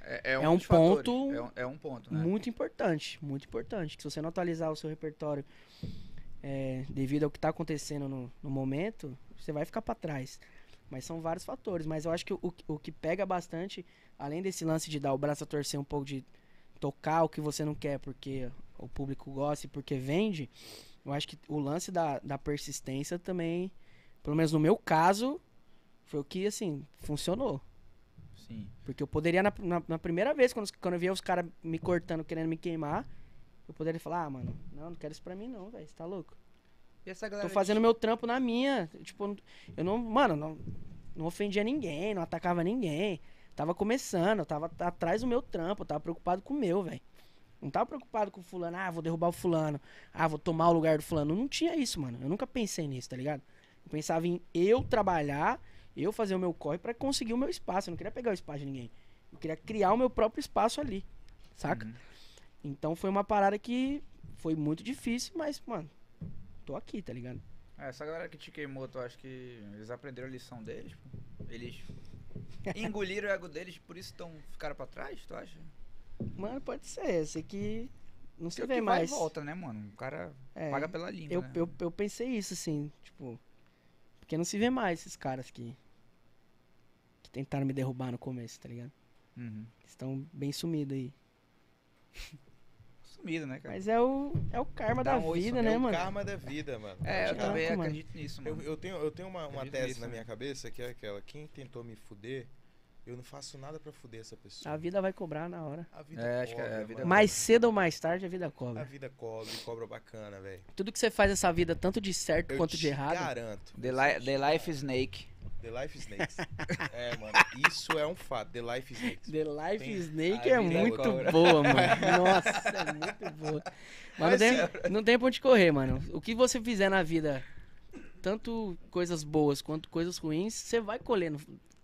[SPEAKER 2] É,
[SPEAKER 3] É um
[SPEAKER 2] dos fatores,
[SPEAKER 3] ponto
[SPEAKER 2] É um, é um ponto, né?
[SPEAKER 3] muito importante, muito importante. Que se você não atualizar o seu repertório é, devido ao que tá acontecendo no, no momento, você vai ficar para trás. Mas são vários fatores. Mas eu acho que o, o que- o que pega bastante, além desse lance de dar o braço a torcer um pouco, de tocar o que você não quer porque o público gosta e porque vende, eu acho que o lance da, da persistência também, pelo menos no meu caso, foi o que, assim, funcionou.
[SPEAKER 2] Sim.
[SPEAKER 3] Porque eu poderia, na, na- na primeira vez, quando, os- quando eu via os caras me cortando, querendo me queimar, eu poderia falar, ah, mano, não, não quero isso pra mim não, velho, você tá louco?
[SPEAKER 2] E essa galera.
[SPEAKER 3] Tô fazendo meu trampo na minha, tipo, eu não- eu não, mano, não, não ofendia ninguém, não atacava ninguém, tava começando, eu tava tá atrás do meu trampo, eu tava preocupado com o meu, velho. Não tava preocupado com o fulano, ah, vou derrubar o fulano, ah, vou tomar o lugar do fulano, não tinha isso, mano, eu nunca pensei nisso, tá ligado? Eu pensava em eu trabalhar, eu fazer o meu corre pra conseguir o meu espaço, eu não queria pegar o espaço de ninguém. Eu queria criar o meu próprio espaço ali, saca?
[SPEAKER 2] Uhum.
[SPEAKER 3] Então foi uma parada que foi muito difícil, mas, mano, tô aqui, tá ligado?
[SPEAKER 2] É, essa galera que te queimou, tu acha que eles aprenderam a lição deles? pô? Eles engoliram o ego deles, por isso tão, ficaram pra trás, tu acha?
[SPEAKER 3] Mano, pode ser, eu sei que não se
[SPEAKER 2] Porque o
[SPEAKER 3] vê
[SPEAKER 2] que
[SPEAKER 3] mais.
[SPEAKER 2] Vai e volta, né, mano? O cara
[SPEAKER 3] É,
[SPEAKER 2] paga pela língua,
[SPEAKER 3] eu,
[SPEAKER 2] né?
[SPEAKER 3] eu, eu pensei isso, assim, tipo. Porque não se vê mais esses caras que. que tentaram me derrubar no começo, tá ligado?
[SPEAKER 2] Uhum.
[SPEAKER 3] Estão bem sumidos aí.
[SPEAKER 2] Sumido, né, cara?
[SPEAKER 3] Mas é o, é o karma
[SPEAKER 2] Dá
[SPEAKER 3] da
[SPEAKER 2] um oi,
[SPEAKER 3] vida,
[SPEAKER 2] só-
[SPEAKER 3] né,
[SPEAKER 1] é o
[SPEAKER 3] mano?
[SPEAKER 1] karma da vida, mano. Tipo,
[SPEAKER 2] É, eu
[SPEAKER 3] Caraca,
[SPEAKER 2] também
[SPEAKER 3] mano.
[SPEAKER 2] acredito nisso,
[SPEAKER 1] Eu,
[SPEAKER 2] mano.
[SPEAKER 1] eu tenho, eu tenho uma, uma
[SPEAKER 2] Acredito
[SPEAKER 1] tese
[SPEAKER 2] nisso,
[SPEAKER 1] na
[SPEAKER 2] né?
[SPEAKER 1] minha cabeça que é aquela: quem tentou me fuder, eu não faço nada pra fuder essa pessoa.
[SPEAKER 3] A vida vai cobrar na hora.
[SPEAKER 1] A vida
[SPEAKER 2] É, acho que é,
[SPEAKER 1] cobra,
[SPEAKER 2] a vida
[SPEAKER 1] mano.
[SPEAKER 2] cobra.
[SPEAKER 3] Mais cedo ou mais tarde, a vida
[SPEAKER 1] A
[SPEAKER 3] cobra.
[SPEAKER 1] vida cobra, e cobra bacana, velho.
[SPEAKER 3] Tudo que você faz nessa vida, tanto de certo
[SPEAKER 1] Eu
[SPEAKER 3] quanto
[SPEAKER 1] te
[SPEAKER 3] de errado,
[SPEAKER 1] garanto.
[SPEAKER 2] The, li The Life Snake.
[SPEAKER 1] The Life Snakes. é, mano, isso é um fato. The Life Snakes.
[SPEAKER 3] The Life
[SPEAKER 1] Tem-
[SPEAKER 3] Snake
[SPEAKER 2] A
[SPEAKER 3] é
[SPEAKER 2] vida é
[SPEAKER 3] muito
[SPEAKER 2] cobra.
[SPEAKER 3] boa, mano. Nossa, é muito boa. Mas não
[SPEAKER 1] Mas é,
[SPEAKER 3] tem, não tem pra onde correr, mano. O que você fizer na vida, tanto coisas boas quanto coisas ruins, você vai colher no-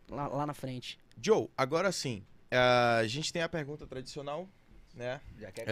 [SPEAKER 3] lá, lá na frente.
[SPEAKER 1] Joe, agora sim. ah, a gente tem a pergunta tradicional, né?
[SPEAKER 2] Já que é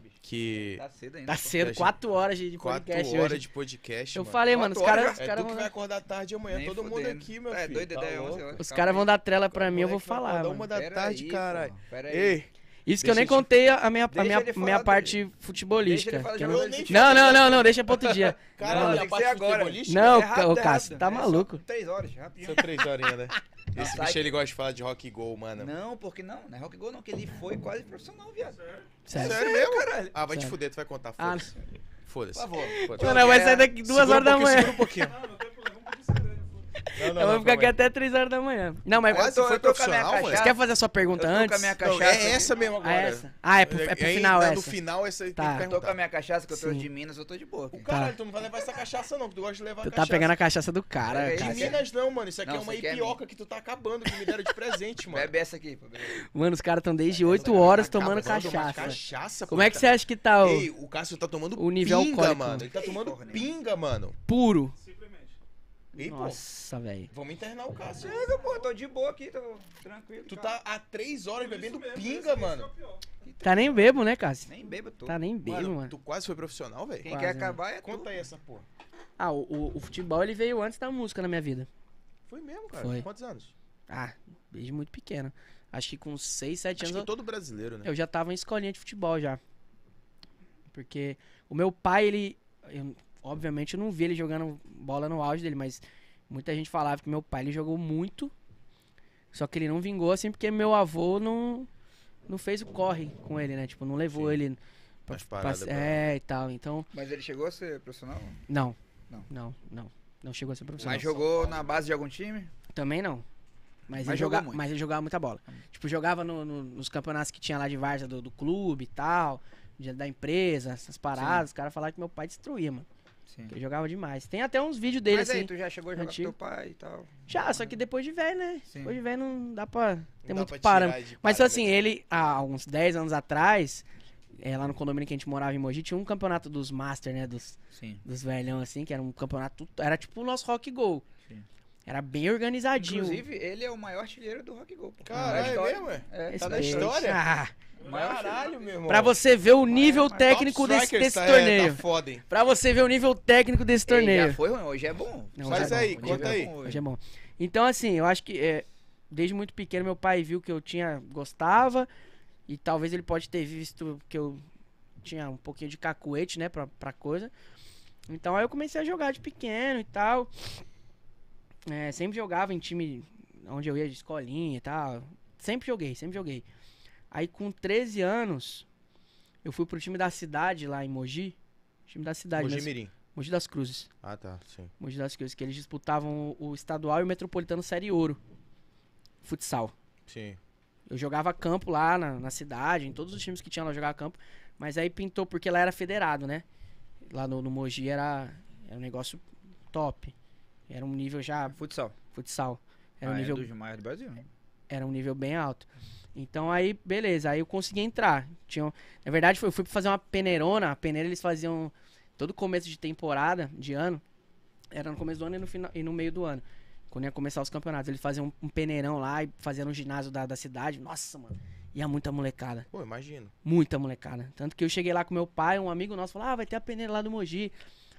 [SPEAKER 2] bicho.
[SPEAKER 1] Que.
[SPEAKER 2] Tá cedo ainda.
[SPEAKER 3] Tá
[SPEAKER 2] pô.
[SPEAKER 3] cedo,
[SPEAKER 1] gente-
[SPEAKER 3] quatro horas de de
[SPEAKER 1] É Quatro
[SPEAKER 3] podcast
[SPEAKER 1] horas
[SPEAKER 3] hoje.
[SPEAKER 1] de podcast.
[SPEAKER 3] Eu
[SPEAKER 1] mano.
[SPEAKER 3] falei, mano, os
[SPEAKER 1] Quatro
[SPEAKER 3] caras
[SPEAKER 1] horas?
[SPEAKER 3] os
[SPEAKER 1] é,
[SPEAKER 3] caras
[SPEAKER 1] tu que
[SPEAKER 3] vão,
[SPEAKER 1] vai
[SPEAKER 3] dar-
[SPEAKER 1] acordar tarde amanhã,
[SPEAKER 2] Nem
[SPEAKER 1] todo mundo
[SPEAKER 2] fudendo.
[SPEAKER 1] aqui, meu
[SPEAKER 2] É,
[SPEAKER 1] filho.
[SPEAKER 2] doido,
[SPEAKER 1] tá
[SPEAKER 2] ideia,
[SPEAKER 1] louco?
[SPEAKER 2] sei lá.
[SPEAKER 3] os
[SPEAKER 2] Calma
[SPEAKER 3] caras
[SPEAKER 2] aí.
[SPEAKER 3] vão dar trela pra mim, eu vou
[SPEAKER 1] Moleque vai
[SPEAKER 3] falar,
[SPEAKER 1] acordar
[SPEAKER 3] mano.
[SPEAKER 1] uma da
[SPEAKER 2] Pera
[SPEAKER 1] tarde,
[SPEAKER 2] aí,
[SPEAKER 1] caralho.
[SPEAKER 2] pô, Pera aí.
[SPEAKER 1] Ei,
[SPEAKER 3] Isso que
[SPEAKER 1] deixa
[SPEAKER 3] eu nem
[SPEAKER 1] ele-
[SPEAKER 3] contei a a minha, a
[SPEAKER 2] deixa
[SPEAKER 3] minha,
[SPEAKER 2] ele falar
[SPEAKER 3] minha
[SPEAKER 2] do-
[SPEAKER 3] parte
[SPEAKER 2] Deixa
[SPEAKER 3] futebolística.
[SPEAKER 2] ele falar
[SPEAKER 3] que
[SPEAKER 2] de
[SPEAKER 3] eu
[SPEAKER 1] não-
[SPEAKER 2] jogador
[SPEAKER 1] nem-
[SPEAKER 2] de
[SPEAKER 3] não... não, não, não, deixa pra outro dia.
[SPEAKER 1] caralho, já
[SPEAKER 2] Não, tem que
[SPEAKER 1] passa
[SPEAKER 2] ser agora.
[SPEAKER 1] futebolística?
[SPEAKER 3] Não,
[SPEAKER 2] É rápido,
[SPEAKER 3] o
[SPEAKER 2] é
[SPEAKER 3] Cássio,
[SPEAKER 2] rápido.
[SPEAKER 3] tá
[SPEAKER 2] É só
[SPEAKER 3] maluco?
[SPEAKER 2] Três horas, rapidinho.
[SPEAKER 1] São três horinhas, né? Esse
[SPEAKER 2] sai.
[SPEAKER 1] bicho, ele gosta de falar de rock e go, mano.
[SPEAKER 2] Não, porque não, não é rock and roll não, que ele foi quase profissional, viado. É
[SPEAKER 3] Sério.
[SPEAKER 1] mesmo? Ah, vai te
[SPEAKER 3] Sério.
[SPEAKER 1] fuder, tu vai contar,
[SPEAKER 3] Ah,
[SPEAKER 1] foda-se. Foda-se.
[SPEAKER 2] Por favor.
[SPEAKER 1] Foda-se.
[SPEAKER 3] Não, não, vai
[SPEAKER 2] É,
[SPEAKER 3] sair daqui duas
[SPEAKER 1] Segura
[SPEAKER 3] horas
[SPEAKER 1] um
[SPEAKER 3] da
[SPEAKER 1] pouquinho,
[SPEAKER 3] manhã.
[SPEAKER 1] Segura um pouquinho.
[SPEAKER 6] Ah, não, tempo, levou um pouco de cerveja, pô.
[SPEAKER 1] Não, não,
[SPEAKER 3] eu vou
[SPEAKER 1] não,
[SPEAKER 3] ficar é aqui
[SPEAKER 1] calma aí.
[SPEAKER 3] até 3 horas da manhã. Não, mas
[SPEAKER 1] Quase
[SPEAKER 3] você
[SPEAKER 1] foi profissional, mano.
[SPEAKER 3] quer fazer a sua pergunta
[SPEAKER 2] Eu tô com a
[SPEAKER 3] antes?
[SPEAKER 2] minha
[SPEAKER 1] Não,
[SPEAKER 2] cachaça.
[SPEAKER 1] é essa
[SPEAKER 2] aqui.
[SPEAKER 1] mesmo
[SPEAKER 3] Ah,
[SPEAKER 1] agora.
[SPEAKER 3] essa? Ah, é pro, é pro
[SPEAKER 1] Ainda
[SPEAKER 3] final
[SPEAKER 1] No
[SPEAKER 3] essa.
[SPEAKER 1] final, essa aí
[SPEAKER 3] Tá.
[SPEAKER 1] tem que
[SPEAKER 2] Eu tô com a
[SPEAKER 1] perguntar.
[SPEAKER 2] minha cachaça que eu trouxe
[SPEAKER 3] Sim.
[SPEAKER 2] de Minas, eu tô de boa.
[SPEAKER 1] O
[SPEAKER 2] cara.
[SPEAKER 1] caralho, tu não vai levar essa cachaça não, que tu gosta de levar
[SPEAKER 3] Tu tá
[SPEAKER 1] cachaça.
[SPEAKER 3] pegando a cachaça do cara,
[SPEAKER 2] Pega aí,
[SPEAKER 1] É De
[SPEAKER 3] cara.
[SPEAKER 2] Cássio.
[SPEAKER 1] Minas não, mano. Isso aqui
[SPEAKER 2] Não,
[SPEAKER 1] é uma
[SPEAKER 2] isso aqui é
[SPEAKER 1] ipioca que tu tá acabando, que me deram de presente, mano.
[SPEAKER 2] Bebe essa aqui. pô, bebe.
[SPEAKER 3] Mano, os caras estão desde
[SPEAKER 2] Tá
[SPEAKER 3] 8
[SPEAKER 2] acabando,
[SPEAKER 3] horas
[SPEAKER 2] tá
[SPEAKER 3] tomando
[SPEAKER 1] Acabando de tomar
[SPEAKER 3] cachaça.
[SPEAKER 1] Cachaça,
[SPEAKER 3] Como é que você acha que tá
[SPEAKER 1] Ei,
[SPEAKER 3] o
[SPEAKER 1] o Cássio tá tomando
[SPEAKER 3] o nível
[SPEAKER 1] pinga,
[SPEAKER 3] alcoólico.
[SPEAKER 1] mano. Ele tá
[SPEAKER 2] Ei,
[SPEAKER 1] tomando
[SPEAKER 2] porra nenhuma.
[SPEAKER 1] pinga, mano.
[SPEAKER 3] puro?
[SPEAKER 6] Simplesmente.
[SPEAKER 1] Ei, pô,
[SPEAKER 3] Nossa, velho.
[SPEAKER 1] vamos internar o Cássio.
[SPEAKER 2] Pô, tô de boa aqui, tô tranquilo.
[SPEAKER 1] é Tu
[SPEAKER 2] cara.
[SPEAKER 1] tá há três horas
[SPEAKER 12] Por isso
[SPEAKER 1] bebendo
[SPEAKER 12] mesmo, esse-
[SPEAKER 1] pinga,
[SPEAKER 12] esse
[SPEAKER 1] mano.
[SPEAKER 12] é o pior.
[SPEAKER 3] Tá nem bebo, né, Cássio?
[SPEAKER 2] Nem bêbado tô.
[SPEAKER 3] Tá nem bebo,
[SPEAKER 1] Mano,
[SPEAKER 3] mano.
[SPEAKER 1] tu quase foi profissional, velho?
[SPEAKER 2] Quem
[SPEAKER 3] quase, né?
[SPEAKER 2] quer acabar é tu.
[SPEAKER 1] Conta aí essa porra.
[SPEAKER 3] Ah, o, o- o futebol ele veio antes da música na minha vida.
[SPEAKER 1] Foi mesmo, cara?
[SPEAKER 3] Foi.
[SPEAKER 1] Quantos anos?
[SPEAKER 3] Ah, desde muito pequeno. Acho que com 6, 7
[SPEAKER 1] Acho
[SPEAKER 3] anos
[SPEAKER 1] que
[SPEAKER 3] eu,
[SPEAKER 1] todo brasileiro, né?
[SPEAKER 3] eu já tava em escolinha de futebol já. Porque o meu pai, ele. eu- obviamente eu não vi ele jogando bola no auge dele, mas muita gente falava que meu pai ele jogou muito. Só que ele não vingou assim porque meu avô não, não fez o corre com ele, né? Tipo, não levou
[SPEAKER 1] Sim.
[SPEAKER 3] ele.
[SPEAKER 1] As paradas pra-
[SPEAKER 3] é, e tal. Então,
[SPEAKER 2] Mas ele chegou a ser profissional?
[SPEAKER 3] não.
[SPEAKER 2] Não.
[SPEAKER 3] Não, não. Não, chegou a ser profissional.
[SPEAKER 2] Mas jogou na base de algum time?
[SPEAKER 3] Também não. Mas,
[SPEAKER 2] Mas
[SPEAKER 3] ele
[SPEAKER 2] jogou
[SPEAKER 3] joga,
[SPEAKER 2] muito. Uhum.
[SPEAKER 3] mas ele jogava muita bola. Tipo, jogava no- no- nos campeonatos que tinha lá de Várzea do, do clube e tal, de- da empresa, essas paradas. Os caras falaram que meu pai destruía, mano.
[SPEAKER 2] Sim.
[SPEAKER 3] Ele jogava demais. Tem até uns vídeos dele
[SPEAKER 2] Mas
[SPEAKER 3] assim.
[SPEAKER 2] aí, tu já chegou a jogar
[SPEAKER 3] antigo.
[SPEAKER 2] com teu pai e tal.
[SPEAKER 3] Já, só que depois de velho, né?
[SPEAKER 2] Sim.
[SPEAKER 3] Depois de velho não dá pra ter
[SPEAKER 1] Não dá
[SPEAKER 3] muito
[SPEAKER 1] pra tirar
[SPEAKER 3] parâmetro.
[SPEAKER 1] de
[SPEAKER 3] Mas
[SPEAKER 1] parâmetro.
[SPEAKER 2] né?
[SPEAKER 3] assim, ele, há uns 10 anos atrás, é, lá no condomínio que a gente morava em Mogi, tinha um campeonato dos Master, né? Dos,
[SPEAKER 2] Sim.
[SPEAKER 3] dos velhão, assim, que era um campeonato. Era tipo o nosso rock go.
[SPEAKER 2] Sim.
[SPEAKER 3] Era bem organizadinho.
[SPEAKER 2] Inclusive, ele é o maior artilheiro do Rock Go. pô. Da
[SPEAKER 1] Caralho,
[SPEAKER 2] história.
[SPEAKER 1] é mesmo, é?
[SPEAKER 2] É,
[SPEAKER 3] Esse
[SPEAKER 2] tá na
[SPEAKER 3] beijo.
[SPEAKER 2] história.
[SPEAKER 1] história?
[SPEAKER 3] Ah,
[SPEAKER 2] Maior
[SPEAKER 1] é Caralho, meu irmão.
[SPEAKER 3] Pra você ver o nível
[SPEAKER 2] mas-
[SPEAKER 3] técnico
[SPEAKER 1] Top
[SPEAKER 3] desse,
[SPEAKER 1] strikers
[SPEAKER 3] desse
[SPEAKER 1] tá- é,
[SPEAKER 3] torneio.
[SPEAKER 1] Tá foda, hein?
[SPEAKER 3] Pra você ver o nível técnico desse
[SPEAKER 2] Ei, Já
[SPEAKER 3] torneio.
[SPEAKER 2] foi ruim, hoje é bom.
[SPEAKER 3] Não,
[SPEAKER 1] Faz
[SPEAKER 3] hoje é
[SPEAKER 1] aí,
[SPEAKER 3] bom,
[SPEAKER 1] conta
[SPEAKER 2] hoje
[SPEAKER 1] aí.
[SPEAKER 2] é bom,
[SPEAKER 3] Hoje é bom. Então, assim, eu acho que é, desde muito pequeno meu pai viu que eu tinha gostava. E talvez ele pode ter visto que eu tinha um pouquinho de cacuete, né, pra, pra coisa. Então aí eu comecei a jogar de pequeno e tal. É, sempre jogava em time onde eu ia de escolinha e tal. Sempre joguei, sempre joguei. Aí com 13 anos, eu fui pro time da cidade lá em Mogi. Time da cidade,
[SPEAKER 1] Mogi
[SPEAKER 3] mesmo.
[SPEAKER 1] Mirim.
[SPEAKER 3] Mogi das Cruzes.
[SPEAKER 1] Ah, tá, sim.
[SPEAKER 3] Mogi das Cruzes, que eles disputavam o o estadual e o metropolitano Série Ouro. Futsal.
[SPEAKER 1] Sim.
[SPEAKER 3] Eu jogava campo lá na, na cidade, em todos os times que tinha lá eu jogava campo. Mas aí pintou, porque lá era federado, né? Lá no, no Mogi era, era um negócio top. Era um nível já
[SPEAKER 2] Futsal.
[SPEAKER 3] futsal. Era um
[SPEAKER 2] Ah,
[SPEAKER 3] nível
[SPEAKER 2] dos maiores do Brasil. né?
[SPEAKER 3] era um nível bem alto. Então aí, beleza, aí eu consegui entrar. Tinha, um- na verdade, foi- eu fui fazer uma peneirona. A peneira eles faziam todo começo de temporada, de ano. Era no começo do ano e no, final, e no meio do ano. Quando ia começar os campeonatos. Eles faziam um, um peneirão lá e faziam no ginásio da, da cidade. Nossa, mano. Ia muita molecada.
[SPEAKER 1] Pô, imagino.
[SPEAKER 3] Muita molecada. Tanto que eu cheguei lá com meu pai, um amigo nosso, falou: Ah, vai ter a peneira lá do Mogi.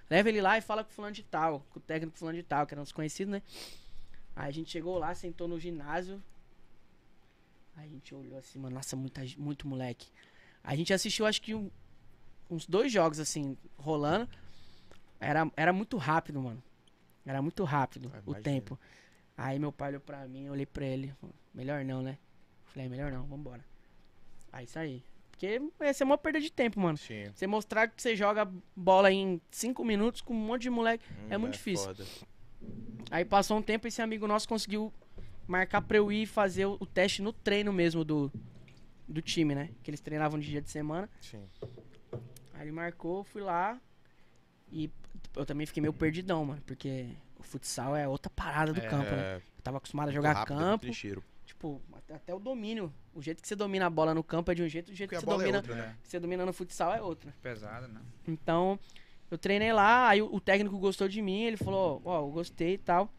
[SPEAKER 3] Leva ele lá e fala com o fulano de tal, com o técnico fulano de tal, que era um desconhecido, né? Aí a gente chegou lá, sentou no ginásio. Aí a gente olhou assim, mano, nossa, muita, gen- muito moleque. A gente assistiu, acho que um- uns dois jogos, assim, rolando. Era, era muito rápido, mano. Era muito rápido
[SPEAKER 1] Ah,
[SPEAKER 3] o
[SPEAKER 1] imagino.
[SPEAKER 3] tempo. Aí meu pai olhou pra mim, eu olhei pra ele. falou, Melhor não, né? Falei, melhor não, vambora. Ah, Aí saí. Porque ia ser uma perda de tempo, mano.
[SPEAKER 1] Sim.
[SPEAKER 3] Você mostrar que você joga bola em cinco minutos com um monte de moleque.
[SPEAKER 1] Hum,
[SPEAKER 3] É muito difícil.
[SPEAKER 1] foda.
[SPEAKER 3] Aí passou um tempo, esse amigo nosso conseguiu marcar pra eu ir fazer o o teste no treino mesmo do, do time, né? Que eles treinavam de dia de semana.
[SPEAKER 1] Sim.
[SPEAKER 3] Aí ele marcou, fui lá. E eu também fiquei meio perdidão, mano. Porque o futsal é outra parada do campo,
[SPEAKER 1] É,
[SPEAKER 3] né? Eu tava acostumado a jogar
[SPEAKER 1] rápido, muito
[SPEAKER 3] campo.
[SPEAKER 1] ligeiro.
[SPEAKER 3] Tipo, até, até o domínio. O jeito que você domina a bola no campo é de um jeito, o jeito
[SPEAKER 1] Porque a
[SPEAKER 3] que você
[SPEAKER 1] bola é
[SPEAKER 3] domina,
[SPEAKER 1] outra, né?
[SPEAKER 3] que você domina no futsal é outro.
[SPEAKER 2] Pesado, né?
[SPEAKER 3] Então, eu treinei lá, aí o o técnico gostou de mim, ele falou, ó, eu gostei e tal.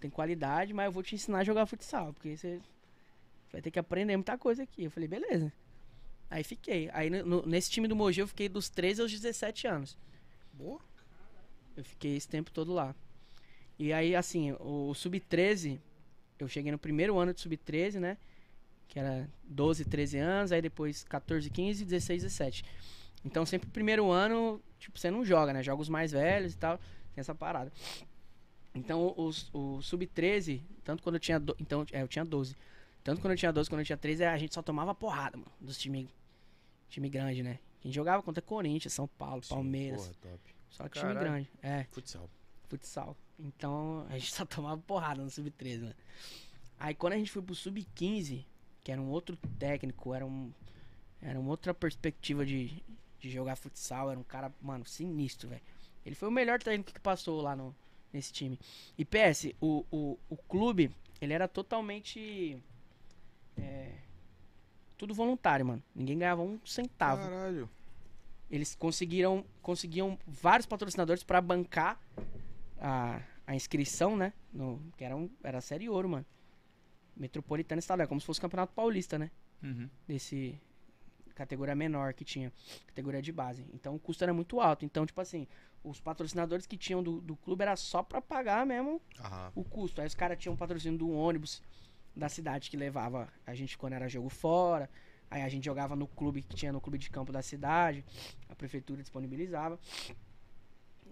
[SPEAKER 3] Tem qualidade, mas eu vou te ensinar a jogar futsal, porque você vai ter que aprender muita coisa aqui. Eu falei, beleza. Aí fiquei. Aí no- no- nesse time do Mogi eu fiquei dos 13 aos 17 anos.
[SPEAKER 2] Boa.
[SPEAKER 3] Eu fiquei esse tempo todo lá. E aí, assim, o, o Sub-13, eu cheguei no primeiro ano de Sub-13, né? Que era 12, 13 anos, aí depois 14, 15, 16, 17. Então sempre primeiro ano, tipo, você não joga, né? Joga os mais velhos e tal, tem essa parada. Então o, o Sub-13, tanto quando eu tinha. do- então, é, eu tinha 12. Tanto quando eu tinha 12, quando eu tinha 13, a gente só tomava porrada, mano, dos times time grande, né? Quem jogava contra Corinthians, São Paulo,
[SPEAKER 1] Sim,
[SPEAKER 3] Palmeiras.
[SPEAKER 1] Porra, top.
[SPEAKER 3] Só time
[SPEAKER 2] Caralho.
[SPEAKER 3] grande. É,
[SPEAKER 1] Futsal.
[SPEAKER 3] futsal. Então a gente só tomava porrada no sub-13, mano. Aí quando a gente foi pro sub-15, que era um outro técnico, era um era uma outra perspectiva de, de jogar futsal, era um cara, mano, sinistro, velho. Ele foi o melhor técnico que passou lá no nesse time. E PS, o, o, o clube, ele era totalmente é, tudo voluntário, mano. Ninguém ganhava um centavo
[SPEAKER 1] Caralho.
[SPEAKER 3] eles conseguiram conseguiam vários patrocinadores pra bancar a, a inscrição, né? No, que era, um, era a Série Ouro, mano. Metropolitana Estadual, é como se fosse o Campeonato Paulista, né?
[SPEAKER 2] Uhum.
[SPEAKER 3] desse categoria menor que tinha, categoria de base. Então o custo era muito alto. Então, tipo assim, os patrocinadores que tinham do, do clube era só pra pagar mesmo
[SPEAKER 1] Aham.
[SPEAKER 3] o custo. Aí os caras tinham um patrocínio do ônibus da cidade que levava a gente quando era jogo fora. Aí a gente jogava no clube que tinha no clube de campo da cidade. A prefeitura disponibilizava.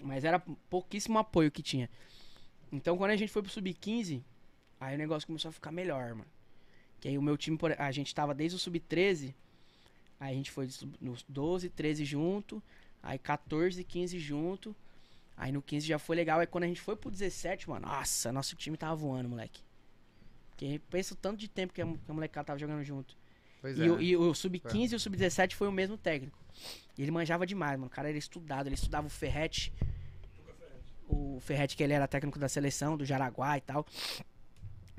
[SPEAKER 3] Mas era pouquíssimo apoio que tinha. Então quando a gente foi pro Sub-15, aí o negócio começou a ficar melhor, mano. Que aí o meu time, por- a gente tava desde o Sub-13. Aí a gente foi sub- nos 12, 13 junto. Aí 14, 15 junto. Aí no 15 já foi legal. Aí quando a gente foi pro 17, mano, nossa, nosso time tava voando, moleque. Porque pensa o tanto de tempo que a, que a molecada tava jogando junto.
[SPEAKER 2] Pois
[SPEAKER 3] E,
[SPEAKER 2] é.
[SPEAKER 3] o-
[SPEAKER 2] né?
[SPEAKER 3] e o sub-15 e o sub-17 foi o mesmo técnico. E ele manjava demais, mano. O cara era estudado, ele estudava o Ferrete. O Ferrete, que ele era técnico da seleção, do Jaraguá e tal.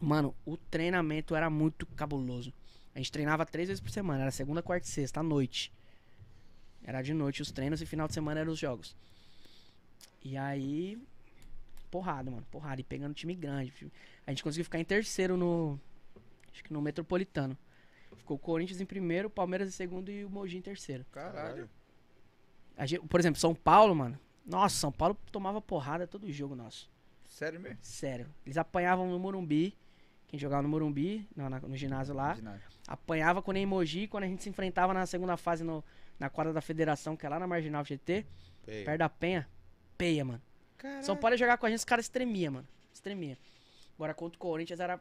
[SPEAKER 3] Mano, o treinamento era muito cabuloso. A gente treinava três vezes por semana. Era segunda, quarta e sexta, à noite. Era de noite os treinos e final de semana eram os jogos. E aí. Porrada, mano. Porrada. E pegando time grande. fi- A gente conseguiu ficar em terceiro no. Acho que no Metropolitano. Ficou o Corinthians em primeiro, o Palmeiras em segundo e o Mogi em terceiro.
[SPEAKER 2] Caralho.
[SPEAKER 3] A gente- por exemplo, São Paulo, mano. Nossa, São Paulo tomava porrada todo jogo nosso.
[SPEAKER 2] Sério mesmo?
[SPEAKER 3] Sério. Eles apanhavam no Morumbi. Quem jogava no Morumbi, na- na- no ginásio lá.
[SPEAKER 2] Ginásio.
[SPEAKER 3] apanhava quando em Mogi, quando a gente se enfrentava na segunda fase no, na quadra da Federação, que é lá na Marginal GT,
[SPEAKER 1] Ei,
[SPEAKER 3] perto da Penha. Peia, mano. São Paulo ia jogar com a gente, os caras tremia, mano. Estremia. Agora contra o Corinthians era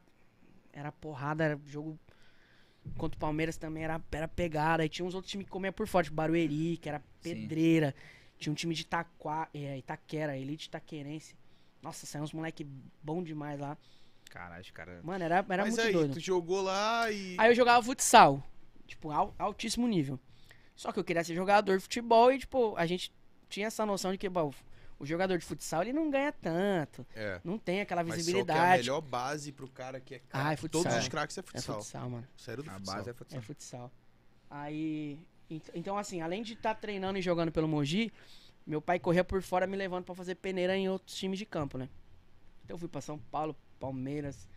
[SPEAKER 3] era porrada, era jogo contra o Palmeiras também era, era pegada, e tinha uns outros times que comia por forte, Barueri, que era
[SPEAKER 2] Sim.
[SPEAKER 3] pedreira. Tinha um time de Itaquá, é, Itaquera, Elite Itaquerense. Nossa, saiu uns moleque bom demais lá.
[SPEAKER 2] Caralho, os caras.
[SPEAKER 3] Mano, era, era
[SPEAKER 1] Mas
[SPEAKER 3] muito
[SPEAKER 1] aí,
[SPEAKER 3] doido.
[SPEAKER 1] tu jogou lá e.
[SPEAKER 3] Aí eu jogava futsal, tipo, al- altíssimo nível. Só que eu queria ser jogador de futebol e, tipo, a gente tinha essa noção de que, bom, o jogador de futsal, ele não ganha tanto,
[SPEAKER 1] É.
[SPEAKER 3] não tem aquela
[SPEAKER 1] Mas só que a
[SPEAKER 3] visibilidade.
[SPEAKER 1] melhor base pro cara que é craque.
[SPEAKER 3] Ah, é futsal.
[SPEAKER 1] Todos os craques é
[SPEAKER 3] É
[SPEAKER 1] futsal.
[SPEAKER 3] futsal, mano.
[SPEAKER 1] Sério do
[SPEAKER 2] A
[SPEAKER 1] futsal.
[SPEAKER 2] base é
[SPEAKER 3] É
[SPEAKER 2] futsal.
[SPEAKER 3] futsal. Aí. ent- Então, assim, além de estar treinando e jogando pelo Mogi, meu pai corria por fora me levando pra fazer peneira em outros times de campo, né? Então eu fui pra São Paulo, Palmeiras,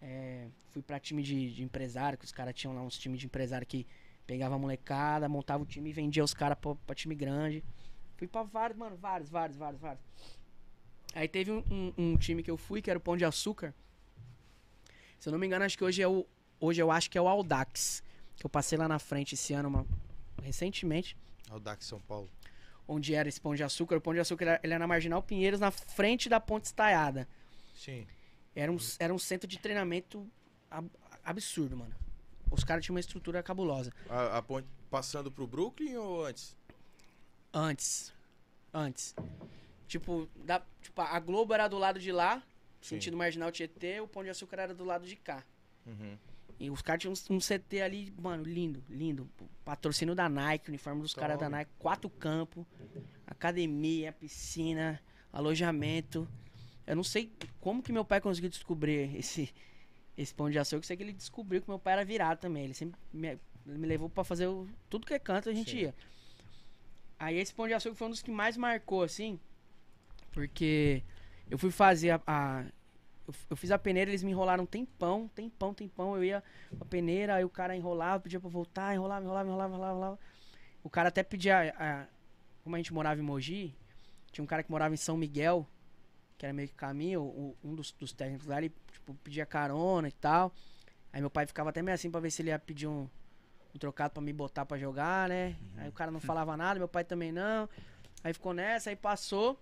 [SPEAKER 3] é, fui pra time de, de empresário, que os caras tinham lá uns times de empresário que pegava a molecada, montava o time e vendia os caras pra, pra time grande. Fui pra vários, mano, vários, vários, vários, vários. Aí teve um, um- um time que eu fui, que era o Pão de Açúcar. Se eu não me engano, acho que hoje é o. Hoje eu acho que é o Aldax. Que eu passei lá na frente esse ano, uma- recentemente.
[SPEAKER 1] Ao DAC São Paulo.
[SPEAKER 3] Onde era esse Pão de Açúcar. O Pão de Açúcar era- ele era na Marginal Pinheiros, na frente da Ponte Estaiada.
[SPEAKER 1] Sim.
[SPEAKER 3] Era um, era um centro de treinamento ab- absurdo, mano. Os caras tinham uma estrutura cabulosa.
[SPEAKER 1] A, a ponte passando pro Brooklyn ou antes?
[SPEAKER 3] Antes. Antes. Tipo, da, tipo, a Globo era do lado de lá,
[SPEAKER 1] Sim.
[SPEAKER 3] sentido Marginal Tietê, o Pão de Açúcar era do lado de cá.
[SPEAKER 1] Uhum.
[SPEAKER 3] E os caras tinham um, um CT ali, mano, lindo, lindo. Patrocínio da Nike, uniforme dos caras da
[SPEAKER 1] Top.
[SPEAKER 3] Nike, quatro campos, academia, piscina, alojamento. Eu não sei como que meu pai conseguiu descobrir esse, esse pão de açúcar. Eu sei que ele descobriu que meu pai era virado também. Ele sempre me, ele me levou pra fazer o- tudo que é canto, a gente ia. Aí esse pão de açúcar foi um dos que mais marcou, assim. Porque eu fui fazer a. a- eu, f- eu fiz a peneira, eles me enrolaram um tempão, tempão, tempão. Eu ia a peneira, aí o cara enrolava, pedia pra eu voltar, enrolava, enrolava, enrolava, enrolava, enrolava. O cara até pedia. a- como a gente morava em Mogi, tinha um cara que morava em São Miguel, que era meio que caminho, o- um dos, dos técnicos lá, ele tipo, pedia carona e tal. Aí meu pai ficava até meio assim pra ver se ele ia pedir um, um trocado pra me botar pra jogar, né? Aí o cara não falava nada, meu pai também não. Aí ficou nessa, aí passou.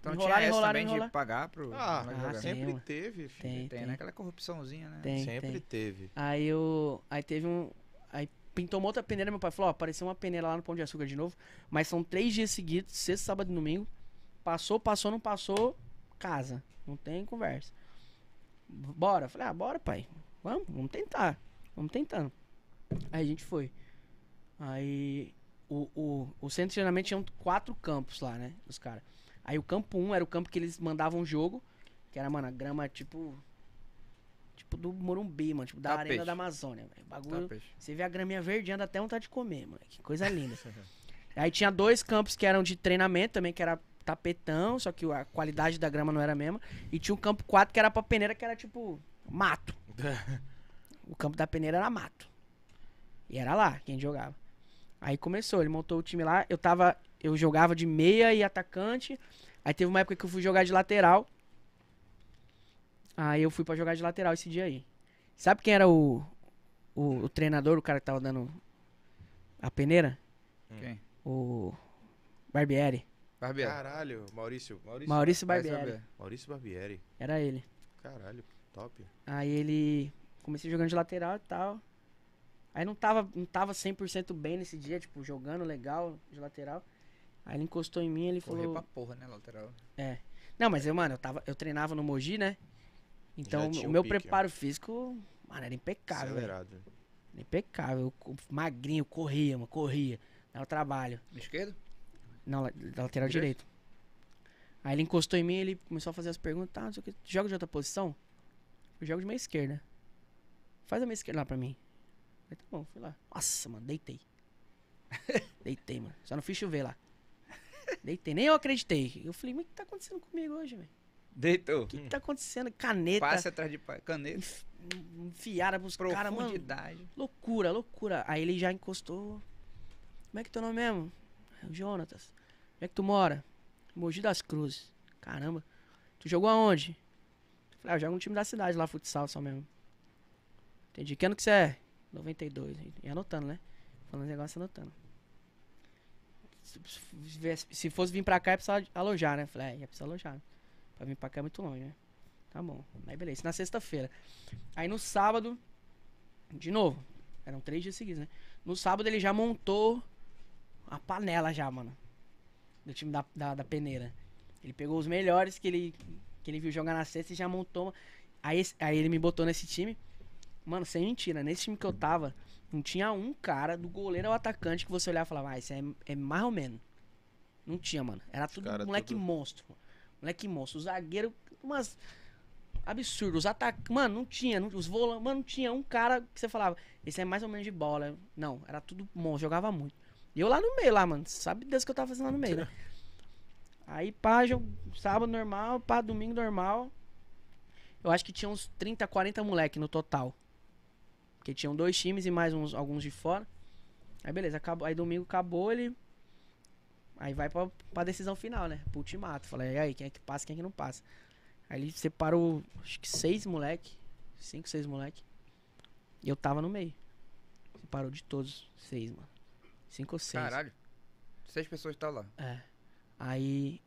[SPEAKER 2] Então
[SPEAKER 3] Enrolaram,
[SPEAKER 2] tinha essa
[SPEAKER 3] enrolaram,
[SPEAKER 2] também
[SPEAKER 3] enrolaram.
[SPEAKER 2] de pagar pro. é
[SPEAKER 1] Ah,
[SPEAKER 2] pra
[SPEAKER 3] Ah,
[SPEAKER 2] jogar.
[SPEAKER 3] sim.
[SPEAKER 1] sempre
[SPEAKER 3] tem uma.
[SPEAKER 1] teve, filho.
[SPEAKER 3] Tem,
[SPEAKER 2] Tem,
[SPEAKER 3] tem,
[SPEAKER 2] né? Aquela corrupçãozinha, né?
[SPEAKER 3] tem,
[SPEAKER 1] sempre
[SPEAKER 3] tem.
[SPEAKER 1] teve.
[SPEAKER 3] Aí eu. Aí teve um. Aí pintou uma outra peneira, meu pai falou, ó, apareceu uma peneira lá no Pão de Açúcar de novo. Mas são três dias seguidos, sexta, sábado e domingo. Passou, passou, não passou, casa. Não tem conversa. B- Bora. Falei, ah, bora, pai. Vamos, vamos tentar. Vamos tentando. Aí a gente foi. Aí. O, o, o centro de treinamento tinha quatro campos lá, né? Os caras. Aí o campo 1 um era o campo que eles mandavam jogo. Que era, mano, a grama tipo. Tipo do Morumbi, mano. Tipo da
[SPEAKER 2] Tapete.
[SPEAKER 3] Arena da Amazônia, velho. Bagulho.
[SPEAKER 2] Tá, peixe.
[SPEAKER 3] Você vê a graminha verdinha, dá até vontade de comer, moleque. Coisa linda. Aí tinha dois campos que eram de treinamento também, que era tapetão, só que a qualidade da grama não era a mesma. E tinha o campo 4 que era pra peneira, que era tipo mato. o campo da peneira era mato. E era lá quem jogava. Aí começou, ele montou o time lá. Eu tava. Eu jogava de meia e atacante. Aí teve uma época que eu fui jogar de lateral. Aí eu fui pra jogar de lateral esse dia aí. Sabe quem era o, o, o treinador, o cara que tava dando a peneira?
[SPEAKER 2] Quem?
[SPEAKER 3] O Barbieri.
[SPEAKER 2] Barbeiro.
[SPEAKER 3] Ah,
[SPEAKER 1] Caralho, Maurício. Maurício,
[SPEAKER 3] Maurício
[SPEAKER 2] vai
[SPEAKER 3] Barbieri.
[SPEAKER 2] saber.
[SPEAKER 1] Maurício Barbieri.
[SPEAKER 3] Era ele.
[SPEAKER 1] Caralho, top.
[SPEAKER 3] Aí ele. Comecei jogando de lateral e tal. Aí não tava, não tava 100% bem nesse dia, tipo, jogando legal de lateral. Aí ele encostou em mim e ele
[SPEAKER 2] Correr
[SPEAKER 3] falou.
[SPEAKER 2] pra porra, né, lateral?
[SPEAKER 3] Não, mas eu, mano, eu, tava, eu treinava no Mogi, né? Então
[SPEAKER 1] tinha
[SPEAKER 3] o
[SPEAKER 1] um
[SPEAKER 3] meu
[SPEAKER 1] pique, ó.
[SPEAKER 3] preparo físico, mano, era impecável. velho.
[SPEAKER 1] Acelerado.
[SPEAKER 3] Era impecável. Eu, co- magrinho, corria, mano, corria. Dava trabalho.
[SPEAKER 2] No esquerdo?
[SPEAKER 3] Não, la- da lateral
[SPEAKER 2] Direito?
[SPEAKER 3] direito. Aí ele encostou em mim, ele começou a fazer as perguntas, tá, não sei o que. Tu joga de outra posição? Eu jogo de meia esquerda. Faz a meia esquerda lá pra mim. Aí tá bom, fui lá. Nossa, mano, deitei. deitei, mano. Só não fiz chover lá. Deitei, nem eu acreditei. Eu falei, mas o que tá acontecendo comigo hoje, velho?
[SPEAKER 2] Deitou.
[SPEAKER 3] O que, que tá acontecendo? Caneta.
[SPEAKER 2] Passe atrás de pa- caneta.
[SPEAKER 3] enf- Enfiada pros caras, mano.
[SPEAKER 2] Profundidade.
[SPEAKER 3] Loucura, loucura. Aí ele já encostou. Como é que é teu nome mesmo? "É O Jonatas. Onde é que tu mora? Mogi das Cruzes. Caramba. Tu jogou aonde? Eu Falei, ah, eu jogo no time da cidade lá, futsal só mesmo. Entendi. Que ano que você é? 92. E anotando, né? Falando negócio, anotando. Se- se viesse- Se fosse vir pra cá, ia precisar alojar, né? Eu Falei, é, ia precisar alojar. Pra vir pra cá é muito longe, né? Tá bom. Aí beleza. Isso Na sexta-feira. Aí no sábado, de novo, eram três dias seguidos, né? No sábado ele já montou a panela já, mano. Do time da, da, da peneira. Ele pegou os melhores que ele, que ele viu jogar na sexta e já montou. uma- Aí, esse- aí ele me botou nesse time. Mano, sem mentira, nesse time que eu tava, não tinha um cara, do goleiro ao atacante, que você olhava e falava, ah, esse é, é mais ou menos. Não tinha, mano. Era tudo
[SPEAKER 1] cara é
[SPEAKER 3] moleque
[SPEAKER 1] tudo-
[SPEAKER 3] monstro. mano. Moleque monstro. O zagueiro, umas. Absurdo. Os ataques. Mano, não tinha. não- os volantes. Mano, não tinha um cara que você falava, esse é mais ou menos de bola. Não, era tudo monstro, jogava muito. E eu lá no meio, lá, mano. Sabe Deus o que eu tava fazendo lá no meio, né? Aí, pá, jogo, sábado normal, pá, domingo normal. Eu acho que tinha uns 30, 40 moleque no total. Porque tinham dois times e mais uns, alguns de fora. Aí, beleza, acabou. Aí, domingo acabou, ele. Aí vai pra, pra decisão final, né? Pro ultimato. Falei, e aí, quem é que passa, quem é que não passa? Aí ele separou, acho que seis moleque. Cinco, seis moleque. E eu tava no meio. Separou de todos, seis, mano. Cinco ou seis.
[SPEAKER 2] Caralho. Seis pessoas tá lá.
[SPEAKER 3] Aí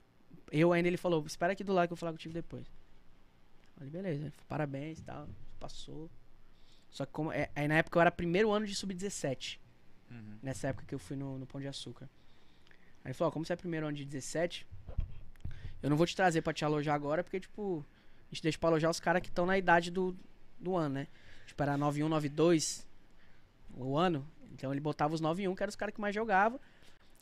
[SPEAKER 3] eu ainda ele falou, espera aqui do lado que eu vou falar contigo depois. Eu Falei, beleza, parabéns e tal. Passou. Só que como. é- aí na época eu era primeiro ano de sub-17. Nessa época que eu fui no, no Pão de Açúcar. Aí ele falou, ó, como você é primeiro ano de 17, eu não vou te trazer pra te alojar agora, porque, tipo, a gente deixa pra alojar os caras que estão na idade do, do ano, né? Tipo, era 91, 92 o ano. Então ele botava os 91, que eram os caras que mais jogavam.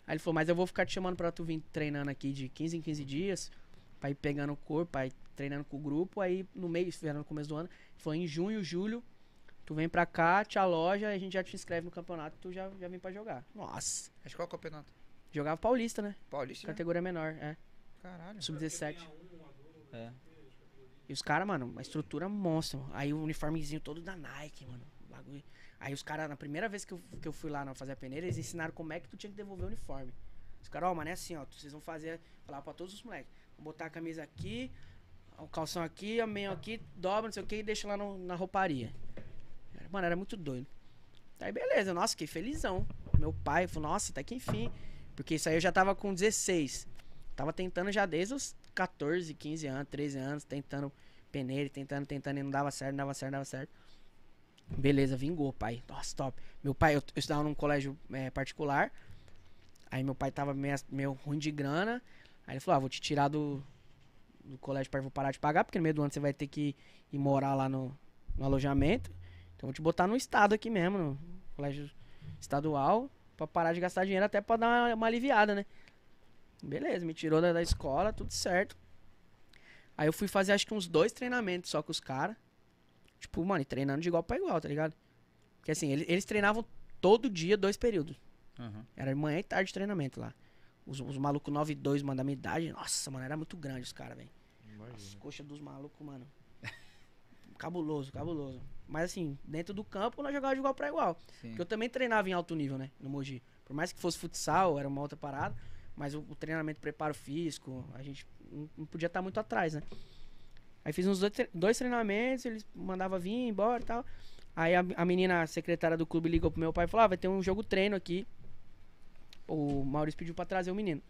[SPEAKER 3] Aí ele falou, mas eu vou ficar te chamando pra tu vir treinando aqui de 15 em 15 dias, pra ir pegando o corpo, pra ir treinando com o grupo, aí no meio, isso era no começo do ano, ele falou, em junho, julho, tu vem pra cá, te aloja, a gente já te inscreve no campeonato, tu já, já vem pra jogar. Nossa,
[SPEAKER 2] Mas qual é o campeonato?
[SPEAKER 3] jogava paulista, né?
[SPEAKER 2] Paulista? né?
[SPEAKER 3] Categoria menor, é.
[SPEAKER 2] Caralho.
[SPEAKER 3] Sub-17.
[SPEAKER 2] É.
[SPEAKER 3] E os caras, mano, uma estrutura monstro. mano. Aí o uniformezinho todo da Nike, mano. Bagulho. Aí os caras, na primeira vez que eu, que eu fui lá na fazer a peneira, eles ensinaram como é que tu tinha que devolver o uniforme. Os caras, ó, mano, é assim, ó. Vocês vão fazer. Falar pra todos os moleques. Vão botar a camisa aqui, o calção aqui, a meia aqui, dobra, não sei o que, e deixa lá no- na rouparia. Era- Mano, era muito doido. Aí beleza, nossa, fiquei felizão. Meu pai falou, nossa, até que enfim. Porque isso aí eu já tava com 16. Tava tentando já desde os 14, 15 anos, 13 anos, tentando peneira, tentando, tentando, e não dava certo, não dava certo, não dava certo. Beleza, vingou, pai. Nossa, top. Meu pai, eu, eu estudava num colégio eh, particular. Aí meu pai tava meio, meio ruim de grana. Aí ele falou, ah, vou te tirar do, do colégio para vou parar de pagar, porque no meio do ano você vai ter que ir morar lá no, no alojamento. Então vou te botar no estado aqui mesmo, no colégio estadual, pra parar de gastar dinheiro até pra dar uma, uma aliviada, né? Beleza, me tirou da, da escola, tudo certo. Aí eu fui fazer acho que uns dois treinamentos só com os caras. Tipo, mano, e treinando de igual pra igual, tá ligado? Porque assim, ele- eles treinavam todo dia, dois períodos.
[SPEAKER 2] Aham.
[SPEAKER 3] Era manhã e tarde de treinamento lá. Os, os malucos 9 e 2 mandam a minha idade. Nossa, mano, era muito grande os caras, velho. As
[SPEAKER 13] Imagina.
[SPEAKER 3] coxas dos malucos, mano. Cabuloso, cabuloso. Mas assim, dentro do campo nós jogávamos de igual pra igual.
[SPEAKER 2] Sim.
[SPEAKER 3] Porque eu também treinava em alto nível, né? No Mogi. Por mais que fosse futsal, era uma outra parada. Mas o, o treinamento, preparo físico, a gente não, não podia estar muito atrás, né? Aí fiz uns dois, tre- dois treinamentos, eles mandavam vir, embora e tal. Aí a, a menina, a secretária do clube, ligou pro meu pai e falou: ah, vai ter um jogo treino aqui. O Maurício pediu pra trazer o menino.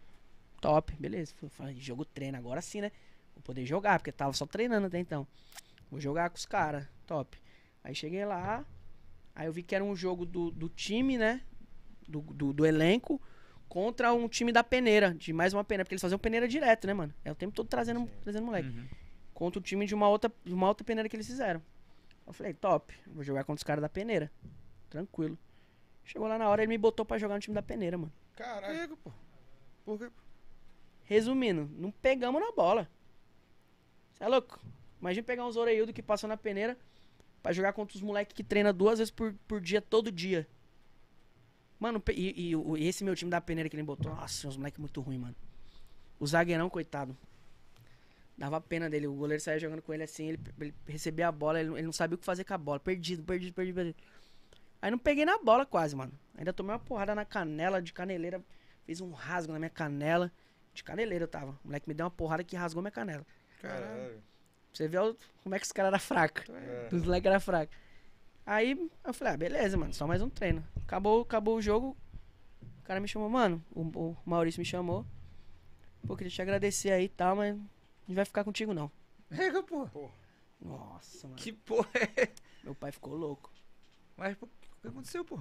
[SPEAKER 3] Top, beleza. Fui- Falei, jogo treino, agora sim, né? Vou poder jogar, porque tava só treinando até então. Vou jogar com os caras, top. Aí cheguei lá, Aí eu vi que era um jogo do, do time, né? Do, do, do elenco contra um time da peneira, de mais uma peneira, porque eles faziam peneira direto, né, mano? É o tempo todo trazendo, trazendo moleque.
[SPEAKER 2] Uhum.
[SPEAKER 3] Contra o time de uma, outra, de uma outra peneira que eles fizeram. Eu falei, top, vou jogar contra os caras da peneira. Tranquilo. Chegou lá na hora, ele me botou pra jogar no time da peneira, mano.
[SPEAKER 1] Caralho.
[SPEAKER 13] Pego, pô. Por quê?
[SPEAKER 3] Resumindo, não pegamos na bola. Você é louco? Imagina pegar uns oreiudo que passam na peneira pra jogar contra os moleques que treina duas vezes por, por dia, todo dia. Mano, pe- e, e o- e esse meu time da peneira que ele botou, nossa, uns moleques muito ruins, mano. O zagueirão, coitado. Dava pena dele, o goleiro saía jogando com ele assim, ele, ele recebia a bola, ele, ele não sabia o que fazer com a bola. Perdido, perdido, perdido, perdido. Aí não peguei na bola quase, mano. Ainda tomei uma porrada na canela, de caneleira. Fez um rasgo na minha canela. De caneleira eu tava. O moleque me deu uma porrada que rasgou minha canela. Pra
[SPEAKER 1] Caralho.
[SPEAKER 3] você ver o- como é que os caras eram fracos.
[SPEAKER 1] É.
[SPEAKER 3] Os moleques eram fracos. Aí eu falei, ah, beleza, mano, só mais um treino. Acabou, acabou o jogo. O cara me chamou, mano. O, o Maurício me chamou. Pô, queria te agradecer aí e tal, mas não vai ficar contigo, não.
[SPEAKER 2] Pega, pô.
[SPEAKER 3] Nossa, mano.
[SPEAKER 2] Que porra é?
[SPEAKER 3] Meu pai ficou louco.
[SPEAKER 2] Mas pô, o que aconteceu, pô?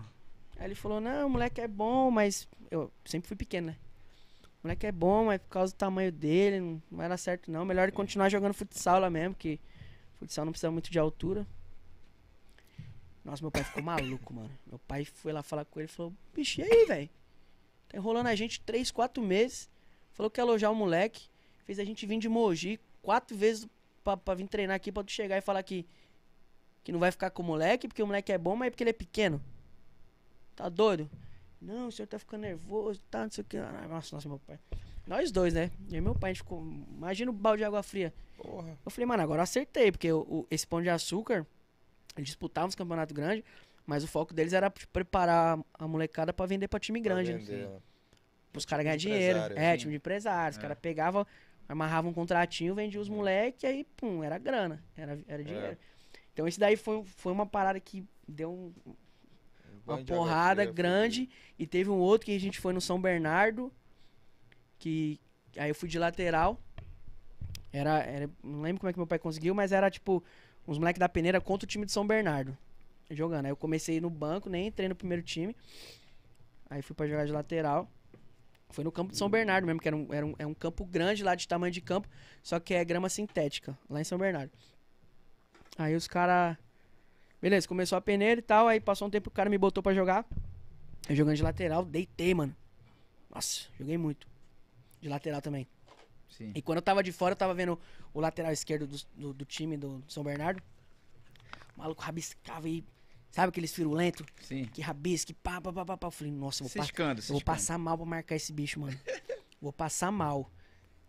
[SPEAKER 3] Aí ele falou, não, o moleque é bom, mas. Eu sempre fui pequeno, né? O moleque é bom, mas por causa do tamanho dele, não não vai dar certo não. Melhor ele continuar jogando futsal lá mesmo, que futsal não precisa muito de altura. Nossa, meu pai ficou maluco, mano. Meu pai foi lá falar com ele e falou, bicho, e aí, velho? Tá enrolando a gente três, quatro meses. Falou que ia alojar o moleque. Fez a gente vir de Mogi quatro vezes pra, pra vir treinar aqui pra tu chegar e falar que, que não vai ficar com o moleque, porque o moleque é bom, mas é porque ele é pequeno. Tá doido? Não, o senhor tá ficando nervoso, tá, não sei o que. Ah, Nossa, nossa, meu pai. Nós dois, né? Eu e meu pai, a gente ficou. Imagina o balde de água fria.
[SPEAKER 1] Porra.
[SPEAKER 3] Eu falei, mano, agora eu acertei, porque o, o- esse pão de açúcar, eles disputavam os campeonatos grandes, mas o foco deles era tipo, preparar a molecada pra vender pra time grande. assim.
[SPEAKER 1] Pra vender, né?
[SPEAKER 3] Os caras
[SPEAKER 1] Time
[SPEAKER 3] ganham
[SPEAKER 1] de
[SPEAKER 3] dinheiro.
[SPEAKER 1] empresário,
[SPEAKER 3] É,
[SPEAKER 2] assim.
[SPEAKER 3] time de empresário. Os
[SPEAKER 2] É.
[SPEAKER 3] caras pegavam, amarravam um contratinho, vendiam
[SPEAKER 1] É.
[SPEAKER 3] os moleques, aí, pum, era grana. Era, era dinheiro. Então, isso daí foi, foi uma parada que deu um, uma
[SPEAKER 1] Banho de água
[SPEAKER 3] porrada
[SPEAKER 1] fria,
[SPEAKER 3] grande. E teve um outro que a gente foi no São Bernardo. Que. Aí eu fui de lateral. Era. era não lembro como é que meu pai conseguiu, mas era tipo. Uns moleques da peneira contra o time de São Bernardo. Jogando. Aí eu comecei no banco, nem entrei no primeiro time. Aí fui pra jogar de lateral. Foi no campo de São Bernardo mesmo, que era um, era um, é um campo grande lá de tamanho de campo, só que é grama sintética, lá em São Bernardo. Aí os caras. Beleza, começou a peneira e tal, aí passou um tempo o cara me botou pra jogar. Eu jogando de lateral, deitei, mano. Nossa, joguei muito. De lateral também.
[SPEAKER 2] Sim.
[SPEAKER 3] E quando eu tava de fora, eu tava vendo o lateral esquerdo do, do, do time do São Bernardo. O maluco rabiscava e. Sabe aqueles firulentos?
[SPEAKER 2] Sim.
[SPEAKER 3] Que rabisca, e pá, pá, pá, pá, pá. Eu falei, nossa, eu vou, pa-
[SPEAKER 2] Ciscando,
[SPEAKER 3] eu vou
[SPEAKER 2] ciscando.
[SPEAKER 3] passar mal pra marcar esse bicho, mano. vou passar mal.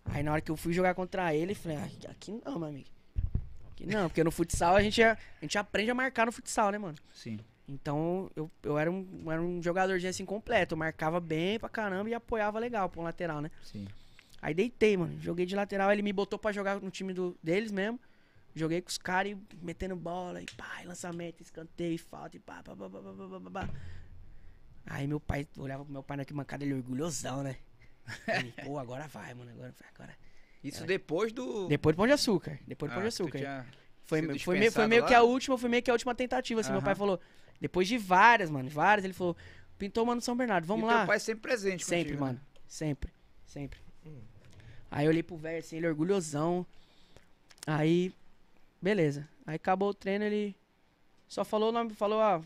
[SPEAKER 3] Aí na hora que eu fui jogar contra ele, eu falei, ah, aqui não, meu amigo. Aqui não, porque no futsal a gente, a gente aprende a marcar no futsal, né, mano?
[SPEAKER 2] Sim.
[SPEAKER 3] Então eu, eu era, um, eu era um jogadorzinho assim completo. Eu marcava bem pra caramba e apoiava legal pra um lateral, né?
[SPEAKER 2] Sim.
[SPEAKER 3] Aí deitei, mano. Joguei de lateral, ele me botou pra jogar no time do, deles mesmo. Joguei com os caras e metendo bola, e pá, e lançamento, escanteio, e falta, e pá, pá, pá, pá, pá, pá, pá, pá, pá. Aí meu pai, eu olhava pro meu pai naquela mancada, ele orgulhosão, né? Ele, pô, agora vai, mano, agora vai, agora.
[SPEAKER 2] Isso depois do.
[SPEAKER 3] É. Depois do Pão de Açúcar, depois do Pão de
[SPEAKER 2] Ah, tu
[SPEAKER 3] Açúcar.
[SPEAKER 2] tinha sido
[SPEAKER 3] Foi, foi, meio, foi
[SPEAKER 2] dispensado
[SPEAKER 3] meio que
[SPEAKER 2] lá?
[SPEAKER 3] a última, foi meio que a última tentativa, assim. Meu pai
[SPEAKER 2] Aham.
[SPEAKER 3] falou, depois de várias, mano, várias, ele falou, pintou mano São Bernardo, vamos
[SPEAKER 2] e
[SPEAKER 3] lá.
[SPEAKER 2] Teu pai é sempre presente
[SPEAKER 3] Sempre,
[SPEAKER 2] contigo, né? Hum.
[SPEAKER 3] mano. Sempre, sempre. Aí eu olhei pro velho assim, ele orgulhosão. Aí, beleza. Aí acabou o treino, ele só falou o nome, falou, ah,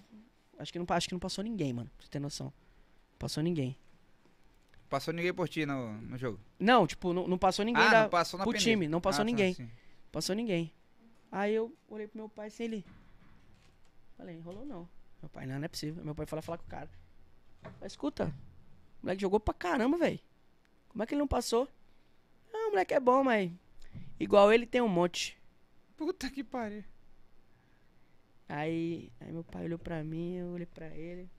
[SPEAKER 3] acho que não, pa- acho que não passou ninguém, mano. Pra você ter noção. Não passou ninguém.
[SPEAKER 2] Passou ninguém por ti no, no jogo.
[SPEAKER 3] Não, tipo, não, não passou ninguém
[SPEAKER 2] ah,
[SPEAKER 3] da,
[SPEAKER 2] não passou na
[SPEAKER 3] pro
[SPEAKER 2] peneira.
[SPEAKER 3] time, não
[SPEAKER 2] Ah,
[SPEAKER 3] passou
[SPEAKER 2] tá,
[SPEAKER 3] ninguém.
[SPEAKER 2] sim.
[SPEAKER 3] Passou ninguém. Aí eu olhei pro meu pai sem ele. Falei, enrolou não. Meu pai, não, não é possível. Meu pai foi lá falar com o cara. Falei, escuta, o moleque jogou pra caramba, velho. Como é que ele não passou? Ah, o moleque é bom, mas. Igual ele tem um monte.
[SPEAKER 2] Puta que pariu.
[SPEAKER 3] Aí, aí meu pai olhou pra mim, eu olhei pra ele.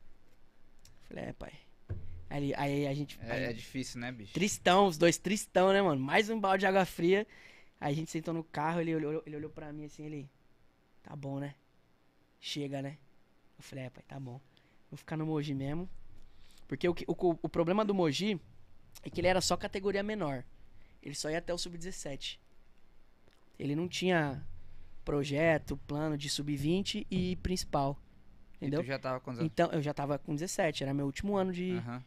[SPEAKER 3] Falei, é, pai. Aí, ele- aí a gente.
[SPEAKER 2] É, é difícil, né, bicho?
[SPEAKER 3] Tristão, os dois tristão, né, mano? Mais um balde de água fria. Aí a gente sentou no carro, ele olhou, ele olhou pra mim assim, ele. Tá bom, né? Chega, né? Eu falei, é, pai, tá bom. Vou ficar no Mogi mesmo. Porque o, que- o, co- o problema do Mogi é que ele era só categoria menor. Ele só ia até o sub-17. Ele não tinha projeto, plano de sub-20 e principal.
[SPEAKER 2] E tu
[SPEAKER 3] Entendeu?
[SPEAKER 2] já tava com quantos anos?
[SPEAKER 3] Então, eu já tava com 17, era meu último ano de,
[SPEAKER 2] é. Aham.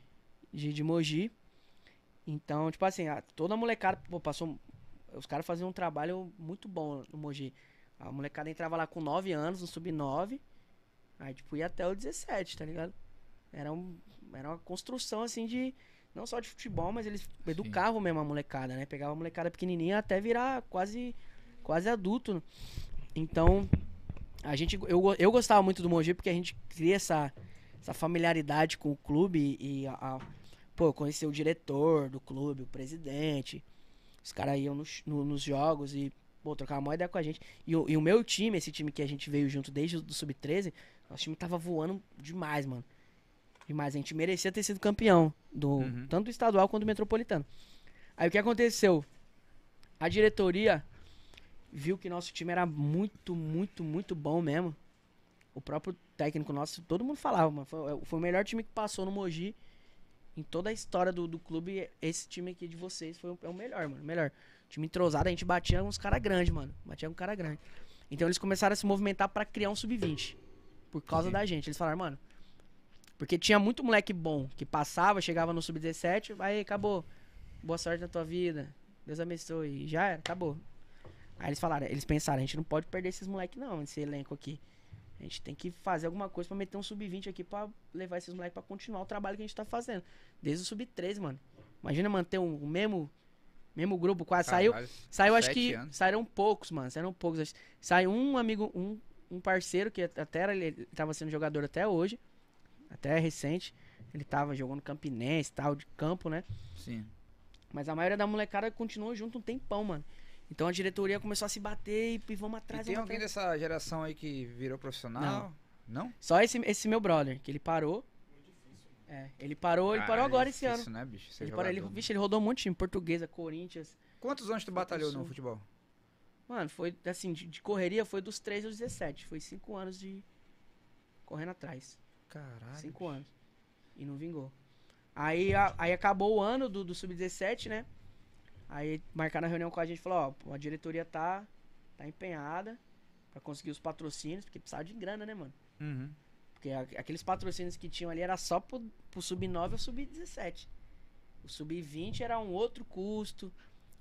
[SPEAKER 3] de, de Mogi. Então, tipo assim, a- toda a molecada, pô, passou. Os caras faziam um trabalho muito bom no Mogi. A molecada entrava lá com 9 anos, no sub-9. Aí, tipo, ia até o 17, tá ligado? Era, um, era uma construção, assim, de. Não só de futebol, mas eles educavam mesmo a molecada, né? Pegava a molecada pequenininha até virar quase, quase adulto. Então, a gente, eu, go- eu gostava muito do Mogi porque a gente cria essa, essa familiaridade com o clube e a- a, Pô, eu conheci o diretor do clube, o presidente. Os caras iam nos- no- nos jogos e, pô, trocavam uma ideia com a gente. E, o- e o meu time, esse time que a gente veio junto desde o do Sub-13, nosso time tava voando demais, mano. Demais. A gente merecia ter sido campeão, do,
[SPEAKER 2] Uhum.
[SPEAKER 3] tanto do estadual quanto do metropolitano. Aí o que aconteceu? A diretoria viu que nosso time era muito, muito, muito bom mesmo. O próprio técnico nosso, todo mundo falava, mano. Foi, foi o melhor time que passou no Mogi. Em toda a história do, do clube, esse time aqui de vocês foi o, é o melhor, mano. o Melhor. Time entrosado, a gente batia uns caras grandes, mano. Batia um cara grande. Então eles começaram a se movimentar pra criar um sub-20. Por causa da gente. Eles falaram, mano. Porque tinha muito moleque bom que passava, chegava no sub-17, aí acabou. Boa sorte na tua vida. Deus abençoe. E já era, acabou. Aí eles falaram, eles pensaram, a gente não pode perder esses moleques, não, esse elenco aqui. A gente tem que fazer alguma coisa pra meter um sub-20 aqui pra levar esses moleques pra continuar o trabalho que a gente tá fazendo. Desde o sub-13, mano. Imagina manter um- o mesmo, mesmo grupo quase. ah, Saiu,
[SPEAKER 2] Caralho.
[SPEAKER 3] Saiu, acho
[SPEAKER 2] Sete
[SPEAKER 3] que.
[SPEAKER 2] anos.
[SPEAKER 3] Saíram poucos, mano. Saíram poucos. acho. Saiu um amigo, um, um parceiro, que até era, ele ele tava sendo jogador até hoje. Até recente. Ele tava jogando campinense e tal, de campo, né?
[SPEAKER 2] Sim.
[SPEAKER 3] Mas a maioria da molecada continuou junto um tempão, mano. Então a diretoria começou a se bater e, e vamos
[SPEAKER 2] E
[SPEAKER 3] atrás,
[SPEAKER 2] tem
[SPEAKER 3] vamos
[SPEAKER 2] alguém
[SPEAKER 3] atrás.
[SPEAKER 2] dessa geração aí que virou profissional? Não?
[SPEAKER 3] Só esse, esse meu brother, que ele parou. É, ele parou, ele parou
[SPEAKER 2] Caralho,
[SPEAKER 3] agora esse ano.
[SPEAKER 2] difícil, né, bicho? Ser
[SPEAKER 3] Ele parou, ele,
[SPEAKER 2] jogador, né?
[SPEAKER 3] vixe, ele rodou um monte de time, portuguesa, Corinthians.
[SPEAKER 2] Quantos anos tu batalhou no futebol?
[SPEAKER 3] Mano, foi assim, de, de correria foi dos 13 aos 17. Foi 5 anos de. correndo atrás.
[SPEAKER 2] Caralho.
[SPEAKER 3] 5 anos. E não vingou. Aí, a- aí acabou o ano do, do Sub-17, né? Aí marcaram a reunião com a gente e falou, ó, a diretoria tá, tá empenhada pra conseguir os patrocínios, porque precisava de grana, né, mano?
[SPEAKER 2] Uhum.
[SPEAKER 3] Porque a- aqueles patrocínios que tinham ali era só pro, pro sub-9 ou sub-17. O sub-20 era um outro custo,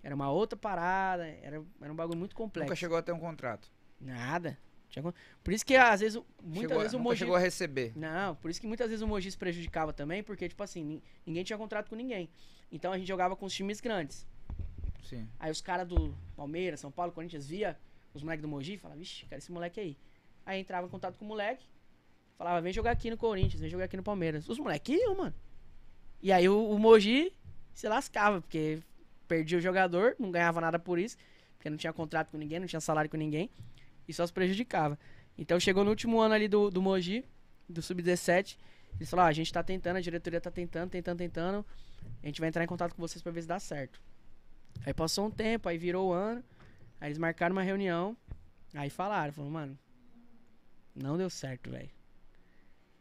[SPEAKER 3] era uma outra parada, era, era um bagulho muito complexo.
[SPEAKER 2] Nunca chegou a ter um contrato.
[SPEAKER 3] Nada. Chegou- Por isso que às vezes, o- muitas
[SPEAKER 2] Chegou a-
[SPEAKER 3] vezes um o
[SPEAKER 2] nunca
[SPEAKER 3] Mogi.
[SPEAKER 2] chegou a receber.
[SPEAKER 3] Não, por isso que muitas vezes o Mogi se prejudicava também, porque, tipo assim, nin- ninguém tinha contrato com ninguém. Então a gente jogava com os times grandes.
[SPEAKER 2] Sim.
[SPEAKER 3] Aí os caras do Palmeiras, São Paulo, Corinthians via os moleques do Mogi e falava, vixe, cara, esse moleque aí. Aí entrava em contato com o moleque, falava, vem jogar aqui no Corinthians, vem jogar aqui no Palmeiras. Os moleques iam, mano. E aí o, o Mogi se lascava, porque perdia o jogador, não ganhava nada por isso, porque não tinha contrato com ninguém, não tinha salário com ninguém, e só se prejudicava. Então chegou no último ano ali do, do Mogi, do Sub-17, eles falaram, "Ó, a gente tá tentando, a diretoria tá tentando, tentando, tentando, a gente vai entrar em contato com vocês pra ver se dá certo. Aí passou um tempo, aí virou o ano, aí eles marcaram uma reunião, aí falaram, falaram, mano, não deu certo, velho.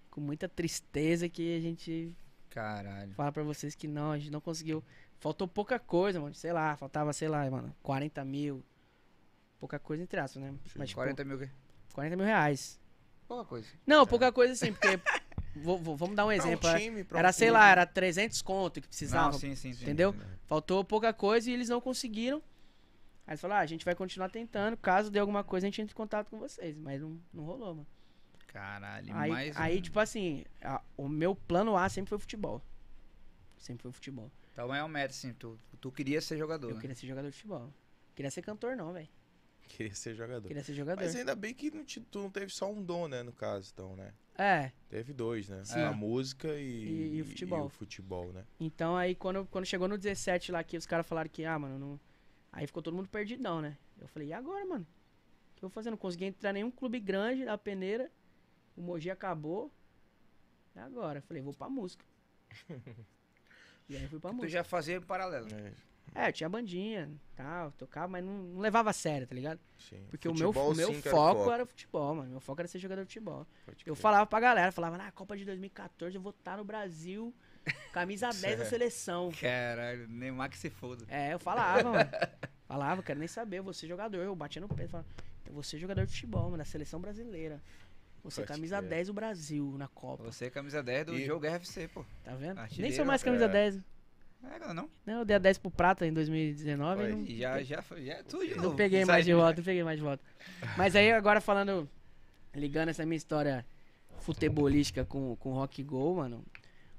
[SPEAKER 3] Com muita tristeza que a gente
[SPEAKER 2] Caralho.
[SPEAKER 3] falar pra vocês que não, a gente não conseguiu. Faltou pouca coisa, mano. Sei lá, faltava, sei lá, mano, 40 mil. Pouca coisa entre aspas, né? Mas, tipo,
[SPEAKER 2] 40
[SPEAKER 3] 40...
[SPEAKER 2] mil. o quê?
[SPEAKER 3] mil reais.
[SPEAKER 2] Pouca coisa.
[SPEAKER 3] Não, pouca coisa assim, porque. vou- vou- vamos dar um
[SPEAKER 1] Pra um
[SPEAKER 3] exemplo. né?
[SPEAKER 1] time, pra um
[SPEAKER 3] era, sei
[SPEAKER 1] clube.
[SPEAKER 3] lá, era 300 conto que precisava.
[SPEAKER 2] Não, sim, sim, sim.
[SPEAKER 3] entendeu? Faltou pouca coisa e eles não conseguiram. Aí eles falaram, ah, a gente vai continuar tentando. Caso dê alguma coisa, a gente entra em contato com vocês. Mas não, não rolou, mano.
[SPEAKER 2] Caralho.
[SPEAKER 3] Aí,
[SPEAKER 2] mais
[SPEAKER 3] aí
[SPEAKER 2] um.
[SPEAKER 3] tipo assim, a- o meu plano A sempre foi futebol. Sempre foi futebol.
[SPEAKER 2] Então é um mérito, sim. Tu, tu queria ser jogador,
[SPEAKER 3] Eu
[SPEAKER 2] né?
[SPEAKER 3] queria ser jogador de futebol. Queria ser cantor, não, velho.
[SPEAKER 1] Queria ser jogador.
[SPEAKER 3] Queria ser jogador.
[SPEAKER 2] é-
[SPEAKER 1] Mas ainda bem que não te- tu não teve só um dom, né, no caso, então, né?
[SPEAKER 3] É.
[SPEAKER 1] Teve dois, né?
[SPEAKER 3] Sim.
[SPEAKER 1] A música e,
[SPEAKER 3] E- e o futebol.
[SPEAKER 1] o futebol, né?
[SPEAKER 3] Então aí quando, quando chegou no 17 lá que os caras falaram que, ah, mano, não... aí ficou todo mundo perdidão, né? Eu falei, e agora, mano? O que eu vou fazer? Não consegui entrar em nenhum clube grande da peneira. O Mogi acabou. E agora? Eu falei, vou pra música. e aí fui pra
[SPEAKER 2] Tu
[SPEAKER 3] música.
[SPEAKER 2] já fazia em paralelo.
[SPEAKER 1] É,
[SPEAKER 3] É, eu tinha bandinha tal, tocava, mas não, não levava a sério, tá ligado?
[SPEAKER 1] sim.
[SPEAKER 3] Porque
[SPEAKER 1] Futebol,
[SPEAKER 3] o meu,
[SPEAKER 1] sim,
[SPEAKER 3] meu
[SPEAKER 1] que
[SPEAKER 3] foco,
[SPEAKER 1] era o
[SPEAKER 3] era futebol, mano. Meu foco era ser jogador de futebol.
[SPEAKER 1] Pode
[SPEAKER 3] Eu
[SPEAKER 1] crer.
[SPEAKER 3] falava pra galera, falava, na Copa de 2014 eu vou estar no Brasil, camisa 10 da seleção.
[SPEAKER 2] Caralho, Neymar que se foda.
[SPEAKER 3] É, eu falava, mano. Falava, quero nem saber, eu vou ser jogador. Eu batia no peito, falava, eu vou ser jogador de futebol, mano, da seleção brasileira. Você
[SPEAKER 1] Pode
[SPEAKER 3] camisa
[SPEAKER 1] crer.
[SPEAKER 3] 10 do Brasil na Copa,
[SPEAKER 2] Você é camisa 10 do
[SPEAKER 1] E-
[SPEAKER 2] jogo RFC, pô.
[SPEAKER 3] tá vendo? Nem
[SPEAKER 2] Artilheiro,
[SPEAKER 3] sou mais camisa
[SPEAKER 1] é.
[SPEAKER 3] 10.
[SPEAKER 2] É, não, não.
[SPEAKER 3] Não, eu dei a 10 pro Prata em 2019
[SPEAKER 1] Foi.
[SPEAKER 3] e não,
[SPEAKER 2] E Já, já, foi- já é tudo de
[SPEAKER 3] não
[SPEAKER 2] novo.
[SPEAKER 3] peguei
[SPEAKER 2] Sai-
[SPEAKER 3] mais de volta, não é. peguei mais de volta. Mas aí agora falando, ligando essa minha história futebolística com, com Rock Go, mano.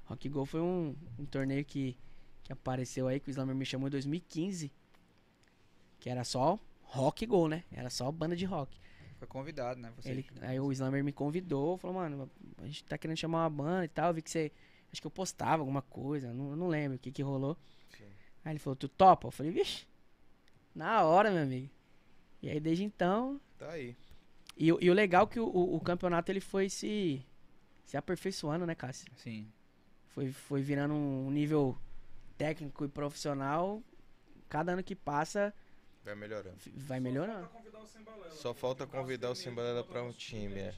[SPEAKER 3] Rock Go foi um, um torneio que, que apareceu aí, que o Slammer me chamou em 2015. Que era só Rock Go, né? Era só banda de rock.
[SPEAKER 2] Foi convidado, né? Você.
[SPEAKER 3] Ele, aí o Slammer me convidou, falou, mano, a gente tá querendo chamar uma banda e tal. Eu vi que você. Acho que eu postava alguma coisa, não, não lembro o que, que rolou.
[SPEAKER 1] Sim.
[SPEAKER 3] Aí ele falou, tu topa? Eu falei, vixe, na hora, meu amigo. E aí desde então.
[SPEAKER 1] Tá aí.
[SPEAKER 3] E, o- e o legal é que o, o- o campeonato ele foi se, se aperfeiçoando, né, Cássio?
[SPEAKER 2] Sim.
[SPEAKER 3] Foi, foi virando um nível técnico e profissional. Cada ano que passa,
[SPEAKER 1] Vai melhorando.
[SPEAKER 3] f- vai melhorando.
[SPEAKER 1] Só falta convidar o Simbalera pra um time, é.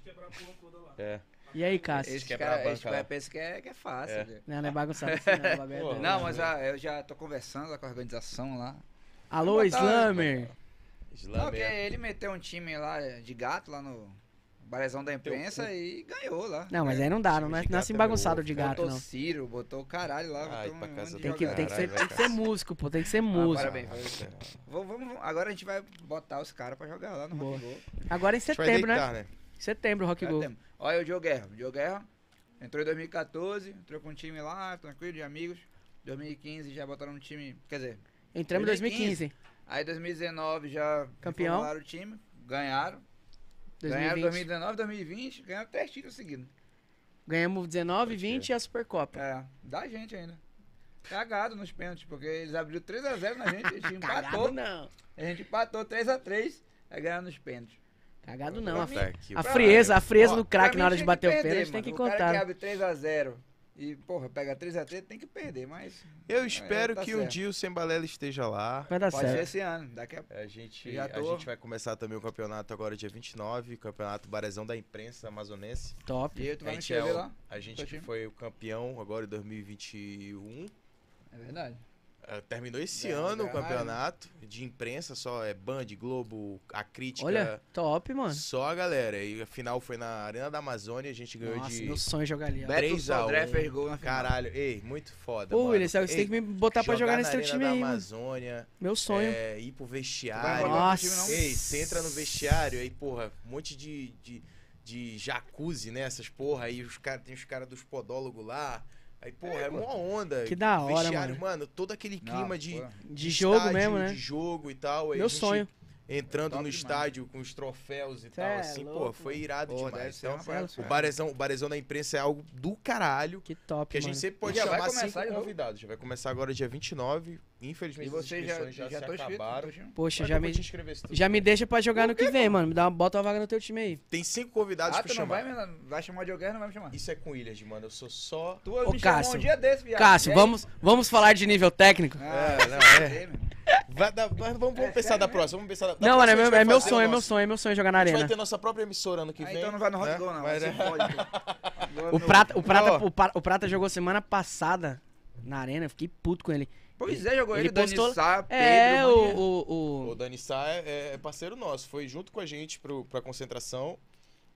[SPEAKER 1] É.
[SPEAKER 3] E aí, Cássio?
[SPEAKER 2] Esse é
[SPEAKER 1] quebra a
[SPEAKER 2] cara,
[SPEAKER 1] banca
[SPEAKER 2] esse cara
[SPEAKER 1] lá.
[SPEAKER 2] pensa que é, que é fácil.
[SPEAKER 1] É.
[SPEAKER 2] né?
[SPEAKER 3] Não, não é bagunçado assim, não. o bagulho é
[SPEAKER 1] Pô,
[SPEAKER 3] doido.
[SPEAKER 2] Não, mas ah, eu já tô conversando lá com a organização lá.
[SPEAKER 3] Alô,
[SPEAKER 2] Boa tarde.
[SPEAKER 3] Slammer!
[SPEAKER 2] Não,
[SPEAKER 1] Islã
[SPEAKER 2] porque ele meteu um time lá de gato lá no Barezão da Imprensa e ganhou lá.
[SPEAKER 3] Não, mas aí não dá, não,
[SPEAKER 1] Time de
[SPEAKER 3] é, não é
[SPEAKER 1] gato
[SPEAKER 3] assim
[SPEAKER 1] é
[SPEAKER 3] bagunçado
[SPEAKER 1] meu
[SPEAKER 3] de
[SPEAKER 1] ovo, cara.
[SPEAKER 3] gato,
[SPEAKER 2] Botou
[SPEAKER 3] não.
[SPEAKER 2] Ciro, botou o caralho lá.
[SPEAKER 1] Ai,
[SPEAKER 2] botou
[SPEAKER 1] pra
[SPEAKER 2] um
[SPEAKER 1] casa
[SPEAKER 2] monte de
[SPEAKER 1] do
[SPEAKER 3] Tem que, tem, que ser,
[SPEAKER 1] Caralho,
[SPEAKER 3] tem que ser
[SPEAKER 1] cara.
[SPEAKER 3] músico, pô, tem que ser músico.
[SPEAKER 2] parabéns. Vou- vamos, vamos- agora a gente vai botar os caras pra jogar lá no
[SPEAKER 3] Boa.
[SPEAKER 2] Rock Go.
[SPEAKER 3] Agora em setembro, né?
[SPEAKER 1] né?
[SPEAKER 3] Setembro, Rock
[SPEAKER 2] Já
[SPEAKER 3] Go.
[SPEAKER 2] temos. Olha o Diogo Guerra. O Diogo Guerra entrou em 2014, entrou com um time lá, tranquilo, de amigos. 2015 já botaram um time, quer dizer,
[SPEAKER 3] Entramos em 2015.
[SPEAKER 2] aí 2019 já
[SPEAKER 3] Campeão.
[SPEAKER 2] reformularam o time, ganharam. Ganharam
[SPEAKER 3] 2020.
[SPEAKER 2] 2019, 2020, ganharam três títulos seguidos.
[SPEAKER 3] Ganhamos 19,
[SPEAKER 1] Pode
[SPEAKER 3] 20 e a Supercopa.
[SPEAKER 2] É, dá gente ainda. Cagado nos pênaltis, porque eles abriram 3x0 na gente, a gente
[SPEAKER 3] Cagado
[SPEAKER 2] É,
[SPEAKER 3] né?
[SPEAKER 2] empatou.
[SPEAKER 3] não.
[SPEAKER 2] A gente empatou 3x3, aí ganharam nos pênaltis.
[SPEAKER 3] Cagado não. A,
[SPEAKER 1] Tá aqui,
[SPEAKER 3] a
[SPEAKER 1] cara.
[SPEAKER 3] frieza, a frieza
[SPEAKER 2] Ó,
[SPEAKER 3] do
[SPEAKER 2] pra
[SPEAKER 3] craque
[SPEAKER 2] mim
[SPEAKER 3] na hora de
[SPEAKER 2] tinha
[SPEAKER 3] bater o
[SPEAKER 2] perder,
[SPEAKER 3] pênalti tem
[SPEAKER 2] mano.
[SPEAKER 3] que
[SPEAKER 2] O cara que
[SPEAKER 3] contar.
[SPEAKER 2] abre 3x0 e, porra, pega 3x3, tem que perder, mas
[SPEAKER 1] Eu espero
[SPEAKER 2] É, tá
[SPEAKER 1] que um
[SPEAKER 2] certo.
[SPEAKER 1] dia o Sembalela esteja lá.
[SPEAKER 3] Vai dar
[SPEAKER 2] pode ser
[SPEAKER 3] Tá certo.
[SPEAKER 2] esse ano. Daqui a
[SPEAKER 1] É, A gente,
[SPEAKER 2] Já
[SPEAKER 1] a
[SPEAKER 2] tô.
[SPEAKER 1] gente vai começar também o campeonato agora dia 29, o campeonato Barezão da Imprensa Amazonense.
[SPEAKER 3] Top.
[SPEAKER 2] E aí, tu
[SPEAKER 1] a
[SPEAKER 2] vai me
[SPEAKER 1] gente, é
[SPEAKER 2] escrever
[SPEAKER 1] o-
[SPEAKER 2] lá?
[SPEAKER 1] a gente
[SPEAKER 2] Teu
[SPEAKER 1] que
[SPEAKER 2] time?
[SPEAKER 1] foi o campeão agora em 2021.
[SPEAKER 2] É verdade.
[SPEAKER 1] Eh, um. Terminou esse
[SPEAKER 2] Ganhou
[SPEAKER 1] ano o
[SPEAKER 2] caralho.
[SPEAKER 1] campeonato de imprensa, só é Band, Globo, a crítica.
[SPEAKER 3] Olha, top, mano.
[SPEAKER 1] Só a galera. E a final foi na Arena da Amazônia, a gente ganhou
[SPEAKER 3] Nossa,
[SPEAKER 1] de.
[SPEAKER 3] meu sonho é jogar ali. ó.
[SPEAKER 1] Três
[SPEAKER 2] Beto Sodré
[SPEAKER 1] a um.
[SPEAKER 2] fez gol na final.
[SPEAKER 1] Caralho, ei, muito foda.
[SPEAKER 3] Pô,
[SPEAKER 1] mano.
[SPEAKER 3] William, você tem
[SPEAKER 1] Ei,
[SPEAKER 3] que me botar pra jogar nesse
[SPEAKER 1] na
[SPEAKER 3] teu
[SPEAKER 1] Arena
[SPEAKER 3] time
[SPEAKER 1] da
[SPEAKER 3] aí, mano.
[SPEAKER 1] Amazônia,
[SPEAKER 3] Meu sonho.
[SPEAKER 1] é, ir pro
[SPEAKER 2] Vai
[SPEAKER 1] vestiário.
[SPEAKER 2] jogar com o time, não?
[SPEAKER 3] Nossa.
[SPEAKER 1] Ei, você entra no vestiário, aí, porra, um monte de, de, de jacuzzi, né? Essas porra, aí os cara, tem os caras dos podólogos lá. Aí, porra, é, uma onda.
[SPEAKER 3] Que da hora,
[SPEAKER 1] vestiário, mano. todo aquele
[SPEAKER 2] Não,
[SPEAKER 1] clima de,
[SPEAKER 2] porra.
[SPEAKER 3] De jogo
[SPEAKER 1] estádio,
[SPEAKER 3] mesmo, né?
[SPEAKER 1] De jogo e tal. aí
[SPEAKER 3] Meu
[SPEAKER 1] a gente
[SPEAKER 3] sonho.
[SPEAKER 1] Entrando
[SPEAKER 2] Top
[SPEAKER 1] no
[SPEAKER 2] demais.
[SPEAKER 1] estádio com os troféus e
[SPEAKER 3] Cê
[SPEAKER 1] tal,
[SPEAKER 3] é
[SPEAKER 1] assim, pô,
[SPEAKER 3] louco,
[SPEAKER 1] foi irado
[SPEAKER 2] Pô, deve
[SPEAKER 1] demais.
[SPEAKER 2] ser
[SPEAKER 1] Então,
[SPEAKER 2] uma parada
[SPEAKER 1] o
[SPEAKER 2] surreal.
[SPEAKER 1] barezão, o barezão da imprensa é algo do caralho.
[SPEAKER 3] Que top,
[SPEAKER 1] Que a gente
[SPEAKER 3] mano.
[SPEAKER 1] sempre pode
[SPEAKER 2] Já vai
[SPEAKER 1] chamar
[SPEAKER 2] começar de
[SPEAKER 1] cinco
[SPEAKER 2] novo?
[SPEAKER 1] convidados. Já vai começar agora dia 29.
[SPEAKER 2] E
[SPEAKER 1] Infelizmente, as
[SPEAKER 2] vocês já,
[SPEAKER 1] inscrições
[SPEAKER 2] já,
[SPEAKER 1] já, se
[SPEAKER 2] tô inscrito no
[SPEAKER 1] acabaram.
[SPEAKER 2] teu time?
[SPEAKER 3] Poxa,
[SPEAKER 1] Mas
[SPEAKER 3] já
[SPEAKER 1] eu vou
[SPEAKER 3] me,
[SPEAKER 1] te inscrever se tu
[SPEAKER 3] já me
[SPEAKER 1] quiser.
[SPEAKER 3] deixa pra jogar no que vem, mano. Me dá uma, bota uma vaga no teu time aí.
[SPEAKER 1] Tem cinco convidados
[SPEAKER 2] Ah,
[SPEAKER 1] pra
[SPEAKER 2] tu não vai,
[SPEAKER 1] chamar.
[SPEAKER 2] me- vai chamar o Diogo Guerra, não vai me chamar.
[SPEAKER 1] Isso é com Ilhas, mano. Eu sou só.
[SPEAKER 2] Tu
[SPEAKER 3] Ô,
[SPEAKER 2] me chamou um
[SPEAKER 3] Cássio.
[SPEAKER 2] dia desse, viado.
[SPEAKER 3] Cássio,
[SPEAKER 2] E aí?
[SPEAKER 3] vamos, vamos falar de nível técnico?
[SPEAKER 2] Ah,
[SPEAKER 1] É, não,
[SPEAKER 2] vai
[SPEAKER 1] é.
[SPEAKER 2] ver, meu.
[SPEAKER 1] Vai dar- mas vamos,
[SPEAKER 2] É,
[SPEAKER 1] vamos pensar da próxima. Vamos pensar da, da
[SPEAKER 3] Não,
[SPEAKER 1] próxima
[SPEAKER 3] mano, é
[SPEAKER 1] a gente
[SPEAKER 3] meu,
[SPEAKER 1] vai
[SPEAKER 3] é meu
[SPEAKER 1] fazer o
[SPEAKER 3] sonho, é meu
[SPEAKER 1] nosso.
[SPEAKER 3] sonho, é meu sonho jogar na
[SPEAKER 1] A gente vai
[SPEAKER 3] arena.
[SPEAKER 1] ter nossa própria emissora ano que
[SPEAKER 2] Ah,
[SPEAKER 1] vem.
[SPEAKER 2] então não vai no Rock
[SPEAKER 1] né?
[SPEAKER 2] Go, não.
[SPEAKER 1] Mas,
[SPEAKER 2] se
[SPEAKER 1] é.
[SPEAKER 2] fode, pô. Agora
[SPEAKER 3] O
[SPEAKER 2] não-
[SPEAKER 3] Prata, o,
[SPEAKER 1] um Ó.
[SPEAKER 3] Prata, o, Pra- o Prata jogou semana passada na arena, eu fiquei puto com ele.
[SPEAKER 2] Pois é, jogou
[SPEAKER 3] Ele
[SPEAKER 2] ele, Dani
[SPEAKER 3] postou-
[SPEAKER 2] Sá, Pedro,
[SPEAKER 3] É,
[SPEAKER 2] um
[SPEAKER 3] o,
[SPEAKER 2] monte de-
[SPEAKER 3] o,
[SPEAKER 1] O
[SPEAKER 3] o-
[SPEAKER 1] Dani Sá é, é parceiro nosso, foi junto com a gente pro, pra concentração.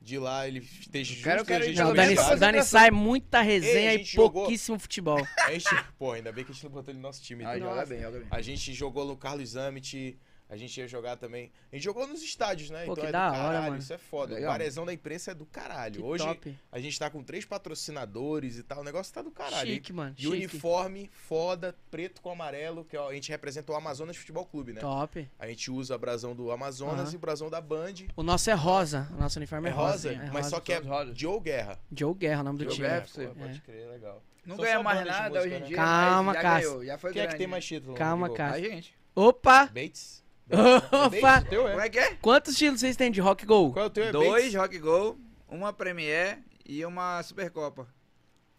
[SPEAKER 1] De lá ele esteja junto
[SPEAKER 2] Cara, eu
[SPEAKER 1] da
[SPEAKER 2] quero
[SPEAKER 1] gente.
[SPEAKER 2] ir
[SPEAKER 1] na
[SPEAKER 3] Não, o
[SPEAKER 2] também
[SPEAKER 3] Dani,
[SPEAKER 2] pra
[SPEAKER 1] mesa.
[SPEAKER 3] o Dani
[SPEAKER 2] concentração.
[SPEAKER 3] Sai, muita resenha
[SPEAKER 1] Ei, a
[SPEAKER 3] e
[SPEAKER 1] gente jogou-
[SPEAKER 3] pouquíssimo futebol.
[SPEAKER 1] A gente- Pô, ainda bem que a gente não botou ele no nosso time.
[SPEAKER 2] Ah,
[SPEAKER 1] então.
[SPEAKER 2] joga bem, joga bem.
[SPEAKER 1] A gente jogou no Carlos Amit, A gente ia jogar também. A gente jogou nos estádios, né?
[SPEAKER 3] Pô,
[SPEAKER 1] então
[SPEAKER 3] que
[SPEAKER 1] é
[SPEAKER 3] da
[SPEAKER 1] do
[SPEAKER 3] hora,
[SPEAKER 1] caralho,
[SPEAKER 3] mano.
[SPEAKER 1] isso é foda.
[SPEAKER 2] Legal.
[SPEAKER 1] O Parezão da imprensa é do caralho.
[SPEAKER 3] Que
[SPEAKER 1] Hoje
[SPEAKER 3] top.
[SPEAKER 1] a gente tá com três patrocinadores e tal. O negócio tá do caralho. hein?
[SPEAKER 3] Chique, mano.
[SPEAKER 1] E
[SPEAKER 3] Chique.
[SPEAKER 1] o uniforme foda, preto com amarelo, que ó, a gente representa o Amazonas Futebol Clube, né?
[SPEAKER 3] Top.
[SPEAKER 1] A gente usa o brasão do Amazonas
[SPEAKER 3] Aham.
[SPEAKER 1] e o brasão da Band.
[SPEAKER 3] O nosso é rosa. O nosso uniforme
[SPEAKER 1] É
[SPEAKER 3] é, rosa.
[SPEAKER 1] rosa,
[SPEAKER 3] é
[SPEAKER 1] mas
[SPEAKER 3] rosa.
[SPEAKER 1] só que é
[SPEAKER 2] todos rosa.
[SPEAKER 1] Joe Guerra.
[SPEAKER 3] Joe Guerra, o nome do
[SPEAKER 2] Joe
[SPEAKER 3] time.
[SPEAKER 2] Guerra.
[SPEAKER 1] Guerra,
[SPEAKER 2] FC.
[SPEAKER 1] pô, pode
[SPEAKER 3] É.
[SPEAKER 1] crer, legal.
[SPEAKER 2] Não
[SPEAKER 1] São
[SPEAKER 2] ganha
[SPEAKER 1] só
[SPEAKER 2] mais
[SPEAKER 1] bandas de
[SPEAKER 2] nada
[SPEAKER 1] música,
[SPEAKER 2] hoje em
[SPEAKER 1] né?
[SPEAKER 2] dia.
[SPEAKER 3] Calma,
[SPEAKER 2] mas já
[SPEAKER 3] Cássio.
[SPEAKER 2] ganhou, já foi
[SPEAKER 1] Quem é que
[SPEAKER 2] grande.
[SPEAKER 1] tem mais título?
[SPEAKER 3] Calma,
[SPEAKER 1] Igor?
[SPEAKER 3] cara.
[SPEAKER 2] A gente.
[SPEAKER 3] Opa!
[SPEAKER 1] Bates? É Bates?
[SPEAKER 3] Opa!
[SPEAKER 1] O teu
[SPEAKER 2] Como
[SPEAKER 1] é?
[SPEAKER 2] é que é?
[SPEAKER 3] Quantos títulos vocês têm de Rock Go?
[SPEAKER 1] Qual é o teu? É
[SPEAKER 2] Dois
[SPEAKER 1] Bates?
[SPEAKER 2] Rock Go, uma Premier e uma Supercopa.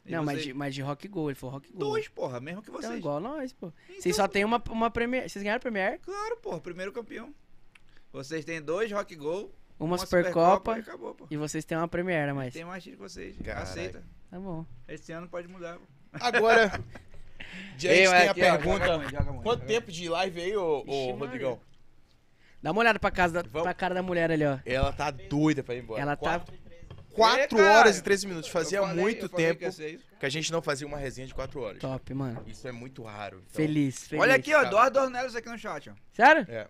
[SPEAKER 2] E
[SPEAKER 3] Não, mas
[SPEAKER 2] vocês?
[SPEAKER 3] de, mas de Rock Go, ele falou Rock Go.
[SPEAKER 2] Dois, porra, mesmo que vocês.
[SPEAKER 3] Então, igual nós, pô.
[SPEAKER 2] Então,
[SPEAKER 3] Vocês só tem uma, uma Premier. Vocês ganharam a Premier,
[SPEAKER 2] Claro, porra, primeiro campeão. Vocês têm dois Rock Go,
[SPEAKER 3] uma, Supercopa
[SPEAKER 2] e acabou, pô.
[SPEAKER 3] e vocês têm uma Premier a mais.
[SPEAKER 2] Tem mais título que vocês.
[SPEAKER 1] Caralho.
[SPEAKER 2] Aceita.
[SPEAKER 3] Tá bom.
[SPEAKER 2] Esse ano pode mudar, pô.
[SPEAKER 1] Agora, gente,
[SPEAKER 2] Ei,
[SPEAKER 1] tem a
[SPEAKER 2] aqui, ó, joga
[SPEAKER 1] pergunta.
[SPEAKER 2] muito, joga muito,
[SPEAKER 1] Quanto
[SPEAKER 2] joga
[SPEAKER 1] tempo de live aí, ô,
[SPEAKER 3] Ixi,
[SPEAKER 1] ô
[SPEAKER 3] Maria.
[SPEAKER 1] Rodrigão?
[SPEAKER 3] Dá uma olhada pra, casa da,
[SPEAKER 1] Vamos.
[SPEAKER 3] pra cara da mulher ali, ó.
[SPEAKER 1] Ela tá doida pra ir embora.
[SPEAKER 3] Ela tá.
[SPEAKER 1] Quatro-
[SPEAKER 2] Ei,
[SPEAKER 1] quatro
[SPEAKER 2] caralho.
[SPEAKER 1] horas e 13 minutos.
[SPEAKER 2] Eu
[SPEAKER 1] Fazia
[SPEAKER 2] falei- eu
[SPEAKER 1] muito
[SPEAKER 2] falei que assim-
[SPEAKER 1] tempo
[SPEAKER 2] ia ser isso.
[SPEAKER 1] que a gente não fazia uma resenha de quatro horas.
[SPEAKER 3] Top, mano.
[SPEAKER 1] Isso é muito raro. então-
[SPEAKER 3] Feliz, feliz.
[SPEAKER 2] Olha aqui, ó,
[SPEAKER 1] cara.
[SPEAKER 2] Eduardo Ornelas aqui no chat, ó.
[SPEAKER 3] Sério?
[SPEAKER 1] É.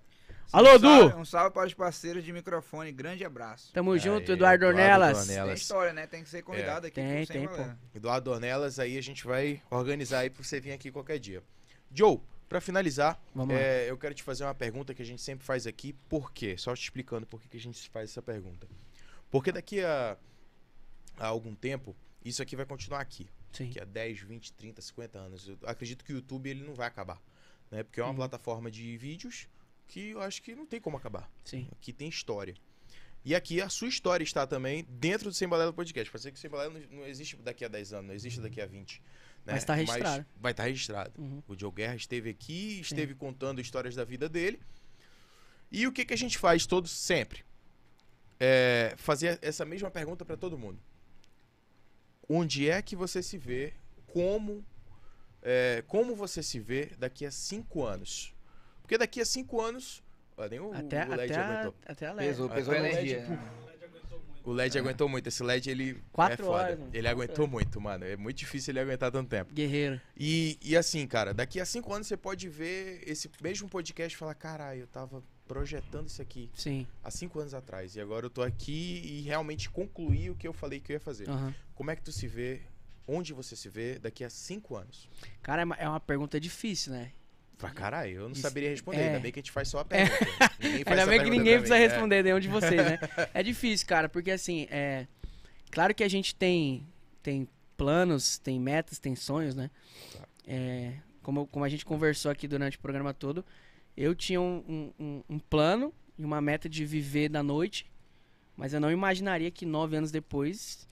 [SPEAKER 3] Alô,
[SPEAKER 2] um salve,
[SPEAKER 3] Du!
[SPEAKER 2] um salve para os parceiros de microfone. Grande abraço.
[SPEAKER 3] Tamo junto,
[SPEAKER 1] Aê,
[SPEAKER 3] Eduardo Ornelas.
[SPEAKER 2] Tem
[SPEAKER 1] Ornelas.
[SPEAKER 2] história, né? Tem que ser convidado aqui.
[SPEAKER 3] Tem,
[SPEAKER 2] sem
[SPEAKER 3] tem, pô.
[SPEAKER 2] valendo.
[SPEAKER 1] Eduardo Ornelas, aí a gente vai organizar aí pra você vir aqui qualquer dia. Joe, pra finalizar,
[SPEAKER 3] Vamos lá.
[SPEAKER 1] é, eu quero te fazer uma pergunta que a gente sempre faz aqui. Por quê? Só te explicando por que que a gente faz essa pergunta. Porque daqui a, a algum tempo, isso aqui vai continuar aqui.
[SPEAKER 3] Sim.
[SPEAKER 1] Daqui a 10, 20, 30, 50 anos. Eu acredito que o YouTube ele não vai acabar. Né? Porque é uma plataforma de vídeos que eu acho que não tem como acabar.
[SPEAKER 3] Sim.
[SPEAKER 1] Aqui tem história. E aqui a sua história está também dentro do Sem Balela Podcast. Pode ser que o Sem Balela não, não existe daqui a 10 anos, não existe daqui a 20. Né?
[SPEAKER 3] Uhum. Mas tá registrado.
[SPEAKER 1] vai estar registrado.
[SPEAKER 3] Uhum.
[SPEAKER 1] O Joe Guerra esteve aqui, esteve contando histórias da vida dele. E o que, que a gente faz todos sempre? É fazer essa mesma pergunta para todo mundo. Onde é que você se vê? Como, é, como você se vê daqui a 5 anos? Porque daqui a 5 anos. Ó, nem o,
[SPEAKER 3] Até,
[SPEAKER 1] o LED
[SPEAKER 3] até, a,
[SPEAKER 1] aguentou.
[SPEAKER 3] até a Leia.
[SPEAKER 2] Pesou,
[SPEAKER 1] Ah,
[SPEAKER 2] pesou a
[SPEAKER 1] então,
[SPEAKER 2] energia.
[SPEAKER 1] LED, O LED aguentou muito. Esse LED, ele
[SPEAKER 3] É. Quatro
[SPEAKER 1] é foda.
[SPEAKER 3] horas, né? mano.
[SPEAKER 1] Ele aguentou muito, mano. É muito difícil ele aguentar tanto tempo.
[SPEAKER 3] Guerreiro.
[SPEAKER 1] E, e assim, cara, daqui a cinco anos você pode ver esse mesmo podcast e falar: caralho, eu tava projetando isso aqui
[SPEAKER 3] Sim.
[SPEAKER 1] há cinco anos atrás. E agora eu tô aqui e realmente concluí o que eu falei que eu ia fazer.
[SPEAKER 3] Aham.
[SPEAKER 1] Como é que tu se vê? Onde você se vê daqui a cinco anos?
[SPEAKER 3] Cara, é uma- é uma pergunta difícil, né?
[SPEAKER 1] Pra caralho, eu não
[SPEAKER 3] Isso-
[SPEAKER 1] saberia responder.
[SPEAKER 3] é.
[SPEAKER 1] Ainda bem que a gente faz só a pergunta. né? Ninguém faz essa
[SPEAKER 3] Ainda bem que
[SPEAKER 1] pergunta
[SPEAKER 3] ninguém
[SPEAKER 1] pra
[SPEAKER 3] precisa
[SPEAKER 1] mim, né?
[SPEAKER 3] responder nenhum de vocês, né? É difícil, cara, porque assim, é. Claro que a gente tem, tem planos, tem metas, tem sonhos, né? É, como, eu- como a gente conversou aqui durante o programa todo, eu tinha um, um- um- um plano e uma meta de viver da noite, mas eu não imaginaria que nove anos depois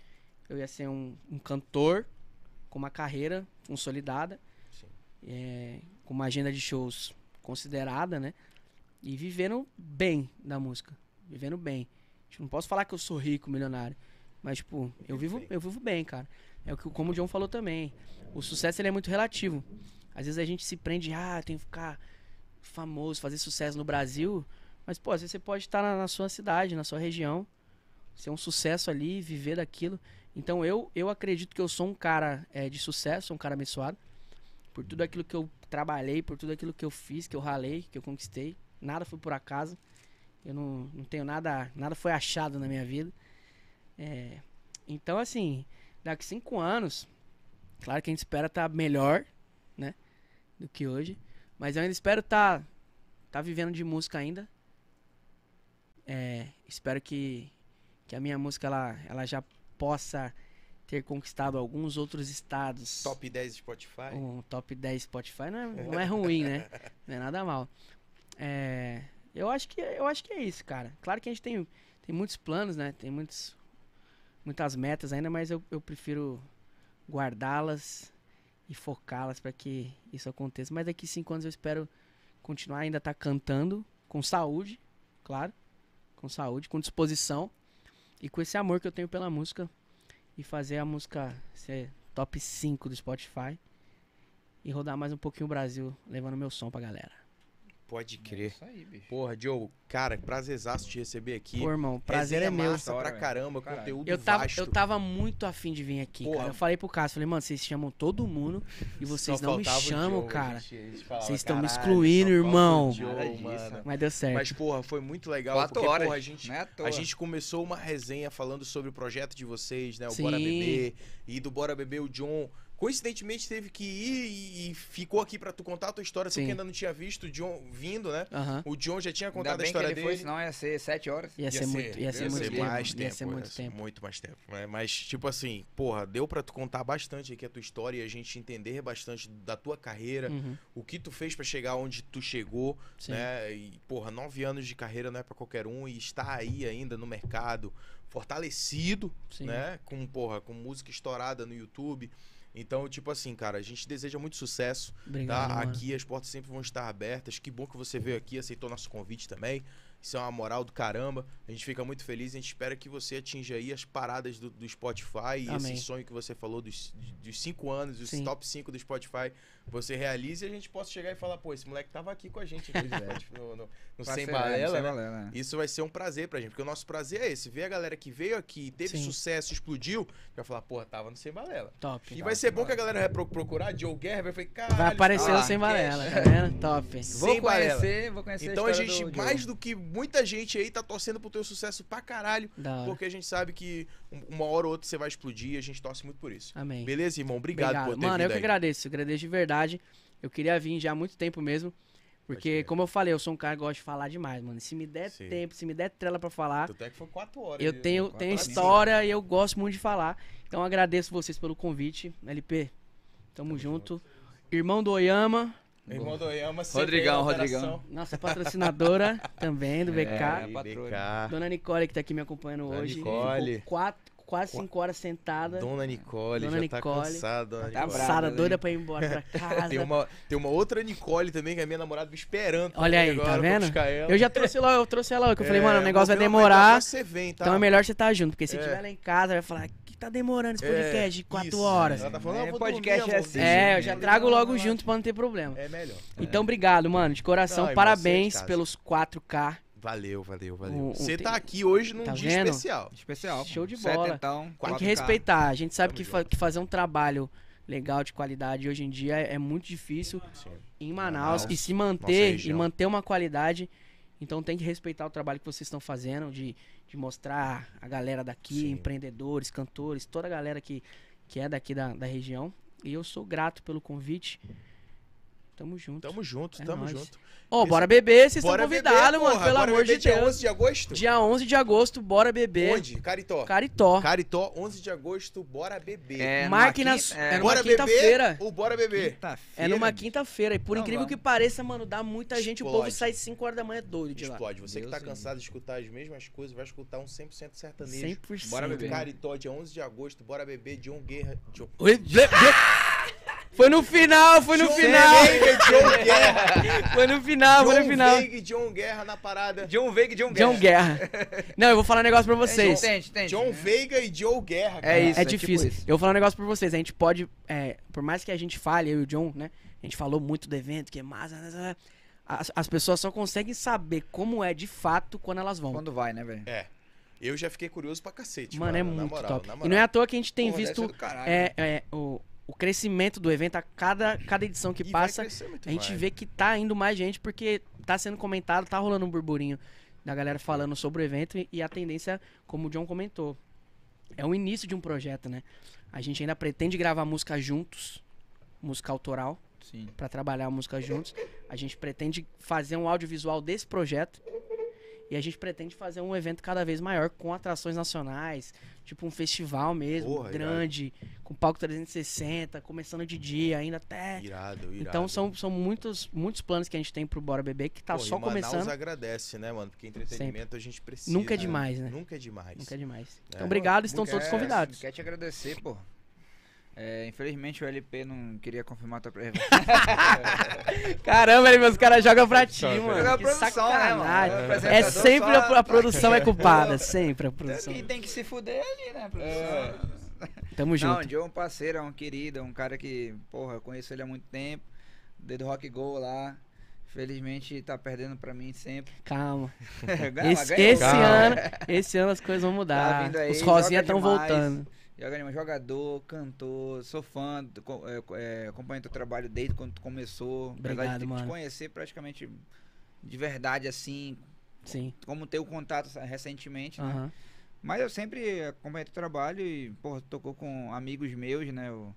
[SPEAKER 3] eu ia ser um, um cantor com uma carreira consolidada,
[SPEAKER 1] Sim.
[SPEAKER 3] é, com uma agenda de shows considerada, né? E vivendo bem da música. Vivendo bem. Tipo, não posso falar que eu sou rico, milionário. Mas, tipo, eu vivo, eu vivo bem, cara. É o que, como o John falou também. O sucesso ele é muito relativo. Às vezes a gente se prende, ah, eu tenho que ficar famoso, fazer sucesso no Brasil. Mas, pô, às vezes você pode estar na, na sua cidade, na sua região, ser um sucesso ali, viver daquilo. Então eu, eu acredito que eu sou um cara eh, de sucesso, sou um cara abençoado. Por tudo aquilo que eu trabalhei, por tudo aquilo que eu fiz, que eu ralei, que eu conquistei. Nada foi por acaso. Eu não, não tenho nada. Nada foi achado na minha vida. É, então, assim, daqui cinco anos, claro que a gente espera estar melhor, né? Do que hoje. Mas eu ainda espero estar tá, tá vivendo de música ainda. É, espero que, que a minha música ela, ela já possa ter conquistado alguns outros estados.
[SPEAKER 1] Top 10 Spotify.
[SPEAKER 3] Um top 10 Spotify não é, não é ruim, né? Não é nada mal. É, eu, acho que, eu acho que é isso, cara. Claro que a gente tem, tem muitos planos, né? Tem muitos, muitas metas ainda, mas eu, eu prefiro guardá-las e focá-las para que isso aconteça. Mas daqui cinco anos eu espero continuar ainda estar cantando, com saúde, claro. Com saúde, com disposição e com esse amor que eu tenho pela música. E fazer a música ser top 5 do Spotify e rodar mais um pouquinho o Brasil, levando meu som pra galera.
[SPEAKER 1] Pode crer.
[SPEAKER 2] Isso aí, bicho.
[SPEAKER 1] Porra, Joe, cara, prazerzaço te receber aqui.
[SPEAKER 3] Pô, irmão, prazer é meu.
[SPEAKER 1] massa pra
[SPEAKER 2] História,
[SPEAKER 1] caramba,
[SPEAKER 2] velho.
[SPEAKER 1] conteúdo
[SPEAKER 3] Eu tava,
[SPEAKER 1] vasto.
[SPEAKER 3] eu tava muito afim de vir aqui,
[SPEAKER 1] Porra.
[SPEAKER 3] cara. Eu falei pro Cássio, falei, mano, vocês chamam todo mundo e vocês
[SPEAKER 1] Só
[SPEAKER 3] não me
[SPEAKER 1] faltava o
[SPEAKER 3] chamam,
[SPEAKER 1] Joe, a
[SPEAKER 3] cara.
[SPEAKER 1] gente- a gente falava,
[SPEAKER 3] Vocês tão me
[SPEAKER 1] "Caralho,
[SPEAKER 3] excluindo,
[SPEAKER 1] só falta o
[SPEAKER 3] irmão."
[SPEAKER 1] Joe,
[SPEAKER 2] Nada disso,
[SPEAKER 1] mano.
[SPEAKER 2] né?
[SPEAKER 3] Mas deu certo.
[SPEAKER 1] Mas, porra, foi muito legal.
[SPEAKER 2] Quatro
[SPEAKER 1] porque,
[SPEAKER 2] horas,
[SPEAKER 1] porra, a gente,
[SPEAKER 2] Não é à toa.
[SPEAKER 1] a gente começou uma resenha falando sobre o projeto de vocês, né? O
[SPEAKER 3] Sim.
[SPEAKER 1] Bora Beber. E do Bora Beber, o John, coincidentemente, teve que ir e, e ficou aqui pra tu contar a tua história. Tu
[SPEAKER 3] Sim.
[SPEAKER 1] que ainda não tinha visto o John vindo, né?
[SPEAKER 3] Aham.
[SPEAKER 1] O John já tinha
[SPEAKER 2] Ainda
[SPEAKER 1] contado a
[SPEAKER 2] bem que ele
[SPEAKER 1] história
[SPEAKER 2] foi,
[SPEAKER 1] dele.
[SPEAKER 2] senão ia ser sete horas.
[SPEAKER 3] Ia, ser muito, ia ser
[SPEAKER 2] ia
[SPEAKER 3] muito
[SPEAKER 2] ser
[SPEAKER 3] tempo.
[SPEAKER 1] mais
[SPEAKER 3] Ia ser
[SPEAKER 1] tempo, né? é,
[SPEAKER 3] muito tempo.
[SPEAKER 1] Muito mais tempo. né? Mas, tipo assim, porra, deu pra tu contar bastante aqui a tua história e a gente entender bastante da tua carreira,
[SPEAKER 3] Uhum,
[SPEAKER 1] o que tu fez pra chegar onde tu chegou,
[SPEAKER 3] sim.
[SPEAKER 1] né? E, porra, nove anos de carreira não é pra qualquer um e estar aí ainda no mercado, fortalecido,
[SPEAKER 3] Sim.
[SPEAKER 1] né? Com, porra, com música estourada no YouTube. Então, tipo assim, cara, a gente deseja muito sucesso,
[SPEAKER 3] Obrigado,
[SPEAKER 1] tá?
[SPEAKER 3] mano.
[SPEAKER 1] Aqui as portas sempre vão estar abertas. Que bom que você veio aqui, aceitou nosso convite também. Isso é uma moral do caramba. A gente fica muito feliz. A gente espera que você atinja aí as paradas do, do Spotify. E esse
[SPEAKER 3] Amém.
[SPEAKER 1] sonho que você falou dos, dos cinco anos, os
[SPEAKER 3] Sim.
[SPEAKER 1] top 5 do Spotify, você realize e a gente possa chegar e falar, pô, esse moleque tava aqui com a gente aqui no, Spotify, no, no- no
[SPEAKER 2] Pra
[SPEAKER 1] Sem
[SPEAKER 2] ser-
[SPEAKER 1] Balela,
[SPEAKER 2] sem
[SPEAKER 1] né?
[SPEAKER 2] balela, né?
[SPEAKER 1] Isso vai ser um prazer pra gente, porque o nosso prazer é esse, ver a galera que veio aqui, teve
[SPEAKER 3] Sim.
[SPEAKER 1] sucesso, explodiu, vai falar, porra, tava no Sem Balela.
[SPEAKER 3] Top.
[SPEAKER 1] E vai ser bom que a galera vai pro- procurar Joe Guerra, vai falar, caralho.
[SPEAKER 3] Vai aparecer o
[SPEAKER 2] Ah,
[SPEAKER 3] sem
[SPEAKER 1] podcast.
[SPEAKER 3] varela, tá vendo? Top.
[SPEAKER 2] Vou
[SPEAKER 1] Sem Balela.
[SPEAKER 2] conhecer, vou conhecer
[SPEAKER 1] Então a
[SPEAKER 2] história
[SPEAKER 1] gente,
[SPEAKER 2] do Diogo.
[SPEAKER 1] mais do que muita gente aí, tá torcendo pro teu sucesso pra caralho,
[SPEAKER 3] Da hora.
[SPEAKER 1] porque a gente sabe que um- uma hora ou outra você vai explodir e a gente torce muito por isso.
[SPEAKER 3] Amém.
[SPEAKER 1] Beleza, irmão? Obrigado, por ter
[SPEAKER 3] Mano, eu
[SPEAKER 1] vindo
[SPEAKER 3] que
[SPEAKER 1] aí.
[SPEAKER 3] agradeço. Agradeço de verdade. Eu queria vir já há muito tempo mesmo. Porque,
[SPEAKER 1] crer.
[SPEAKER 3] como eu falei, eu sou um cara que gosta de falar demais, mano. E Se me der
[SPEAKER 1] Sim.
[SPEAKER 3] tempo, se me der trela pra falar,
[SPEAKER 1] Tanto é que foi quatro horas.
[SPEAKER 3] eu
[SPEAKER 1] de-
[SPEAKER 3] tenho,
[SPEAKER 2] quatro
[SPEAKER 3] tenho
[SPEAKER 1] horas.
[SPEAKER 3] história e eu gosto muito de falar. Então, eu agradeço vocês pelo convite. LP, tamo, junto. Irmão do Oyama,
[SPEAKER 1] Irmão do é Oyama, sempre
[SPEAKER 2] Rodrigão,
[SPEAKER 1] aí na operação.
[SPEAKER 2] Rodrigão.
[SPEAKER 3] nossa patrocinadora também do
[SPEAKER 2] É,
[SPEAKER 3] BK.
[SPEAKER 1] Aí,
[SPEAKER 2] patroa.
[SPEAKER 1] BK.
[SPEAKER 3] Dona Nicole, que tá aqui me acompanhando
[SPEAKER 1] Dona
[SPEAKER 3] hoje.
[SPEAKER 1] Nicole.
[SPEAKER 3] Ficou quatro, quase cinco horas sentada.
[SPEAKER 1] Dona Nicole,
[SPEAKER 3] Dona
[SPEAKER 1] já tá
[SPEAKER 3] Nicole.
[SPEAKER 1] cansada. Dona
[SPEAKER 2] Tá
[SPEAKER 1] Nicole.
[SPEAKER 2] brava.
[SPEAKER 3] Sara
[SPEAKER 2] né?
[SPEAKER 3] doida pra ir embora pra
[SPEAKER 1] Tem
[SPEAKER 3] casa.
[SPEAKER 1] uma, tem uma outra Nicole também, que é minha namorada me esperando.
[SPEAKER 3] Olha
[SPEAKER 1] também
[SPEAKER 3] aí, tá
[SPEAKER 1] agora pra
[SPEAKER 3] vendo?
[SPEAKER 1] buscar ela.
[SPEAKER 3] Eu já trouxe lá, eu trouxe ela, que eu falei,
[SPEAKER 1] É,
[SPEAKER 3] mano, o negócio vai
[SPEAKER 1] vou ver uma hora
[SPEAKER 3] demorar.
[SPEAKER 1] que Você vem, tá?
[SPEAKER 3] Então é melhor você estar tá junto, porque se
[SPEAKER 1] É.
[SPEAKER 3] tiver lá em casa, vai falar, que tá demorando esse
[SPEAKER 1] É,
[SPEAKER 3] podcast de quatro
[SPEAKER 1] isso.
[SPEAKER 3] horas.
[SPEAKER 1] Ela tá falando,
[SPEAKER 2] É,
[SPEAKER 1] ah, eu vou
[SPEAKER 2] podcast
[SPEAKER 1] dormir,
[SPEAKER 2] é
[SPEAKER 1] amor.
[SPEAKER 2] assim.
[SPEAKER 3] É, eu
[SPEAKER 2] Sim,
[SPEAKER 3] já
[SPEAKER 2] sim.
[SPEAKER 3] trago logo
[SPEAKER 1] Relaxa.
[SPEAKER 3] junto pra não ter problema.
[SPEAKER 1] É melhor.
[SPEAKER 3] Então, obrigado, mano, de coração.
[SPEAKER 1] Não, irmão, você
[SPEAKER 3] parabéns
[SPEAKER 1] é de casa.
[SPEAKER 3] pelos 4K.
[SPEAKER 1] Valeu, valeu, valeu.
[SPEAKER 3] O- o-
[SPEAKER 1] você
[SPEAKER 3] tem-
[SPEAKER 1] tá aqui hoje num
[SPEAKER 3] Tá
[SPEAKER 1] dia
[SPEAKER 3] vendo?
[SPEAKER 1] especial.
[SPEAKER 2] Especial.
[SPEAKER 3] Show de
[SPEAKER 2] Sete,
[SPEAKER 3] bola.
[SPEAKER 2] então,
[SPEAKER 3] Tem que
[SPEAKER 2] 4K.
[SPEAKER 3] respeitar. A gente sabe
[SPEAKER 1] Tamo
[SPEAKER 3] que, fa- que fazer um trabalho legal, de qualidade, hoje em dia é é muito difícil em Manaus.
[SPEAKER 1] Manaus,
[SPEAKER 3] E se
[SPEAKER 1] nossa
[SPEAKER 3] manter, e
[SPEAKER 1] região.
[SPEAKER 3] manter uma qualidade. Então tem que respeitar o trabalho que vocês estão fazendo, de, de mostrar a galera daqui,
[SPEAKER 1] Sim.
[SPEAKER 3] empreendedores, cantores, toda a galera que, que é daqui da, da região. E eu sou grato pelo convite. Tamo junto.
[SPEAKER 1] Tamo junto,
[SPEAKER 3] É
[SPEAKER 1] tamo
[SPEAKER 3] nóis.
[SPEAKER 1] junto.
[SPEAKER 3] Ó, bora beber, vocês estão
[SPEAKER 1] Bora
[SPEAKER 3] convidados,
[SPEAKER 1] beber,
[SPEAKER 3] mano,
[SPEAKER 1] porra,
[SPEAKER 3] pelo
[SPEAKER 1] bora
[SPEAKER 3] amor
[SPEAKER 1] beber
[SPEAKER 3] de
[SPEAKER 1] dia
[SPEAKER 3] Deus.
[SPEAKER 1] 11 de agosto?
[SPEAKER 3] Dia 11 de agosto, bora beber.
[SPEAKER 1] Onde? Caritó.
[SPEAKER 3] Caritó.
[SPEAKER 1] Caritó, 11 de agosto, bora beber.
[SPEAKER 2] É, numa
[SPEAKER 3] Marque na
[SPEAKER 2] quinta-
[SPEAKER 3] su-
[SPEAKER 2] é,
[SPEAKER 3] é
[SPEAKER 2] numa
[SPEAKER 3] numa
[SPEAKER 1] bora beber
[SPEAKER 3] quinta-feira.
[SPEAKER 1] ou bora beber?
[SPEAKER 2] quinta-feira,
[SPEAKER 3] É numa
[SPEAKER 2] bicho.
[SPEAKER 3] quinta-feira. E por
[SPEAKER 2] Não,
[SPEAKER 3] incrível
[SPEAKER 2] vamos.
[SPEAKER 3] que pareça, mano, dá muita gente. O povo
[SPEAKER 1] Explode.
[SPEAKER 3] sai 5 horas da manhã doido de lá.
[SPEAKER 1] Explode. Você que
[SPEAKER 2] Deus
[SPEAKER 1] tá
[SPEAKER 2] me
[SPEAKER 1] cansado de escutar as mesmas coisas, vai escutar um 100% sertanejo.
[SPEAKER 3] 100%.
[SPEAKER 2] Bora beber.
[SPEAKER 1] Caritó, dia 11 de agosto, bora beber John Guerra. John...
[SPEAKER 3] Oi, ble- ble- Foi no final, foi no
[SPEAKER 1] John
[SPEAKER 3] final.
[SPEAKER 1] Veig, John Guerra.
[SPEAKER 3] Foi no final, foi
[SPEAKER 1] John
[SPEAKER 3] no final.
[SPEAKER 1] Veig, John Guerra na parada.
[SPEAKER 2] John Veig e John Guerra.
[SPEAKER 3] John Guerra. Não, eu vou falar um negócio pra vocês.
[SPEAKER 2] Entende, entende,
[SPEAKER 1] John
[SPEAKER 2] né?
[SPEAKER 1] Veiga e Joe Guerra, cara.
[SPEAKER 2] É isso,
[SPEAKER 3] É
[SPEAKER 2] tipo
[SPEAKER 3] difícil.
[SPEAKER 2] isso.
[SPEAKER 3] eu vou falar um negócio pra vocês. A gente pode. é, por mais que a gente fale, eu e o John, né? A gente falou muito do evento, que é massa. As, as pessoas só conseguem saber como é de fato quando elas vão.
[SPEAKER 2] Quando vai, né, velho?
[SPEAKER 1] É. Eu já fiquei curioso pra cacete.
[SPEAKER 3] Mano, é
[SPEAKER 1] na
[SPEAKER 3] muito
[SPEAKER 1] moral,
[SPEAKER 3] top.
[SPEAKER 1] na
[SPEAKER 3] E
[SPEAKER 1] moral.
[SPEAKER 3] não é à toa que a gente tem
[SPEAKER 2] Porra, deve
[SPEAKER 3] visto
[SPEAKER 2] ser do caralho, né?
[SPEAKER 3] é, é, o, o crescimento do evento a cada, cada edição que
[SPEAKER 1] E vai
[SPEAKER 3] passa.
[SPEAKER 1] crescer muito
[SPEAKER 3] A gente
[SPEAKER 1] mais.
[SPEAKER 3] vê que tá indo mais gente porque tá sendo comentado, tá rolando um burburinho da galera falando sobre o evento e, e a tendência, como o John comentou, é o início de um projeto, né? A gente ainda pretende gravar música juntos, música autoral,
[SPEAKER 2] Sim.
[SPEAKER 3] pra trabalhar a música juntos. A gente pretende fazer um audiovisual desse projeto. E a gente pretende fazer um evento cada vez maior com atrações nacionais, tipo um festival mesmo,
[SPEAKER 1] Porra,
[SPEAKER 3] grande, com palco 360, começando de dia ainda até.
[SPEAKER 1] Irado, irado.
[SPEAKER 3] Então são, são muitos, muitos planos que a gente tem pro Bora Bebê que tá
[SPEAKER 1] Porra,
[SPEAKER 3] só
[SPEAKER 1] e Manaus
[SPEAKER 3] começando.
[SPEAKER 1] agradece, né, mano? Porque entretenimento a gente precisa.
[SPEAKER 3] Nunca é demais, né?
[SPEAKER 1] Nunca é demais.
[SPEAKER 3] Nunca é demais.
[SPEAKER 1] É.
[SPEAKER 3] Então, obrigado, estão
[SPEAKER 2] Quer-
[SPEAKER 3] todos convidados.
[SPEAKER 2] Quer te agradecer, pô. É, infelizmente o LP não queria confirmar tua presença.
[SPEAKER 3] Caramba, ele, meus caras jogam pra ti,
[SPEAKER 1] Só,
[SPEAKER 2] velho. É a
[SPEAKER 3] mano. Que
[SPEAKER 2] produção, né, mano?
[SPEAKER 3] sacanagem.
[SPEAKER 2] É o
[SPEAKER 3] É
[SPEAKER 2] apresentador
[SPEAKER 3] sempre
[SPEAKER 2] só-
[SPEAKER 3] a, a produção é culpada, sempre a produção.
[SPEAKER 2] Quem tem que se fuder é ali, né, produção?
[SPEAKER 3] Tamo junto.
[SPEAKER 2] Não, o John é um parceiro, é um querido, é um cara que, porra, eu conheço ele há muito tempo, desde o Rock Go lá. Felizmente tá perdendo pra mim sempre.
[SPEAKER 7] Calma.
[SPEAKER 2] Ganha,
[SPEAKER 7] Esse,
[SPEAKER 2] ganha
[SPEAKER 7] esse
[SPEAKER 2] outro.
[SPEAKER 7] ano, esse ano as coisas vão
[SPEAKER 2] Tá
[SPEAKER 7] mudar.
[SPEAKER 2] vindo aí,
[SPEAKER 7] Os rosinhas
[SPEAKER 2] joga
[SPEAKER 7] estão
[SPEAKER 2] demais.
[SPEAKER 7] voltando.
[SPEAKER 2] Joga demais, jogador, cantor, sou fã, do co- é, co- é, acompanho teu trabalho desde quando tu começou. apesar
[SPEAKER 7] Obrigado,
[SPEAKER 2] de ter que te
[SPEAKER 7] mano.
[SPEAKER 2] conhecer praticamente de verdade, assim,
[SPEAKER 7] Sim.
[SPEAKER 2] como ter o contato sa- recentemente, né?
[SPEAKER 7] Aham.
[SPEAKER 2] Mas eu sempre acompanho teu trabalho e, pô, tocou com amigos meus, né? O,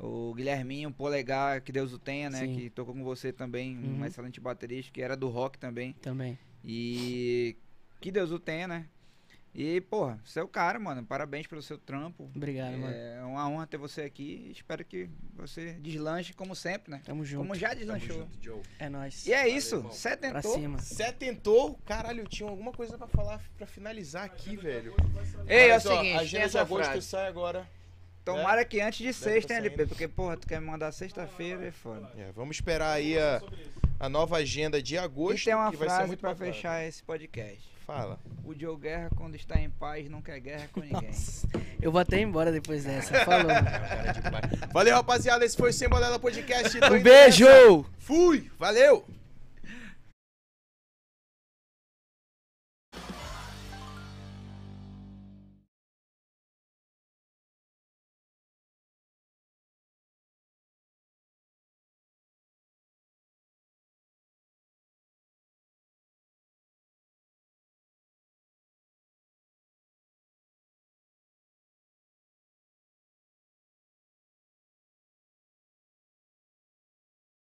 [SPEAKER 2] o Guilherminho, Polegar, que Deus o tenha, né?
[SPEAKER 7] Sim.
[SPEAKER 2] Que tocou com você também, um
[SPEAKER 7] Uhum.
[SPEAKER 2] excelente baterista, que era do rock também.
[SPEAKER 7] Também.
[SPEAKER 2] E que Deus o tenha, né? E, porra, você é o cara, mano. Parabéns pelo seu trampo.
[SPEAKER 7] Obrigado, mano.
[SPEAKER 2] É uma honra ter você aqui. Espero que você deslanche como sempre, né?
[SPEAKER 7] Tamo junto.
[SPEAKER 2] Como já
[SPEAKER 1] Tamo
[SPEAKER 2] deslanchou.
[SPEAKER 1] junto, Joe.
[SPEAKER 7] É nóis.
[SPEAKER 2] E é
[SPEAKER 1] Valeu,
[SPEAKER 2] isso.
[SPEAKER 1] irmão.
[SPEAKER 2] Você
[SPEAKER 7] Pra
[SPEAKER 2] tentou.
[SPEAKER 7] cima.
[SPEAKER 1] Você tentou? Caralho, eu tinha alguma coisa pra falar, pra finalizar aqui, velho.
[SPEAKER 2] Ei, é o
[SPEAKER 1] Mas, ó, a
[SPEAKER 2] seguinte, tem
[SPEAKER 1] agenda de
[SPEAKER 2] essa
[SPEAKER 1] agosto
[SPEAKER 2] frase.
[SPEAKER 1] sai agora.
[SPEAKER 2] Tomara que antes de sexta,
[SPEAKER 1] né? tá
[SPEAKER 2] hein,
[SPEAKER 1] saindo.
[SPEAKER 2] LP? Porque, porra, tu quer me mandar sexta-feira, é foda.
[SPEAKER 1] É, vamos esperar aí a, a nova agenda de agosto.
[SPEAKER 2] E tem uma
[SPEAKER 1] que vai ser
[SPEAKER 2] frase
[SPEAKER 1] muito
[SPEAKER 2] pra
[SPEAKER 1] bacana.
[SPEAKER 2] fechar esse podcast.
[SPEAKER 1] Fala.
[SPEAKER 2] O Joe Guerra, quando está em paz, não quer guerra com ninguém.
[SPEAKER 7] Eu vou até embora depois dessa. Falou.
[SPEAKER 1] Valeu, rapaziada. Esse foi o Sem Balela Podcast. Tô
[SPEAKER 7] Um
[SPEAKER 1] indo
[SPEAKER 7] beijo!
[SPEAKER 1] nessa. Fui. Valeu.